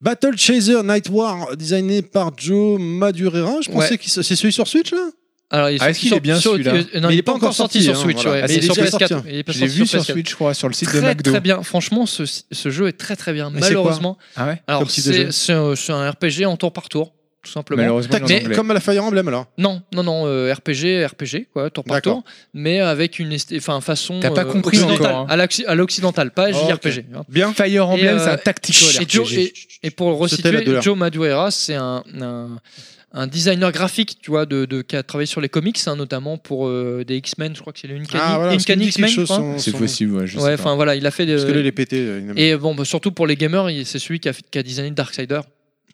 Speaker 1: Battle Chaser Night War, designé par Joe Madureira. Je pensais
Speaker 2: Ouais.
Speaker 1: que c'est celui sur Switch là
Speaker 2: Alors, il
Speaker 6: Ah, est-ce
Speaker 2: sorti
Speaker 6: qu'il
Speaker 2: sur-
Speaker 6: est bien,
Speaker 2: sur-
Speaker 6: celui-là
Speaker 2: euh, Non, il est pas encore sorti sur
Speaker 1: hein,
Speaker 2: Switch.
Speaker 1: voilà.
Speaker 2: ouais,
Speaker 1: Ah,
Speaker 2: mais
Speaker 1: c'est
Speaker 2: il est sur
Speaker 1: déjà sorti,
Speaker 2: PS4.
Speaker 1: hein.
Speaker 2: Il est pas
Speaker 6: J'ai
Speaker 2: sorti
Speaker 6: vu
Speaker 2: sur
Speaker 6: sur
Speaker 2: PS4.
Speaker 6: Switch, je crois, sur le site de
Speaker 2: Très
Speaker 6: McDo.
Speaker 2: très bien, franchement ce, ce jeu est très très bien.
Speaker 1: Mais c'est quoi
Speaker 2: Malheureusement,
Speaker 6: Ah ouais
Speaker 2: Alors,
Speaker 1: Comme type de
Speaker 2: c'est
Speaker 1: jeu
Speaker 2: c'est un, c'est un RPG en tour par tour, tout simplement.
Speaker 6: Malheureusement, il est en
Speaker 1: Tactique,
Speaker 6: anglais.
Speaker 1: comme à la Fire Emblem alors.
Speaker 2: Non, non, non, euh, RPG, RPG, quoi, tour par
Speaker 1: D'accord.
Speaker 2: tour, mais avec une esth- enfin, façon.
Speaker 6: T'as pas
Speaker 2: euh,
Speaker 6: compris
Speaker 2: occidentale,
Speaker 6: encore, hein.
Speaker 2: à l'acci- à l'occidental, pas
Speaker 1: Oh,
Speaker 2: JRPG. hein.
Speaker 1: Bien.
Speaker 6: Fire Emblem,
Speaker 2: Et, euh,
Speaker 6: c'est un tactical
Speaker 2: Et, Joe-
Speaker 6: RPG.
Speaker 2: et- et pour le
Speaker 1: C'était la
Speaker 2: resituer,
Speaker 1: douleur.
Speaker 2: Joe Madureira, c'est un, un, un designer graphique, tu vois, de, de- qui a travaillé sur les comics, hein, notamment pour euh, des X-Men, je crois que c'est le Uncanny,
Speaker 6: Ah,
Speaker 1: parce qu'il me
Speaker 2: Uncanny
Speaker 1: dit quelque
Speaker 2: X-Men, je
Speaker 1: chose,
Speaker 2: crois.
Speaker 1: son-
Speaker 6: C'est
Speaker 1: son-
Speaker 6: possible, ouais, je
Speaker 2: Ouais,
Speaker 6: sais pas.
Speaker 2: enfin voilà, il a fait des.
Speaker 1: Parce que là, il est pété. euh, il a-
Speaker 2: Et bon, bah, surtout pour les gamers, il- c'est celui qui a, fait- qui a designé Darksider.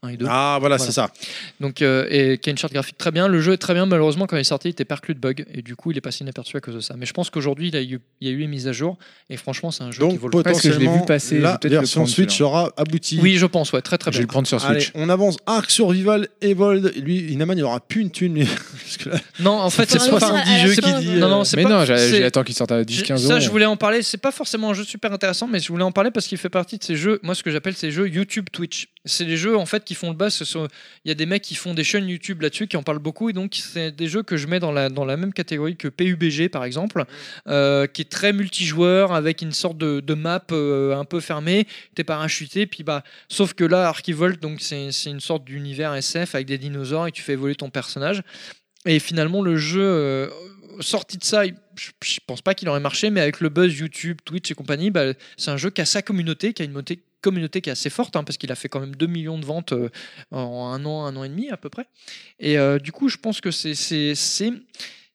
Speaker 2: 1 et 2.
Speaker 1: Ah voilà,
Speaker 2: Voilà.
Speaker 1: c'est ça.
Speaker 2: Donc, euh, et qui a une charte graphique très bien. Le jeu est très bien. Malheureusement, quand il est sorti, il était perclus de bugs. Et du coup, il est passé inaperçu à cause de ça. Mais je pense qu'aujourd'hui, il, a eu- il y a eu les mises à jour. Et franchement, c'est un jeu qui
Speaker 1: Donc
Speaker 2: vaut le coup.
Speaker 6: parce que je l'ai vu
Speaker 1: potentiellement
Speaker 6: passer, je vais
Speaker 1: la
Speaker 6: peut-être le
Speaker 1: version
Speaker 6: prendre,
Speaker 1: Switch
Speaker 6: celui-là.
Speaker 1: sera aboutie.
Speaker 2: Oui, je pense, ouais, très très
Speaker 6: Je vais
Speaker 2: bien.
Speaker 6: le prendre sur
Speaker 1: Allez,
Speaker 6: Switch.
Speaker 1: on avance. Arc Survival Evolved. Lui, Inaman, il aura plus une thune. lui. Parce que là,
Speaker 2: Non, en fait,
Speaker 1: C'est
Speaker 2: c'est pas
Speaker 1: 70
Speaker 5: à la
Speaker 1: jeux
Speaker 5: fin,
Speaker 1: qui
Speaker 5: euh,
Speaker 1: dit,
Speaker 2: Non, non, c'est
Speaker 6: Mais
Speaker 2: pas-
Speaker 6: non, j'a-
Speaker 2: c'est-
Speaker 6: j'attends qu'il sorte à 10-15 euros. hein.
Speaker 2: Ça, je voulais en parler. C'est pas forcément un jeu super intéressant, mais je voulais en parler parce qu'il fait partie de ces jeux. Moi, ce que j'appelle ces jeux YouTube Twitch. C'est les jeux en fait qui font le bas. ce sont- Il y a des mecs qui font des chaînes YouTube là-dessus, qui en parlent beaucoup, et donc c'est des jeux que je mets dans la dans la même catégorie que PUBG par exemple, euh, qui est très multijoueur avec une sorte de, de map euh, un peu fermée. T'es parachuté, puis bah sauf que là, Archivolt, donc c'est c'est une sorte d'univers SF avec des dinosaures et tu fais évoluer ton personnage. Et finalement, le jeu, euh, sorti de ça, il- je je pense pas qu'il aurait marché, mais avec le buzz YouTube, Twitch et compagnie, bah, c'est un jeu qui a sa communauté, qui a une moté- communauté qui est assez forte, hein, parce qu'il a fait quand même 2 millions de ventes euh, en un an, un an et demi à peu près. Et euh, du coup, je pense que c'est c'est c'est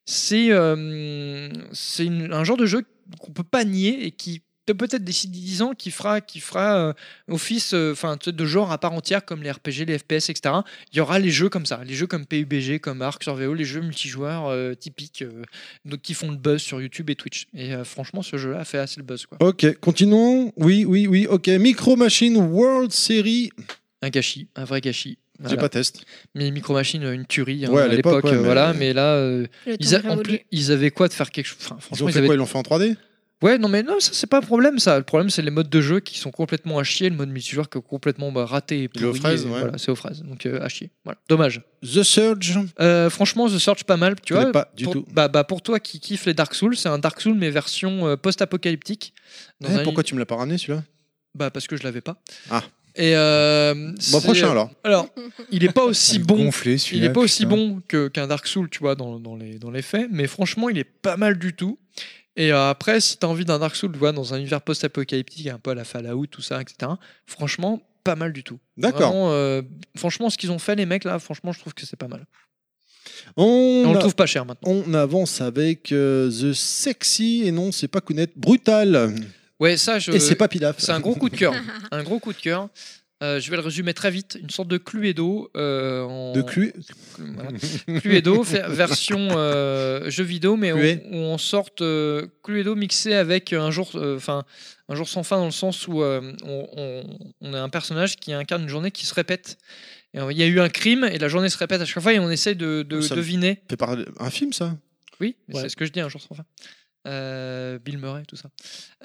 Speaker 2: c'est euh, c'est une- un genre de jeu qu'on peut pas nier et qui peut- peut-être d'ici 10 ans qui fera qui fera euh, office euh, enfin tu sais, de genre à part entière comme les RPG les FPS etc il y aura les jeux comme ça les jeux comme PUBG comme Arc Surveo les jeux multijoueurs euh, typiques euh, donc, qui font le buzz sur YouTube et Twitch et euh, franchement ce jeu là a fait assez le buzz quoi
Speaker 1: Ok, continuons. Oui, oui, oui. Ok, Micro Machine World Series.
Speaker 2: un gâchis un vrai gâchis
Speaker 1: J'ai
Speaker 2: Voilà.
Speaker 1: pas test.
Speaker 2: mais Micro Machine une tuerie hein,
Speaker 1: Ouais, à
Speaker 2: à l'époque
Speaker 1: l'époque, ouais,
Speaker 2: euh,
Speaker 1: mais-
Speaker 2: voilà mais là euh,
Speaker 5: Le temps
Speaker 2: Ils, a-
Speaker 5: de
Speaker 2: en
Speaker 5: révoluer.
Speaker 2: plus, ils avaient quoi de faire quelque chose enfin,
Speaker 1: Ils
Speaker 2: Franchement,
Speaker 1: ont
Speaker 2: ils
Speaker 1: fait
Speaker 2: avaient...
Speaker 1: quoi Ils l'ont fait en 3D
Speaker 2: Ouais, non, mais non, ça c'est pas un problème, ça. Le problème, c'est les modes de jeu qui sont complètement à chier, le mode multijoueur qui est complètement bah, raté et
Speaker 1: Il est aux
Speaker 2: pourri,
Speaker 1: fraises,
Speaker 2: et
Speaker 1: ouais.
Speaker 2: Voilà, c'est aux fraises, donc euh, à chier. Voilà, dommage.
Speaker 1: The Surge.
Speaker 2: Euh, franchement, The Search, pas mal,
Speaker 1: Je
Speaker 2: tu
Speaker 1: connais
Speaker 2: vois.
Speaker 1: pas du
Speaker 2: pour,
Speaker 1: tout.
Speaker 2: Bah, bah, pour toi qui kiffe les Dark Souls, c'est un Dark Souls mais version euh, post-apocalyptique. Dans
Speaker 1: Eh,
Speaker 2: un-
Speaker 1: Pourquoi tu me l'as pas ramené celui-là
Speaker 2: Bah parce que je l'avais pas.
Speaker 1: Ah.
Speaker 2: Et euh,
Speaker 1: Bon,
Speaker 2: c'est-
Speaker 1: prochain alors.
Speaker 2: Alors, il est pas aussi bon
Speaker 6: Gonflé,
Speaker 2: il
Speaker 6: celui-là,
Speaker 2: n'est pas aussi
Speaker 6: putain.
Speaker 2: bon que- qu'un Dark Souls, tu vois, dans, dans les, dans les faits, mais franchement, il est pas mal du tout. Et euh, après, si t'as envie d'un Dark Souls, tu vois, dans un univers post-apocalyptique, un peu à la Fallout, tout ça, etc., franchement, pas mal du tout.
Speaker 1: D'accord.
Speaker 2: Vraiment, euh, franchement, ce qu'ils ont fait, les mecs, là, franchement, je trouve que c'est pas mal. Et
Speaker 1: On,
Speaker 2: On, le
Speaker 1: a-
Speaker 2: trouve pas cher maintenant.
Speaker 1: on avance avec euh, The Sexy. Et non, c'est pas Kounet. Brutal.
Speaker 2: Ouais, ça, je...
Speaker 1: Et c'est pas Pilaf.
Speaker 2: Euh, C'est un gros coup de cœur. un gros coup de cœur. Euh, je vais le résumer très vite. Une sorte de Cluedo. euh, en-
Speaker 1: De clu.
Speaker 2: Voilà. Cluedo, fait- version euh, jeu vidéo, mais où,
Speaker 1: Clué.
Speaker 2: où on sorte euh, Cluedo mixé avec un jour, euh, enfin un jour sans fin dans le sens où euh, on, on- on a un personnage qui incarne une journée qui se répète. Et, euh, Il y a eu un crime et la journée se répète à chaque fois et on essaie de, de
Speaker 1: Nous sommes-
Speaker 2: deviner.
Speaker 1: Fait par un film ça
Speaker 2: Oui, mais
Speaker 3: Ouais.
Speaker 2: c'est ce que je dis, un jour sans fin. Euh, Bill Murray, tout ça.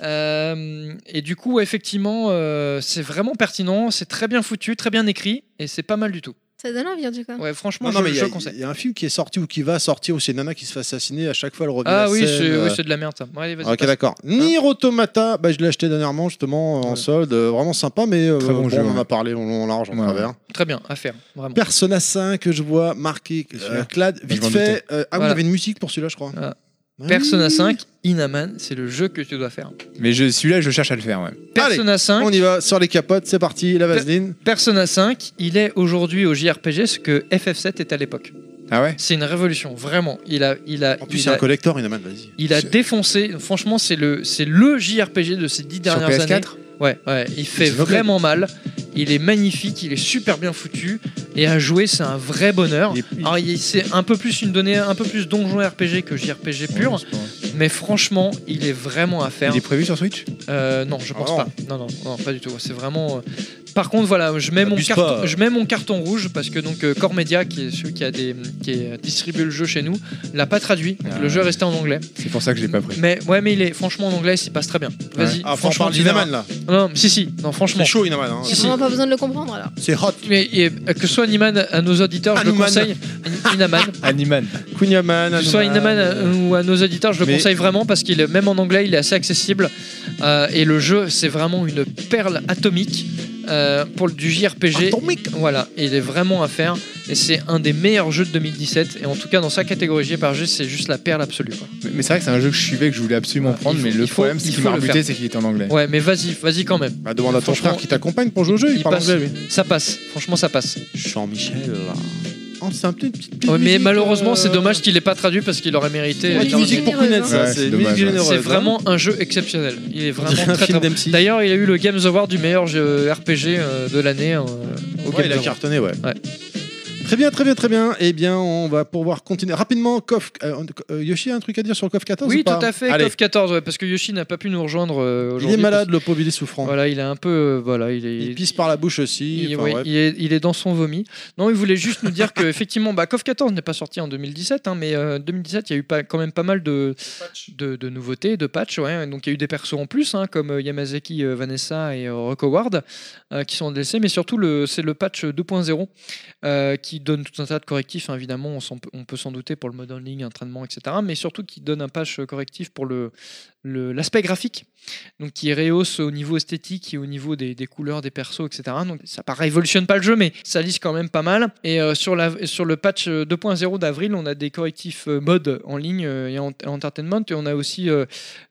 Speaker 2: Euh, et du coup, effectivement, euh, c'est vraiment pertinent, c'est très bien foutu, très bien écrit et c'est pas mal du tout.
Speaker 5: Ça donne envie, en tout cas.
Speaker 2: Ouais, franchement,
Speaker 1: Non, non,
Speaker 2: je,
Speaker 1: mais il y,
Speaker 2: je
Speaker 1: a-
Speaker 2: conseille.
Speaker 1: il y a un film qui est sorti ou qui va sortir où c'est Nana qui se fait assassiner à chaque fois le revient.
Speaker 2: Ah
Speaker 1: la
Speaker 2: oui,
Speaker 1: scène,
Speaker 2: c'est
Speaker 1: euh,
Speaker 2: oui, c'est de la merde ça. Ouais, allez, vas-y,
Speaker 1: Ok
Speaker 2: passe.
Speaker 1: d'accord. Nier Automata, bah, je l'ai acheté dernièrement justement euh, en
Speaker 2: Ouais.
Speaker 1: solde, euh, vraiment sympa mais euh,
Speaker 6: Très bon
Speaker 1: bon,
Speaker 6: jeu,
Speaker 1: on en
Speaker 6: ouais.
Speaker 1: a parlé en long en large en
Speaker 6: Ouais.
Speaker 1: travers.
Speaker 2: Très bien, à faire, vraiment.
Speaker 1: Persona 5 que je vois marqué euh,
Speaker 6: Celui-là.
Speaker 1: Clad
Speaker 6: je
Speaker 1: vite
Speaker 6: m'en
Speaker 1: fait. euh, ah oui, il y
Speaker 2: Voilà.
Speaker 1: avait une musique pour celui-là je crois.
Speaker 2: Voilà.
Speaker 1: Oui.
Speaker 2: Persona 5, Inaman, c'est le jeu que tu dois faire.
Speaker 6: Mais je- celui-là, je cherche à le faire. ouais.
Speaker 2: Persona 5,
Speaker 1: On y va sur les capotes, c'est parti, la vaseline.
Speaker 2: Persona 5, il est aujourd'hui au JRPG ce que FF7 est à l'époque.
Speaker 6: Ah ouais
Speaker 2: C'est une révolution, vraiment. Il a, il a,
Speaker 1: En plus
Speaker 2: il
Speaker 1: c'est un
Speaker 2: a,
Speaker 1: collector, Inaman, vas-y.
Speaker 2: il a
Speaker 6: C'est-
Speaker 2: défoncé. Franchement, c'est le, c'est le JRPG de ces dix dernières années. Ouais, ouais, il fait
Speaker 1: C'est vrai.
Speaker 2: vraiment mal. Il est magnifique, il est super bien foutu et à jouer, c'est un vrai bonheur.
Speaker 1: Il est- il-
Speaker 2: Alors, il- c'est un peu plus une donnée, un peu plus donjon RPG que JRPG pur,
Speaker 6: Ouais, c'est pas vrai.
Speaker 2: mais franchement, il est vraiment à faire.
Speaker 6: Il est prévu sur Switch
Speaker 2: Euh, non, je pense
Speaker 1: Ah non.
Speaker 2: pas. Non, non, non, pas du tout. C'est vraiment. euh, Par contre, voilà, je mets, mon
Speaker 1: Abuse
Speaker 2: carton,
Speaker 1: pas.
Speaker 2: je mets mon carton rouge parce que donc euh, Core Media, qui est celui qui a des, qui est- euh, distribue le jeu chez nous, l'a pas traduit. Donc,
Speaker 6: Ah.
Speaker 2: le jeu est resté en anglais.
Speaker 6: C'est pour ça que je l'ai pas pris.
Speaker 2: Mais ouais, mais il est franchement en anglais, il passe très bien. Vas-y,
Speaker 1: Ah, franchement,
Speaker 2: franchement,
Speaker 1: parle
Speaker 2: tu verras.
Speaker 1: d'Inaman là.
Speaker 2: Non, si, si, non, franchement.
Speaker 1: C'est chaud Inaman. hein.
Speaker 5: Il n'y a
Speaker 2: Si, si.
Speaker 5: vraiment pas besoin de le comprendre, alors.
Speaker 1: C'est hot.
Speaker 2: Mais et, euh, que ce soit Niman à nos auditeurs, je le
Speaker 1: Hanuman.
Speaker 2: conseille. Inaman.
Speaker 6: Animan.
Speaker 1: Kunyaman.
Speaker 2: Que ce soit à Inaman
Speaker 1: euh,
Speaker 2: euh, ou à nos auditeurs, je le
Speaker 1: Mais-
Speaker 2: conseille vraiment parce qu'il est même en anglais, il est assez accessible. Euh, et le jeu, c'est vraiment une perle atomique euh, pour le- du
Speaker 1: Ah,
Speaker 2: JRPG.
Speaker 1: Atomique.
Speaker 2: Voilà, et il est vraiment à faire. Et c'est un des meilleurs jeux de 2017. Et en tout cas, dans sa catégorie JRPG, c'est juste la perle absolue. quoi.
Speaker 6: Mais, mais c'est vrai que c'est un jeu que je suivais, que je voulais absolument
Speaker 2: Ouais,
Speaker 6: prendre,
Speaker 2: il
Speaker 6: mais
Speaker 2: faut-
Speaker 6: le
Speaker 2: il faut-
Speaker 6: problème,
Speaker 2: il
Speaker 6: c'est qu'il
Speaker 2: faut
Speaker 6: m'a
Speaker 2: le
Speaker 6: rebuté,
Speaker 2: faire.
Speaker 6: c'est qu'il est en anglais.
Speaker 2: Ouais, mais vas-y, vas-y quand même.
Speaker 1: Bah, demande à ton
Speaker 2: Franchement,
Speaker 1: frère qui t'accompagne pour jouer au jeu, il,
Speaker 2: il
Speaker 1: parle
Speaker 2: passe.
Speaker 1: anglais, lui.
Speaker 2: Ça passe, franchement, ça passe.
Speaker 1: Jean-Michel. Oh, c'est un petit. petite
Speaker 2: Ouais, mais
Speaker 1: musique,
Speaker 2: malheureusement,
Speaker 1: euh,
Speaker 2: c'est dommage qu'il n'ait pas traduit parce qu'il aurait mérité.
Speaker 5: Ouais,
Speaker 2: euh,
Speaker 1: Ouais, une
Speaker 2: Jordan
Speaker 1: musique
Speaker 2: Peele.
Speaker 1: pour connaître ça,
Speaker 6: Ouais,
Speaker 1: c'est
Speaker 6: c'est
Speaker 1: une musique
Speaker 6: dommage, ouais.
Speaker 1: généreuse.
Speaker 2: C'est
Speaker 1: hein.
Speaker 2: vraiment un jeu exceptionnel. Il est
Speaker 1: On dirait
Speaker 2: vraiment
Speaker 1: un
Speaker 2: très
Speaker 1: film
Speaker 2: très bon.
Speaker 1: d'MC.
Speaker 2: D'ailleurs, il a eu le Games Award du meilleur jeu RPG euh, de l'année euh, au
Speaker 1: Ouais,
Speaker 2: Game
Speaker 1: il a
Speaker 2: Jam.
Speaker 1: cartonné, ouais.
Speaker 2: Ouais.
Speaker 1: Très bien, très bien, très bien. Eh bien, on va pouvoir continuer rapidement. Kof, euh, euh, Yoshi a un truc à dire sur le Kof 14
Speaker 2: Oui,
Speaker 1: ou pas
Speaker 2: tout à fait,
Speaker 1: Allez.
Speaker 2: KOF 14, ouais, parce que Yoshi n'a pas pu nous rejoindre euh,
Speaker 1: Il
Speaker 2: aujourd'hui.
Speaker 1: est malade, le pauvre, il est souffrant.
Speaker 2: Voilà, il est un peu. euh, voilà, il est.
Speaker 1: Il pisse par la bouche aussi.
Speaker 2: Il,
Speaker 1: enfin,
Speaker 2: oui,
Speaker 1: ouais.
Speaker 2: il est, il est dans son vomi. Non, il voulait juste nous dire que effectivement, bah, KOF 14 n'est pas sorti en 2017, hein, mais euh, 2017, il y a eu pas, quand même pas mal de, de, de nouveautés, de patchs. Ouais. Donc il y a eu des persos en plus, hein, comme euh, Yamazaki, euh, Vanessa et euh, Rock Howard, euh, qui sont délaissés. Mais surtout, le- c'est le patch 2.0 euh, qui donne tout un tas de correctifs. hein, évidemment, on, s'en peut- on peut s'en douter pour le mode en ligne, entraînement, etc. Mais surtout, qui donne un patch euh, correctif pour le, le- l'aspect graphique donc qui rehausse au niveau esthétique et au niveau des, des couleurs des persos, etc. Donc ça ne révolutionne pas le jeu, mais ça lisse quand même pas mal. Et euh, sur, la, sur le patch euh, 2.0 d'avril, on a des correctifs euh, mode en ligne euh, et en en entertainment, et on a aussi euh,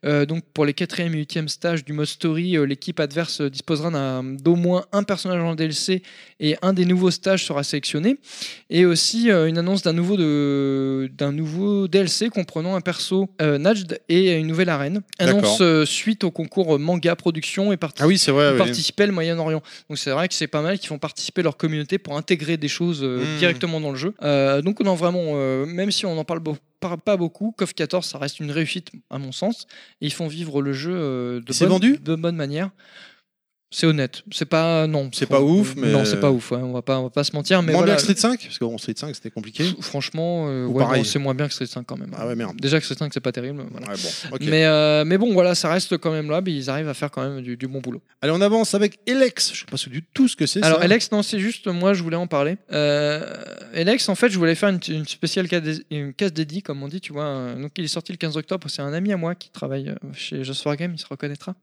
Speaker 2: euh, donc pour les 4e et 8e stages du mode story, euh, l'équipe adverse euh, disposera d'un- d'au moins un personnage en DLC et un des nouveaux stages sera sélectionné. Et aussi euh, une annonce d'un nouveau, de- d'un nouveau DLC comprenant un perso euh, Najd et une nouvelle arène.
Speaker 1: D'accord.
Speaker 2: Annonce euh, suite au concours euh, manga production et parti-
Speaker 1: Ah oui, c'est vrai. oui.
Speaker 2: participer le Moyen-Orient. Donc c'est vrai que c'est pas mal qu'ils font participer leur communauté pour intégrer des choses euh,
Speaker 1: Mm.
Speaker 2: directement dans le jeu. Euh, donc on en vraiment, euh, même si on en parle beau- par- pas beaucoup, KOF 14 ça reste une réussite à mon sens. Et ils font vivre le jeu euh, de,
Speaker 1: C'est
Speaker 2: bonne,
Speaker 1: vendu
Speaker 2: de bonne manière. C'est honnête, c'est pas non, Euh,
Speaker 1: C'est pas ouf, mais-
Speaker 2: non, c'est pas ouf. ouais, On va pas, on va pas se mentir, mais
Speaker 1: Moins
Speaker 2: voilà,
Speaker 1: bien que Street 5 Parce que bon, Street 5 c'était compliqué.
Speaker 2: pff, franchement, euh,
Speaker 1: Ou
Speaker 2: ouais,
Speaker 1: pareil.
Speaker 2: non, c'est moins bien que Street 5 quand même.
Speaker 1: Ah ouais, merde.
Speaker 2: Déjà que Street 5 c'est pas terrible. voilà.
Speaker 1: Ouais, bon, ok.
Speaker 2: Mais, euh, mais bon, voilà, ça reste quand même là, mais ils arrivent à faire quand même du- du bon boulot.
Speaker 1: Allez, on avance avec Elex. Je sais pas du tout ce que c'est.
Speaker 2: Alors
Speaker 1: ça.
Speaker 2: Alex, non, c'est juste moi, je voulais en parler. Euh, Alex, en fait, je voulais faire une, une spéciale case, dé- une case dédiée, comme on dit, tu vois. euh, Donc il est sorti le 15 octobre, c'est un ami à moi qui travaille euh, chez Just for Game, il se reconnaîtra,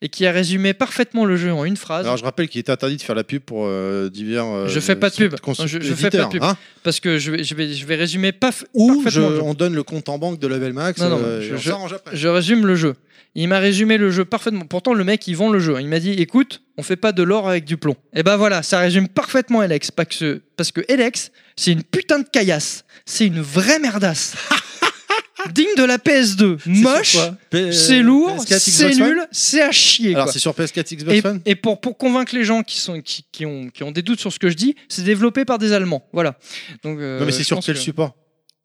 Speaker 2: et qui a résumé parfaitement le jeu en une phrase,
Speaker 1: Alors, je rappelle qu'il était interdit de faire la pub pour euh, divers. euh,
Speaker 2: Je fais pas de pub.
Speaker 1: constru-
Speaker 2: Je- je fais pas de
Speaker 1: éditeurs,
Speaker 2: pub.
Speaker 1: hein.
Speaker 2: parce que je vais, je vais, je vais résumer paf,
Speaker 1: Ou je-
Speaker 2: parfaitement le jeu.
Speaker 1: on donne le compte en banque de Level Max.
Speaker 2: Non, non,
Speaker 1: euh, et
Speaker 2: je-
Speaker 1: on
Speaker 2: je-
Speaker 1: s'arrange après.
Speaker 2: Je résume le jeu. Il m'a résumé le jeu parfaitement. Pourtant, le mec, il vend le jeu. Il m'a dit écoute, on fait pas de l'or avec du plomb. Et ben voilà, ça résume parfaitement Alex. Parce que, parce que Alex, c'est une putain de caillasse. C'est une vraie merdasse. Digne de la PS2. Moche,
Speaker 1: P-
Speaker 2: c'est lourd,
Speaker 1: PS4,
Speaker 2: c'est
Speaker 1: Xbox One
Speaker 2: nul, c'est à chier.
Speaker 1: Alors,
Speaker 2: quoi.
Speaker 1: c'est sur PS4 Xbox
Speaker 2: Et,
Speaker 1: One
Speaker 2: et pour, pour convaincre les gens qui, sont, qui, qui ont, qui ont des doutes sur ce que je dis, c'est développé par des Allemands. Voilà. Donc, euh,
Speaker 1: Non, mais
Speaker 2: je
Speaker 1: c'est sur
Speaker 2: pense
Speaker 1: quel
Speaker 2: que-
Speaker 1: support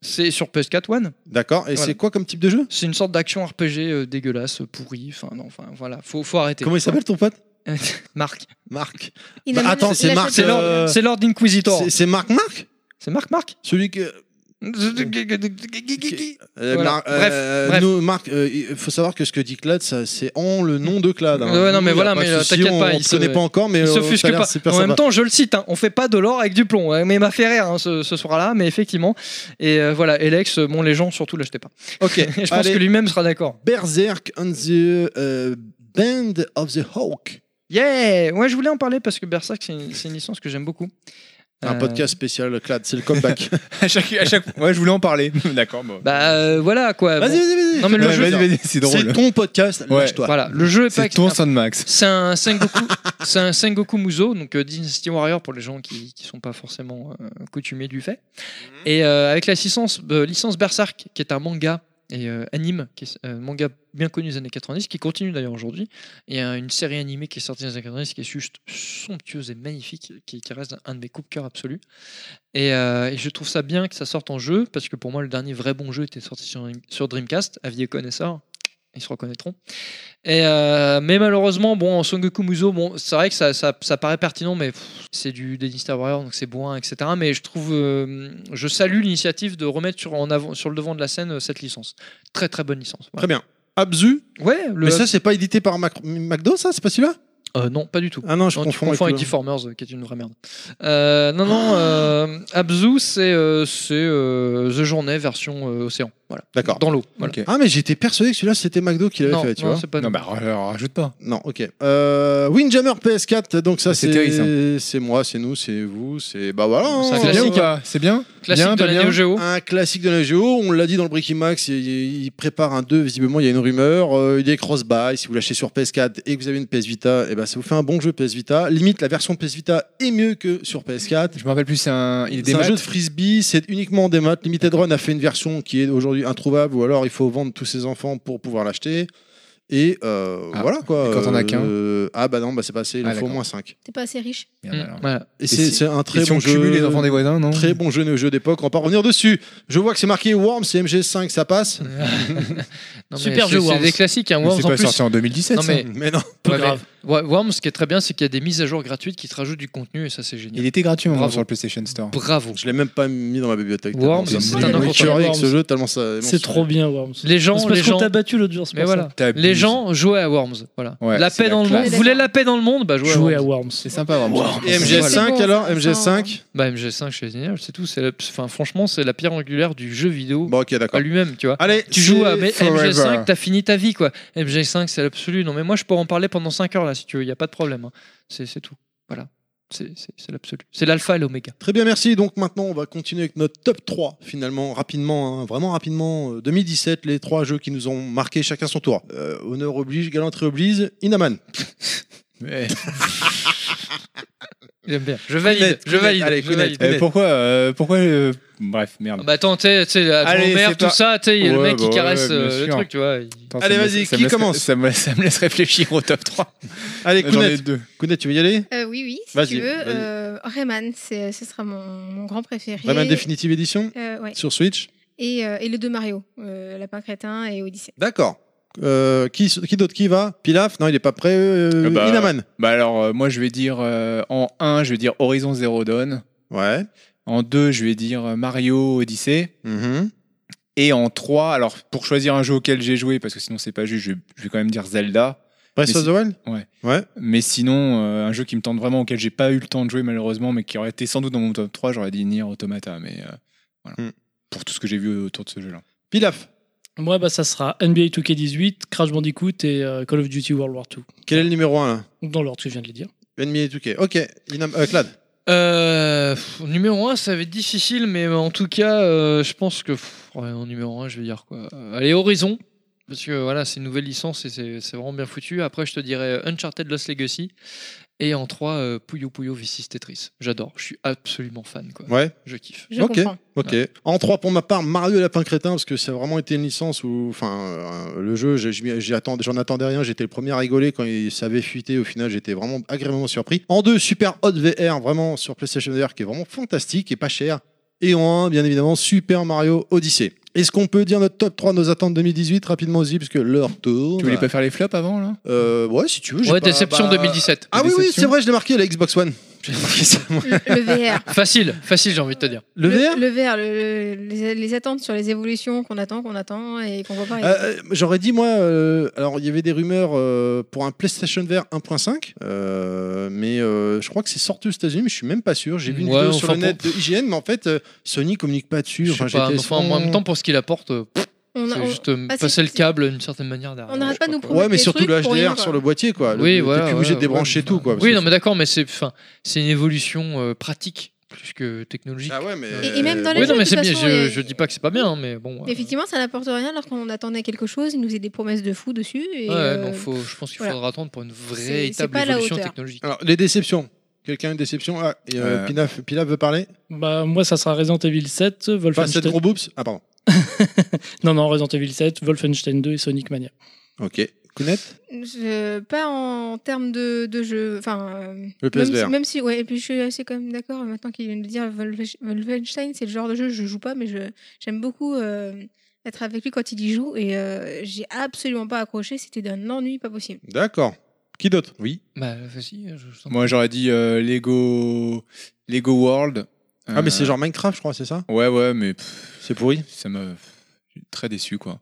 Speaker 2: C'est sur PS4 One.
Speaker 1: D'accord. Et
Speaker 2: Voilà.
Speaker 1: c'est quoi comme type de jeu
Speaker 2: C'est une sorte d'action RPG euh, dégueulasse, pourrie. Enfin, non, enfin, voilà, faut, faut arrêter.
Speaker 1: Comment il s'appelle ton pote
Speaker 2: Marc.
Speaker 1: Marc.
Speaker 5: Il
Speaker 1: Bah,
Speaker 5: a même
Speaker 1: attends,
Speaker 5: la-
Speaker 1: c'est
Speaker 5: la
Speaker 1: Marc,
Speaker 5: chatte-
Speaker 2: C'est
Speaker 1: Euh,
Speaker 2: Lord, c'est Lord Inquisitor.
Speaker 1: C'est- C'est Marc Marc
Speaker 2: C'est Marc, Marc
Speaker 1: Celui que. Euh,
Speaker 2: Voilà.
Speaker 1: Mar-
Speaker 2: Bref,
Speaker 1: euh,
Speaker 2: bref.
Speaker 1: nous, Marc, euh, il faut savoir que ce que dit Clad, ça, c'est en le nom de Clad. hein.
Speaker 2: Ouais, non, mais
Speaker 1: Nous,
Speaker 2: voilà,
Speaker 1: y a
Speaker 2: mais,
Speaker 1: de
Speaker 2: euh,
Speaker 1: souci,
Speaker 2: t'inquiète
Speaker 1: on-
Speaker 2: pas,
Speaker 1: on
Speaker 2: il
Speaker 1: te connaît
Speaker 2: se-
Speaker 1: pas encore, mais
Speaker 2: Il
Speaker 1: euh,
Speaker 2: s'offusque
Speaker 1: ça a l'air
Speaker 2: pas.
Speaker 1: super
Speaker 2: En même
Speaker 1: sympa.
Speaker 2: temps, je le cite, hein, on fait pas de l'or avec du plomb. hein, Mais il m'a fait rire hein, ce, ce soir-là, mais effectivement. Et euh, voilà, Elex, euh, bon, les gens, surtout, l'achetez pas.
Speaker 1: Ok,
Speaker 2: Et je pense
Speaker 1: allez.
Speaker 2: que lui-même sera d'accord.
Speaker 1: Berserk and the euh, Band of the Hawk.
Speaker 2: Yeah Ouais, je voulais en parler parce que Berserk, c'est une, c'est une licence que j'aime beaucoup.
Speaker 1: Un
Speaker 2: Euh, Ah
Speaker 1: podcast spécial Clad, c'est le comeback.
Speaker 6: à chaque, à chaque... Ouais, je voulais en parler. D'accord. bon.
Speaker 2: Bah euh, voilà quoi.
Speaker 1: vas-y,
Speaker 2: Bon,
Speaker 1: vas-y, vas-y.
Speaker 2: Non, mais le
Speaker 6: Ouais,
Speaker 2: jeu,
Speaker 6: vas-y, vas-y, c'est
Speaker 1: c'est
Speaker 6: drôle.
Speaker 1: ton podcast,
Speaker 6: Ouais.
Speaker 1: lâche-toi.
Speaker 2: Voilà, le jeu est pas
Speaker 6: C'est ton
Speaker 2: extra-
Speaker 6: Sound Max.
Speaker 2: C'est un Sengoku, c'est un Sengoku Muso, donc euh, Dynasty Warrior pour les gens qui ne sont pas forcément euh, coutumiers du fait. Et euh, avec la licence, euh, licence Berserk, qui est un manga et euh, anime, qui est, euh, manga bien connu des années 90, qui continue d'ailleurs aujourd'hui, et euh, une série animée qui est sortie dans les années 90, qui est juste somptueuse et magnifique, qui, qui reste un de mes coups de cœur absolus. Et, euh, et je trouve ça bien que ça sorte en jeu, parce que pour moi, le dernier vrai bon jeu était sorti sur, sur Dreamcast, avis et connaisseurs, ils se reconnaîtront. Et euh, mais malheureusement, bon, en Sengoku Muso, bon, c'est vrai que ça, ça, ça paraît pertinent, mais pff, c'est du Dynasty Star Warrior, donc c'est bourrin, etc. Mais je trouve, euh, je salue l'initiative de remettre sur, en avant, sur le devant de la scène euh, cette licence. Très très bonne licence.
Speaker 1: Très
Speaker 2: Voilà.
Speaker 1: bien. Abzu,
Speaker 2: Ouais, le.
Speaker 1: mais ça c'est pas édité par Mac- McDo, ça, c'est pas celui-là
Speaker 2: Euh, non, pas du tout.
Speaker 1: Ah non, je
Speaker 2: Non, tu
Speaker 1: confonds
Speaker 2: confonds avec
Speaker 1: le-
Speaker 2: Deformers, euh, qui est une vraie merde. Euh, non, non, euh, Abzu, c'est euh, c'est, euh, The Journey version euh, océan. Voilà.
Speaker 1: D'accord.
Speaker 2: Dans l'eau. Voilà.
Speaker 6: Ok.
Speaker 1: Ah mais j'étais persuadé que celui-là c'était McDo qui l'avait
Speaker 2: Non,
Speaker 1: fait, tu
Speaker 2: non,
Speaker 1: vois.
Speaker 2: c'est pas
Speaker 6: Non, bah alors, rajoute pas.
Speaker 1: Non, ok. Euh, Windjammer PS4, donc ça
Speaker 6: Ah, c'est
Speaker 1: c'est
Speaker 6: Terry, ça.
Speaker 1: c'est moi, c'est nous, c'est vous, c'est bah voilà. hein.
Speaker 2: C'est un
Speaker 6: C'est bien ou
Speaker 2: classique.
Speaker 6: pas C'est bien
Speaker 2: classique
Speaker 6: Bien,
Speaker 2: de
Speaker 6: pas
Speaker 2: la
Speaker 6: bien
Speaker 2: Neo Geo.
Speaker 1: Un Ah, classique de la géo, on l'a dit dans le Breaking Max, il, il prépare un 2, visiblement il y a une rumeur, euh, il est cross-buy, si vous l'achetez sur PS4 et que vous avez une PS Vita, et ben ça vous fait un bon jeu PS Vita. Limite la version PS Vita est mieux que sur PS4.
Speaker 6: Je me rappelle plus, c'est un. Il est
Speaker 1: C'est
Speaker 6: des
Speaker 1: un
Speaker 6: maths.
Speaker 1: jeu de frisbee, c'est uniquement en démat. Limited Run a fait une version qui est aujourd'hui introuvable ou alors il faut vendre tous ses enfants pour pouvoir l'acheter. Et euh,
Speaker 6: Ah,
Speaker 1: voilà quoi.
Speaker 6: et quand t'en as qu'un
Speaker 1: Euh, Ah bah non, bah c'est passé, il en
Speaker 6: Ah,
Speaker 1: faut au
Speaker 6: d'accord.
Speaker 1: moins 5.
Speaker 5: T'es pas assez riche.
Speaker 6: Merde, alors.
Speaker 2: Voilà.
Speaker 1: Et c'est
Speaker 6: si-
Speaker 1: c'est un très
Speaker 6: Et si
Speaker 1: bon
Speaker 6: on
Speaker 1: jeu.
Speaker 6: cumule les enfants des voisins, non
Speaker 1: Très bon jeu, jeu d'époque, on va pas revenir dessus. Je vois que c'est marqué Worms et MG5, ça passe.
Speaker 2: Non, mais
Speaker 3: Super
Speaker 2: c'est-
Speaker 3: jeu,
Speaker 2: C'est
Speaker 3: Worms.
Speaker 2: des classiques, hein,
Speaker 6: Mais
Speaker 2: Worms
Speaker 6: C'est
Speaker 2: en
Speaker 6: pas
Speaker 2: plus.
Speaker 6: sorti en 2017,
Speaker 2: Non,
Speaker 6: ça.
Speaker 2: mais-
Speaker 1: Mais non.
Speaker 3: Pas
Speaker 2: Ouais, mais-
Speaker 3: grave.
Speaker 2: Ouais, Worms, ce qui est très bien, c'est qu'il y a des mises à jour gratuites qui te rajoutent du contenu et ça, c'est génial.
Speaker 6: Il était gratuit en
Speaker 2: Bravo.
Speaker 6: sur le PlayStation Store.
Speaker 2: Bravo.
Speaker 1: Je l'ai même pas mis dans ma bibliothèque.
Speaker 2: Worms,
Speaker 1: tellement
Speaker 2: c'est
Speaker 1: ça-
Speaker 2: un
Speaker 1: J'ai
Speaker 2: incontournable.
Speaker 1: pleuré avec ce
Speaker 3: Worms.
Speaker 1: jeu tellement ça.
Speaker 3: C'est trop bien, Worms.
Speaker 2: Les gens,
Speaker 3: C'est parce
Speaker 2: les
Speaker 3: qu'on
Speaker 2: gens-
Speaker 3: t'a battu l'autre jour, c'est
Speaker 2: Mais
Speaker 3: pour
Speaker 2: voilà.
Speaker 6: T'abuses.
Speaker 2: Les gens jouaient à Worms. Voilà.
Speaker 6: Ouais,
Speaker 2: la
Speaker 6: c'est
Speaker 2: paix
Speaker 6: la
Speaker 2: dans le
Speaker 6: classe.
Speaker 2: monde. Vous voulez la paix dans le monde Bah,
Speaker 3: ça.
Speaker 2: jouez à
Speaker 3: Jouer à
Speaker 2: Worms.
Speaker 3: Worms.
Speaker 6: C'est sympa, vraiment.
Speaker 1: Et
Speaker 5: C'est
Speaker 1: MGS5
Speaker 5: bon,
Speaker 1: alors
Speaker 5: ça,
Speaker 1: MGS5
Speaker 2: Bah, MG5, je sais génial, c'est tout. C'est la- enfin, franchement, c'est la pierre angulaire du jeu vidéo
Speaker 1: Bon, ok,
Speaker 2: à
Speaker 1: d'accord.
Speaker 2: lui-même, tu vois.
Speaker 1: Allez,
Speaker 2: Tu joues à
Speaker 1: c'est
Speaker 2: mais
Speaker 1: Forever.
Speaker 2: MG5, t'as fini ta vie, quoi. MG5, c'est l'absolu. Non, mais moi, je peux en parler pendant 5 heures, là, si tu veux. Il n'y a pas de problème. hein. C'est c'est tout. Voilà. C'est c'est- c'est l'absolu. C'est l'alpha et l'oméga.
Speaker 1: Très bien, merci. Donc maintenant, on va continuer avec notre top 3, finalement, rapidement, hein, vraiment rapidement. Euh, 2017, les trois jeux qui nous ont marqué chacun son tour. Euh, honneur oblige, galanterie oblige, Inaman.
Speaker 6: Ouais.
Speaker 2: J'aime bien. Je valide.
Speaker 1: Kounet,
Speaker 2: Je valide.
Speaker 1: Kounet, allez,
Speaker 2: je
Speaker 1: Kounet.
Speaker 2: valide.
Speaker 6: Euh, Pourquoi euh, Pourquoi euh, Bref, merde.
Speaker 2: Ah Bah attends, tu sais,
Speaker 6: Allez,
Speaker 2: la
Speaker 6: c'est
Speaker 2: mère, tout
Speaker 6: pas-
Speaker 2: ça, tu sais, il y a le
Speaker 6: Ouais,
Speaker 2: mec
Speaker 6: bah
Speaker 2: qui
Speaker 6: ouais,
Speaker 2: caresse
Speaker 6: bien
Speaker 2: euh, le
Speaker 6: sûr.
Speaker 2: truc, tu vois. il-
Speaker 6: Attends,
Speaker 1: Allez,
Speaker 6: ça me
Speaker 1: vas-y,
Speaker 6: laisse- ça
Speaker 1: qui
Speaker 6: me laisse-
Speaker 1: commence
Speaker 6: ça me, ça me laisse réfléchir au top 3.
Speaker 1: Allez,
Speaker 6: J'en ai
Speaker 1: Kounet,
Speaker 6: deux.
Speaker 1: Euh, Kounet, tu veux y aller
Speaker 5: Euh, oui, oui, si
Speaker 1: Vas-y,
Speaker 5: tu veux.
Speaker 1: vas-y.
Speaker 5: Euh, Rayman, c'est- ce sera mon, mon grand préféré.
Speaker 1: Rayman Definitive Edition
Speaker 5: Euh, ouais.
Speaker 1: sur Switch
Speaker 5: et, euh, et les deux Mario, euh, Lapin Crétin et Odyssée.
Speaker 1: D'accord. Euh, qui qui d'autre qui va Pilaf Non, il est pas prêt. euh,
Speaker 6: Ah bah.
Speaker 1: Inaman.
Speaker 6: Bah alors, euh, moi, je vais dire euh, en 1, je vais dire Horizon Zero Dawn.
Speaker 1: Ouais.
Speaker 6: En 2, je vais dire euh, Mario Odyssey.
Speaker 1: Mhm.
Speaker 6: Et en 3, alors pour choisir un jeu auquel j'ai joué, parce que sinon c'est pas juste, je, vais- je vais quand même dire Zelda.
Speaker 1: Breath
Speaker 6: Mais
Speaker 1: of the Wild
Speaker 6: Ouais.
Speaker 1: Ouais.
Speaker 6: Mais sinon, euh, un jeu qui me tente vraiment, auquel j'ai pas eu le temps de jouer malheureusement, mais qui aurait été sans doute dans mon top 3, j'aurais dit Nier Automata. Mais euh, voilà.
Speaker 1: Hmm.
Speaker 6: Pour tout ce que j'ai vu autour de ce jeu-là.
Speaker 1: Pilaf,
Speaker 3: Moi, bah, ça sera NBA 2K18, Crash Bandicoot et euh, Call of Duty World War 2.
Speaker 1: quel est le numéro 1 là
Speaker 3: Dans l'ordre que je viens de les dire.
Speaker 1: Ennemi et Touquet. Ok, Inam euh, Clad.
Speaker 2: Euh, pff, numéro 1, ça va être difficile, mais en tout cas, euh, je pense que pff, ouais, en numéro 1, je vais dire quoi Euh, Allez, Horizon, parce que voilà, c'est une nouvelle licence et c'est c'est vraiment bien foutu. Après, je te dirais Uncharted Lost Legacy. Et en 3, euh, Puyo Puyo V6 Tetris. J'adore, je suis absolument fan, quoi.
Speaker 1: Ouais.
Speaker 2: Je kiffe.
Speaker 5: Je
Speaker 1: Ok.
Speaker 5: comprends.
Speaker 1: Ok. En 3 pour ma part, Mario et Lapin Crétin, parce que ça a vraiment été une licence où, enfin, euh, le jeu, j'ai- j'y- j'y attend- j'en attendais rien, j'étais le premier à rigoler quand il savait fuiter, au final, j'étais vraiment agréablement surpris. En 2, Super Hot VR, vraiment sur PlayStation VR, qui est vraiment fantastique et pas cher. Et en 1, bien évidemment, Super Mario Odyssey. Est-ce qu'on peut dire notre top 3, nos attentes 2018 rapidement aussi, parce que l'heure tourne.
Speaker 6: Tu voulais pas faire les flops avant là
Speaker 1: Euh, ouais, si tu veux. j'ai
Speaker 2: Ouais,
Speaker 1: pas-
Speaker 2: déception
Speaker 1: bah-
Speaker 2: 2017.
Speaker 1: Ah oui, oui,
Speaker 6: Déception.
Speaker 1: c'est vrai, je l'ai marqué, la Xbox One. J'ai marqué ça, moi.
Speaker 5: Le, le VR.
Speaker 2: Facile, facile, j'ai envie de te dire.
Speaker 1: Le VR
Speaker 5: Le VR, le- le- les, les attentes sur les évolutions qu'on attend, qu'on attend et qu'on voit pas. arriver.
Speaker 1: Euh, euh, J'aurais dit, moi, euh, alors il y avait des rumeurs euh, pour un PlayStation VR 1.5, euh, mais euh, je crois que c'est sorti aux États-Unis, mais je suis même pas sûr. J'ai vu une
Speaker 2: Ouais,
Speaker 1: vidéo
Speaker 2: enfin,
Speaker 1: sur le
Speaker 2: pour-
Speaker 1: net de IGN, mais en fait, euh, Sony communique pas dessus.
Speaker 2: Je
Speaker 1: Enfin,
Speaker 2: sais pas,
Speaker 1: j'étais-
Speaker 2: mais enfin, en même temps, pour ce qu'il apporte, euh, pff,
Speaker 5: On a-
Speaker 2: c'est
Speaker 5: on-
Speaker 2: juste euh,
Speaker 5: ah, c'est-
Speaker 2: passer le
Speaker 5: c'est-
Speaker 2: câble d'une certaine manière derrière.
Speaker 5: On n'arrête
Speaker 2: je
Speaker 5: pas
Speaker 2: sais
Speaker 5: de nous
Speaker 2: quoi.
Speaker 5: prendre
Speaker 1: Ouais, mais
Speaker 5: des
Speaker 1: surtout
Speaker 5: trucs
Speaker 1: le
Speaker 5: pour rien,
Speaker 1: HDR
Speaker 5: quoi.
Speaker 1: sur le boîtier, quoi. Le-
Speaker 2: Oui,
Speaker 1: T'es
Speaker 2: voilà.
Speaker 1: plus obligé
Speaker 2: ouais,
Speaker 1: de débrancher
Speaker 2: ouais,
Speaker 1: tout,
Speaker 2: enfin,
Speaker 1: quoi. parce
Speaker 2: Oui,
Speaker 1: que
Speaker 2: non, mais d'accord, mais c'est, enfin, c'est une évolution euh, pratique plus que technologique.
Speaker 1: Ah ouais, mais.
Speaker 5: Et- et même dans les
Speaker 2: oui, non,
Speaker 5: de
Speaker 2: mais
Speaker 5: toute
Speaker 2: c'est bien.
Speaker 5: façon,
Speaker 2: Je,
Speaker 5: et-
Speaker 2: je dis pas que c'est pas bien, hein, mais bon. euh,
Speaker 5: Effectivement, ça n'apporte rien alors qu'on attendait quelque chose. Il nous faisait des promesses de fou dessus. Et,
Speaker 2: ouais,
Speaker 5: euh,
Speaker 2: non, faut, je pense qu'il
Speaker 5: voilà.
Speaker 2: faudra attendre pour une
Speaker 5: C'est- c'est
Speaker 2: vraie étable
Speaker 5: pas à la
Speaker 2: évolution
Speaker 5: hauteur.
Speaker 2: technologique.
Speaker 1: Alors, les déceptions. Quelqu'un a une déception Ah, et, euh,
Speaker 6: Euh.
Speaker 1: Pilaf, Pilaf veut parler
Speaker 3: Bah, moi, ça sera Resident Evil
Speaker 6: Bah,
Speaker 3: 7,
Speaker 1: Enfin,
Speaker 3: Wolfenstein.
Speaker 1: cette gros boobs Ah, pardon.
Speaker 3: Non, non, Resident Evil 7, Wolfenstein 2 et Sonic Mania.
Speaker 1: Ok. Kounet
Speaker 5: je- pas en termes de, de jeu. Enfin, euh,
Speaker 1: Le
Speaker 5: même, si,
Speaker 1: PSVR.
Speaker 5: même si, ouais, et puis je suis assez quand même d'accord maintenant qu'il vient de dire Wolfe- Wolfenstein, c'est le genre de jeu je joue pas, mais je j'aime beaucoup euh, être avec lui quand il y joue et euh, j'ai absolument pas accroché. C'était d'un ennui pas possible.
Speaker 1: D'accord. Qui d'autre Oui.
Speaker 2: Bah, vas-y, je- je sens-
Speaker 6: Moi j'aurais dit euh, Lego... Lego World.
Speaker 1: Ah, mais c'est
Speaker 6: Euh,
Speaker 1: genre Minecraft, je crois, c'est ça
Speaker 6: Ouais, ouais, mais
Speaker 1: C'est pourri.
Speaker 6: ça m'a j'ai été très déçu quoi.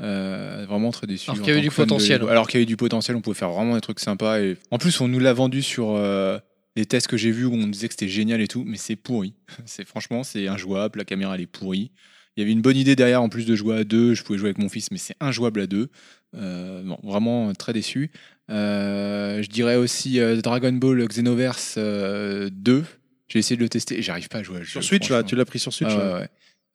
Speaker 6: Euh, vraiment très déçu.
Speaker 2: Alors
Speaker 6: en
Speaker 2: qu'il y avait
Speaker 6: tant
Speaker 2: du
Speaker 6: que fan de
Speaker 2: potentiel.
Speaker 6: Lego. Alors qu'il y avait du potentiel, on pouvait faire vraiment des trucs sympas. Et... En plus, on nous l'a vendu sur euh, les tests que j'ai vus où on disait que c'était génial et tout, mais c'est pourri. C'est franchement, c'est injouable. La caméra elle est pourrie. Il y avait une bonne idée derrière en plus de jouer à deux. Je pouvais jouer avec mon fils, mais c'est injouable à deux. Euh, bon, vraiment euh, très déçu. Euh, je dirais aussi euh, Dragon Ball Xenoverse euh, 2. J'ai essayé de le tester et j'arrive pas à jouer. à ce
Speaker 1: Sur
Speaker 6: jeu,
Speaker 1: Switch, là,
Speaker 6: franchement.
Speaker 1: tu l'as pris sur Switch.
Speaker 6: Ah
Speaker 1: là.
Speaker 6: ouais, ouais.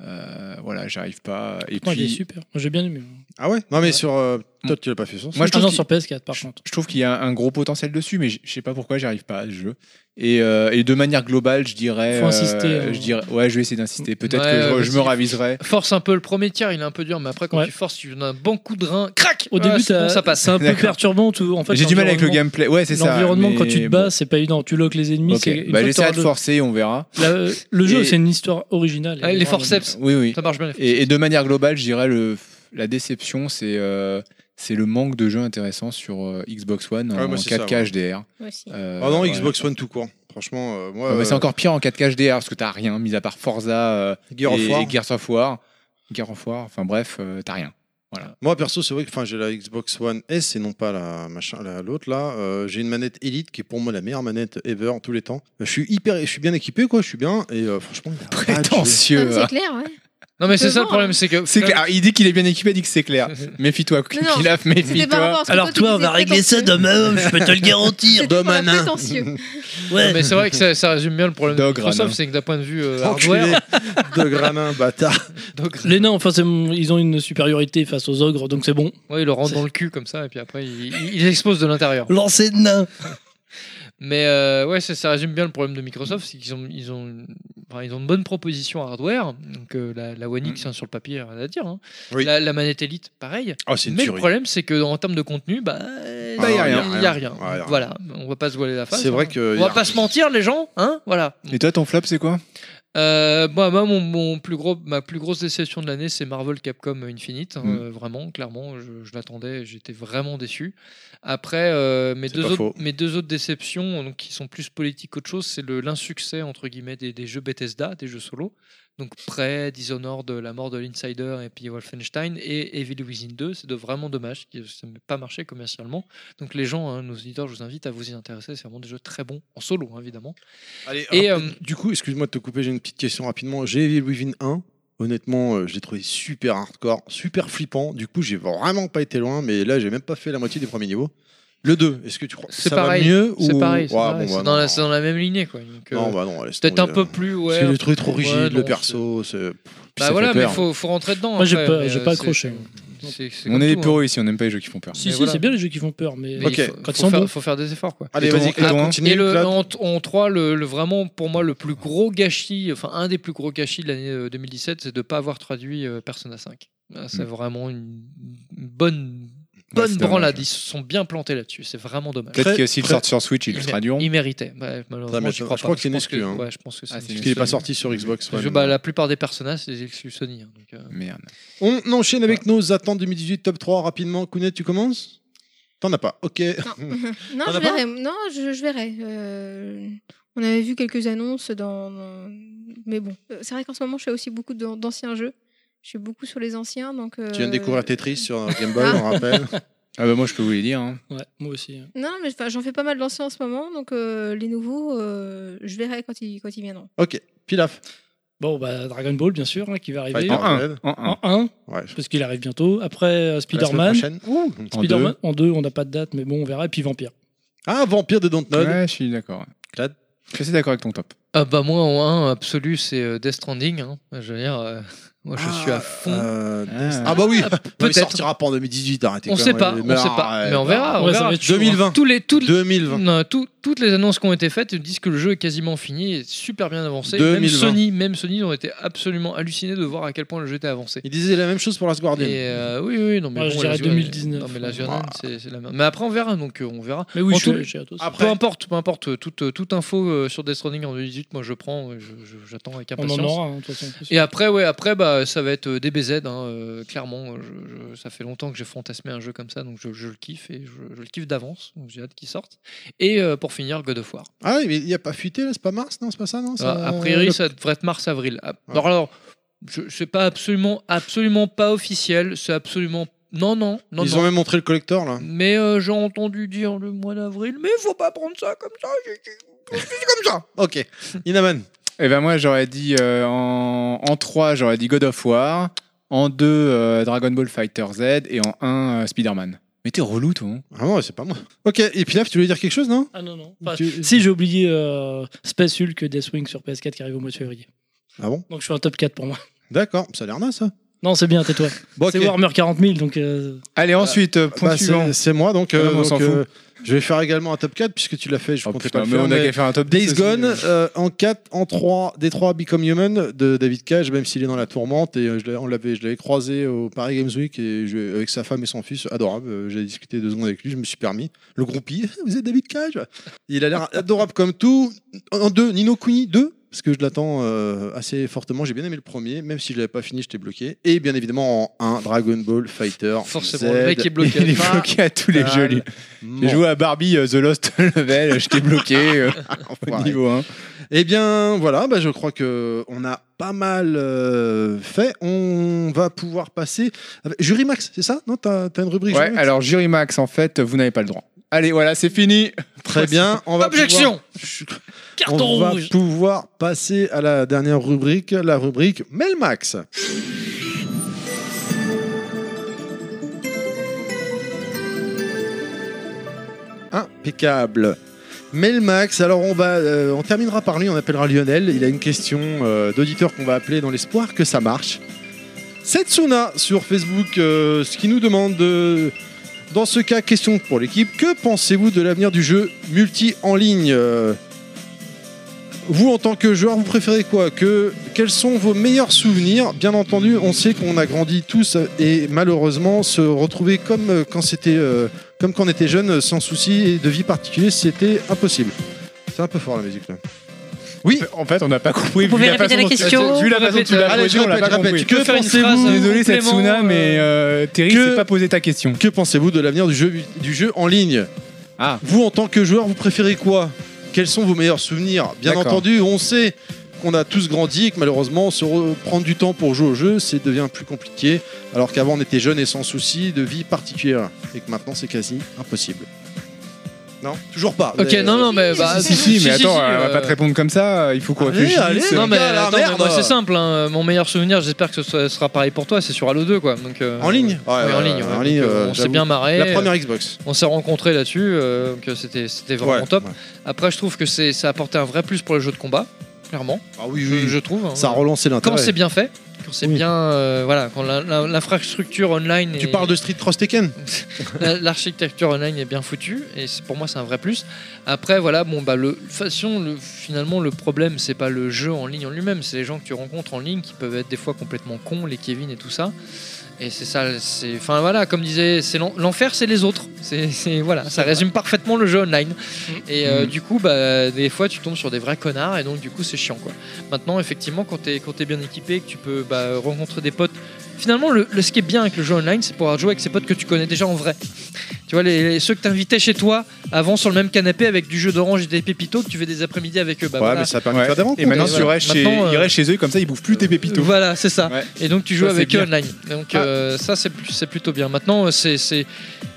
Speaker 6: Euh, voilà, j'arrive pas. Et
Speaker 3: Moi, il est
Speaker 6: puis,
Speaker 3: super. Moi, j'ai bien aimé.
Speaker 1: Ah ouais Non mais
Speaker 3: Ouais.
Speaker 1: sur euh,
Speaker 6: Mm.
Speaker 1: Toi, tu l'as pas fait sur
Speaker 6: Moi, je
Speaker 3: Ah
Speaker 6: trouve
Speaker 3: non,
Speaker 6: qu'il-
Speaker 3: sur PS4 par
Speaker 6: je,
Speaker 3: contre.
Speaker 6: je trouve qu'il y a un gros potentiel dessus, mais je je sais pas pourquoi j'arrive pas à ce jeu. Et, euh, et de manière globale, je dirais. euh,
Speaker 3: Faut insister, hein.
Speaker 6: je dirais, ouais, je vais essayer d'insister. Peut-être
Speaker 2: Ouais,
Speaker 6: que je-
Speaker 2: ouais,
Speaker 6: je, me
Speaker 2: parce que-
Speaker 6: raviserai.
Speaker 2: Force un peu le premier tiers, il est un peu dur, mais après quand
Speaker 3: Ouais.
Speaker 2: tu forces, tu donnes un bon coup de rein, crac
Speaker 3: Au
Speaker 2: Ah,
Speaker 3: début,
Speaker 2: c'est bon,
Speaker 3: t'as-
Speaker 2: ça passe.
Speaker 3: c'est un peu
Speaker 6: D'accord.
Speaker 3: perturbant. tu- En fait,
Speaker 6: J'ai du mal avec le
Speaker 3: l'environnement-
Speaker 6: gameplay. Ouais, c'est ça.
Speaker 3: L'environnement,
Speaker 6: mais
Speaker 3: quand tu te
Speaker 6: bon.
Speaker 3: bats, c'est pas évident. Tu loques les ennemis.
Speaker 6: Ok,
Speaker 3: c'est- une
Speaker 6: bah,
Speaker 3: fois que
Speaker 6: j'essaierai
Speaker 3: t'auras
Speaker 6: de
Speaker 3: le-
Speaker 6: forcer, on verra.
Speaker 3: la- Le jeu,
Speaker 6: Et-
Speaker 3: c'est une histoire originale.
Speaker 2: Ah,
Speaker 3: Elle est
Speaker 2: les
Speaker 3: vraiment
Speaker 2: forceps,
Speaker 6: Oui, oui.
Speaker 2: ça marche bien. les forceps.
Speaker 6: Et, et de manière globale, je dirais le, la déception, c'est euh, c'est le manque de jeux intéressants sur euh, Xbox One en,
Speaker 1: Ah ouais, moi, c'est
Speaker 6: 4K
Speaker 1: ça, ouais.
Speaker 6: HDR.
Speaker 5: Moi aussi.
Speaker 6: Euh,
Speaker 1: Ah non,
Speaker 6: voilà.
Speaker 1: Xbox One tout court. Franchement, euh, moi.
Speaker 6: Ouais, mais c'est
Speaker 1: euh,
Speaker 6: encore pire en 4K HDR parce que t'as rien, mis à part Forza euh,
Speaker 1: Gears of
Speaker 6: et,
Speaker 1: War.
Speaker 6: et Gears of War. Gears of War, enfin bref, euh, t'as rien.
Speaker 1: Moi perso, c'est vrai que enfin, j'ai la Xbox One S et non pas la machin, la- l'autre là. Euh, j'ai une manette Elite qui est pour moi la meilleure manette ever tous les temps. Euh, Je suis hyper, je suis bien équipé quoi, je suis bien et euh, franchement. il y a pas de jeu.
Speaker 5: Non, mais
Speaker 6: Prétentieux.
Speaker 5: c'est clair, ouais.
Speaker 2: Non mais c'est
Speaker 5: Devant,
Speaker 2: ça le problème, c'est que
Speaker 6: C'est clair. Ah, Il dit qu'il est bien équipé, il dit que c'est clair. Méfie-toi,
Speaker 5: non,
Speaker 6: Pilaf,
Speaker 5: C'était par rapport
Speaker 6: méfie-toi.
Speaker 5: à ce que tu disais prétentieux.
Speaker 8: d'homme à homme, je peux te le garantir.
Speaker 5: C'était par
Speaker 1: Domanin.
Speaker 5: prétentieux.
Speaker 2: Non, mais c'est vrai que ça, ça résume bien le problème de
Speaker 6: Dog,
Speaker 2: Microsoft,
Speaker 6: Ranin.
Speaker 2: c'est que d'un point de vue euh,
Speaker 1: Enculé
Speaker 2: hardware,
Speaker 1: de granin, bâtard.
Speaker 2: Dog,
Speaker 3: Les nains, enfin, c'est- ils ont une supériorité face aux ogres, donc c'est bon.
Speaker 2: ouais, ils le rentrent dans le cul comme ça et puis après ils il, il explosent de l'intérieur.
Speaker 8: Lancer de nain.
Speaker 2: Mais euh, ouais, ça, ça résume bien le problème de Microsoft, c'est qu'ils ont, ils ont, une- enfin, ils ont une bonne proposition hardware. Donc euh, la, la One X hein, sur le papier, rien à dire. hein.
Speaker 1: Oui.
Speaker 2: La, la manette Elite, pareil.
Speaker 1: Oh, c'est une
Speaker 2: Mais le
Speaker 1: tuerie.
Speaker 2: problème, c'est que en termes de contenu, bah,
Speaker 1: Bah,
Speaker 6: y a rien.
Speaker 2: y a rien.
Speaker 1: Ouais, y a rien.
Speaker 2: Voilà, on va pas se voiler la face.
Speaker 1: C'est vrai
Speaker 2: hein.
Speaker 1: que
Speaker 2: On
Speaker 1: y a
Speaker 2: va
Speaker 1: un-
Speaker 2: pas se mentir, les gens, hein Voilà.
Speaker 6: Et toi, ton flop, c'est quoi
Speaker 2: Euh, moi, moi, mon, mon plus gros, ma plus grosse déception de l'année, c'est Marvel Capcom Infinite. hein,
Speaker 6: Mm.
Speaker 2: euh, vraiment, clairement, je, je l'attendais, j'étais vraiment déçu. Après, euh, mes,
Speaker 1: C'est
Speaker 2: deux
Speaker 1: pas
Speaker 2: autres,
Speaker 1: faux.
Speaker 2: mes deux autres déceptions, donc, qui sont plus politiques qu'autre chose, c'est le- l'insuccès entre guillemets des, des jeux Bethesda, des jeux solo. Donc, Prey, Dishonored, La mort de l'Insider et puis Wolfenstein et Evil Within 2. C'est de vraiment dommage, qui- ça n'a pas marché commercialement. Donc, les gens, hein, nos auditeurs, je vous invite à vous y intéresser. C'est vraiment des jeux très bons en solo, hein, évidemment.
Speaker 1: Allez,
Speaker 2: Et,
Speaker 1: rap-
Speaker 2: euh,
Speaker 1: du coup, excuse-moi de te couper, j'ai une petite question rapidement. J'ai Evil Within 1. Honnêtement, euh, je l'ai trouvé super hardcore, super flippant. Du coup, j'ai vraiment pas été loin, mais là, j'ai même pas fait la moitié des premiers niveaux. Le 2, est-ce que tu crois que
Speaker 2: C'est
Speaker 1: ça
Speaker 2: pareil,
Speaker 1: va mieux
Speaker 2: C'est
Speaker 1: ou...
Speaker 2: pareil, c'est
Speaker 1: Ouais,
Speaker 2: pareil,
Speaker 1: bon,
Speaker 2: c'est
Speaker 1: bah,
Speaker 2: dans,
Speaker 1: non.
Speaker 2: la- c'est dans la même lignée. quoi. Donc, euh,
Speaker 1: Non, bah non, laisse
Speaker 2: Peut-être un
Speaker 1: tomber,
Speaker 2: peu
Speaker 1: hein.
Speaker 2: plus,
Speaker 1: Parce
Speaker 2: ouais.
Speaker 1: que Je l'ai trouvé trop rigide,
Speaker 2: Ouais,
Speaker 1: le
Speaker 2: non,
Speaker 1: perso. c'est-
Speaker 2: Bah
Speaker 6: ça
Speaker 2: voilà,
Speaker 6: fait
Speaker 2: mais
Speaker 6: peur.
Speaker 2: faut, faut rentrer dedans.
Speaker 3: Moi, j'ai
Speaker 2: après,
Speaker 3: pas-
Speaker 2: mais,
Speaker 3: j'ai
Speaker 2: euh,
Speaker 3: pas
Speaker 2: c'est-
Speaker 3: accroché. hein.
Speaker 2: c'est- c'est
Speaker 6: On
Speaker 2: comme
Speaker 6: est des
Speaker 2: tout,
Speaker 6: pros ici, on n'aime pas les jeux qui font peur.
Speaker 3: Si,
Speaker 2: Mais
Speaker 3: si,
Speaker 2: voilà.
Speaker 3: c'est bien les jeux qui font peur, mais
Speaker 2: hein.
Speaker 1: Ok.
Speaker 2: Mais il faut-
Speaker 3: quand ils
Speaker 2: faut
Speaker 3: sont beaux.
Speaker 2: faire- faut faire des efforts, quoi.
Speaker 1: Allez,
Speaker 6: Et ton-
Speaker 1: vas-y,
Speaker 6: et ton-
Speaker 1: on continue.
Speaker 2: Et le,
Speaker 1: Claude.
Speaker 2: en, en 3, le, le vraiment pour moi le plus gros gâchis, enfin un des plus gros gâchis de l'année euh, 2017, c'est de ne pas avoir traduit euh, Persona 5. Là, C'est
Speaker 6: Mm.
Speaker 2: vraiment une une bonne,
Speaker 6: Ouais,
Speaker 2: bonne
Speaker 6: c'est
Speaker 2: branlade.
Speaker 6: dommage.
Speaker 2: Ils se sont bien plantés là-dessus. C'est vraiment dommage.
Speaker 6: Peut-être
Speaker 1: Très-
Speaker 6: que s'ils
Speaker 1: très-
Speaker 6: sortent sur Switch, ils le
Speaker 2: Il-
Speaker 6: traduiront.
Speaker 2: Ils méritaient. Bah, malheureusement,
Speaker 1: m'étonne-
Speaker 2: j'y crois
Speaker 1: je
Speaker 2: pas.
Speaker 1: crois que c'est une
Speaker 2: pense
Speaker 1: exclu, hein.
Speaker 2: ouais, je pense que c'est
Speaker 6: Ah,
Speaker 2: une
Speaker 6: c'est une
Speaker 1: Parce
Speaker 2: exclu.
Speaker 1: qu'il est pas sorti sur Xbox
Speaker 2: Parce que,
Speaker 1: One.
Speaker 2: bah, la plupart des personnages, c'est des exclus Sony. hein, donc, euh,
Speaker 6: Merde.
Speaker 1: On enchaîne avec nos attentes 2018 top 3 rapidement. Kounet, tu commences T'en as pas, ok.
Speaker 5: Non,
Speaker 1: T'en as pas
Speaker 5: je verrai. Non, je, je verrai. Euh, on avait vu quelques annonces dans. Mais bon, Euh, c'est vrai qu'en ce moment, je fais aussi beaucoup d'an- d'anciens jeux. Je suis beaucoup sur les anciens, donc. euh,
Speaker 1: Tu viens de découvrir Tetris sur Game Boy,
Speaker 5: Ah.
Speaker 1: on rappelle.
Speaker 6: Ah bah moi, je peux vous les dire. hein.
Speaker 3: Ouais, moi aussi.
Speaker 5: Non, mais enfin, j'en fais pas mal d'anciens en ce moment, donc euh, les nouveaux, euh, je verrai quand ils, quand ils viendront.
Speaker 1: Ok, Pilaf.
Speaker 3: Bon, bah, Dragon Ball, bien sûr, hein, qui va arriver.
Speaker 1: Fighter.
Speaker 6: En
Speaker 3: En
Speaker 1: Ah,
Speaker 6: 1. En 1.
Speaker 3: 1,
Speaker 1: Ouais.
Speaker 3: parce qu'il arrive bientôt. Après, euh,
Speaker 1: La
Speaker 3: Spider-Man.
Speaker 1: semaine prochaine.
Speaker 6: En
Speaker 3: Spider-Man en 2, on n'a pas de date, mais bon, on verra. Et puis Vampire.
Speaker 1: Ah, Vampire de Dontnod.
Speaker 6: Ouais, je suis d'accord.
Speaker 1: Clad.
Speaker 6: Je suis assez d'accord avec ton top.
Speaker 2: Ah bah moi en 1 absolu c'est euh, Death Stranding. hein. Je veux dire, euh, moi je suis à fond.
Speaker 1: Ah, euh,
Speaker 6: Ah.
Speaker 1: Ah bah oui, peut
Speaker 2: peut-être.
Speaker 1: sortira pas en 2018, arrêtez.
Speaker 2: on
Speaker 1: quand
Speaker 2: sait
Speaker 1: même,
Speaker 2: pas,
Speaker 1: les
Speaker 2: on sait
Speaker 1: meurtres,
Speaker 2: pas,
Speaker 1: ouais.
Speaker 2: mais on verra. on
Speaker 3: Ouais, ça
Speaker 2: verra.
Speaker 3: va être chaud, hein.
Speaker 1: 2020.
Speaker 2: Tous les, toutes,
Speaker 1: 2020.
Speaker 2: non, tout- toutes les annonces qui ont été faites disent que le jeu est quasiment fini, et super bien avancé. Même
Speaker 1: 2020.
Speaker 2: Sony, même Sony ont été absolument hallucinés de voir à quel point le jeu était avancé.
Speaker 1: Il disait la même chose pour Last Guardian.
Speaker 2: Et euh, oui, oui, non mais
Speaker 3: Ouais, Ah, je
Speaker 2: bon,
Speaker 3: dirais
Speaker 2: la Zone-
Speaker 3: 2019.
Speaker 2: Non mais la Zone, c'est c'est la même. Mais après on verra, donc euh, on verra.
Speaker 3: Mais oui,
Speaker 2: En
Speaker 3: je
Speaker 2: tout-
Speaker 3: suis- j'ai hâte aussi.
Speaker 1: Après-
Speaker 2: Peu importe, peu importe, toute, euh, toute info euh, sur Death Stranding en 2018, moi je prends, euh, je- je- j'attends avec
Speaker 3: on
Speaker 2: impatience.
Speaker 3: en aura, hein, de toute façon. c'est sûr.
Speaker 2: Et après, ouais, après, bah, ça va être euh, DBZ, hein, euh, clairement. euh, je- je- ça fait longtemps que j'ai fantasmé un jeu comme ça, donc je, je le kiffe et je, je le kiffe d'avance. donc J'ai hâte qu'il sorte. Et euh, pour finir, God of War.
Speaker 1: Ah oui, mais il n'y a pas fuité là, c'est pas mars, non, c'est pas ça, non ça-
Speaker 2: Ah, a priori,
Speaker 1: le-
Speaker 2: ça devrait être mars-avril. Ah,
Speaker 1: Ouais.
Speaker 2: Alors, alors, je sais pas absolument, absolument pas officiel. C'est absolument. Non, non, non,
Speaker 1: Ils
Speaker 2: non.
Speaker 1: ont même montré le collector là.
Speaker 2: Mais euh, j'ai entendu dire le mois d'avril, mais faut pas prendre ça comme ça. j'ai- j'ai-
Speaker 1: Comme ça Ok. Inaman.
Speaker 6: Eh ben moi j'aurais dit euh, en, en 3 j'aurais dit God of War, en 2 euh, Dragon Ball Fighter Z et en 1 euh, Spider-Man. Mais t'es relou toi. hein.
Speaker 1: Ah non, c'est pas moi. Ok, et Pilaf, tu voulais dire quelque chose, non
Speaker 3: Ah non, non. Enfin,
Speaker 1: Tu-
Speaker 3: Si j'ai oublié euh, Space Hulk Deathwing sur PS4 qui arrive au mois de février.
Speaker 1: Ah bon
Speaker 3: Donc je suis un top 4 pour moi.
Speaker 1: D'accord, ça a l'air naze ça.
Speaker 3: Non, c'est bien, tais-toi.
Speaker 1: Bon,
Speaker 3: C'est
Speaker 1: ok.
Speaker 3: Warhammer 40 000, donc. euh,
Speaker 6: Allez, ensuite, euh, point
Speaker 1: Bah, c'est-
Speaker 6: suivant.
Speaker 1: c'est moi donc, euh,
Speaker 6: Ah non, on
Speaker 1: donc,
Speaker 6: s'en
Speaker 1: euh, je vais faire également un top 4 puisque tu l'as fait je
Speaker 6: Oh,
Speaker 1: comptais
Speaker 6: putain,
Speaker 1: pas le
Speaker 6: mais
Speaker 1: faire,
Speaker 6: on a
Speaker 1: mais-
Speaker 6: qu'à faire un top 10
Speaker 1: Days
Speaker 6: aussi, hein.
Speaker 1: Gone
Speaker 6: mais-
Speaker 1: euh, en 4 en 3 des 3 Become Human de David Cage même s'il est dans la tourmente et euh, je l'ai- on l'avait je l'avais croisé au Paris Games Week et je- avec sa femme et son fils adorable euh, j'ai discuté deux secondes avec lui je me suis permis le groupie vous êtes David Cage il a l'air adorable comme tout en 2 Nino Kuni 2 parce que je l'attends euh, assez fortement j'ai bien aimé le premier même si je l'avais pas fini j'étais bloqué et bien évidemment en 1 Dragon Ball Fighter
Speaker 2: Forcément, le mec est bloqué.
Speaker 6: Il est bloqué à tous
Speaker 1: Bah,
Speaker 6: les jeux, lui. J'ai joué à Barbie euh, The Lost Level, j'étais bloqué euh,
Speaker 1: Ah,
Speaker 6: au niveau hein. 1.
Speaker 1: Eh bien, voilà, bah, je crois que on a pas mal euh, fait. On va pouvoir passer. avec- Jury Max, c'est ça Non, t'as as une rubrique
Speaker 6: Ouais,
Speaker 1: Jury Max
Speaker 6: alors Jury Max, en fait, vous n'avez pas le droit. Allez, voilà, c'est fini.
Speaker 1: Très bien, on va
Speaker 2: Objection
Speaker 1: pouvoir-
Speaker 3: Carton
Speaker 1: on va
Speaker 3: rouge
Speaker 1: pouvoir passer à la dernière rubrique, la rubrique Melmax. Impeccable. Melmax, alors on va, euh, on terminera par lui, on appellera Lionel. Il a une question euh, d'auditeur qu'on va appeler dans l'espoir que ça marche. Setsuna sur Facebook, euh, ce qui nous demande, euh, dans ce cas, question pour l'équipe, que pensez-vous de l'avenir du jeu multi en ligne euh, vous, en tant que joueur, vous préférez quoi que, Quels sont vos meilleurs souvenirs Bien entendu, on sait qu'on a grandi tous et malheureusement, se retrouver comme euh, quand, c'était, euh, comme quand on était jeune, sans souci et de vie particulier, c'était impossible. C'est un peu fort la musique là.
Speaker 6: Euh, En fait, on n'a pas compris.
Speaker 9: Vous
Speaker 6: vu
Speaker 9: pouvez
Speaker 6: la façon
Speaker 9: répéter la
Speaker 6: dont tu-
Speaker 9: question
Speaker 6: Vu la
Speaker 2: Vous
Speaker 6: façon dont tu
Speaker 2: répétez-
Speaker 6: l'as
Speaker 1: Allez, je
Speaker 6: posée, on l'a
Speaker 1: répète,
Speaker 6: pas
Speaker 1: je
Speaker 6: compris.
Speaker 1: répète.
Speaker 2: Tu
Speaker 1: Que
Speaker 2: peux faire une
Speaker 1: pensez-vous
Speaker 2: phrase, euh,
Speaker 6: Désolé,
Speaker 2: complément,
Speaker 6: Satsuna,
Speaker 2: euh,
Speaker 6: mais euh, Terry,
Speaker 1: que-
Speaker 6: c'est pas posé ta question.
Speaker 1: Que pensez-vous de l'avenir du jeu, du jeu en ligne
Speaker 6: Ah.
Speaker 1: Vous, en tant que joueur, vous préférez quoi Quels sont vos meilleurs souvenirs Bien
Speaker 6: D'accord.
Speaker 1: entendu, on sait qu'on a tous grandi et que malheureusement, se re- prendre du temps pour jouer au jeu, c'est devient plus compliqué. Alors qu'avant, on était jeune et sans souci de vie particulière. Et que maintenant, c'est quasi impossible. Non Toujours pas.
Speaker 2: Ok,
Speaker 1: Mais- euh,
Speaker 2: non, non, mais bah.
Speaker 6: Si, si, mais attends, on va
Speaker 2: euh,
Speaker 6: pas te répondre comme ça, il faut qu'on
Speaker 1: Allez,
Speaker 6: réfléchisse.
Speaker 1: allez.
Speaker 2: Non, mais,
Speaker 1: gars, la
Speaker 2: attends, mais
Speaker 1: merde. euh.
Speaker 2: moi, c'est simple, hein. mon meilleur souvenir, j'espère que ce soit- sera pareil pour toi, c'est sur Halo 2 quoi. Donc, euh,
Speaker 1: En ligne
Speaker 2: Oui, en
Speaker 1: Ouais,
Speaker 2: ligne.
Speaker 1: en
Speaker 2: ouais. Donc,
Speaker 1: ligne,
Speaker 2: euh,
Speaker 1: euh,
Speaker 2: on s'est
Speaker 1: j'avoue.
Speaker 2: bien marré.
Speaker 1: La première Xbox.
Speaker 2: On s'est rencontrés là-dessus, euh, que c'était c'était vraiment
Speaker 1: Ouais.
Speaker 2: top.
Speaker 1: Ouais.
Speaker 2: Après, je trouve que c'est ça a apporté un vrai plus pour le jeu de combat, clairement.
Speaker 1: Ah oui,
Speaker 2: Je,
Speaker 1: oui.
Speaker 2: je trouve. hein.
Speaker 1: Ça a relancé
Speaker 2: quand
Speaker 1: l'intérêt.
Speaker 2: c'est bien fait, quand c'est
Speaker 3: Oui.
Speaker 2: bien, euh, voilà, quand la- la- l'infrastructure online,
Speaker 1: Tu
Speaker 2: est-
Speaker 1: parles de Street Cross Tekken
Speaker 2: la- l'architecture online est bien foutue, et c'est- pour moi c'est un vrai plus. Après, voilà, bon bah le de toute façon, le, finalement le problème c'est pas le jeu en ligne en lui-même, c'est les gens que tu rencontres en ligne qui peuvent être des fois complètement cons, les Kevin et tout ça. Et c'est ça, c'est, enfin voilà, comme disait, c'est l'en- l'enfer, c'est les autres. C'est, c'est- voilà, ça résume parfaitement le jeu online. Et
Speaker 1: Mm.
Speaker 2: euh, du coup, bah, des fois, tu tombes sur des vrais connards, et donc du coup, c'est chiant quoi. Maintenant, effectivement, quand t'es quand t'es bien équipé, que tu peux bah, rencontrer des potes. Finalement, le, le- ce qui est bien avec le jeu online, c'est pouvoir jouer avec ses potes que tu connais déjà en vrai. Tu vois, les, les- ceux que t'invitais chez toi avant sur le même canapé avec du jeu d'orange et des pépitos, que tu fais des après-midi avec eux. Bah,
Speaker 1: Ouais,
Speaker 2: voilà.
Speaker 1: mais ça permet
Speaker 6: Ouais.
Speaker 1: de faire des rencontres.
Speaker 6: Et maintenant,
Speaker 2: Et
Speaker 6: tu
Speaker 2: voilà.
Speaker 6: restes chez,
Speaker 2: Maintenant, euh,
Speaker 6: ils restent chez eux, comme ça, ils bouffent plus tes pépitos.
Speaker 2: Voilà, c'est ça.
Speaker 6: Ouais.
Speaker 2: Et donc tu joues
Speaker 6: Ça, c'est
Speaker 2: avec eux
Speaker 6: bien. Ah.
Speaker 2: online. Donc euh, ça c'est plus- c'est plutôt bien. Maintenant euh, c'est c'est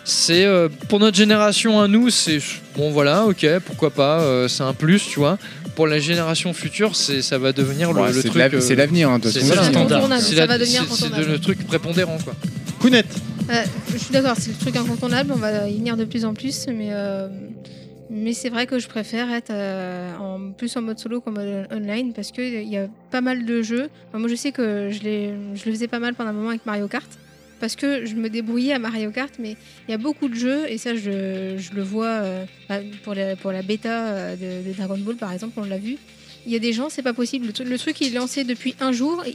Speaker 2: c'est euh, pour notre génération à nous c'est bon voilà ok pourquoi pas euh, c'est un plus tu vois. Pour la génération future c'est ça va devenir le,
Speaker 6: Ouais,
Speaker 2: le
Speaker 6: c'est
Speaker 2: truc.
Speaker 6: de la-
Speaker 2: euh,
Speaker 6: C'est l'avenir, hein, de toute
Speaker 2: c'est
Speaker 6: façon.
Speaker 2: voilà,
Speaker 5: incontournable.
Speaker 2: c'est
Speaker 5: Ça
Speaker 2: la-
Speaker 5: va devenir
Speaker 2: c'est- c'est
Speaker 5: incontournable.
Speaker 2: le truc prépondérant quoi.
Speaker 1: Kounet,
Speaker 5: Euh, je suis d'accord, c'est le truc incontournable, on va y venir de plus en plus, mais, euh, mais c'est vrai que je préfère être euh, en, plus en mode solo qu'en mode online parce qu'il y a pas mal de jeux. Enfin, moi je sais que je, l'ai- je le faisais pas mal pendant un moment avec Mario Kart parce que je me débrouillais à Mario Kart, mais il y a beaucoup de jeux et ça je, je le vois euh, bah, pour, la, pour la bêta euh, de, de Dragon Ball par exemple, on l'a vu. Il y a des gens, c'est pas possible. Le truc, le truc, il est lancé depuis un jour, ils,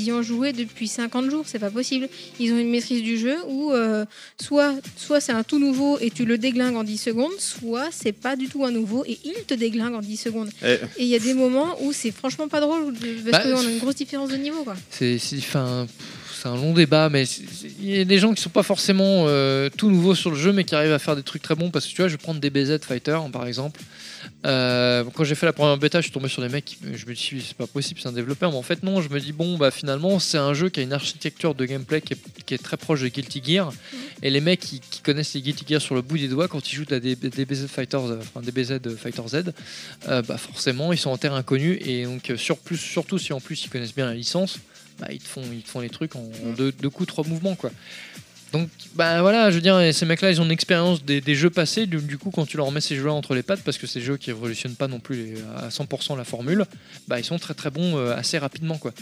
Speaker 5: ils y ont joué depuis 50 jours, c'est pas possible ils ont une maîtrise du jeu où euh, soit, soit c'est un tout nouveau et tu le déglingues en 10 secondes, soit c'est pas du tout un nouveau et il te déglingue en 10 secondes.
Speaker 1: Eh.
Speaker 5: Et il y a des moments où c'est franchement pas drôle de- parce
Speaker 2: Bah,
Speaker 5: qu'on a une grosse différence de niveau. Quoi.
Speaker 2: C'est c'est- enfin, pff, c'est un long débat, mais c'est- c'est- il y a des gens qui sont pas forcément euh, tout nouveaux sur le jeu, mais qui arrivent à faire des trucs très bons. Parce que tu vois, je vais prendre des BZ Fighter hein, par exemple. Euh, quand j'ai fait la première bêta, je suis tombé sur des mecs. qui- Je me suis dit, c'est pas possible, c'est un développeur. Mais en fait, non, je me dis, bon, bah finalement, c'est un jeu qui a une architecture de gameplay qui est, qui est très proche de Guilty Gear. Et les mecs qui, qui connaissent les Guilty Gear sur le bout des doigts, quand ils jouent à des, des BZ Fighters, euh, enfin des BZ Fighter Z, euh, bah forcément, ils sont en terre inconnue. Et donc, euh, sur plus, surtout si en plus ils connaissent bien la licence bah, ils, te font, ils te font les trucs en, en deux, deux coups, trois mouvements. quoi. Donc, bah voilà, je veux dire, et ces mecs-là, ils ont une expérience des, des jeux passés. Du, du coup, quand tu leur mets ces jeux-là entre les pattes, parce que ces jeux qui révolutionnent pas non plus les- à 100% la formule, bah ils sont très très bons euh, assez rapidement, quoi.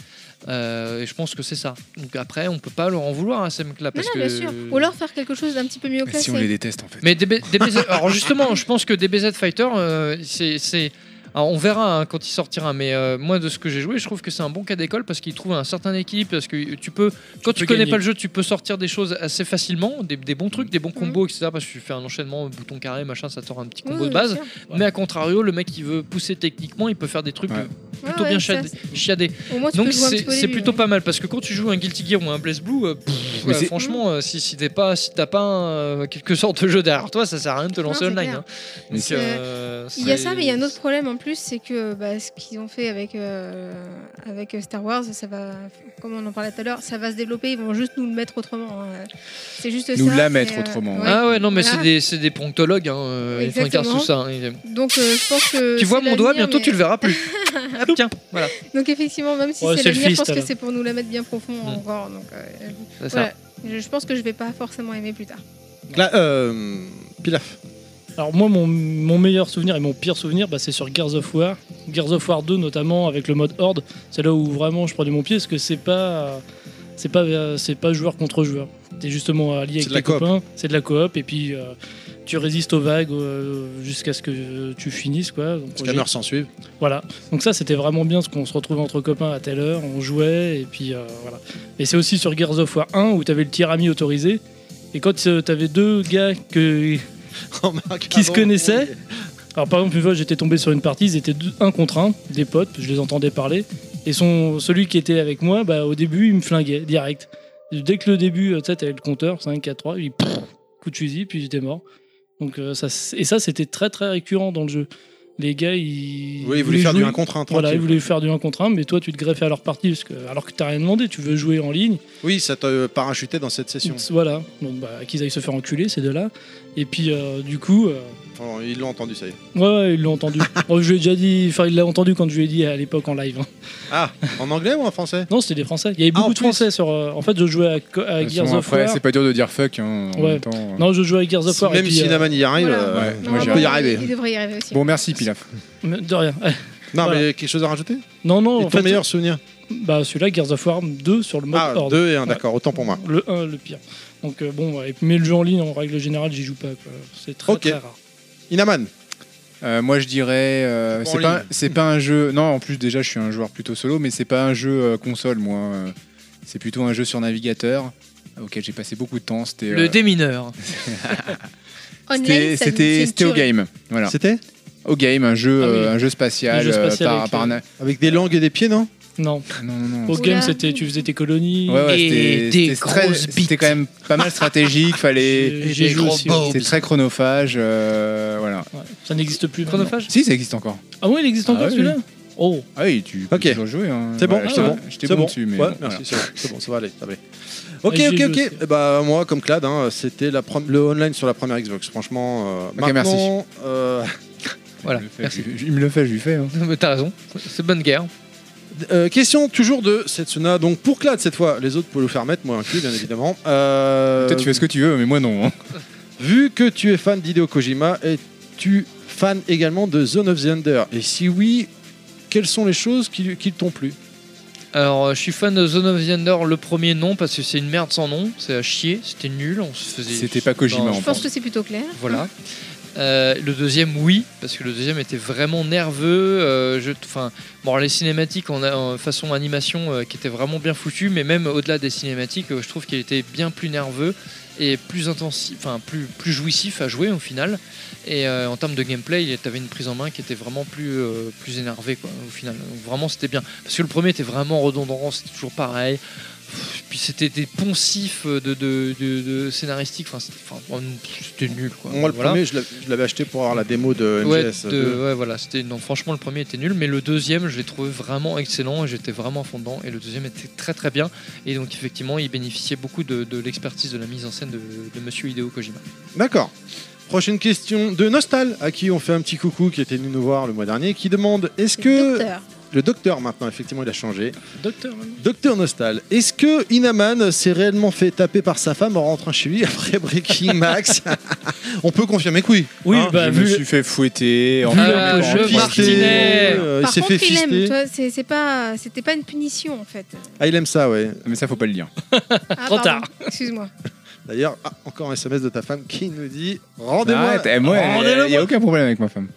Speaker 2: Euh, et je pense que c'est ça. Donc après, on peut pas leur en vouloir à ces mecs-là,
Speaker 5: Non,
Speaker 2: parce
Speaker 5: non,
Speaker 2: que.
Speaker 5: bien sûr. Ou alors faire quelque chose d'un petit peu mieux
Speaker 6: Mais
Speaker 5: classé.
Speaker 6: si on les déteste en fait.
Speaker 2: Mais DB DBZ alors justement, je pense que DBZ Fighter, euh, c'est- c'est. alors, on verra hein, quand il sortira, mais euh, moi de ce que j'ai joué, je trouve que c'est un bon cas d'école parce qu'il trouve un certain équilibre, parce que tu peux, quand tu,
Speaker 3: peux
Speaker 2: connais
Speaker 3: gagner.
Speaker 2: pas le jeu, tu peux sortir des choses assez facilement, des, des bons trucs, des bons combos, etc. Parce que tu fais un enchaînement, bouton carré, machin, ça te sort un petit combo de
Speaker 5: Oui, bien
Speaker 2: base.
Speaker 5: sûr.
Speaker 2: Mais à contrario, le mec qui veut pousser techniquement, il peut faire des trucs
Speaker 6: Ouais.
Speaker 5: Ouais,
Speaker 2: plutôt
Speaker 5: ouais,
Speaker 2: bien
Speaker 5: ça,
Speaker 2: chiadés. chiadés.
Speaker 5: Au moins, tu peux
Speaker 2: Donc
Speaker 5: jouer un
Speaker 2: c'est
Speaker 5: petit peu au
Speaker 2: c'est
Speaker 5: début,
Speaker 2: plutôt
Speaker 5: ouais.
Speaker 2: pas mal parce que quand tu joues un Guilty Gear ou un Blaze Blue, euh, pff,
Speaker 6: Mais
Speaker 2: euh,
Speaker 6: c'est-
Speaker 2: franchement, euh, si, si t'es pas, si t'as pas un, euh, quelque sorte de jeu derrière toi, ça sert à rien de te lancer
Speaker 5: c'est
Speaker 2: online.
Speaker 5: clair.
Speaker 2: hein.
Speaker 6: Mais
Speaker 2: Donc,
Speaker 5: c'est-
Speaker 2: euh,
Speaker 5: Il y a
Speaker 2: c'est-
Speaker 5: ça, mais il y a un autre problème en plus, c'est que bah, ce qu'ils ont fait avec, euh, avec Star Wars, ça va, comme on en parlait tout à l'heure, ça va se développer. Ils vont juste nous le mettre autrement. hein. C'est juste
Speaker 6: Nous
Speaker 5: ça,
Speaker 6: la
Speaker 5: mais,
Speaker 6: mettre
Speaker 5: euh,
Speaker 6: autrement,
Speaker 5: ouais.
Speaker 2: Ah ouais, non, mais
Speaker 5: Voilà.
Speaker 2: c'est des, c'est des promptologues, hein, euh, ils font
Speaker 5: Exactement.
Speaker 2: tout ça. hein, ils-
Speaker 5: Donc euh, je pense que.
Speaker 2: Tu vois
Speaker 5: c'est
Speaker 2: mon doigt,
Speaker 5: l'avenir,
Speaker 2: bientôt
Speaker 5: mais-
Speaker 2: tu le verras plus. Hop, tiens, voilà.
Speaker 5: Donc effectivement, même si
Speaker 3: Ouais,
Speaker 5: c'est
Speaker 3: c'est le
Speaker 5: l'avenir, je pense
Speaker 3: fist,
Speaker 5: que
Speaker 3: alors.
Speaker 5: c'est pour nous la mettre bien profond
Speaker 2: Hmm.
Speaker 5: encore. Donc euh,
Speaker 2: c'est ça.
Speaker 5: voilà. Je, je pense que je vais pas forcément aimer plus tard.
Speaker 1: Là, euh, Pilaf.
Speaker 3: Alors moi, mon, mon meilleur souvenir et mon pire souvenir, bah, c'est sur Gears of War. Gears of War 2 notamment avec le mode Horde. C'est là où vraiment je prenais mon pied parce que c'est pas, c'est pas, euh, c'est pas joueur contre joueur. T'es justement allié
Speaker 1: C'est
Speaker 3: avec
Speaker 1: de la
Speaker 3: tes
Speaker 1: coop.
Speaker 3: copains. C'est de la coop et puis euh, tu résistes aux vagues euh, jusqu'à ce que euh, tu finisses quoi. Donc, j'ai-
Speaker 1: Scanner s'en suivent.
Speaker 3: Voilà. Donc ça, c'était vraiment bien, parce qu'on se retrouvait entre copains à telle heure, on jouait, et puis euh, voilà. Et c'est aussi sur Gears of War 1 où t'avais le tir ami autorisé. Et quand euh, t'avais deux gars que.
Speaker 1: Remarque,
Speaker 3: Qui se
Speaker 1: pardon.
Speaker 3: connaissaient Alors par exemple, une fois, j'étais tombé sur une partie, ils étaient deux- un contre un, des potes, je les entendais parler. Et son, celui qui était avec moi, bah, au début, il me flinguait direct. Dès que le début, euh, tu sais, t'avais le compteur, 5, 4, 3, il pff, coup de fusil, puis j'étais mort. Donc, euh, ça, c- et ça, c'était très très récurrent dans le jeu. Les gars, ils.
Speaker 1: Oui,
Speaker 3: ils
Speaker 1: il voulait faire du
Speaker 3: jouer-
Speaker 1: 1 contre 1
Speaker 3: voilà, ils
Speaker 1: tranquille.
Speaker 3: voulaient faire du 1 contre 1, mais toi tu te greffais à leur partie parce que, alors que t'as rien demandé, tu veux jouer en ligne.
Speaker 1: Oui, ça te parachutait dans cette session.
Speaker 3: Voilà, donc bah, qu'ils aillent se faire enculer ces deux-là. Et puis euh, du coup, euh,
Speaker 1: Enfin, ils l'ont entendu, ça y est.
Speaker 3: ouais, ouais, ils l'ont entendu. Bon, je lui ai déjà dit, enfin il l'a entendu quand je lui ai dit à l'époque en live. hein.
Speaker 1: Ah, en anglais ou en français
Speaker 3: Non, c'était des Français. Il y avait
Speaker 1: Ah, en
Speaker 3: beaucoup de
Speaker 1: plus.
Speaker 3: Français sur. euh, en fait, je jouais à, Co- à Gears
Speaker 6: Sinon,
Speaker 3: of War.
Speaker 6: après, c'est pas dur de dire fuck. hein, en
Speaker 3: Ouais.
Speaker 6: même temps.
Speaker 3: Non, je jouais à Gears of War. et
Speaker 1: Même
Speaker 3: puis,
Speaker 1: si
Speaker 3: euh,
Speaker 1: Naman y
Speaker 2: Ah,
Speaker 1: arrive.
Speaker 5: Voilà.
Speaker 1: euh,
Speaker 6: Ouais, moi,
Speaker 5: Non,
Speaker 6: j'y
Speaker 5: bon,
Speaker 1: arrive.
Speaker 5: Il, il devrait y arriver aussi.
Speaker 6: Bon, merci Pilaf.
Speaker 3: mais de rien.
Speaker 1: Non,
Speaker 3: Voilà.
Speaker 1: mais quelque chose à rajouter
Speaker 3: Non, non,
Speaker 1: Et
Speaker 3: en
Speaker 1: Ton
Speaker 3: fait,
Speaker 1: meilleur souvenir
Speaker 3: bah, celui-là, Gears of War 2 sur le mode
Speaker 1: Ah,
Speaker 3: Horde.
Speaker 1: deux et un, d'accord, autant pour moi.
Speaker 3: Le 1, le pire. Donc euh, bon, ouais, mais le jeu en ligne, en règle générale, j'y joue pas. quoi. C'est très,
Speaker 1: Ok.
Speaker 3: très rare.
Speaker 1: Inaman,
Speaker 6: Euh, moi je dirais euh,
Speaker 1: Bon,
Speaker 6: c'est
Speaker 1: en
Speaker 6: pas
Speaker 1: ligne.
Speaker 6: c'est pas un jeu non en plus déjà je suis un joueur plutôt solo mais c'est pas un jeu euh, console moi euh, c'est plutôt un jeu sur navigateur euh, auquel j'ai passé beaucoup de temps c'était euh,
Speaker 2: Le démineur.
Speaker 5: Online,
Speaker 6: c'était
Speaker 5: ça-
Speaker 6: c'était
Speaker 5: c'est
Speaker 6: c'était au
Speaker 5: dur.
Speaker 6: game voilà
Speaker 1: c'était
Speaker 6: au game un jeu
Speaker 3: Ah oui.
Speaker 6: euh, un jeu spatial,
Speaker 3: Un jeu spatial
Speaker 6: euh, par,
Speaker 3: avec,
Speaker 6: par
Speaker 3: euh,
Speaker 6: na- Ah,
Speaker 1: Avec des langues et des pieds, non
Speaker 3: Non.
Speaker 6: non non non
Speaker 3: Au game,
Speaker 5: Oula.
Speaker 3: c'était tu faisais tes colonies.
Speaker 6: Ouais, ouais,
Speaker 2: Et
Speaker 6: c'était-
Speaker 2: des
Speaker 6: c'était très-
Speaker 2: grosses
Speaker 6: c'était quand même pas mal stratégique fallait
Speaker 3: J'ai-
Speaker 8: des
Speaker 3: J'ai joué
Speaker 8: gros
Speaker 3: aussi.
Speaker 8: bows.
Speaker 3: ouais.
Speaker 6: c'était très chronophage euh, voilà
Speaker 3: Ouais. Ça n'existe plus. maintenant.
Speaker 2: Chronophage
Speaker 6: si ça existe encore
Speaker 3: Ah oui, il existe
Speaker 6: Ah
Speaker 3: encore
Speaker 6: oui.
Speaker 3: celui-là Oh,
Speaker 6: ah oui tu peux
Speaker 1: Ok.
Speaker 6: toujours jouer hein.
Speaker 1: C'est bon,
Speaker 6: Voilà,
Speaker 1: c'est
Speaker 6: j'étais-
Speaker 1: bon,
Speaker 6: j'étais
Speaker 1: c'est
Speaker 6: bon,
Speaker 1: bon.
Speaker 6: dessus mais
Speaker 1: ouais,
Speaker 6: bon, voilà.
Speaker 1: merci, c'est bon, c'est bon, ça va aller, ça va aller. Ok,
Speaker 3: j'y ai
Speaker 1: ok,
Speaker 3: joué
Speaker 1: ok.
Speaker 3: aussi.
Speaker 1: Eh Bah moi, comme Clad, hein, c'était la prom- le online sur la première Xbox. Franchement, euh, maintenant, euh,
Speaker 2: Voilà,
Speaker 6: Il me le fait,
Speaker 2: merci.
Speaker 6: je lui- je- il me le fait je lui fais hein.
Speaker 2: Mais T'as raison, c'est bonne guerre.
Speaker 1: euh, question toujours de Setsuna. Donc pour Clad cette fois, les autres peuvent le faire mettre, moi inclus, bien évidemment. Euh,
Speaker 6: Toi, tu fais ce que tu veux, mais moi non. hein.
Speaker 1: Vu que tu es fan d'Hideo Kojima, es-tu fan également de Zone of the Under Et si oui, quelles sont les choses qui, qui t'ont plu
Speaker 2: Alors, euh, je suis fan de Zone of the Endor, le premier non, parce que c'est une merde sans nom, c'est à chier, c'était nul, on se faisait.
Speaker 6: C'était pas Kojima,
Speaker 2: Non,
Speaker 6: en
Speaker 5: Je pense que c'est plutôt clair.
Speaker 2: Voilà. Euh, le deuxième, oui, parce que le deuxième était vraiment nerveux. euh, je, enfin, bon, les cinématiques en, en façon animation euh, qui étaient vraiment bien foutues, mais même au-delà des cinématiques, euh, je trouve qu'il était bien plus nerveux et plus intensif, enfin plus, plus jouissif à jouer au final. Et euh, en termes de gameplay, tu avais une prise en main qui était vraiment plus, euh, plus énervée quoi, au final. Donc vraiment, c'était bien. Parce que le premier était vraiment redondant, c'était toujours pareil. Pff, Puis c'était des poncifs de, de, de, de scénaristiques. Enfin, c'était- enfin, bon, c'était nul. Quoi.
Speaker 1: Moi, le
Speaker 2: Bah, Voilà.
Speaker 1: premier, je l'avais- je l'avais acheté pour avoir la démo de
Speaker 2: Ouais,
Speaker 1: MGS.
Speaker 2: de-
Speaker 1: deux.
Speaker 2: ouais, voilà, c'était non franchement le premier était nul mais le deuxième je l'ai trouvé vraiment excellent et j'étais vraiment à fond dedans et le deuxième était très très bien et donc effectivement il bénéficiait beaucoup de, de l'expertise de la mise en scène de, de monsieur Hideo Kojima.
Speaker 1: D'accord. Prochaine question de Nostal, à qui on fait un petit coucou, qui était venu nous voir le mois dernier, qui demande est-ce que
Speaker 5: Docteur.
Speaker 1: le docteur maintenant, effectivement, il a changé.
Speaker 3: Docteur, maintenant.
Speaker 1: Docteur Nostal, est-ce que Inaman s'est réellement fait taper par sa femme en rentrant chez lui après Breaking Max On peut confirmer que oui.
Speaker 3: Oui,
Speaker 6: Hein,
Speaker 3: bah,
Speaker 6: je me
Speaker 3: vu,
Speaker 6: suis fait fouetter. en-
Speaker 2: Ah,
Speaker 6: en-
Speaker 2: je
Speaker 6: en-
Speaker 1: Fisté,
Speaker 2: Martinet.
Speaker 1: euh, il
Speaker 5: Par
Speaker 1: s'est
Speaker 5: contre,
Speaker 1: fait
Speaker 5: il aime,
Speaker 1: fister.
Speaker 5: toi, c'est c'est pas, c'était pas une punition en fait.
Speaker 1: Ah, il aime ça, ouais.
Speaker 6: Mais ça, faut pas le dire.
Speaker 5: Ah,
Speaker 2: Trop
Speaker 5: pardon,
Speaker 2: tard.
Speaker 5: Excuse-moi.
Speaker 1: D'ailleurs, ah, encore un SMS de ta femme qui nous dit Rendez-moi
Speaker 6: Arrête, eh, moi,
Speaker 1: Rendez-le-moi.
Speaker 6: il n'y a aucun problème avec ma femme.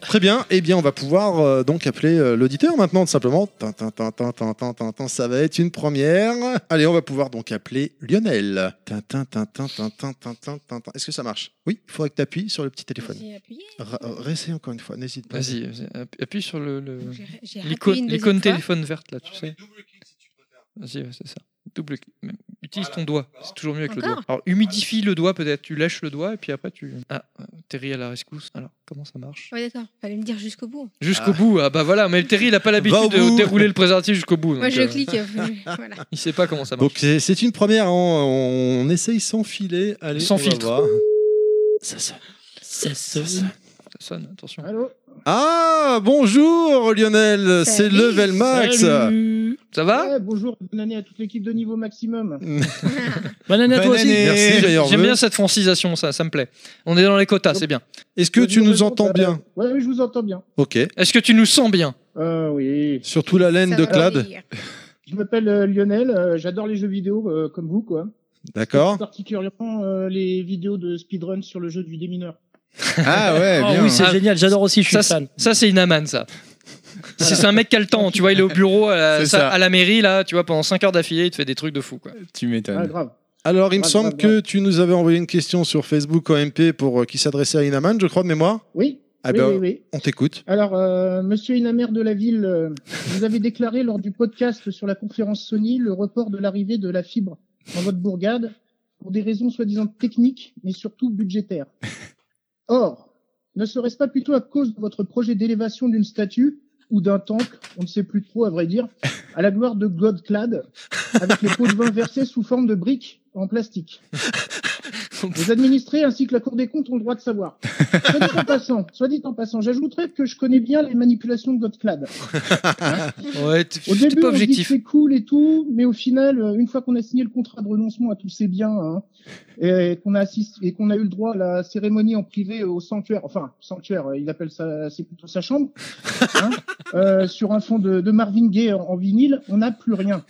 Speaker 1: Très bien, eh bien on va pouvoir euh, donc appeler euh, l'auditeur maintenant tout simplement. Tin, tin, tin, tin, tin, tin, tin, tin, ça va être une première. Allez, on va pouvoir donc appeler Lionel. Tin, tin, tin, tin, tin, tin, tin, tin, tin, tin. Est-ce que ça marche Oui, il faudrait que tu appuies sur le petit téléphone.
Speaker 5: J'ai appuyé.
Speaker 1: Ra- euh, Réessaye encore une fois, n'hésite pas.
Speaker 2: Vas-y, vas-y, app- appuie sur le, le-
Speaker 5: J'ai- J'ai appuyé
Speaker 2: l'icône,
Speaker 5: une
Speaker 2: l'icône
Speaker 5: deuxième fois.
Speaker 2: téléphone verte là, tu sais. Vas-y, ouais, c'est ça. Double clic. Même- Utilise ton doigt, c'est toujours mieux avec le
Speaker 5: Encore
Speaker 2: doigt. Alors humidifie le doigt peut-être, tu lèches le doigt et puis après tu. Ah, euh, Terry à la rescousse. Alors comment ça marche
Speaker 5: Ouais, d'accord. Fallait me dire jusqu'au bout.
Speaker 2: Jusqu'au bout, ah bah voilà, mais Terry il a pas
Speaker 1: Va au
Speaker 2: l'habitude de
Speaker 1: bout.
Speaker 2: dérouler le présentatif jusqu'au bout.
Speaker 5: Moi,
Speaker 2: donc,
Speaker 5: je
Speaker 2: euh,
Speaker 5: clique. euh, voilà.
Speaker 2: Il sait pas comment ça marche.
Speaker 1: Donc c'est c'est une première, hein. on, on essaye sans filet. Allez,
Speaker 2: Sans
Speaker 1: on va
Speaker 2: filtre.
Speaker 1: voir. Ça sonne.
Speaker 3: ça sonne.
Speaker 2: Ça sonne, attention.
Speaker 1: Ah, bonjour Lionel, c'est
Speaker 5: Salut.
Speaker 1: Level Max.
Speaker 3: Salut.
Speaker 2: Ça
Speaker 1: Hein
Speaker 2: va
Speaker 9: bonjour, bonne année à toute l'équipe de niveau maximum.
Speaker 3: Bonne année à
Speaker 6: Bonne
Speaker 3: toi aussi.
Speaker 6: année.
Speaker 1: Merci, d'ailleurs.
Speaker 2: J'aime bien cette francisation, ça, ça me plaît. On est dans les quotas, c'est bien.
Speaker 1: Est-ce
Speaker 9: Euh,
Speaker 1: que tu nous entends bien
Speaker 9: Oui, je vous entends bien.
Speaker 1: Ok.
Speaker 2: Est-ce que tu nous sens bien
Speaker 9: Euh, oui.
Speaker 1: Surtout la laine
Speaker 5: Ça
Speaker 1: de
Speaker 5: va
Speaker 1: Clad.
Speaker 5: venir.
Speaker 9: Je m'appelle euh, Lionel, euh, j'adore les jeux vidéo euh, comme vous, quoi.
Speaker 1: D'accord.
Speaker 9: Particulièrement euh, les vidéos de speedrun sur le jeu du démineur.
Speaker 6: Ah ouais,
Speaker 3: Oh
Speaker 6: bien.
Speaker 3: oui, c'est
Speaker 2: Ah,
Speaker 3: génial, j'adore aussi, je suis
Speaker 2: ça,
Speaker 3: fan.
Speaker 2: Ça, c'est une amane, ça. Si c'est un mec qui a le temps, tu vois, il est au bureau à la,
Speaker 6: C'est
Speaker 2: ça-
Speaker 6: ça.
Speaker 2: à la mairie, là, tu vois, pendant 5 heures d'affilée, il te fait des trucs de fou, quoi.
Speaker 6: tu
Speaker 1: Euh,
Speaker 9: Ah,
Speaker 6: m'étonnes.
Speaker 9: grave.
Speaker 1: Alors, il me
Speaker 9: Grave,
Speaker 1: semble
Speaker 9: grave,
Speaker 1: que tu nous avais envoyé une question sur Facebook en MP pour euh, qui s'adressait à Inaman, je crois, de mémoire.
Speaker 9: Oui,
Speaker 1: Ah
Speaker 9: oui,
Speaker 1: ben,
Speaker 9: oui, oui.
Speaker 1: on t'écoute.
Speaker 9: Alors, euh, monsieur Inamer de la ville, euh, vous avez déclaré lors du podcast sur la conférence Sony le report de l'arrivée de la fibre dans votre bourgade pour des raisons soi-disant techniques, mais surtout budgétaires. Or, ne serait-ce pas plutôt à cause de votre projet d'élévation d'une statue ou d'un temple, on ne sait plus trop à vrai dire, à la gloire de Godclad, avec les pots de vin versés sous forme de briques en plastique les administrés ainsi que la Cour des comptes ont le droit de savoir. Soit dit en passant, soit dit en passant, j'ajouterais que je connais bien les manipulations de Godclad.
Speaker 2: Ouais, t'es
Speaker 9: Au
Speaker 2: t'es
Speaker 9: début,
Speaker 2: pas
Speaker 9: on se dit que
Speaker 2: objectif.
Speaker 9: c'est cool et tout, mais au final, euh, une fois qu'on a signé le contrat de renoncement à tous ces biens, hein, et qu'on a assisté, et qu'on a eu le droit à la cérémonie en privé au sanctuaire, enfin, sanctuaire, euh, il appelle ça, c'est plutôt sa chambre, hein, euh, sur un fond de, de Marvin Gaye en, en vinyle, on n'a plus rien.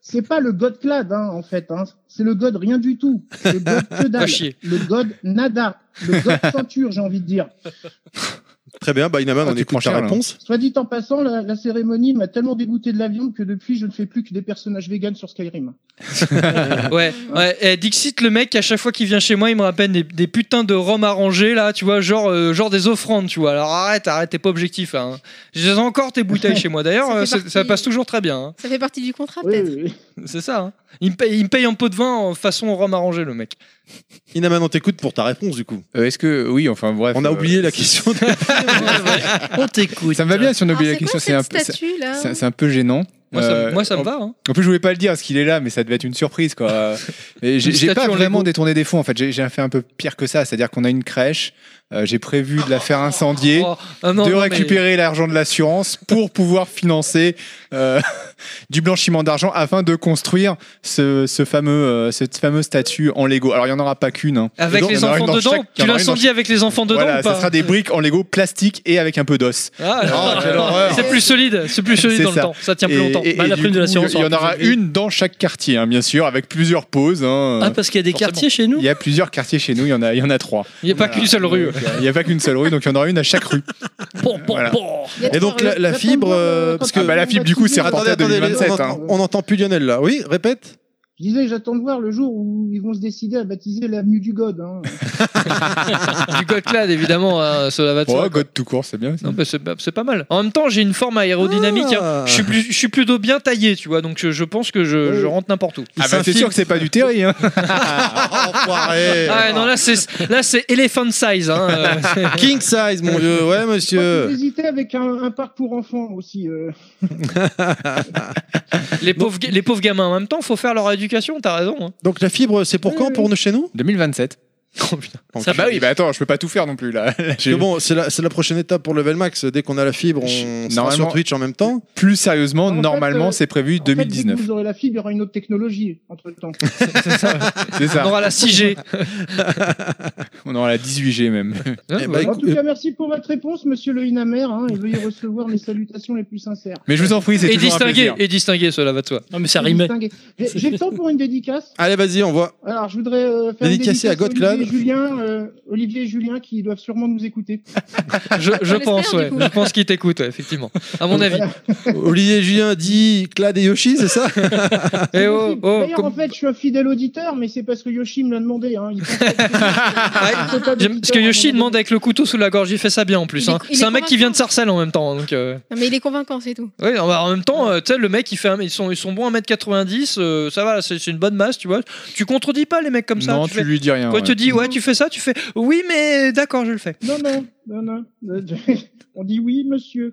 Speaker 9: c'est pas le God Clad, hein, en fait, hein, c'est le God rien du tout. C'est Le God que
Speaker 2: Va
Speaker 9: dalle.
Speaker 2: chier.
Speaker 9: Le God nada. Le God ceinture, j'ai envie de dire.
Speaker 1: Très bien, bah Inaman,
Speaker 6: Ah,
Speaker 1: on
Speaker 6: tu
Speaker 1: écoute
Speaker 6: prends
Speaker 1: ta
Speaker 6: cher, là.
Speaker 1: réponse.
Speaker 9: Soit dit en passant, la, la cérémonie m'a tellement dégoûté de la viande que depuis, je ne fais plus que des personnages véganes sur Skyrim.
Speaker 2: Ouais, ouais. Eh, Dixit, le mec, à chaque fois qu'il vient chez moi, il me rappelle des, des putains de rhum arrangés, là, tu vois, genre, euh, genre des offrandes, tu vois. Alors arrête, arrête, t'es pas objectif, là, hein. J'ai encore tes bouteilles chez moi. D'ailleurs,
Speaker 5: Ça fait
Speaker 2: euh, ça,
Speaker 5: partie-
Speaker 2: ça passe toujours très bien. hein.
Speaker 5: Ça fait partie du contrat,
Speaker 9: Oui,
Speaker 5: peut-être.
Speaker 9: oui, oui.
Speaker 2: C'est ça, hein. Il me paye, il me paye en pot de vin en façon rhum arrangé, le mec.
Speaker 1: Inaman, on t'écoute pour ta réponse, du coup.
Speaker 6: Euh, Est-ce que. Oui, enfin bref.
Speaker 1: On a
Speaker 6: euh,
Speaker 1: oublié la question. de-
Speaker 8: On t'écoute.
Speaker 6: Ça me va bien si on
Speaker 5: Alors,
Speaker 6: oublie la
Speaker 5: Ah, c'est
Speaker 6: question,
Speaker 5: quoi
Speaker 6: c'est un,
Speaker 5: cette
Speaker 6: peu- c'est-
Speaker 5: statue hein là
Speaker 6: c'est- c'est un peu gênant.
Speaker 2: Moi, ça, me-
Speaker 6: Euh,
Speaker 2: moi, ça me
Speaker 6: en-
Speaker 2: va, hein.
Speaker 6: En plus, je voulais pas le dire parce qu'il est là, mais ça devait être une surprise, quoi. Et j'ai-
Speaker 2: Une
Speaker 6: j'ai pas
Speaker 2: statue en
Speaker 6: vraiment
Speaker 2: Lego.
Speaker 6: détourné des fonds, en fait. J'ai j'ai fait un peu pire que ça. C'est-à-dire qu'on a une crèche. euh, j'ai prévu de la faire incendier.
Speaker 2: Oh, ah non,
Speaker 6: de
Speaker 2: non, mais-
Speaker 6: récupérer l'argent de l'assurance pour pouvoir financer euh, du blanchiment d'argent afin de construire ce, ce fameux, euh, cette fameuse statue en Lego. Alors il n'y en aura pas qu'une. hein.
Speaker 2: Avec
Speaker 6: Et donc, il
Speaker 2: les
Speaker 6: y en aura
Speaker 2: enfants
Speaker 6: une dans
Speaker 2: dedans
Speaker 6: chaque-
Speaker 2: Tu
Speaker 6: il y en aura une dans
Speaker 2: l'incendies avec les enfants dedans
Speaker 6: voilà,
Speaker 2: ou pas Euh.
Speaker 6: ça sera des briques en Lego plastique et avec un peu d'os.
Speaker 2: Ah,
Speaker 6: Oh, quelle horreur.
Speaker 2: C'est plus solide, c'est plus solide
Speaker 6: C'est
Speaker 2: dans
Speaker 6: ça.
Speaker 2: le temps. Ça tient plus
Speaker 6: Et-
Speaker 2: longtemps.
Speaker 6: et-
Speaker 3: Bah,
Speaker 6: et
Speaker 3: la
Speaker 6: du
Speaker 3: prime de
Speaker 6: coup,
Speaker 3: l'assurance
Speaker 6: Il y en
Speaker 3: aura
Speaker 6: aura
Speaker 3: plus de
Speaker 6: une dans chaque quartier, hein, bien sûr, avec plusieurs pauses. hein.
Speaker 8: Ah, parce qu'il y a des
Speaker 2: Forcément.
Speaker 8: quartiers chez nous
Speaker 6: Il y a plusieurs quartiers chez nous, il y en a, il y en a trois.
Speaker 2: Il n'y a pas qu'une seule rue.
Speaker 6: Donc, euh, Il n'y a pas qu'une seule rue, donc il y en aura une à chaque rue.
Speaker 2: Bon, bon,
Speaker 6: Voilà.
Speaker 2: bon.
Speaker 9: Il y a
Speaker 1: Et donc,
Speaker 9: toujours
Speaker 1: la- la
Speaker 9: le-
Speaker 1: fibre, euh,
Speaker 9: j'attends de voir,
Speaker 1: parce que-
Speaker 9: quand on
Speaker 6: Ah, bah, la
Speaker 9: va
Speaker 6: fibre, du coup,
Speaker 9: finir,
Speaker 6: c'est reporté à
Speaker 9: attendez, attendez,
Speaker 6: 2027,
Speaker 1: on
Speaker 9: attendez,
Speaker 1: entend-
Speaker 9: attendez.
Speaker 1: on entend plus Lionel là. Oui, répète.
Speaker 9: Je disais que j'attends de voir le jour où ils vont se décider à baptiser l'avenue du God. Hein.
Speaker 2: Du Gotland, évidemment, hein, cela va de soi,
Speaker 6: Oh,
Speaker 2: quoi.
Speaker 6: God tout court, c'est bien. aussi.
Speaker 2: Non, mais c'est pas, c'est pas mal. En même temps, j'ai une forme aérodynamique. hein.
Speaker 1: Ah.
Speaker 2: Je, suis plus- je suis plutôt bien taillé, tu vois, donc je, je pense que je, je rentre n'importe où.
Speaker 6: Ah bah, c'est sûr que c'est pas du Terry. Hein.
Speaker 1: Enfoiré.
Speaker 2: Ah ouais, non, là c'est, là, c'est elephant size. hein, euh, c'est-
Speaker 1: King size, mon vieux. Ouais,
Speaker 9: Euh...
Speaker 1: monsieur.
Speaker 9: J'hésitais avec un, un parc pour enfants aussi. euh.
Speaker 2: les, pauvres, ga- les pauvres gamins en même temps, faut faire leur éducation, t'as raison. hein.
Speaker 1: Donc la fibre, c'est pour quand Pour nous chez nous
Speaker 6: 2027.
Speaker 1: Oh, putain.
Speaker 6: Ah bah oui, bah attends, je peux pas tout faire non plus là. Là, j'ai-
Speaker 1: Mais bon, c'est la, c'est la prochaine étape pour Level Max. Dès qu'on a la fibre, on sera sur
Speaker 6: Normalement-
Speaker 1: Twitch en même temps.
Speaker 6: Plus sérieusement,
Speaker 9: En fait,
Speaker 6: normalement,
Speaker 9: euh,
Speaker 6: c'est prévu
Speaker 9: En fait, dès que
Speaker 6: 2019.
Speaker 9: vous aurez la fibre, il y aura une autre technologie entre temps.
Speaker 2: C'est ça.
Speaker 6: C'est
Speaker 2: On
Speaker 6: ça.
Speaker 2: aura la 6G.
Speaker 6: On aura la 18G même.
Speaker 1: Eh bah,
Speaker 9: en
Speaker 1: écoute,
Speaker 9: tout cas, merci pour votre réponse, monsieur le Inamer, hein, et veuillez recevoir mes salutations les plus sincères.
Speaker 6: Mais je vous en prie, c'est
Speaker 2: et
Speaker 6: toujours un
Speaker 2: distinguer,
Speaker 6: plaisir.
Speaker 2: et distinguer, cela va de toi.
Speaker 3: Non, mais ça rimait.
Speaker 9: Distingué. J'ai j'ai le temps pour une dédicace.
Speaker 1: Allez, vas-y, on voit.
Speaker 9: Alors, je voudrais euh, faire une
Speaker 1: Dédicacé
Speaker 9: dédicace
Speaker 1: à
Speaker 9: à
Speaker 1: Gottclan.
Speaker 9: Olivier et Julien, euh, Olivier et Julien qui doivent sûrement nous écouter.
Speaker 2: Je, je
Speaker 5: Ah, On
Speaker 2: pense,
Speaker 5: l'espère,
Speaker 2: ouais.
Speaker 5: du coup.
Speaker 2: Je pense qu'il t'écoute, ouais, effectivement. À mon avis.
Speaker 1: Olivier Julien dit Clad et Yoshi, c'est ça
Speaker 2: Eh
Speaker 9: C'est
Speaker 2: oh,
Speaker 9: possible.
Speaker 2: oh,
Speaker 9: D'ailleurs, en
Speaker 2: comme-
Speaker 9: fait, je suis un fidèle auditeur, mais c'est parce que Yoshi me l'a demandé. Hein. Il pense que- c'est pas
Speaker 2: Ah, J'aime- parce que
Speaker 9: d'auditeur,
Speaker 2: Yoshi
Speaker 9: à mon
Speaker 2: demande
Speaker 9: avis.
Speaker 2: avec le couteau sous la gorge, il fait ça bien en plus.
Speaker 5: Il est-
Speaker 2: hein.
Speaker 5: il est
Speaker 2: C'est un mec qui
Speaker 5: convaincant.
Speaker 2: vient de Sarcelles en même temps. hein, Donc, euh,
Speaker 5: Non, mais il est convaincant, c'est tout.
Speaker 2: ouais, non, bah, en même temps, euh, tu sais, le mec, il fait un- ils, sont, ils sont bons à 1m90, euh, ça va, c'est c'est une bonne masse, tu vois. Tu contredis pas les mecs comme ça.
Speaker 6: non,
Speaker 2: tu
Speaker 6: tu,
Speaker 2: fais-
Speaker 6: lui dis rien.
Speaker 2: Quand
Speaker 6: ouais.
Speaker 2: tu dis, ouais, tu fais ça, tu fais, oui, mais d'accord, je le fais.
Speaker 9: Non, non, non, non. On dit oui, monsieur.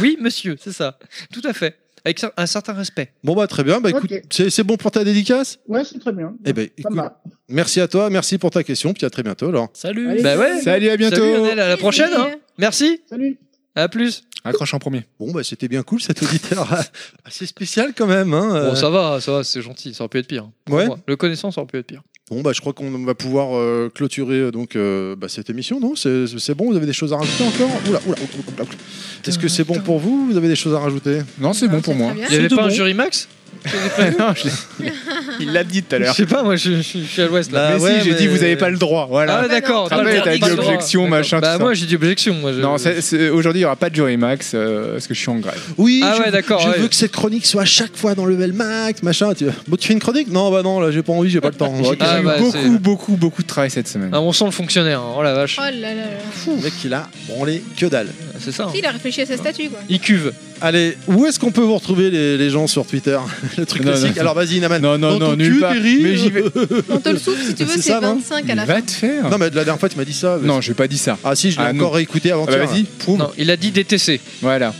Speaker 2: Oui, monsieur, c'est ça. Tout à fait. Avec cer- un certain respect.
Speaker 1: Bon, bah très bien. Bah écoute,
Speaker 9: Ok.
Speaker 1: c'est c'est bon pour ta dédicace
Speaker 9: Ouais, c'est très bien.
Speaker 1: Eh ben,
Speaker 9: Pas
Speaker 1: écoute,
Speaker 9: mal.
Speaker 1: merci à toi, merci pour ta question, puis à très bientôt alors.
Speaker 3: Salut.
Speaker 9: Allez,
Speaker 2: Bah ouais.
Speaker 6: Salut, à bientôt.
Speaker 2: Salut, Lionel, à la prochaine. hein. Merci.
Speaker 9: Salut.
Speaker 2: À plus.
Speaker 6: Accroche en premier.
Speaker 1: Bon, bah c'était bien cool cet auditeur. Assez spécial quand même. Hein. euh.
Speaker 2: Bon, ça va, ça va, c'est gentil, ça aurait pu être pire. hein. Pour
Speaker 1: Ouais.
Speaker 2: moi. Le connaissant, ça aurait pu être pire.
Speaker 1: Bon, bah je crois qu'on va pouvoir euh, clôturer euh, donc euh, bah, cette émission, non C'est c'est bon Vous avez des choses à rajouter encore Oula, oula, oula, oula, oula. Est-ce que c'est bon pour vous Vous avez des choses à rajouter
Speaker 6: Non,
Speaker 2: Ah,
Speaker 6: c'est
Speaker 5: Ah,
Speaker 6: bon pour moi.
Speaker 2: Il n'y avait
Speaker 3: tout
Speaker 2: pas un
Speaker 3: bon.
Speaker 2: jury max
Speaker 6: Non, je l'ai- Il l'a dit tout à
Speaker 2: Je
Speaker 6: l'heure.
Speaker 2: sais pas, moi je, je- je suis à l'ouest là.
Speaker 1: Bah,
Speaker 6: mais
Speaker 1: ouais,
Speaker 6: si, j'ai
Speaker 1: mais-
Speaker 6: dit vous avez pas le droit.
Speaker 2: Ah
Speaker 6: Voilà.
Speaker 2: ouais, d'accord,
Speaker 6: Ah,
Speaker 2: toi,
Speaker 6: mais
Speaker 2: le
Speaker 6: t'as
Speaker 2: jury
Speaker 6: dit
Speaker 2: max,
Speaker 6: objection,
Speaker 2: d'accord.
Speaker 6: machin,
Speaker 2: Bah,
Speaker 6: tout ça.
Speaker 2: moi j'ai dit objection. Moi, je-
Speaker 6: non, c'est- c'est- aujourd'hui, il n'y aura pas de jury max euh, parce que je suis en grève.
Speaker 1: Oui,
Speaker 2: Ah
Speaker 1: je,
Speaker 2: ouais, d'accord,
Speaker 1: je
Speaker 2: ouais.
Speaker 1: veux que cette chronique soit à chaque fois dans le level max, machin. Tu, bon, tu fais une chronique Non, bah non, là j'ai pas envie, j'ai pas le temps. Ok.
Speaker 2: Ah,
Speaker 6: j'ai eu
Speaker 2: bah, c'est-
Speaker 6: beaucoup, beaucoup, beaucoup de travail cette semaine.
Speaker 2: Ah, on sent le fonctionnaire, hein. oh la vache.
Speaker 5: Oh là là là.
Speaker 1: Le mec, il a branlé que dalle.
Speaker 2: C'est ça. hein.
Speaker 5: Si, il a réfléchi à sa statue, quoi.
Speaker 2: Il cuve.
Speaker 1: Allez, où est-ce qu'on peut vous retrouver les, les gens sur Twitter Le truc
Speaker 6: Non,
Speaker 1: classique.
Speaker 6: non.
Speaker 1: Alors vas-y, Naman.
Speaker 6: Non,
Speaker 1: Dans
Speaker 6: non, non,
Speaker 1: ton
Speaker 6: nulle
Speaker 1: cul, euh,
Speaker 6: part.
Speaker 1: Terry.
Speaker 6: Mais j'y vais.
Speaker 5: On te le souffle si
Speaker 1: C'est
Speaker 5: tu veux, c'est
Speaker 1: ça, non
Speaker 5: 25 à
Speaker 6: Il
Speaker 5: la fin.
Speaker 6: va te faire.
Speaker 1: Non, mais de la dernière fois, tu m'as dit ça. mais-
Speaker 6: Non, j'ai pas dit ça.
Speaker 1: Ah si, je l'ai
Speaker 6: Ah, non.
Speaker 1: encore réécouté
Speaker 6: Ah,
Speaker 1: avant
Speaker 6: bah, Vas-y, prouve.
Speaker 2: Non, il a dit DTC.
Speaker 6: Voilà.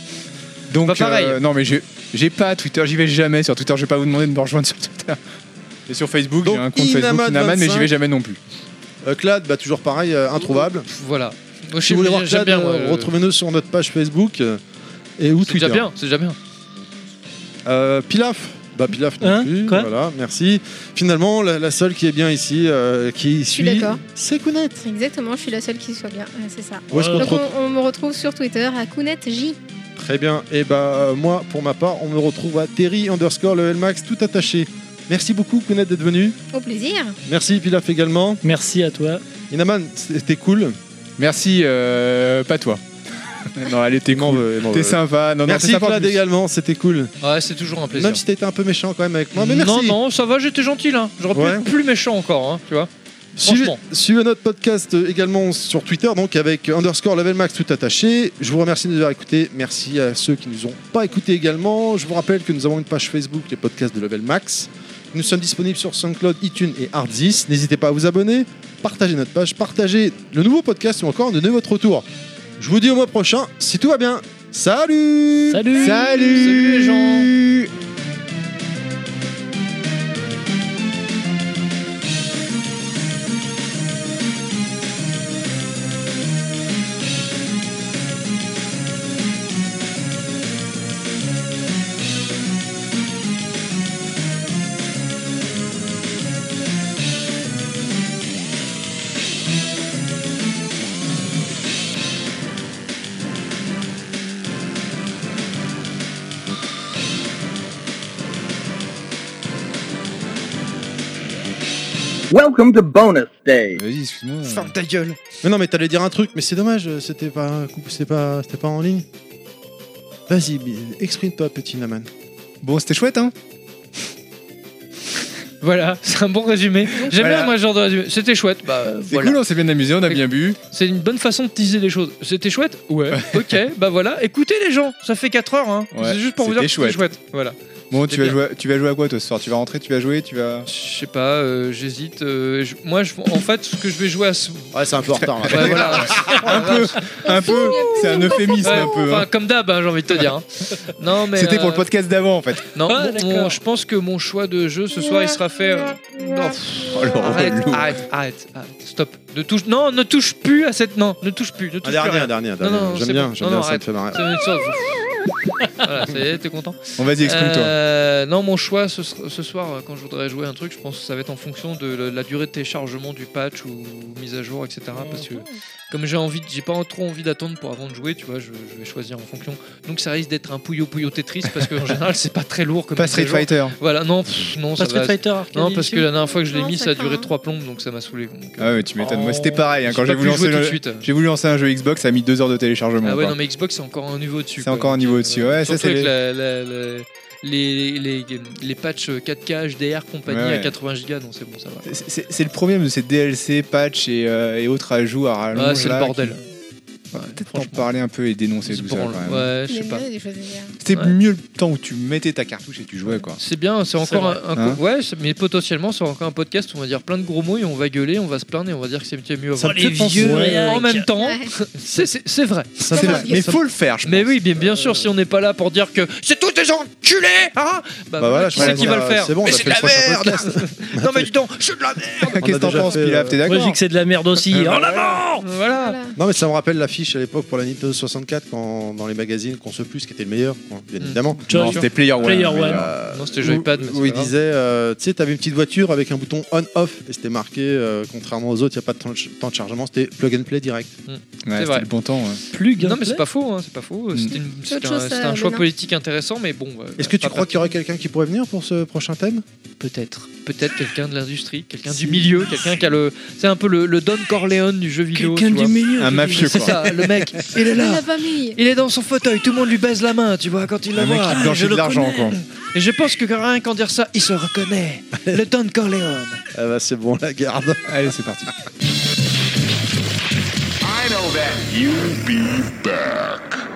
Speaker 6: Donc,
Speaker 2: Bah, pareil.
Speaker 6: euh, non, mais j'ai j'ai pas Twitter, j'y vais jamais sur Twitter. Je vais pas vous demander de me rejoindre sur Twitter. Et sur Facebook,
Speaker 1: Donc,
Speaker 6: j'ai un compte Facebook
Speaker 1: Inaman
Speaker 6: Inaman, mais
Speaker 1: 25.
Speaker 6: j'y vais jamais non plus.
Speaker 1: Euh, Clad, bah toujours pareil, euh, introuvable.
Speaker 2: Pff, Voilà. Moi, je
Speaker 1: Si vous voulez voir
Speaker 2: j'aime
Speaker 1: Clad,
Speaker 2: bien. moi,
Speaker 1: euh,
Speaker 2: euh,
Speaker 1: retrouvez-nous sur notre page Facebook euh, et ou
Speaker 2: C'est déjà
Speaker 1: Twitter.
Speaker 2: bien, c'est déjà bien.
Speaker 1: Euh, Pilaf. Bah Pilaf non
Speaker 3: Hein
Speaker 1: plus,
Speaker 3: Quoi
Speaker 1: voilà, merci. Finalement, la, la seule qui est bien ici, euh, qui suit,
Speaker 5: d'accord.
Speaker 1: c'est Kounet.
Speaker 5: Exactement, je suis la seule qui soit bien, Ouais, c'est ça.
Speaker 1: Où est-ce qu'on te
Speaker 5: Donc
Speaker 1: retrouve
Speaker 5: on, on me retrouve sur Twitter à Kounet J.
Speaker 1: Très bien. Et bah euh, moi, pour ma part, on me retrouve à Terry underscore le Max tout attaché. Merci beaucoup Kounet d'être venu.
Speaker 5: Au plaisir.
Speaker 1: Merci Pilaf également.
Speaker 3: Merci à toi.
Speaker 1: Inaman, c'était cool.
Speaker 6: Merci, euh, pas toi. non, allez, t'es
Speaker 1: M'en
Speaker 6: cool.
Speaker 1: veux, m'en
Speaker 6: T'es
Speaker 1: veux.
Speaker 6: sympa. Non, non, t'es
Speaker 1: Merci
Speaker 6: sympa en
Speaker 1: Clad
Speaker 6: plus.
Speaker 1: également, c'était cool.
Speaker 2: Ouais, c'est toujours un plaisir.
Speaker 1: Même si t'étais un peu méchant quand même avec moi, mais merci.
Speaker 2: Non, non, ça va, j'étais gentil. Hein. J'aurais
Speaker 1: Ouais.
Speaker 2: pu être plus méchant encore, hein, tu vois.
Speaker 1: Suivez,
Speaker 2: Franchement.
Speaker 1: suivez notre podcast euh, également sur Twitter, donc avec underscore level max tout attaché. Je vous remercie de nous avoir écoutés. Merci à ceux qui nous ont pas écoutés également. Je vous rappelle que nous avons une page Facebook, les podcasts de level max. Nous sommes disponibles sur SoundCloud, iTunes et Artzis. N'hésitez pas à vous abonner, partagez notre page, partagez le nouveau podcast ou encore donnez votre retour. Je vous dis au mois prochain, si tout va bien. Salut
Speaker 3: Salut.
Speaker 6: Salut
Speaker 2: Salut les gens.
Speaker 8: Welcome to bonus day.
Speaker 6: Vas-y, excuse-moi.
Speaker 2: Ferme ta gueule.
Speaker 1: Hmm. Mais non, mais t'allais dire un truc, mais c'est dommage, euh, c'était pas, c'était pas, c'était pas en ligne. Vas-y, bi- exprime-toi, petit Naman.
Speaker 6: Bon, c'était chouette, hein
Speaker 2: Voilà, c'est un bon résumé. J'aime
Speaker 6: Voilà.
Speaker 2: bien moi ce genre de résumé. C'était chouette, bah euh,
Speaker 6: C'est
Speaker 2: voilà.
Speaker 6: cool, on s'est bien amusé, on a
Speaker 2: Et-
Speaker 6: bien bu.
Speaker 2: C'est une bonne façon de teaser les choses. C'était chouette Ouais. ok, bah voilà. Écoutez les gens, ça fait 4 heures. Hein.
Speaker 6: Ouais,
Speaker 2: c'est juste pour vous dire que
Speaker 6: c'était
Speaker 2: c'était chouette. Voilà.
Speaker 6: Bon, tu
Speaker 2: C'est
Speaker 6: vas,
Speaker 2: bien.
Speaker 6: jouer, à- tu vas jouer à quoi toi ce soir Tu vas rentrer, tu vas jouer, tu vas.
Speaker 2: Je sais pas, euh, j'hésite. euh, je- moi, je- en fait, ce que je vais jouer à ce.
Speaker 1: Ouais, c'est hein. un peu en retard. là.
Speaker 2: Ouais, voilà.
Speaker 6: Un peu, un peu, c'est un euphémisme
Speaker 2: Oh, Ouais,
Speaker 6: un peu. hein.
Speaker 2: enfin, comme d'hab, hein, j'ai envie de te dire. hein. Non, mais.
Speaker 6: C'était pour le
Speaker 2: euh,
Speaker 6: podcast d'avant en fait.
Speaker 2: Non,
Speaker 3: Ah,
Speaker 2: mon-
Speaker 3: d'accord.
Speaker 2: mon- je pense que mon choix de jeu ce soir, il sera fait. euh, non, pff,
Speaker 6: Oh, le
Speaker 2: arrête,
Speaker 6: relou.
Speaker 2: arrête, arrête, arrête, stop. Ne touche, non, ne touche plus à cette. Non, ne touche plus, ne touche
Speaker 1: Un
Speaker 2: plus. à
Speaker 1: dernier, un
Speaker 2: rien.
Speaker 1: dernier, un
Speaker 2: Non, non,
Speaker 1: dernier.
Speaker 2: c'est
Speaker 1: J'aime bien,
Speaker 2: bon.
Speaker 1: j'aime
Speaker 2: Non,
Speaker 1: bien,
Speaker 2: non,
Speaker 1: ça me
Speaker 2: arrête.
Speaker 1: fait marrer.
Speaker 2: C'est une sorte. voilà, ça y est, t'es content.
Speaker 6: Bon, vas-y, exprime-toi.
Speaker 2: Euh, non, mon choix ce, ce soir, euh, quand je voudrais jouer un truc, je pense que ça va être en fonction de la, la durée de téléchargement du patch ou mise à jour, etc.
Speaker 6: Ah,
Speaker 2: Parce que comme j'ai envie, de- j'ai pas trop envie d'attendre pour avant de jouer, tu vois, je, je vais choisir en fonction. Donc ça risque d'être un pouillot pouillot Tetris parce que en général c'est pas très lourd comme
Speaker 6: Pas
Speaker 2: mise à
Speaker 6: Street
Speaker 2: jour.
Speaker 6: Fighter.
Speaker 2: Voilà, non, pff, non,
Speaker 3: Pas
Speaker 2: ça va.
Speaker 3: Street Fighter Arcade
Speaker 2: Non, parce que la dernière fois que je l'ai
Speaker 5: Non,
Speaker 2: mis,
Speaker 5: ça
Speaker 2: ça a
Speaker 5: craint,
Speaker 2: duré
Speaker 5: hein.
Speaker 2: 3 plombes, donc ça m'a saoulé. donc, euh,
Speaker 6: Ah ouais, tu m'étonnes. Moi, c'était pareil. hein,
Speaker 2: j'ai
Speaker 6: quand
Speaker 2: pas
Speaker 6: j'ai voulu
Speaker 2: pu
Speaker 6: lancer
Speaker 2: jouer tout de
Speaker 6: le-
Speaker 2: suite.
Speaker 6: j'ai voulu lancer un jeu Xbox, ça a mis deux heures de téléchargement.
Speaker 2: Ah ouais,
Speaker 6: quoi.
Speaker 2: non, mais Xbox, c'est encore un niveau dessus.
Speaker 6: C'est
Speaker 2: quoi.
Speaker 6: encore un niveau dessus. Ouais, ça
Speaker 2: Surtout
Speaker 6: c'est.
Speaker 2: avec
Speaker 6: les-
Speaker 2: la- la- la- les, les, les patchs euh, 4K, HDR, compagnie
Speaker 6: Ouais,
Speaker 2: à
Speaker 6: ouais.
Speaker 2: 80 Go, donc c'est bon, ça va.
Speaker 6: c'est- C'est c'est le problème de ces DLC, patch et, euh, et autres ajouts à rallonge.
Speaker 2: Ah, c'est le
Speaker 6: là,
Speaker 2: bordel.
Speaker 6: qui-
Speaker 2: Ouais,
Speaker 6: Peut-être en
Speaker 2: franchement.
Speaker 6: parler un peu et dénoncer
Speaker 2: C'est
Speaker 6: tout ça.
Speaker 2: branle.
Speaker 6: quand même.
Speaker 2: Ouais, je
Speaker 5: Il y a
Speaker 2: sais pas.
Speaker 5: bien des choses à dire.
Speaker 6: C'était
Speaker 2: Ouais.
Speaker 6: mieux le temps où tu mettais ta cartouche et tu jouais quoi.
Speaker 2: C'est bien, c'est encore
Speaker 3: vrai.
Speaker 2: un, un
Speaker 6: Hein
Speaker 2: co- ouais, c'est- mais potentiellement c'est encore un podcast où on va dire plein de gros mots et on va gueuler, on va se plaindre et on va dire que c'est mieux avant.
Speaker 3: Ça me fait penser- Ouais.
Speaker 2: en même temps,
Speaker 5: Ouais.
Speaker 2: c'est- c'est c'est vrai.
Speaker 6: C'est
Speaker 5: m'a-
Speaker 6: vrai, Mais faut le faire. Je
Speaker 2: Mais
Speaker 6: pense.
Speaker 2: oui, bien, bien sûr, si on n'est pas là pour dire que c'est tous des enculés, hein Bah,
Speaker 1: Bah voilà,
Speaker 2: qui
Speaker 1: je
Speaker 2: c'est
Speaker 1: pense
Speaker 2: qui
Speaker 1: que
Speaker 2: va le
Speaker 1: ça-
Speaker 2: faire
Speaker 1: c'est bon, on
Speaker 2: Mais
Speaker 1: a
Speaker 2: c'est de
Speaker 1: fait
Speaker 2: la
Speaker 1: le prochain
Speaker 2: merde Non mais dis donc, c'est de la merde
Speaker 1: On a
Speaker 6: Qu'est-ce que t'en
Speaker 1: déjà
Speaker 6: penses,
Speaker 1: fait, euh,
Speaker 6: Pilaf T'es
Speaker 3: Moi, je dis
Speaker 6: d'accord
Speaker 3: que c'est de la merde aussi.
Speaker 6: Euh,
Speaker 3: En
Speaker 6: bah,
Speaker 3: avant
Speaker 2: Voilà
Speaker 5: Voilà.
Speaker 1: Non mais ça me rappelle l'affiche à l'époque pour la Nintendo 64 quand dans les magazines qu'on se plus qui était le meilleur, bon, bien
Speaker 2: Mm.
Speaker 1: évidemment.
Speaker 3: Tu vois,
Speaker 6: Non,
Speaker 3: je-
Speaker 6: c'était Player One.
Speaker 3: Player
Speaker 6: mais,
Speaker 3: One.
Speaker 6: euh,
Speaker 2: Non, c'était Joypad,
Speaker 1: Où-
Speaker 2: mais
Speaker 1: Où
Speaker 2: c'est
Speaker 1: il
Speaker 2: pas grave.
Speaker 1: disait, euh, tu sais, t'avais une petite voiture avec un bouton on-off et c'était marqué, euh, contrairement aux autres, il n'y a pas de temps de ch- temps de chargement, c'était plug and play direct.
Speaker 6: Ouais,
Speaker 2: vrai.
Speaker 6: c'était le bon temps. ouais.
Speaker 3: Plus gameplay.
Speaker 2: Non mais c'est pas faux, hein, c'est pas faux. C'était une- c'était un,
Speaker 5: chose,
Speaker 2: c'était
Speaker 5: ça,
Speaker 2: un choix
Speaker 5: Bénin.
Speaker 2: politique intéressant, mais bon. euh,
Speaker 1: Est-ce que tu
Speaker 2: pas
Speaker 1: crois qu'il y aurait quelqu'un qui pourrait venir pour ce prochain thème
Speaker 2: Peut-être. Peut-être quelqu'un de l'industrie, quelqu'un du milieu, quelqu'un qui a le. C'est un peu le, le Don Corleone du jeu vidéo.
Speaker 3: Quelqu'un
Speaker 2: tu
Speaker 3: du
Speaker 2: vois.
Speaker 3: milieu.
Speaker 6: Un mafieux
Speaker 2: C'est
Speaker 6: quoi.
Speaker 2: ça, le mec, il est là.
Speaker 5: La famille.
Speaker 2: Il est dans son fauteuil, tout le monde lui baise la main, tu vois, quand il le
Speaker 6: Un mec
Speaker 2: voit.
Speaker 6: qui blanchit
Speaker 2: Je
Speaker 6: de
Speaker 2: le
Speaker 6: l'argent
Speaker 2: connais.
Speaker 6: quoi.
Speaker 2: Et je pense que rien qu'en dire ça, il se reconnaît. Le Don Corleone.
Speaker 1: Ah bah c'est bon, la garde.
Speaker 6: Allez, c'est parti.
Speaker 4: I know that you'll be back.